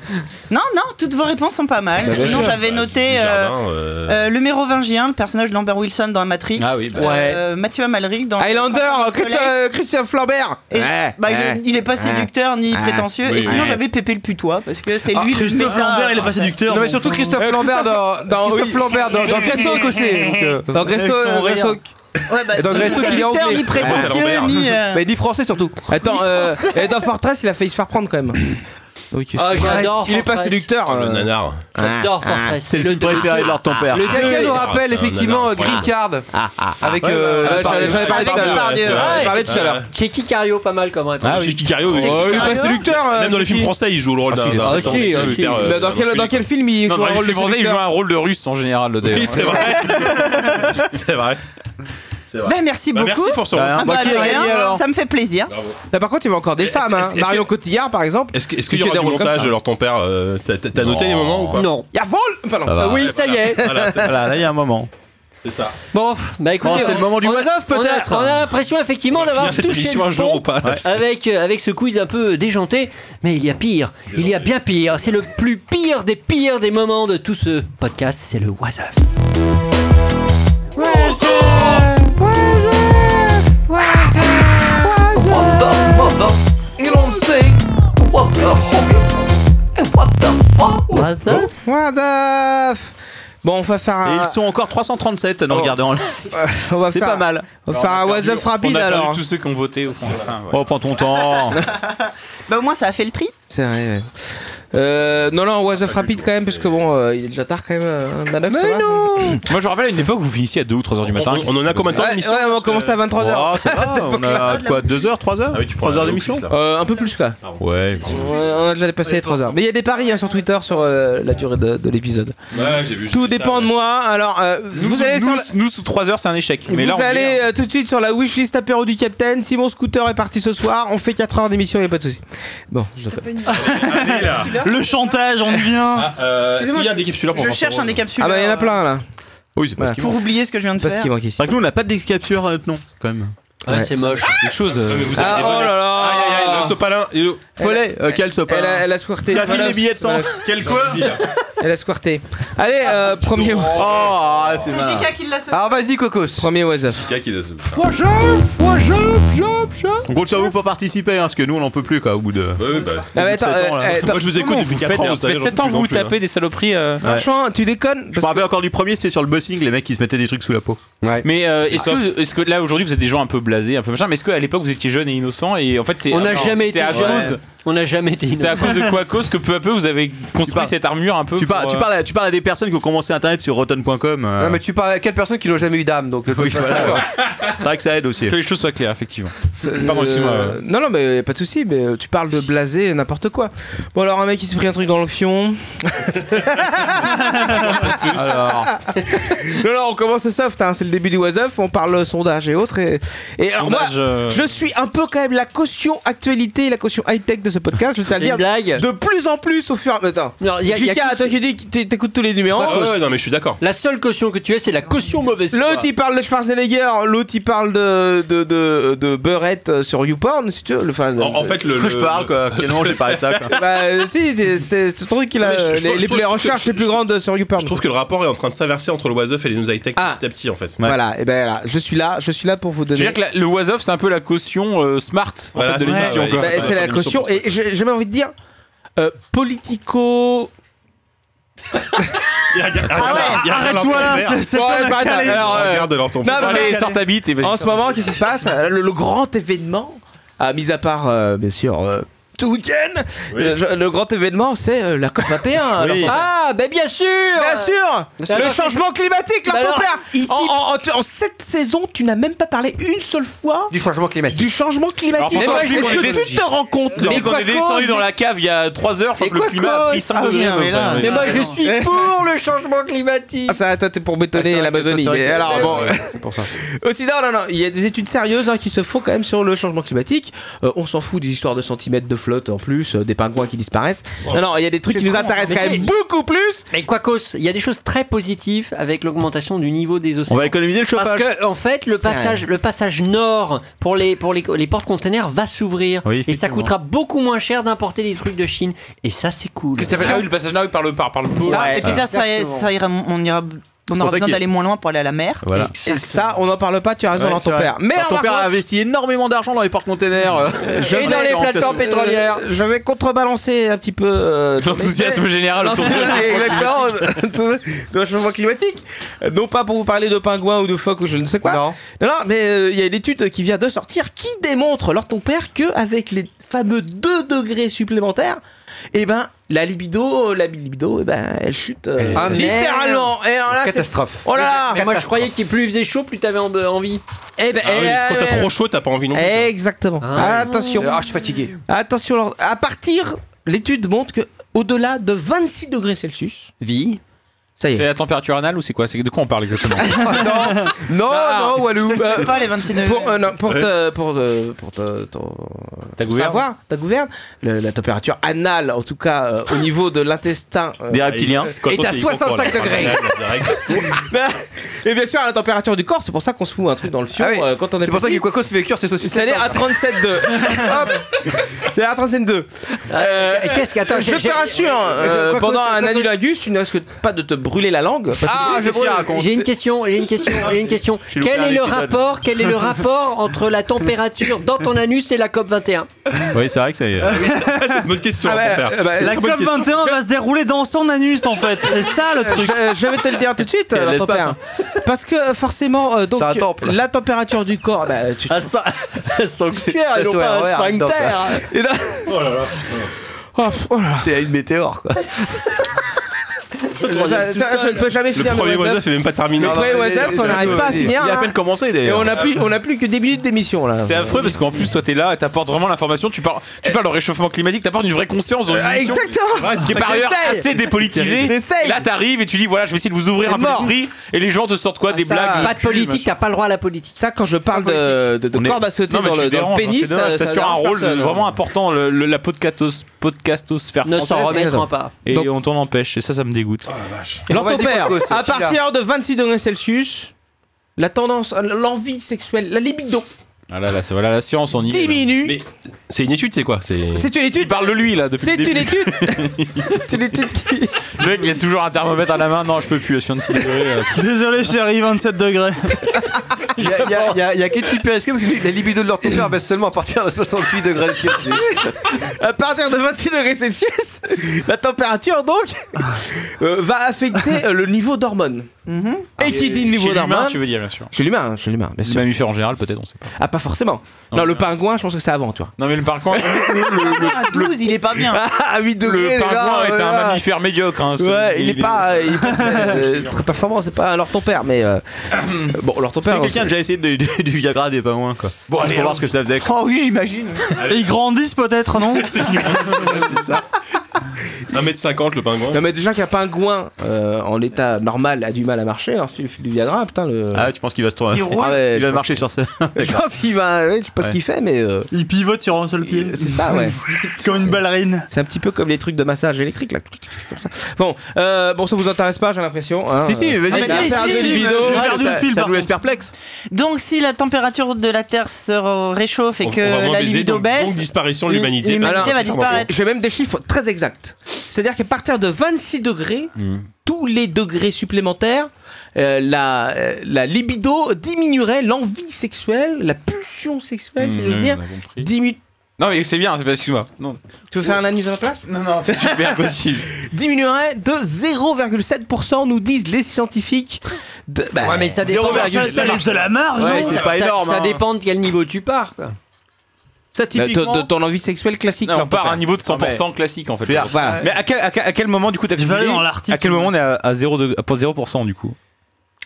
Speaker 9: Non, non, toutes vos réponses sont pas
Speaker 5: Bah,
Speaker 9: mal. Sinon, j'avais noté euh,
Speaker 4: Dujardin, Bah, euh,
Speaker 9: euh, le mérovingien, le personnage de Lambert Wilson dans Matrix.
Speaker 14: Ah oui, bah.
Speaker 9: Euh, Mathieu Amalric dans.
Speaker 13: Highlander,
Speaker 9: Quand on se
Speaker 13: Christian,
Speaker 9: laisse.
Speaker 13: euh, Christian Flambert.
Speaker 9: Et- bah, il est- il n'est pas séducteur ni prétentieux.
Speaker 4: Oui,
Speaker 9: et sinon,
Speaker 4: oui.
Speaker 9: j'avais Pépé le putois parce que c'est lui. le
Speaker 6: Christophe
Speaker 9: médecin,
Speaker 6: Lambert, il est
Speaker 9: en
Speaker 6: pas
Speaker 9: fait.
Speaker 6: séducteur.
Speaker 10: Non mais
Speaker 6: bon,
Speaker 10: surtout
Speaker 6: enfin.
Speaker 10: Christophe Lambert Euh, dans, dans Christophe Lambert dans, dans Gresto écossais. donc, euh,
Speaker 13: Dans Gresto,
Speaker 6: Avec son
Speaker 13: euh,
Speaker 6: rire.
Speaker 13: Gresto-
Speaker 9: Ouais, bah,
Speaker 10: Et dans
Speaker 9: c'est
Speaker 10: Gresto,
Speaker 9: ni
Speaker 10: il est
Speaker 9: séducteur,
Speaker 10: anglais. hein.
Speaker 9: ni prétentieux,
Speaker 4: Lambert.
Speaker 9: ni. euh,
Speaker 10: Mais ni français surtout.
Speaker 13: Attends, euh, et dans Fortress, il a failli se faire prendre quand même. Oui, qu'est-ce
Speaker 8: Ah,
Speaker 13: que-
Speaker 8: j'adore
Speaker 13: Il est pas
Speaker 8: Fortress.
Speaker 13: séducteur.
Speaker 4: Ah, Le
Speaker 13: euh.
Speaker 4: nanar.
Speaker 8: J'adore Fortress.
Speaker 5: C'est le film préféré de leur ton père.
Speaker 10: Quelqu'un nous rappelle
Speaker 4: Ah,
Speaker 10: effectivement
Speaker 4: non,
Speaker 10: euh,
Speaker 4: non,
Speaker 10: Green
Speaker 4: ouais.
Speaker 10: Card
Speaker 13: Ah,
Speaker 10: avec
Speaker 13: Ouais,
Speaker 10: euh,
Speaker 13: ouais, j'en ai- j'en ai parlé
Speaker 9: Avec
Speaker 13: tout à l'heure.
Speaker 9: Depardieu.
Speaker 13: J'en ai parlé tout à l'heure.
Speaker 8: Checky Cario, pas mal comme réponse.
Speaker 4: Ah oui. Kikario, oui.
Speaker 13: Oh, il est pas séducteur. euh,
Speaker 4: Même dans les films
Speaker 13: Kiki.
Speaker 4: français, il joue le rôle d'un. d'un- euh,
Speaker 8: Ah, si,
Speaker 4: d'un-
Speaker 8: ah, si.
Speaker 4: d'un-
Speaker 13: Bah, Dans quel dans quel film il
Speaker 14: Non,
Speaker 13: joue
Speaker 14: dans
Speaker 13: le
Speaker 14: les
Speaker 13: rôle de
Speaker 14: films français, il joue
Speaker 13: séducteur
Speaker 14: un rôle de russe en général, là, d'ailleurs.
Speaker 4: Oui, c'est vrai. hein. C'est vrai. C'est vrai.
Speaker 9: Ben, merci
Speaker 4: Bah,
Speaker 9: beaucoup.
Speaker 4: Merci pour ce
Speaker 9: Ah,
Speaker 4: rôle.
Speaker 9: bah,
Speaker 13: Bah, qui
Speaker 9: de
Speaker 13: a
Speaker 9: rien,
Speaker 13: gagné, alors
Speaker 9: ça me fait plaisir.
Speaker 13: Là, par contre, il y avait encore des
Speaker 4: Est-ce-
Speaker 13: femmes. hein.
Speaker 4: est-ce- est-ce
Speaker 13: Marion
Speaker 4: que-
Speaker 13: Cotillard, par exemple.
Speaker 4: Est-ce que- est-ce qu'il y
Speaker 13: Il fait
Speaker 4: aura
Speaker 13: des
Speaker 4: du
Speaker 13: rôles comme
Speaker 4: montage
Speaker 13: ça.
Speaker 4: de leur ton père euh, T'as t'as- t'as noté les moments ou pas
Speaker 8: Non. Ah,
Speaker 13: Y'a vol Pardon.
Speaker 5: Ça va.
Speaker 8: Oui, ça y est.
Speaker 4: Voilà, c'est-
Speaker 5: Voilà, là, il y a un moment.
Speaker 4: C'est ça.
Speaker 8: Bon, bah écoutez,
Speaker 4: Oh, c'est le
Speaker 8: on-
Speaker 4: moment du
Speaker 8: on a-
Speaker 4: was-of,
Speaker 8: on a-
Speaker 4: peut-être.
Speaker 8: On a l'impression
Speaker 4: On
Speaker 8: effectivement
Speaker 4: va
Speaker 8: d'avoir
Speaker 4: finir cette
Speaker 8: touché
Speaker 4: émission
Speaker 8: le
Speaker 4: un jour
Speaker 8: fond
Speaker 4: ou pas, là, parce que-
Speaker 8: avec euh, avec ce quiz un peu déjanté, mais il y a pire, il y a bien pire. C'est le plus pire des pires des moments de tout ce podcast, c'est le was of.
Speaker 24: You don't say what the
Speaker 1: Ah,
Speaker 8: What the
Speaker 9: Ah,
Speaker 13: What the f- Bon, on va faire un.
Speaker 5: Et ils sont encore 337
Speaker 9: Oh.
Speaker 5: à nous regarder en live.
Speaker 13: On va
Speaker 5: C'est
Speaker 13: faire-
Speaker 5: pas mal.
Speaker 13: On va faire un was up rapide alors.
Speaker 3: tous ceux qui ont voté aussi.
Speaker 5: Oh, prends ton temps.
Speaker 9: Bah au moins ça a fait le tri.
Speaker 13: C'est vrai, ouais. Euh, non, non, was up rapide quand même, parce que bon, euh, il est déjà tard quand même, euh, Manox, ça va
Speaker 3: Moi, je me rappelle à une époque où vous finissiez à 2 ou 3 heures du matin.
Speaker 4: on-
Speaker 3: Qu'est-ce
Speaker 4: on en
Speaker 3: qui
Speaker 4: a
Speaker 3: s'est
Speaker 4: combien de temps
Speaker 3: passé
Speaker 13: Ouais,
Speaker 4: d'émission
Speaker 13: ouais, on commence à 23h.
Speaker 5: Oh, ça va, on a quoi 2 heures, 3 heures
Speaker 4: Ah oui, tu prends
Speaker 5: 3
Speaker 4: la
Speaker 5: heures
Speaker 4: joke,
Speaker 5: d'émission
Speaker 4: là.
Speaker 13: Euh, un peu plus quoi.
Speaker 5: Ouais.
Speaker 13: on a déjà dépassé les 3 heures. Mais il y a des paris hein, sur Twitter sur euh, la durée de, de l'épisode.
Speaker 4: Ouais, j'ai vu. j'ai
Speaker 13: Tout
Speaker 4: vu ça,
Speaker 13: dépend de moi. Alors, euh, vous allez sur la-
Speaker 3: Nous, sous 3 heures, c'est un échec. Mais
Speaker 13: vous
Speaker 3: là, on
Speaker 13: allez euh, tout de suite sur la wishlist apéro du Capitaine. Si mon scooter est parti ce soir, on fait 4 heures d'émission, il a pas de souci. Bon, je déconne.
Speaker 4: Allez, là.
Speaker 6: Le chantage, on y vient.
Speaker 4: Ah, euh, Est-ce
Speaker 9: Excusez-moi,
Speaker 4: qu'il y a un décapsuleur pour
Speaker 9: Je
Speaker 4: Vincent
Speaker 9: cherche un
Speaker 4: Rose
Speaker 9: décapsuleur.
Speaker 13: Ah bah, il y en a plein là.
Speaker 5: Oui, c'est parce
Speaker 13: Voilà.
Speaker 5: qu'il
Speaker 9: Pour oublier ce que je viens de
Speaker 13: Parce
Speaker 9: faire.
Speaker 13: qu'il manque ici.
Speaker 5: Nous, on n'a pas de décapsuleur à notre nom, quand même.
Speaker 8: Ouais, c'est moche.
Speaker 3: quelque chose. euh,
Speaker 4: Mais vous
Speaker 13: Ah,
Speaker 4: avez des
Speaker 13: oh
Speaker 4: bonnettes.
Speaker 13: là là.
Speaker 4: Aïe, aïe, aïe, le sopalin. il est où
Speaker 5: Follet, euh, quel sopalin
Speaker 13: Elle a, elle a squirté.
Speaker 5: T'as filé
Speaker 13: Voilà.
Speaker 5: les billets de 100
Speaker 3: Quel quoi
Speaker 13: Elle a squirté. Allez, euh, premier,
Speaker 5: Ah, Oh, c'est
Speaker 9: C'est
Speaker 5: mal.
Speaker 9: Jika qui l'a sauvé.
Speaker 10: Alors vas-y, Cocos.
Speaker 13: premier was up.
Speaker 4: Qui a qui l'a sauvé
Speaker 5: On compte sur vous pour participer, hein, parce que nous, on n'en peut plus, quoi, au bout de.
Speaker 4: Ouais, ouais, bah,
Speaker 13: Ah bah, attends,
Speaker 5: Sept ans,
Speaker 13: euh,
Speaker 5: là.
Speaker 13: attends.
Speaker 4: Moi, je vous écoute depuis 4 ans.
Speaker 3: Ça fait 7 ans que vous
Speaker 4: hein.
Speaker 3: vous tapez des saloperies. euh,
Speaker 13: Franchement, tu déconnes
Speaker 5: Je me
Speaker 13: parce que-
Speaker 5: rappelle encore du premier, c'était sur le bossing, les mecs qui se mettaient des trucs sous la peau.
Speaker 3: Mais euh, est-ce
Speaker 4: Soft.
Speaker 3: que, est que là aujourd'hui vous êtes des gens un peu blasés, un peu machin, mais est-ce qu'à l'époque vous étiez jeunes et innocents et en fait c'est
Speaker 8: On n'a
Speaker 3: non,
Speaker 8: jamais été
Speaker 3: c'est à
Speaker 8: jeunes.
Speaker 3: cause
Speaker 8: On n'a jamais été.
Speaker 3: c'est à cause de quoi cause que peu à peu vous avez construit
Speaker 5: parles-
Speaker 3: cette armure un peu
Speaker 5: Tu,
Speaker 3: pour,
Speaker 5: parles, tu,
Speaker 3: euh,
Speaker 5: parles à, tu parles à des personnes qui ont commencé internet sur rotten.com. euh,
Speaker 10: Non, mais tu parles à quelles personnes qui n'ont jamais eu d'âme, donc de toute
Speaker 5: Oui,
Speaker 10: façon,
Speaker 5: voilà. C'est vrai que ça aide aussi.
Speaker 3: que les choses soient claires effectivement.
Speaker 13: Euh,
Speaker 3: Pardon, excuse-moi.
Speaker 13: non, non, mais pas de souci. Mais euh, tu parles de blasé, n'importe quoi. Bon, alors un mec qui s'est pris un truc dans le fion. non, non, on commence soft. Hein, c'est le début du was Up, On parle sondage et autres. Et, et alors moi,
Speaker 3: Sondage, euh,
Speaker 13: je suis un peu quand même la caution actualité, la caution high tech de ce podcast. Je tiens à
Speaker 8: C'est
Speaker 13: dire
Speaker 8: une blague
Speaker 13: de plus en plus au fur et à mesure.
Speaker 8: Non, y a- y a
Speaker 13: Lucas,
Speaker 8: que-
Speaker 13: toi qui dis que t'é- t'écoutes tous les numéros.
Speaker 4: Ah ouais, ouais, non, mais je suis d'accord.
Speaker 8: La seule caution que tu es, c'est la caution mauvaise foi.
Speaker 13: L'autre il parle de Schwarzenegger, l'autre il parle de de de, de Beurette euh, sur YouPorn si tu veux. euh, Enfin,
Speaker 4: En, en fait, le.
Speaker 5: De quoi je
Speaker 4: le-
Speaker 5: parle, quoi Quel nom j'ai parlé de ça, quoi
Speaker 13: bah euh, si, c'est- c'est ce truc qu'il a.
Speaker 4: Mais je- je
Speaker 13: les
Speaker 4: trouve- je
Speaker 13: les-
Speaker 4: trouve-
Speaker 13: les
Speaker 4: je trouve
Speaker 13: recherches
Speaker 4: que-
Speaker 13: les plus
Speaker 4: je-
Speaker 13: grandes euh, sur YouPorn.
Speaker 4: Je trouve que le rapport est en train de s'inverser entre le was et les news high tech
Speaker 13: Ah.
Speaker 4: petit à petit en fait.
Speaker 13: Voilà, et ben là, je suis là, je suis là pour vous
Speaker 3: Je veux
Speaker 13: donner.
Speaker 3: dire que la- le was off c'est un peu la caution euh, smart en
Speaker 4: Voilà,
Speaker 3: fait, de
Speaker 4: c'est ça,
Speaker 3: l'émission.
Speaker 4: ouais.
Speaker 3: quoi.
Speaker 13: Bah, c'est la caution
Speaker 4: pour ça.
Speaker 13: et j'ai j'ai même envie de dire euh, politico. Ah
Speaker 4: Ah, Arrête-toi là,
Speaker 13: Bon, ouais, bah, attends, alors, euh,
Speaker 4: Regarde leur ton.
Speaker 13: Non, parce
Speaker 3: Allez
Speaker 13: que-
Speaker 3: sors ta bite et vas-y.
Speaker 13: En ce moment, qu'est-ce qui se passe le, le grand événement, à mis à part, euh, bien sûr, euh, tout week-end, le, je- le grand événement, c'est euh, la COP21.
Speaker 5: Oui.
Speaker 13: l'enfant.
Speaker 8: Ah, bah bien sûr. Bah,
Speaker 13: Bien sûr Le
Speaker 8: alors-
Speaker 13: changement climatique,
Speaker 8: Bah
Speaker 13: l'enfant
Speaker 8: alors,
Speaker 13: père
Speaker 8: ici-
Speaker 13: En- en, en- en cette saison, tu n'as même pas parlé une seule fois
Speaker 10: du changement climatique.
Speaker 13: du changement climatique.
Speaker 3: Alors, pourtant,
Speaker 13: Est-ce
Speaker 3: depuis qu'on est
Speaker 13: que tu
Speaker 3: des-
Speaker 13: te rends compte
Speaker 3: Mais
Speaker 13: Laurent
Speaker 3: qu'on est descendu dans la cave il y a 3 heures, je crois
Speaker 8: Et
Speaker 3: que le
Speaker 8: quoi,
Speaker 13: Oh,
Speaker 3: climat a pris
Speaker 8: cause
Speaker 13: ah
Speaker 3: 5 degrés. à peu près, ouais.
Speaker 8: Mais moi, je suis
Speaker 13: Eh, ça-
Speaker 8: pour le changement climatique.
Speaker 13: Ah, ça, toi, t'es pour bétonner l'Amazonie. Mais alors, bon.
Speaker 10: C'est pour ça.
Speaker 13: Aussi, non, non, non, il y a des études sérieuses hein, qui se font quand même sur le changement climatique. Euh, on s'en fout des histoires de centimètres de flotte en plus, euh, des pingouins qui disparaissent. Non, non, il y a des trucs
Speaker 8: C'est
Speaker 13: qui nous
Speaker 8: con, hein.
Speaker 13: intéressent
Speaker 8: mais
Speaker 13: quand même
Speaker 8: t'es-
Speaker 13: beaucoup plus.
Speaker 8: Mais quoi cause, il y a des choses très positives avec l'augmentation du niveau des océans.
Speaker 5: On va économiser le
Speaker 8: Parce
Speaker 5: chauffage.
Speaker 8: que en fait, le
Speaker 13: C'est
Speaker 8: passage, le passage nord pour les pour les, les portes containers va s'ouvrir
Speaker 5: Oui,
Speaker 8: et ça
Speaker 5: effectivement.
Speaker 8: coûtera beaucoup moins cher d'importer des trucs de Chine et ça c'est cool.
Speaker 3: Qu'est-ce que t'appelles Ah oui, le passage là oui, par le par par le pôle.
Speaker 9: Et puis ça, ça,
Speaker 10: Exactement.
Speaker 9: ça ira, on ira, on
Speaker 5: pour
Speaker 9: aura
Speaker 5: ça
Speaker 9: besoin
Speaker 5: qu'il-
Speaker 9: d'aller moins loin pour aller à la mer.
Speaker 5: Voilà.
Speaker 13: Et ça, on n'en parle pas, tu as raison,
Speaker 5: Ouais,
Speaker 13: dans
Speaker 5: c'est
Speaker 13: ton
Speaker 5: vrai.
Speaker 13: père. Mais
Speaker 5: Alors,
Speaker 13: alors,
Speaker 5: ton
Speaker 13: par
Speaker 5: père a
Speaker 13: contre,
Speaker 5: investi énormément d'argent dans les porte-containers. euh,
Speaker 8: Et dans les plateformes pétrolières.
Speaker 13: euh, je vais contrebalancer un petit peu euh, ton
Speaker 3: L'enthousiasme
Speaker 13: essai.
Speaker 3: général autour de
Speaker 13: Exactement, tout- le changement climatique. Euh, Non pas pour vous parler de pingouins ou de phoques ou je ne sais quoi.
Speaker 10: Non.
Speaker 13: non, non, mais euh, il y a une étude qui vient de sortir qui démontre, lors ton père, que avec les fameux 2 degrés supplémentaires, eh ben la libido, euh, la libido, eh ben elle chute euh,
Speaker 10: Ah,
Speaker 13: littéralement. Et alors là, c'est-
Speaker 10: Catastrophe.
Speaker 13: Oh là
Speaker 8: Mais
Speaker 13: là
Speaker 8: moi je croyais que plus il faisait chaud, plus t'avais en- euh, envie.
Speaker 13: Eh ben,
Speaker 4: Ah oui,
Speaker 13: eh,
Speaker 4: Quand t'as
Speaker 13: eh,
Speaker 4: trop chaud, t'as pas envie non plus.
Speaker 13: Exactement. Attention.
Speaker 10: Ah, je suis fatigué.
Speaker 13: Attention, alors, à partir, l'étude montre que au-delà de 26 degrés Celsius,
Speaker 8: Vie.
Speaker 13: Ça y est.
Speaker 3: C'est la température anale ou c'est quoi C'est de quoi on parle exactement
Speaker 13: Non, non, Walou.
Speaker 3: Je te le fais
Speaker 13: Euh,
Speaker 3: pas, les 26 degrés.
Speaker 13: Pour, euh, non, pour,
Speaker 3: Ouais.
Speaker 13: te- pour, te- pour te- ton-
Speaker 3: Ta
Speaker 13: pour
Speaker 3: gouverne.
Speaker 13: savoir, ta gouverne, le- la température anale, en tout cas euh, au niveau de l'intestin euh,
Speaker 5: Des reptiliens. Quand
Speaker 13: est
Speaker 5: on
Speaker 13: à
Speaker 5: sait, ils
Speaker 13: 65
Speaker 5: comprennent.
Speaker 13: degrés. Et bien sûr, à la température du corps, c'est pour ça qu'on se fout un truc dans le fion euh, quand on
Speaker 10: Ah
Speaker 13: est
Speaker 10: C'est pour ça
Speaker 13: petit.
Speaker 10: que Quacos fait cuire ses saucisses.
Speaker 13: C'est allé à 37,2. Hop C'est à 37,2. Euh,
Speaker 10: Et qu'est-ce que- attends,
Speaker 13: Je
Speaker 10: j'ai-
Speaker 13: te
Speaker 10: j'ai-
Speaker 13: rassure,
Speaker 10: Euh,
Speaker 13: euh,
Speaker 10: quoi que-
Speaker 13: pendant
Speaker 10: quoi
Speaker 13: un
Speaker 10: que-
Speaker 13: anulingus, tu ne risques pas de te brûler la langue. parce que-
Speaker 10: Ah,
Speaker 8: J'ai une question, j'ai une question, j'ai une question.
Speaker 13: J'ai loupé
Speaker 8: Quel
Speaker 13: un
Speaker 8: est le
Speaker 13: épisode.
Speaker 8: rapport, quel est le rapport entre la température dans ton anus et la COP 21
Speaker 5: Ah Oui, c'est vrai que c'est. euh,
Speaker 4: c'est une bonne question,
Speaker 13: Ah bah,
Speaker 4: ton père.
Speaker 13: euh, bah,
Speaker 4: C'est une
Speaker 6: La
Speaker 4: bonne
Speaker 6: COP
Speaker 4: question.
Speaker 6: 21 va se dérouler dans son anus en fait. C'est ça le truc.
Speaker 13: Je, je vais te le dire tout de suite,
Speaker 6: Quel
Speaker 13: euh,
Speaker 6: espace,
Speaker 13: Père.
Speaker 4: hein.
Speaker 13: Parce que forcément, euh, donc,
Speaker 6: C'est un temple.
Speaker 13: la température du corps, bah, tu... un, sanctuaire,
Speaker 10: et non pas un sphincter.
Speaker 13: Et non-
Speaker 10: Oh là là.
Speaker 13: Oh
Speaker 10: C'est une météore quoi.
Speaker 13: Ça- ça- je ne peux jamais finir
Speaker 4: Le premier
Speaker 13: WhatsApp.
Speaker 4: WhatsApp est même pas terminé.
Speaker 13: Le premier WhatsApp, on n'arrive pas à finir.
Speaker 3: Il a à
Speaker 13: hein.
Speaker 3: peine commencé,
Speaker 13: Et
Speaker 3: d'ailleurs.
Speaker 13: on n'a plus, on a plus que 10 minutes d'émission là.
Speaker 3: C'est affreux parce qu'en plus, toi, t'es là et t'apportes vraiment l'information. Tu parles, tu parles de réchauffement climatique, t'apportes une vraie conscience dans une
Speaker 13: Ah,
Speaker 3: émission
Speaker 13: exactement.
Speaker 3: qui est- Qui est par ailleurs
Speaker 13: J'essaye.
Speaker 3: assez dépolitisée.
Speaker 13: J'essaye.
Speaker 3: Là, t'arrives et tu dis voilà, je vais essayer de vous ouvrir
Speaker 13: C'est
Speaker 3: un peu
Speaker 13: mort.
Speaker 3: l'esprit. Et les gens te sortent quoi Des
Speaker 13: Ah, ça,
Speaker 3: blagues
Speaker 13: pas de
Speaker 3: cul,
Speaker 13: politique,
Speaker 3: machin.
Speaker 8: T'as pas le droit à la politique.
Speaker 13: Ça, quand je parle de, de, de corde à sauter
Speaker 3: Non, mais
Speaker 13: dans
Speaker 3: tu
Speaker 13: le, dans le
Speaker 3: déranges, hein,
Speaker 13: pénis,
Speaker 3: c'est dommage,
Speaker 13: ça- ça
Speaker 3: t'assures un
Speaker 13: dérange
Speaker 3: rôle
Speaker 13: personne.
Speaker 3: vraiment important. Le- le- la podcastos, podcastosphère
Speaker 13: Ne s'en
Speaker 3: française.
Speaker 13: remettront pas.
Speaker 3: Et
Speaker 13: Donc-
Speaker 3: on t'en empêche. Et ça, ça me dégoûte.
Speaker 13: Alors
Speaker 3: Vas-y,
Speaker 13: ton père,
Speaker 3: Coco, c'est
Speaker 13: à
Speaker 3: celui-là.
Speaker 13: partir de 26 degrés Celsius, la tendance, l'envie sexuelle, la libido
Speaker 3: Ah là là, c'est voilà la science, on y est.
Speaker 13: diminue.
Speaker 4: C'est une étude, c'est quoi C'est
Speaker 13: C'est une étude. Il
Speaker 3: parle de lui là depuis
Speaker 13: C'est
Speaker 3: le
Speaker 13: une
Speaker 3: début.
Speaker 13: étude. C'est une étude qui.
Speaker 3: Le mec, il a toujours un thermomètre à la main. Non, je peux plus. Je suis de euh,
Speaker 6: Désolé chérie, 27 degrés.
Speaker 10: Il y a, il y a- il y a- il y a Katy Perry qui dit que la libido de leur tempère baisse seulement à partir de 68 degrés Celsius.
Speaker 13: À partir de 28 degrés Celsius, la température donc euh, va affecter euh, le niveau d'hormones. Et qui dit niveau d'hormones
Speaker 3: tu veux dire, bien sûr.
Speaker 13: Chez l'humain, hein, chez l'humain, bien sûr.
Speaker 3: mammifère en général, peut-être, on sait pas.
Speaker 13: Ah, pas forcément. Non, le pingouin, je pense que c'est avant, tu vois.
Speaker 3: Non, mais le parcours. le,
Speaker 13: À 12, il est pas bien. À 8 degrés,
Speaker 3: le
Speaker 13: les
Speaker 3: pingouin
Speaker 13: gars,
Speaker 3: est un
Speaker 13: voilà.
Speaker 3: mammifère médiocre. hein, c'est-
Speaker 13: Ouais, il est pas, il est pas très, euh, très performant, c'est pas alors ton père, mais euh, bon, alors ton
Speaker 5: Est-ce que
Speaker 13: père. euh,
Speaker 5: Quelqu'un a déjà essayé de- du, du Viagra des pas loin quoi. Bon,
Speaker 13: allez,
Speaker 5: allez, voir ce que ça faisait.
Speaker 6: Oh oui, j'imagine. Et ils grandissent peut-être, non
Speaker 4: C'est ça. 1m50 le pingouin.
Speaker 13: Non mais déjà qu'un pingouin euh, en état normal a du mal à marcher, alors si tu lui fais du Viagra, putain le.
Speaker 5: Ah, tu penses qu'il va se tourner
Speaker 13: Il roule.
Speaker 5: Ah ouais, Il
Speaker 13: je
Speaker 5: va
Speaker 13: pense
Speaker 5: marcher sur ça.
Speaker 13: Je pense qu'il va, ouais, je sais pas ce
Speaker 5: Ouais.
Speaker 13: qu'il fait, mais euh,
Speaker 6: Ils pivotent sur un seul pied.
Speaker 13: c'est ça, ouais.
Speaker 6: Comme une ballerine.
Speaker 13: C'est un petit peu comme les trucs de massage électrique là, comme ça. Bon, euh, bon, ça vous intéresse pas, j'ai l'impression. hein.
Speaker 5: Si, si, vas-y,
Speaker 13: Ah,
Speaker 5: vas-y,
Speaker 13: mais
Speaker 5: si,
Speaker 13: faire
Speaker 5: si,
Speaker 13: des
Speaker 5: si,
Speaker 13: libidos,
Speaker 5: je vais faire
Speaker 13: ça-
Speaker 5: du
Speaker 13: ça-
Speaker 5: film,
Speaker 13: ça
Speaker 5: par
Speaker 13: nous
Speaker 5: contre.
Speaker 13: laisse perplexe.
Speaker 9: Donc, si la température de la Terre se re- réchauffe et
Speaker 4: On-
Speaker 9: que
Speaker 4: on va vraiment
Speaker 9: la
Speaker 4: baiser,
Speaker 9: libido
Speaker 4: donc-
Speaker 9: baisse,
Speaker 4: donc disparition de l'humanité.
Speaker 9: L'humanité
Speaker 4: Alors,
Speaker 9: va disparaître.
Speaker 13: J'ai même des chiffres très exacts. C'est-à-dire qu'à partir de 26 degrés,
Speaker 4: Hmm.
Speaker 13: tous les degrés supplémentaires, euh, la, euh, la libido diminuerait, l'envie sexuelle, la pulsion sexuelle, si
Speaker 4: Hmm,
Speaker 3: Mmh,
Speaker 13: j'ose
Speaker 3: oui,
Speaker 13: dire,
Speaker 3: on a compris.
Speaker 13: diminue.
Speaker 3: Non, mais c'est bien, c'est pas- excuse-moi. Non,
Speaker 13: Tu veux faire un anus à la place
Speaker 3: non, non c'est super possible.
Speaker 13: Diminuerait de 0,7%, nous disent les scientifiques. De, bah,
Speaker 8: Ouais, mais ça dépend.
Speaker 13: 0,7%.
Speaker 8: Ça laisse
Speaker 6: de la marge,
Speaker 13: Ouais, c'est pas
Speaker 8: ça,
Speaker 13: énorme.
Speaker 8: Ça
Speaker 13: hein.
Speaker 8: dépend de quel niveau tu pars, quoi.
Speaker 13: Ça,
Speaker 3: typiquement-
Speaker 13: De, de ton envie sexuelle classique.
Speaker 3: Non,
Speaker 13: là,
Speaker 3: on part à un niveau de
Speaker 13: Ah, mais-
Speaker 3: 100% classique en fait.
Speaker 13: Je veux dire, voilà.
Speaker 3: Mais à quel, à quel- à quel moment du coup t'as
Speaker 6: vais aller
Speaker 3: cumulé
Speaker 6: dans l'article.
Speaker 3: À quel moment on est à, à 0, de- à 0% du coup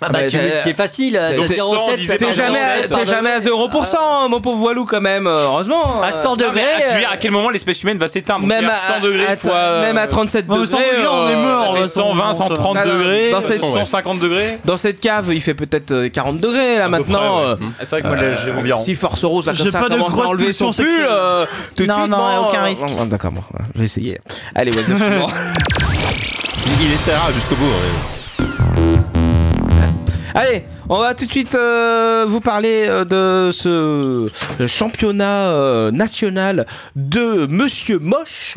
Speaker 8: Ah bah,
Speaker 13: bah,
Speaker 8: tu-
Speaker 13: t'as-
Speaker 8: c'est facile. euh,
Speaker 13: Donc,
Speaker 8: de
Speaker 13: t'es
Speaker 8: 0,7,
Speaker 13: cent,
Speaker 8: ça
Speaker 13: t'es
Speaker 8: part
Speaker 13: jamais, à-
Speaker 8: 0,7, ça
Speaker 13: t'es
Speaker 8: part
Speaker 13: jamais à 0%, hein, mon pauvre Walou, quand même. euh, Heureusement.
Speaker 8: À 100
Speaker 3: Non, mais à- tu veux
Speaker 8: degrés. euh,
Speaker 3: dire à quel moment l'espèce humaine va s'éteindre
Speaker 13: Même
Speaker 3: C'est-à-dire
Speaker 13: à
Speaker 3: 100 degrés
Speaker 13: à-
Speaker 3: fois. euh,
Speaker 13: même à 37
Speaker 6: Non, mais
Speaker 13: degrés,
Speaker 6: 100 degrés, on
Speaker 8: euh,
Speaker 6: est mort,
Speaker 3: ça fait
Speaker 6: là,
Speaker 3: 120, 130
Speaker 13: Non, non,
Speaker 3: degrés, euh,
Speaker 13: dans cette-
Speaker 3: 150 degrés.
Speaker 13: Dans cette cave, il fait peut-être euh, 40 degrés là maintenant. euh,
Speaker 3: Hum. C'est vrai que moi j'ai
Speaker 13: euh, si Force Rose là comme
Speaker 6: J'ai
Speaker 13: ça
Speaker 6: pas de
Speaker 13: commence à
Speaker 6: grosse
Speaker 13: enlever son
Speaker 6: pulsion
Speaker 13: pull,
Speaker 6: sexuelle.
Speaker 13: euh, tout de
Speaker 9: Non,
Speaker 13: suite,
Speaker 9: non,
Speaker 13: bon,
Speaker 9: aucun
Speaker 13: euh,
Speaker 9: risque.
Speaker 13: bon, D'accord, bon, voilà, j'ai essayé. Allez, vas-y. suivant.
Speaker 4: Il essaiera jusqu'au bout. ouais.
Speaker 13: Allez, on va tout de suite euh, vous parler euh, de ce championnat euh, national de Monsieur Moche.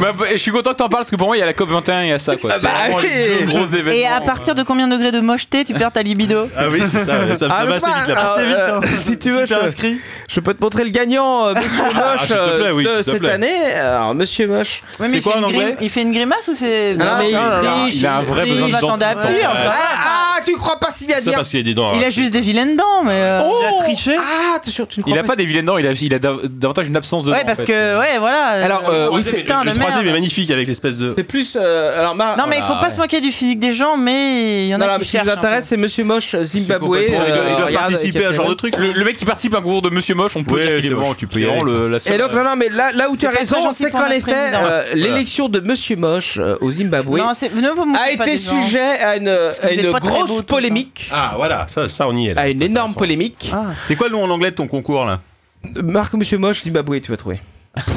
Speaker 3: Bah, Je suis content que t'en parles parce que pour moi il y a la COP 21 et il y a ça quoi.
Speaker 13: Ah
Speaker 3: C'est
Speaker 13: bah,
Speaker 3: vraiment les
Speaker 13: allez.
Speaker 3: deux gros événements.
Speaker 9: et à partir de combien de degrés de mocheté tu perds ta libido
Speaker 4: Ah oui, c'est ça. ouais, Ça
Speaker 13: Ah,
Speaker 4: va
Speaker 13: mais
Speaker 4: assez
Speaker 13: pas-
Speaker 4: vite là. Euh,
Speaker 13: ah,
Speaker 6: Assez vite, hein.
Speaker 13: Si tu veux,
Speaker 6: t'es
Speaker 13: je-
Speaker 6: inscrit.
Speaker 13: je peux te montrer le gagnant, euh, Monsieur Moche,
Speaker 4: Ah, s'il te
Speaker 13: euh,
Speaker 4: plaît, oui,
Speaker 13: de
Speaker 4: s'il te
Speaker 13: cette
Speaker 4: plaît.
Speaker 13: année. Alors, Monsieur Moche.
Speaker 9: Ouais, mais il
Speaker 4: quoi,
Speaker 9: fait
Speaker 4: en
Speaker 9: une
Speaker 4: anglais
Speaker 9: grime- Il fait une grimace ou c'est.
Speaker 13: Ah,
Speaker 8: Non, mais
Speaker 13: non, non,
Speaker 8: il
Speaker 13: non,
Speaker 8: triche,
Speaker 3: il a un vrai
Speaker 8: triche,
Speaker 3: besoin de
Speaker 8: il va t'en
Speaker 3: dentiste,
Speaker 8: appuyer,
Speaker 3: en fait.
Speaker 8: enfin.
Speaker 13: Ah, ah,
Speaker 25: tu crois pas si bien
Speaker 4: Ça,
Speaker 25: dire.
Speaker 4: parce qu'il a des dents
Speaker 9: Il a
Speaker 4: arrachées.
Speaker 9: juste des vilaines dents, mais. euh,
Speaker 25: Ah, t'es sûr que tu ne crois
Speaker 3: Il a
Speaker 25: pas
Speaker 3: pas des vilaines dents, il a, il a dav- davantage une absence de
Speaker 9: Ouais,
Speaker 3: dents, en
Speaker 9: parce
Speaker 3: fait.
Speaker 9: que, ouais, voilà.
Speaker 4: Alors, euh, oui, c'est-
Speaker 9: putain
Speaker 4: le
Speaker 9: de
Speaker 4: troisième est
Speaker 9: merde.
Speaker 4: magnifique avec l'espèce de.
Speaker 13: C'est plus. euh, alors, Mar-
Speaker 9: Non, mais il faut pas se moquer du physique des gens, mais il y en
Speaker 13: Non,
Speaker 9: a
Speaker 13: non,
Speaker 9: qui
Speaker 13: mais ce qui nous
Speaker 9: cherchent un peu.
Speaker 13: intéresse, c'est Monsieur Moche Zimbabwe.
Speaker 9: euh,
Speaker 13: euh,
Speaker 4: complètement- Il doit- il doit
Speaker 13: regarde,
Speaker 4: participer
Speaker 13: avec
Speaker 4: à ce genre de
Speaker 13: Captain
Speaker 4: truc.
Speaker 3: Le, le mec qui participe à un concours de Monsieur Moche, on peut
Speaker 5: Ouais,
Speaker 3: dire qu'il
Speaker 5: c'est
Speaker 3: est
Speaker 5: bon,
Speaker 3: moche.
Speaker 5: tu peux
Speaker 3: C'est
Speaker 5: y
Speaker 3: vraiment
Speaker 5: aller.
Speaker 3: le- la seule-
Speaker 13: Et donc, non, non, mais là, là où tu as
Speaker 9: pas très
Speaker 13: raison,
Speaker 9: gentil
Speaker 13: c'est
Speaker 9: pour
Speaker 13: qu'en
Speaker 9: notre
Speaker 13: effet,
Speaker 9: président.
Speaker 13: euh, l'élection de Monsieur Moche euh, au Zimbabwe
Speaker 9: Non, c'est- ne vous moquez
Speaker 13: a
Speaker 9: pas
Speaker 13: été
Speaker 9: des gens.
Speaker 13: sujet à une, à
Speaker 9: êtes
Speaker 13: une
Speaker 9: pas très beaux, tout
Speaker 13: grosse
Speaker 9: ça.
Speaker 13: polémique,
Speaker 4: Ah, voilà, ça, ça, on y est. là.
Speaker 13: à une
Speaker 4: Ça,
Speaker 13: énorme
Speaker 4: ça, ça.
Speaker 13: polémique.
Speaker 9: Ah.
Speaker 5: C'est quoi le nom en anglais de ton concours là
Speaker 13: Marc Monsieur Moche Zimbabwe, tu vas trouver.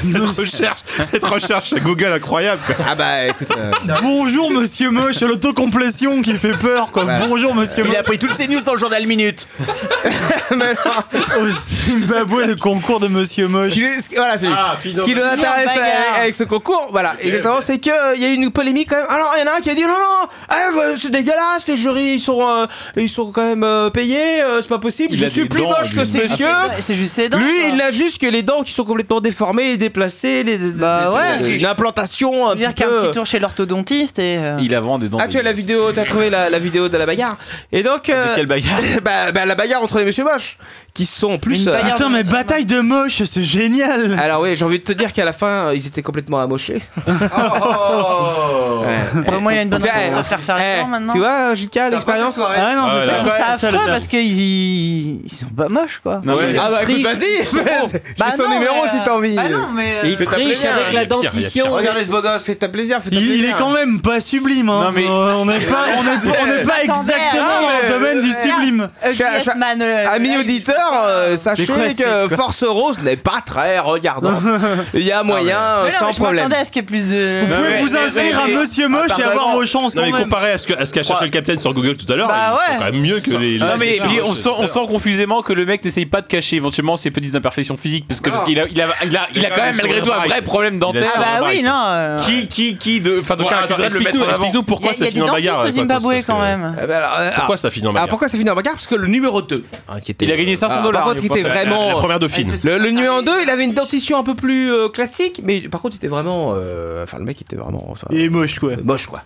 Speaker 4: Cette recherche, cette recherche Google incroyable. quoi.
Speaker 13: Ah bah écoute, euh,
Speaker 6: Bonjour monsieur Moche, l'autocomplétion qui fait peur quoi. Bonjour monsieur Moche.
Speaker 5: Il a pris toutes ses news dans le journal Minute.
Speaker 6: Au Zimbabwe, le concours de monsieur
Speaker 13: ce qui
Speaker 6: Moche.
Speaker 13: nous- ce qui- voilà, c'est ce qui nous intéresse
Speaker 9: bagarre.
Speaker 13: avec, avec ce concours, voilà, exactement, c'est que euh, il y a eu une polémique quand même. Alors il y en a un qui a dit non non, eh, bah, c'est dégueulasse, les jurys ils sont euh, ils sont quand même euh, payés, euh, c'est pas possible.
Speaker 3: Il
Speaker 13: Je
Speaker 3: a
Speaker 13: suis
Speaker 3: des
Speaker 13: plus
Speaker 3: dents,
Speaker 13: moche que
Speaker 3: lui. Ah,
Speaker 13: ce monsieur.
Speaker 9: Ouais, C'est juste ses dents.
Speaker 13: Lui,
Speaker 9: quoi.
Speaker 13: il a juste que les dents qui sont complètement déformées et déplacées, les,
Speaker 9: Bah ouais.
Speaker 13: l'implantation un
Speaker 9: dire
Speaker 13: petit
Speaker 9: qu'un
Speaker 13: peu.
Speaker 9: petit tour chez l'orthodontiste et. euh,
Speaker 3: Il a vraiment des dents.
Speaker 13: Ah tu as la vidéo, t'as trouvé la, la vidéo de la bagarre. Et donc euh,
Speaker 3: quelle bagarre
Speaker 13: bah, bah, la bagarre entre les monsieur moches qui sont en plus.
Speaker 9: Une
Speaker 13: euh,
Speaker 9: bagarre
Speaker 6: Putain mais bataille de Moche, c'est génial.
Speaker 13: alors oui, j'ai envie de te dire qu'à la fin, euh, ils étaient complètement amochés.
Speaker 9: Au moins, il y a une bonne
Speaker 13: Tiens,
Speaker 9: raison de
Speaker 13: eh,
Speaker 9: se faire faire les
Speaker 13: eh,
Speaker 9: dents maintenant.
Speaker 13: Tu vois, Jika, l'expérience.
Speaker 6: Ah non,
Speaker 4: Ah ouais,
Speaker 6: mais
Speaker 4: là,
Speaker 9: Je
Speaker 6: ça,
Speaker 9: trouve
Speaker 6: c'est
Speaker 9: ça
Speaker 6: ça,
Speaker 9: affreux
Speaker 6: le
Speaker 9: parce qu'ils ils sont pas moches quoi.
Speaker 3: Non, mais-
Speaker 13: Ah bah écoute, vas-y, fais
Speaker 9: Bah
Speaker 13: son
Speaker 9: non,
Speaker 13: numéro
Speaker 9: mais,
Speaker 13: si
Speaker 9: euh,
Speaker 13: t'as envie.
Speaker 9: Bah non, mais. euh,
Speaker 8: Et il
Speaker 13: Fais-toi
Speaker 8: triche
Speaker 13: plaisir,
Speaker 8: avec
Speaker 4: il y a
Speaker 8: la
Speaker 4: pire, il y a pire.
Speaker 8: dentition.
Speaker 13: Regardez ce beau gosse, fais-toi plaisir, fais-toi
Speaker 6: Il,
Speaker 13: plaisir.
Speaker 6: il est quand même pas sublime, hein.
Speaker 3: Non, mais-
Speaker 6: Euh, on n'est pas, on est, on n'est pas
Speaker 9: Attendez, hein.
Speaker 6: exactement dans le
Speaker 13: attendez,
Speaker 6: domaine du sublime.
Speaker 9: euh,
Speaker 13: Cha-
Speaker 9: Yes,
Speaker 13: cha-
Speaker 9: man, euh,
Speaker 13: Amis
Speaker 9: euh,
Speaker 13: auditeurs, euh, sachez
Speaker 6: quoi, c'est,
Speaker 13: que
Speaker 6: quoi
Speaker 13: Force Rose n'est pas très regardante. Il y a moyen, euh,
Speaker 9: Ah, mais non, mais
Speaker 13: sans
Speaker 9: je
Speaker 13: problème.
Speaker 9: m'attendais à ce qu'il y ait plus de.
Speaker 6: Vous pouvez
Speaker 4: mais-
Speaker 6: vous
Speaker 4: mais-
Speaker 6: inscrire
Speaker 4: mais-
Speaker 6: à Monsieur Moche et avoir vos chances
Speaker 4: Non,
Speaker 6: quand
Speaker 4: mais
Speaker 6: même.
Speaker 4: comparé à ce qu'a à ce qu'a cherché le capitaine sur Google tout à l'heure, ils
Speaker 9: Bah
Speaker 4: sont
Speaker 9: ouais.
Speaker 4: quand même mieux que les.
Speaker 3: Non
Speaker 4: les-
Speaker 3: mais
Speaker 4: les-
Speaker 3: puis on
Speaker 4: les-
Speaker 3: sent, on sent confusément que le mec n'essaye pas de cacher éventuellement ses petites imperfections physiques parce que parce qu'il a il a il a, il a quand même malgré tout un vrai problème dentaire.
Speaker 9: Ah bah oui, non. euh,
Speaker 3: Qui qui qui de enfin de
Speaker 4: Bon,
Speaker 3: quel
Speaker 4: attends,
Speaker 3: accuserait de le mettre
Speaker 4: Explique-nous
Speaker 3: en avant
Speaker 4: explique-nous pourquoi
Speaker 9: Il y
Speaker 4: ça
Speaker 9: a des
Speaker 4: finit en bagarre. euh,
Speaker 9: dentistes au
Speaker 4: quoi,
Speaker 9: Zimbabwe
Speaker 4: parce que-
Speaker 9: quand même.
Speaker 13: Ah bah alors, euh,
Speaker 4: Pourquoi ça finit en
Speaker 13: Ah
Speaker 4: bagarre
Speaker 13: pourquoi ça finit en bagarre Parce que le numéro 2 hein, qui était-
Speaker 3: Il a gagné 500
Speaker 13: Alors,
Speaker 3: dollars.
Speaker 13: Par contre, il
Speaker 3: je pense.
Speaker 13: était
Speaker 4: La
Speaker 13: vraiment.
Speaker 4: première dauphine.
Speaker 13: Le, le numéro 2, il avait une dentition un peu plus euh, classique, mais par contre, il était vraiment. euh, Enfin, le mec, il était vraiment. enfin,
Speaker 6: Il est moche quoi.
Speaker 13: euh, moche, quoi.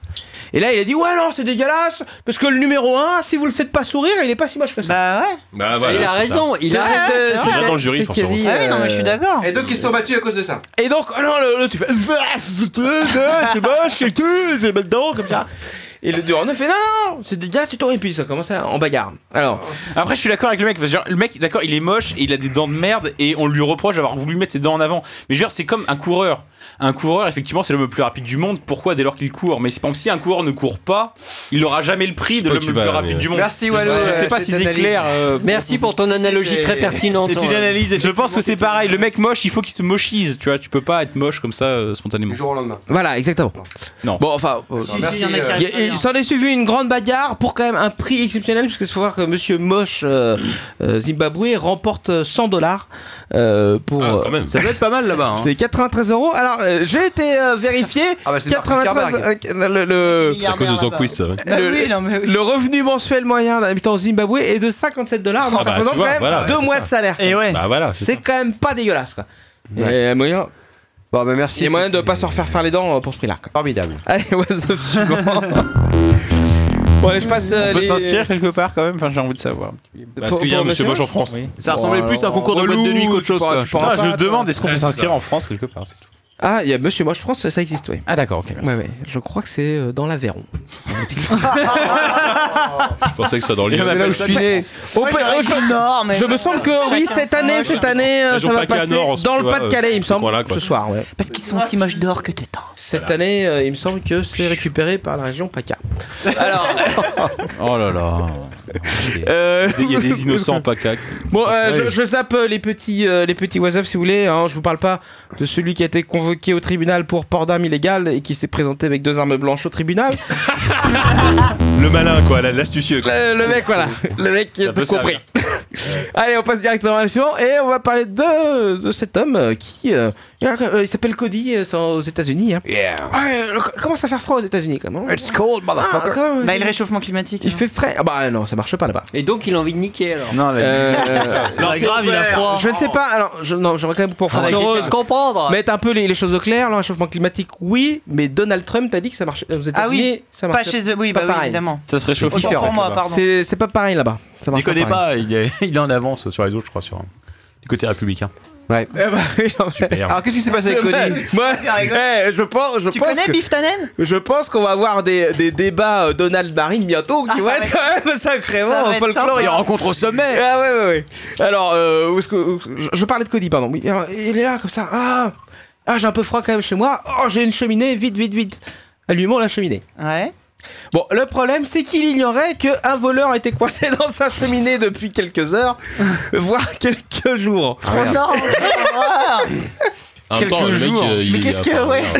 Speaker 13: Et là, il a dit Ouais, non, c'est dégueulasse, parce que le numéro 1, si vous le faites pas sourire, il est pas si moche que ça.
Speaker 9: Bah ouais.
Speaker 4: Bah
Speaker 8: Et
Speaker 4: voilà,
Speaker 8: Il a
Speaker 4: c'est ça.
Speaker 8: raison, il
Speaker 13: C'est-
Speaker 8: a
Speaker 13: c'est-
Speaker 8: raison.
Speaker 13: Ah, c'est-
Speaker 4: Il vient dans le
Speaker 13: c'est
Speaker 4: jury,
Speaker 13: ce qu'il a
Speaker 4: forcément.
Speaker 13: dit,
Speaker 9: Ah oui, non, mais je suis
Speaker 13: euh,
Speaker 9: d'accord.
Speaker 10: Et donc ils se sont battus à cause de ça.
Speaker 13: Et donc, oh non, le, le- tu fais, Eh, c'est moche, c'est tout, c'est mal dedans, comme ça. Et le durant fait, non, non, c'est déjà, tu t'aurais pu, ça commence à- en bagarre. Alors,
Speaker 3: Après, je suis d'accord avec le mec. Parce que, genre, le mec, d'accord, il est moche, et il a des dents de merde et on lui reproche d'avoir voulu mettre ses dents en avant. Mais je veux dire, c'est comme un coureur. Un coureur, effectivement, c'est l'homme le plus rapide du monde. Pourquoi dès lors qu'il court Mais c'est pas si un coureur ne court pas, il n'aura jamais le prix de
Speaker 4: pas où
Speaker 3: l'homme
Speaker 4: tu
Speaker 3: le
Speaker 4: vas,
Speaker 3: plus
Speaker 4: là,
Speaker 3: rapide
Speaker 4: mais-
Speaker 3: du monde.
Speaker 10: Merci,
Speaker 3: Je
Speaker 10: Walou,
Speaker 3: je sais
Speaker 10: euh,
Speaker 3: pas
Speaker 10: cette
Speaker 3: si c'est
Speaker 10: analyse.
Speaker 3: clair. euh,
Speaker 8: Merci pour ton analogie
Speaker 10: c'est-
Speaker 8: très pertinente. hein.
Speaker 4: C'est une analyse.
Speaker 3: Je pense que c'est pareil. Le mec moche, il faut qu'il se mochise. Tu vois, tu peux pas être moche comme ça euh, spontanément.
Speaker 10: Du jour au lendemain.
Speaker 13: voilà, exactement.
Speaker 3: Non.
Speaker 13: Bon, enfin, euh,
Speaker 10: Non, merci.
Speaker 9: il y en a qui
Speaker 10: euh,
Speaker 9: arrivent.
Speaker 13: il y a- il s'en est suivi une grande bagarre pour quand même un prix exceptionnel, puisque faut voir que monsieur Moche euh, euh, Zimbabwe remporte 100 dollars
Speaker 4: Ah,
Speaker 13: pour. euh,
Speaker 4: quand même.
Speaker 5: Ça doit être pas mal là-bas. hein.
Speaker 13: c'est 93 euros. Alors, euh, j'ai été euh, vérifié.
Speaker 10: Ah bah, c'est Mark
Speaker 13: 93. euh, le- le-
Speaker 4: C'est à cause de son quiz, ça. ouais.
Speaker 9: Bah oui, non, mais oui.
Speaker 13: Le revenu mensuel moyen d'un habitant au Zimbabwe est de 57 dollars, donc
Speaker 4: Ah
Speaker 13: ça
Speaker 4: bah,
Speaker 13: représente
Speaker 4: tu vois,
Speaker 13: quand même
Speaker 4: voilà,
Speaker 13: deux
Speaker 4: c'est
Speaker 13: mois
Speaker 4: ça.
Speaker 13: de salaire.
Speaker 9: Et ouais.
Speaker 4: Bah voilà,
Speaker 13: C'est quand même pas dégueulasse quoi. Et euh, moyen,
Speaker 10: Bon bah
Speaker 13: il y
Speaker 10: merci.
Speaker 13: a moyen de
Speaker 10: c'était
Speaker 13: pas se refaire faire les dents euh, pour ce prix-là. quoi.
Speaker 10: Formidable.
Speaker 13: Allez, what's up suivant. Bon, allez, je passe. euh,
Speaker 3: On peut
Speaker 13: les-
Speaker 3: s'inscrire quelque part quand même. Enfin, j'ai envie de savoir.
Speaker 4: Parce qu'il y a un monsieur moche en France.
Speaker 5: Ça ressemblait
Speaker 3: Oh
Speaker 13: Bon,
Speaker 5: plus à un
Speaker 13: alors,
Speaker 5: concours de boîte de nuit
Speaker 13: relou,
Speaker 5: qu'autre chose.
Speaker 13: tu pourras-
Speaker 5: quoi.
Speaker 13: tu pourras
Speaker 3: Ah,
Speaker 13: pas,
Speaker 3: je
Speaker 13: toi.
Speaker 3: demande est-ce qu'on peut s'inscrire en France quelque part. c'est tout.
Speaker 13: Ah, il y a Monsieur Moche France, ça existe, oui.
Speaker 3: Ah d'accord. Ok.
Speaker 13: Ouais, ouais, je crois que c'est euh, dans l'Aveyron.
Speaker 4: Je pensais que ce soit dans le
Speaker 10: C'est là où je suis né.
Speaker 13: Au Pays- au- je-
Speaker 9: Non, mais.
Speaker 13: Je me semble que oui, cette année, cette année, euh,
Speaker 4: Région
Speaker 13: ça va
Speaker 4: PACA
Speaker 13: passer
Speaker 4: Nord,
Speaker 13: dans
Speaker 4: tu
Speaker 13: le
Speaker 4: vois,
Speaker 13: Pas-de-Calais,
Speaker 4: euh,
Speaker 13: il me
Speaker 4: ce coin-là,
Speaker 13: semble,
Speaker 4: quoi.
Speaker 13: ce soir. Ouais.
Speaker 9: Parce qu'ils sont aussi moches d'or que t'es tard.
Speaker 13: Cette année, euh, il me semble que c'est récupéré par la région PACA. Alors,
Speaker 3: Oh là là.
Speaker 13: euh,
Speaker 3: Il y a des innocents en PACA.
Speaker 13: Bon, euh, je, je zappe euh, les petits, euh, les petits was-up, si vous voulez. Hein, je vous parle pas de celui qui a été convoqué au tribunal pour port d'armes illégales et qui s'est présenté avec deux armes blanches au tribunal.
Speaker 4: Le malin, quoi, la- l'astucieux. quoi.
Speaker 13: Euh, Le, le mec, voilà. Le mec qui a
Speaker 4: Ça peut
Speaker 13: tout compris.
Speaker 4: servir.
Speaker 13: Allez, on passe directement à la suivante et on va parler de, de cet homme euh, qui, euh, Il y en a un, euh, il s'appelle Cody, euh, c'est aux États-Unis. hein.
Speaker 7: Yeah.
Speaker 13: Ah, euh, le- commence à faire froid aux États-Unis hein? quand même.
Speaker 7: It's cold, motherfucker.
Speaker 9: Bah, et le réchauffement climatique.
Speaker 13: euh, Il fait frais. Ah bah non, ça marche pas là-bas.
Speaker 8: Et donc il a envie de niquer alors.
Speaker 13: Non,
Speaker 8: Euh,
Speaker 6: grave, il a froid.
Speaker 13: Je ne sais pas. Alors, je, non, j'aurais quand même pour
Speaker 8: Ah,
Speaker 13: Force
Speaker 8: bah, j'essaie
Speaker 13: Rose.
Speaker 8: de comprendre.
Speaker 13: Mettre un peu les, les choses au clair, le réchauffement climatique, oui, mais Donald Trump t'a dit que ça marchait aux États-Unis,
Speaker 9: Ah oui,
Speaker 13: ça
Speaker 9: pas
Speaker 13: marche
Speaker 9: chez eux, oui, bah oui,
Speaker 13: pareil.
Speaker 9: évidemment.
Speaker 26: Ça se réchauffe
Speaker 9: Autant
Speaker 26: différent,
Speaker 9: pour moi,
Speaker 26: là-bas.
Speaker 9: pardon.
Speaker 13: C'est c'est pas pareil là-bas. Ça marche
Speaker 26: Il connaît
Speaker 13: pareil.
Speaker 26: pas, il est, il est en avance sur les autres, je crois, sur du côté républicain.
Speaker 7: Ouais.
Speaker 13: Eh ben,
Speaker 26: Super.
Speaker 7: Alors, qu'est-ce qui s'est passé avec
Speaker 13: Ouais,
Speaker 7: Cody
Speaker 13: moi, eh, je pense, je
Speaker 9: Tu
Speaker 13: pense
Speaker 9: connais
Speaker 13: que-
Speaker 9: Biff Tannen
Speaker 13: Je pense qu'on va avoir des, des débats euh, Donald Marine bientôt qui
Speaker 9: Ah, ça
Speaker 13: vont
Speaker 9: va
Speaker 13: être
Speaker 9: être-
Speaker 13: quand même
Speaker 9: ça
Speaker 13: sacrément
Speaker 9: va être
Speaker 13: folklore.
Speaker 9: sympa. Des rencontres
Speaker 13: au sommet. Ah ouais, ouais, ouais. Alors, euh, où est-ce que où- je, je parlais de Cody, pardon. Oui, alors, il est là comme ça. Ah, ah, j'ai un peu froid quand même chez moi. Oh, j'ai une cheminée. Vite, vite, vite. Allumons la cheminée.
Speaker 9: Ouais.
Speaker 13: Bon, le problème, c'est qu'il ignorait qu'un voleur était coincé dans sa cheminée depuis quelques heures, voire quelques jours.
Speaker 9: non
Speaker 4: En même temps,
Speaker 13: Quelques
Speaker 4: le mec,
Speaker 13: jours.
Speaker 4: euh, il
Speaker 13: Mais
Speaker 4: est-
Speaker 13: qu'est-ce que-
Speaker 4: enfin,
Speaker 13: ouais.
Speaker 4: merde.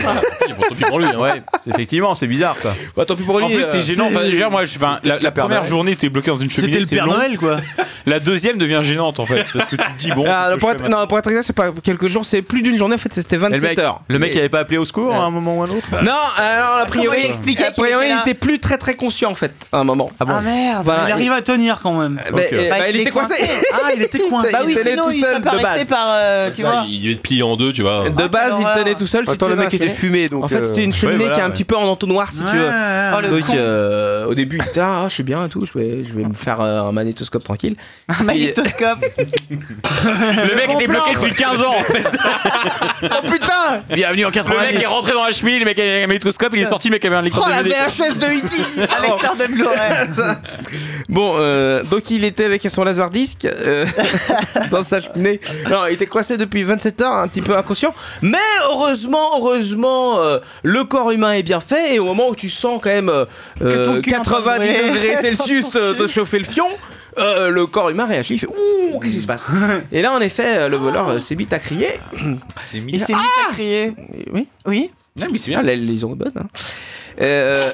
Speaker 4: Il est pour- tant pis pour lui. hein.
Speaker 26: C'est effectivement, c'est bizarre ça.
Speaker 13: Bah, tant pis pour lui.
Speaker 3: En plus,
Speaker 13: euh,
Speaker 3: c'est gênant. Enfin, je veux dire, moi, je- enfin, la, la
Speaker 26: Père
Speaker 3: première
Speaker 26: Noël.
Speaker 3: journée, t'es bloqué dans une cheminée.
Speaker 6: C'était le
Speaker 3: c'est
Speaker 6: Père
Speaker 3: long.
Speaker 6: Noël, quoi.
Speaker 3: La deuxième devient gênante, en fait. Parce que tu te dis, bon.
Speaker 13: Ah,
Speaker 3: qu'est-ce que
Speaker 13: pour
Speaker 3: je
Speaker 13: être,
Speaker 3: fais maintenant
Speaker 13: non, pour être exact, c'est pas quelques jours, c'est plus d'une journée en fait, c'était
Speaker 26: Et le
Speaker 13: 27
Speaker 26: mec,
Speaker 13: heures.
Speaker 26: le mec
Speaker 13: Mais-
Speaker 26: il avait pas appelé au secours à un moment ou à un autre
Speaker 13: Non, euh, alors a priori,
Speaker 9: Comment il expliquait
Speaker 13: a priori,
Speaker 9: qu'il était
Speaker 13: il
Speaker 9: là
Speaker 13: était plus très très conscient en fait à un moment. Ah
Speaker 9: Ah merde
Speaker 13: Voilà.
Speaker 6: Il arrive à tenir quand même.
Speaker 13: Bah, euh, bah, il était coincé.
Speaker 6: Ah, il était coincé.
Speaker 9: Bah oui,
Speaker 13: tenait
Speaker 9: sinon
Speaker 13: tout
Speaker 9: il
Speaker 13: seul,
Speaker 9: serait pas
Speaker 13: de
Speaker 9: resté
Speaker 13: base.
Speaker 9: par. euh, Tu vois
Speaker 4: Il devait être plié en deux, tu vois.
Speaker 13: De base, il
Speaker 9: horreur.
Speaker 13: tenait tout seul. tu
Speaker 10: Attends,
Speaker 13: te
Speaker 10: le mec
Speaker 13: mets à
Speaker 10: était
Speaker 13: cheminée.
Speaker 10: fumé donc.
Speaker 13: En fait, c'était une cheminée
Speaker 26: voilà,
Speaker 13: qui est un
Speaker 26: ouais.
Speaker 13: petit peu en entonnoir, si tu veux.
Speaker 9: Oh le
Speaker 13: Donc,
Speaker 9: con
Speaker 13: euh, au début, il était là, ah, je suis bien et tout, je vais, je vais me faire euh, un magnétoscope tranquille.
Speaker 9: Un magnétoscope
Speaker 3: Le mec était bloqué depuis 15 ans, en fait.
Speaker 13: oh putain
Speaker 3: Bienvenue en 90. Le mec est rentré dans la cheminée, le mec avait un métroscope, il est sorti, le mec avait un lecteur
Speaker 13: Oh la
Speaker 3: DVD.
Speaker 13: VHS de E.T.
Speaker 9: Un lecteur de Blu-ray
Speaker 13: Bon, euh, donc il était avec son laser disque euh, dans sa cheminée. Non, il était coincé depuis 27 heures, un petit peu inconscient. Mais heureusement, heureusement, euh, le corps humain est bien fait. Et au moment où tu sens quand même euh, euh,
Speaker 9: ton cul
Speaker 13: 90
Speaker 9: en train de-
Speaker 13: degrés
Speaker 9: Ouais.
Speaker 13: Celsius euh, te chauffer le fion. euh, le corps humain réagit, il fait Ouh, qu'est-ce qui se passe Et là, en effet, euh, le voleur euh, s'est mis à crier.
Speaker 3: C'est
Speaker 9: Il
Speaker 3: mignon.
Speaker 9: s'est mis à crier.
Speaker 13: Ah Oui,
Speaker 9: Oui
Speaker 3: Non, mais c'est bien.
Speaker 13: ah, les, les ondes bonnes, hein. Euh,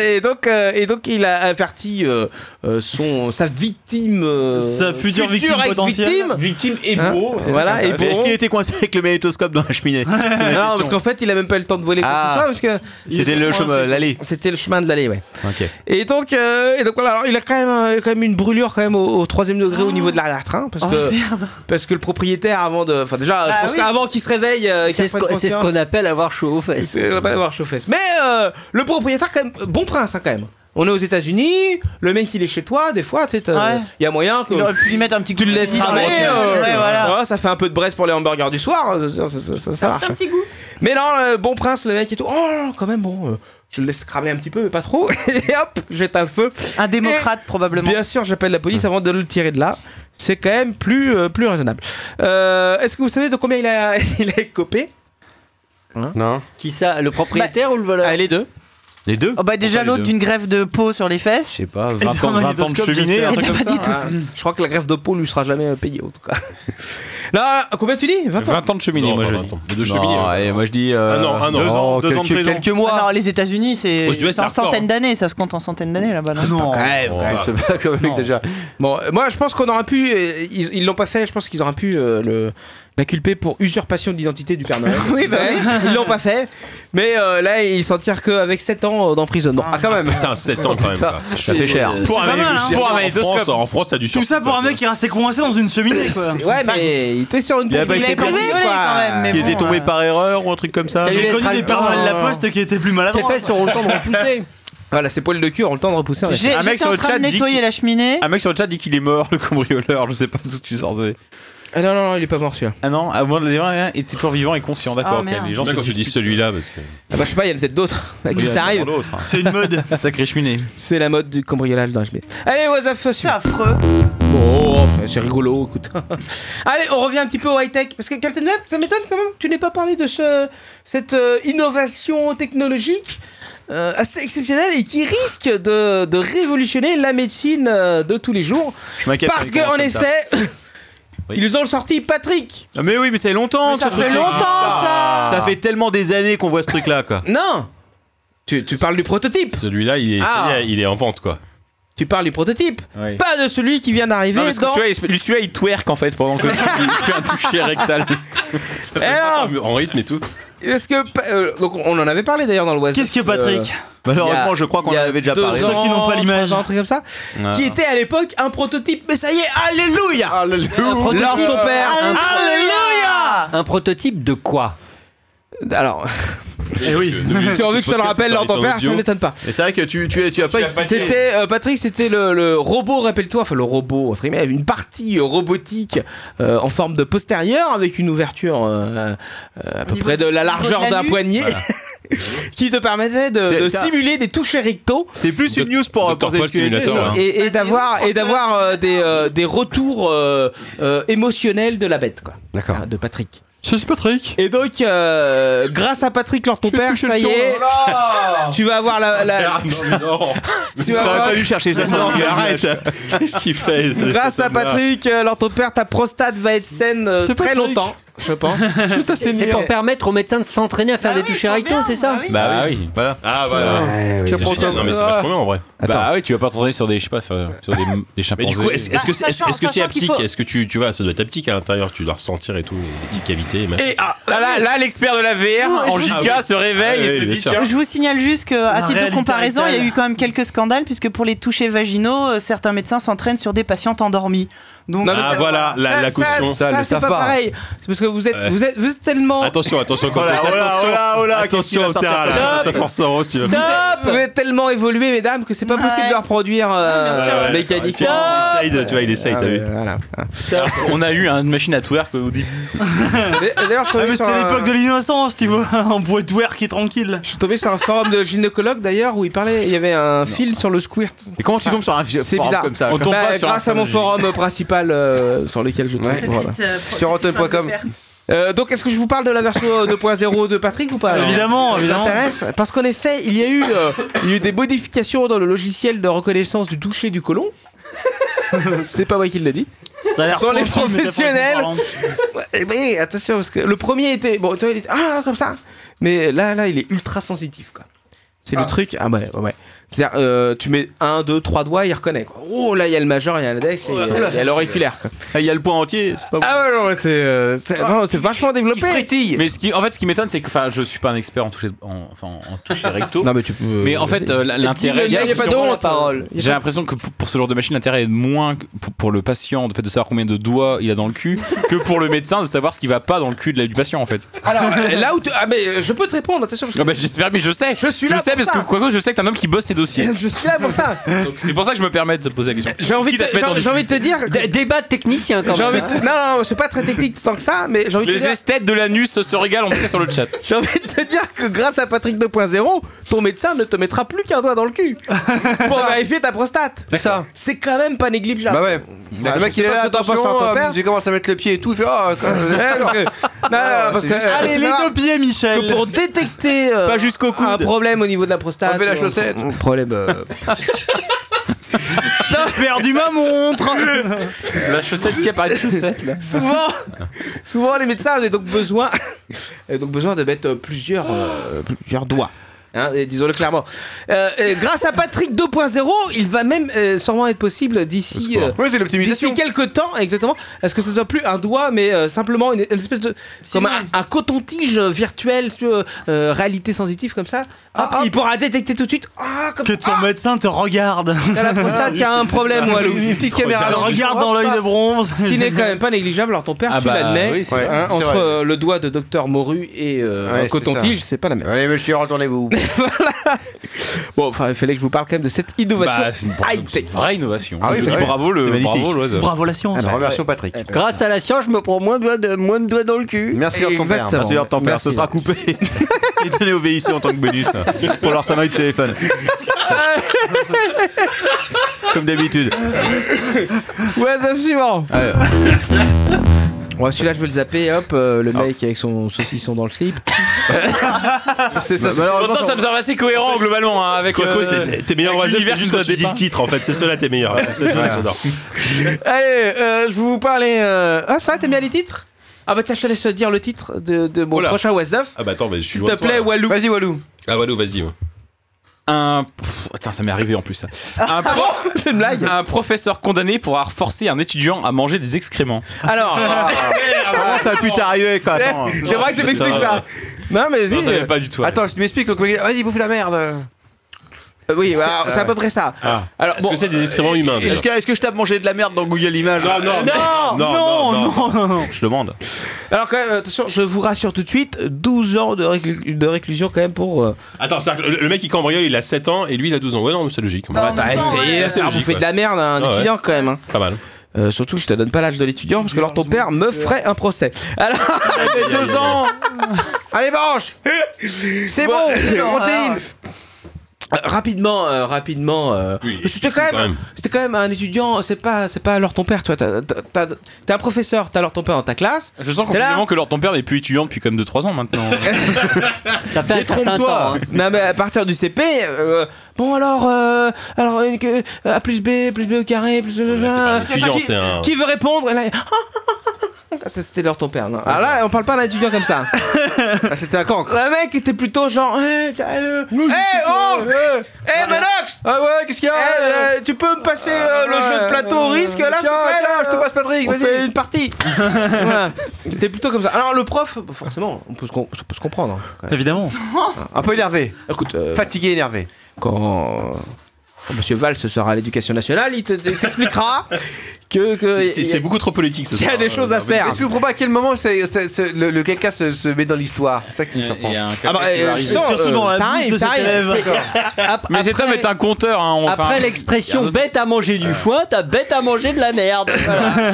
Speaker 13: et donc, euh, et donc, il a averti euh, euh, son sa victime, euh,
Speaker 6: Sa future victime potentielle.
Speaker 13: ex-victime.
Speaker 3: Victime et
Speaker 13: Hein, voilà. Et
Speaker 26: Mais Est-ce
Speaker 13: bon-
Speaker 26: qu'il était coincé avec le magnétoscope dans la cheminée C'est ma question.
Speaker 13: non, parce qu'en fait, il a même pas eu le temps de voler quoi que
Speaker 26: Ah.
Speaker 13: ce soit, parce que
Speaker 26: C'était
Speaker 13: il-
Speaker 26: le chemin, l'allée.
Speaker 13: C'était le chemin de l'allée, ouais.
Speaker 26: Ok.
Speaker 13: Et donc, euh, et donc voilà, alors, il a quand même, euh, quand même une brûlure quand même au, au troisième degré au niveau de l'arrière-train,
Speaker 8: Oh,
Speaker 13: parce que parce que le propriétaire avant de, enfin déjà, je
Speaker 9: Ah
Speaker 13: pense
Speaker 9: oui.
Speaker 13: qu'avant qu'il se réveille, euh,
Speaker 8: Bah
Speaker 13: qu'il
Speaker 8: C'est ce
Speaker 13: prenne
Speaker 8: qu'on- c'est ce
Speaker 13: conscience-
Speaker 8: qu'on appelle avoir chaud aux fesses.
Speaker 13: C'est- on va pas l'avoir chauffé. Mais euh, le propriétaire, quand même, bon prince, hein, quand même. On est aux États-Unis, le mec il est chez toi, des fois, tu sais, t'as-
Speaker 9: Ouais.
Speaker 13: Euh, y a moyen que.
Speaker 9: Il aurait pu lui mettre un petit coup
Speaker 13: Tu le laisses
Speaker 9: de
Speaker 13: travailler,
Speaker 8: Ah,
Speaker 9: Ouais,
Speaker 13: euh,
Speaker 9: ouais, voilà.
Speaker 13: voilà, ça fait un peu de braise pour les hamburgers du soir, euh, ça, ça- ça- ça marche.
Speaker 9: Un petit goût.
Speaker 13: Mais non, le bon prince, le mec et tout, oh, quand même, bon, euh, je le laisse cramer un petit peu, mais pas trop, et hop, j'éteins le feu.
Speaker 9: Un démocrate, probablement.
Speaker 13: Bien sûr, j'appelle la police avant de le tirer de là. C'est quand même plus, euh, plus raisonnable. Euh, Est-ce que vous savez de combien il a, il a copé Hein
Speaker 10: Non.
Speaker 8: Hein Qui ça Le propriétaire ou le voleur
Speaker 13: Ah, les deux Ah,
Speaker 26: Les deux
Speaker 9: Oh bah déjà l'autre d'une grève de peau sur les
Speaker 26: Je
Speaker 9: fesses.
Speaker 26: sais pas, 20 ans,
Speaker 6: dans un
Speaker 26: 20 ans de
Speaker 6: magnétoscope,
Speaker 26: cheminée,
Speaker 6: j'espère.
Speaker 26: un truc
Speaker 9: T'as
Speaker 26: comme
Speaker 9: pas
Speaker 26: ça.
Speaker 9: dit tout ça.
Speaker 13: Ah, je crois que la grève de peau lui sera jamais euh, payée en tout cas. Là, combien tu dis 20 ans
Speaker 3: 20 ans de cheminée,
Speaker 4: Non,
Speaker 3: moi
Speaker 4: pas
Speaker 3: je dis.
Speaker 4: 20 ans. Les deux cheminées.
Speaker 26: Ah Non, allez, moi je dis.
Speaker 13: euh,
Speaker 4: Un an, un an.
Speaker 26: Deux ans,
Speaker 10: Oh,
Speaker 26: deux ans de
Speaker 10: quelques,
Speaker 26: prison.
Speaker 10: quelques mois.
Speaker 9: Ah non, les États-Unis, c'est
Speaker 13: Oh,
Speaker 4: Aux US,
Speaker 9: c'est en
Speaker 4: c'est hardcore.
Speaker 9: centaines d'années, ça se compte en centaines d'années là-bas. non
Speaker 6: Non.
Speaker 4: Bon, bah,
Speaker 10: C'est pas comme exagéré.
Speaker 13: Bon, euh, moi je pense qu'on aurait pu. euh, Ils ils l'ont pas fait, je pense qu'ils auraient pu euh, le, la culper pour usurpation d'identité du Père Noël. oui, bah Ils l'ont pas fait. Mais euh, là, ils s'en tirent qu'avec 7 ans euh, d'emprisonnement.
Speaker 10: Ah, quand même.
Speaker 4: Putain, 7 ans quand même.
Speaker 10: putain.
Speaker 4: quoi.
Speaker 26: Ça fait cher.
Speaker 4: Pour un
Speaker 6: pas mal, hein.
Speaker 4: magnétoscope.
Speaker 6: Pour un
Speaker 4: En France, En France, t'as du
Speaker 6: Tout ça Bah, pour un mec qui est resté coincé dans une cheminée, quoi.
Speaker 13: C'est- ouais, mais il était sur une
Speaker 26: Il a pas
Speaker 13: pauvre
Speaker 26: été
Speaker 13: île
Speaker 9: prisonnier,
Speaker 13: quoi.
Speaker 9: quand même, mais
Speaker 26: Il
Speaker 9: bon,
Speaker 26: était tombé
Speaker 9: euh,
Speaker 26: par erreur ou un truc comme ça
Speaker 8: Ça lui
Speaker 6: J'ai
Speaker 8: laissera
Speaker 6: connu des
Speaker 8: le temps.
Speaker 6: parents de la poste qui étaient plus
Speaker 8: Ses
Speaker 6: maladroits.
Speaker 8: fesses seront le temps de repousser.
Speaker 13: Voilà, c'est poil de cul, on le temps de repousser. en effet.
Speaker 9: J'ai-
Speaker 26: Un mec
Speaker 9: J'étais
Speaker 26: sur
Speaker 9: en
Speaker 26: le
Speaker 9: train
Speaker 26: chat
Speaker 9: de
Speaker 26: dit
Speaker 9: nettoyer
Speaker 26: qu'il-
Speaker 9: la cheminée.
Speaker 26: mec sur le chat dit qu'il est mort, le cambrioleur, je sais pas d'où tu sors de.
Speaker 13: Ah, non, non, non, il est pas mort celui-là.
Speaker 26: Ah non, à moins de le dire, il était toujours vivant et conscient,
Speaker 9: Ah,
Speaker 26: d'accord.
Speaker 9: ok, merde. les
Speaker 26: gens
Speaker 4: quand tu dis celui-là, parce que.
Speaker 13: Ah bah, je sais pas, il y en a peut-être d'autres. à qui ça arrive.
Speaker 26: hein.
Speaker 6: C'est une mode.
Speaker 26: Sacré cheminée.
Speaker 13: C'est la mode du cambriolage dans la cheminée. Allez, what's up,
Speaker 9: C'est affreux.
Speaker 13: Oh, c'est rigolo, écoute. Allez, on revient un petit peu au high-tech. Parce que Captain Web, ça m'étonne quand même. que Tu n'aies pas parlé de ce, cette euh, innovation technologique euh, assez exceptionnelle et qui risque de, de révolutionner la médecine euh, de tous les jours.
Speaker 26: Je m'inquiète.
Speaker 13: Parce que, en effet, ils ont sorti Patrick.
Speaker 26: Ah, Mais oui, mais c'est longtemps
Speaker 9: Ça
Speaker 26: ce truc
Speaker 9: fait longtemps
Speaker 26: existe.
Speaker 9: ça.
Speaker 26: Ça fait tellement des années qu'on voit ce truc-là, quoi.
Speaker 13: Non tu, tu parles du prototype.
Speaker 4: Celui-là, il est,
Speaker 13: Ah.
Speaker 4: ça y est, il est en vente, quoi.
Speaker 13: Tu parles du prototype.
Speaker 26: Oui.
Speaker 13: Pas de celui qui vient d'arriver
Speaker 3: Non, parce que
Speaker 13: dans
Speaker 3: celui-là, il- celui-là, il twerk en fait pendant que tu fais un toucher rectal.
Speaker 4: Ça fait ça en- en rythme et tout.
Speaker 13: Parce Eh que euh, donc on en avait parlé d'ailleurs dans Euh, le West.
Speaker 4: Qu'est-ce que Patrick
Speaker 5: Malheureusement, je crois qu'on en avait déjà parlé.
Speaker 13: Ceux qui n'ont pas l'image, un truc comme ça,
Speaker 5: Ouais.
Speaker 13: qui était à l'époque un prototype. Mais ça y est, alléluia, alléluia, Lord
Speaker 8: prototype.
Speaker 13: ton père,
Speaker 8: Un-
Speaker 13: alléluia.
Speaker 8: Un prototype de quoi
Speaker 13: Alors.
Speaker 8: Eh oui.
Speaker 13: Tu as envie que je te le rappelle, Lord ton père, ça ne m'étonne pas.
Speaker 5: Mais c'est vrai que tu, tu, tu as pas.
Speaker 13: C'était euh, Patrick, c'était le, le robot, rappelle-toi, enfin le robot, entre guillemets, une partie euh, robotique euh, en forme de postérieur avec une ouverture euh, euh, à peu près de la largeur
Speaker 5: niveau de la
Speaker 13: d'un
Speaker 5: nuque.
Speaker 13: poignet. qui te permettait de,
Speaker 5: C'est-
Speaker 13: de
Speaker 5: ça-
Speaker 13: simuler des touches recto.
Speaker 5: C'est plus une news pour pour ZQSD, ça.
Speaker 13: et, et d'avoir et d'avoir euh, des, euh, des retours euh, euh, émotionnels de la bête quoi.
Speaker 5: Ah,
Speaker 13: D'accord. De Patrick.
Speaker 10: C'est Patrick.
Speaker 13: Et donc euh, grâce à Patrick leur ton père ça y est. tu vas avoir la,
Speaker 5: Ah,
Speaker 13: la-
Speaker 5: Tu n'aurais pas dû chercher ça sur
Speaker 13: Non,
Speaker 5: Google
Speaker 13: mais arrête.
Speaker 5: Images. Qu'est-ce qu'il fait
Speaker 13: Grâce à Patrick, euh, alors ton père, ta prostate va être saine euh,
Speaker 8: C'est
Speaker 13: très
Speaker 8: Patrick.
Speaker 13: longtemps, je pense.
Speaker 8: C'est c'est pour permettre aux médecins de s'entraîner à faire des touches recto, c'est
Speaker 9: Ah
Speaker 8: ça
Speaker 5: Bah oui. Voilà.
Speaker 4: Ah voilà.
Speaker 5: Ouais, oui,
Speaker 4: C'est
Speaker 5: c'est
Speaker 4: génial.
Speaker 5: génial.
Speaker 4: Non mais c'est vachement bien en vrai.
Speaker 14: Bah oui, tu vas pas t'entraîner sur des, je sais pas, enfin, sur des, des
Speaker 4: Mais
Speaker 14: chimpanzés.
Speaker 4: du coup, est-ce est-ce
Speaker 14: Bah,
Speaker 4: que c'est est-ce-
Speaker 14: sachant-
Speaker 4: est-ce que c'est
Speaker 14: sachant qu'il
Speaker 4: haptique
Speaker 14: faut-
Speaker 4: Est-ce que tu, tu vois, ça doit être haptique à l'intérieur, tu dois ressentir et tout, les petites cavités. machin.
Speaker 3: Et ah, ah, là, là, l'expert de la VR
Speaker 4: Ouais,
Speaker 3: en
Speaker 4: je-
Speaker 3: giga se réveille
Speaker 4: Ah oui,
Speaker 3: et se
Speaker 4: oui, bien
Speaker 3: dit
Speaker 4: sûr.
Speaker 3: tiens.
Speaker 9: Je vous signale juste
Speaker 3: La
Speaker 9: qu'à titre de
Speaker 3: réalité
Speaker 9: comparaison, il y a
Speaker 3: vitale.
Speaker 9: eu quand même quelques scandales, puisque pour les touchés vaginaux, euh, certains médecins s'entraînent sur des patientes endormies. Donc,
Speaker 4: Non, mais Ah, ça- voilà, la- la caution.
Speaker 13: Ça,
Speaker 4: Ça, le
Speaker 13: c'est pas
Speaker 4: safar.
Speaker 13: pareil. C'est parce que vous êtes,
Speaker 5: Euh.
Speaker 4: Ouais.
Speaker 13: vous êtes, vous êtes tellement.
Speaker 4: Attention, attention, quand
Speaker 13: Oh là,
Speaker 4: même,
Speaker 13: oh là,
Speaker 4: attention,
Speaker 13: oh là, oh là, qu'est-ce qu'il
Speaker 4: attention
Speaker 13: va
Speaker 4: au terrain,
Speaker 13: sortir
Speaker 4: là, ça
Speaker 13: Stop.
Speaker 4: force en rose, tu vas-
Speaker 13: Vous êtes- Vous êtes tellement évolué, mesdames, que c'est pas possible de reproduire euh,
Speaker 4: Ouais, ouais, ouais.
Speaker 13: mécaniquement.
Speaker 4: Il essaye de- tu vois, il essaye,
Speaker 13: Ah,
Speaker 4: t'as vu.
Speaker 3: On a eu une machine à twerk au début.
Speaker 13: D'ailleurs, je suis
Speaker 6: Ah,
Speaker 13: tombé
Speaker 6: mais
Speaker 13: sur
Speaker 6: c'était
Speaker 13: un-
Speaker 6: l'époque de l'innocence, tu vois. On pouvait qui est tranquille.
Speaker 13: Je suis tombé sur un forum de gynécologues d'ailleurs où il parlait, il y avait un fil sur le squirt.
Speaker 5: Et comment tu tombes sur un
Speaker 13: C'est
Speaker 5: forum
Speaker 13: bizarre.
Speaker 5: comme ça,
Speaker 13: On
Speaker 5: quoi
Speaker 13: tombe
Speaker 5: Bah,
Speaker 13: grâce à mon forum principal euh, sur lequel je tombe.
Speaker 5: Ouais.
Speaker 13: voilà.
Speaker 5: Cette petite, euh,
Speaker 13: Sur anton.com. Euh, donc, est-ce que je vous parle de la version euh, 2.0 de Patrick ou pas alors
Speaker 6: Évidemment,
Speaker 13: Ça vous
Speaker 6: évidemment.
Speaker 13: intéresse Parce qu'en effet, il y a eu, euh, il y a eu des modifications dans le logiciel de reconnaissance du toucher du colon. C'est pas moi qui le dit.
Speaker 6: Ça a l'air
Speaker 13: Sur les
Speaker 6: pointu, mais
Speaker 13: professionnels.
Speaker 6: métaphoriquement
Speaker 13: Eh oui, attention parce que le premier était bon, toi il était ah comme ça, mais là là il est ultra sensitif quoi. C'est le truc ah ouais ouais. ouais. C'est-à-dire euh, tu mets un deux trois doigts il reconnaît quoi. Oh là il y a le majeur, il y a l'index, et il y a- il y a l'auriculaire quoi.
Speaker 5: Ah, Il y a le point entier, c'est pas
Speaker 13: Ah ouais non mais c'est euh, c'est non, c'est vachement développé.
Speaker 14: Mais ce qui, en fait, ce qui m'étonne, c'est que, enfin, je suis pas un expert en toucher, en, enfin, en toucher recto.
Speaker 13: Non, mais tu peux-
Speaker 14: Mais en fait, euh,
Speaker 13: Dis-le,
Speaker 14: l'intérêt.
Speaker 13: il y a- il y a pas de honte. Il y a
Speaker 14: J'ai
Speaker 13: pas-
Speaker 14: l'impression que pour, pour ce genre de machine, l'intérêt est moins que pour, pour le patient, de fait de savoir combien de doigts il a dans le cul, que pour le médecin de savoir ce qui va pas dans le cul de la- du patient, en fait.
Speaker 13: Alors euh, là où tu- ah mais euh, je peux te répondre attention parce que
Speaker 14: Ah bah, j'espère, mais je sais. Je
Speaker 13: suis là
Speaker 14: Je sais
Speaker 13: pour
Speaker 14: parce
Speaker 13: ça.
Speaker 14: que quoi que je sais que t'es un homme qui bosse ses dossiers.
Speaker 13: je suis là pour ça.
Speaker 14: Donc, C'est pour ça que je me permets de te poser la question.
Speaker 13: J'ai envie, de,
Speaker 14: Quitte à te mettre en
Speaker 13: j'ai- j'ai envie de te dire.
Speaker 8: débat de technicien
Speaker 14: quand même, hein.
Speaker 13: non, non, c'est pas très technique tant que ça, mais j'ai envie de te
Speaker 14: Les
Speaker 13: dire.
Speaker 14: esthètes de l'anus se régalent, en tout cas sur le chat.
Speaker 13: J'ai envie de te dire que grâce à Patrick 2.0, ton médecin ne te mettra plus qu'un doigt dans le cul pour vérifier ta prostate.
Speaker 10: C'est ça.
Speaker 13: C'est quand même pas négligeable.
Speaker 10: Bah ouais.
Speaker 13: Bah,
Speaker 10: le mec
Speaker 13: je
Speaker 10: il est
Speaker 13: sais
Speaker 10: là,
Speaker 13: pas ce que t'en penses,
Speaker 10: attention,
Speaker 13: hein, ton
Speaker 10: euh,
Speaker 13: père.
Speaker 10: j'ai commencé à mettre le pied et tout, il fait ah quoi.
Speaker 13: Ouais, parce que- non, non, parce que-
Speaker 6: Allez,
Speaker 13: faut
Speaker 6: les
Speaker 13: savoir
Speaker 6: deux pieds, Michel.
Speaker 13: que pour détecter euh, un problème au niveau de la prostate,
Speaker 10: Enlevez la
Speaker 13: euh,
Speaker 10: chaussette.
Speaker 13: un problème. euh,
Speaker 6: J'ai perdu ma montre.
Speaker 14: La chaussette qui apparaît de chaussette, là.
Speaker 13: souvent, souvent les médecins avaient donc besoin, avaient donc besoin de mettre euh, plusieurs, euh, plusieurs doigts. Hein, et disons-le clairement. Euh, et grâce à Patrick 2.0, il va même euh, sûrement être possible d'ici euh,
Speaker 10: Ouais, c'est l'optimisation.
Speaker 13: d'ici quelques temps, exactement, est ce que ce soit plus un doigt, mais euh, simplement une, une espèce de comme un, un coton-tige virtuel, tu vois, euh, réalité sensitive comme ça. Hop, il pourra détecter tout de suite. Ah, comme
Speaker 6: Ah, Que ton médecin te regarde.
Speaker 13: T'as la prostate qui a un problème, Walou.
Speaker 10: Une petite caméra.
Speaker 6: Elle regarde dans l'œil de bronze.
Speaker 13: Ce qui n'est quand même pas négligeable. Alors ton père,
Speaker 14: Ah
Speaker 13: tu
Speaker 14: bah,
Speaker 13: l'admets.
Speaker 14: oui, c'est
Speaker 13: hein,
Speaker 10: vrai.
Speaker 13: entre
Speaker 10: C'est vrai.
Speaker 13: euh, le doigt de Docteur Moru et euh,
Speaker 10: Ouais,
Speaker 13: un coton-tige, c'est pas la même.
Speaker 10: Allez monsieur, retournez-vous.
Speaker 13: Bon, enfin, il fallait que je vous parle quand même de cette innovation
Speaker 14: Bah, c'est une,
Speaker 13: high-tech.
Speaker 14: une vraie innovation.
Speaker 10: Ah oui,
Speaker 14: Je
Speaker 10: c'est
Speaker 14: dis
Speaker 10: vrai.
Speaker 14: bravo
Speaker 5: C'est
Speaker 14: le
Speaker 5: magnifique.
Speaker 14: bravo l'oiseau.
Speaker 6: Bravo la
Speaker 8: Ah,
Speaker 13: Ah,
Speaker 6: science.
Speaker 13: bah,
Speaker 10: Alors remercions Patrick.
Speaker 8: Grâce à la science, je me prends moins de doigts de, moins de, doigts dans le cul.
Speaker 10: Merci à ton père.
Speaker 13: Exactement.
Speaker 5: Merci de t'en faire, ce sera coupé. Et donné au VIC en tant que bonus hein, pour leur sonnerie de téléphone. Comme d'habitude.
Speaker 13: Ouais, c'est suivant.
Speaker 5: Ouais.
Speaker 13: Ouais, celui-là, je vais le zapper. Hop, euh, le mec avec son saucisson dans le slip.
Speaker 10: C'est ça.
Speaker 5: Malheureusement,
Speaker 14: Pourtant, Ah, ça me semble assez cohérent globalement hein, avec
Speaker 4: Quoique,
Speaker 14: euh,
Speaker 4: c'est- tes meilleurs
Speaker 14: avec
Speaker 4: oiseaux,
Speaker 14: l'univers
Speaker 4: c'est juste
Speaker 14: qui nous
Speaker 4: quand
Speaker 14: a
Speaker 4: tu dis
Speaker 14: dépeint.
Speaker 4: le titre, en fait. C'est ceux-là tes meilleurs. C'est ceux-là que j'adore.
Speaker 13: Allez, euh, je vais vous parler. euh, Ah, ça, va, t'aimes bien les titres Ah, bah, tiens, je te laisse dire le titre de, de mon
Speaker 4: Oula.
Speaker 13: prochain Wazaf.
Speaker 4: Ah bah attends, mais je suis
Speaker 13: S'il
Speaker 4: loin
Speaker 13: te
Speaker 4: de toi,
Speaker 13: plaît,
Speaker 4: là.
Speaker 13: Walou.
Speaker 10: Vas-y Walou.
Speaker 4: Ah Walou, vas-y. ouais.
Speaker 14: Un. Pff, attends, ça m'est arrivé en plus. ça. Un, pro-
Speaker 13: Ah, C'est une blague.
Speaker 5: Ah,
Speaker 14: un professeur condamné pour avoir forcé un étudiant à manger des excréments.
Speaker 13: Alors,
Speaker 5: euh, ça a pu t'arriver quoi. Attends.
Speaker 13: Ah, C'est vrai que tu m'expliques ça. Non, mais vas-y.
Speaker 5: Non, ça vient pas du tout,
Speaker 13: Attends, je m'explique. Donc, vas-y, bouffe la merde. oui, voilà, c'est à peu près ça.
Speaker 4: Euh, Ah.
Speaker 13: Alors,
Speaker 4: Est-ce que c'est des excréments humains déjà
Speaker 5: euh,
Speaker 4: Ah,
Speaker 5: Est-ce que, est-ce que je tape manger de la merde dans Google Images
Speaker 4: Non, non,
Speaker 13: non, non, non, non, non.
Speaker 5: Je demande.
Speaker 13: Alors, quand même, attention, je vous rassure tout de suite 12 ans de, réclu- de réclusion quand même pour. euh,
Speaker 4: Attends, c'est-à-dire que le, le mec il cambriole, il a 7 ans et lui il a 12 ans. Ouais, non, mais c'est logique.
Speaker 13: Bah, t'as essayé,
Speaker 4: c'est
Speaker 13: alors, vous
Speaker 4: logique,
Speaker 13: faites de la
Speaker 4: ouais.
Speaker 13: merde à un
Speaker 4: Ah ouais.
Speaker 13: étudiant quand même. hein.
Speaker 4: Pas mal.
Speaker 13: Euh, surtout, je te donne pas l'âge de l'étudiant parce que alors ton père me ferait un procès. Alors,
Speaker 2: fait deux ans.
Speaker 13: Allez, mange C'est bon, c'est des protéines. Euh, Rapidement, euh, rapidement. euh, c'était quand, même, c'était quand même un étudiant. C'est pas, c'est pas alors ton père, toi. T'as, t'as- t'as- t'es un professeur. T'as alors ton père dans ta classe.
Speaker 14: Je sens
Speaker 13: T'es là,
Speaker 14: confidemment que leur ton père n'est plus étudiant depuis quand même 2-3 ans maintenant.
Speaker 13: Ça
Speaker 14: fait un certain temps, hein.
Speaker 13: Non mais à partir du CP, euh, bon alors, euh, alors euh, que- A plus B, plus B au carré, plus
Speaker 4: pas un étudiant,
Speaker 13: qui,
Speaker 4: c'est un-
Speaker 13: qui veut répondre Et là, ça, c'était leur ton père. non alors là, on parle pas d'un étudiant comme ça. Ah, c'était un cancre. Le mec était plutôt genre, Eh, t'as, euh, eh, oh, eh, Manox,
Speaker 10: Ah ouais, qu'est-ce qu'il y a
Speaker 13: Eh, euh, tu peux me passer euh, le jeu de plateau au risque là
Speaker 10: Tiens,
Speaker 13: s'il te plaît,
Speaker 10: tiens,
Speaker 13: là,
Speaker 10: je te passe Patrick,
Speaker 13: on
Speaker 10: vas-y.
Speaker 13: fait une partie. Voilà. C'était plutôt comme ça. Alors le prof, forcément, on peut se, com- on peut se comprendre. hein, quand même.
Speaker 6: Évidemment.
Speaker 13: Un peu énervé. Écoute, euh,
Speaker 10: Fatigué, énervé.
Speaker 13: quand, quand Monsieur Valls sera à l'éducation nationale, il te- t'expliquera que, que
Speaker 4: C'est- c'est-
Speaker 13: il euh, y a-
Speaker 4: c'est beaucoup trop politique ce
Speaker 13: Il y a
Speaker 4: soir,
Speaker 13: des
Speaker 4: euh,
Speaker 13: choses à faire.
Speaker 10: Mais je comprends pas à quel moment c'est- c'est- c'est- le, le caca se, se met dans l'histoire. C'est ça qui me surprend.
Speaker 14: Ah bah, euh,
Speaker 10: surtout dans la
Speaker 13: ça
Speaker 10: bouche
Speaker 13: arrive,
Speaker 10: de
Speaker 13: ça
Speaker 10: cet
Speaker 13: arrive.
Speaker 10: élève.
Speaker 13: C'est-
Speaker 14: Mais cet homme est un conteur. Hein, on- enfin,
Speaker 8: Après l'expression bête à manger du foin, t'as bête à manger de la merde. Voilà.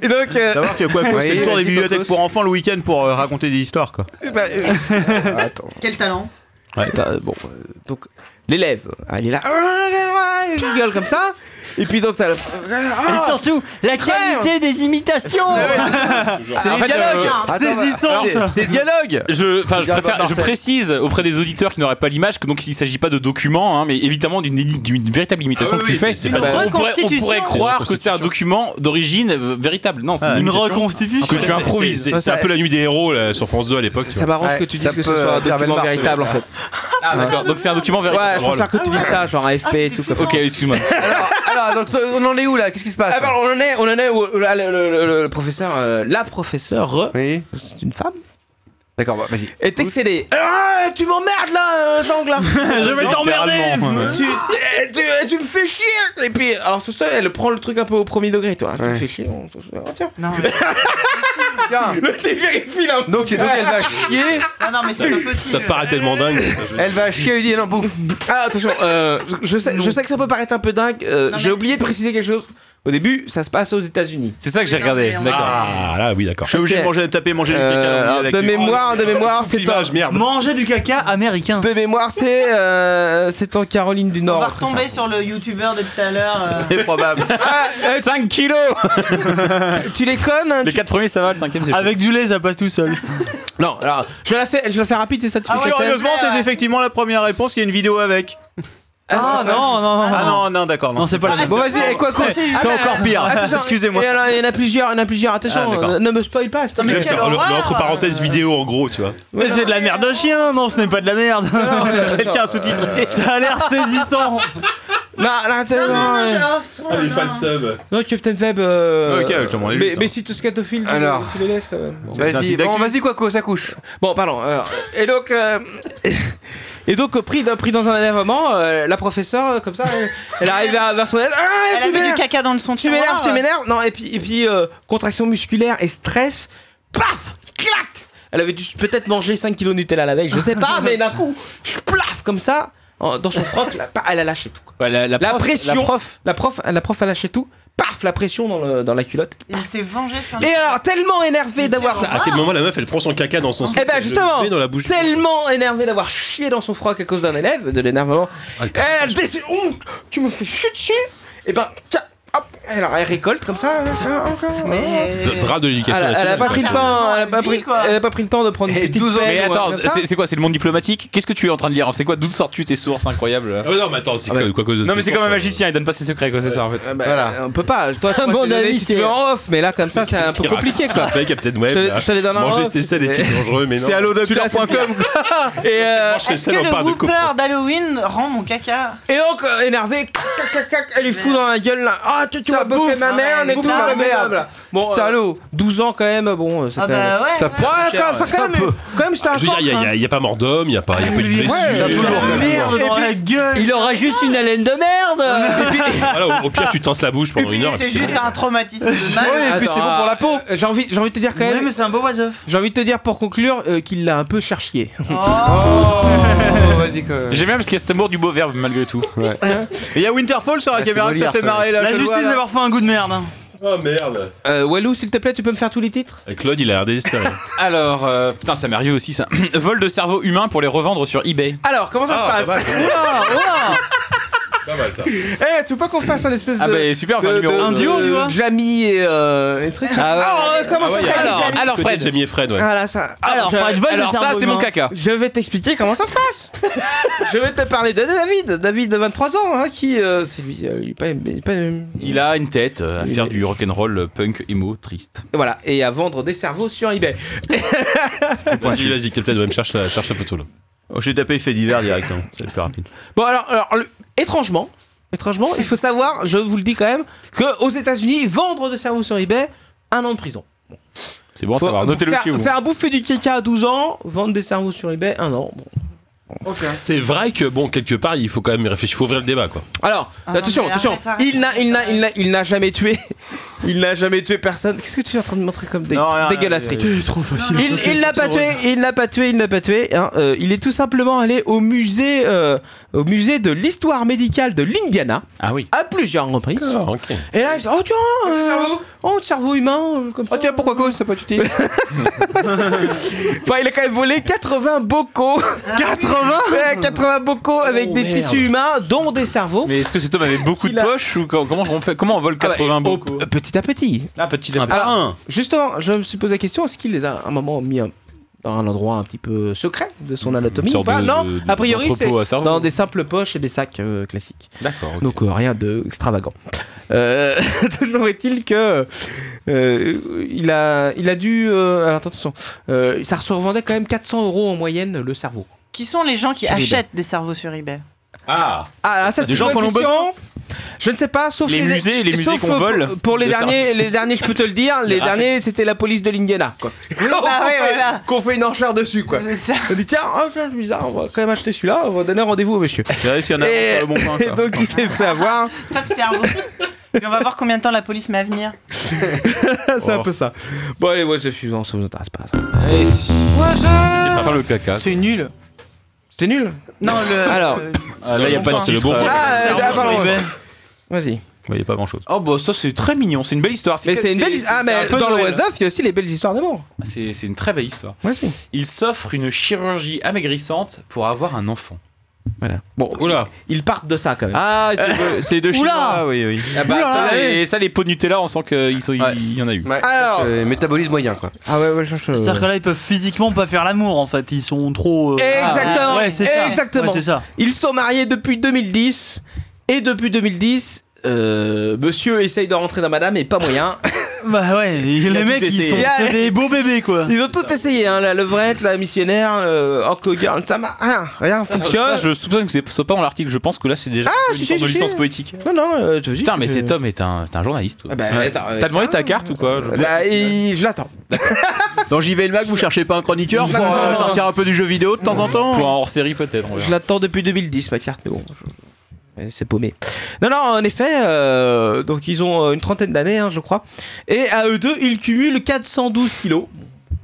Speaker 13: Et donc, euh,
Speaker 5: Savoir que Quacos fait le tour des bibliothèques pour enfants le week-end pour euh, raconter des histoires quoi.
Speaker 13: Ah, Attends.
Speaker 9: Quel talent
Speaker 13: Ouais, t'as- bon, euh, donc l'élève, ah, il est là, il rigole comme ça. Et puis donc t'as le. Ah.
Speaker 8: Et surtout, la qualité des imitations.
Speaker 13: C'est
Speaker 14: En
Speaker 13: les
Speaker 14: fait,
Speaker 13: dialogues
Speaker 14: euh,
Speaker 13: saisissantes.
Speaker 5: C'est dialogue
Speaker 14: Je, enfin, je,
Speaker 13: Bien,
Speaker 14: préfère-
Speaker 13: Marcel.
Speaker 14: je précise auprès des auditeurs qui n'auraient pas l'image que donc il ne s'agit pas de documents, hein, mais évidemment d'une édi- d'une véritable imitation
Speaker 4: Ah oui,
Speaker 14: que tu
Speaker 4: oui,
Speaker 14: fais.
Speaker 4: c'est- c'est pas
Speaker 14: on,
Speaker 4: une
Speaker 14: pourrait- on pourrait,
Speaker 4: reconstitution.
Speaker 14: croire que c'est un document d'origine euh, véritable. Non, c'est
Speaker 6: Ah, une
Speaker 14: imitation
Speaker 6: reconstitution.
Speaker 14: que tu improvises.
Speaker 4: C'est c'est un peu la nuit des héros là, sur France 2 à l'époque.
Speaker 13: Ça euh, m'arrange que tu dises que ce soit un document véritable en fait.
Speaker 14: Ah, d'accord. Donc c'est un document
Speaker 13: Ouais,
Speaker 14: véritable. Ah,
Speaker 13: je préfère que tu dises ça, genre AFP et tout comme
Speaker 14: Ok, excuse-moi.
Speaker 10: Alors, donc, euh, on en est où là Qu'est-ce qui se passe
Speaker 13: Ah, pardon, on en est, on en est où là, le, le- le- le professeur, euh, la professeure,
Speaker 10: Oui.
Speaker 13: c'est une femme,
Speaker 10: D'accord, bah, vas-y. eh,
Speaker 13: est excédée. Ah, tu m'emmerdes là, euh, Zang là.
Speaker 6: Je vais t'emmerder
Speaker 13: tu, eh, tu, eh, tu me fais chier. Et puis, alors ce soir, elle prend le truc un peu au premier degré, toi. Tu me fais chier. on- oh, tiens.
Speaker 9: Non,
Speaker 10: Tiens.
Speaker 13: Le t'es vérifié là.
Speaker 10: Donc, et donc, elle va chier.
Speaker 9: non, non, mais c'est pas possible.
Speaker 4: Ça te paraît tellement dingue.
Speaker 10: Elle va chier, elle lui dit eh non, bouffe.
Speaker 13: Ah, attention, euh, je- je, sais, je sais que ça peut paraître un peu dingue. euh, J'ai oublié de préciser quelque chose. Au début, ça se passe aux États-Unis.
Speaker 14: C'est ça que j'ai regardé.
Speaker 9: mais on-
Speaker 14: D'accord.
Speaker 4: Ah là, oui, d'accord.
Speaker 5: Je suis obligé de
Speaker 13: Ok.
Speaker 5: manger, de taper, manger du
Speaker 13: Euh,
Speaker 5: caca.
Speaker 13: alors, de
Speaker 5: Ah,
Speaker 13: mémoire, de mémoire, c'est en,
Speaker 4: Clivage, merde.
Speaker 6: Manger du caca américain.
Speaker 13: de mémoire, c'est euh, c'est en Caroline du
Speaker 9: On
Speaker 13: Nord.
Speaker 9: va retomber sur le youtubeur de tout à l'heure. euh,
Speaker 13: C'est probable. Ah, euh,
Speaker 14: 5 kilos
Speaker 13: tu les connes hein,
Speaker 14: Les 4 premiers ça va, le 5ème c'est chaud.
Speaker 6: Avec du lait, ça passe tout seul.
Speaker 13: tu- Non, alors je la fais, je la fais rapide, c'est ça tu
Speaker 9: Ah ouais,
Speaker 5: Curieusement, c'est effectivement la première réponse. Il y a une vidéo avec.
Speaker 6: Ah non, non,
Speaker 5: Ah
Speaker 6: non.
Speaker 5: non, non, d'accord.
Speaker 6: Non, c'est pas la même. Ah, bah,
Speaker 10: Bon, vas-y, eh, quoi qu'on
Speaker 5: C'est Ah, encore pire.
Speaker 13: Attention,
Speaker 5: Excusez-moi.
Speaker 13: et alors, Il y en a plusieurs, il y en a plusieurs. Attention,
Speaker 5: Ah, d'accord.
Speaker 13: euh, ne me spoil pas. s'il te plaît.
Speaker 4: Même sur le- le entre parenthèses vidéo en gros, tu vois.
Speaker 6: Mais c'est de la merde de chien, non, ce n'est pas de la merde. Quelqu'un a sous-titré. Ça a l'air saisissant.
Speaker 13: Non, non, attends,
Speaker 9: Non,
Speaker 13: non, Euh,
Speaker 9: non,
Speaker 13: Bah, euh,
Speaker 9: non, je-
Speaker 4: Ah, les fans sub.
Speaker 13: non, Captain Web. euh,
Speaker 5: Ok, je t'en demandais
Speaker 13: mais,
Speaker 5: juste,
Speaker 13: mais
Speaker 5: hein.
Speaker 13: si tu scatophile, tu,
Speaker 10: Alors.
Speaker 13: tu les laisses quand même. Bon.
Speaker 5: C'est un
Speaker 10: Vas-y,
Speaker 5: site d'actu.
Speaker 10: bon, vas-y, quoi qu'on s'accouche.
Speaker 13: Bon, pardon. alors, et donc, euh, et donc euh, pris, dans- pris dans un énervement, euh, la professeure, euh, comme ça, elle, elle arrive vers, vers son élève. Ah,
Speaker 9: Elle
Speaker 13: tu
Speaker 9: avait du
Speaker 13: m'énerves,
Speaker 9: caca dans le euh. son
Speaker 13: tu m'énerves, tu m'énerves. Non, et puis, et puis euh, contraction musculaire et stress. Paf Clac Elle avait dû peut-être manger 5 kilos de Nutella la veille, je sais pas, mais d'un coup, plaf, comme ça, en- dans son froc, là, pa- elle a lâché tout. quoi.
Speaker 14: Ouais, la, la
Speaker 13: La
Speaker 14: prof-
Speaker 13: pression.
Speaker 14: la prof-
Speaker 13: La prof, la prof a lâché tout. Paf, la pression dans, le- dans la culotte.
Speaker 9: Il s'est vengé sur
Speaker 13: Et alors, tellement énervé d'avoir
Speaker 4: À
Speaker 5: Ah,
Speaker 4: quel moment la meuf elle prend son caca dans son sac,
Speaker 13: Eh ben
Speaker 4: elle le
Speaker 13: justement,
Speaker 4: met dans la bouche.
Speaker 13: tellement énervé d'avoir chié dans son froc à cause d'un élève, de l'énervement.
Speaker 4: Ah,
Speaker 13: Eh, elle décide, Ouh, tu me fais chier dessus. Et ben, tiens, hop, alors elle récolte comme ça.
Speaker 9: Mais.
Speaker 4: De- Drap de
Speaker 13: Elle,
Speaker 4: l'éducation
Speaker 13: a- elle a
Speaker 4: nationale.
Speaker 13: pas pris le
Speaker 9: ça.
Speaker 13: temps, elle a pas
Speaker 9: Vie,
Speaker 13: pris,
Speaker 9: quoi.
Speaker 13: elle a pas pris le temps de prendre une petite
Speaker 10: 12 ans,
Speaker 13: pelle
Speaker 14: Mais
Speaker 13: ou un
Speaker 14: attends,
Speaker 13: truc comme ça.
Speaker 14: c'est c'est quoi C'est le monde diplomatique Qu'est-ce que tu es en train de lire C'est quoi D'où sortes-tu tes sources incroyables
Speaker 4: Ah, mais non, mais attends, c'est quoi, quoi cause de
Speaker 14: Non, mais c'est
Speaker 4: source,
Speaker 14: comme un
Speaker 4: euh,
Speaker 14: magicien, il donne pas ses secrets, quoi, c'est ça en fait.
Speaker 13: Bah,
Speaker 10: Voilà.
Speaker 13: On peut pas. Toi, je
Speaker 8: À
Speaker 13: pourrais te
Speaker 8: mon
Speaker 13: les donner
Speaker 8: avis,
Speaker 13: si tu
Speaker 8: c'est-
Speaker 13: veux en off, mais là comme ça, c'est un peu compliqué quoi.
Speaker 4: Après, Captain Web,
Speaker 13: Je te-
Speaker 4: là,
Speaker 13: je te les donne en
Speaker 4: bah, manger
Speaker 13: off.
Speaker 4: ses selles est dangereux, mais non.
Speaker 5: C'est allodocteur.com.
Speaker 13: Et, euh,
Speaker 4: Manger ses
Speaker 9: Est-ce que
Speaker 4: selles, on
Speaker 9: le
Speaker 4: parle hein, de
Speaker 9: Whooper d'Halloween rend mon caca
Speaker 13: et donc euh, énervé, clac, clac, elle est fou dans la gueule là. Ah, tu, tu vas bouffer ma merde et tout.
Speaker 10: Bouffe ma
Speaker 13: blablabla.
Speaker 10: merde.
Speaker 13: Bon, euh,
Speaker 10: Salaud.
Speaker 13: 12 ans quand même, bon, euh, c'est
Speaker 10: Ah
Speaker 13: quand
Speaker 10: bah
Speaker 13: même-
Speaker 10: ouais, Ça ouais.
Speaker 13: Ouais,
Speaker 10: coûte cher,
Speaker 13: quand,
Speaker 10: ouais.
Speaker 13: quand même, quand même, c'était un
Speaker 4: Je veux dire, il n'y a, il y a pas mort d'homme, il n'y a pas, il y a pas eu de
Speaker 13: Ouais, c'est un peu
Speaker 4: blessure.
Speaker 13: lourd, quand même. Merde, dans la gueule.
Speaker 8: Il aura juste
Speaker 13: ah,
Speaker 8: une haleine de merde.
Speaker 4: Voilà, au, au pire, tu tenses la bouche pendant une heure. et puis
Speaker 9: C'est juste un traumatisme de mal.
Speaker 13: Ouais,
Speaker 9: Attends,
Speaker 13: la peau. J'ai envie, j'ai envie de te dire quand même.
Speaker 9: Ouais, mais
Speaker 13: c'est un beau oiseau. J'ai envie de te dire pour conclure euh, qu'il l'a un peu cherché.
Speaker 10: Oh.
Speaker 13: Oh.
Speaker 10: vas-y, quoi.
Speaker 14: J'aime bien parce qu'il y a cet amour du beau verbe malgré tout.
Speaker 5: Il y a Winterfall sur la
Speaker 14: Ah, c'est
Speaker 5: caméra que ça
Speaker 14: Molière, ça.
Speaker 5: fait marrer là.
Speaker 6: La
Speaker 5: je le
Speaker 6: justice
Speaker 5: vois, là.
Speaker 6: d'avoir fait un goût de merde. hein.
Speaker 4: Oh merde.
Speaker 13: Euh, Walou, s'il te plaît, tu peux me faire tous les titres
Speaker 4: Et Claude, il a l'air désespéré.
Speaker 14: Alors, euh, putain, ça m'est arrivé aussi ça. Vol de cerveau humain pour les revendre sur eBay.
Speaker 13: Alors, comment ça
Speaker 14: Ah,
Speaker 13: se
Speaker 14: pas
Speaker 13: passe
Speaker 14: mal.
Speaker 13: Oula, oula.
Speaker 4: Pas mal ça.
Speaker 13: Eh, tu veux pas qu'on fasse un espèce de.
Speaker 14: Ah bah, super, on fait
Speaker 13: de,
Speaker 14: un numéro
Speaker 13: de-
Speaker 14: de-
Speaker 13: de Jamie et. Euh, et truc.
Speaker 14: Ah ouais.
Speaker 13: Alors, Ah, euh, comment
Speaker 14: Ah ouais,
Speaker 13: ça se passe
Speaker 14: alors,
Speaker 13: Jamie
Speaker 14: alors, Fred.
Speaker 4: Jamie et Fred, ouais.
Speaker 13: Voilà, ça.
Speaker 14: Alors,
Speaker 13: je-
Speaker 14: Fred, vol de cerveau humain.
Speaker 13: Je vais t'expliquer comment ça se passe. je vais te parler de David, David de 23 ans, hein, qui. euh, c'est lui, euh, il est pas- il est pas
Speaker 14: Il a une tête euh, à faire du rock'n'roll euh, punk emo triste.
Speaker 13: Voilà, et à vendre des cerveaux sur eBay.
Speaker 4: Vas-y, vas-y, Captain, même cherche la, cherche la photo là.
Speaker 5: Oh, J'ai tapé fait divers directement, c'est le plus rapide.
Speaker 13: Bon, alors, alors, le- étrangement, étrangement, il faut savoir, je vous le dis quand même, que aux États-Unis, vendre de cerveaux sur eBay, un an de prison.
Speaker 14: C'est bon à
Speaker 13: Faut-
Speaker 14: savoir, notez-le
Speaker 13: faire,
Speaker 14: chez vous.
Speaker 13: faire bouffer du caca à 12 ans, vendre des cerveaux sur eBay, un an. Bon.
Speaker 4: C'est vrai que, bon, quelque part, il faut quand même y réfléchir, il faut ouvrir le débat quoi.
Speaker 13: Alors,
Speaker 9: Ah,
Speaker 13: attention,
Speaker 9: mais
Speaker 13: attention.
Speaker 9: arrête, arrête,
Speaker 13: il n'a, il n'a, il n'a, il n'a jamais tué. il n'a jamais tué personne. Qu'est-ce que tu es en train de montrer comme dé- dégueulasserie Il, il n'a pas tué. Il n'a pas tué. Il n'a pas tué. hein, euh, il est tout simplement allé au musée, euh, au musée de l'histoire médicale de l'Indiana.
Speaker 14: Ah oui.
Speaker 13: À plusieurs reprises.
Speaker 4: Ah, ok.
Speaker 13: Et là, il dit, oh tiens, euh, oh cerveau humain, euh, comme ça.
Speaker 10: Oh tiens, pourquoi cause, ça pas utile
Speaker 13: Enfin, il a quand même volé 80 bocaux. 80 Ouais, 80 bocaux avec des
Speaker 14: merde.
Speaker 13: tissus humains, dont des cerveaux.
Speaker 14: Mais est-ce que cet homme avait beaucoup de poches ou co- comment on fait Comment on
Speaker 13: Ah
Speaker 14: vole
Speaker 13: bah,
Speaker 14: 80 bocaux
Speaker 13: Petit à petit.
Speaker 14: Ah petit à
Speaker 13: Alors,
Speaker 14: petit.
Speaker 13: justement, je me suis posé la question est-ce qu'il les a à un moment mis un- dans un endroit un petit peu secret de son anatomie
Speaker 14: sorte
Speaker 13: ou pas
Speaker 14: de-
Speaker 13: Non,
Speaker 14: de-
Speaker 13: a priori, c'est
Speaker 14: d'entrepôt à cerveau.
Speaker 13: dans des simples poches et des sacs euh, classiques.
Speaker 14: D'accord. ok.
Speaker 13: Donc euh, rien de extravagant. Euh, toujours est-il que euh, il a il a dû euh, alors attention euh, ça se revendait quand même 400 euros en moyenne le cerveau.
Speaker 9: Qui sont les gens qui
Speaker 13: Sur eBay.
Speaker 9: achètent des cerveaux sur eBay
Speaker 4: Ah
Speaker 13: Ah là, ça c'est
Speaker 14: Des gens
Speaker 13: une bonne
Speaker 14: qu'on
Speaker 13: question. Je ne sais pas sauf
Speaker 14: Les musées, les musées
Speaker 13: sauf
Speaker 14: qu'on
Speaker 13: pour-
Speaker 14: vole
Speaker 13: Pour les
Speaker 14: de
Speaker 13: derniers
Speaker 14: cerveau.
Speaker 13: les derniers je peux te le dire les
Speaker 14: Les rachètes.
Speaker 13: derniers c'était la police de l'Indiana quoi.
Speaker 9: bah
Speaker 13: Qu'on
Speaker 9: ouais,
Speaker 13: fait-
Speaker 9: voilà.
Speaker 13: Qu'on fait une enchère dessus quoi.
Speaker 9: C'est ça.
Speaker 13: On dit tiens oh, tiens, c'est bizarre on va quand même acheter celui-là on va donner rendez-vous au monsieur.
Speaker 5: C'est vrai, s'il y en a un
Speaker 13: Et,
Speaker 5: sur le bon coin.
Speaker 13: et
Speaker 5: quoi.
Speaker 13: donc il s'est fait avoir.
Speaker 9: Top cerveau. Et on va voir combien de temps la police m'a venir.
Speaker 13: c'est un peu ça. Bon allez moi c'est suivant ça vous intéresse pas.
Speaker 14: Eh, si. Enfin le caca.
Speaker 13: C'est nul. C'est nul
Speaker 9: Non, le.
Speaker 13: Alors,
Speaker 9: le-
Speaker 14: Ah, là il y a pas de
Speaker 4: C'est le
Speaker 14: titre.
Speaker 4: bon
Speaker 14: euh,
Speaker 4: point.
Speaker 13: Ah,
Speaker 14: cerveau
Speaker 13: ah,
Speaker 14: sur
Speaker 13: pardon.
Speaker 14: eBay.
Speaker 13: vas-y.
Speaker 5: Vous voyez pas grand chose.
Speaker 14: Oh bah ça c'est très mignon, c'est une belle histoire.
Speaker 13: Mais c'est une belle histoire. Ah,
Speaker 14: c'est un
Speaker 13: mais
Speaker 14: peu
Speaker 13: dans le
Speaker 14: Noël. Ah,
Speaker 13: West of, il y a aussi les belles histoires d'amour.
Speaker 14: C'est c'est une très belle histoire.
Speaker 13: Vas-y.
Speaker 14: Il s'offre une chirurgie amaigrissante pour avoir un enfant.
Speaker 13: Voilà. Bon,
Speaker 4: Oula
Speaker 13: ils partent de ça quand même.
Speaker 5: Ah, c'est- c'est de Chinois, oui, oui.
Speaker 14: Ah bah,
Speaker 13: Oula,
Speaker 14: ça,
Speaker 13: ouais.
Speaker 14: les, ça, les pots de Nutella, on sent qu'il
Speaker 5: Ouais.
Speaker 14: y en a eu.
Speaker 10: Ouais,
Speaker 13: Alors-
Speaker 10: ça, c'est métabolisme moyen, quoi.
Speaker 13: Ah ouais, ouais, je cherche.
Speaker 6: C'est-à-dire que là, ils peuvent physiquement pas faire l'amour en fait. Ils sont trop. euh, ah,
Speaker 13: Exactement.
Speaker 6: ouais, c'est ça.
Speaker 13: Exactement.
Speaker 6: Ouais, c'est ça.
Speaker 13: Ils sont mariés depuis 2010 et depuis 2010. euh, monsieur essaye de rentrer dans madame et pas moyen.
Speaker 6: Bah ouais,
Speaker 13: a
Speaker 6: les
Speaker 13: tout
Speaker 6: mecs, ils
Speaker 13: essayé.
Speaker 6: sont
Speaker 13: Il a-
Speaker 6: c'est des beaux bébés quoi.
Speaker 13: Ils ont tout essayé, hein, la levrette, la missionnaire, le Uncle Girl, ça m'a- rien, rien
Speaker 14: Ça,
Speaker 13: fonctionne. Ah,
Speaker 14: je soupçonne que c'est soit pas dans l'article, je pense que là c'est déjà une
Speaker 13: si,
Speaker 14: sorte
Speaker 13: si,
Speaker 14: de
Speaker 13: si.
Speaker 14: licence poétique.
Speaker 13: Non, non, euh, je-
Speaker 14: Putain, mais
Speaker 13: je-
Speaker 14: cet homme est un, c'est un journaliste. toi.
Speaker 13: Ah bah,
Speaker 14: Ouais.
Speaker 13: attends,
Speaker 14: T'as demandé ta carte ou quoi je-
Speaker 13: Là, il- je l'attends.
Speaker 5: Dans JV le Mag, vous cherchez pas un chroniqueur pour euh, sortir un peu du jeu vidéo de temps en temps
Speaker 14: Pour un hors série peut-être. on
Speaker 13: Je
Speaker 14: verra.
Speaker 13: l'attends depuis 2010, ma carte, mais bon. je- mais C'est paumé. Non, non, en effet, euh, donc ils ont euh, une trentaine d'années, hein, je crois. Et à eux deux, ils cumulent 412 kilos.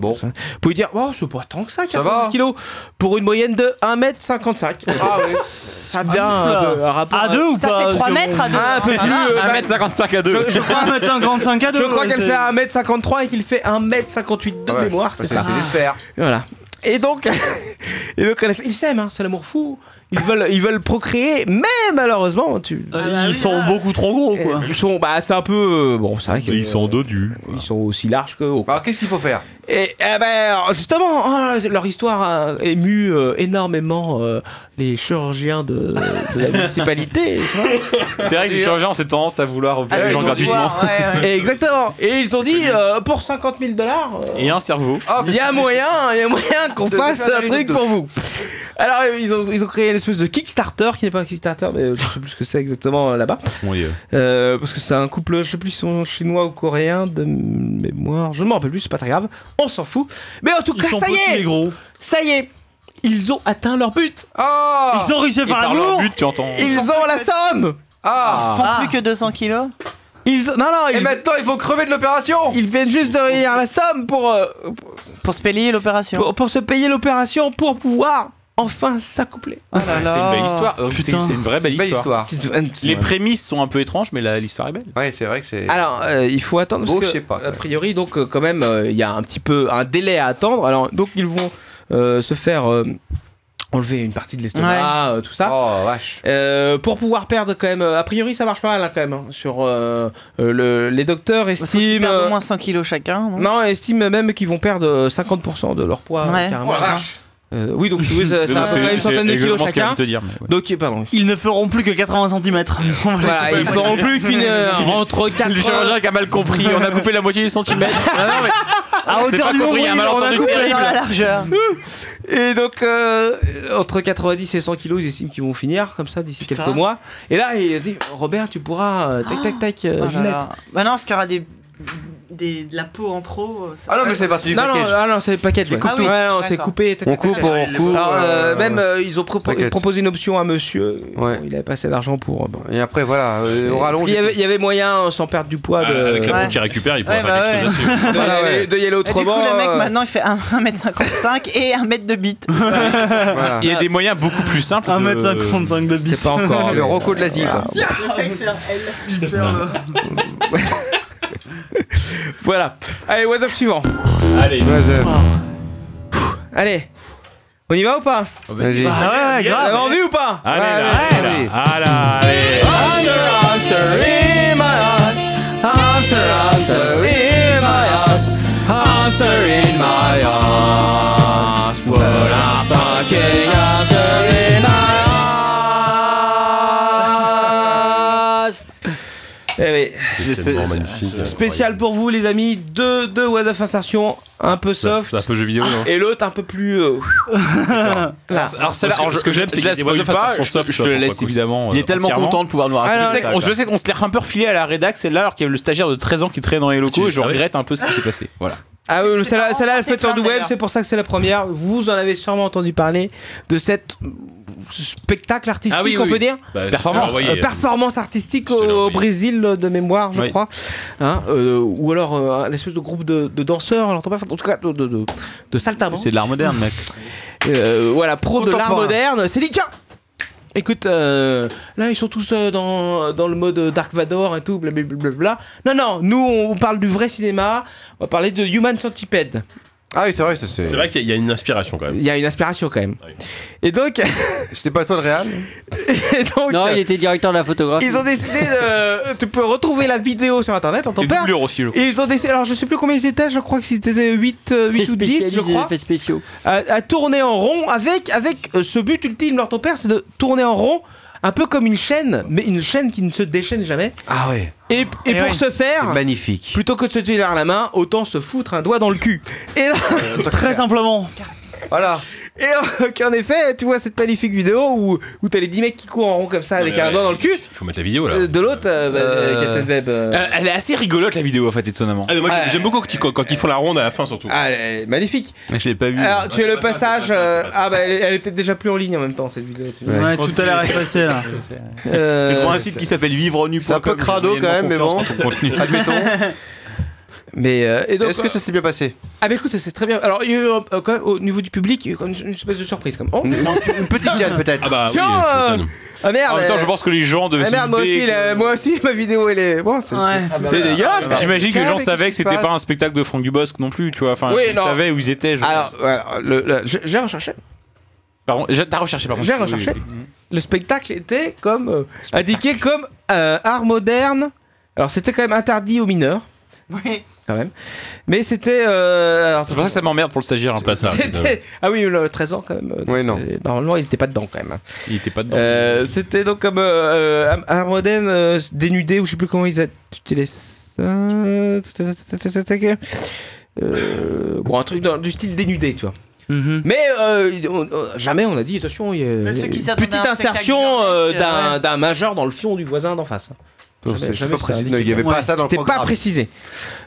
Speaker 10: Bon.
Speaker 13: Vous pouvez dire, oh, c'est pas tant que ça,
Speaker 10: Ça
Speaker 13: 412
Speaker 10: va.
Speaker 13: kilos, pour une moyenne de 1m55.
Speaker 10: Ah ouais.
Speaker 13: ça devient un, peu un rapport.
Speaker 6: Ah, À deux ou
Speaker 9: Ça
Speaker 6: pas
Speaker 9: fait 3 mètres à deux.
Speaker 13: Ah, un peu
Speaker 9: hein.
Speaker 13: plus. euh, bah,
Speaker 14: 1m55 à 2.
Speaker 13: je, je crois,
Speaker 6: 1m55 à deux.
Speaker 13: je crois
Speaker 6: ouais,
Speaker 13: qu'elle
Speaker 6: c'est-
Speaker 13: fait 1m53 et qu'il fait 1m58 de
Speaker 10: Ah ouais,
Speaker 13: mémoire, c'est ça.
Speaker 10: C'est des sphères.
Speaker 13: Voilà. Et donc, et donc en effet, ils s'aiment, hein, c'est l'amour fou. Ils veulent, ils veulent procréer, mais malheureusement, tu,
Speaker 6: Euh, Ils sont beaucoup trop gros quoi.
Speaker 13: ils sont, bah, c'est un peu, euh, bon, c'est vrai qu'ils
Speaker 4: dodus.
Speaker 13: ils sont aussi larges que. haut.
Speaker 10: Alors, qu'est-ce qu'il faut faire
Speaker 13: Et eh ben, alors, justement, hein, leur histoire a ému euh, énormément euh, les chirurgiens de, de la municipalité. Ah, tu vois.
Speaker 14: C'est vrai que les chirurgiens ont cette tendance à vouloir opérer les gens gratuitement.
Speaker 9: Voir, ouais, ouais.
Speaker 13: Et exactement. Et ils ont dit euh, pour 50 000 dollars,
Speaker 14: Et un cerveau.
Speaker 10: Ah,
Speaker 13: il y a moyen, il y a moyen qu'on
Speaker 10: De- de
Speaker 13: fasse
Speaker 10: faire
Speaker 13: un
Speaker 10: des
Speaker 13: truc
Speaker 10: rideaux.
Speaker 13: pour vous. Donc, alors euh, ils ont, ils ont créé une espèce de Kickstarter qui n'est pas un Kickstarter, mais euh, je sais plus ce que c'est exactement euh, là-bas.
Speaker 4: Oui, euh.
Speaker 13: Euh, parce que c'est un couple, je sais plus, ils sont chinois ou coréens de mémoire, je ne m'en rappelle plus, c'est pas très grave, on s'en fout. Mais en tout
Speaker 6: Ils
Speaker 13: cas,
Speaker 6: sont
Speaker 13: ça y
Speaker 6: petits
Speaker 13: est,
Speaker 6: et gros.
Speaker 13: ça y est, ils ont atteint leur but.
Speaker 10: Ah
Speaker 6: Ils ont réussi à
Speaker 13: Et
Speaker 6: faire
Speaker 13: par
Speaker 6: l'amour.
Speaker 13: leur but, tu entends. Ils ont la somme. Ah,
Speaker 9: Font plus que 200 kilos.
Speaker 13: Ils non non.
Speaker 9: Et
Speaker 10: maintenant il faut crever de l'opération.
Speaker 13: Ils viennent juste de réunir la somme pour euh,
Speaker 9: pour se payer l'opération.
Speaker 13: Pour, pour se payer l'opération pour pouvoir enfin s'accoupler.
Speaker 10: Ah
Speaker 3: C'est une belle histoire. Euh, C'est
Speaker 13: Putain.
Speaker 3: c'est une vraie belle
Speaker 13: Belle
Speaker 3: histoire.
Speaker 13: histoire. C'est une-
Speaker 3: Les
Speaker 13: ouais.
Speaker 3: prémices sont un peu étranges, mais la- l'histoire est belle.
Speaker 10: Ouais, c'est vrai que c'est.
Speaker 13: Alors, euh, il faut attendre. Parce
Speaker 10: Beau,
Speaker 13: que,
Speaker 10: je sais pas,
Speaker 13: A priori, donc, euh, quand même, euh, il y a un petit peu un délai à attendre. Alors, donc, ils vont euh, se faire. euh, Enlever une partie de l'estomac,
Speaker 10: Ouais.
Speaker 13: euh, tout ça. Euh,
Speaker 10: Oh vache.
Speaker 13: pour pouvoir perdre quand même. euh, a priori, ça marche pas mal hein, quand même. hein, sur euh, euh, le- les docteurs estiment.
Speaker 9: perdent au
Speaker 13: euh,
Speaker 9: moins 100 kilos chacun. Non,
Speaker 13: non, estiment même qu'ils vont perdre euh, 50% de leur poids.
Speaker 9: Ouais.
Speaker 13: carrément.
Speaker 9: Oh, la vache.
Speaker 13: Euh, oui, donc oui, ça,
Speaker 3: Mais
Speaker 13: ça
Speaker 3: non,
Speaker 13: a à peu
Speaker 3: c'est-
Speaker 13: près une
Speaker 3: c'est
Speaker 13: centaine de kilos
Speaker 3: exactement ce qu'elle
Speaker 13: chacun.
Speaker 3: vient de te dire, mais ouais.
Speaker 13: Donc, pardon.
Speaker 6: Ils ne feront plus que 80 cm.
Speaker 13: Voilà, ils feront plus qu'une euh, entre Ah 4
Speaker 3: Le chirurgien qui a mal compris, on a coupé la moitié du centimètre. Non, non, mais-
Speaker 13: À
Speaker 3: C'est
Speaker 13: hauteur
Speaker 3: pas
Speaker 13: du
Speaker 3: compris,
Speaker 13: nombril,
Speaker 3: un
Speaker 13: on a
Speaker 3: malentendu
Speaker 13: coupé
Speaker 3: terrible.
Speaker 13: dans la largeur. Et donc, euh, entre 90 et 100 kilos, ils estiment qu'ils vont finir comme ça d'ici quelques mois. Et là, il dit Robert, tu pourras. euh, Tac, tac, tac, euh,
Speaker 9: Oh là
Speaker 13: Ginette.
Speaker 9: là. Bah non, parce qu'il y aura des, des- de la peau en trop. euh, ça-
Speaker 13: Ah non, Non, ah non, c'est le package. ouais.
Speaker 9: coupe
Speaker 13: Ah
Speaker 9: tout.
Speaker 13: oui, ouais, non, c'est
Speaker 9: D'accord.
Speaker 13: coupé. tac,
Speaker 10: On
Speaker 13: tac, tac.
Speaker 10: coupe, on recoupe,
Speaker 13: Alors, euh,
Speaker 10: euh,
Speaker 13: même, euh, ils ont propo-
Speaker 10: package.
Speaker 13: proposé une option à monsieur. Bon, il avait pas assez d'argent pour. euh,
Speaker 10: Et après voilà, euh, on
Speaker 13: Parce
Speaker 10: rallonge.
Speaker 13: qu'il y avait- il y avait moyen, euh, sans perdre du poids, de.
Speaker 4: Ah, Avec la peau qui récupère, il pourra faire quelque chose là-dessus.
Speaker 13: Voilà, ouais. De y aller
Speaker 9: Et du coup,
Speaker 13: autrement.
Speaker 9: le mec
Speaker 13: euh,
Speaker 9: maintenant il fait un- 1m55 et 1m de bite.
Speaker 3: Il y a des moyens beaucoup plus simples.
Speaker 6: 1m55 de bif.
Speaker 13: pas encore.
Speaker 10: Le Rocco de l'Asie. quoi.
Speaker 13: Voilà. Allez, what's up suivant.
Speaker 4: Allez.
Speaker 13: Pfff. Allez. On y va ou pas
Speaker 10: Vas-y.
Speaker 13: Ah ouais, grave. Vous avez envie ou pas
Speaker 4: Oh, Allez, là, allez, là. Ah là, allez.
Speaker 13: Ah, Eh oui.
Speaker 4: C'est tellement magnifique.
Speaker 13: Spécial pour vous les amis, deux, deux What If insertions un peu
Speaker 4: Ça,
Speaker 13: soft
Speaker 4: C'est un peu jeu vidéo, non
Speaker 13: et l'autre un peu plus... euh, là.
Speaker 3: Alors
Speaker 4: Parce
Speaker 3: celle-là,
Speaker 4: que-
Speaker 3: alors,
Speaker 4: ce que j'aime, c'est
Speaker 3: je
Speaker 4: que
Speaker 3: la
Speaker 4: les voix de
Speaker 3: spoil
Speaker 4: face,
Speaker 3: pas,
Speaker 4: elles sont
Speaker 3: je-
Speaker 4: soft,
Speaker 3: Je te
Speaker 4: pour le
Speaker 3: laisse
Speaker 4: coup.
Speaker 3: évidemment.
Speaker 5: Il
Speaker 3: euh,
Speaker 5: est tellement
Speaker 3: entièrement.
Speaker 5: content de pouvoir nous
Speaker 13: Ah,
Speaker 5: raconter
Speaker 13: non,
Speaker 5: ça.
Speaker 3: Je sais qu'on- je sais qu'on se l'est un peu refilé à la rédac, c'est là alors qu'il y avait le stagiaire de 13 ans qui traînait dans les locaux et je regrette un peu ce qui s'est passé. Voilà.
Speaker 13: Ah oui, celle-là, celle-là, elle
Speaker 9: c'est
Speaker 13: fait tour du
Speaker 9: plein,
Speaker 13: web,
Speaker 9: d'ailleurs.
Speaker 13: c'est pour ça que c'est la première. Vous en avez sûrement entendu parler de cette ce spectacle artistique,
Speaker 3: Ah oui,
Speaker 13: on
Speaker 3: oui,
Speaker 13: peut
Speaker 3: oui.
Speaker 13: dire
Speaker 4: Bah, je
Speaker 13: performance,
Speaker 4: te l'ai envoyé,
Speaker 13: euh,
Speaker 4: euh,
Speaker 13: performance artistique au, au Brésil euh, de mémoire, je
Speaker 4: Oui.
Speaker 13: crois, Hein, euh, ou alors euh, un espèce de groupe de, de danseurs, on l'entend pas, en tout cas de, de, de, de saltimbanques.
Speaker 5: C'est de l'art moderne, mec.
Speaker 13: Euh, voilà, pro de l'art
Speaker 5: Contemporain.
Speaker 13: moderne, c'est dit tiens Écoute, euh, là ils sont tous euh, dans, dans le mode euh, Dark Vador et tout, blablabla. Non, non, nous on parle du vrai cinéma, on va parler de Human Centipede.
Speaker 10: Ah oui, c'est vrai, ça, c'est.
Speaker 4: C'est vrai qu'il y a- il y a une inspiration quand même. Ah
Speaker 13: Il y a une inspiration quand même. Et donc,
Speaker 10: C'était pas toi le Real
Speaker 13: et donc,
Speaker 8: Non,
Speaker 13: euh,
Speaker 8: il était directeur de la photographie.
Speaker 13: ils ont décidé de. euh, tu peux retrouver la vidéo sur internet, on t'en
Speaker 3: Des
Speaker 13: perd.
Speaker 3: doublures aussi, je crois.
Speaker 13: Et ils ont décidé, alors je sais plus combien ils étaient, je crois que c'était 8,
Speaker 8: Fait
Speaker 13: 8 ou 10, je
Speaker 8: spécialisé,
Speaker 13: crois.
Speaker 8: fait spéciaux.
Speaker 13: à, à tourner en rond avec, avec euh, ce but ultime, leur ton père, c'est de tourner en rond un peu comme une chaîne, mais une chaîne qui ne se déchaîne jamais.
Speaker 10: Ah ouais.
Speaker 13: Et, et
Speaker 6: Eh
Speaker 13: pour
Speaker 6: ouais.
Speaker 13: ce faire,
Speaker 10: Magnifique.
Speaker 13: plutôt que de se tuer derrière la main, autant se foutre un doigt dans le cul. Et,
Speaker 6: Très simplement.
Speaker 10: Voilà.
Speaker 13: et donc, en effet, tu vois cette magnifique vidéo où, où t'as les 10 mecs qui courent en rond comme ça avec
Speaker 4: Ouais,
Speaker 13: un
Speaker 4: ouais,
Speaker 13: doigt dans le cul.
Speaker 4: Il faut mettre la vidéo là.
Speaker 13: Euh, De l'autre, euh, bah, euh, Captain Web. euh,
Speaker 3: Euh, elle est assez rigolote la vidéo en fait, étonnamment.
Speaker 4: Ah, mais moi, j'aime- j'aime beaucoup quand ils, quand ils font la ronde à la fin surtout.
Speaker 13: ah, elle est magnifique.
Speaker 5: Mais je l'ai pas vu.
Speaker 3: Ah,
Speaker 13: Alors, tu
Speaker 4: c'est
Speaker 13: as le
Speaker 4: pas ça, c'est pas
Speaker 13: passage.
Speaker 4: ça,
Speaker 13: euh,
Speaker 4: c'est pas ça.
Speaker 13: ah, bah, elle est- elle est peut-être déjà plus en ligne en même temps, cette vidéo. tu vois.
Speaker 10: Ouais.
Speaker 6: Ouais, tout à l'heure est passé là.
Speaker 13: Euh,
Speaker 5: Je prends un site qui s'appelle Vivre nu.
Speaker 10: C'est un peu crado quand même, mais bon. Admettons.
Speaker 13: mais, euh, et donc,
Speaker 10: Est-ce que ça s'est bien passé
Speaker 13: Ah bah écoute, ça c'est très bien. Alors il y a eu, euh, quand même, au niveau du public, il y a eu comme une espèce de surprise comme. Oh,
Speaker 10: Une petite Jeanne peut-être.
Speaker 4: Ah bah oui,
Speaker 13: tiens,
Speaker 4: tu
Speaker 13: euh,
Speaker 4: m'étonnes.
Speaker 13: ah merde.
Speaker 3: En même temps, je
Speaker 13: euh,
Speaker 3: pense que les gens devaient
Speaker 13: Ah
Speaker 3: se
Speaker 13: merde, moi
Speaker 3: douter
Speaker 13: aussi,
Speaker 3: que-
Speaker 13: la- moi aussi, ma vidéo elle est. Bon, c'est
Speaker 6: Ouais. Ah, bah,
Speaker 13: c'est- c'est dégueulasse. quoi.
Speaker 3: J'imagine que les
Speaker 13: Putain,
Speaker 3: gens
Speaker 13: mais
Speaker 3: savaient que
Speaker 13: qu'est-ce qui se
Speaker 3: c'était pas
Speaker 13: passe
Speaker 3: un spectacle de Franck Dubosc non plus, tu vois. Enfin,
Speaker 13: Oui,
Speaker 3: ils
Speaker 13: non.
Speaker 3: savaient où ils étaient. je
Speaker 13: Alors,
Speaker 3: pense.
Speaker 13: voilà, le- le- j'ai j'ai recherché.
Speaker 3: Pardon, j'ai- t'as recherché, pardon.
Speaker 13: J'ai
Speaker 3: Oui,
Speaker 13: recherché.
Speaker 3: oui, oui.
Speaker 13: Le spectacle était comme euh, indiqué comme euh, art moderne. Alors c'était quand même interdit aux mineurs,
Speaker 9: Ouais.
Speaker 13: quand même. Mais c'était. euh, alors,
Speaker 3: C'est pour ça que ça m'emmerde pour le stagiaire. un peu.
Speaker 4: Pas ça.
Speaker 13: c'était- Ah oui, le 13 ans quand même. euh,
Speaker 10: Ouais, non.
Speaker 13: Normalement, il était pas dedans quand même.
Speaker 3: Il était pas dedans.
Speaker 13: Euh, c'était donc comme euh, euh, un modèle euh, dénudé ou je sais plus comment ils utilisent ça. Euh, bon, un truc dans- du style dénudé, tu vois.
Speaker 3: Mm-hmm.
Speaker 13: Mais euh, on- on- jamais on a dit attention, il y a-
Speaker 9: Mais Bah, ceux qui s'attendaient à
Speaker 13: petite
Speaker 9: un spectacle
Speaker 13: insertion
Speaker 9: burlesque,
Speaker 13: euh,
Speaker 9: ouais.
Speaker 13: d'un d'un majeur dans le fion du voisin d'en face.
Speaker 10: Non,
Speaker 13: Jamais-
Speaker 10: c'est- c'est
Speaker 13: jamais
Speaker 10: pas
Speaker 13: c'était
Speaker 10: précisé.
Speaker 13: indiqué.
Speaker 10: Non, il y avait pas ça dans le
Speaker 13: C'était pas
Speaker 10: programme.
Speaker 13: précisé.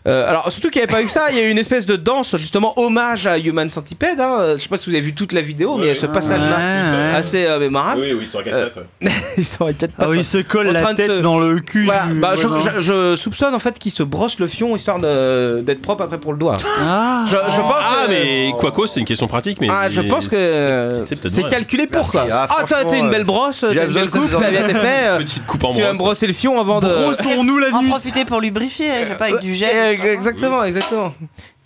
Speaker 13: Euh, alors surtout qu'il n'y avait pas eu ça, il y a eu une espèce de danse justement hommage à Human Centipede. Hein. Euh, Je sais pas si vous avez vu toute la vidéo, mais il y a ce passage-là
Speaker 6: Ouais.
Speaker 13: assez euh, mémorable.
Speaker 4: Oui, oui, sur la quatre-pattes, ouais.
Speaker 13: euh, ils sont à quatre pattes.
Speaker 6: Ah oui, il se colle
Speaker 13: En
Speaker 6: la
Speaker 13: train de
Speaker 6: tête
Speaker 13: se-
Speaker 6: dans le cul
Speaker 13: Voilà,
Speaker 6: du
Speaker 13: bah, je,
Speaker 6: voisin.
Speaker 13: je- je soupçonne en fait qu'il se brosse le fion histoire de- d'être propre après pour le doigt.
Speaker 6: Ah,
Speaker 13: je, je pense
Speaker 4: Ah,
Speaker 13: que-
Speaker 4: mais Quaco, c'est une question pratique, mais.
Speaker 13: Ah, je pense que
Speaker 4: c'est peut-être
Speaker 13: c'est
Speaker 4: vrai.
Speaker 13: calculé pour
Speaker 4: Merci.
Speaker 13: quoi.
Speaker 4: Ah,
Speaker 13: Ah, toi,
Speaker 4: franchement,
Speaker 13: t'as une
Speaker 4: euh,
Speaker 13: belle brosse,
Speaker 4: j'ai
Speaker 13: t'as une
Speaker 4: besoin
Speaker 13: belle
Speaker 4: de ça,
Speaker 13: coupe,
Speaker 4: besoin
Speaker 13: t'as
Speaker 4: de-
Speaker 13: bien été fait. euh,
Speaker 4: Petite coupe en
Speaker 13: Tu vas me
Speaker 4: brosse.
Speaker 13: brosser le fion avant de.
Speaker 9: Brossons-nous En profiter pour lubrifier, je sais pas, avec du gel.
Speaker 13: Euh, Exactement, exactement.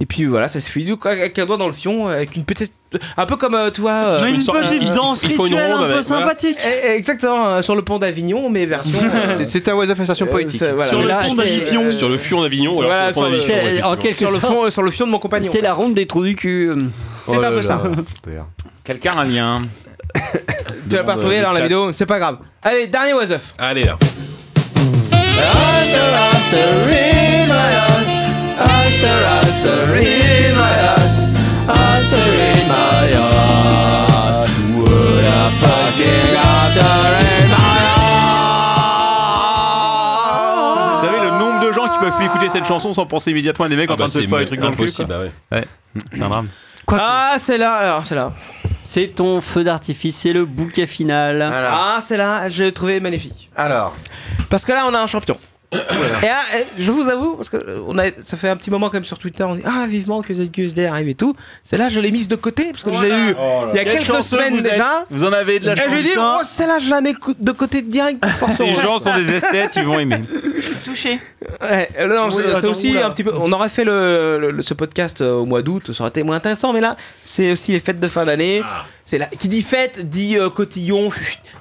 Speaker 13: Et puis voilà, ça se finit donc avec un doigt dans le fion, avec une petite. Un peu comme euh, toi. euh,
Speaker 6: Mais une
Speaker 13: sorte-
Speaker 6: petite danse rituelle un peu sympatique.
Speaker 13: Eh, eh, Exactement, euh, sur le pont d'Avignon, mais version. euh,
Speaker 10: C'est- C'est un Wise of Insertion
Speaker 13: euh,
Speaker 10: poétique.
Speaker 13: c'est- voilà. Là, c'est- euh,
Speaker 4: Sur le fion d'Avignon, alors
Speaker 13: Voilà,
Speaker 4: qu'on
Speaker 13: sur
Speaker 4: prend
Speaker 13: le-
Speaker 4: d'Avignon,
Speaker 13: c'est-
Speaker 4: effectivement.
Speaker 8: en quelque
Speaker 13: sur le
Speaker 8: sorte,
Speaker 13: fond, euh, sur le fion de mon compagnon.
Speaker 8: C'est la ronde des trous du cul. euh.
Speaker 3: Oh
Speaker 14: Oh
Speaker 13: C'est un peu ça.
Speaker 14: Quelqu'un a un lien.
Speaker 13: Tu
Speaker 14: Euh,
Speaker 13: l'as pas trouvé dans la vidéo, c'est pas grave. Allez, dernier was of.
Speaker 4: Allez là.
Speaker 5: Vous savez le nombre de gens qui peuvent plus écouter cette chanson sans penser immédiatement à des mecs en
Speaker 4: bah,
Speaker 5: train de se
Speaker 4: c'est
Speaker 5: faire des trucs dans le cul.
Speaker 4: impossible,
Speaker 5: quoi.
Speaker 4: bah ouais.
Speaker 5: Ouais. C'est un drame.
Speaker 13: Ah, c'est là, alors c'est là.
Speaker 8: C'est ton feu d'artifice, c'est le bouquet final.
Speaker 13: Ah, c'est là, je l'ai trouvé magnifique.
Speaker 10: Alors,
Speaker 13: Parce que là, on a un champion. Et là, euh, je vous avoue, parce que euh, on a, ça fait un petit moment quand même sur Twitter, on dit ah vivement que ZQSD arrive et tout. Celle-là, je l'ai mise de côté parce que j'ai eu il y a quelques semaines déjà.
Speaker 5: Vous en avez de la
Speaker 13: Et je
Speaker 5: chance.
Speaker 13: lui dis oh celle-là, je la mets cou- de côté direct. Fort
Speaker 14: Les
Speaker 13: heureuse.
Speaker 14: gens sont des esthètes, ils vont aimer.
Speaker 9: Touché.
Speaker 13: Ouais, euh, non, c'est- c'est aussi un petit peu. On aurait fait le, le- le- ce podcast euh, au mois d'août, ça aurait été moins intéressant, mais là, c'est aussi les fêtes de fin d'année.
Speaker 4: Ah.
Speaker 13: C'est là, qui dit fête dit euh, cotillon.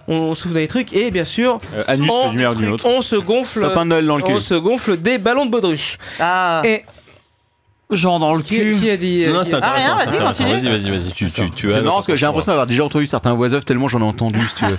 Speaker 13: On souffle dans les trucs et bien sûr,
Speaker 4: Euh,
Speaker 14: anus
Speaker 13: on,
Speaker 14: d'une manière ou d'une autre.
Speaker 13: on se gonfle.
Speaker 5: Sapin de Noël dans le
Speaker 13: on
Speaker 5: cul.
Speaker 13: se gonfle des ballons de baudruche.
Speaker 9: Ah.
Speaker 13: Et
Speaker 6: Genre dans le
Speaker 13: qui,
Speaker 6: cul.
Speaker 13: qui a dit euh,
Speaker 4: Non,
Speaker 13: qui
Speaker 4: c'est
Speaker 13: a-
Speaker 9: Ah,
Speaker 4: intéressant.
Speaker 9: rien,
Speaker 4: c'est
Speaker 9: vas-y,
Speaker 4: intéressant.
Speaker 9: continue.
Speaker 4: Vas-y, vas-y, vas-y. Tu, tu, tu as
Speaker 5: C'est marrant parce que
Speaker 4: notre
Speaker 5: j'ai l'impression d'avoir déjà entendu certains voix off tellement j'en ai entendu si tu veux.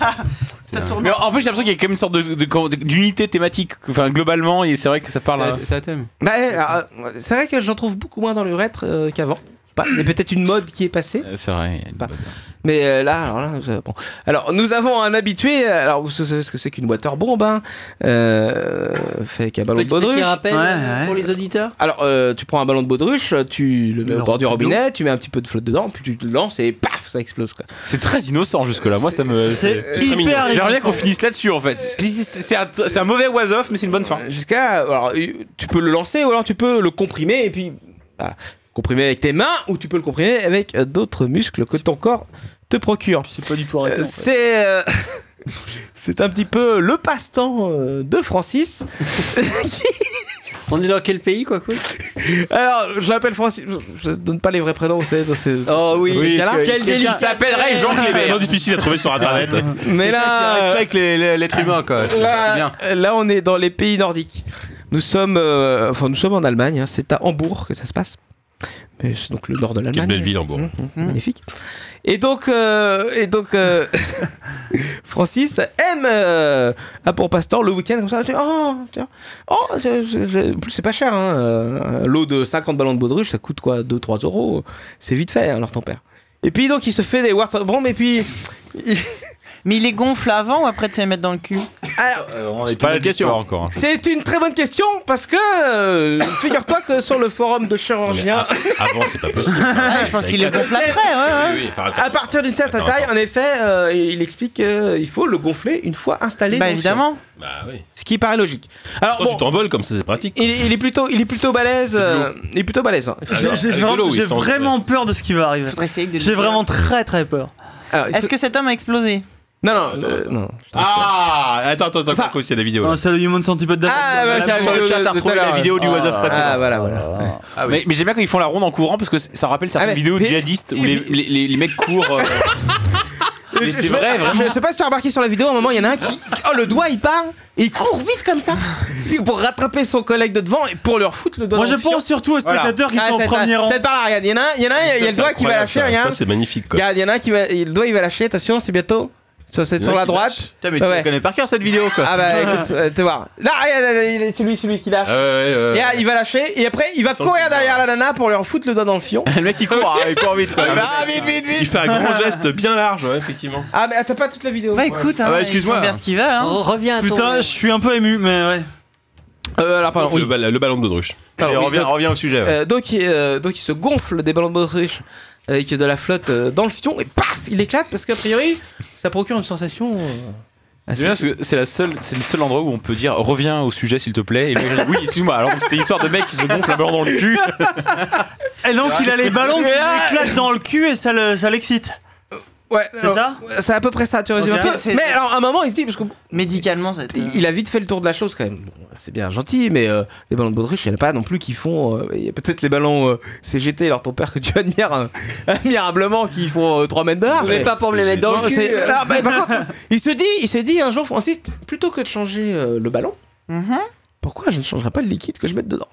Speaker 9: Ça tourne.
Speaker 14: Mais en plus, j'ai l'impression qu'il y a quand même une sorte de- de- d'unité thématique. Enfin, globalement, et c'est vrai que ça parle. à-
Speaker 5: un thème.
Speaker 13: Bah, alors, euh, c'est vrai que j'en trouve beaucoup moins dans l'urètre euh, qu'avant. Bah, Il y a peut-être une mode qui est passée.
Speaker 14: Euh, C'est vrai. il y a une hein.
Speaker 13: Pas-
Speaker 14: bonne-
Speaker 13: Mais euh, là, alors là, ça- bon. Alors, nous avons un habitué. Alors, vous savez ce que c'est qu'une waterbomb, hein euh, Fait avec un ballon de
Speaker 8: Petit,
Speaker 13: baudruche.
Speaker 8: petit rappel
Speaker 6: Ouais,
Speaker 8: euh,
Speaker 6: ouais.
Speaker 8: pour les auditeurs.
Speaker 13: Alors, euh, tu prends un ballon de baudruche, tu le mets au
Speaker 6: Le
Speaker 13: bord du
Speaker 6: remplis d'eau.
Speaker 13: robinet, tu mets un petit peu de flotte dedans, puis tu te lances et paf, ça explose quoi.
Speaker 14: C'est très innocent jusque-là. Moi, ça me.
Speaker 6: C'est
Speaker 14: euh, c'est très mignon.
Speaker 6: hyper
Speaker 14: J'aimerais bien qu'on finisse là-dessus en fait. C'est- C'est c'est un, c'est un mauvais was-off, mais c'est une bonne fin.
Speaker 13: Jusqu'à. Alors, euh, tu peux le lancer ou alors tu peux le comprimer et puis. Voilà. Comprimer avec tes mains ou tu peux le comprimer avec euh, d'autres muscles que ton corps te procure.
Speaker 8: C'est pas du tout
Speaker 13: Euh, c'est euh, c'est un petit peu le passe-temps euh, de Francis.
Speaker 8: On est dans quel pays, quoi, quoi
Speaker 13: Alors, je l'appelle Francis. Je donne pas les vrais prénoms, vous savez, dans ces.
Speaker 8: Oh oui,
Speaker 13: Oui,
Speaker 8: c'est
Speaker 13: parce que-
Speaker 8: quel
Speaker 14: Il
Speaker 8: délice
Speaker 14: s'appellerait Jean
Speaker 4: C'est
Speaker 14: Clébert.
Speaker 13: Ah,
Speaker 4: vraiment difficile à trouver sur internet.
Speaker 13: Mais là, euh,
Speaker 5: Respecte les- les- l'être humain quoi. C'est c'est bien.
Speaker 13: là, là, on est dans les pays nordiques. Nous sommes, euh, enfin, nous sommes en Allemagne. hein, C'est à Hambourg que ça se passe. Mais c'est donc le nord de
Speaker 4: Quelle belle
Speaker 13: l'Allemagne.
Speaker 4: ville, Hambourg.
Speaker 13: Mmh, Magnifique. Et donc, euh, et donc euh, Francis aime euh, a pour passe-temps le week-end comme ça. tu- Oh, tiens. oh je- je- je- en plus, c'est pas cher. Hein. euh, L'eau de 50 ballons de baudruche, ça coûte quoi 2-3 euros. C'est vite fait, alors ton père. Et puis donc, il se fait des waterbombs et puis.
Speaker 9: Mais il les gonfle avant ou après de se les mettre dans le cul
Speaker 13: Alors,
Speaker 14: C'est pas la question encore. hein.
Speaker 13: C'est une très bonne question parce que euh, figure-toi que sur le forum de chirurgiens,
Speaker 4: Avant, Ah, c'est pas possible.
Speaker 9: Je pense qu'il les gonfle après, ouais, ouais.
Speaker 4: Oui, oui, enfin, attends.
Speaker 13: à partir d'une certaine
Speaker 4: Attends,
Speaker 13: taille, en effet, euh, il explique qu'il faut le gonfler une fois installé.
Speaker 9: Bah
Speaker 13: dans le chien.
Speaker 9: évidemment.
Speaker 4: Bah oui.
Speaker 13: ce qui paraît logique. Alors
Speaker 4: Attends,
Speaker 13: bon,
Speaker 4: tu t'envoles comme ça, c'est pratique. hein.
Speaker 13: il, il est plutôt, il est plutôt balèze. euh, il est plutôt balèze. hein.
Speaker 6: J'ai- J'ai
Speaker 4: Avec de l'eau,
Speaker 6: vraiment,
Speaker 4: oui,
Speaker 6: j'ai
Speaker 4: sans-
Speaker 6: vraiment peur de ce qui va arriver.
Speaker 9: Faudrait essayer de le
Speaker 6: J'ai
Speaker 9: libérer.
Speaker 6: vraiment très très peur.
Speaker 13: Alors, il
Speaker 9: Est-ce
Speaker 13: Ah, se-
Speaker 9: que cet homme a explosé
Speaker 13: non, non, euh, non.
Speaker 4: Ah Attends, attends, attends, Coco, c'est la vidéo.
Speaker 6: Ah, C'est le human centipede d'attaque.
Speaker 13: Ah, bah, c'est
Speaker 5: Sur le chat, t'as retrouvé la vidéo du Wise of
Speaker 13: Ah,
Speaker 5: précédent.
Speaker 13: voilà, voilà.
Speaker 14: Ah, Mais, mais j'aime bien quand ils font la ronde en courant parce que c'est- ça rappelle certaines
Speaker 13: Ah, mais-
Speaker 14: vidéos
Speaker 13: mais-
Speaker 14: djihadistes où
Speaker 13: et
Speaker 14: les,
Speaker 13: puis-
Speaker 14: les- les- les mecs courent. euh, mais c'est vrai, vraiment.
Speaker 13: Je sais pas si tu as remarqué sur la vidéo, à un moment, il y en a un qui. Oh, le doigt, il part et il court vite comme ça pour rattraper son collègue de devant et pour leur foutre le doigt.
Speaker 6: Moi
Speaker 13: dans
Speaker 6: je
Speaker 13: le fion.
Speaker 6: pense surtout aux
Speaker 13: Voilà.
Speaker 6: spectateurs qui
Speaker 13: Ah,
Speaker 6: sont au
Speaker 13: cette-
Speaker 6: premier rang.
Speaker 13: Cette part-là, regarde, il y en a un, il y en a un, il y a le doigt qui va lâcher,
Speaker 4: rien.
Speaker 13: regarde.
Speaker 4: Ça, c'est magnifique, quoi.
Speaker 13: Regarde, il y en a un qui va. Le doigt, il va lâcher, attention, c'est bientôt. Sur, cette, sur la droite.
Speaker 5: Putain, mais tu la connais par cœur cette vidéo quoi.
Speaker 13: Ah bah écoute, euh, tu vois. Là, regarde, là, là, il est- c'est lui, celui qui
Speaker 5: Ah
Speaker 13: lâche. Et là, il va lâcher et après il va courir derrière la nana pour lui en foutre le doigt dans le fion.
Speaker 5: le mec il court, hein, il court vite.
Speaker 13: Il va ah, vite, vite, vite.
Speaker 4: Il fait un grand geste bien large, ouais, effectivement.
Speaker 13: Ah mais t'as pas toute la vidéo. Bah
Speaker 9: écoute, hein, Ah bah, excuse-moi. il faut bien ce qu'il veut, hein. Re- reviens à ton-
Speaker 6: Putain, je suis un peu ému, mais ouais.
Speaker 13: alors, pardon,
Speaker 4: Euh, le, bal- le ballon de Dodruche.
Speaker 13: Pardon, oui,
Speaker 4: revient
Speaker 13: donc- Euh, donc, il, euh, donc il se gonfle des ballons de baudruche avec de la flotte euh, dans le fion et paf, il éclate parce qu'a priori, ça procure une sensation. euh,
Speaker 14: C'est bien parce que c'est la seule, c'est le seul endroit où on peut dire reviens au sujet s'il te plaît. Et le mec, oui, excuse-moi. Alors donc, c'était l'histoire de mec qui se gonfle un ballon dans le cul.
Speaker 6: Et donc il a les ballons qui
Speaker 14: Mais
Speaker 6: lui éclatent dans le cul et ça le- ça l'excite.
Speaker 13: Ah Ouais,
Speaker 6: c'est ça
Speaker 13: C'est à peu près ça, tu résumes
Speaker 6: Ok.
Speaker 13: un peu.
Speaker 6: C'est-
Speaker 13: Mais alors, à un moment, Ah, il se dit, parce que
Speaker 9: médicalement, ça
Speaker 13: il il a vite fait le tour de la chose quand même. Bon, c'est bien gentil, mais euh, les ballons de baudruche, il n'y en a pas non plus qui font. euh, Il y a peut-être les ballons euh, CGT, alors ton père que tu admires euh, admirablement, qui font euh, 3 mètres de large.
Speaker 8: Mais pas pour me les mettre dans le
Speaker 13: Non,
Speaker 8: cul,
Speaker 13: c'est-
Speaker 8: euh.
Speaker 13: Non, mais par contre, il se dit, il se dit un jour, Francis, plutôt que de changer euh, le ballon,
Speaker 8: Mm-hmm.
Speaker 13: pourquoi je ne changerai pas le liquide que je mets dedans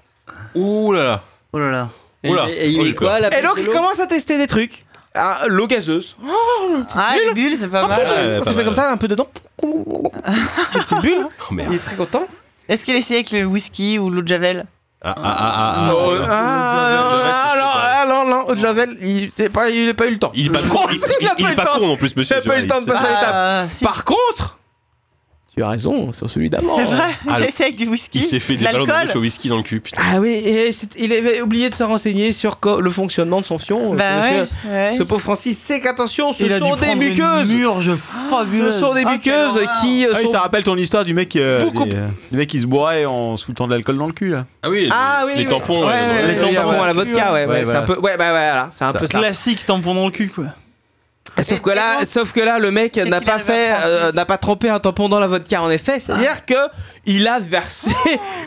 Speaker 4: Ouh là là.
Speaker 6: Oh là là.
Speaker 13: Et, Et donc Oh, il commence à tester des trucs. Ah, l'eau gazeuse.
Speaker 9: Ah, les bulles, c'est pas
Speaker 13: Après,
Speaker 9: mal.
Speaker 13: quand tu fais comme ça, un peu dedans. Une petite bulle. Il est très content.
Speaker 9: Est-ce qu'il essayait avec le whisky ou l'eau de Javel
Speaker 4: Ah, ah, ah,
Speaker 13: Non, ah, ah, ah, non, ah, non, non, Eau de Javel, il n'a pas, il a pas eu le temps.
Speaker 4: Il est pas con, il- il- il est pas con non plus, monsieur
Speaker 13: Il n'a pas eu le temps de
Speaker 4: Duval,
Speaker 13: passer à
Speaker 4: il sait.
Speaker 6: Ah,
Speaker 13: l'étape. Par contre, tu as raison sur celui d'avant.
Speaker 5: hein.
Speaker 9: C'est
Speaker 5: Ah,
Speaker 9: vrai, il
Speaker 4: euh, Alors,
Speaker 9: essayait avec du whisky.
Speaker 4: Il s'est fait
Speaker 9: de
Speaker 4: des ballons de
Speaker 9: l'alcool.
Speaker 4: Dodruche au whisky dans le cul, putain.
Speaker 13: Ah oui, et c'est- il avait oublié de se renseigner sur co- le fonctionnement de son fion. euh,
Speaker 9: Bah
Speaker 13: ce monsieur.
Speaker 9: ouais, ouais.
Speaker 13: Ce pauvre Francis, c'est qu'attention, ce
Speaker 6: Il a dû
Speaker 13: sont des
Speaker 6: prendre une
Speaker 13: muqueuses.
Speaker 6: murge
Speaker 13: Oh, ce
Speaker 6: fabuleuse.
Speaker 13: sont des
Speaker 6: Ah,
Speaker 13: muqueuses
Speaker 6: quelle
Speaker 13: qui euh,
Speaker 26: Ah oui,
Speaker 13: sont
Speaker 26: ça rappelle ton histoire du mec, euh,
Speaker 13: Beaucoup-
Speaker 26: des, euh, du mec qui se bourrait en se foutant de l'alcool dans le cul là.
Speaker 4: Ah oui,
Speaker 13: Ah oui, oui. Ouais, ouais, ouais, les tampons à la vodka, ouais, ouais, c'est un peu, ouais, bah ouais, voilà, c'est un peu ça.
Speaker 6: Classique tampon dans le cul, quoi.
Speaker 13: Sauf que là, sauf que là, le mec n'a pas fait, euh, n'a pas trempé un tampon dans la vodka, en effet.
Speaker 6: Ah.
Speaker 13: C'est-à-dire que il a versé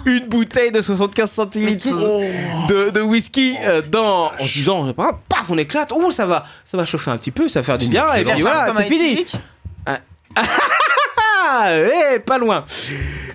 Speaker 13: une bouteille de 75 centilitres de, de whisky euh, dans, en se disant, je sais pas, paf, on éclate. Ouh, ça va, ça va chauffer un petit peu, ça va faire du bien. Mmh. Ah, Et puis voilà, c'est fini. Ah, eh, pas loin.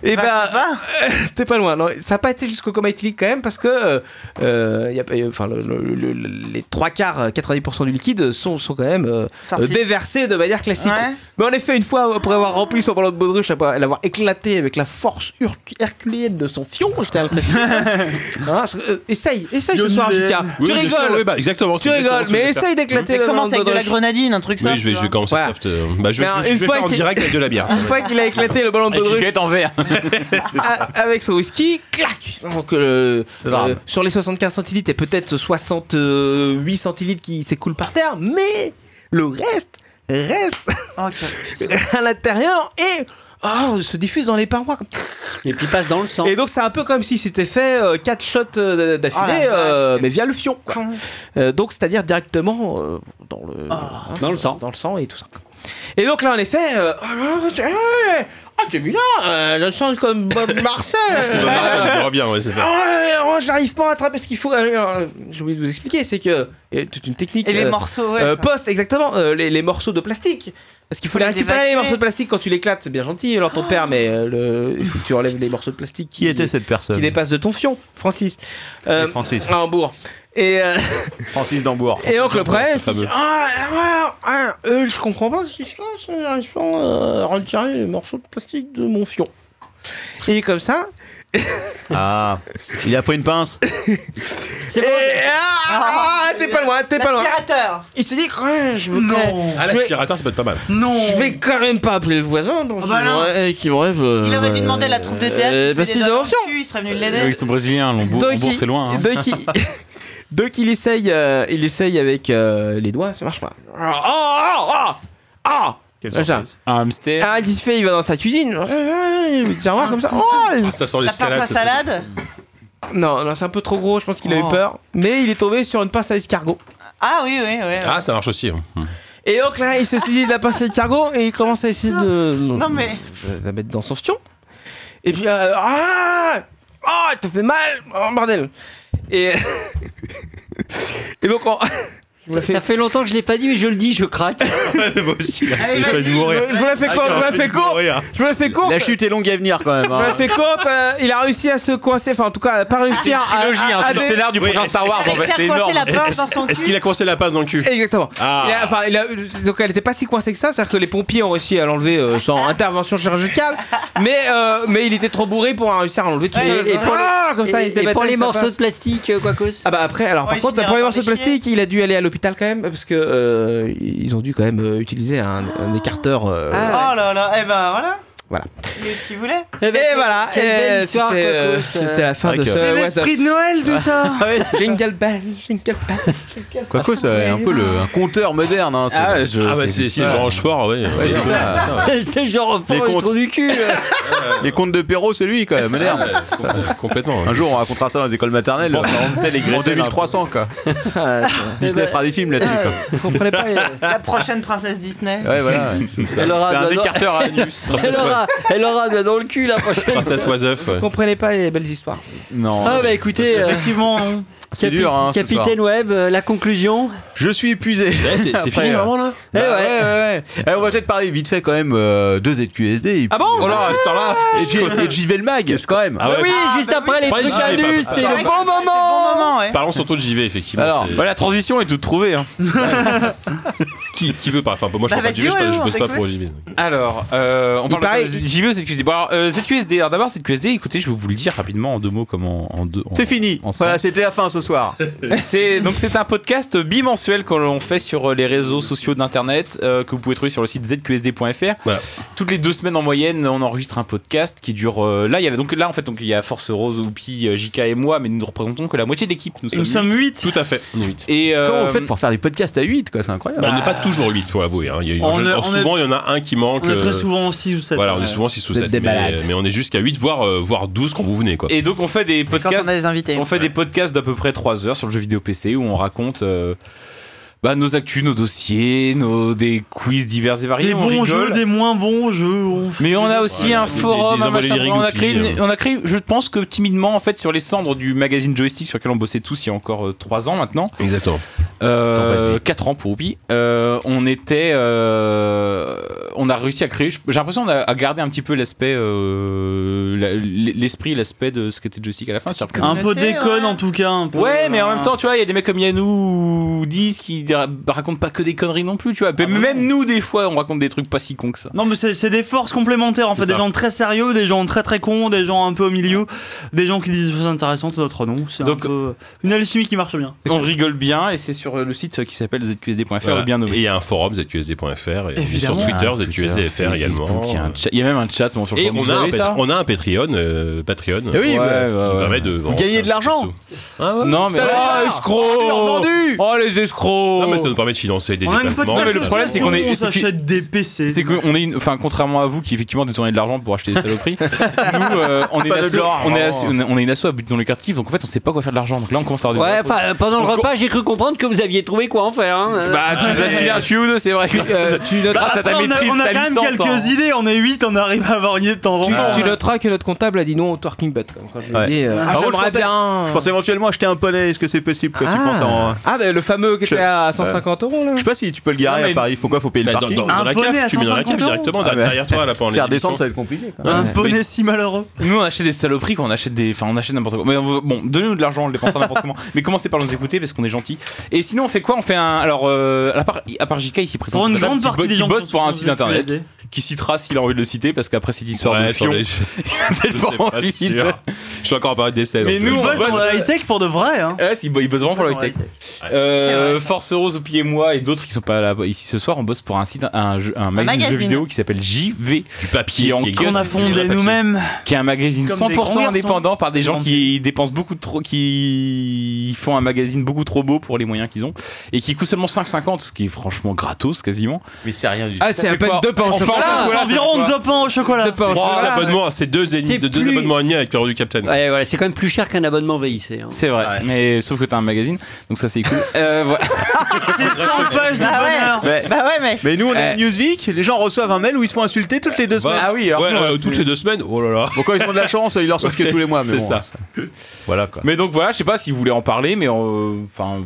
Speaker 13: Et ben, t'es pas loin. Non, ça n'a pas été jusqu'au coma éthylique quand même parce que euh, y a pas- y a- enfin, le- le- le- le- les trois quarts, euh, 90% du liquide sont, sont quand même euh,
Speaker 14: Sortis.
Speaker 13: euh, déversés de manière classique.
Speaker 14: Ouais.
Speaker 13: Mais en effet, une fois après avoir rempli son ballon de baudruche, après l'avoir éclaté avec la force hur- herculéenne de son fion, j'étais impressionné. Hein, parce que, euh, essaye, essaye ce soir,
Speaker 4: Fionienne.
Speaker 13: Jika.
Speaker 4: Oui,
Speaker 13: tu
Speaker 4: bien sûr,
Speaker 13: rigoles.
Speaker 4: oui, bah, exactement,
Speaker 13: Tu
Speaker 4: c'est
Speaker 13: rigoles,
Speaker 4: exactement ce que je
Speaker 13: mais
Speaker 4: vais
Speaker 13: essaye
Speaker 4: faire.
Speaker 13: d'éclater
Speaker 4: Mais
Speaker 13: le
Speaker 4: commence avec
Speaker 13: ballon
Speaker 4: de la
Speaker 13: baudruche.
Speaker 9: grenadine, un truc
Speaker 4: Oui, je vais, je vais commencer soft. euh, bah, je,
Speaker 13: Mais alors,
Speaker 4: je- je
Speaker 13: une
Speaker 4: vais
Speaker 13: fois
Speaker 4: faire en
Speaker 13: qu'il-
Speaker 4: direct avec de la bière.
Speaker 13: Une fois qu'il a éclaté le ballon de
Speaker 14: Avec une
Speaker 13: baudruche.
Speaker 14: cuillette en verre.
Speaker 13: A- avec son whisky, clac Donc, euh, euh, sur les 75 centilitres, et peut-être 68 centilitres qui s'écoulent par terre, mais le reste reste
Speaker 8: Ah,
Speaker 13: à l'intérieur et oh, se diffuse dans les parois. comme-
Speaker 8: Et puis passe dans le sang.
Speaker 13: Et donc, c'est un peu comme si c'était fait 4 shots euh,
Speaker 8: Oh la
Speaker 13: d'affilée,
Speaker 8: vache.
Speaker 13: euh, mais via le fion. quoi. Euh, donc, c'est-à-dire directement euh, dans le
Speaker 8: Ah,
Speaker 13: dans le sang, dans le sang et tout ça. Et donc là, en effet, euh, ah, c'est bien, euh, le sang comme Bob Marcel.
Speaker 4: C'est pas mal, Ah, ça, il revient, ouais, c'est ça.
Speaker 13: Ah ouais, ouais, j'arrive pas à attraper ce qu'il faut. Euh, euh, J'ai oublié de vous expliquer, c'est que il y a toute une technique.
Speaker 9: Et les morceaux, ouais.
Speaker 13: euh, post, exactement, euh, les, les morceaux de plastique. Parce qu'il faut, les
Speaker 9: les
Speaker 13: récupérer les
Speaker 9: évacuer.
Speaker 13: morceaux de plastique quand tu l'éclates, c'est bien gentil. Alors ton père, mais euh, le, il faut que tu enlèves les morceaux de plastique qui,
Speaker 26: était cette personne
Speaker 13: qui dépassent de ton fion, Francis. Euh,
Speaker 26: Francis.
Speaker 13: à Hambourg. Et euh,
Speaker 26: Francis Dambourg.
Speaker 13: et donc le problème, c'est
Speaker 26: fameux.
Speaker 13: que, ah, ah, ah, euh, je comprends pas ce qui se passe, euh, j'arrive pas à retirer les morceaux de plastique de mon fion. Et comme ça,
Speaker 5: Ah, il a pris une pince.
Speaker 13: C'est bon. Ah, ah, t'es pas loin, t'es pas loin.
Speaker 9: L'aspirateur.
Speaker 13: Il se dit, Ouais, je veux
Speaker 4: Non.
Speaker 13: quand-
Speaker 4: Ah,
Speaker 13: je vais-
Speaker 4: l'aspirateur, ça peut être pas mal.
Speaker 13: Non. Je vais quand même pas appeler le voisin. Parce
Speaker 9: Ah bah
Speaker 13: qu'il
Speaker 9: non.
Speaker 13: m'aurait- eh, qu'il m'aurait, euh,
Speaker 9: Il aurait dû demander à la troupe de théâtre.
Speaker 13: euh,
Speaker 9: qui se
Speaker 13: parce
Speaker 9: mettait
Speaker 13: qu'il
Speaker 9: dans
Speaker 13: est
Speaker 9: le
Speaker 13: en fion.
Speaker 9: cul, Il serait venu
Speaker 14: Eux,
Speaker 9: l'aider.
Speaker 14: ils sont brésiliens. Lombourg,
Speaker 13: Donc,
Speaker 14: Lombourg,
Speaker 13: il-
Speaker 14: c'est loin. hein.
Speaker 13: donc, il- Donc il essaye, euh, il essaye avec euh, les doigts, ça marche pas. Ah, ah, ah, ah Comme ça.
Speaker 14: Un hamster.
Speaker 13: Ah, qu'est-ce qu'il fait Il va dans sa cuisine. Ah, ah, Il met le tiroir comme ça. Oh
Speaker 4: Ah, ça sent
Speaker 9: La pince à salade.
Speaker 13: Non, non, c'est un peu trop gros, je pense qu'il a eu
Speaker 9: Oh.
Speaker 13: peur. Mais il est tombé sur une pince à escargot.
Speaker 9: Ah oui, oui, oui.
Speaker 4: Ah, ça marche aussi. hein.
Speaker 13: Et donc là, il se saisit de la pince à escargot et il commence à essayer de.
Speaker 9: Non, mais-
Speaker 13: de la mettre dans son fion. Et puis. euh, ah Oh, t'as fait mal Oh, bordel Et. et donc, en-
Speaker 8: Ça, ça fait longtemps que je l'ai pas dit, mais je le dis, je craque.
Speaker 4: Moi aussi, là,
Speaker 8: Allez,
Speaker 4: j'ai failli
Speaker 8: vas-y,
Speaker 4: mourir.
Speaker 24: Je vous la fais courte, je vous la fais courte. Je vous la fais courte.
Speaker 5: Oh, La chute est longue à venir quand même. hein.
Speaker 24: Je vous la fais courte. euh, il a réussi à se coincer, enfin en tout cas, pas réussi
Speaker 14: Ah,
Speaker 24: à. à-
Speaker 14: hein,
Speaker 24: à- à dé-
Speaker 4: Est-ce qu'il a coincé la pince dans le cul
Speaker 24: Exactement.
Speaker 4: Ah.
Speaker 24: Il a- enfin, il a- donc elle n'était pas si coincée que ça, c'est-à-dire que les pompiers ont réussi à l'enlever euh, sans intervention chirurgicale, mais, euh, mais il était trop bourré pour réussir à l'enlever tout seul.
Speaker 8: Et, et pour les,
Speaker 24: Ah, comme ça,
Speaker 8: et-
Speaker 24: il se
Speaker 8: et pour
Speaker 24: débattait,
Speaker 8: les
Speaker 24: ça
Speaker 8: morceaux
Speaker 24: passe.
Speaker 8: de plastique, euh, Quacos
Speaker 24: Ah bah après, alors par contre, pour les morceaux de plastique, il a dû aller à l'hôpital quand même, parce que euh, ils ont dû quand même euh, utiliser un, un écarteur. euh,
Speaker 13: Ah,
Speaker 8: Ah.
Speaker 9: Oh là là, eh ben voilà.
Speaker 24: Voilà.
Speaker 9: Il est ce qu'il voulait.
Speaker 8: Eh
Speaker 24: Et
Speaker 8: ben,
Speaker 24: voilà,
Speaker 9: quelle
Speaker 24: et
Speaker 9: belle histoire,
Speaker 24: c'était, euh,
Speaker 9: Cocos.
Speaker 24: c'était la fin
Speaker 5: Avec,
Speaker 24: de ce.
Speaker 5: euh, C'est l'esprit
Speaker 9: de Noël,
Speaker 5: tout ça.
Speaker 24: Jingle bell, jingle bell.
Speaker 5: Quoique, c'est un peu le, un compteur moderne. Hein,
Speaker 4: Ah ouais, je- Ah bah, c'est- c'est Jean Rochefort, ouais.
Speaker 5: c'est
Speaker 4: Ouais.
Speaker 5: ça.
Speaker 8: Ah,
Speaker 5: Ah,
Speaker 8: C'est genre
Speaker 5: Les
Speaker 8: fort le
Speaker 5: comptes.
Speaker 8: trou du cul. euh.
Speaker 5: Les contes de Perrault, c'est lui, quand même, moderne.
Speaker 4: Ah, Complètement.
Speaker 5: Un jour, on racontera ça dans les écoles maternelles.
Speaker 4: pense à Hansel et Gretel, Ah,
Speaker 5: en 2300, quoi. Disney fera des films là-dessus, quoi.
Speaker 24: comprenez pas
Speaker 9: La
Speaker 13: euh,
Speaker 9: prochaine princesse Disney.
Speaker 5: Ouais, voilà.
Speaker 8: Elle aura un doigt dans- Elle aura, elle aura un doigt dans le cul la prochaine.
Speaker 4: Princesse Oiseuf.
Speaker 24: Vous comprenez pas les belles histoires.
Speaker 5: Non.
Speaker 8: Ah bah écoutez, euh,
Speaker 6: Effectivement, non.
Speaker 5: C'est dur, hein, ce
Speaker 8: Capitaine Web, euh, la conclusion. euh,
Speaker 5: Je suis épuisé.
Speaker 4: c'est- c'est fini, vraiment, là
Speaker 5: Bah ouais, ouais, ouais. Eh, on va peut-être parler vite fait quand même euh, de ZQSD.
Speaker 24: Ah bon
Speaker 5: Oh là, à ce temps-là Et J- Et JV le mag, quand même.
Speaker 4: Ah ouais.
Speaker 8: oui, juste après les
Speaker 4: Pas
Speaker 8: trucs
Speaker 4: hésiter,
Speaker 8: à nu,
Speaker 4: Ah, pas-
Speaker 8: c'est
Speaker 4: pas-
Speaker 8: le bon moment.
Speaker 4: Parlons surtout de JV, effectivement.
Speaker 5: Alors,
Speaker 4: c'est-
Speaker 3: Voilà, Bah, la transition est toute trouvée. hein.
Speaker 4: qui, qui veut pas Enfin, moi, je
Speaker 3: Bah,
Speaker 4: peux pas
Speaker 3: vas-y,
Speaker 4: JV, je,
Speaker 3: ouais,
Speaker 4: peux- je
Speaker 3: ouais,
Speaker 4: bosse pas
Speaker 3: t'écoutes.
Speaker 4: pour JV.
Speaker 3: Alors, euh, on
Speaker 24: Il
Speaker 3: parle
Speaker 24: paraît-
Speaker 3: de JVE, ZQSD. Bon, alors, euh, ZQSD. Alors, d'abord, ZQSD, écoutez, je vais vous le dire rapidement en deux mots, comme en, en deux. en-
Speaker 5: C'est fini.
Speaker 3: en
Speaker 5: Voilà,
Speaker 3: cinq.
Speaker 5: c'était la fin ce soir.
Speaker 3: C'est donc c'est un podcast bimensuel que l'on fait sur euh, les réseaux sociaux d'internet euh, que vous pouvez trouver sur le site zqsd.fr. Toutes les deux semaines en moyenne, on enregistre un podcast qui dure. euh, là, il y a donc là en fait donc il y a Force Rose, Oupi, euh, JK et moi, mais nous ne représentons que la moitié de l'équipe. Nous,
Speaker 6: Nous sommes 8
Speaker 4: Tout à fait, on est 8.
Speaker 3: Et euh,
Speaker 5: Comment vous faites pour faire des podcasts à 8, quoi C'est incroyable.
Speaker 4: Bah, on n'est pas toujours 8, faut avouer. hein. Il y a- il y a-
Speaker 6: On est-
Speaker 4: alors,
Speaker 6: on est-
Speaker 4: souvent, il y en a un qui manque.
Speaker 6: On est
Speaker 4: euh,
Speaker 6: très souvent 6 ou 7.
Speaker 4: Voilà, on
Speaker 3: hein.
Speaker 4: est souvent 6 ou
Speaker 6: Vous êtes
Speaker 4: 7.
Speaker 6: des
Speaker 4: Mais,
Speaker 6: malades.
Speaker 4: mais on est jusqu'à 8, voire, euh, voire 12 quand vous venez. Quoi.
Speaker 3: Et donc on fait des podcasts.
Speaker 9: on a des invités.
Speaker 3: on fait des podcasts d'à peu près 3 heures sur le jeu vidéo PC où on raconte. euh, bah, nos actus, nos dossiers, nos des quiz divers et variés.
Speaker 6: Des
Speaker 3: on
Speaker 6: bons
Speaker 3: rigole.
Speaker 6: jeux, des moins bons jeux. on fait
Speaker 3: Mais on a
Speaker 6: des-
Speaker 3: aussi
Speaker 6: Voilà,
Speaker 3: un
Speaker 6: des-
Speaker 3: forum,
Speaker 6: des- des euh.
Speaker 3: un machin,
Speaker 6: envolées
Speaker 3: on, a créé une-
Speaker 6: rigoupilles,
Speaker 3: on a créé, je pense que timidement, en fait, sur les cendres du magazine Joystick sur lequel on bossait tous il y a encore 3 ans maintenant.
Speaker 4: Exactement.
Speaker 3: Euh, 4 ans pour Oupi. Euh, on était. euh, on a réussi à créer. J'ai l'impression qu'on a à garder un petit peu l'aspect. euh, la- l'esprit, l'aspect de ce qu'était Joystick à la fin. sur le-
Speaker 6: Un peu déconne en tout cas. un peu- hein.
Speaker 3: Ouais, mais en même temps, tu vois, il y a des mecs comme Yannou ou Diz qui dira- racontent pas que des conneries non plus, tu
Speaker 6: Ah
Speaker 3: vois. Mais même nous, des fois, on raconte des trucs pas si cons que ça.
Speaker 6: Non, mais c'est c'est des forces complémentaires en fait.
Speaker 3: C'est
Speaker 6: Des
Speaker 3: ça.
Speaker 6: gens très sérieux, des gens très très cons, des gens un peu au milieu, des gens qui disent des choses intéressantes, d'autres non. C'est un
Speaker 3: Donc-
Speaker 6: peu une alchimie qui marche bien.
Speaker 3: On rigole bien et c'est sur le site qui s'appelle zqsd.fr
Speaker 4: Voilà.
Speaker 3: le bien nommé.
Speaker 4: Et il y a un forum, zqsd.fr. Et on est sur
Speaker 3: Évidemment.
Speaker 4: Twitter,
Speaker 3: Ah, Twitter,
Speaker 4: zqsd.fr
Speaker 3: Facebook,
Speaker 4: également.
Speaker 3: Il y a un chat- il y, a même un chat bon, sur
Speaker 4: Et
Speaker 3: lequel
Speaker 4: on
Speaker 3: vous
Speaker 4: a, un
Speaker 3: avez
Speaker 4: Pat-
Speaker 3: ça.
Speaker 4: on a un Patreon, euh, Patreon
Speaker 3: Eh oui,
Speaker 4: euh,
Speaker 3: ouais,
Speaker 4: qui
Speaker 3: ouais,
Speaker 4: nous
Speaker 3: ouais.
Speaker 4: permet de
Speaker 5: Vous gagnez de l'argent
Speaker 13: Ah
Speaker 3: Non mais
Speaker 5: Salaud,
Speaker 3: escrocs Oh les escrocs
Speaker 4: Ah, Non mais ça nous permet de financer des
Speaker 6: On a une
Speaker 4: déplacements.
Speaker 6: boîte
Speaker 3: mais le problème c'est qu'on est
Speaker 6: On
Speaker 3: c'est que-
Speaker 6: s'achète des PC.
Speaker 3: c'est qu'on est une- enfin contrairement à vous qui effectivement détournez de l'argent pour acheter des saloperies nous euh, on, est une
Speaker 5: Pas de
Speaker 3: asso,
Speaker 5: genre,
Speaker 4: hein.
Speaker 3: on, est
Speaker 5: vraiment.
Speaker 3: asso- on est- on est une asso à but dans le quartier donc en fait on sait pas quoi faire de l'argent donc là on commence à avoir des
Speaker 8: Ouais, enfin, euh, pendant le
Speaker 3: Donc,
Speaker 8: repas, j'ai cru comprendre que vous aviez trouvé quoi en faire. hein.
Speaker 3: bah tu nous as filé un tuyau ou deux c'est vrai que, euh, tu
Speaker 6: Bah,
Speaker 3: noteras
Speaker 6: après,
Speaker 3: ta
Speaker 6: on a,
Speaker 3: maîtrise
Speaker 6: on a
Speaker 3: ta
Speaker 6: quand même
Speaker 3: licence hein. en-
Speaker 6: quelques idées, on est 8, on arrive à varier de temps en
Speaker 24: Tu,
Speaker 6: temps.
Speaker 24: tu noteras que notre comptable a dit non au twerking butt. Quand quand je lui ai
Speaker 5: Ouais.
Speaker 24: dit, euh,
Speaker 5: Par contre, je
Speaker 24: j'aimerais
Speaker 5: pensais,
Speaker 24: bien.
Speaker 5: je pensais éventuellement acheter un poney. Est-ce que c'est possible quoi, tu penses en...
Speaker 24: Ah, bah, le fameux qui
Speaker 5: Je-
Speaker 24: était à 150 euros là.
Speaker 5: Je sais pas si tu peux le garer
Speaker 3: Non, mais-
Speaker 5: à Paris. Faut quoi Faut payer le
Speaker 4: Bah, dans,
Speaker 5: parking Ah,
Speaker 4: dans- dans
Speaker 6: Un
Speaker 4: la
Speaker 6: poney à
Speaker 4: cave, tu mets dans la
Speaker 6: 150
Speaker 4: cave directement
Speaker 5: euros.
Speaker 4: derrière toi là pendant l'émission.
Speaker 5: Faire descendre, ça va être compliqué. quoi.
Speaker 6: Un poney si malheureux.
Speaker 3: Nous on achète des saloperies, quand on achète des, enfin on achète n'importe quoi. Mais on veut- bon, donnez-nous de l'argent, on le dépensera n'importe comment. Mais commencez par nous écouter parce qu'on est gentil. Et sinon on fait quoi On fait un, alors euh, à part à part JK ici présent,
Speaker 6: Pour une
Speaker 3: on a
Speaker 6: grande
Speaker 3: qui bo-
Speaker 6: partie des
Speaker 3: qui
Speaker 6: gens
Speaker 3: bosse
Speaker 6: qui
Speaker 3: pour
Speaker 6: sont
Speaker 3: un
Speaker 6: sur
Speaker 3: site
Speaker 6: le
Speaker 3: internet,
Speaker 6: QSD.
Speaker 3: qui citera s'il a envie de le citer parce qu'après cette histoire de
Speaker 4: Ouais, sur
Speaker 3: fion,
Speaker 4: les-
Speaker 3: peut-être
Speaker 4: Je sais
Speaker 3: pas
Speaker 4: pas
Speaker 3: envie de-
Speaker 4: sûr. Je suis encore en période d'essai.
Speaker 3: Mais
Speaker 4: donc,
Speaker 3: nous
Speaker 4: euh,
Speaker 3: on
Speaker 6: Bosse dans
Speaker 3: bosse.
Speaker 6: la high-tech pour de vrai. Hein.
Speaker 3: Ouais, Ah, si, ils bossent vraiment pour la
Speaker 6: Dans la
Speaker 3: high-tech. Euh, Force Rose, Oupi et moi et d'autres qui sont pas là bah, ici ce soir, on bosse pour un site, un, jeu- un magazine de jeux
Speaker 9: magazine.
Speaker 3: vidéo qui s'appelle JV,
Speaker 4: du papier
Speaker 3: Qui est en
Speaker 4: qui existe,
Speaker 6: Qu'on a
Speaker 4: du vrai
Speaker 6: fondé
Speaker 4: papier.
Speaker 6: nous-mêmes.
Speaker 3: qui est un magazine
Speaker 6: Comme des grands
Speaker 3: 100%
Speaker 6: garçons.
Speaker 3: indépendant par des gens
Speaker 6: Des
Speaker 3: qui dépensent beaucoup de trop, qui font un magazine beaucoup trop beau pour les moyens qu'ils ont et qui coûte seulement 5,50, ce qui est franchement gratos quasiment.
Speaker 13: Mais c'est rien du tout.
Speaker 24: Ah, c'est à
Speaker 3: fait
Speaker 24: peine
Speaker 3: quoi
Speaker 24: deux pains au
Speaker 3: Enfin,
Speaker 24: chocolat.
Speaker 3: enfin,
Speaker 6: C'est
Speaker 3: voilà,
Speaker 6: environ deux pains au chocolat.
Speaker 24: Deux pains au
Speaker 4: Trois
Speaker 24: chocolat.
Speaker 4: abonnements, c'est deux, et demi-
Speaker 8: C'est
Speaker 4: de- deux
Speaker 8: plus-
Speaker 4: abonnements et demi avec Pierrot du Capitaine.
Speaker 8: Ouais, voilà, c'est quand même plus cher qu'un abonnement VIC. hein.
Speaker 3: C'est vrai, mais sauf que t'as un magazine, donc ça c'est cool. Euh, voilà.
Speaker 6: C'est 100 pages de
Speaker 13: Ah
Speaker 6: bonheur.
Speaker 5: Ouais.
Speaker 9: Bah ouais, mais.
Speaker 5: Mais nous, on est Newsweek. Les gens reçoivent un mail où ils se font insulter toutes les deux
Speaker 4: Ouais.
Speaker 5: semaines.
Speaker 3: Ah oui, alors
Speaker 4: Ouais,
Speaker 3: nous,
Speaker 4: euh,
Speaker 3: c'est-
Speaker 4: toutes les deux semaines. Oh là là.
Speaker 5: Bon, quand ils ont de la chance, ils leur sortent
Speaker 3: hein,
Speaker 5: que tous les mois. mais
Speaker 4: C'est
Speaker 5: bon,
Speaker 4: ça. Voilà quoi.
Speaker 3: Mais donc voilà, je sais pas si vous voulez en parler, mais euh, enfin.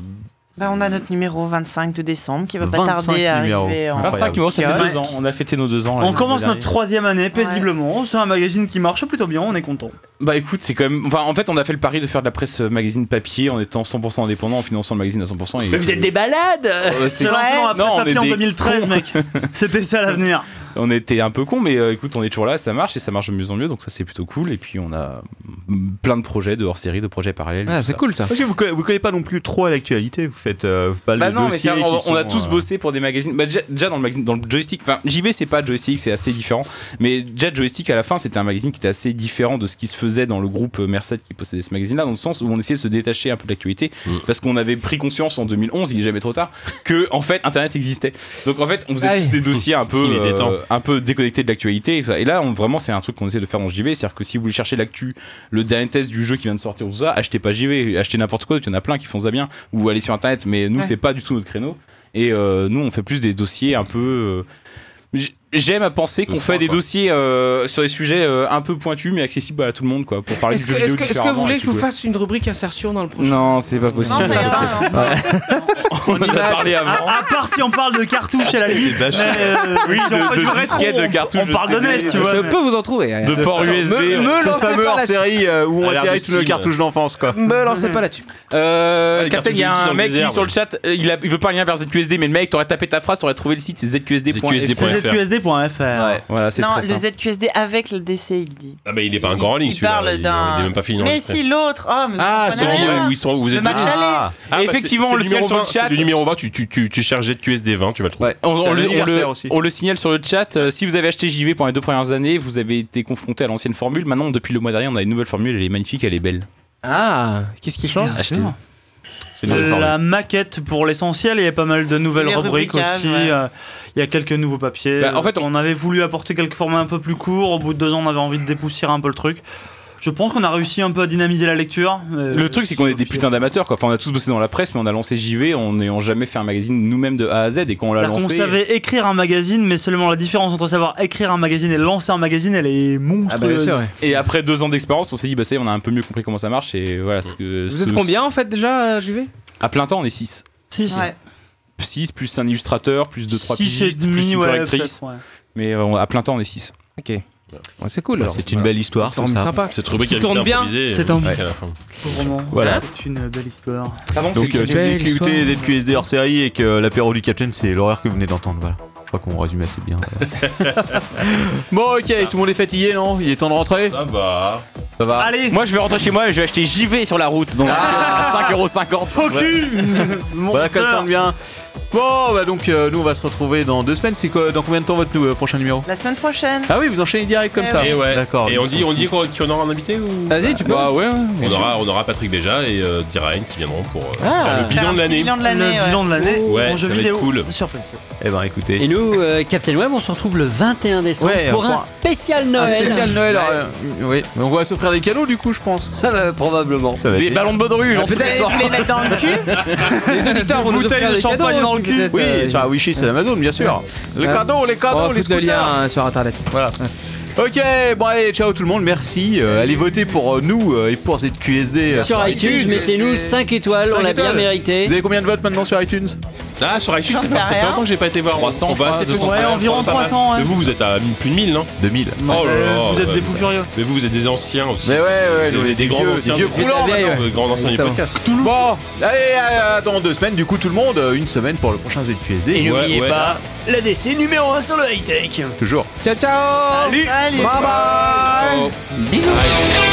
Speaker 9: Bah, on a notre numéro 25 de décembre qui va pas
Speaker 3: 25
Speaker 9: tarder à
Speaker 3: numéros.
Speaker 9: arriver en
Speaker 3: 25 numéros, ça fait
Speaker 9: kiosque.
Speaker 3: deux ans. On a fêté nos deux ans. là,
Speaker 6: On
Speaker 3: l'année
Speaker 6: commence notre
Speaker 3: dernière.
Speaker 6: troisième année paisiblement. C'est un magazine qui marche plutôt bien, on est content.
Speaker 3: Bah écoute, c'est quand même. Enfin, en fait, on a fait le pari de faire de la presse euh, magazine papier en étant 100% indépendant, en finançant le magazine à 100%. Et
Speaker 13: Mais vous êtes des balades
Speaker 3: Euh,
Speaker 6: Se
Speaker 3: c'est-
Speaker 6: lancer dans la presse
Speaker 3: Non, on est
Speaker 6: papier en
Speaker 3: des
Speaker 6: 2013,
Speaker 3: cons.
Speaker 6: mec. C'était ça l'avenir.
Speaker 3: On était un peu con, mais euh, écoute, on est toujours là, ça marche et ça marche de mieux en mieux, donc ça c'est plutôt cool. Et puis on a mm, plein de projets de hors série, de projets parallèles.
Speaker 5: Ah,
Speaker 3: tout
Speaker 5: Parce que vous, conna- vous connaissez pas non plus trop à l'actualité. Vous faites euh, pas
Speaker 3: Bah
Speaker 5: le
Speaker 3: non, mais
Speaker 5: dossier.
Speaker 3: c'est- on,
Speaker 5: qui
Speaker 3: on a
Speaker 5: sont,
Speaker 3: tous
Speaker 5: euh,
Speaker 3: bossé pour des magazines. Bah, déjà, déjà dans le magazine, dans le joystick. Enfin, JV c'est pas joystick, c'est assez différent. Mais déjà joystick à la fin, c'était un magazine qui était assez différent de ce qui se faisait dans le groupe euh, Merced qui possédait ce magazine-là, dans le sens où on essayait de se détacher un peu de l'actualité,
Speaker 5: Mm.
Speaker 3: parce qu'on avait pris conscience en 2011, il est jamais trop tard, que en fait Internet existait. Donc en fait, on faisait
Speaker 14: Aïe.
Speaker 3: tous des dossiers un peu, euh,
Speaker 14: Il était temps.
Speaker 3: un peu déconnectés de l'actualité. Et là, on, vraiment, c'est un truc qu'on essaie de faire dans JV, c'est-à-dire que si vous voulez chercher l'actu, le dernier test du jeu qui vient de sortir ou tout ça, achetez pas JV, achetez n'importe quoi. Il y en a plein qui font ça bien, ou allez sur Internet. Mais nous,
Speaker 14: Ouais.
Speaker 3: c'est pas du tout notre créneau. Et euh, nous, on fait plus des dossiers un peu. euh, j- J'aime à penser qu'on fait des dossiers euh, sur des sujets euh, un peu pointus mais accessibles à tout le monde quoi pour parler
Speaker 24: Est-ce
Speaker 3: du
Speaker 24: que,
Speaker 3: jeu
Speaker 24: est-ce
Speaker 3: vidéo
Speaker 24: que- est-ce que
Speaker 3: différemment
Speaker 24: vous voulez
Speaker 3: et
Speaker 24: que
Speaker 3: c'est
Speaker 24: je vous
Speaker 3: cool.
Speaker 24: fasse une rubrique insertion dans le prochain
Speaker 3: Non, c'est pas possible.
Speaker 24: Non, ça ira, non.
Speaker 3: Ouais. On y va parler avant.
Speaker 6: À, à part si on parle de cartouches à la limite.
Speaker 3: vaches.
Speaker 6: mais, euh,
Speaker 3: Oui,
Speaker 6: si on
Speaker 3: de-
Speaker 6: fait
Speaker 3: de
Speaker 6: du rétro,
Speaker 3: disquettes, de
Speaker 6: on-
Speaker 3: cartouches,
Speaker 6: On
Speaker 3: je
Speaker 6: parle
Speaker 3: sais
Speaker 6: de
Speaker 3: bien.
Speaker 6: NES, tu vois.
Speaker 24: Je
Speaker 6: mais-
Speaker 24: peux vous en trouver. Euh,
Speaker 3: De port
Speaker 24: Me-
Speaker 5: euh,
Speaker 3: USB,
Speaker 24: Me,
Speaker 3: ouais.
Speaker 24: me
Speaker 3: Ce
Speaker 24: lancez
Speaker 3: fameux
Speaker 24: pas
Speaker 3: hors
Speaker 24: là-dessus.
Speaker 3: série, euh, où on
Speaker 24: Alerte
Speaker 3: atterrit tous nos
Speaker 24: Steam.
Speaker 3: cartouches
Speaker 5: d'enfance quoi.
Speaker 24: Me lancez pas là-dessus.
Speaker 3: Euh,
Speaker 24: les
Speaker 3: Captain,
Speaker 24: cartouches
Speaker 3: il y a
Speaker 24: d'Unity dans
Speaker 3: un
Speaker 24: le
Speaker 3: mec qui
Speaker 24: désert,
Speaker 3: sur le
Speaker 24: ouais.
Speaker 3: chat, euh, il, a- il veut pas un lien vers ZQSD, mais le mec, t'aurais tapé ta phrase, t'aurais trouvé le site, c'est zqsd.fr.
Speaker 6: ZQSD.fr.
Speaker 3: Voilà, c'est
Speaker 9: non,
Speaker 3: très
Speaker 9: le
Speaker 3: simple.
Speaker 9: ZQSD avec le DC, il dit.
Speaker 4: Ah, mais il est pas encore en ligne
Speaker 9: Il
Speaker 4: celui-là.
Speaker 9: parle
Speaker 4: il,
Speaker 9: d'un.
Speaker 4: il est même pas fini
Speaker 9: Mais
Speaker 4: d'enregistrer.
Speaker 9: si l'autre. Ah, mais
Speaker 4: Ah,
Speaker 9: vous
Speaker 4: c'est
Speaker 9: comprenez rien.
Speaker 4: où ils sont, où vous
Speaker 9: Le
Speaker 4: êtes
Speaker 9: match
Speaker 4: Ah,
Speaker 9: aller.
Speaker 4: bah, c'est-
Speaker 3: effectivement,
Speaker 4: c'est
Speaker 3: on le signale
Speaker 4: numéro
Speaker 3: sur le
Speaker 4: 20, c'est
Speaker 3: chat.
Speaker 4: numéro 20, tu, tu, tu, tu cherches ZQSD 20, tu vas le trouver.
Speaker 3: On, on
Speaker 4: Putain,
Speaker 3: le, on
Speaker 4: l'anniversaire
Speaker 3: le-
Speaker 4: aussi.
Speaker 3: on le signale sur le chat. euh, si vous avez acheté JV pendant les deux premières années, vous avez été confronté à l'ancienne formule. Maintenant, depuis le mois dernier, on a une nouvelle formule. Elle est magnifique, elle est belle.
Speaker 24: Ah, qu'est-ce qui change
Speaker 3: Achetez-le. C'est une nouvelle
Speaker 6: Euh, La
Speaker 3: formule.
Speaker 6: maquette pour l'essentiel, il y a pas mal de nouvelles
Speaker 24: Les
Speaker 6: rubriques
Speaker 24: rubricages,
Speaker 6: aussi.
Speaker 24: ouais.
Speaker 6: euh, Il y a quelques nouveaux papiers.
Speaker 3: Bah, en fait,
Speaker 6: on... avait voulu apporter quelques formats un peu plus courts. Au bout de deux ans, on avait envie de dépoussiérer un peu le truc. Je pense qu'on a réussi un peu à dynamiser la lecture. Euh,
Speaker 3: Le truc, c'est qu'on est des putains d'amateurs. quoi. Enfin, on a tous bossé dans la presse, mais on a lancé JV en n'ayant jamais fait un magazine nous-mêmes de A à Z. Et quand on l'a
Speaker 6: Bah, On
Speaker 3: lancé.
Speaker 6: savait écrire un magazine, mais seulement la différence entre savoir écrire un magazine et lancer un magazine, elle
Speaker 5: Ah bah,
Speaker 6: est
Speaker 3: ah
Speaker 6: monstrueuse.
Speaker 3: bah, Et après deux ans d'expérience, on s'est dit, bah ça y est, on a un peu mieux compris comment ça marche. Et voilà ce que.
Speaker 24: Vous êtes
Speaker 3: ce-
Speaker 24: combien en fait déjà, euh, JV
Speaker 3: À plein temps, on est 6.
Speaker 6: Six.
Speaker 24: Ouais.
Speaker 3: 6 plus un illustrateur, plus 2-3
Speaker 6: Six et
Speaker 3: pigistes,
Speaker 6: demi,
Speaker 3: plus une
Speaker 6: ouais,
Speaker 3: correctrice.
Speaker 6: peut-être, ouais.
Speaker 3: Mais euh, on- à plein temps, on est 6.
Speaker 13: Ok.
Speaker 24: c'est cool.
Speaker 5: alors. Bah, C'est une belle histoire, tout
Speaker 24: Formule
Speaker 5: ça.
Speaker 24: sympa.
Speaker 4: Cette rubrique
Speaker 24: Qui
Speaker 4: a
Speaker 24: tourne
Speaker 4: été
Speaker 24: bien.
Speaker 4: improvisée,
Speaker 6: C'est
Speaker 4: euh,
Speaker 6: un-
Speaker 4: jusqu'à la fin.
Speaker 6: Vraiment.
Speaker 5: Voilà.
Speaker 6: C'est une belle histoire.
Speaker 5: Donc, euh, si vous écoutez ZQSD hors série et que l'apéro du Captain, c'est l'horreur que vous venez d'entendre. Voilà. Je crois qu'on résume assez bien. bon, ok, tout le monde est fatigué, non Il est temps de rentrer Ça
Speaker 4: va.
Speaker 5: Ça va
Speaker 6: Allez
Speaker 3: Moi, je vais rentrer chez moi et je vais acheter JV sur la route. Donc,
Speaker 5: Ah.
Speaker 3: à 5,50€.
Speaker 5: Voilà, comme ça bien. Bon, bah donc, euh, nous, on va se retrouver dans deux semaines. C'est quoi Dans combien de temps votre nou- euh, prochain numéro
Speaker 9: La semaine prochaine.
Speaker 5: Ah oui, vous enchaînez direct comme
Speaker 9: Eh
Speaker 5: ça.
Speaker 4: Et ouais.
Speaker 5: D'accord.
Speaker 4: Et on
Speaker 5: Ils
Speaker 4: dit,
Speaker 5: sont
Speaker 4: on dit
Speaker 5: fous.
Speaker 4: qu'on qu'on aura un invité ou
Speaker 24: Vas-y, tu peux.
Speaker 3: Bah ouais,
Speaker 4: on aura, on aura Patrick Béja et euh, Diraen qui viendront pour euh,
Speaker 24: Ah.
Speaker 4: faire le bilan de l'année.
Speaker 9: l'année,
Speaker 6: Le bilan de l'année.
Speaker 4: Ouais,
Speaker 6: en jeu
Speaker 4: ça va être
Speaker 6: vidéo.
Speaker 4: cool.
Speaker 6: Sur PC.
Speaker 5: Eh ben, écoutez.
Speaker 13: Et nous, euh, Captain Web, on se retrouve le 21 décembre
Speaker 5: Ouais,
Speaker 13: pour
Speaker 5: pour
Speaker 13: un
Speaker 5: un-
Speaker 13: spécial Noël.
Speaker 5: Un spécial Noël. alors, euh, oui, mais on va s'offrir des cadeaux du coup, je pense.
Speaker 13: Euh, Probablement. Ah,
Speaker 5: Ça va
Speaker 3: Des
Speaker 5: être-
Speaker 3: ballons de baudruche, j'en fais
Speaker 24: Peut-être les mettre dans le cul. Les auditeurs vont nous
Speaker 6: Bouteille
Speaker 24: offrir
Speaker 6: de
Speaker 24: des
Speaker 6: champagne
Speaker 24: cadeaux
Speaker 6: dans le
Speaker 24: aussi,
Speaker 6: cul.
Speaker 24: peut-être,
Speaker 5: Oui,
Speaker 24: euh,
Speaker 5: sur la Wishy, c'est Amazon, bien sûr. Les
Speaker 24: Ouais.
Speaker 5: cadeaux,
Speaker 24: on va
Speaker 5: les cadeaux, les
Speaker 24: foutre le lien
Speaker 5: scooters.
Speaker 24: euh, sur internet.
Speaker 5: Voilà. Ok, bon allez, ciao tout le monde, merci. Euh, allez voter pour euh, nous euh, et pour cette QSD. euh,
Speaker 13: Sur iTunes, mettez-nous 5 étoiles,
Speaker 5: Cinq
Speaker 13: on l'a bien
Speaker 5: étoiles.
Speaker 13: mérité.
Speaker 5: Vous avez combien de votes maintenant sur iTunes
Speaker 4: Ah, sur iTunes,
Speaker 9: J'en
Speaker 4: c'est
Speaker 9: sais
Speaker 4: pas- ça fait
Speaker 9: rien.
Speaker 4: longtemps que j'ai pas été voir.
Speaker 3: 300,
Speaker 4: on va assez peu
Speaker 3: 250,
Speaker 4: sur
Speaker 6: Ouais,
Speaker 4: ça,
Speaker 6: environ
Speaker 4: ça va.
Speaker 6: 300.
Speaker 4: Mais
Speaker 6: hein. Euh,
Speaker 4: vous, vous êtes à plus de 1000, non
Speaker 5: 2000.
Speaker 4: Oh là là,
Speaker 6: Vous êtes
Speaker 4: ouais,
Speaker 6: des fous
Speaker 4: ça-
Speaker 6: furieux.
Speaker 4: Mais vous, vous êtes des anciens aussi.
Speaker 5: Mais ouais, ouais,
Speaker 4: Vous
Speaker 5: nous,
Speaker 4: êtes
Speaker 5: les
Speaker 4: des grands
Speaker 5: vieux,
Speaker 4: anciens.
Speaker 5: des vieux
Speaker 4: du-
Speaker 5: croulants,
Speaker 4: des
Speaker 5: maintenant,
Speaker 4: vieux, grands anciens du
Speaker 24: Exactement.
Speaker 4: podcast.
Speaker 5: Bon, allez, à- dans deux semaines, du coup, tout le monde, euh, une semaine pour le prochain ZQSD.
Speaker 13: Et
Speaker 4: Ouais,
Speaker 13: n'oubliez
Speaker 4: ouais.
Speaker 13: pas, la DC numéro 1 sur le high-tech.
Speaker 5: Toujours.
Speaker 24: Ciao, ciao.
Speaker 9: Salut.
Speaker 24: Bye bye.
Speaker 4: Oh.
Speaker 13: Bisous.
Speaker 4: Bye.